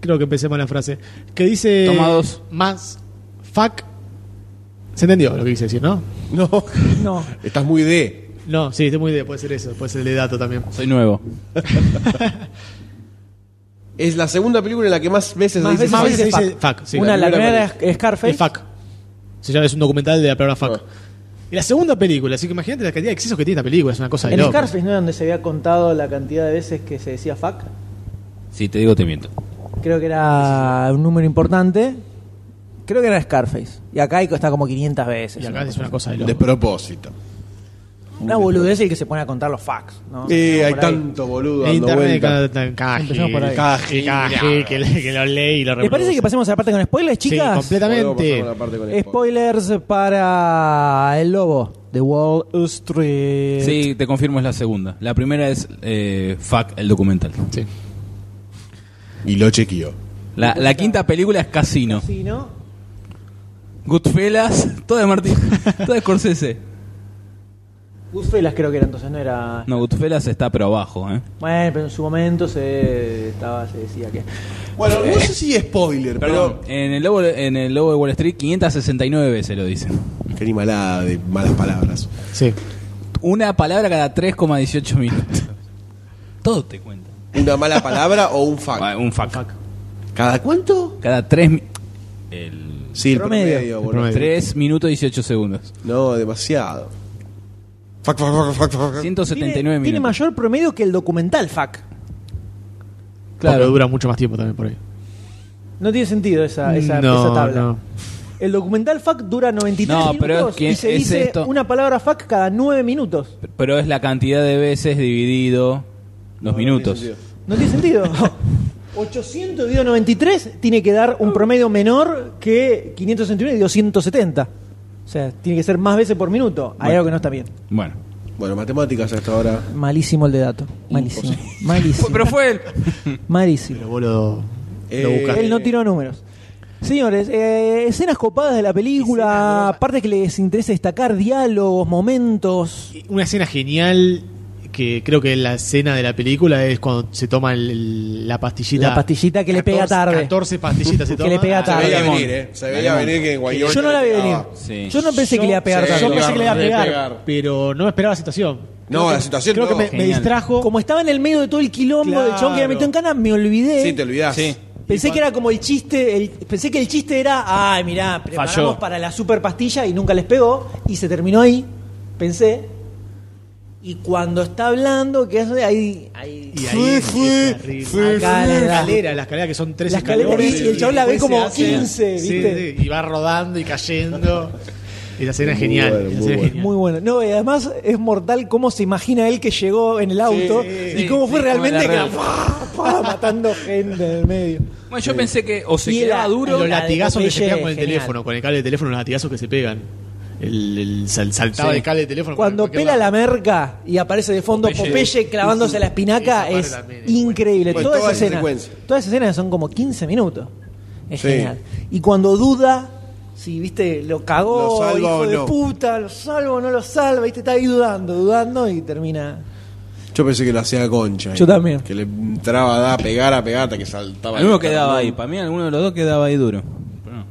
Speaker 5: Creo que empecé mal la frase. Que dice.
Speaker 3: Toma dos.
Speaker 5: Más. Fuck. ¿Se entendió lo que quise decir, no?
Speaker 1: No,
Speaker 2: No.
Speaker 1: estás muy de.
Speaker 5: No, sí, estoy muy de. Puede ser eso. Puede ser el de dato también.
Speaker 3: Soy nuevo.
Speaker 1: Es la segunda película en la que más veces
Speaker 2: Más
Speaker 1: le
Speaker 2: veces
Speaker 1: dices-
Speaker 5: Más
Speaker 2: dice
Speaker 5: veces dice
Speaker 2: fuck.
Speaker 5: fuck, sí.
Speaker 2: Una, la
Speaker 1: la primera
Speaker 2: primera es Scarface.
Speaker 5: El fuck. Se llama, es un documental de la palabra fuck.
Speaker 1: Ah.
Speaker 5: Y la segunda película, así que imagínate la cantidad de excesos que tiene esta película, es una cosa de
Speaker 2: En
Speaker 5: loco.
Speaker 2: Scarface, ¿no? es Donde se había contado la cantidad de veces que se decía fuck.
Speaker 3: Si te digo, te miento.
Speaker 2: Creo que era un número importante. Creo que era Scarface. Y acá está como 500 veces.
Speaker 5: Y acá es una cosa de
Speaker 1: De
Speaker 5: loco.
Speaker 1: propósito.
Speaker 2: Una boludez el que se pone a contar los facts. ¿no?
Speaker 1: Eh, hay
Speaker 2: Por ahí.
Speaker 1: tanto boludo
Speaker 5: En
Speaker 1: dando
Speaker 5: internet
Speaker 1: vuelta.
Speaker 5: cada, cada- cada-
Speaker 11: Empecemos por ahí.
Speaker 5: cada- cada- que, le- que lo lee y lo
Speaker 2: ¿Les
Speaker 5: reproduce.
Speaker 2: parece que pasemos a la parte con spoilers,
Speaker 5: Sí,
Speaker 2: chicas?
Speaker 1: Podemos pasar
Speaker 5: completamente.
Speaker 1: con la parte con spoiler.
Speaker 2: spoilers para el lobo de Wall Street.
Speaker 3: Sí, te confirmo, es la segunda. La primera es eh, Fuck, el documental.
Speaker 5: Sí.
Speaker 1: Y lo chequeó.
Speaker 3: La, la quinta película es Casino.
Speaker 2: Sí, ¿no?
Speaker 3: Goodfellas, toda de Martín, toda de Scorsese.
Speaker 2: Goodfellas creo que era entonces, no era...
Speaker 3: No, Goodfellas está pero abajo, ¿eh?
Speaker 2: Bueno, pero en su momento se, estaba, se decía que...
Speaker 1: Bueno, no sé si spoiler,
Speaker 3: Perdón, en el lobo, en el lobo de Wall Street 569 veces lo dicen.
Speaker 1: pero. Qué animalada de malas palabras.
Speaker 5: Sí.
Speaker 3: Una palabra cada 3,18 minutos. Todo te cuenta.
Speaker 1: ¿Una mala palabra o un fact?
Speaker 3: Ah, Un fuck.
Speaker 1: ¿Cada cuánto?
Speaker 3: Cada 3 el
Speaker 1: Sí, el
Speaker 2: Promedio.
Speaker 1: promedio,
Speaker 5: El
Speaker 1: boludo.
Speaker 5: promedio.
Speaker 3: 3 minutos 18 segundos.
Speaker 1: No, demasiado. Fuck, fuck, fuck, fuck, fuck.
Speaker 3: 179
Speaker 2: tiene,
Speaker 3: minutos.
Speaker 2: tiene mayor promedio que el documental, fuck.
Speaker 5: Claro.
Speaker 3: Claro.
Speaker 5: dura mucho más tiempo también por ahí.
Speaker 2: No tiene sentido esa, Ah, esa,
Speaker 5: No,
Speaker 2: esa tabla.
Speaker 5: no.
Speaker 2: El documental fuck dura 93
Speaker 3: No,
Speaker 2: minutos
Speaker 3: pero es que
Speaker 2: y se
Speaker 3: es
Speaker 2: dice
Speaker 3: esto.
Speaker 2: una palabra fuck cada 9 minutos.
Speaker 3: Pero es la cantidad de veces dividido los minutos.
Speaker 2: No tiene sentido. 800 dividido 93 tiene que dar un promedio menor que 561 dividido 170. O sea, tiene que ser más veces por minuto. Hay
Speaker 3: Bueno.
Speaker 2: algo que no está bien.
Speaker 3: Bueno.
Speaker 1: Bueno, matemáticas hasta ahora.
Speaker 2: Malísimo el de dato. Malísimo. Malísimo.
Speaker 3: Pero fue él.
Speaker 5: Pero
Speaker 2: Malísimo.
Speaker 5: vos lo,
Speaker 1: Eh,
Speaker 5: lo buscás.
Speaker 2: Él no tiró números. Señores, eh, escenas copadas de la película, partes que les interesa destacar, diálogos, momentos.
Speaker 5: Una escena genial que creo que la escena de la película es cuando se toma el- el- la pastillita.
Speaker 2: La pastillita que le pega tarde.
Speaker 5: 14 pastillitas se
Speaker 2: Que
Speaker 5: toma.
Speaker 2: le pega
Speaker 1: Se
Speaker 2: tarde.
Speaker 1: veía
Speaker 3: Lemon.
Speaker 1: venir, ¿eh? Se veía
Speaker 3: Lemon.
Speaker 1: venir que en cualquier
Speaker 2: Yo no la vi
Speaker 1: momento
Speaker 2: venir.
Speaker 1: pegaba.
Speaker 3: Sí.
Speaker 2: Yo no pensé que le iba a pegar
Speaker 1: Sí,
Speaker 2: tanto.
Speaker 5: Yo pensé que le iba a
Speaker 1: Re
Speaker 5: pegar,
Speaker 1: pegar.
Speaker 5: pero no me esperaba la situación.
Speaker 1: No, la situación
Speaker 5: Creo
Speaker 1: no.
Speaker 5: que me- me,
Speaker 3: Genial.
Speaker 5: distrajo.
Speaker 2: Como estaba en el medio de todo el quilombo
Speaker 5: Claro.
Speaker 2: del chabón que me metió en cana, me olvidé.
Speaker 1: Sí, te olvidás.
Speaker 3: Sí.
Speaker 2: Pensé que era como el chiste, el- pensé que el chiste era, ay, mirá, preparamos
Speaker 3: Falló.
Speaker 2: para la super pastilla y nunca les pegó y se terminó ahí, pensé. Y cuando está hablando, que hace ahí, ahí
Speaker 5: Y ahí es
Speaker 1: Fue,
Speaker 5: terrible.
Speaker 1: fue,
Speaker 5: Acá
Speaker 2: fue.
Speaker 5: la escalera, la escalera que son tres
Speaker 2: La escalera
Speaker 5: escalones,
Speaker 2: y el chabón la ve
Speaker 5: después
Speaker 2: como
Speaker 5: se hace-
Speaker 2: 15,
Speaker 5: sí,
Speaker 2: ¿viste?
Speaker 5: sí, y va rodando y cayendo. Y la escena es genial.
Speaker 1: bueno, muy
Speaker 5: la escena es
Speaker 1: bueno.
Speaker 5: genial.
Speaker 2: muy bueno. No, y además es mortal cómo se imagina él que llegó en el auto y
Speaker 3: sí,
Speaker 2: cómo fue
Speaker 3: sí,
Speaker 2: realmente
Speaker 3: como
Speaker 2: que
Speaker 3: la
Speaker 2: ¡pa! matando gente en el medio.
Speaker 3: Bueno, yo pensé que o se
Speaker 2: Y
Speaker 3: quedaba
Speaker 2: la-
Speaker 3: duro.
Speaker 5: Los
Speaker 2: la de
Speaker 5: latigazos que se
Speaker 2: Popeye
Speaker 5: pegan con el
Speaker 2: es genial.
Speaker 5: teléfono, con el cable de teléfono, los latigazos que se pegan. El, el sal- saltaba
Speaker 3: Sí.
Speaker 5: el cable de teléfono. por
Speaker 2: Cuando
Speaker 5: cualquier
Speaker 2: pela la
Speaker 5: lado.
Speaker 2: merca y aparece de fondo Popeye,
Speaker 3: Popeye.
Speaker 2: clavándose la espinaca
Speaker 5: Esa parte
Speaker 2: es
Speaker 5: también es buena.
Speaker 2: increíble.
Speaker 1: Bueno,
Speaker 2: toda,
Speaker 1: toda
Speaker 2: esa
Speaker 1: esa
Speaker 2: escena,
Speaker 1: Pues, secuencia.
Speaker 2: toda esa escena son como 15 minutos. Es
Speaker 1: Sí.
Speaker 2: genial. Y cuando duda, si viste, lo cagó,
Speaker 1: Lo salva
Speaker 2: hijo
Speaker 1: o
Speaker 2: de
Speaker 1: no.
Speaker 2: puta, lo salvo, no lo salva, viste, está ahí dudando, dudando y termina.
Speaker 1: Yo pensé que lo hacía concha.
Speaker 2: Yo
Speaker 1: eh.
Speaker 2: también.
Speaker 1: Que le entraba a dar, pegar, a pegar hasta que saltaba.
Speaker 3: Alguno
Speaker 1: el
Speaker 3: quedaba
Speaker 1: carbón.
Speaker 3: ahí. Para mí, alguno de los dos quedaba ahí duro. Pero no.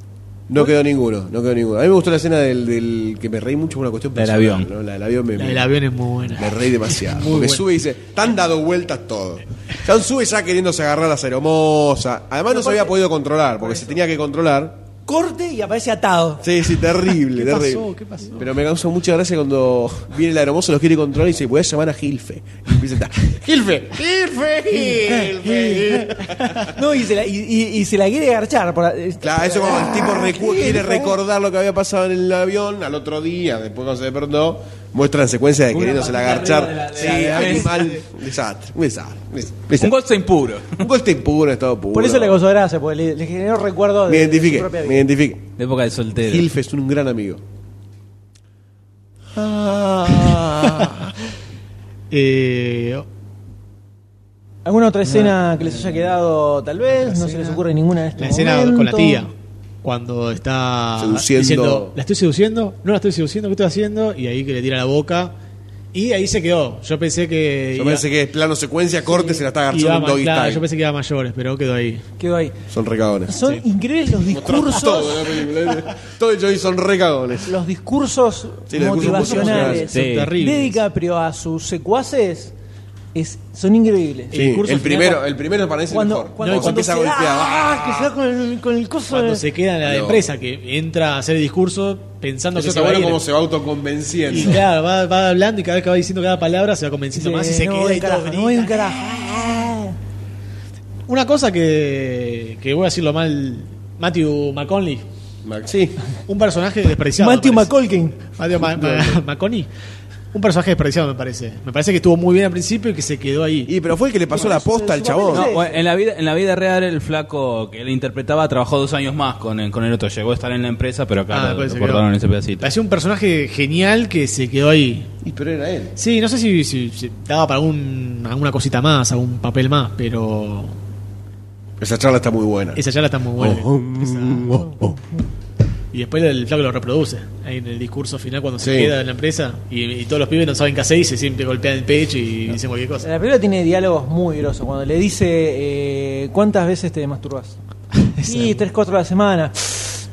Speaker 1: No quedó ninguno, no quedó ninguno. A mí me gustó la escena del, del- que me reí mucho por una cuestión
Speaker 3: La del
Speaker 1: personal,
Speaker 3: avión.
Speaker 1: ¿no? La del avión me,
Speaker 5: La
Speaker 1: me-
Speaker 5: del avión es muy buena.
Speaker 1: me reí demasiado. porque sube y dice, están dado vueltas todo. Sean sube ya queriéndose agarrar la ceromosa. Además no se había podido controlar, porque se tenía que controlar.
Speaker 2: Corte y aparece atado.
Speaker 1: Sí, sí, terrible, terrible. Pero me causó mucha gracia cuando viene el aeromoso, los quiere controlar y dice, voy a llamar a Gilfe. Y empieza a estar, Gilfe, Gilfe, Gilfe.
Speaker 2: No, y se la, y, y- y se la quiere garchar. por-
Speaker 1: Claro, eso cuando el tipo recu-
Speaker 2: sí,
Speaker 1: quiere
Speaker 2: por favor.
Speaker 1: recordar lo que había pasado en el avión al otro día, después cuando se despertó, muestra la secuencia de queriéndose la agarchar. Sí, animal. Desastre, un desastre. un desastre.
Speaker 3: Un golpe impuro.
Speaker 1: Un golpe impuro en estado puro.
Speaker 2: Por eso le gozó gracia, porque le, le generó recuerdo de,
Speaker 1: Me
Speaker 2: de su
Speaker 1: identifique,
Speaker 2: propia
Speaker 1: me
Speaker 2: vida.
Speaker 1: identifique.
Speaker 3: De época de soltero.
Speaker 1: Gilf es un gran amigo.
Speaker 2: Ah.
Speaker 5: Eh,
Speaker 2: ¿Alguna otra escena que les haya quedado, tal vez? No se les ocurre ninguna en este
Speaker 5: la escena
Speaker 2: momento.
Speaker 5: con la tía. cuando está
Speaker 1: Seduciendo.
Speaker 5: diciendo, la estoy seduciendo, no la estoy seduciendo, ¿qué estoy haciendo? Y ahí que le tira la boca. Y ahí se quedó. Yo pensé que.
Speaker 1: Yo
Speaker 5: iba-
Speaker 1: pensé que es plano secuencia, corte, se la está
Speaker 5: iba
Speaker 1: agarrando un
Speaker 5: más-
Speaker 1: doggy
Speaker 5: claro,
Speaker 1: style.
Speaker 5: yo pensé que iba a mayores, pero quedó ahí.
Speaker 2: Quedó ahí.
Speaker 1: Son recagones.
Speaker 2: Son increíbles los discursos.
Speaker 1: Todo, la película. Todo el Joey son recagones.
Speaker 2: los discursos
Speaker 1: Sí, los discursos
Speaker 2: motivacionales
Speaker 1: motivacionales.
Speaker 5: Sí.
Speaker 2: de DiCaprio a sus secuaces es- son increíbles.
Speaker 1: Sí, el,
Speaker 5: discurso
Speaker 1: primero, el primero para parece
Speaker 2: Cuando,
Speaker 1: mejor.
Speaker 2: cuando,
Speaker 1: No,
Speaker 2: cuando
Speaker 1: empieza
Speaker 2: se
Speaker 1: a
Speaker 2: da,
Speaker 1: golpear.
Speaker 2: ah, que
Speaker 1: ¡Ah!
Speaker 2: se da con el, con el coso.
Speaker 5: Cuando
Speaker 2: de-
Speaker 5: se queda en la
Speaker 1: No.
Speaker 5: empresa que entra a hacer el discurso pensando
Speaker 1: Eso
Speaker 5: que se
Speaker 1: está
Speaker 5: va a
Speaker 1: bueno
Speaker 5: ir.
Speaker 1: como se va
Speaker 5: Y
Speaker 1: autoconvenciendo.
Speaker 5: claro, va, va hablando y cada vez que va diciendo cada palabra se va convenciendo
Speaker 2: dice,
Speaker 5: más y se
Speaker 2: no,
Speaker 5: queda
Speaker 2: voy
Speaker 5: y
Speaker 2: un
Speaker 5: todo
Speaker 2: carajo,
Speaker 5: grita.
Speaker 2: no voy un carajo.
Speaker 5: Una cosa que, que voy a decirlo mal, Matthew McConaughey,
Speaker 1: Mac- Sí. pues.
Speaker 5: un personaje despreciado.
Speaker 2: Matthew
Speaker 5: me parece.
Speaker 2: McColkin.
Speaker 5: Matthew Ma- Ma- McConaughey, un personaje despreciado me parece. Me parece que estuvo muy bien al principio y que se quedó ahí.
Speaker 1: Y pero fue el que le pasó la posta al
Speaker 2: No,
Speaker 1: chabón.
Speaker 3: No, bueno, en, la vida, en la vida real el flaco que le interpretaba trabajó dos años más con el, con el otro. Llegó a estar en la empresa, pero
Speaker 5: Ah,
Speaker 3: claro, lo,
Speaker 5: después se
Speaker 3: cortaron
Speaker 5: quedó.
Speaker 3: ese pedacito.
Speaker 5: Parecía un personaje genial que se quedó ahí.
Speaker 1: Y pero era él.
Speaker 5: Sí, no sé si, si- si daba para algún, alguna cosita más, algún papel más, pero
Speaker 1: Esa charla está muy buena.
Speaker 5: esa charla está muy buena.
Speaker 1: Oh, mm, oh, oh.
Speaker 5: Y después el flaco lo reproduce ahí en el discurso final cuando se
Speaker 1: Sí.
Speaker 5: queda en la empresa y, y todos los pibes no saben qué hacer y se siempre golpean el pecho y dicen cualquier cosa.
Speaker 2: La película tiene diálogos muy grosos. Cuando le dice, eh, ¿cuántas veces te masturbas? Sí, tres, cuatro a la semana.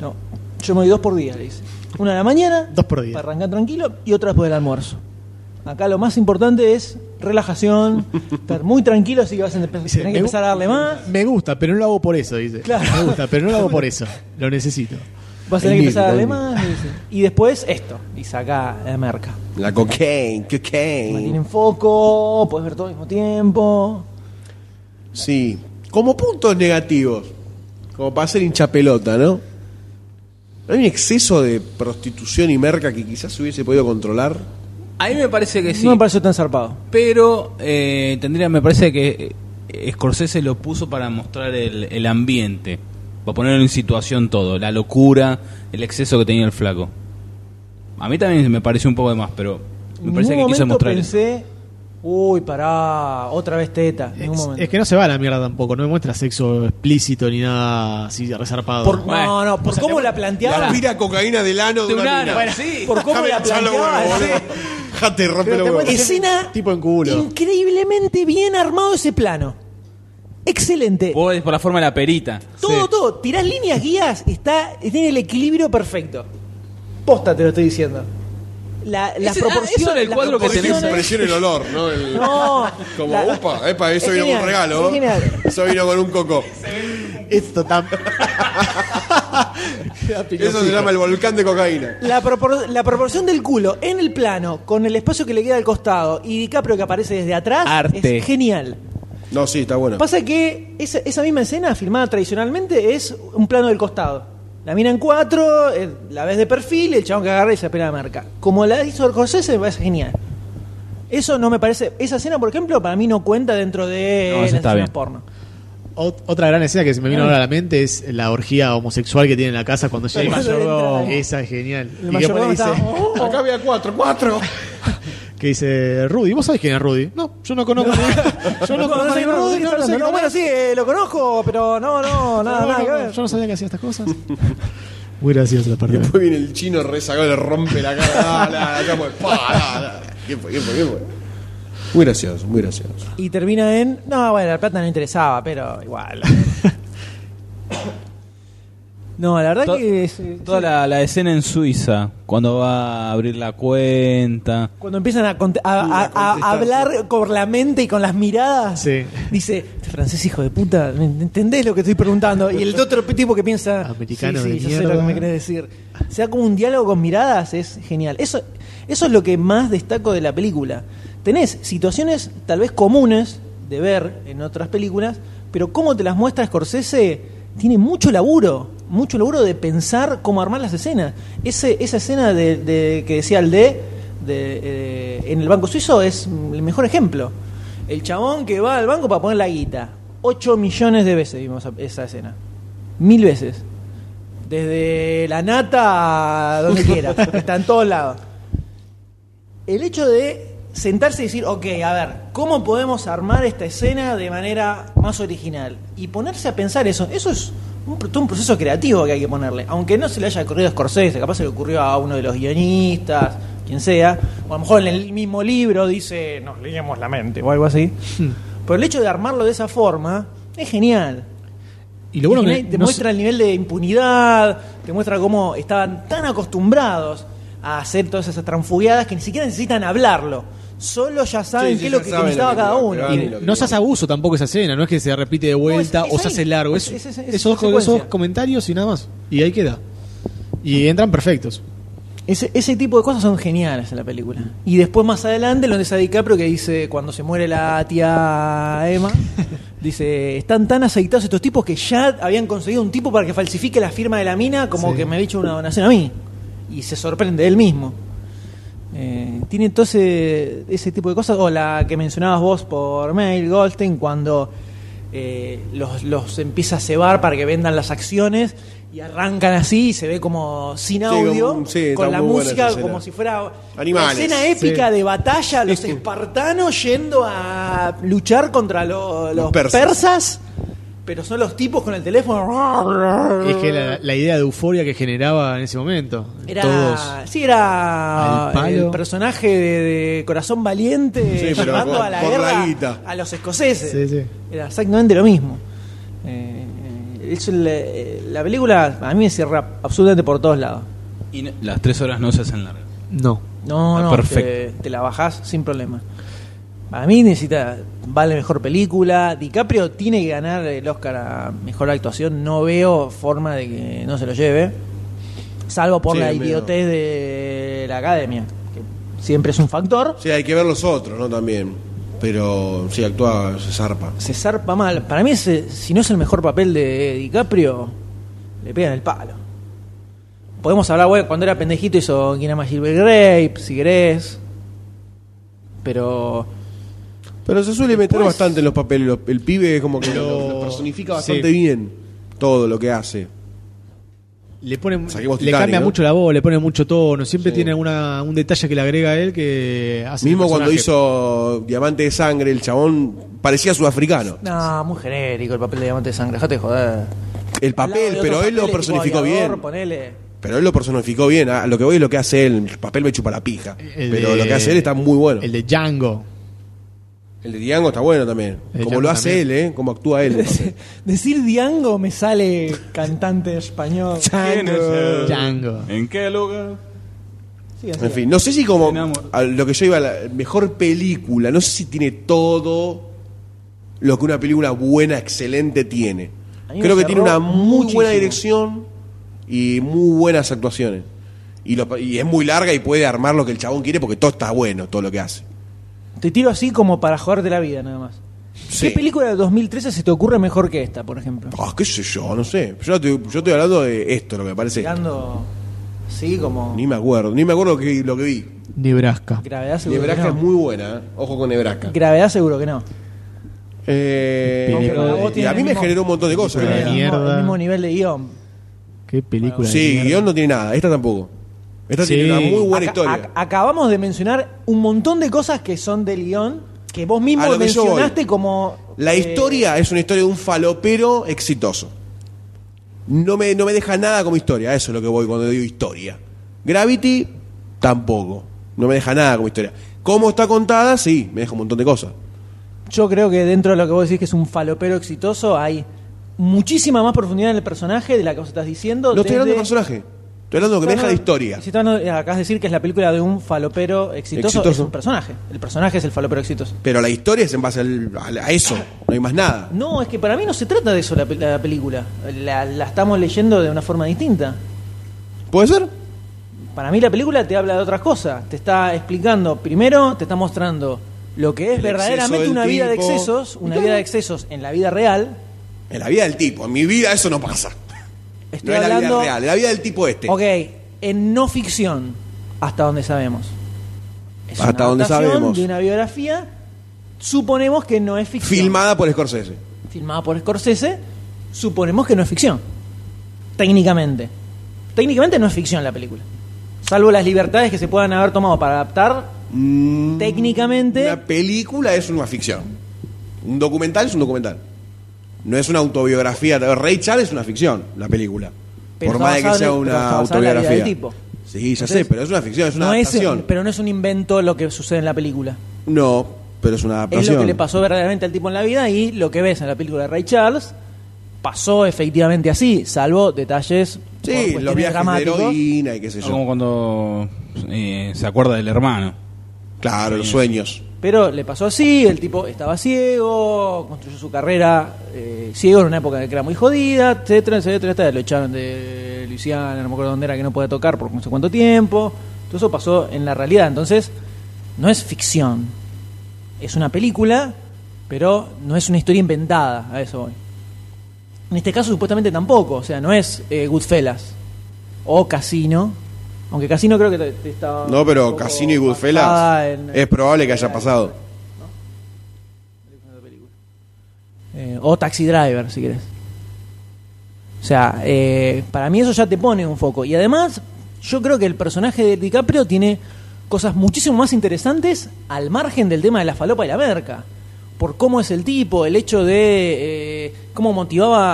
Speaker 2: No, yo me doy dos por día, le dice. Una a la mañana,
Speaker 5: Dos por día.
Speaker 2: para arrancar tranquilo, y otra después del almuerzo. Acá lo más importante es relajación, estar muy tranquilo, así que vas a empe- tenés
Speaker 5: Dice,
Speaker 2: que
Speaker 5: me gu-
Speaker 2: empezar a darle más.
Speaker 5: Me gusta, pero no lo hago por eso, dice.
Speaker 2: Claro.
Speaker 5: Me gusta, pero no lo hago por eso. Lo necesito.
Speaker 2: Vas a tener que
Speaker 1: Ahí
Speaker 2: empezar a darle
Speaker 1: viene,
Speaker 2: más. le dice. Y después esto, y saca la merca.
Speaker 1: La cocaine, cocaine.
Speaker 2: Mantienen foco, puedes ver todo al mismo tiempo.
Speaker 1: Sí. Como puntos negativos. Como para hacer hinchapelota, ¿no? Hay un exceso de prostitución y merca que quizás se hubiese podido controlar.
Speaker 3: A mí me parece
Speaker 5: Eh,
Speaker 3: que sí.
Speaker 2: No me pareció tan zarpado.
Speaker 3: Pero eh, tendría, me parece que eh, Scorsese lo puso para mostrar el, el ambiente, para poner en situación todo, la locura, el exceso que tenía el flaco. A mí también me pareció un poco de más, pero me
Speaker 2: En
Speaker 3: parece que
Speaker 2: ningún
Speaker 3: quiso
Speaker 2: momento
Speaker 3: mostrar eso.
Speaker 2: pensé, uy, pará, otra vez teta. En ningún
Speaker 5: Es,
Speaker 2: momento.
Speaker 5: es que no se va a la mierda tampoco. No me muestra sexo explícito ni nada así resarpado.
Speaker 2: Por- no, no, por cómo la
Speaker 1: La
Speaker 2: planteaba.
Speaker 1: pira cocaína del ano de
Speaker 3: De un
Speaker 1: una
Speaker 3: ano,
Speaker 1: mina.
Speaker 3: bueno, sí.
Speaker 2: Por cómo la
Speaker 1: Déjame hinchar los
Speaker 2: planteaba.
Speaker 1: huevos,
Speaker 2: sí.
Speaker 1: boludo. Déjate romper los
Speaker 5: te
Speaker 1: huevos.
Speaker 5: muestra-
Speaker 2: Escena
Speaker 5: Tipo en culo.
Speaker 2: increíblemente bien armado ese plano. Excelente.
Speaker 3: Vos ves por la forma de la perita.
Speaker 2: Todo, todo. Tirás líneas guías, está, tiene el equilibrio perfecto. Posta, te lo estoy diciendo. La, las
Speaker 3: Ese- ah,
Speaker 2: proporciones.
Speaker 3: eso era el
Speaker 2: las
Speaker 3: cuadro que tenés.
Speaker 2: proporciones-
Speaker 1: Impresiona el olor, ¿no? El-
Speaker 2: No.
Speaker 1: Como,
Speaker 2: La-
Speaker 1: upa, epa, eso
Speaker 2: Es
Speaker 1: vino con
Speaker 2: genial,
Speaker 1: un regalo.
Speaker 2: es genial.
Speaker 1: Eso vino con un coco.
Speaker 5: Esto tan.
Speaker 1: Eso se llama el volcán de cocaína.
Speaker 2: La, propor- la proporción del culo en el plano, con el espacio que le queda al costado y DiCaprio que aparece desde atrás,
Speaker 3: Arte.
Speaker 2: es genial.
Speaker 1: No, sí, está bueno.
Speaker 2: Pasa que esa, esa misma escena, filmada tradicionalmente, es un plano del costado. La mina en cuatro, eh, la ves de perfil, el chabón que agarra y se apela la marca. Como la hizo Scorsese, me parece genial. Eso no me parece. Esa escena, por ejemplo, para mí no cuenta dentro de
Speaker 3: No, eso
Speaker 2: las
Speaker 3: está
Speaker 2: escenas
Speaker 3: bien.
Speaker 2: porno.
Speaker 5: Ot- Otra gran escena que se me
Speaker 2: Ah.
Speaker 5: vino ahora a la mente es la orgía homosexual que tiene en la casa cuando llega.
Speaker 2: mayordomo.
Speaker 5: Esa es genial.
Speaker 2: El
Speaker 5: Y que
Speaker 2: mayordomo
Speaker 5: dice,
Speaker 2: está, "Oh".
Speaker 1: Acá había cuatro, cuatro.
Speaker 5: que dice, Rudy, ¿vos sabés quién es Rudy? No, yo no conozco. yo no conozco a
Speaker 2: sé
Speaker 5: nadie,
Speaker 2: quién es Rudy,
Speaker 5: no, no
Speaker 2: está
Speaker 5: sé
Speaker 2: hablando.
Speaker 5: quién
Speaker 2: No, bueno,
Speaker 5: es.
Speaker 2: sí, eh, lo conozco, pero no, no, nada,
Speaker 5: No,
Speaker 2: nada que
Speaker 5: no,
Speaker 2: ver.
Speaker 5: Yo no sabía que hacía estas cosas. Muy graciosa la parte.
Speaker 1: Después viene el chino rezagado, le rompe la cara. Ah, la, la, ya fue. Pa, la, la. ¿Quién fue? ¿Quién fue? ¿Quién fue? Muy gracioso, muy gracioso.
Speaker 2: Y termina en. No, bueno, la plata no interesaba, pero igual. No, la verdad
Speaker 3: To-
Speaker 2: que es, eh,
Speaker 3: Toda la, la escena en Suiza, cuando va a abrir la cuenta.
Speaker 2: Cuando empiezan a, cont- a- a- a- a hablar con la mente y con las miradas,
Speaker 5: Sí.
Speaker 2: dice, este francés hijo de puta, ¿me ¿entendés lo que estoy preguntando? Y el otro tipo que piensa,
Speaker 5: Americano
Speaker 2: sí, sí,
Speaker 5: de
Speaker 2: yo sé lo que
Speaker 5: mierda".
Speaker 2: me querés decir. O sea, como un diálogo con miradas es genial. Eso, eso es lo que más destaco de la película. Tenés situaciones tal vez comunes de ver en otras películas, pero cómo te las muestra Scorsese tiene mucho laburo, mucho laburo de pensar cómo armar las escenas. Ese, esa escena de, de- que decía el de, de, eh, en el banco suizo es mm, el mejor ejemplo. El chabón que va al banco para poner la guita. 8 millones de veces vimos esa- esa escena. Mil veces. Desde la nata a donde quiera. Está en todos lados. El hecho de sentarse y decir, ok, a ver, ¿cómo podemos armar esta escena de manera más original? Y ponerse a pensar eso. Eso es un, pro- todo un proceso creativo que hay que ponerle. Aunque no se le haya ocurrido a Scorsese, capaz se le ocurrió a uno de los guionistas, quien sea. O a lo mejor en el mismo libro dice, nos leíamos la mente o algo así. Pero el hecho de armarlo de esa forma es genial.
Speaker 5: Y lo bueno
Speaker 2: Y
Speaker 5: que
Speaker 2: ahí te
Speaker 5: no se-
Speaker 2: muestra el nivel de impunidad, te muestra cómo estaban tan acostumbrados a hacer todas esas transfugiadas que ni siquiera necesitan hablarlo. Solo ya saben
Speaker 1: Sí, sí,
Speaker 2: qué es
Speaker 1: ya
Speaker 2: lo que
Speaker 1: saben lo
Speaker 2: necesitaba
Speaker 1: que-
Speaker 2: cada
Speaker 1: lo que
Speaker 2: uno.
Speaker 1: van y
Speaker 2: Y-
Speaker 1: lo que-
Speaker 5: No se hace abuso tampoco esa escena, no es que se repite de vuelta
Speaker 2: No, es- es
Speaker 5: o se
Speaker 2: ahí.
Speaker 5: hace largo. Es,
Speaker 2: Es- es- es
Speaker 5: esos,
Speaker 2: secuencia.
Speaker 5: esos comentarios y nada más. Y ahí queda. Y entran perfectos.
Speaker 2: Ese, ese tipo de cosas son geniales en la película. Y después más adelante, lo de esa DiCaprio que dice, cuando se muere la tía Emma, dice, están tan aceitados estos tipos que ya habían conseguido un tipo para que falsifique la firma de la mina como
Speaker 5: Sí.
Speaker 2: que me había hecho una donación a mí. Y se sorprende él mismo. Eh, tiene entonces ese tipo de cosas, o la que mencionabas vos por mail, Goldstein, cuando eh, los, los empieza a cebar para que vendan las acciones y arrancan así y se ve como sin
Speaker 1: Sí, como
Speaker 2: audio,
Speaker 1: un- sí, está
Speaker 2: con la
Speaker 1: muy buena esa
Speaker 2: música
Speaker 1: escena.
Speaker 2: como si fuera
Speaker 1: Animales.
Speaker 2: una escena épica de batalla, los espartanos yendo a luchar contra lo- los
Speaker 1: Los
Speaker 2: persas.
Speaker 1: persas.
Speaker 2: pero son los tipos con el teléfono.
Speaker 5: Es que la, la idea de euforia que generaba en ese momento.
Speaker 2: Era,
Speaker 5: Todos.
Speaker 2: sí, era
Speaker 5: al palo.
Speaker 2: el personaje de, de Corazón Valiente
Speaker 1: Sí, pero
Speaker 2: llevando
Speaker 1: por-
Speaker 2: a la
Speaker 1: por la
Speaker 2: guerra
Speaker 1: guita.
Speaker 2: a los escoceses.
Speaker 5: Sí, sí.
Speaker 2: Era exactamente lo mismo. Eh, eh, es el- eh, la película a mí me cierra absolutamente por todos lados.
Speaker 3: Y no- las tres horas no se hacen largas.
Speaker 5: No.
Speaker 2: No,
Speaker 3: Ah,
Speaker 2: no,
Speaker 3: perfecto.
Speaker 2: Te, te la bajás sin problema. A mí necesita, vale mejor película. DiCaprio tiene que ganar el Oscar a mejor actuación. No veo forma de que no se lo lleve. Salvo por
Speaker 1: Sí,
Speaker 2: la
Speaker 1: medio.
Speaker 2: idiotez de la academia, que siempre es un factor.
Speaker 1: Sí, hay que ver los otros, ¿no? También. Pero sí, actúa, se zarpa.
Speaker 2: Se zarpa mal. Para mí, ese- si no es el mejor papel de DiCaprio, le pegan el palo. Podemos hablar, bueno, cuando era pendejito hizo Quien ama a Gilbert Grape, si querés. Pero
Speaker 1: Pero se suele meter bastante en los papeles. lo- El pibe como que lo, lo personifica bastante bien todo lo que hace.
Speaker 5: Le, pone,
Speaker 1: Saquemos
Speaker 5: le
Speaker 1: Titanic,
Speaker 5: cambia
Speaker 1: ¿no?
Speaker 5: mucho la voz, le pone mucho tono. Siempre tiene una- un detalle que le agrega a él que hace. el
Speaker 1: Mismo cuando
Speaker 5: personaje.
Speaker 1: hizo Diamante de Sangre, el chabón parecía sudafricano.
Speaker 2: No, muy genérico el papel de Diamante de Sangre, dejate de joder. Al
Speaker 1: El
Speaker 2: lado
Speaker 1: papel,
Speaker 2: de pues.
Speaker 1: pero
Speaker 2: otros
Speaker 1: él
Speaker 2: papeles
Speaker 1: lo
Speaker 2: tipo
Speaker 1: personificó
Speaker 2: aviador,
Speaker 1: bien.
Speaker 2: Ponele.
Speaker 1: Pero él lo personificó bien. A lo que voy es lo que hace él. El papel me chupa la pija.
Speaker 5: El
Speaker 1: pero
Speaker 5: de-
Speaker 1: lo que hace él está muy bueno.
Speaker 5: El
Speaker 1: El,
Speaker 5: de Django.
Speaker 1: de Diango está bueno también.
Speaker 5: El de
Speaker 1: Como
Speaker 5: Django
Speaker 1: lo hace
Speaker 5: también.
Speaker 1: él, ¿eh? Como actúa él. el papel.
Speaker 2: Decir Diango me sale cantante español.
Speaker 5: Django.
Speaker 3: ¿En qué lugar?
Speaker 1: En fin, no sé si como
Speaker 3: Me enamoro.
Speaker 1: a lo que yo iba a la mejor película, no sé si tiene todo lo que una película buena, excelente tiene.
Speaker 2: A mí me
Speaker 1: Creo que tiene
Speaker 2: cerró
Speaker 1: una muy
Speaker 2: muchísimo.
Speaker 1: buena dirección y muy buenas actuaciones. Y, lo- y es muy larga y puede armar lo que el chabón quiere porque todo está bueno, todo lo que hace.
Speaker 2: Te tiro así como para joderte la vida nada más.
Speaker 1: Sí.
Speaker 2: ¿Qué película de 2013 se te ocurre mejor que esta, por ejemplo?
Speaker 1: Ah, qué sé yo, no sé. Yo estoy, yo estoy hablando de esto, lo que me parece.
Speaker 2: Llegando sí, como
Speaker 1: Ni me acuerdo, ni me acuerdo que, lo que vi.
Speaker 5: Nebraska.
Speaker 2: gravedad seguro.
Speaker 1: Nebraska
Speaker 2: que
Speaker 1: es
Speaker 2: no.
Speaker 1: muy buena, ¿eh? ojo con Nebraska.
Speaker 2: Gravedad seguro que no.
Speaker 1: Eh,
Speaker 5: Aunque para vos
Speaker 1: y
Speaker 2: tiene
Speaker 1: a mí
Speaker 2: el
Speaker 1: me
Speaker 2: mismo-
Speaker 1: generó un montón de cosas. ¿eh?
Speaker 5: Película de
Speaker 2: el, mismo,
Speaker 5: mierda.
Speaker 2: el mismo nivel de guión.
Speaker 5: Qué película. de
Speaker 1: Sí,
Speaker 5: mierda.
Speaker 1: guión no tiene nada. Esta tampoco. Esta
Speaker 5: Sí.
Speaker 1: tiene una muy buena
Speaker 2: Aca-
Speaker 1: historia.
Speaker 2: ac- acabamos de mencionar un montón de cosas que son del guión que vos mismo
Speaker 1: A lo que yo voy.
Speaker 2: mencionaste como
Speaker 1: la
Speaker 2: eh,
Speaker 1: historia es una historia de un falopero exitoso. No me, no me deja nada como historia. Eso es lo que voy cuando digo historia. Gravity, tampoco. No me deja nada como historia. ¿Cómo está contada? Sí, me deja un montón de cosas.
Speaker 2: Yo creo que dentro de lo que vos decís que es un falopero exitoso, hay muchísima más profundidad en el personaje de la que vos estás diciendo.
Speaker 1: No estoy hablando de
Speaker 2: desde-
Speaker 1: personaje. Estoy hablando de lo que me deja la historia.
Speaker 2: Si estás hablando- acabas de decir que es la película de un falopero exitoso,
Speaker 1: Exitoso.
Speaker 2: es un personaje. El personaje es el falopero exitoso.
Speaker 1: Pero la historia es en base al- al- a eso. No hay más nada.
Speaker 2: No, es que para mí no se trata de eso la, pe- la película. La, la estamos leyendo de una forma distinta.
Speaker 1: ¿Puede ser?
Speaker 2: Para mí la película te habla de otras cosas. Te está explicando, primero te está mostrando lo que es
Speaker 1: El
Speaker 2: verdaderamente
Speaker 1: exceso del
Speaker 2: una vida de
Speaker 1: tipo.
Speaker 2: excesos, una vida de excesos en la vida real.
Speaker 1: En la vida del tipo. En mi vida eso no pasa.
Speaker 2: Estoy
Speaker 1: no es la
Speaker 2: hablando
Speaker 1: vida real. En la vida del tipo este.
Speaker 2: Ok, en no ficción, hasta donde sabemos. Es
Speaker 1: Hasta donde
Speaker 2: adaptación
Speaker 1: sabemos.
Speaker 2: De una biografía, suponemos que no es ficción.
Speaker 1: Filmada por Scorsese.
Speaker 2: Filmada por Scorsese, suponemos que no es ficción. Técnicamente. Técnicamente no es ficción la película. Salvo las libertades que se puedan haber tomado para adaptar,
Speaker 1: Mm,
Speaker 2: Técnicamente-
Speaker 1: Una película es una ficción. Un documental es un documental. No es una autobiografía. Ray Charles es una ficción, la película.
Speaker 2: Pero
Speaker 1: Por
Speaker 2: está
Speaker 1: más de que
Speaker 2: basada
Speaker 1: sea
Speaker 2: en- pero
Speaker 1: una
Speaker 2: está basada en la vida
Speaker 1: autobiografía.
Speaker 2: del tipo.
Speaker 1: Sí, ya sé,
Speaker 2: Entonces,
Speaker 1: pero es una ficción, es una
Speaker 2: no es,
Speaker 1: adaptación.
Speaker 2: pero no es un invento lo que sucede en la película.
Speaker 1: No, pero es una adaptación.
Speaker 2: Es lo que le pasó verdaderamente al tipo en la vida y lo que ves en la película de Ray Charles pasó efectivamente así, salvo detalles por
Speaker 1: Sí, los
Speaker 2: cuestiones
Speaker 1: viajes
Speaker 2: dramáticos.
Speaker 1: de heroína y qué sé
Speaker 3: O
Speaker 1: yo.
Speaker 3: Como cuando eh, se acuerda del hermano.
Speaker 1: Claro, los sueños.
Speaker 2: Pero le pasó así, el tipo estaba ciego, construyó su carrera eh, ciego en una época que era muy jodida, etcétera, etcétera, etcétera. Lo echaron de Luisiana, no me acuerdo dónde era, que no podía tocar por no sé cuánto tiempo. Todo eso pasó en la realidad. Entonces, no es ficción. Es una película, pero no es una historia inventada, a eso voy. En este caso, supuestamente tampoco. O sea, no es eh, Goodfellas o Casino. Aunque Casino creo que te- te estaba.
Speaker 1: No,
Speaker 2: un
Speaker 1: pero
Speaker 2: poco
Speaker 1: Casino y Goodfellas
Speaker 2: basada en-
Speaker 1: es probable que haya pasado.
Speaker 2: Eh, o Taxi Driver, si querés. O sea, eh, para mí eso ya te pone un foco. Y además, yo creo que el personaje de DiCaprio tiene cosas muchísimo más interesantes al margen del tema de la falopa y la merca. Por cómo es el tipo, el hecho de eh, cómo motivaba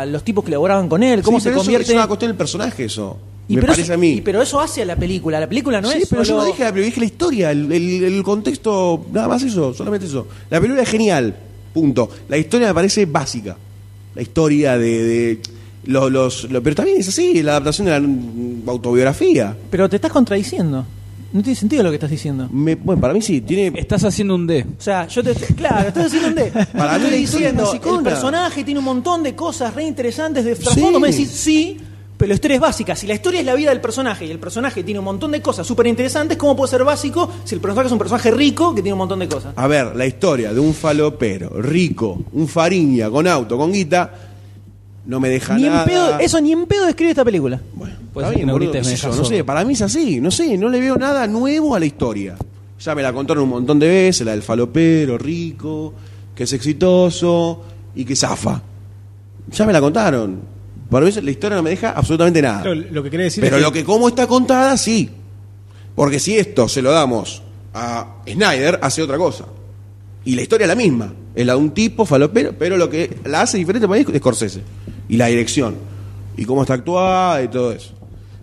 Speaker 2: a, a los tipos que laboraban con él, cómo
Speaker 1: Sí,
Speaker 2: se
Speaker 1: pero eso
Speaker 2: convierte.
Speaker 1: Es una cuestión del personaje eso.
Speaker 2: Y
Speaker 1: me
Speaker 2: pero
Speaker 1: parece
Speaker 2: eso-
Speaker 1: a mí.
Speaker 2: y pero eso hace a la película. La película no
Speaker 1: sí,
Speaker 2: es.
Speaker 1: pero yo
Speaker 2: solo-
Speaker 1: no dije la película, dije la historia, el, el- el contexto, nada más eso, solamente eso. La película es genial, punto. La historia me parece básica. La historia de... de los, los, lo- pero también es así, la adaptación de la mm, autobiografía.
Speaker 2: Pero te estás contradiciendo. No tiene sentido lo que estás diciendo.
Speaker 1: Me- bueno, para mí sí, tiene...
Speaker 3: Estás haciendo un D.
Speaker 2: O sea, yo te. Claro, estás haciendo un D.
Speaker 1: Para
Speaker 2: Yo te
Speaker 1: mí la
Speaker 2: estoy
Speaker 1: historia es
Speaker 2: diciendo,
Speaker 1: basicona.
Speaker 2: el personaje tiene un montón de cosas re interesantes de trasfondo. Me decís, sí, pero la historia es básica. Si la historia es la vida del personaje y el personaje tiene un montón de cosas súper interesantes, ¿cómo puede ser básico si el personaje es un personaje rico que tiene un montón de cosas?
Speaker 1: A ver, la historia de un falopero rico, un fariña, con auto, con guita, no me deja
Speaker 2: Ni en
Speaker 1: nada.
Speaker 2: pedo- eso ni en pedo describe esta película.
Speaker 1: Bueno,
Speaker 3: Puede
Speaker 1: está
Speaker 3: ser que
Speaker 1: bien,
Speaker 3: no
Speaker 1: boludo,
Speaker 3: grites,
Speaker 1: qué
Speaker 3: me
Speaker 1: sé
Speaker 3: dejas
Speaker 1: yo, no
Speaker 3: sordo.
Speaker 1: sé, para mí es así, no sé, no le veo nada nuevo a la historia. Ya me la contaron un montón de veces, la del falopero rico, que es exitoso y que zafa. Ya me la contaron. Para mí la historia no me deja absolutamente nada.
Speaker 4: Pero lo que quería decir
Speaker 1: Pero
Speaker 4: es
Speaker 1: lo que como está contada, sí. Porque si esto se lo damos a Snyder, hace otra cosa. Y la historia es la misma. Es la de un tipo falopero, pero lo que la hace diferente para mí es Scorsese. Y la dirección. Y cómo está actuada y todo eso.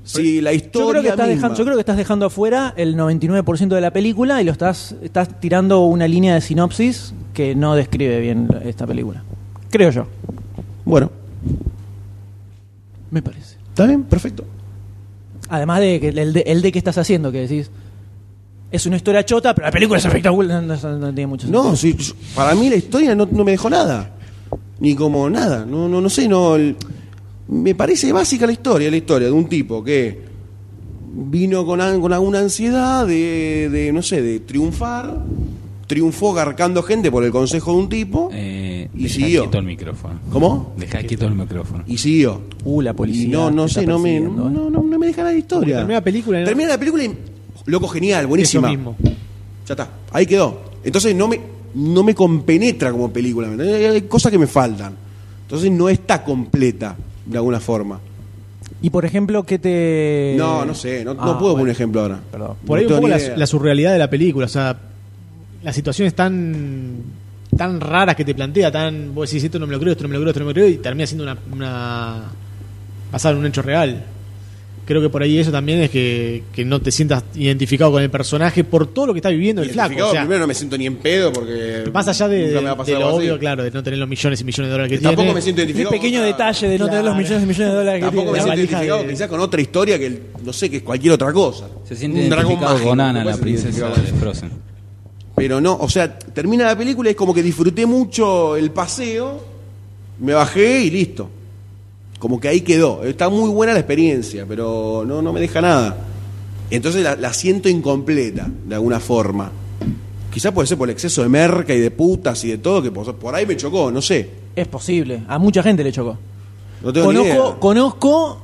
Speaker 1: Si la historia.
Speaker 2: Yo creo, que estás
Speaker 1: misma-
Speaker 2: dejando, yo creo que estás dejando afuera el 99% de la película y lo estás, estás tirando una línea de sinopsis que no describe bien esta película. Creo yo.
Speaker 1: Bueno,
Speaker 2: Me parece.
Speaker 1: está bien, perfecto.
Speaker 2: Además de que el de, el de que estás haciendo, que decís. Es una historia chota, pero la película es espectacular. No, no- no tiene mucho sentido.
Speaker 1: No, si- yo- para mí la historia no, no me dejó nada. Ni como nada. No, no, no sé, no. el- me parece básica la historia, la historia de un tipo que vino con, an- con alguna ansiedad de, de, no sé, de triunfar. Triunfó garcando gente por el consejo de un tipo.
Speaker 3: Eh,
Speaker 1: Y
Speaker 3: deja
Speaker 1: siguió.
Speaker 3: quieto el micrófono.
Speaker 1: ¿Cómo?
Speaker 3: Deja quieto el micrófono.
Speaker 1: Y siguió.
Speaker 2: Uh, la policía
Speaker 1: Y no, no
Speaker 2: te
Speaker 1: sé,
Speaker 2: está
Speaker 1: no me,
Speaker 2: persiguiendo,
Speaker 1: no,
Speaker 2: ¿eh?
Speaker 1: no, no me deja la historia.
Speaker 5: Termina la película, ¿no?
Speaker 1: Termina la película y. Loco, genial, buenísima.
Speaker 5: Eso mismo.
Speaker 1: Ya está, ahí quedó. Entonces no me, no me compenetra como película. ¿me entendés? Hay- Hay cosas que me faltan. Entonces no está completa, de alguna forma.
Speaker 2: Y por ejemplo, ¿qué te.
Speaker 5: Eh,
Speaker 1: no, no sé, no, no
Speaker 2: Ah,
Speaker 1: puedo poner un ejemplo ahora.
Speaker 2: Perdón.
Speaker 5: Por
Speaker 1: No
Speaker 5: ahí un
Speaker 1: tengo
Speaker 5: poco
Speaker 1: ni
Speaker 5: la,
Speaker 1: idea.
Speaker 5: la surrealidad de la película, o sea, las situaciones tan tan raras que te plantea, tan vos decís esto no me lo creo, esto no me lo creo, esto no me lo creo y termina siendo una, una basada en un hecho real. Creo que por ahí eso también es que, que no te sientas identificado con el personaje por todo lo que está viviendo el flaco.
Speaker 1: Identificado,
Speaker 5: O sea,
Speaker 1: primero no me siento ni en pedo porque.
Speaker 5: más allá de,
Speaker 1: nunca me ha
Speaker 5: de
Speaker 1: pasado
Speaker 5: lo
Speaker 1: algo así.
Speaker 5: obvio, claro, de no tener los millones y millones de dólares que
Speaker 1: Tampoco
Speaker 5: tiene.
Speaker 1: me siento
Speaker 2: Qué
Speaker 1: identificado.
Speaker 2: pequeño
Speaker 1: con otra-
Speaker 2: detalle de no tener los
Speaker 5: Claro.
Speaker 2: millones y millones de dólares que
Speaker 1: Tampoco
Speaker 2: tiene.
Speaker 1: me
Speaker 5: la
Speaker 1: siento
Speaker 5: valija
Speaker 1: identificado
Speaker 5: de-
Speaker 1: quizás con otra historia que, el- no sé, que es cualquier otra cosa.
Speaker 3: Se siente
Speaker 1: Un dragón
Speaker 3: identificado
Speaker 1: mágico,
Speaker 3: con
Speaker 1: no
Speaker 3: Ana,
Speaker 1: puede
Speaker 3: la
Speaker 1: ser
Speaker 3: princesa
Speaker 1: identificado con
Speaker 3: de Frozen.
Speaker 1: Pero no, o sea, termina la película y es como que disfruté mucho el paseo, me bajé y listo. Como que ahí quedó. Está muy buena la experiencia, pero no, no me deja nada. Entonces la, la siento incompleta, de alguna forma. Quizás puede ser por el exceso de merca y de putas y de todo, que por, por ahí me chocó, no sé.
Speaker 2: Es posible. A mucha gente le chocó.
Speaker 1: No tengo ni idea.
Speaker 2: Conozco, conozco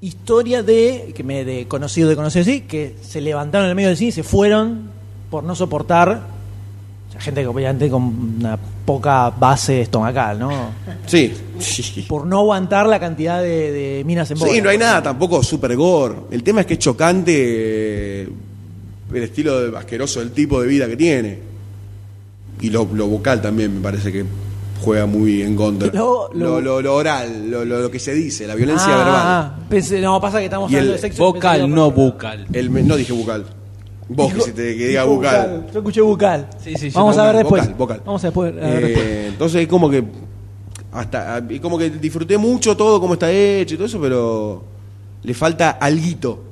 Speaker 2: historia de, que me de conocido de conocido así, que se levantaron en el medio del cine y se fueron por no soportar. o sea, gente que obviamente con una poca base estomacal, ¿no?
Speaker 1: Sí. Sí,
Speaker 2: por no aguantar la cantidad de, de minas en bola.
Speaker 1: no hay nada tampoco super gore. El tema es que es chocante eh, el estilo de- asqueroso del tipo de vida que tiene. Y lo, lo vocal también me parece que juega muy en contra.
Speaker 2: Lo-
Speaker 1: Lo,
Speaker 2: lo-
Speaker 1: lo, lo oral, lo, lo- lo que se dice, la violencia
Speaker 2: Ah,
Speaker 1: verbal.
Speaker 2: ah, pensé- no, pasa que estamos
Speaker 1: Y
Speaker 2: hablando
Speaker 1: el
Speaker 2: de sexo. pensé
Speaker 3: Vocal,
Speaker 2: que-
Speaker 3: no bucal.
Speaker 1: El me- no dije bucal. Vos que, se te, que diga bucal.
Speaker 2: Yo escuché bucal.
Speaker 3: Sí, sí, sí,
Speaker 2: Vamos a ver
Speaker 1: vocal,
Speaker 2: después.
Speaker 1: vocal, vocal.
Speaker 2: Vamos a después. a ver
Speaker 1: Eh,
Speaker 2: después.
Speaker 1: entonces es como que hasta y como que disfruté mucho todo como está hecho y todo eso, pero le falta alguito,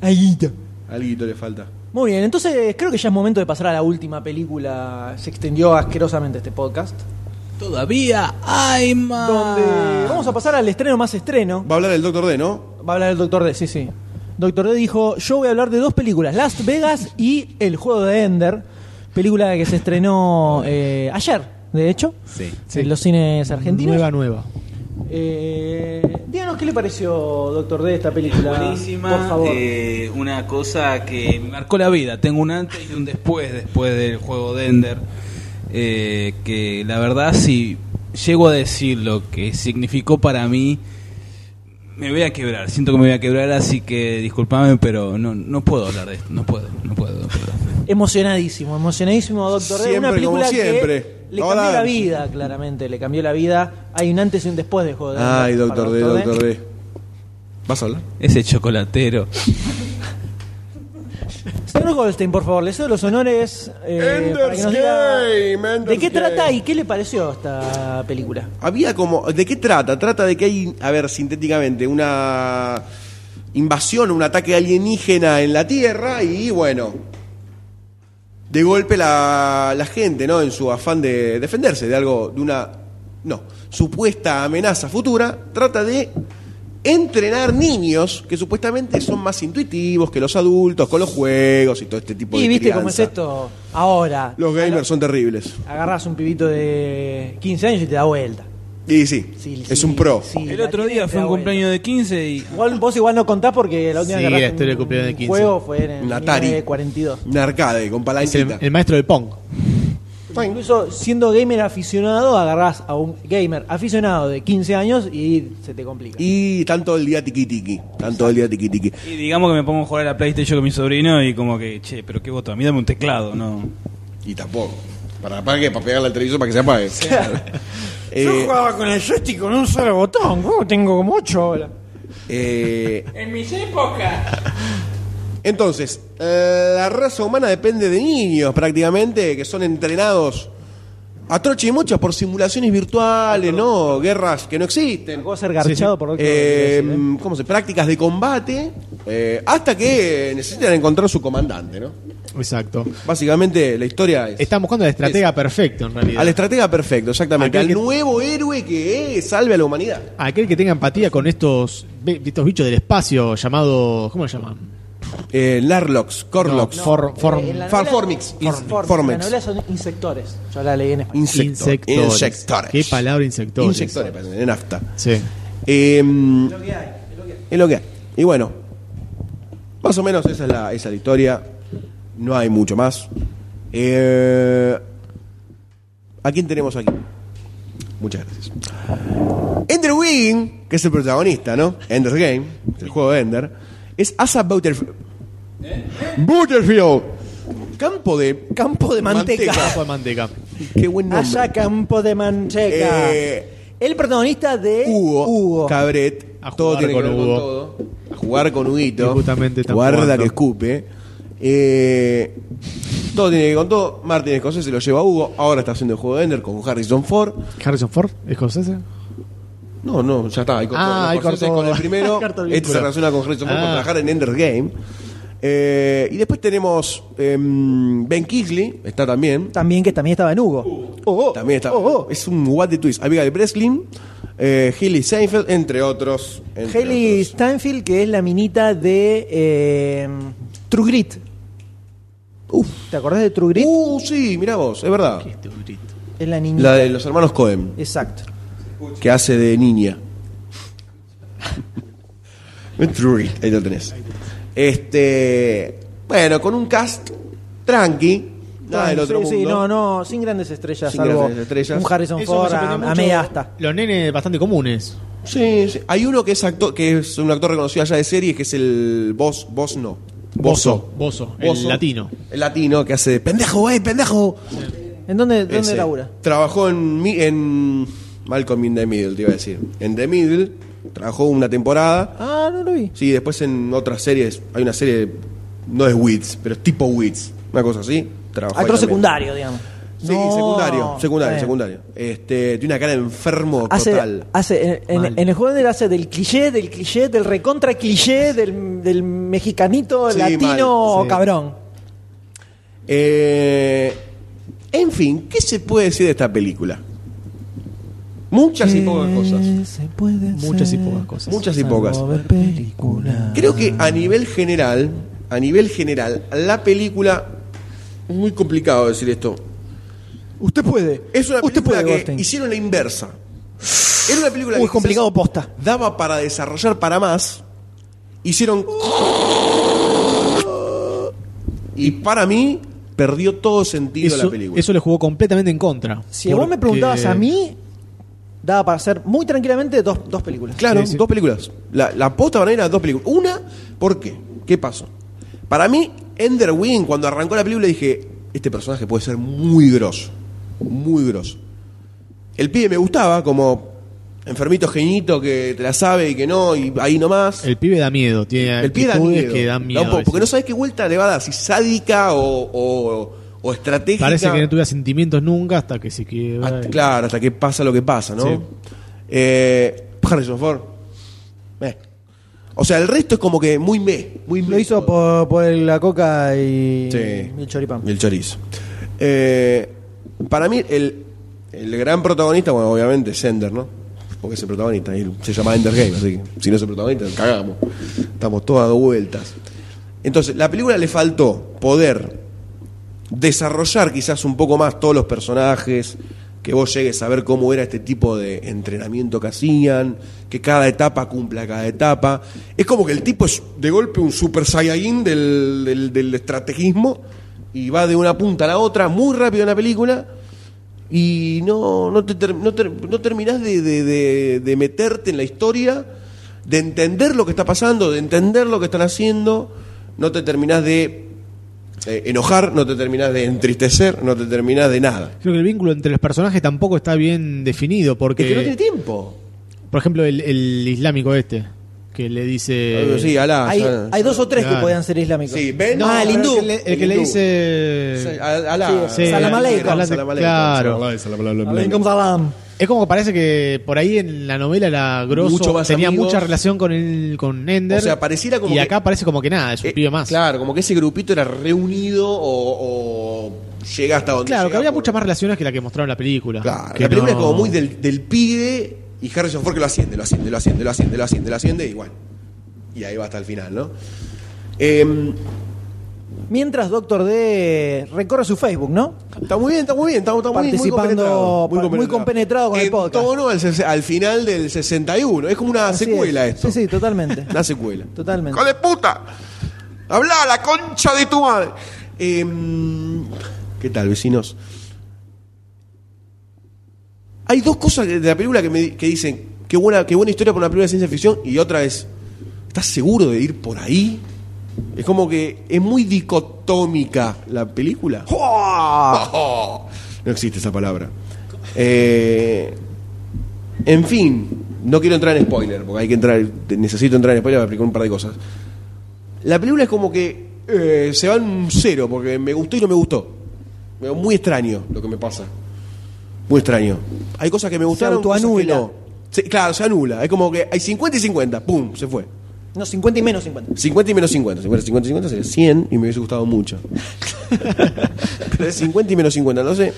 Speaker 2: Ahí está.
Speaker 1: alguito le falta.
Speaker 2: Muy bien, entonces creo que ya es momento de pasar a la última película. Se extendió asquerosamente este podcast.
Speaker 3: Todavía hay más.
Speaker 2: Donde
Speaker 3: Ah.
Speaker 2: vamos a pasar al estreno más estreno.
Speaker 1: Va a hablar el Doctor D, ¿no?
Speaker 2: Va a hablar el Doctor D, sí, sí. Doctor D dijo, yo voy a hablar de dos películas, Las Vegas y El Juego de Ender, película que se estrenó eh, ayer, de hecho,
Speaker 3: Sí.
Speaker 2: en los cines argentinos.
Speaker 5: Nueva, nueva.
Speaker 2: Eh, díganos qué le pareció, Doctor D, esta película.
Speaker 3: Buenísima,
Speaker 2: por favor.
Speaker 3: eh, una cosa que me marcó la vida. Tengo un antes y un después después del juego de Ender. eh, que la verdad, si llego a decir lo que significó para mí, me voy a quebrar. Siento que me voy a quebrar, así que discúlpame, pero no, no puedo hablar de esto. No puedo, no puedo. No puedo.
Speaker 2: Emocionadísimo, emocionadísimo, Doctor D. Una
Speaker 1: Siempre,
Speaker 2: película
Speaker 1: como siempre.
Speaker 2: que le
Speaker 1: Ahora-
Speaker 2: cambió la vida, claramente, le cambió la vida. Hay un antes y un después de Juego de Ender.
Speaker 1: Ay, Doctor
Speaker 2: para
Speaker 1: D, Doctor D. ¿eh? ¿Vas a hablar?
Speaker 3: Ese chocolatero.
Speaker 2: Señor Goldstein, por favor, le cedo los honores. eh, para que nos diga ¿De qué trata y qué le pareció esta película?
Speaker 1: Había como. ¿De qué trata? Trata de que hay, a ver, sintéticamente, una invasión, un ataque alienígena en la Tierra y bueno. De golpe la, la gente, ¿no? En su afán de defenderse de algo, de una. No, supuesta amenaza futura, trata de entrenar niños que supuestamente son más intuitivos que los adultos con los juegos y todo este tipo de
Speaker 2: Y viste cómo es
Speaker 1: crianza.
Speaker 2: esto ahora.
Speaker 1: Los gamers son terribles.
Speaker 2: Agarras un pibito de 15 años y te da vuelta.
Speaker 1: Y sí,
Speaker 2: Sí,
Speaker 1: es
Speaker 2: sí,
Speaker 1: un pro.
Speaker 2: sí,
Speaker 3: El
Speaker 2: la
Speaker 3: otro
Speaker 2: tiene
Speaker 3: día
Speaker 2: y te
Speaker 3: fue
Speaker 2: da
Speaker 3: un
Speaker 2: vuelta.
Speaker 3: cumpleaños de 15 y.
Speaker 2: Igual, vos igual no contás porque la última
Speaker 5: Sí,
Speaker 2: vez que agarraste
Speaker 5: la historia del
Speaker 2: un-
Speaker 5: cumpleaños de
Speaker 2: un
Speaker 5: 15.
Speaker 2: juego fue en el
Speaker 1: Un Atari.
Speaker 2: 1942.
Speaker 1: Un arcade con
Speaker 5: Es el,
Speaker 1: palanquita.
Speaker 5: el maestro de Pong.
Speaker 2: Incluso siendo gamer aficionado, agarrás a un gamer aficionado de 15 años y se te complica.
Speaker 1: Y tanto el día tiki tiki. Tanto el día tiki tiki.
Speaker 3: Y digamos que me pongo a jugar a la PlayStation con mi sobrino y como que, che, pero qué voto, a mí dame un teclado, no.
Speaker 1: Y tampoco. ¿Para, para qué? Para pegarle al televisor para que se apague. Eh,
Speaker 2: con el joystick con un solo botón. tengo como 8 ahora.
Speaker 1: eh, Entonces, eh, la raza humana depende de niños prácticamente, que son entrenados a troche y mochas por simulaciones virtuales, ¿no? Guerras que no existen.
Speaker 2: Puedo ser garchado por Doctor D,
Speaker 1: Eh,
Speaker 2: quiero decir, ¿eh?
Speaker 1: ¿Cómo se? Prácticas de combate eh, hasta que necesitan encontrar su comandante, ¿no?
Speaker 5: Exacto.
Speaker 1: Básicamente la historia es...
Speaker 5: Estamos buscando al estratega perfecto, en realidad.
Speaker 1: Al estratega perfecto, exactamente.
Speaker 5: Aquel
Speaker 1: Al
Speaker 5: que-
Speaker 1: nuevo héroe que eh, salve a la humanidad.
Speaker 5: Aquel que tenga empatía con estos, ve- estos bichos del espacio llamados. ¿Cómo se llaman?
Speaker 1: Eh, Larlox, Corlox,
Speaker 5: No, for- form-
Speaker 2: en Eh, la novela-
Speaker 1: Farformix,
Speaker 2: Formex. Las
Speaker 1: Formex.
Speaker 2: novelas son insectores. Yo la leí en español.
Speaker 1: Insecto- Insectores.
Speaker 5: Qué palabra insectores.
Speaker 1: Insectores, perdón, en nafta.
Speaker 5: Sí.
Speaker 1: Eh, es lo que hay. Y bueno, más o menos esa es la, esa es la historia. No hay mucho más. Eh, ¿A quién tenemos aquí? Muchas gracias. Ender Wiggin, que es el protagonista, ¿no? Ender's Game, el juego de Ender, es Asa Butterfield. ¿Eh? Butterfield. Campo de,
Speaker 2: Campo de manteca.
Speaker 5: Capo de manteca.
Speaker 1: Qué buen nombre.
Speaker 2: Allá Campo de Manteca.
Speaker 1: Eh,
Speaker 2: el protagonista de
Speaker 1: Hugo, Cabret,
Speaker 5: A
Speaker 1: todo
Speaker 5: jugar
Speaker 1: tiene que
Speaker 5: con
Speaker 1: ver con
Speaker 5: Hugo.
Speaker 1: todo. A jugar con Huguito.
Speaker 5: Y justamente están
Speaker 1: Guarda
Speaker 5: jugando.
Speaker 1: que escupe. Eh, todo tiene que ver con todo. Martin Scorsese lo lleva a Hugo. Ahora está haciendo el juego de Ender con Harrison Ford.
Speaker 5: Harrison Ford, escocese.
Speaker 1: No, no, ya está. Ahí cortó.
Speaker 5: Ah, ahí
Speaker 1: Scorsese
Speaker 5: cortó.
Speaker 1: con el primero.
Speaker 5: Cortó el
Speaker 1: este se
Speaker 5: vínculo.
Speaker 1: relaciona con Harrison Ford
Speaker 5: Ah.
Speaker 1: por trabajar en Ender Game. Eh, y después tenemos em, Ben Kingsley, está también.
Speaker 2: También que también estaba en Hugo. Oh, oh,
Speaker 1: También está.
Speaker 2: oh, oh.
Speaker 1: Es un what the twist. Abigail Breslin, eh, Hailey Seinfeld, entre otros. entre
Speaker 2: Hailey
Speaker 1: otros.
Speaker 2: Steinfeld, que es la minita de eh, True Grit. ¿Te acordás de True Grit?
Speaker 1: Uh, sí, mirá vos, es verdad.
Speaker 2: es la niñita.
Speaker 1: La de los hermanos Cohen,
Speaker 2: Exacto.
Speaker 1: que hace de niña. Drury, ahí lo tenés. Este. Bueno, con un cast tranqui. Nada del
Speaker 2: Sí,
Speaker 1: otro
Speaker 2: sí,
Speaker 1: mundo.
Speaker 2: no, no, sin grandes estrellas,
Speaker 1: Sin
Speaker 2: salvo
Speaker 1: grandes estrellas.
Speaker 2: un Harrison Ford a, a media asta.
Speaker 5: Los nenes bastante comunes.
Speaker 1: Sí, sí. Hay uno que es actor, que es un actor reconocido allá de series, que es el Vos, Vos no. Bozo.
Speaker 5: Bozo, el latino.
Speaker 1: El latino que hace de pendejo, eh, pendejo.
Speaker 2: ¿En dónde, dónde
Speaker 1: Ese.
Speaker 2: labura?
Speaker 1: Trabajó en, mi- en Malcolm in the Middle, te iba a decir. En The Middle trabajó una temporada.
Speaker 2: Ah, no lo vi.
Speaker 1: Sí, después en otras series, hay una serie, no es Wits, pero es tipo Wits, una cosa así. Trabajó ahí
Speaker 2: Actor Ah,
Speaker 1: también.
Speaker 2: secundario, digamos.
Speaker 1: Sí,
Speaker 2: No,
Speaker 1: secundario, secundario,
Speaker 2: bien.
Speaker 1: secundario. Este, tiene una cara de enfermo
Speaker 2: Hace,
Speaker 1: total.
Speaker 2: hace, en- en,
Speaker 5: Mal.
Speaker 2: en el juego de él hace del cliché, del cliché, del recontra cliché, del, del mexicanito
Speaker 1: Sí,
Speaker 2: latino
Speaker 1: mal, sí.
Speaker 2: cabrón.
Speaker 1: Eh, en fin, ¿qué se puede decir de esta película? Muchas y
Speaker 2: Eh,
Speaker 1: pocas cosas.
Speaker 5: Muchas y pocas cosas.
Speaker 1: Muchas y pocas. Creo que a nivel general, a nivel general, la película es muy complicado decir esto.
Speaker 2: Usted puede.
Speaker 1: Es una
Speaker 2: Usted
Speaker 1: película
Speaker 2: puede,
Speaker 1: que
Speaker 2: Goldstein.
Speaker 1: hicieron la inversa. Era una película
Speaker 2: Uy,
Speaker 1: que
Speaker 2: complicado posta.
Speaker 1: quizás daba para desarrollar para más. Hicieron y para mí perdió todo sentido la
Speaker 5: Eso,
Speaker 1: película.
Speaker 5: eso le jugó completamente en contra.
Speaker 2: Si a vos me
Speaker 5: Porque-
Speaker 2: preguntabas a mí, daba para hacer muy tranquilamente dos, dos películas.
Speaker 1: Claro,
Speaker 5: Sí, sí.
Speaker 1: dos películas. La, la posta para mí era dos películas. Una, ¿por qué? ¿Qué pasó? Para mí, Ender Wing, cuando arrancó la película, dije: Este personaje puede ser muy grosso. Muy grosso. El pibe me gustaba como enfermito genito que te la sabe y que no, y ahí nomás.
Speaker 5: El pibe da miedo. Tiene
Speaker 1: El pibe da
Speaker 5: actitudes
Speaker 1: miedo.
Speaker 5: que dan miedo.
Speaker 1: Da un poco,
Speaker 5: a
Speaker 1: porque no
Speaker 5: veces.
Speaker 1: sabes qué vuelta le va a dar, si sádica o, o, o estratégica.
Speaker 5: Parece que no tuviera sentimientos nunca hasta que se quiebra.
Speaker 1: Hasta- Ah, claro, hasta que pasa lo que pasa, ¿no?
Speaker 5: Sí.
Speaker 1: Eh, Harrison Ford. Meh. O sea, el resto es como que muy me. Muy
Speaker 7: Lo
Speaker 1: meh.
Speaker 7: hizo por, por la coca y,
Speaker 1: Sí.
Speaker 7: y el choripán.
Speaker 1: El chorizo. Eh, para mí, el, el gran protagonista, bueno, obviamente es Ender, ¿no? Porque es el protagonista. y se llama Ender Game, así que si no es el protagonista, cagamos. Estamos todos dando vueltas. Entonces, la película le faltó poder desarrollar quizás un poco más todos los personajes, que vos llegues a ver cómo era este tipo de entrenamiento que hacían, que cada etapa cumpla cada etapa. Es como que el tipo es de golpe un super saiyajin del, del- del estrategismo y va de una punta a la otra muy rápido en la película y no, no, te ter- no, ter- no terminás de, de- de- de meterte en la historia, de entender lo que está pasando, de entender lo que están haciendo, no te terminás de eh, enojar, no te terminás de entristecer, no te terminás de nada.
Speaker 5: Creo que el vínculo entre los personajes tampoco está bien definido. Porque,
Speaker 1: Es que no tiene tiempo.
Speaker 5: por ejemplo, el, el islámico este, que le dice.
Speaker 1: eh, sí, Alá,
Speaker 2: hay,
Speaker 1: Ah, ya-
Speaker 2: hay dos o tres que
Speaker 5: Claro.
Speaker 2: podían ser islámicos.
Speaker 1: Sí, Ben-
Speaker 5: No,
Speaker 2: ah, el
Speaker 5: pero
Speaker 2: hindú.
Speaker 5: El que le, el que le
Speaker 1: hindú.
Speaker 5: dice.
Speaker 1: Al- Alá.
Speaker 5: Sí,
Speaker 2: Salam aleikum.
Speaker 5: Alá-
Speaker 1: Salam aleikum.
Speaker 5: claro.
Speaker 1: Salam aleikum, salam aleikum.
Speaker 2: Alaikum salam.
Speaker 5: Es como que parece que por ahí en la novela era grosso,
Speaker 1: Mucho más
Speaker 5: tenía
Speaker 1: amigos.
Speaker 5: mucha relación con el, con Ender.
Speaker 1: O sea, pareciera como
Speaker 5: Y
Speaker 1: que-
Speaker 5: acá parece como que nada, es un
Speaker 1: Eh,
Speaker 5: pibe más.
Speaker 1: Claro, como que ese grupito era reunido o, o llega hasta donde
Speaker 5: Claro, que
Speaker 1: llega
Speaker 5: había
Speaker 1: por-
Speaker 5: muchas más relaciones que la que mostraron en la película.
Speaker 1: Claro,
Speaker 5: Que
Speaker 1: la película
Speaker 5: no-
Speaker 1: es como muy del, del pibe y Harrison Ford que lo asciende, lo asciende, lo asciende, lo asciende, lo asciende, lo asciende y bueno. Y ahí va hasta el final, ¿no? Em,
Speaker 2: Mientras Doctor D recorre su Facebook, ¿no?
Speaker 1: Está muy bien, está muy bien, está, está muy, muy
Speaker 2: Participando,
Speaker 1: compenetrado.
Speaker 2: pa- muy compenetrado con el
Speaker 1: En
Speaker 2: podcast.
Speaker 1: tono al, ses- al final del 61. Es como una
Speaker 2: Así
Speaker 1: secuela
Speaker 2: es.
Speaker 1: Ah, esto.
Speaker 2: Sí, sí, totalmente.
Speaker 1: Una secuela.
Speaker 2: Totalmente.
Speaker 1: ¡Hijo de puta! ¡Habla la concha de tu madre! Em, ¿Qué tal, vecinos? Hay dos cosas de la película que, me, di- que dicen qué buena, qué buena historia para una película de ciencia ficción y otra es, ¿estás seguro de ir por ahí? Es como que es muy dicotómica la película. No existe esa palabra. Eh, en fin, no quiero entrar en spoiler, porque hay que entrar, necesito entrar en spoiler para explicar un par de cosas. La película es como que eh, se va en un cero, porque me gustó y no me gustó. Me- Muy extraño lo que me pasa. Muy extraño. Hay cosas que me gustaron, cosas que
Speaker 2: autoanula.
Speaker 1: no. Se- claro, se anula. Es como que hay 50 y 50. ¡Pum! Se fue.
Speaker 2: No, 50 y menos 50.
Speaker 1: 50 y menos 50. 50, 50, 50 sería 100 y me hubiese gustado mucho. Pero es 50 y menos 50, no sé.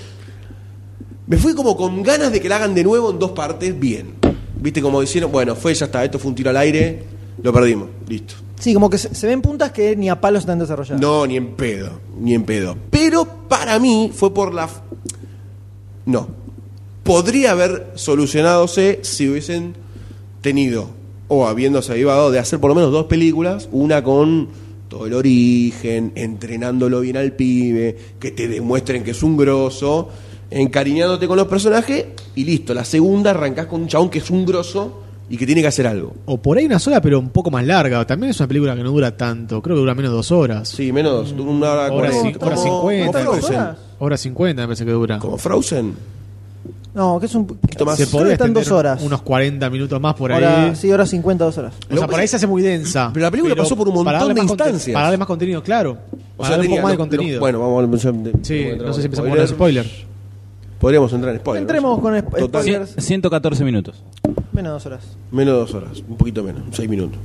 Speaker 1: Me fui como con ganas de que la hagan de nuevo en dos partes bien. Viste, como hicieron, bueno, fue, ya está, esto fue un tiro al aire, lo perdimos, listo.
Speaker 2: Sí, como que se, se ven puntas que ni a palos están desarrolladas.
Speaker 1: No, ni en pedo, ni en pedo. Pero para mí fue por la... f- No. Podría haber solucionadose si hubiesen tenido, o habiéndose avivado, de hacer por lo menos dos películas, una con todo el origen, entrenándolo bien al pibe, que te demuestren que es un grosso, encariñándote con los personajes, y listo. La segunda arrancás con un chabón que es un grosso, y que tiene que hacer algo.
Speaker 5: O por ahí una sola, pero un poco más larga. También es una película que no dura tanto. Creo que dura menos de dos horas.
Speaker 1: Sí, menos
Speaker 5: Mm.
Speaker 1: una hora
Speaker 5: Hora
Speaker 1: cuarenta.
Speaker 5: cin- hora cincuenta,
Speaker 1: Como
Speaker 5: ¿no?
Speaker 1: Frozen.
Speaker 5: Hora cincuenta me parece que dura.
Speaker 1: Como Frozen.
Speaker 2: No, que es un.
Speaker 1: poquito más.
Speaker 5: Se
Speaker 2: creo que
Speaker 5: podría
Speaker 2: están
Speaker 5: extender
Speaker 2: dos horas.
Speaker 5: Unos 40 minutos más por ahí.
Speaker 2: Hora- sí, horas 50, dos horas.
Speaker 5: O sea, por ahí se hace muy densa.
Speaker 1: Pero la película pasó por un
Speaker 5: para
Speaker 1: montón
Speaker 5: darle
Speaker 1: de
Speaker 5: más conte-
Speaker 1: instancias.
Speaker 5: Para darle más contenido, claro.
Speaker 1: O sea,
Speaker 5: Para darle un
Speaker 1: tenía
Speaker 5: poco más de
Speaker 1: lo- lo-
Speaker 5: contenido.
Speaker 1: bueno, vamos a
Speaker 5: sí,
Speaker 1: de-
Speaker 5: no sé si empezamos con
Speaker 1: spoiler.
Speaker 5: los spoilers.
Speaker 1: Podríamos entrar en spoilers.
Speaker 2: Entremos con spo-
Speaker 1: Total.
Speaker 2: spoilers.
Speaker 3: Cien- 114 minutos.
Speaker 2: Menos dos horas.
Speaker 1: Menos de dos horas, un poquito menos, seis minutos.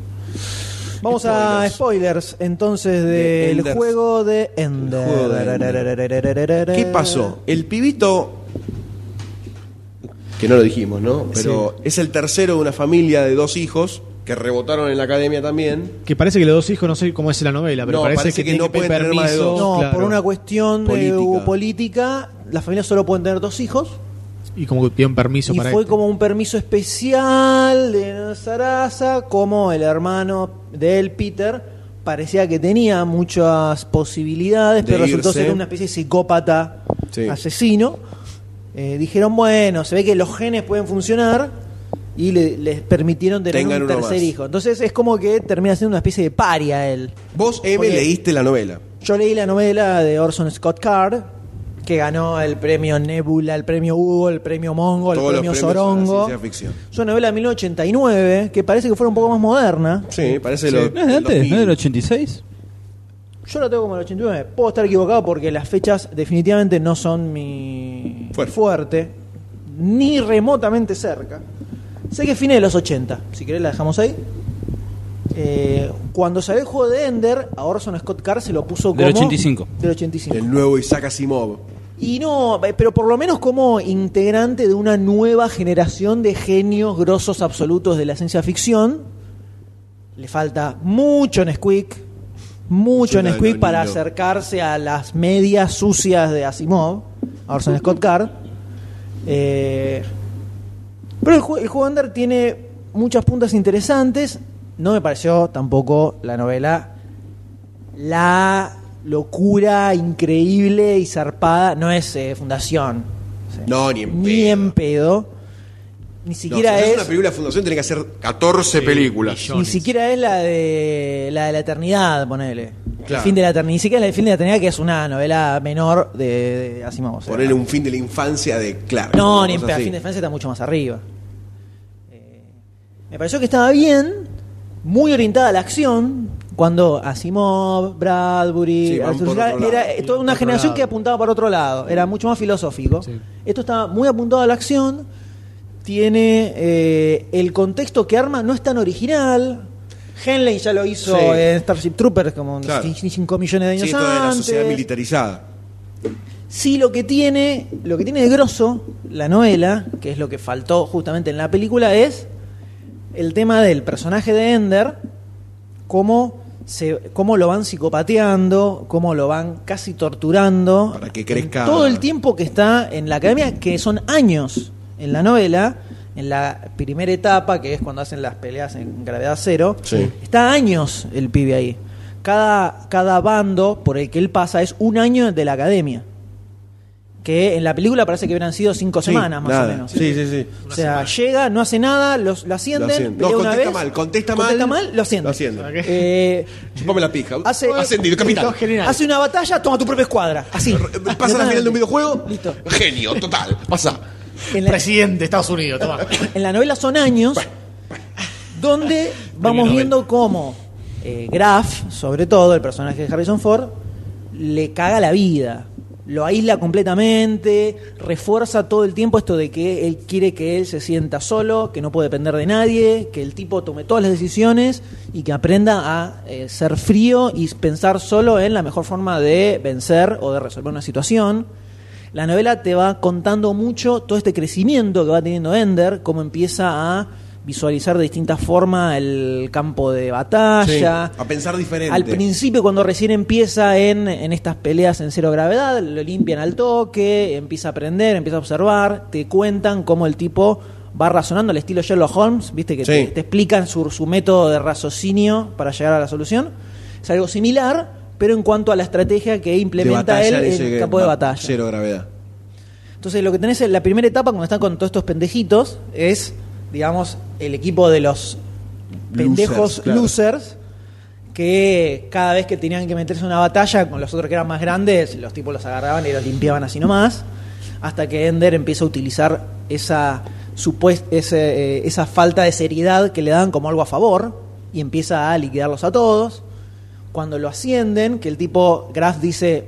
Speaker 2: Vamos a spoilers entonces
Speaker 1: De
Speaker 2: del
Speaker 1: Enders.
Speaker 2: juego de Ender.
Speaker 1: El juego de ¿Qué
Speaker 2: Eh.
Speaker 1: pasó? El pibito. Que no lo dijimos, ¿no? Pero es el tercero de una familia de dos hijos que rebotaron en la academia también.
Speaker 5: Que parece que los dos hijos, no sé cómo es en la novela, pero
Speaker 1: No,
Speaker 5: parece,
Speaker 1: parece que
Speaker 5: tienen
Speaker 1: no
Speaker 5: pedir
Speaker 1: pueden tener más de
Speaker 5: permiso,
Speaker 1: dos.
Speaker 2: No,
Speaker 5: Oh, claro.
Speaker 2: por una cuestión de
Speaker 1: Política.
Speaker 2: u- política, las familias solo pueden tener dos hijos.
Speaker 5: Y como que pidieron permiso
Speaker 2: Y
Speaker 5: para este
Speaker 2: fue
Speaker 5: esto.
Speaker 2: como un permiso especial de Sarasa, como el hermano de él, Peter, parecía que tenía muchas posibilidades,
Speaker 1: De
Speaker 2: pero resultó
Speaker 1: irse.
Speaker 2: ser una especie de psicópata
Speaker 1: Sí.
Speaker 2: asesino. Eh, dijeron, bueno, se ve que los genes pueden funcionar y le- les permitieron tener
Speaker 1: Tengan
Speaker 2: un
Speaker 1: uno
Speaker 2: tercer
Speaker 1: más.
Speaker 2: hijo. Entonces es como que termina siendo una especie de paria él.
Speaker 1: Vos, M,
Speaker 2: Porque-
Speaker 1: leíste la novela.
Speaker 2: Yo leí la novela de Orson Scott Card, que ganó el premio Nebula, el premio Hugo, el premio Mongo, el
Speaker 1: Todos los
Speaker 2: premio
Speaker 1: premios a la
Speaker 2: Sorongo.
Speaker 1: ciencia ficción.
Speaker 2: Es una novela de 1989 que parece que fuera un poco más moderna.
Speaker 1: Sí, parece lo.
Speaker 3: ¿No es de antes?
Speaker 1: Eh, los
Speaker 3: ¿No es del 86?
Speaker 2: Yo la tengo como el 89. Puedo estar equivocado porque las fechas definitivamente no son mi
Speaker 1: Fuerte.
Speaker 2: fuerte, ni remotamente cerca. Sé que es fines de los 80. Si querés la dejamos ahí. Eh, cuando salió el juego de Ender, a Orson Scott Card se lo puso como...
Speaker 3: Del 85.
Speaker 2: Del 85.
Speaker 1: El nuevo Isaac Asimov.
Speaker 2: Y no, eh, pero por lo menos como integrante de una nueva generación de genios grosos absolutos de la ciencia ficción, le falta mucho Nesquik, mucho
Speaker 1: Mucho
Speaker 2: Nesquik
Speaker 1: Danonino.
Speaker 2: para acercarse a las medias sucias de Asimov, a Orson Scott Card. Eh, pero el, jue- el juego Under tiene muchas puntas interesantes. No me pareció tampoco la novela la locura increíble y zarpada. No es eh, Fundación.
Speaker 1: No, ni en
Speaker 2: Ni
Speaker 1: pedo.
Speaker 2: en pedo. Ni
Speaker 1: No,
Speaker 2: siquiera
Speaker 1: si haces
Speaker 2: es.
Speaker 1: una película de fundación, tiene que hacer 14 películas.
Speaker 2: Ni siquiera es la de la de la eternidad, ponele.
Speaker 1: Claro.
Speaker 2: El fin de la eternidad. Ni siquiera es la de fin de la eternidad, que es una novela menor de, eh, de Asimov. o sea,
Speaker 1: Ponerle un fin de la infancia de Clark.
Speaker 2: No,
Speaker 1: una
Speaker 2: ni en
Speaker 1: cosa
Speaker 2: pe- a
Speaker 1: así.
Speaker 2: fin de Francia está mucho más arriba. Eh, me pareció que estaba bien, muy orientada a la acción, cuando Asimov, Bradbury,
Speaker 1: Sí, van
Speaker 2: Arthur
Speaker 1: por
Speaker 2: Scott,
Speaker 1: otro lado.
Speaker 2: era eh, toda una
Speaker 5: otro
Speaker 2: generación
Speaker 5: lado.
Speaker 2: que apuntaba para otro lado, era mucho más filosófico.
Speaker 5: Sí.
Speaker 2: Esto estaba muy apuntado a la acción, tiene eh, el contexto que arma, no es tan original. Henley ya lo hizo
Speaker 1: Sí.
Speaker 2: en Starship Troopers como
Speaker 1: Claro.
Speaker 2: 5 millones de años
Speaker 1: Sí, esto de la sociedad
Speaker 2: antes.
Speaker 1: militarizada.
Speaker 2: Sí, lo que tiene, lo que tiene de grosso la novela, que es lo que faltó justamente en la película, es el tema del personaje de Ender, cómo, se, cómo lo van psicopateando, cómo lo van casi torturando.
Speaker 1: Para que crezca.
Speaker 2: Todo el tiempo que está en la academia, que son años en la novela, en la primera etapa, que es cuando hacen las peleas en gravedad cero,
Speaker 1: Sí.
Speaker 2: está años el pibe ahí. Cada, cada bando por el que él pasa es un año de la academia. Que en la película parece que hubieran sido cinco
Speaker 1: Sí,
Speaker 2: semanas más
Speaker 1: nada.
Speaker 2: o menos.
Speaker 1: Sí, sí, sí.
Speaker 2: O sea, llega, no hace nada, los, lo ascienden,
Speaker 1: Lo ascienden.
Speaker 2: pelea
Speaker 1: No,
Speaker 2: una
Speaker 1: contesta
Speaker 2: vez,
Speaker 1: mal, contesta mal.
Speaker 2: lo ascienden.
Speaker 1: Lo ascienden.
Speaker 2: Eh,
Speaker 1: Chupame la pija.
Speaker 2: hace,
Speaker 1: Ascendido, capitán.
Speaker 5: Entonces, genial.
Speaker 2: hace una batalla, toma tu propia escuadra. Así.
Speaker 1: Pasa la final de un videojuego.
Speaker 2: Listo.
Speaker 1: Genio, total. Pasa.
Speaker 2: En la,
Speaker 5: Presidente de Estados Unidos, toma.
Speaker 2: en la novela son años donde vamos viendo cómo eh, Graf, sobre todo el personaje de Harrison Ford, le caga la vida. Lo aísla completamente, refuerza todo el tiempo esto de que él quiere que él se sienta solo, que no puede depender de nadie, que el tipo tome todas las decisiones y que aprenda a eh, ser frío y pensar solo en la mejor forma de vencer o de resolver una situación. La novela te va contando mucho todo este crecimiento que va teniendo Ender, cómo empieza a visualizar de distintas formas el campo de batalla.
Speaker 1: Sí, a pensar diferente.
Speaker 2: Al principio, cuando recién empieza en, en estas peleas en cero gravedad, lo limpian al toque, empieza a aprender, empieza a observar, te cuentan cómo el tipo va razonando, al estilo Sherlock Holmes, viste que
Speaker 1: Sí.
Speaker 2: te, te explican su, su método de raciocinio para llegar a la solución. Es algo similar, pero en cuanto a la estrategia que implementa él en el campo de batalla.
Speaker 1: Cero gravedad.
Speaker 2: Entonces lo que tenés en la primera etapa cuando están con todos estos pendejitos es digamos, el equipo de los pendejos
Speaker 1: Losers, claro.
Speaker 2: losers que cada vez que tenían que meterse en una batalla con los otros que eran más grandes, los tipos los agarraban y los limpiaban así nomás, hasta que Ender empieza a utilizar esa, supues- ese, eh, esa falta de seriedad que le dan como algo a favor y empieza a liquidarlos a todos. Cuando lo ascienden, que el tipo Graf dice,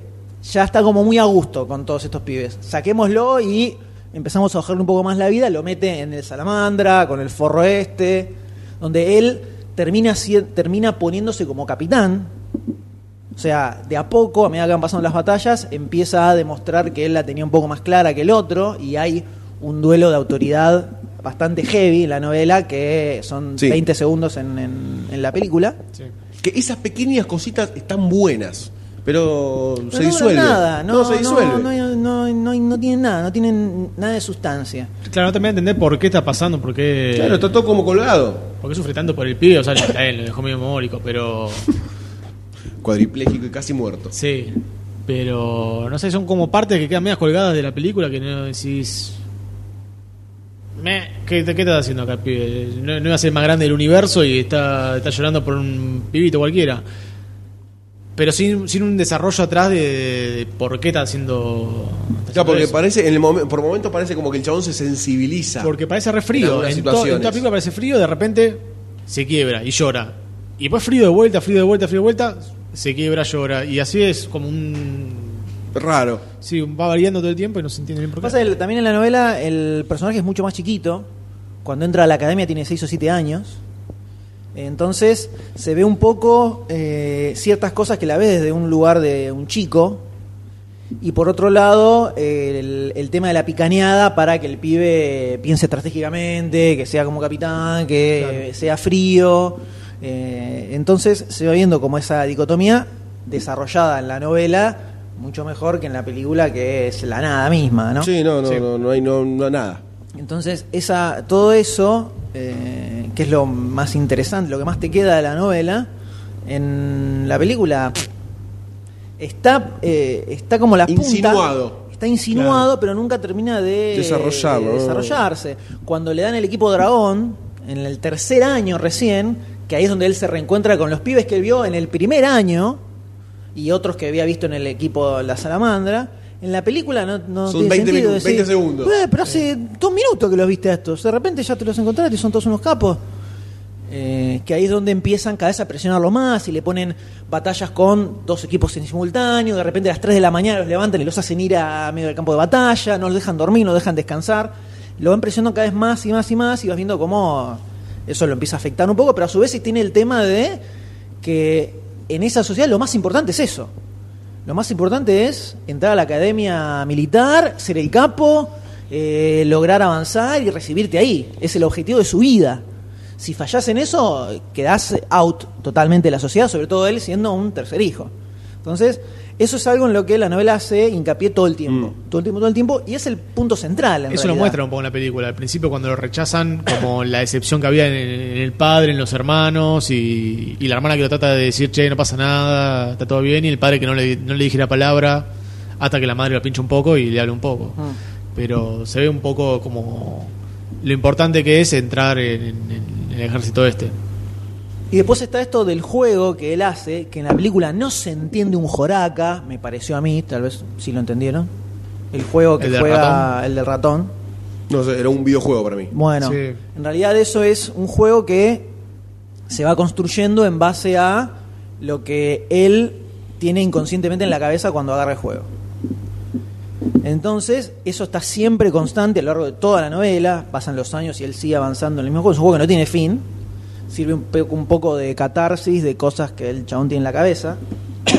Speaker 2: ya está como muy a gusto con todos estos pibes, saquémoslo y empezamos a bajarle un poco más la vida, lo mete en el salamandra, con el forro este, donde él termina, si- termina poniéndose como capitán. O sea, de a poco, a medida que van pasando las batallas, empieza a demostrar que él la tenía un poco más clara que el otro y hay un duelo de autoridad bastante heavy en la novela, que son
Speaker 1: Sí.
Speaker 2: 20 segundos en, en- en la película.
Speaker 1: Que esas pequeñas cositas están buenas, pero
Speaker 2: Pero
Speaker 1: se
Speaker 2: no duran
Speaker 1: disuelven.
Speaker 2: nada, no,
Speaker 1: se disuelve.
Speaker 2: No, no, no, no- no tienen nada, no tienen nada de sustancia.
Speaker 5: Claro, no te voy a entender por qué está pasando, por qué.
Speaker 1: Claro, está todo como colgado.
Speaker 5: ¿Por qué sufre tanto por el pibe? O sea, está bien, lo dejó medio mórico, pero.
Speaker 1: Cuadripléjico y casi muerto.
Speaker 5: Sí. Pero. No sé, son como partes que quedan medias colgadas de la película que no decís. "Meh, ¿Qué, qué estás haciendo acá, pibe? No, no iba a ser más grande del universo y está, está llorando por un pibito cualquiera. Pero sin, sin un desarrollo atrás de, de por qué está haciendo. está haciendo
Speaker 1: Claro, porque
Speaker 5: eso.
Speaker 1: parece, en el momen- por momentos parece como que el chabón se sensibiliza.
Speaker 5: Porque parece re
Speaker 1: En
Speaker 5: frío.
Speaker 1: algunas
Speaker 5: En, to-
Speaker 1: situaciones.
Speaker 5: en toda película parece frío, de repente se quiebra y llora. Y después frío de vuelta, frío de vuelta, frío de vuelta, se quiebra, llora. Y así es como un.
Speaker 1: Raro.
Speaker 5: Sí, va variando todo el tiempo y no se entiende bien por
Speaker 2: Lo
Speaker 5: qué.
Speaker 2: que pasa es que también en la novela el personaje es mucho más chiquito. Cuando entra a la academia tiene 6 o 7 años. Entonces se ve un poco eh, ciertas cosas que la ves desde un lugar de un chico. Y por otro lado, eh, el, el tema de la picaneada para que el pibe piense estratégicamente, que sea como capitán, que eh, sea frío. Eh, entonces se va viendo como esa dicotomía desarrollada en la novela, mucho mejor que en la película que es la nada misma, ¿no?
Speaker 1: Sí, no, no, no, no hay no, no, nada.
Speaker 2: Entonces, esa, todo eso, eh, que es lo más interesante, lo que más te queda de la novela, en la película pff, está, eh, está como la punta.
Speaker 1: Insinuado.
Speaker 2: Está insinuado, pero nunca termina de
Speaker 1: Desarrollarlo,
Speaker 2: de
Speaker 1: ¿no?
Speaker 2: desarrollarse. Cuando le dan el equipo dragón, en el tercer año recién, que ahí es donde él se reencuentra con los pibes que él vio en el primer año y otros que había visto en el equipo La Salamandra. En la película no, no tiene
Speaker 1: Son 20
Speaker 2: sentido.
Speaker 1: minu-
Speaker 2: decir,
Speaker 1: 20 segundos.
Speaker 2: "Eh, pero hace dos minutos que los viste a estos. De repente ya te los encontraste y son todos unos capos. Eh, que ahí es donde empiezan cada vez a presionarlo más y le ponen batallas con dos equipos en simultáneo. De repente a las 3 de la mañana los levantan y los hacen ir a medio del campo de batalla. No los dejan dormir, no los dejan descansar. Lo van presionando cada vez más y más y más y vas viendo cómo eso lo empieza a afectar un poco. Pero a su vez sí tiene el tema de que en esa sociedad lo más importante es eso. Lo más importante es entrar a la academia militar, ser el capo, eh, lograr avanzar y recibirte ahí. Es el objetivo de su vida. Si fallás en eso, quedás out totalmente de la sociedad, sobre todo él siendo un tercer hijo. Entonces, eso es algo en lo que la novela hace hincapié todo el tiempo. Todo el tiempo, todo el tiempo, y es el punto central. En
Speaker 5: Mm. Eso lo
Speaker 2: realidad.
Speaker 5: muestra un poco en la película. Al principio, cuando lo rechazan, como la decepción que había en, en el padre, en los hermanos, y, y la hermana que lo trata de decir, che, no pasa nada, está todo bien, y el padre que no le, no le dije la palabra, hasta que la madre lo pincha un poco y le habla un poco.
Speaker 2: Ah.
Speaker 5: Pero se ve un poco como lo importante que es entrar en, en- en el ejército este.
Speaker 2: Y después está esto del juego que él hace, que en la película no se entiende un joraca, me pareció a mí, tal vez si lo entendieron. El juego que
Speaker 5: ¿El del
Speaker 2: juega el del ratón.
Speaker 1: No sé, era un videojuego para mí.
Speaker 2: Bueno,
Speaker 5: Sí.
Speaker 2: en realidad eso es un juego que se va construyendo en base a lo que él tiene inconscientemente en la cabeza cuando agarra el juego. Entonces, eso está siempre constante a lo largo de toda la novela, pasan los años y él sigue avanzando en el mismo juego, es un juego que no tiene fin, sirve un, poco- un poco de catarsis de cosas que el chabón tiene en la cabeza.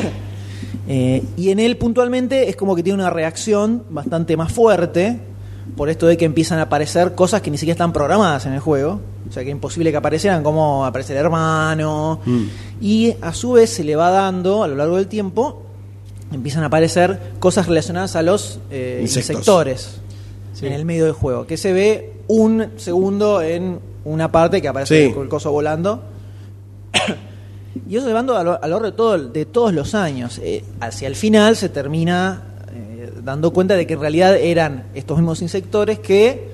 Speaker 2: Eh, y en él puntualmente es como que tiene una reacción bastante más fuerte por esto de que empiezan a aparecer cosas que ni siquiera están programadas en el juego. O sea que es imposible que aparecieran, como aparece el hermano. Y a su vez se le va dando a lo largo del tiempo, empiezan a aparecer cosas relacionadas a los eh,
Speaker 1: Insectos.
Speaker 2: insectores en el medio del juego. Que se ve un segundo en una parte que aparece
Speaker 1: Sí.
Speaker 2: el coso volando. Y eso llevando a lo, a lo largo de, todo, de todos los años. Eh, hacia el final se termina eh, dando cuenta de que en realidad eran estos mismos insectores que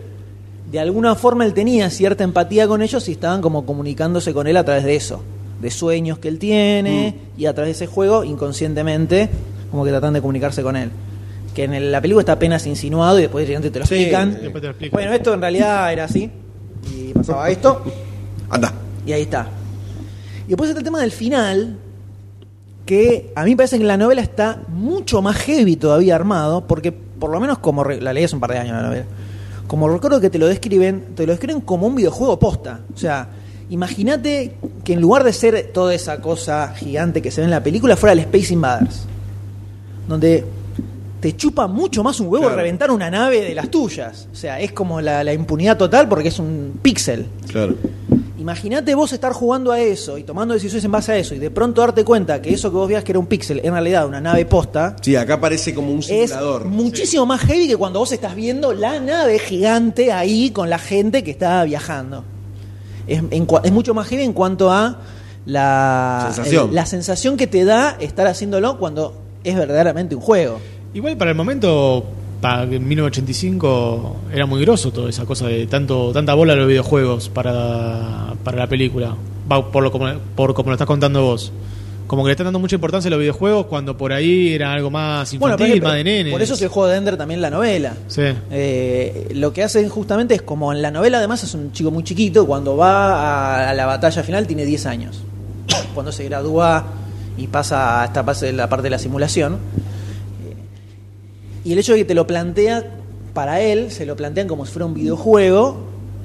Speaker 2: de alguna forma él tenía cierta empatía con ellos y estaban como comunicándose con él a través de eso, de sueños que él tiene
Speaker 1: Mm.
Speaker 2: y a través de ese juego inconscientemente como que tratan de comunicarse con él. Que en el- la película está apenas insinuado y después de repente te lo
Speaker 1: Sí,
Speaker 2: explican.
Speaker 1: después
Speaker 5: te lo explican.
Speaker 2: Bueno, esto en realidad era así y pasaba esto.
Speaker 1: Anda.
Speaker 2: Y ahí está. Y después está el tema del final, que a mí me parece que la novela está mucho más heavy todavía armado, porque por lo menos como re- la leí hace un par de años la novela, como recuerdo que te lo describen, te lo describen como un videojuego posta. O sea, imagínate que en lugar de ser toda esa cosa gigante que se ve en la película, fuera el Space Invaders, donde te chupa mucho más un huevo
Speaker 1: Claro.
Speaker 2: reventar una nave de las tuyas. O sea, es como la, la impunidad total porque es un píxel.
Speaker 1: Claro.
Speaker 2: Imagínate vos estar jugando a eso y tomando decisiones en base a eso y de pronto darte cuenta que eso que vos veías que era un píxel, en realidad una nave posta,
Speaker 1: Sí, acá parece como un
Speaker 2: es
Speaker 1: simulador.
Speaker 2: muchísimo más heavy que cuando vos estás viendo la nave gigante ahí con la gente que está viajando. Es, en cua- es mucho más heavy en cuanto a la
Speaker 1: Sensación.
Speaker 2: el- la sensación que te da estar haciéndolo cuando es verdaderamente un juego.
Speaker 5: Igual para el momento, para 1985, era muy groso toda esa cosa de tanto tanta bola de los videojuegos para, para la película. Va, por, lo, como, por como lo estás contando vos. Como que le están dando mucha importancia a los videojuegos cuando por ahí era algo más infantil,
Speaker 2: por ejemplo,
Speaker 5: más de nene.
Speaker 2: por eso es el juego de Ender también la novela.
Speaker 5: Sí.
Speaker 2: Eh, lo que hacen justamente es como en la novela además es un chico muy chiquito, cuando va a, a la batalla final tiene 10 años. Cuando se gradúa y pasa a esta parte, la parte de la simulación. Eh, Y el hecho de que te lo plantea, para él, se lo plantean como si fuera un videojuego.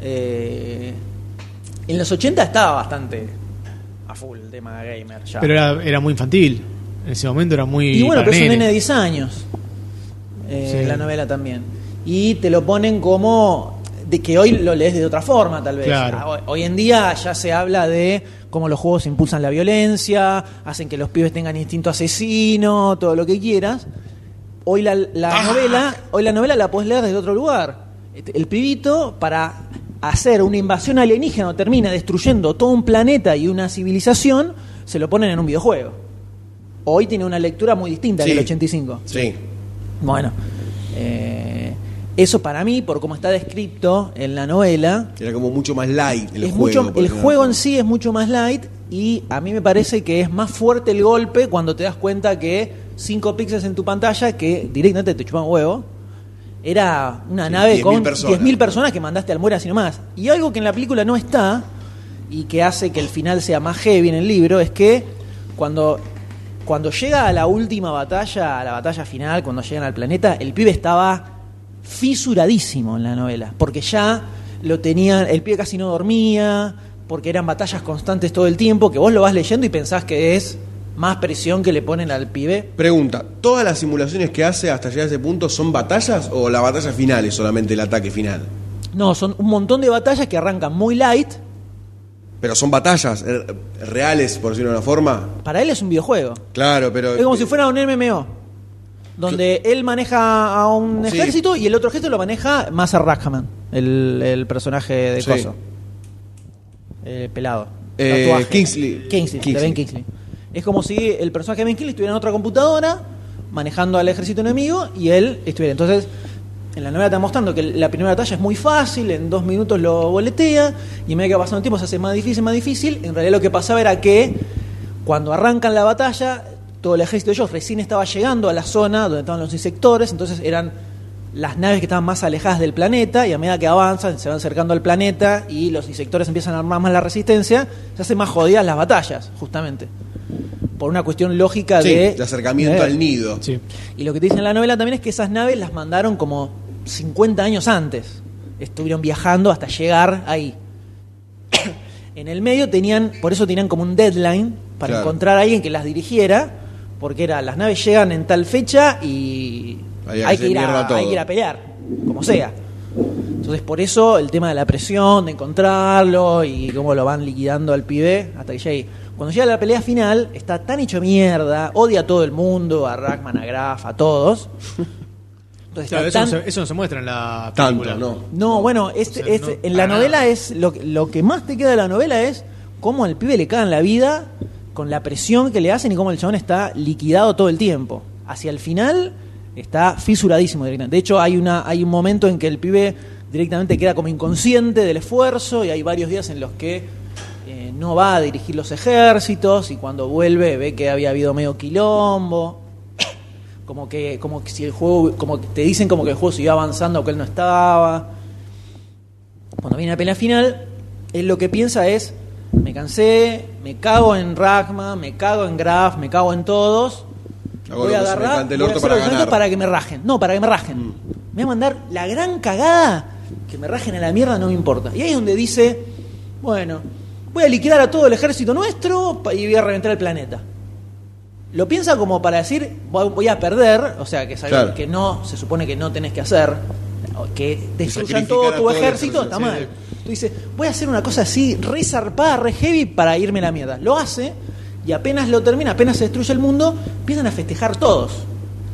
Speaker 2: eh, en los 80 estaba bastante a full el tema gamer ya.
Speaker 5: Pero era, era muy infantil. En ese momento era muy.
Speaker 2: Y bueno,
Speaker 5: para
Speaker 2: pero es un
Speaker 5: nene.
Speaker 2: nene de 10 años. Eh,
Speaker 5: Sí.
Speaker 2: La novela también. Y te lo ponen como. de que hoy lo lees de otra forma, tal vez.
Speaker 5: Claro.
Speaker 2: Ah, hoy- Hoy en día ya se habla de cómo los juegos impulsan la violencia, hacen que los pibes tengan instinto asesino, todo lo que quieras. Hoy la, la
Speaker 1: Ah.
Speaker 2: novela, hoy la novela la puedes leer desde otro lugar. Este, El pibito para hacer una invasión alienígena o termina destruyendo todo un planeta y una civilización, se lo ponen en un videojuego. Hoy tiene una lectura muy distinta
Speaker 1: Sí.
Speaker 2: que el 85.
Speaker 1: Sí.
Speaker 2: Bueno, eh, eso para mí, por cómo está descrito en la novela,
Speaker 1: Era como mucho más light el
Speaker 2: es
Speaker 1: juego.
Speaker 2: mucho,
Speaker 1: por
Speaker 2: el
Speaker 1: ejemplo.
Speaker 2: juego en sí es mucho más light y a mí me parece que es más fuerte el golpe cuando te das cuenta que 5 píxeles en tu pantalla que directamente te chupan huevo. Era una
Speaker 1: Sí,
Speaker 2: nave
Speaker 1: 10.000
Speaker 2: con
Speaker 1: personas.
Speaker 2: 10.000 personas que mandaste al muera así nomás. Y algo que en la película no está y que hace que el final sea más heavy en el libro es que cuando, cuando llega a la última batalla, a la batalla final, cuando llegan al planeta, el pibe estaba fisuradísimo en la novela, porque ya lo tenían, el pibe casi no dormía, porque eran batallas constantes todo el tiempo, que vos lo vas leyendo y pensás que es más presión que le ponen al pibe.
Speaker 1: Pregunta, ¿todas las simulaciones que hace hasta llegar a ese punto son batallas o la batalla final es solamente el ataque final?
Speaker 2: No, son un montón de batallas que arrancan muy light,
Speaker 1: Pero son batallas eh, reales, por decirlo de una forma.
Speaker 2: para él es un videojuego.
Speaker 1: Claro, pero... eh,
Speaker 2: Es como si fuera un MMO, donde él maneja a un
Speaker 1: Sí.
Speaker 2: ejército y el otro ejército lo maneja Master Rashomon, el, el personaje de
Speaker 1: Sí.
Speaker 2: Coso. Eh, pelado.
Speaker 1: Eh,
Speaker 2: Tatuaje.
Speaker 1: Kingsley.
Speaker 2: Kingsley, de Ben Kingsley. Es como si el personaje de Ben Kingsley estuviera en otra computadora manejando al ejército enemigo y él estuviera. Entonces, en la novela está mostrando que la primera batalla es muy fácil, en dos minutos lo boletea y a medida que va pasando el tiempo se hace más difícil, más difícil. En realidad lo que pasaba era que cuando arrancan la batalla, todo el ejército de ellos recién estaba llegando a la zona donde estaban los insectores, entonces eran las naves que estaban más alejadas del planeta y a medida que avanzan se van acercando al planeta y los insectores empiezan a armar más la resistencia, se hacen más jodidas las batallas, justamente. Por una cuestión lógica
Speaker 1: Sí,
Speaker 2: de...
Speaker 1: de
Speaker 2: de-
Speaker 1: acercamiento al nido.
Speaker 5: Sí.
Speaker 2: Y lo que te dice en la novela también es que esas naves las mandaron como 50 años antes. Estuvieron viajando hasta llegar ahí. en el medio tenían, por eso tenían como un deadline para
Speaker 1: Claro.
Speaker 2: encontrar a alguien que las dirigiera, porque era las naves llegan en tal fecha y
Speaker 1: Había que
Speaker 2: hay
Speaker 1: hacer
Speaker 2: que, ir
Speaker 1: mierda
Speaker 2: a,
Speaker 1: todo.
Speaker 2: hay que ir a pelear, como sea. Entonces por eso el tema de la presión, de encontrarlo y cómo lo van liquidando al pibe hasta que llega ahí. Cuando llega la pelea final, está tan hecho mierda, odia a todo el mundo, a Rackman, a Graf, a todos. Entonces
Speaker 5: Claro, eso,
Speaker 2: está
Speaker 5: no
Speaker 2: tan-
Speaker 5: se, eso no se muestra en la
Speaker 1: Tanto,
Speaker 5: película.
Speaker 1: no.
Speaker 2: no, bueno, este,
Speaker 5: O sea,
Speaker 2: este-
Speaker 5: no,
Speaker 2: en la
Speaker 5: para
Speaker 2: novela
Speaker 5: nada.
Speaker 2: es lo, que- lo que más te queda de la novela es cómo al pibe le cagan la vida con la presión que le hacen y cómo el chabón está liquidado todo el tiempo. Hacia el final está fisuradísimo directamente. De hecho, hay una hay un momento en que el pibe directamente queda como inconsciente del esfuerzo y hay varios días en los que eh, no va a dirigir los ejércitos y cuando vuelve ve que había habido medio quilombo. Como que, como que si el juego, como que te dicen como que el juego siguió avanzando, que él no estaba. Cuando viene la pelea final, él lo que piensa es, me cansé, me cago en Ragma, me cago en Graf, me cago en todos.
Speaker 1: Hago
Speaker 2: voy
Speaker 1: lo
Speaker 2: a
Speaker 1: que se me
Speaker 2: agarrar,
Speaker 1: cante el
Speaker 2: voy a
Speaker 1: orto
Speaker 2: hacer
Speaker 1: para
Speaker 2: lo que se me
Speaker 1: ganar. Mm.
Speaker 2: cante para que me rajen. No, para que me rajen. Me voy a mandar la gran cagada, que me rajen a la mierda, no me importa. Y ahí es donde dice, bueno, voy a liquidar a todo el ejército nuestro pa- y voy a reventar el planeta. Lo piensa como para decir, voy voy a perder, o sea, que es algo
Speaker 1: Claro.
Speaker 2: que no, se supone que no tenés que hacer, o que destruyan
Speaker 1: sacrificar
Speaker 2: todo
Speaker 1: a
Speaker 2: tu
Speaker 1: todo el
Speaker 2: ejército,
Speaker 1: ejército,
Speaker 2: está
Speaker 1: sí,
Speaker 2: mal.
Speaker 1: sí.
Speaker 2: Tú dices, voy a hacer una cosa así, re zarpada, re heavy, para irme a la mierda. Lo hace, y apenas lo termina, apenas se destruye el mundo, empiezan a festejar todos.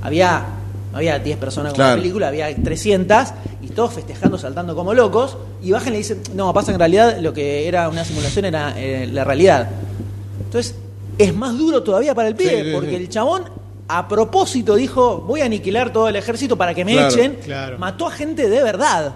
Speaker 2: Había, no había 10 personas como en la
Speaker 1: Claro.
Speaker 2: película, había 300, y todos festejando, saltando como locos, y bajan y le dicen, no, pasa que en realidad lo que era una simulación era eh, la realidad. Entonces, es más duro todavía para el pibe,
Speaker 1: Sí, sí,
Speaker 2: porque
Speaker 1: sí.
Speaker 2: el chabón a propósito dijo, voy a aniquilar todo el ejército para que me
Speaker 1: Claro,
Speaker 2: echen.
Speaker 10: claro.
Speaker 2: Mató a gente de verdad.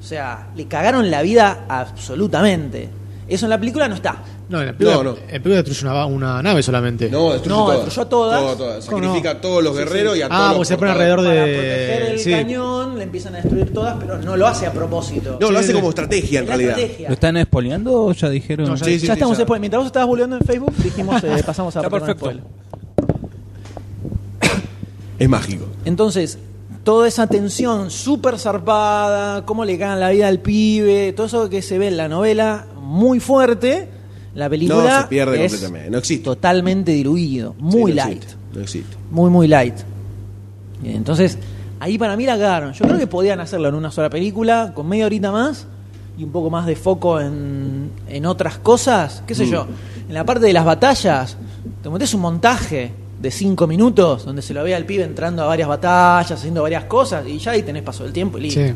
Speaker 2: O sea, le cagaron la vida absolutamente. Eso en la película no está.
Speaker 10: No, en la película,
Speaker 1: No, no.
Speaker 10: en la película destruye una, una nave solamente.
Speaker 1: No, destruyó
Speaker 2: No,
Speaker 1: todas.
Speaker 2: destruyó todas.
Speaker 1: Todo, todas.
Speaker 2: No, no.
Speaker 1: Sacrifica a todos los guerreros y a todos
Speaker 10: Ah,
Speaker 1: los
Speaker 10: porque se pone
Speaker 1: portados.
Speaker 10: alrededor
Speaker 2: Para proteger
Speaker 10: de.
Speaker 2: el
Speaker 10: Sí.
Speaker 2: cañón, le empiezan a destruir todas, pero no lo hace a propósito.
Speaker 1: No, lo
Speaker 10: Sí,
Speaker 1: hace
Speaker 10: sí.
Speaker 1: como estrategia en
Speaker 2: Es la
Speaker 1: realidad.
Speaker 2: estrategia.
Speaker 3: ¿Lo están espoleando o ya dijeron?
Speaker 10: No,
Speaker 2: ya,
Speaker 10: ya-
Speaker 1: Sí, sí,
Speaker 2: ya
Speaker 1: sí,
Speaker 2: estamos
Speaker 1: ya.
Speaker 2: en spoiler. Mientras vos estabas volviendo en Facebook, dijimos, eh, pasamos a
Speaker 3: Está
Speaker 2: Patrón
Speaker 3: perfecto.
Speaker 2: Spoiler.
Speaker 1: Es mágico.
Speaker 2: Entonces, toda esa tensión súper zarpada, cómo le cagan la vida al pibe, todo eso que se ve en la novela muy fuerte, la película
Speaker 1: No, se pierde
Speaker 2: es
Speaker 1: completamente. No existe.
Speaker 2: totalmente diluido,
Speaker 1: Sí,
Speaker 2: muy
Speaker 1: no
Speaker 2: light,
Speaker 1: existe, No existe.
Speaker 2: muy muy light. Y Entonces, ahí para mí la cagaron. Yo creo que podían hacerlo en una sola película, con media horita más y un poco más de foco en, en otras cosas, qué sé yo. En la parte de las batallas, te metes un montaje de cinco minutos donde se lo ve al pibe entrando a varias batallas, haciendo varias cosas y ya ahí tenés paso del tiempo y listo.
Speaker 10: Sí.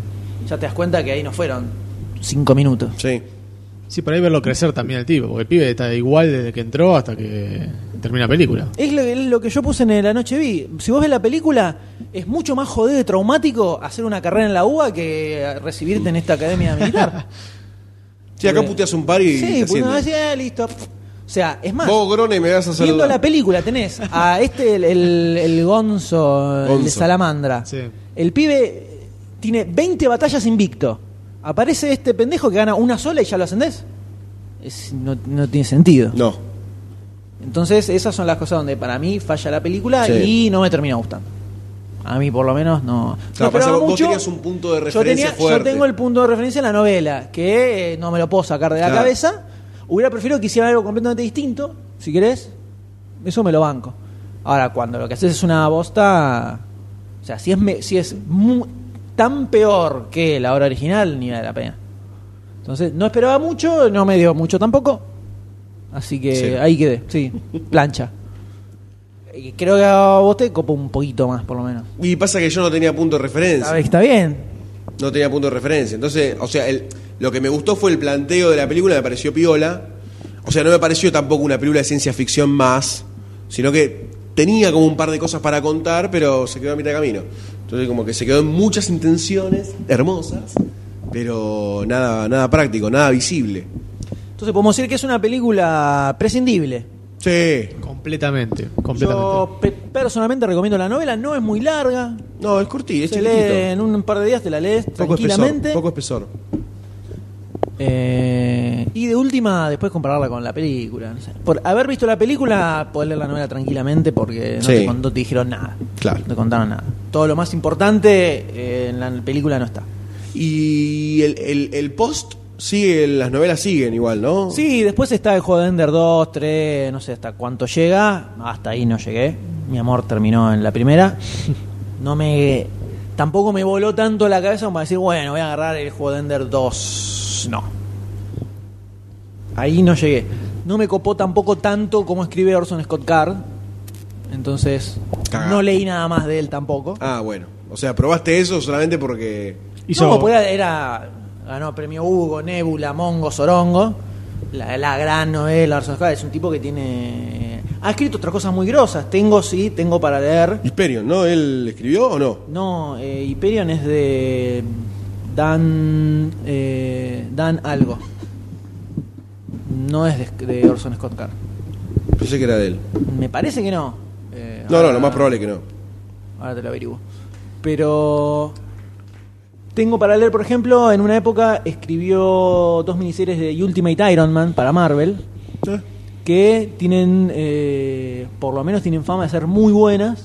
Speaker 2: Ya te das cuenta que ahí no fueron cinco minutos.
Speaker 1: Sí.
Speaker 10: Sí, por ahí verlo crecer también al tipo, porque el pibe está igual desde que entró hasta que termina la película.
Speaker 2: Es lo, es lo que yo puse en la noche vi. Si vos ves la película, es mucho más jodido y traumático hacer una carrera en la UBA que recibirte en esta academia militar.
Speaker 1: Sí, acá puteas un par y.
Speaker 2: sí,
Speaker 1: te
Speaker 2: pues no,
Speaker 1: ascienden.
Speaker 2: así, ah, listo. O sea, es más,
Speaker 1: Vos, Grone, me vas a saludar.
Speaker 2: viendo la película tenés a este, el, el- el Gonzo, el de
Speaker 1: Gonzo.
Speaker 2: Salamandra.
Speaker 10: Sí.
Speaker 2: El pibe tiene 20 batallas invicto. Aparece este pendejo que gana una sola y ya lo ascendés. Es- no, no tiene sentido.
Speaker 1: No.
Speaker 2: Entonces, esas son las cosas donde para mí falla la película
Speaker 1: Sí.
Speaker 2: y no me termina gustando. A mí, por lo menos, no. No
Speaker 1: Claro, pasa,
Speaker 2: esperaba
Speaker 1: vos
Speaker 2: mucho.
Speaker 1: tenías un punto de
Speaker 2: yo,
Speaker 1: referencia
Speaker 2: tenía- yo
Speaker 1: fuerte.
Speaker 2: tengo el punto de referencia en la novela, que eh, no me lo puedo sacar de la
Speaker 1: Claro.
Speaker 2: cabeza. Hubiera preferido que hicieran algo completamente distinto, si querés. Eso me lo banco. Ahora, cuando lo que haces es una bosta. O sea, si es, me- si es mu- tan peor que la obra original, ni vale la pena. Entonces, no esperaba mucho, no me dio mucho tampoco. Así que
Speaker 1: Sí.
Speaker 2: ahí quedé, sí, plancha. Y Creo que a vos te copo un poquito más, por lo menos.
Speaker 1: Y pasa que yo no tenía punto de referencia.
Speaker 2: Está, está bien.
Speaker 1: no tenía punto de referencia. Entonces, o sea, el- lo que me gustó fue el planteo de la película, me pareció piola. O sea, no me pareció tampoco una película de ciencia ficción más, sino que tenía como un par de cosas para contar, pero se quedó a mitad de camino. Entonces, como que se quedó en muchas intenciones hermosas, pero nada, nada práctico, nada visible.
Speaker 2: Entonces podemos decir que es una película prescindible.
Speaker 1: Sí.
Speaker 10: Completamente, completamente.
Speaker 2: Yo pe- personalmente recomiendo la novela, no es muy larga.
Speaker 1: No, es cortito, es
Speaker 2: Se
Speaker 1: chiquitito.
Speaker 2: lee en un par de días, te la lees
Speaker 1: Poco
Speaker 2: tranquilamente.
Speaker 1: espesor, poco espesor.
Speaker 2: Eh, y de última, después compararla con la película. no sé. Por haber visto la película, podés leer la novela tranquilamente porque no,
Speaker 1: Sí.
Speaker 2: te, con- no te dijeron nada.
Speaker 1: Claro.
Speaker 2: No te contaron nada. Todo lo más importante eh, en la película no está.
Speaker 1: Y el, el- el post sigue, las novelas siguen igual, ¿no?
Speaker 2: Sí, después está el juego de Ender 2, 3, no sé hasta cuánto llega. Hasta ahí no llegué. Mi amor terminó en la primera. No me. Tampoco me voló tanto la cabeza como para decir, bueno, voy a agarrar el juego de Ender 2. No. Ahí no llegué. No me copó tampoco tanto como escribe Orson Scott Card. Entonces,
Speaker 1: Cagá.
Speaker 2: no leí nada más de él tampoco.
Speaker 1: Ah, bueno. O sea, probaste eso solamente porque.
Speaker 10: Hizo-
Speaker 2: No, porque era, era- ganó premio Hugo, Nebula, Mongo, Sorongo. La, la gran novela, Orson Scott, es un tipo que tiene. Ha escrito otras cosas muy grosas. Tengo, sí, tengo para leer.
Speaker 1: Hesperion, ¿no? ¿Él escribió o no?
Speaker 2: No, eh, Hyperion es de. Dan. eh, Dan algo. No es de, de Orson Scott Card.
Speaker 1: Pensé que era de él.
Speaker 2: Me parece que no. Eh,
Speaker 1: No, no,
Speaker 2: ahora-
Speaker 1: lo más probable que no.
Speaker 2: Ahora te lo averiguo. Pero. Tengo para leer, por ejemplo, en una época escribió dos miniseries de Ultimate Iron Man para Marvel. Que tienen. eh, por lo menos tienen fama de ser muy buenas.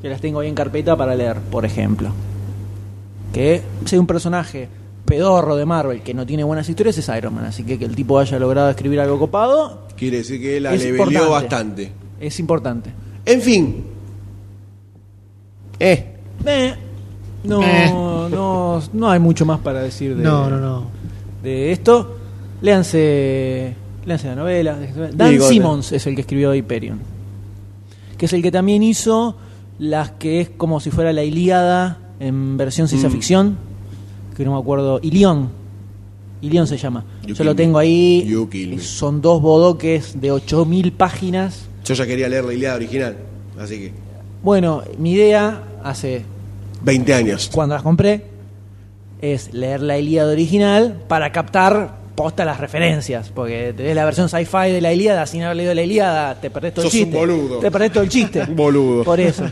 Speaker 2: Que las tengo ahí en carpeta para leer, por ejemplo. Que sea un personaje pedorro de Marvel que no tiene buenas historias es Iron Man. Así que que el tipo haya logrado escribir algo copado
Speaker 1: Quiere decir que la
Speaker 2: Es
Speaker 1: leveleó
Speaker 2: importante.
Speaker 1: bastante.
Speaker 2: es importante.
Speaker 1: En fin. Eh.
Speaker 2: Eh, no,
Speaker 5: Eh.
Speaker 2: no, no hay mucho más para decir de,
Speaker 5: No, no, no.
Speaker 2: de esto. Léanse, léanse la novela. déjense- Dan
Speaker 1: Digo,
Speaker 2: Simmons es el que escribió Hyperion. Que es el que también hizo las que es como si fuera la Ilíada en versión ciencia
Speaker 1: Mm.
Speaker 2: ficción. Que no me acuerdo. Ilión. Ilión se llama.
Speaker 1: You
Speaker 2: Yo
Speaker 1: kill
Speaker 2: lo
Speaker 1: me.
Speaker 2: tengo ahí.
Speaker 1: You kill me.
Speaker 2: Son dos bodoques de 8.000 páginas.
Speaker 1: Yo ya quería leer la Ilíada original, así que.
Speaker 2: Bueno, mi idea hace
Speaker 1: 20 años.
Speaker 2: cuando las compré es leer la Ilíada original para captar posta las referencias, porque tenés la versión sci-fi de la Ilíada, sin haber leído la Ilíada, te perdés todo
Speaker 1: Sos
Speaker 2: el
Speaker 1: un
Speaker 2: chiste.
Speaker 1: boludo.
Speaker 2: Te perdés todo el chiste.
Speaker 1: Un boludo.
Speaker 2: Por eso.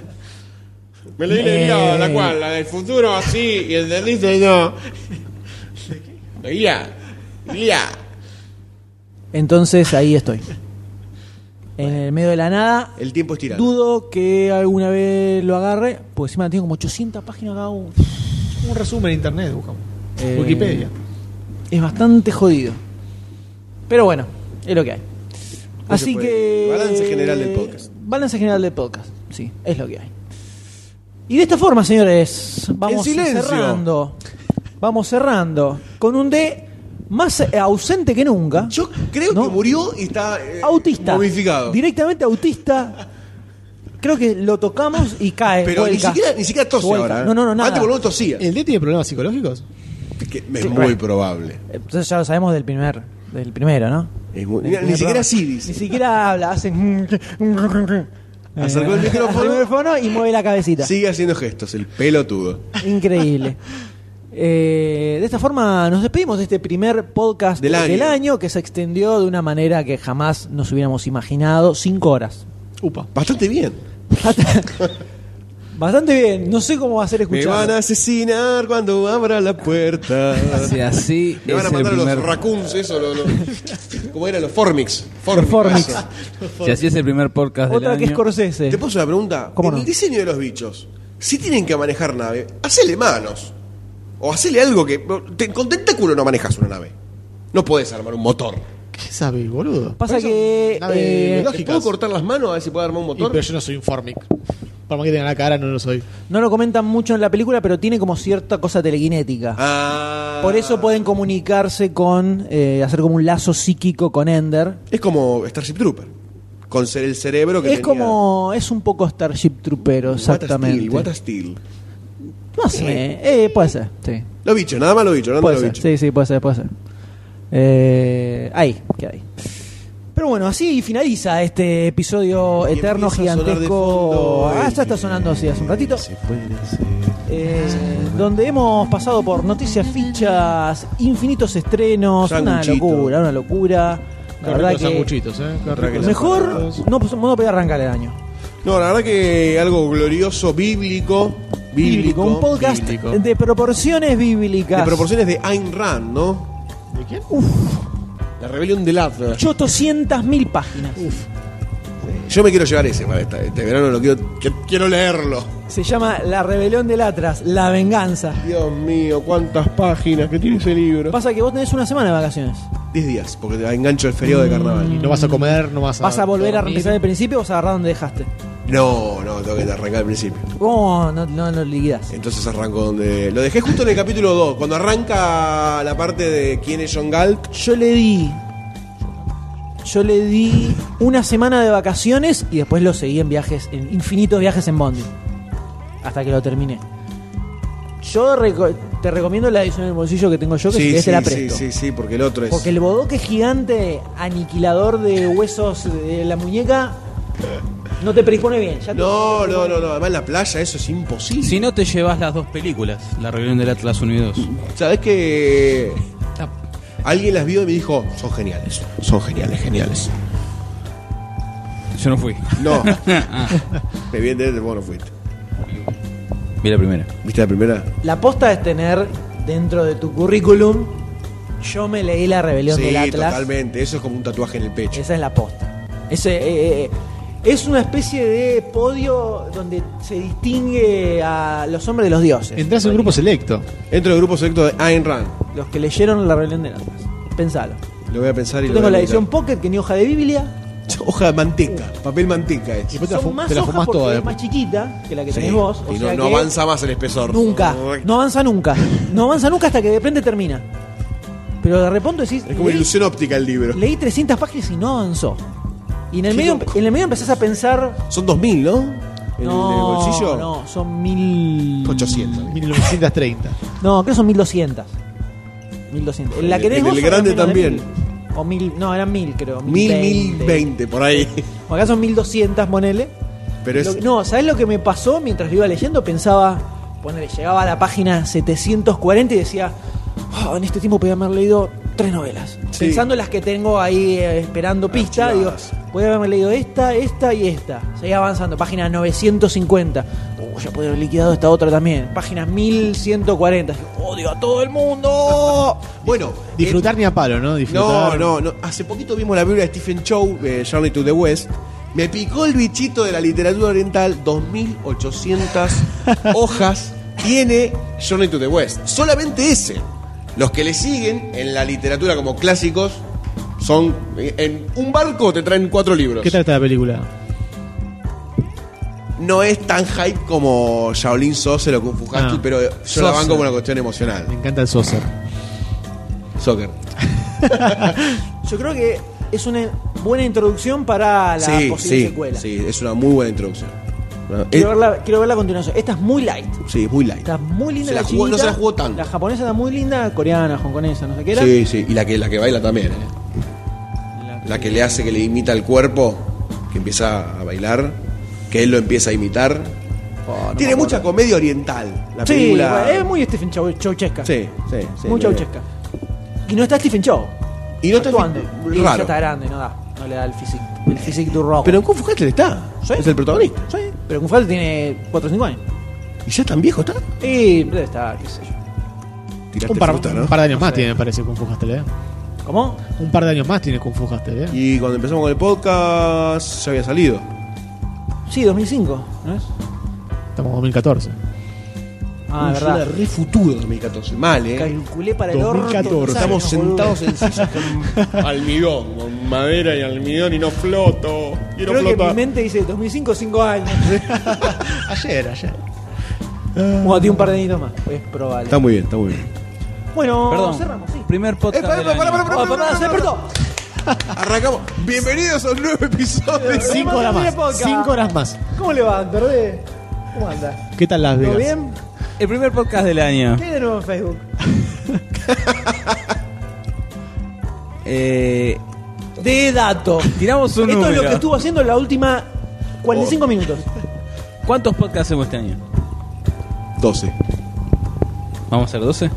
Speaker 1: Me
Speaker 2: leí la Ilíada, la cual,
Speaker 1: la del futuro así y el del dice no. La Ilíada. Ilíada.
Speaker 2: Entonces ahí estoy. En el medio de la nada.
Speaker 1: El tiempo es tirano.
Speaker 2: Dudo que alguna vez lo agarre, porque encima tengo como 800 páginas cada uno.
Speaker 5: Un resumen en internet, buscamos.
Speaker 2: Eh,
Speaker 5: Wikipedia.
Speaker 2: Es bastante jodido. Pero bueno, es lo que hay.
Speaker 1: No se
Speaker 2: Así
Speaker 1: puede.
Speaker 2: que.
Speaker 1: Balance general del podcast.
Speaker 2: Balance general del podcast, sí, es lo que hay. Y de esta forma, señores, vamos
Speaker 1: En silencio.
Speaker 2: cerrando. Vamos cerrando con un D más eh, ausente que nunca.
Speaker 1: Yo creo
Speaker 2: ¿No?
Speaker 1: que murió y está. eh,
Speaker 2: autista.
Speaker 1: Momificado.
Speaker 2: Directamente autista. Creo que lo tocamos y cae.
Speaker 1: Pero ni
Speaker 2: vuelca.
Speaker 1: siquiera, ni siquiera tose
Speaker 2: Vuelca.
Speaker 1: ahora. ¿eh?
Speaker 2: No, no, no, nada. Eh,
Speaker 1: Antes por lo menos tosía.
Speaker 5: ¿El D tiene problemas psicológicos?
Speaker 1: Que es
Speaker 2: Sí.
Speaker 1: muy probable.
Speaker 2: Entonces ya lo sabemos del primer, del primero, ¿no?
Speaker 1: Es muy-
Speaker 2: Del
Speaker 1: Mira, ni
Speaker 2: primer
Speaker 1: siquiera
Speaker 2: programa.
Speaker 1: así
Speaker 2: Ni
Speaker 1: dice.
Speaker 2: siquiera habla, hace.
Speaker 1: Acercó
Speaker 2: Acercó el
Speaker 1: el micrófono.
Speaker 2: micrófono y mueve la cabecita.
Speaker 1: Sigue haciendo gestos, el pelotudo.
Speaker 2: Increíble. Eh, de esta forma nos despedimos de este primer podcast
Speaker 1: Del año.
Speaker 2: que se extendió de una manera que jamás nos hubiéramos imaginado. Cinco horas.
Speaker 5: Upa.
Speaker 1: Bastante bien.
Speaker 2: Bastante bien. No sé cómo va a ser
Speaker 1: Me
Speaker 2: escuchado.
Speaker 1: van a asesinar cuando abra la puerta.
Speaker 3: Si así
Speaker 1: Me van a
Speaker 3: es el
Speaker 1: matar a
Speaker 3: primer-
Speaker 1: los raccoons, eso, lo, lo- ¿cómo eran los formix? Formix.
Speaker 2: Formix.
Speaker 1: eso.
Speaker 3: si así es el primer podcast del
Speaker 2: Otra que es
Speaker 3: año.
Speaker 2: Scorsese.
Speaker 1: Te puedo hacer una pregunta.
Speaker 2: ¿Cómo
Speaker 1: en
Speaker 2: no?
Speaker 1: el diseño de los bichos, si tienen que manejar nave, hacele manos. O hacele algo que. te- con tentáculo no manejas una nave. No puedes armar un motor.
Speaker 5: ¿Qué sabe, boludo?
Speaker 2: Pasa
Speaker 1: Por eso,
Speaker 2: que.
Speaker 5: nave
Speaker 2: eh,
Speaker 1: ¿Te ¿Puedo cortar las manos a ver si puedo armar un
Speaker 5: Y,
Speaker 1: motor?
Speaker 5: pero yo no soy un Formic. Por más que tenga la cara, no lo soy.
Speaker 2: no lo comentan mucho en la película, pero tiene como cierta cosa telequinética.
Speaker 1: Ah.
Speaker 2: Por eso pueden comunicarse con. eh, hacer como un lazo psíquico con Ender.
Speaker 1: Es como Starship Trooper. Con ser el cerebro que
Speaker 2: Es
Speaker 1: tenía-
Speaker 2: como. Es un poco Starship Trooper, exactamente.
Speaker 1: What a Steel, what a Steel.
Speaker 2: No sé. Eh, puede ser, sí.
Speaker 1: Lo bicho, nada más lo bicho, nada más
Speaker 2: Puede
Speaker 1: lo
Speaker 2: ser,
Speaker 1: bicho.
Speaker 2: sí, sí, puede ser, puede ser. Eh, ahí, que ahí. Pero bueno, así finaliza este episodio
Speaker 1: Y
Speaker 2: eterno,
Speaker 1: empieza a sonar de
Speaker 2: gigantesco.
Speaker 1: fondo eh.
Speaker 2: Ah,
Speaker 1: el
Speaker 2: ya está sonando así hace un ratito. Eh, donde hemos pasado por noticias, fichas, infinitos estrenos, una
Speaker 1: Sanguchito.
Speaker 2: locura, una locura. La verdad
Speaker 5: Los
Speaker 2: que
Speaker 5: sanguchitos, ¿eh?
Speaker 1: Tranquila.
Speaker 2: Pues mejor no, pues, no podía arrancar el año.
Speaker 1: No, la verdad que algo glorioso, bíblico. Bíblico.
Speaker 2: Bíblico, un podcast
Speaker 5: bíblico.
Speaker 2: de proporciones bíblicas.
Speaker 1: De proporciones de Ayn Rand, ¿no? ¿De quién? La rebelión del Atlas.
Speaker 2: Yo 800.000 páginas.
Speaker 1: Yo me quiero llevar ese para esta- este verano, lo quiero, que- quiero leerlo.
Speaker 2: Se llama La rebelión del Atlas, La venganza.
Speaker 1: Dios mío, cuántas páginas que tiene ese libro.
Speaker 2: Pasa que vos tenés una semana de vacaciones.
Speaker 1: 10 días, porque te engancho el feriado de
Speaker 2: Mm.
Speaker 1: carnaval.
Speaker 5: No vas a comer, no vas a.
Speaker 2: ¿Vas a volver a
Speaker 5: dormir.
Speaker 2: empezar el principio o vas a agarrar donde dejaste?
Speaker 1: No, no, tengo que arrancar al principio.
Speaker 2: ¿Cómo no, no lo liquidás?
Speaker 1: Entonces arranco donde. Lo dejé justo en el capítulo 2, cuando arranca la parte de quién es John Galt.
Speaker 2: Yo le di. Yo le di una semana de vacaciones y después lo seguí en viajes, en infinitos viajes en Bondi. Hasta que lo terminé. Yo reco- te recomiendo la edición del bolsillo que tengo yo, que si querés te la
Speaker 1: sí,
Speaker 2: presto.
Speaker 1: sí, sí, porque el otro es.
Speaker 2: Porque el bodoque gigante aniquilador de huesos de la muñeca No te predispone bien. Ya te-
Speaker 1: No, no, no, no. Además, en la playa eso es imposible.
Speaker 3: Si no te llevas las dos películas, la reunión del Atlas Unidos.
Speaker 1: ¿Sabés que
Speaker 2: Ah.
Speaker 1: alguien las vio y me dijo, son geniales, son geniales, geniales?
Speaker 3: Yo no fui.
Speaker 1: No.
Speaker 2: Ah.
Speaker 1: me vi entender, vos no fuiste.
Speaker 3: Vi la primera.
Speaker 1: ¿Viste la primera?
Speaker 2: La posta es tener dentro de tu currículum. Yo me leí la rebelión
Speaker 1: sí,
Speaker 2: del Atlas.
Speaker 1: totalmente. Eso es como un tatuaje en el pecho.
Speaker 2: Esa es la posta. Ese, eh, eh, es una especie de podio donde se distingue a los hombres de los dioses.
Speaker 5: Entrás en un grupo selecto.
Speaker 1: Entro del grupo selecto de Ayn Rand.
Speaker 2: Los que leyeron la rebelión del Atlas. Pensalo.
Speaker 1: Lo voy a pensar y
Speaker 2: Yo
Speaker 1: lo
Speaker 2: tengo
Speaker 1: voy
Speaker 2: la
Speaker 1: a
Speaker 2: edición pocket que ni hoja de Biblia.
Speaker 1: publicar. Hoja de manteca, papel manteca. Es.
Speaker 5: Después te la,
Speaker 2: Son
Speaker 5: fu-
Speaker 2: más
Speaker 5: te la
Speaker 2: hojas
Speaker 5: fumás
Speaker 2: porque
Speaker 5: toda.
Speaker 2: es más
Speaker 5: después.
Speaker 2: chiquita que la que
Speaker 1: eh. Sí.
Speaker 2: tenés vos. O
Speaker 1: Y no,
Speaker 2: sea
Speaker 1: no
Speaker 2: que
Speaker 1: avanza más el espesor.
Speaker 2: Nunca.
Speaker 1: Uy.
Speaker 2: No avanza nunca. No avanza nunca hasta que de repente termina. Pero de repente decís.
Speaker 1: Es como
Speaker 2: leí-
Speaker 1: ilusión óptica el libro.
Speaker 2: Leí 300 páginas y no avanzó. Y en el, medio,
Speaker 1: loco.
Speaker 2: en el medio empezás a pensar.
Speaker 1: Son 2000, ¿no? ¿El,
Speaker 2: no,
Speaker 1: el bolsillo?
Speaker 2: No, son mil.
Speaker 1: 800.
Speaker 5: 1930.
Speaker 2: No, creo que son 1200. 1200. En la que
Speaker 1: En
Speaker 2: tenés
Speaker 1: el- en
Speaker 2: vos
Speaker 1: el
Speaker 2: son
Speaker 1: grande
Speaker 2: menos de
Speaker 1: también.
Speaker 2: mil. O mil, no, eran mil, creo.
Speaker 1: 1000,
Speaker 2: 1020.
Speaker 1: 1020, por ahí.
Speaker 2: O acá son 1200, ponele.
Speaker 1: Pero
Speaker 2: Lo-
Speaker 1: es.
Speaker 2: no, ¿sabés lo que me pasó mientras lo iba leyendo? Pensaba, ponele, llegaba a la página 740 y decía, "Oh, en este tiempo podía haber leído tres novelas.
Speaker 1: Sí.
Speaker 2: Pensando en las que tengo ahí eh, esperando pista,
Speaker 1: Archivadas.
Speaker 2: digo, podía haberme leído esta, esta y esta. Seguía avanzando, página 950. Oh, ya podía haber liquidado esta otra también. Página 1140. Odio a todo el mundo.
Speaker 1: Bueno,
Speaker 5: Disfrutar ni a palo, ¿no?
Speaker 1: No,
Speaker 5: Disfrutar.
Speaker 1: no, no. Hace poquito vimos la Biblia de Stephen Chow, eh, Journey to the West. Me picó el bichito de la literatura oriental, 2800 hojas tiene Journey to the West. Solamente ese. Los que le siguen en la literatura como clásicos son. eh, En un barco te traen cuatro libros.
Speaker 5: ¿Qué tal está la película?
Speaker 1: No es tan hype como Shaolin Saucer o Kung Fu Husky,
Speaker 5: Ah.
Speaker 1: pero yo la
Speaker 5: Saucer.
Speaker 1: banco por una cuestión emocional.
Speaker 5: Me encanta el Saucer.
Speaker 1: Soccer.
Speaker 2: Yo creo que es una buena introducción para la
Speaker 1: sí,
Speaker 2: posible
Speaker 1: sí,
Speaker 2: secuela.
Speaker 1: sí, Eh, es una muy buena introducción. Bueno, es-
Speaker 2: Quiero, verla, quiero verla a continuación. Esta es muy light.
Speaker 1: Sí, es muy light.
Speaker 2: Está muy linda
Speaker 1: Se
Speaker 2: la,
Speaker 1: la jugó- no
Speaker 2: chinita.
Speaker 1: se la jugó tanto.
Speaker 2: La japonesa está muy linda, coreana, hongkonesa, no sé qué era.
Speaker 1: Sí, sí, y la que, la que baila también. ¿eh? La que le hace que le imita el cuerpo, que empieza a bailar, que él lo empieza a imitar. Tiene mucha comedia oriental la
Speaker 2: Sí,
Speaker 1: película.
Speaker 2: bueno, es muy Stephen Chow, Chowchesca.
Speaker 1: Sí, sí, sí.
Speaker 2: muy Chowchesca. Y no está Stephen Chow.
Speaker 1: Y no está
Speaker 2: actuando.
Speaker 1: Stephen-
Speaker 2: Y ya
Speaker 1: raro.
Speaker 2: está grande, no da. No le da el physique, el physique du rock.
Speaker 1: Pero en Kung Fu Hustler está.
Speaker 2: Sí.
Speaker 1: Es el protagonista.
Speaker 2: Sí, pero Kung Fu tiene 4 o 5 años.
Speaker 1: ¿Y ya tan viejo está?
Speaker 2: Y debe estar, qué sé yo.
Speaker 1: Tiraste
Speaker 5: Un par,
Speaker 1: fruta, ¿no?
Speaker 5: un par de años
Speaker 2: No
Speaker 5: más
Speaker 2: sé.
Speaker 5: tiene, me parece, Kung Fu Hustle, ¿eh?
Speaker 2: ¿Cómo?
Speaker 5: Un par de años más tiene Kung Fu Hustle, ¿eh?
Speaker 1: Y cuando empezamos con el podcast, ya había salido.
Speaker 2: Sí, 2005, ¿no es?
Speaker 5: Estamos en 2014.
Speaker 2: Ah,
Speaker 1: Uy, yo
Speaker 2: verdad.
Speaker 1: era re futuro 2014. Mal, ¿eh?
Speaker 2: Calculé para el
Speaker 5: 2014.
Speaker 2: orto.
Speaker 1: Estamos sentados en sillas con
Speaker 8: Almidón, con madera y almidón y no floto. Y no
Speaker 2: Creo que mi
Speaker 8: flota.
Speaker 2: mente dice 2005, 5 años.
Speaker 5: Ayer, ayer.
Speaker 2: Bueno, tiene un par de añitos más. Es probable.
Speaker 1: Está muy bien, está muy bien.
Speaker 2: Bueno,
Speaker 3: Perdón.
Speaker 2: cerramos, sí.
Speaker 3: Primer podcast.
Speaker 1: Eh, pará,
Speaker 3: del
Speaker 1: pará,
Speaker 3: año.
Speaker 1: pará, pará.
Speaker 2: Oh, pará, se despertó.
Speaker 1: Arrancamos. Bienvenidos a un nuevo episodio.
Speaker 5: Cinco horas
Speaker 2: Tiene
Speaker 5: más.
Speaker 2: podcast.
Speaker 5: Cinco horas más.
Speaker 2: ¿Cómo le va, Tordé? ¿Cómo anda?
Speaker 5: ¿Qué tal Las
Speaker 2: ¿Todo
Speaker 5: Vegas?
Speaker 2: bien?
Speaker 3: El primer podcast del año.
Speaker 2: ¿Qué hay de nuevo en Facebook?
Speaker 3: Eh,
Speaker 2: De dato.
Speaker 3: tiramos un
Speaker 2: Esto es lo
Speaker 3: número.
Speaker 2: que estuvo haciendo la última 45
Speaker 3: Oh.
Speaker 2: minutos.
Speaker 3: ¿Cuántos podcasts hacemos este año?
Speaker 1: 12.
Speaker 3: ¿Vamos a hacer 12?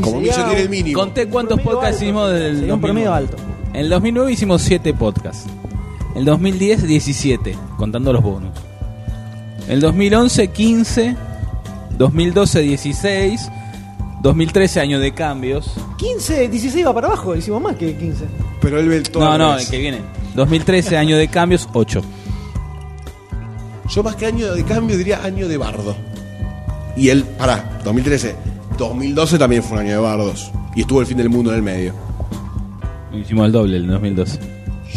Speaker 1: Como
Speaker 2: sería
Speaker 1: Micho tiene el
Speaker 2: un-
Speaker 1: mínimo.
Speaker 3: Conté cuántos
Speaker 2: promedio
Speaker 3: podcasts
Speaker 2: alto,
Speaker 3: hicimos
Speaker 2: sería.
Speaker 3: desde el
Speaker 2: Sería un promedio
Speaker 3: 2009.
Speaker 2: alto.
Speaker 3: En el 2009 hicimos 7 podcasts. En el 2010, 17, contando los bonus. En el 2011, 15. 2012, 16. 2013, año de cambios.
Speaker 2: 15, 16 va para abajo. Hicimos más que 15.
Speaker 1: Pero él ve el todo.
Speaker 3: no,
Speaker 1: al
Speaker 3: no,
Speaker 1: revés.
Speaker 3: el que viene. 2013, año de cambios, 8.
Speaker 1: Yo más que año de cambio diría año de bardo. Y él, pará, 2013. 2012 también fue un año de bardos. Y estuvo el fin del mundo en el medio.
Speaker 3: Hicimos el doble en 2012.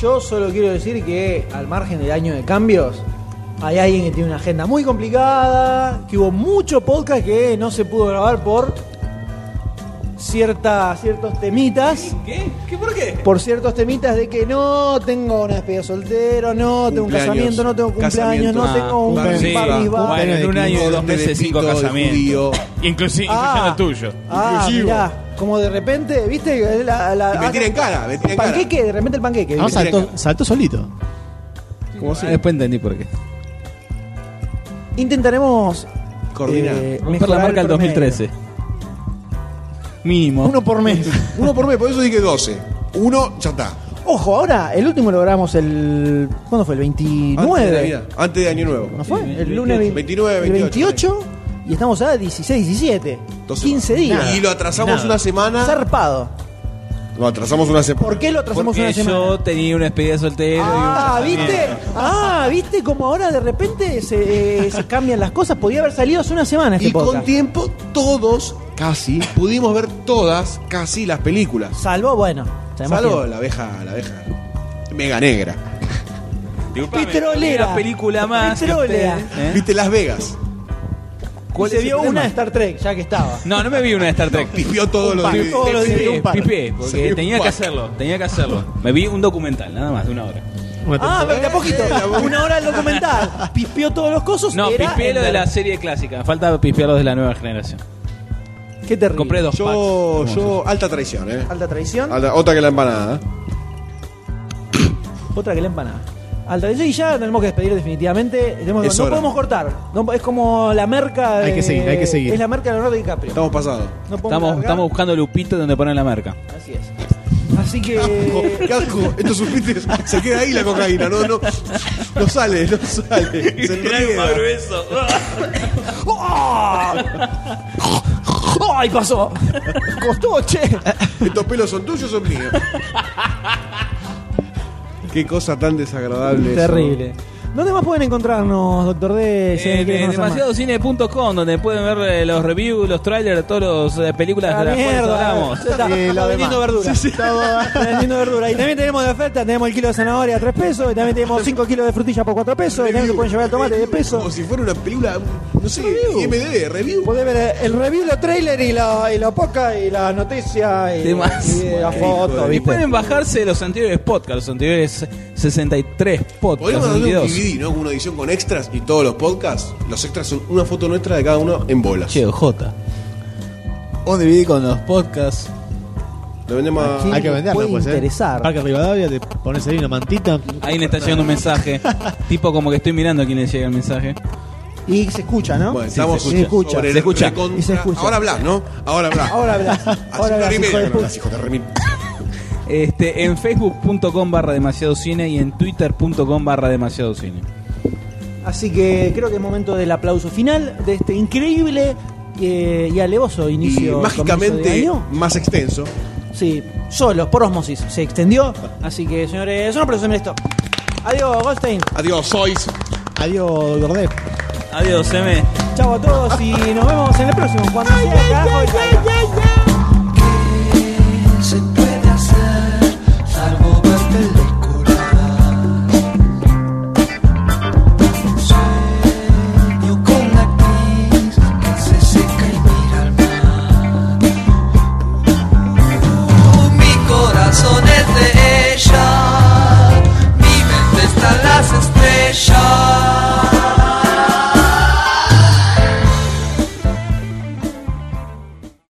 Speaker 2: Yo solo quiero decir que, al margen del año de cambios, hay alguien que tiene una agenda muy complicada, que hubo mucho podcast que no se pudo grabar por cierta, ciertos temitas.
Speaker 3: ¿Qué? ¿Qué por qué?
Speaker 2: Por ciertos temitas de que no tengo una despedida soltero, no tengo un
Speaker 1: Cumpleaños,
Speaker 2: casamiento, no tengo cumpleaños, no
Speaker 1: casamiento.
Speaker 2: tengo un
Speaker 1: Ah,
Speaker 2: party
Speaker 3: sí,
Speaker 2: bar.
Speaker 3: bueno, en un año y dos meses, cinco casamientos.
Speaker 12: Inclusive, incluyendo
Speaker 2: Ah.
Speaker 12: el tuyo.
Speaker 2: Ah, mirá, como de repente, ¿viste? La, ah, la-
Speaker 1: Y me tira en cara, me tira en cara.
Speaker 2: Panqueque, de repente el panqueque.
Speaker 5: Ah,
Speaker 2: ¿viste?
Speaker 5: saltó, saltó solito.
Speaker 2: Sí,
Speaker 1: Como
Speaker 3: Ah, Después entendí por qué.
Speaker 2: Intentaremos
Speaker 1: Coordinar.
Speaker 2: eh,
Speaker 3: Romper la
Speaker 2: mejorar
Speaker 3: marca del
Speaker 2: el promedio.
Speaker 3: 2013. Mínimo.
Speaker 2: Uno por mes.
Speaker 1: Uno por mes, por eso dije 12. Uno, ya está.
Speaker 2: Ojo, ahora el último lo grabamos el. ¿Cuándo fue? El
Speaker 1: Antes de
Speaker 2: 29.
Speaker 1: Navidad, Antes de Año Nuevo.
Speaker 2: ¿No fue?
Speaker 3: Sí,
Speaker 2: El lunes
Speaker 1: 29,
Speaker 2: el
Speaker 1: 28,
Speaker 2: 28. Y estamos a 16, 17.
Speaker 1: Dos
Speaker 2: 15
Speaker 1: semanas.
Speaker 2: días.
Speaker 1: Y lo atrasamos
Speaker 2: Nada.
Speaker 1: una semana.
Speaker 2: Zarpado.
Speaker 1: Lo atrasamos una semana.
Speaker 2: ¿Por qué lo atrasamos
Speaker 3: Porque
Speaker 2: una semana?
Speaker 3: yo tenía una despedida de soltero. y
Speaker 2: Ah,
Speaker 3: un
Speaker 2: ¿viste?
Speaker 3: casamiento.
Speaker 2: Ah, ¿viste cómo ahora de repente se, eh, se cambian las cosas? Podía haber salido hace una semana este
Speaker 1: Y con
Speaker 2: podcast.
Speaker 1: tiempo, todos, casi, pudimos ver todas, casi, las películas.
Speaker 2: Salvo, bueno. tenemos
Speaker 1: Salvo
Speaker 2: tiempo.
Speaker 1: la abeja, la abeja mega negra.
Speaker 3: Disculpame,
Speaker 2: Petrolera.
Speaker 3: Una película más. que
Speaker 2: Petrolera.
Speaker 3: ustedes, ¿eh?
Speaker 1: ¿Viste Las Vegas?
Speaker 3: ¿Cuál
Speaker 2: se
Speaker 3: es
Speaker 2: vio
Speaker 3: el
Speaker 2: una de
Speaker 3: tema?
Speaker 2: Star Trek, ya que estaba.
Speaker 3: No, no me vi una de Star Trek.
Speaker 1: Pipió todos los
Speaker 2: par,
Speaker 1: DVD.
Speaker 2: todos los
Speaker 3: Pipié,
Speaker 2: vi un par.
Speaker 3: pipié, porque
Speaker 1: Sí,
Speaker 3: tenía
Speaker 1: un
Speaker 3: que
Speaker 1: par.
Speaker 3: hacerlo, tenía que hacerlo. Me vi un documental, nada más, de una hora.
Speaker 5: Una
Speaker 2: Ah,
Speaker 5: temporada.
Speaker 2: pero de a poquito. Una hora el documental. Pispeó todos los cosos.
Speaker 3: No,
Speaker 2: era
Speaker 3: pipié lo de
Speaker 2: el-
Speaker 3: la serie clásica, falta pipiar los de la nueva generación.
Speaker 2: Qué terrible.
Speaker 3: Compré dos packs.
Speaker 1: Yo,
Speaker 3: Hermosos.
Speaker 1: yo, alta traición, ¿eh?
Speaker 2: Alta traición.
Speaker 1: Alta- otra que la empanada. ¿eh?
Speaker 2: Otra que la empanada. Alta traición. Y ya tenemos que despedir definitivamente. Tenemos-
Speaker 1: Es
Speaker 2: no
Speaker 1: hora.
Speaker 2: podemos cortar. No- es como la merca.
Speaker 5: Hay
Speaker 2: de-
Speaker 5: que seguir, hay que seguir.
Speaker 2: Es la merca de Leonardo DiCaprio.
Speaker 1: Estamos pasados.
Speaker 2: No podemos
Speaker 3: Estamos,
Speaker 2: largar.
Speaker 3: estamos buscando Lupito donde ponen la marca.
Speaker 2: Así es. Así que.
Speaker 1: Qué asco, estos suspites se queda ahí la cocaína, no, no, no sale, no sale, se
Speaker 2: ¿eh?
Speaker 1: enreda.
Speaker 2: ¡Ay, pasó! Costó, che.
Speaker 1: Estos pelos son tuyos o son míos. Qué cosa tan desagradable. eso.
Speaker 2: Terrible. ¿Dónde más pueden encontrarnos, Doctor D? Si alguien
Speaker 3: En,
Speaker 2: quiere
Speaker 3: en
Speaker 2: conocer más.
Speaker 3: demasiadocine.com donde pueden ver eh, los reviews, los trailers de todas las eh, películas
Speaker 2: La
Speaker 3: de las cuales hablamos.
Speaker 2: Está,
Speaker 5: Y
Speaker 2: está
Speaker 5: lo
Speaker 2: vendiendo
Speaker 5: demás.
Speaker 2: verdura. Está vendiendo verdura. Y también tenemos de oferta, tenemos el kilo de zanahoria a 3 pesos, y también tenemos 5 kilos de frutilla por 4 pesos, y también te pueden llevar el tomate de
Speaker 1: Como
Speaker 2: pesos.
Speaker 1: si fuera una película, no sé,
Speaker 2: Review.
Speaker 1: IMDB, review.
Speaker 2: Podés ver el review, los trailers y la, y la poca y la noticia y,
Speaker 3: Demás.
Speaker 2: y la
Speaker 1: Bueno, hijo
Speaker 2: foto,
Speaker 1: de-
Speaker 3: Y
Speaker 2: ¿viste?
Speaker 3: pueden bajarse los anteriores podcasts, los anteriores 63 podcasts,
Speaker 1: Podríamos hacer un
Speaker 3: 62.
Speaker 1: DVD, ¿no? Como una edición con extras y todos los podcasts. Los extras son una foto nuestra de cada uno en bolas.
Speaker 3: Che, OJ. Un DVD con los podcasts.
Speaker 1: Lo vendemos a-
Speaker 5: Hay que venderlo,
Speaker 2: puede
Speaker 5: pues, ¿eh?
Speaker 2: interesar.
Speaker 5: Parque Rivadavia, te pones ahí una mantita.
Speaker 3: Alguien está llegando un mensaje. tipo como que estoy mirando a quién le llega el mensaje.
Speaker 2: Y se escucha, ¿no?
Speaker 1: Bueno, estamos
Speaker 2: se escucha.
Speaker 1: sobre el
Speaker 3: se escucha.
Speaker 1: recontra-
Speaker 2: Y se escucha.
Speaker 1: Ahora hablas, ¿no? Ahora hablas.
Speaker 2: Ahora hablas.
Speaker 1: Hace
Speaker 2: Ahora hablas,
Speaker 1: una hora y
Speaker 2: hijo
Speaker 1: media
Speaker 2: de
Speaker 1: que no
Speaker 2: puta.
Speaker 1: hablas, hijo de remil.
Speaker 3: Este, en facebook.com barra demasiado cine y en twitter.com barra demasiado cine.
Speaker 2: Así que creo que es momento del aplauso final de este increíble eh, y alevoso
Speaker 1: Y
Speaker 2: inicio. comienzo de
Speaker 1: mágicamente
Speaker 2: año.
Speaker 1: más extenso.
Speaker 2: Sí, solo, por osmosis, se extendió. Así que, señores, un aplauso, miren esto. Adiós, Goldstein.
Speaker 1: Adiós, sois.
Speaker 5: Adiós, Doctor D.
Speaker 3: Adiós, M.
Speaker 2: Chao a todos y nos vemos en el próximo. Cuando sea carajo, y-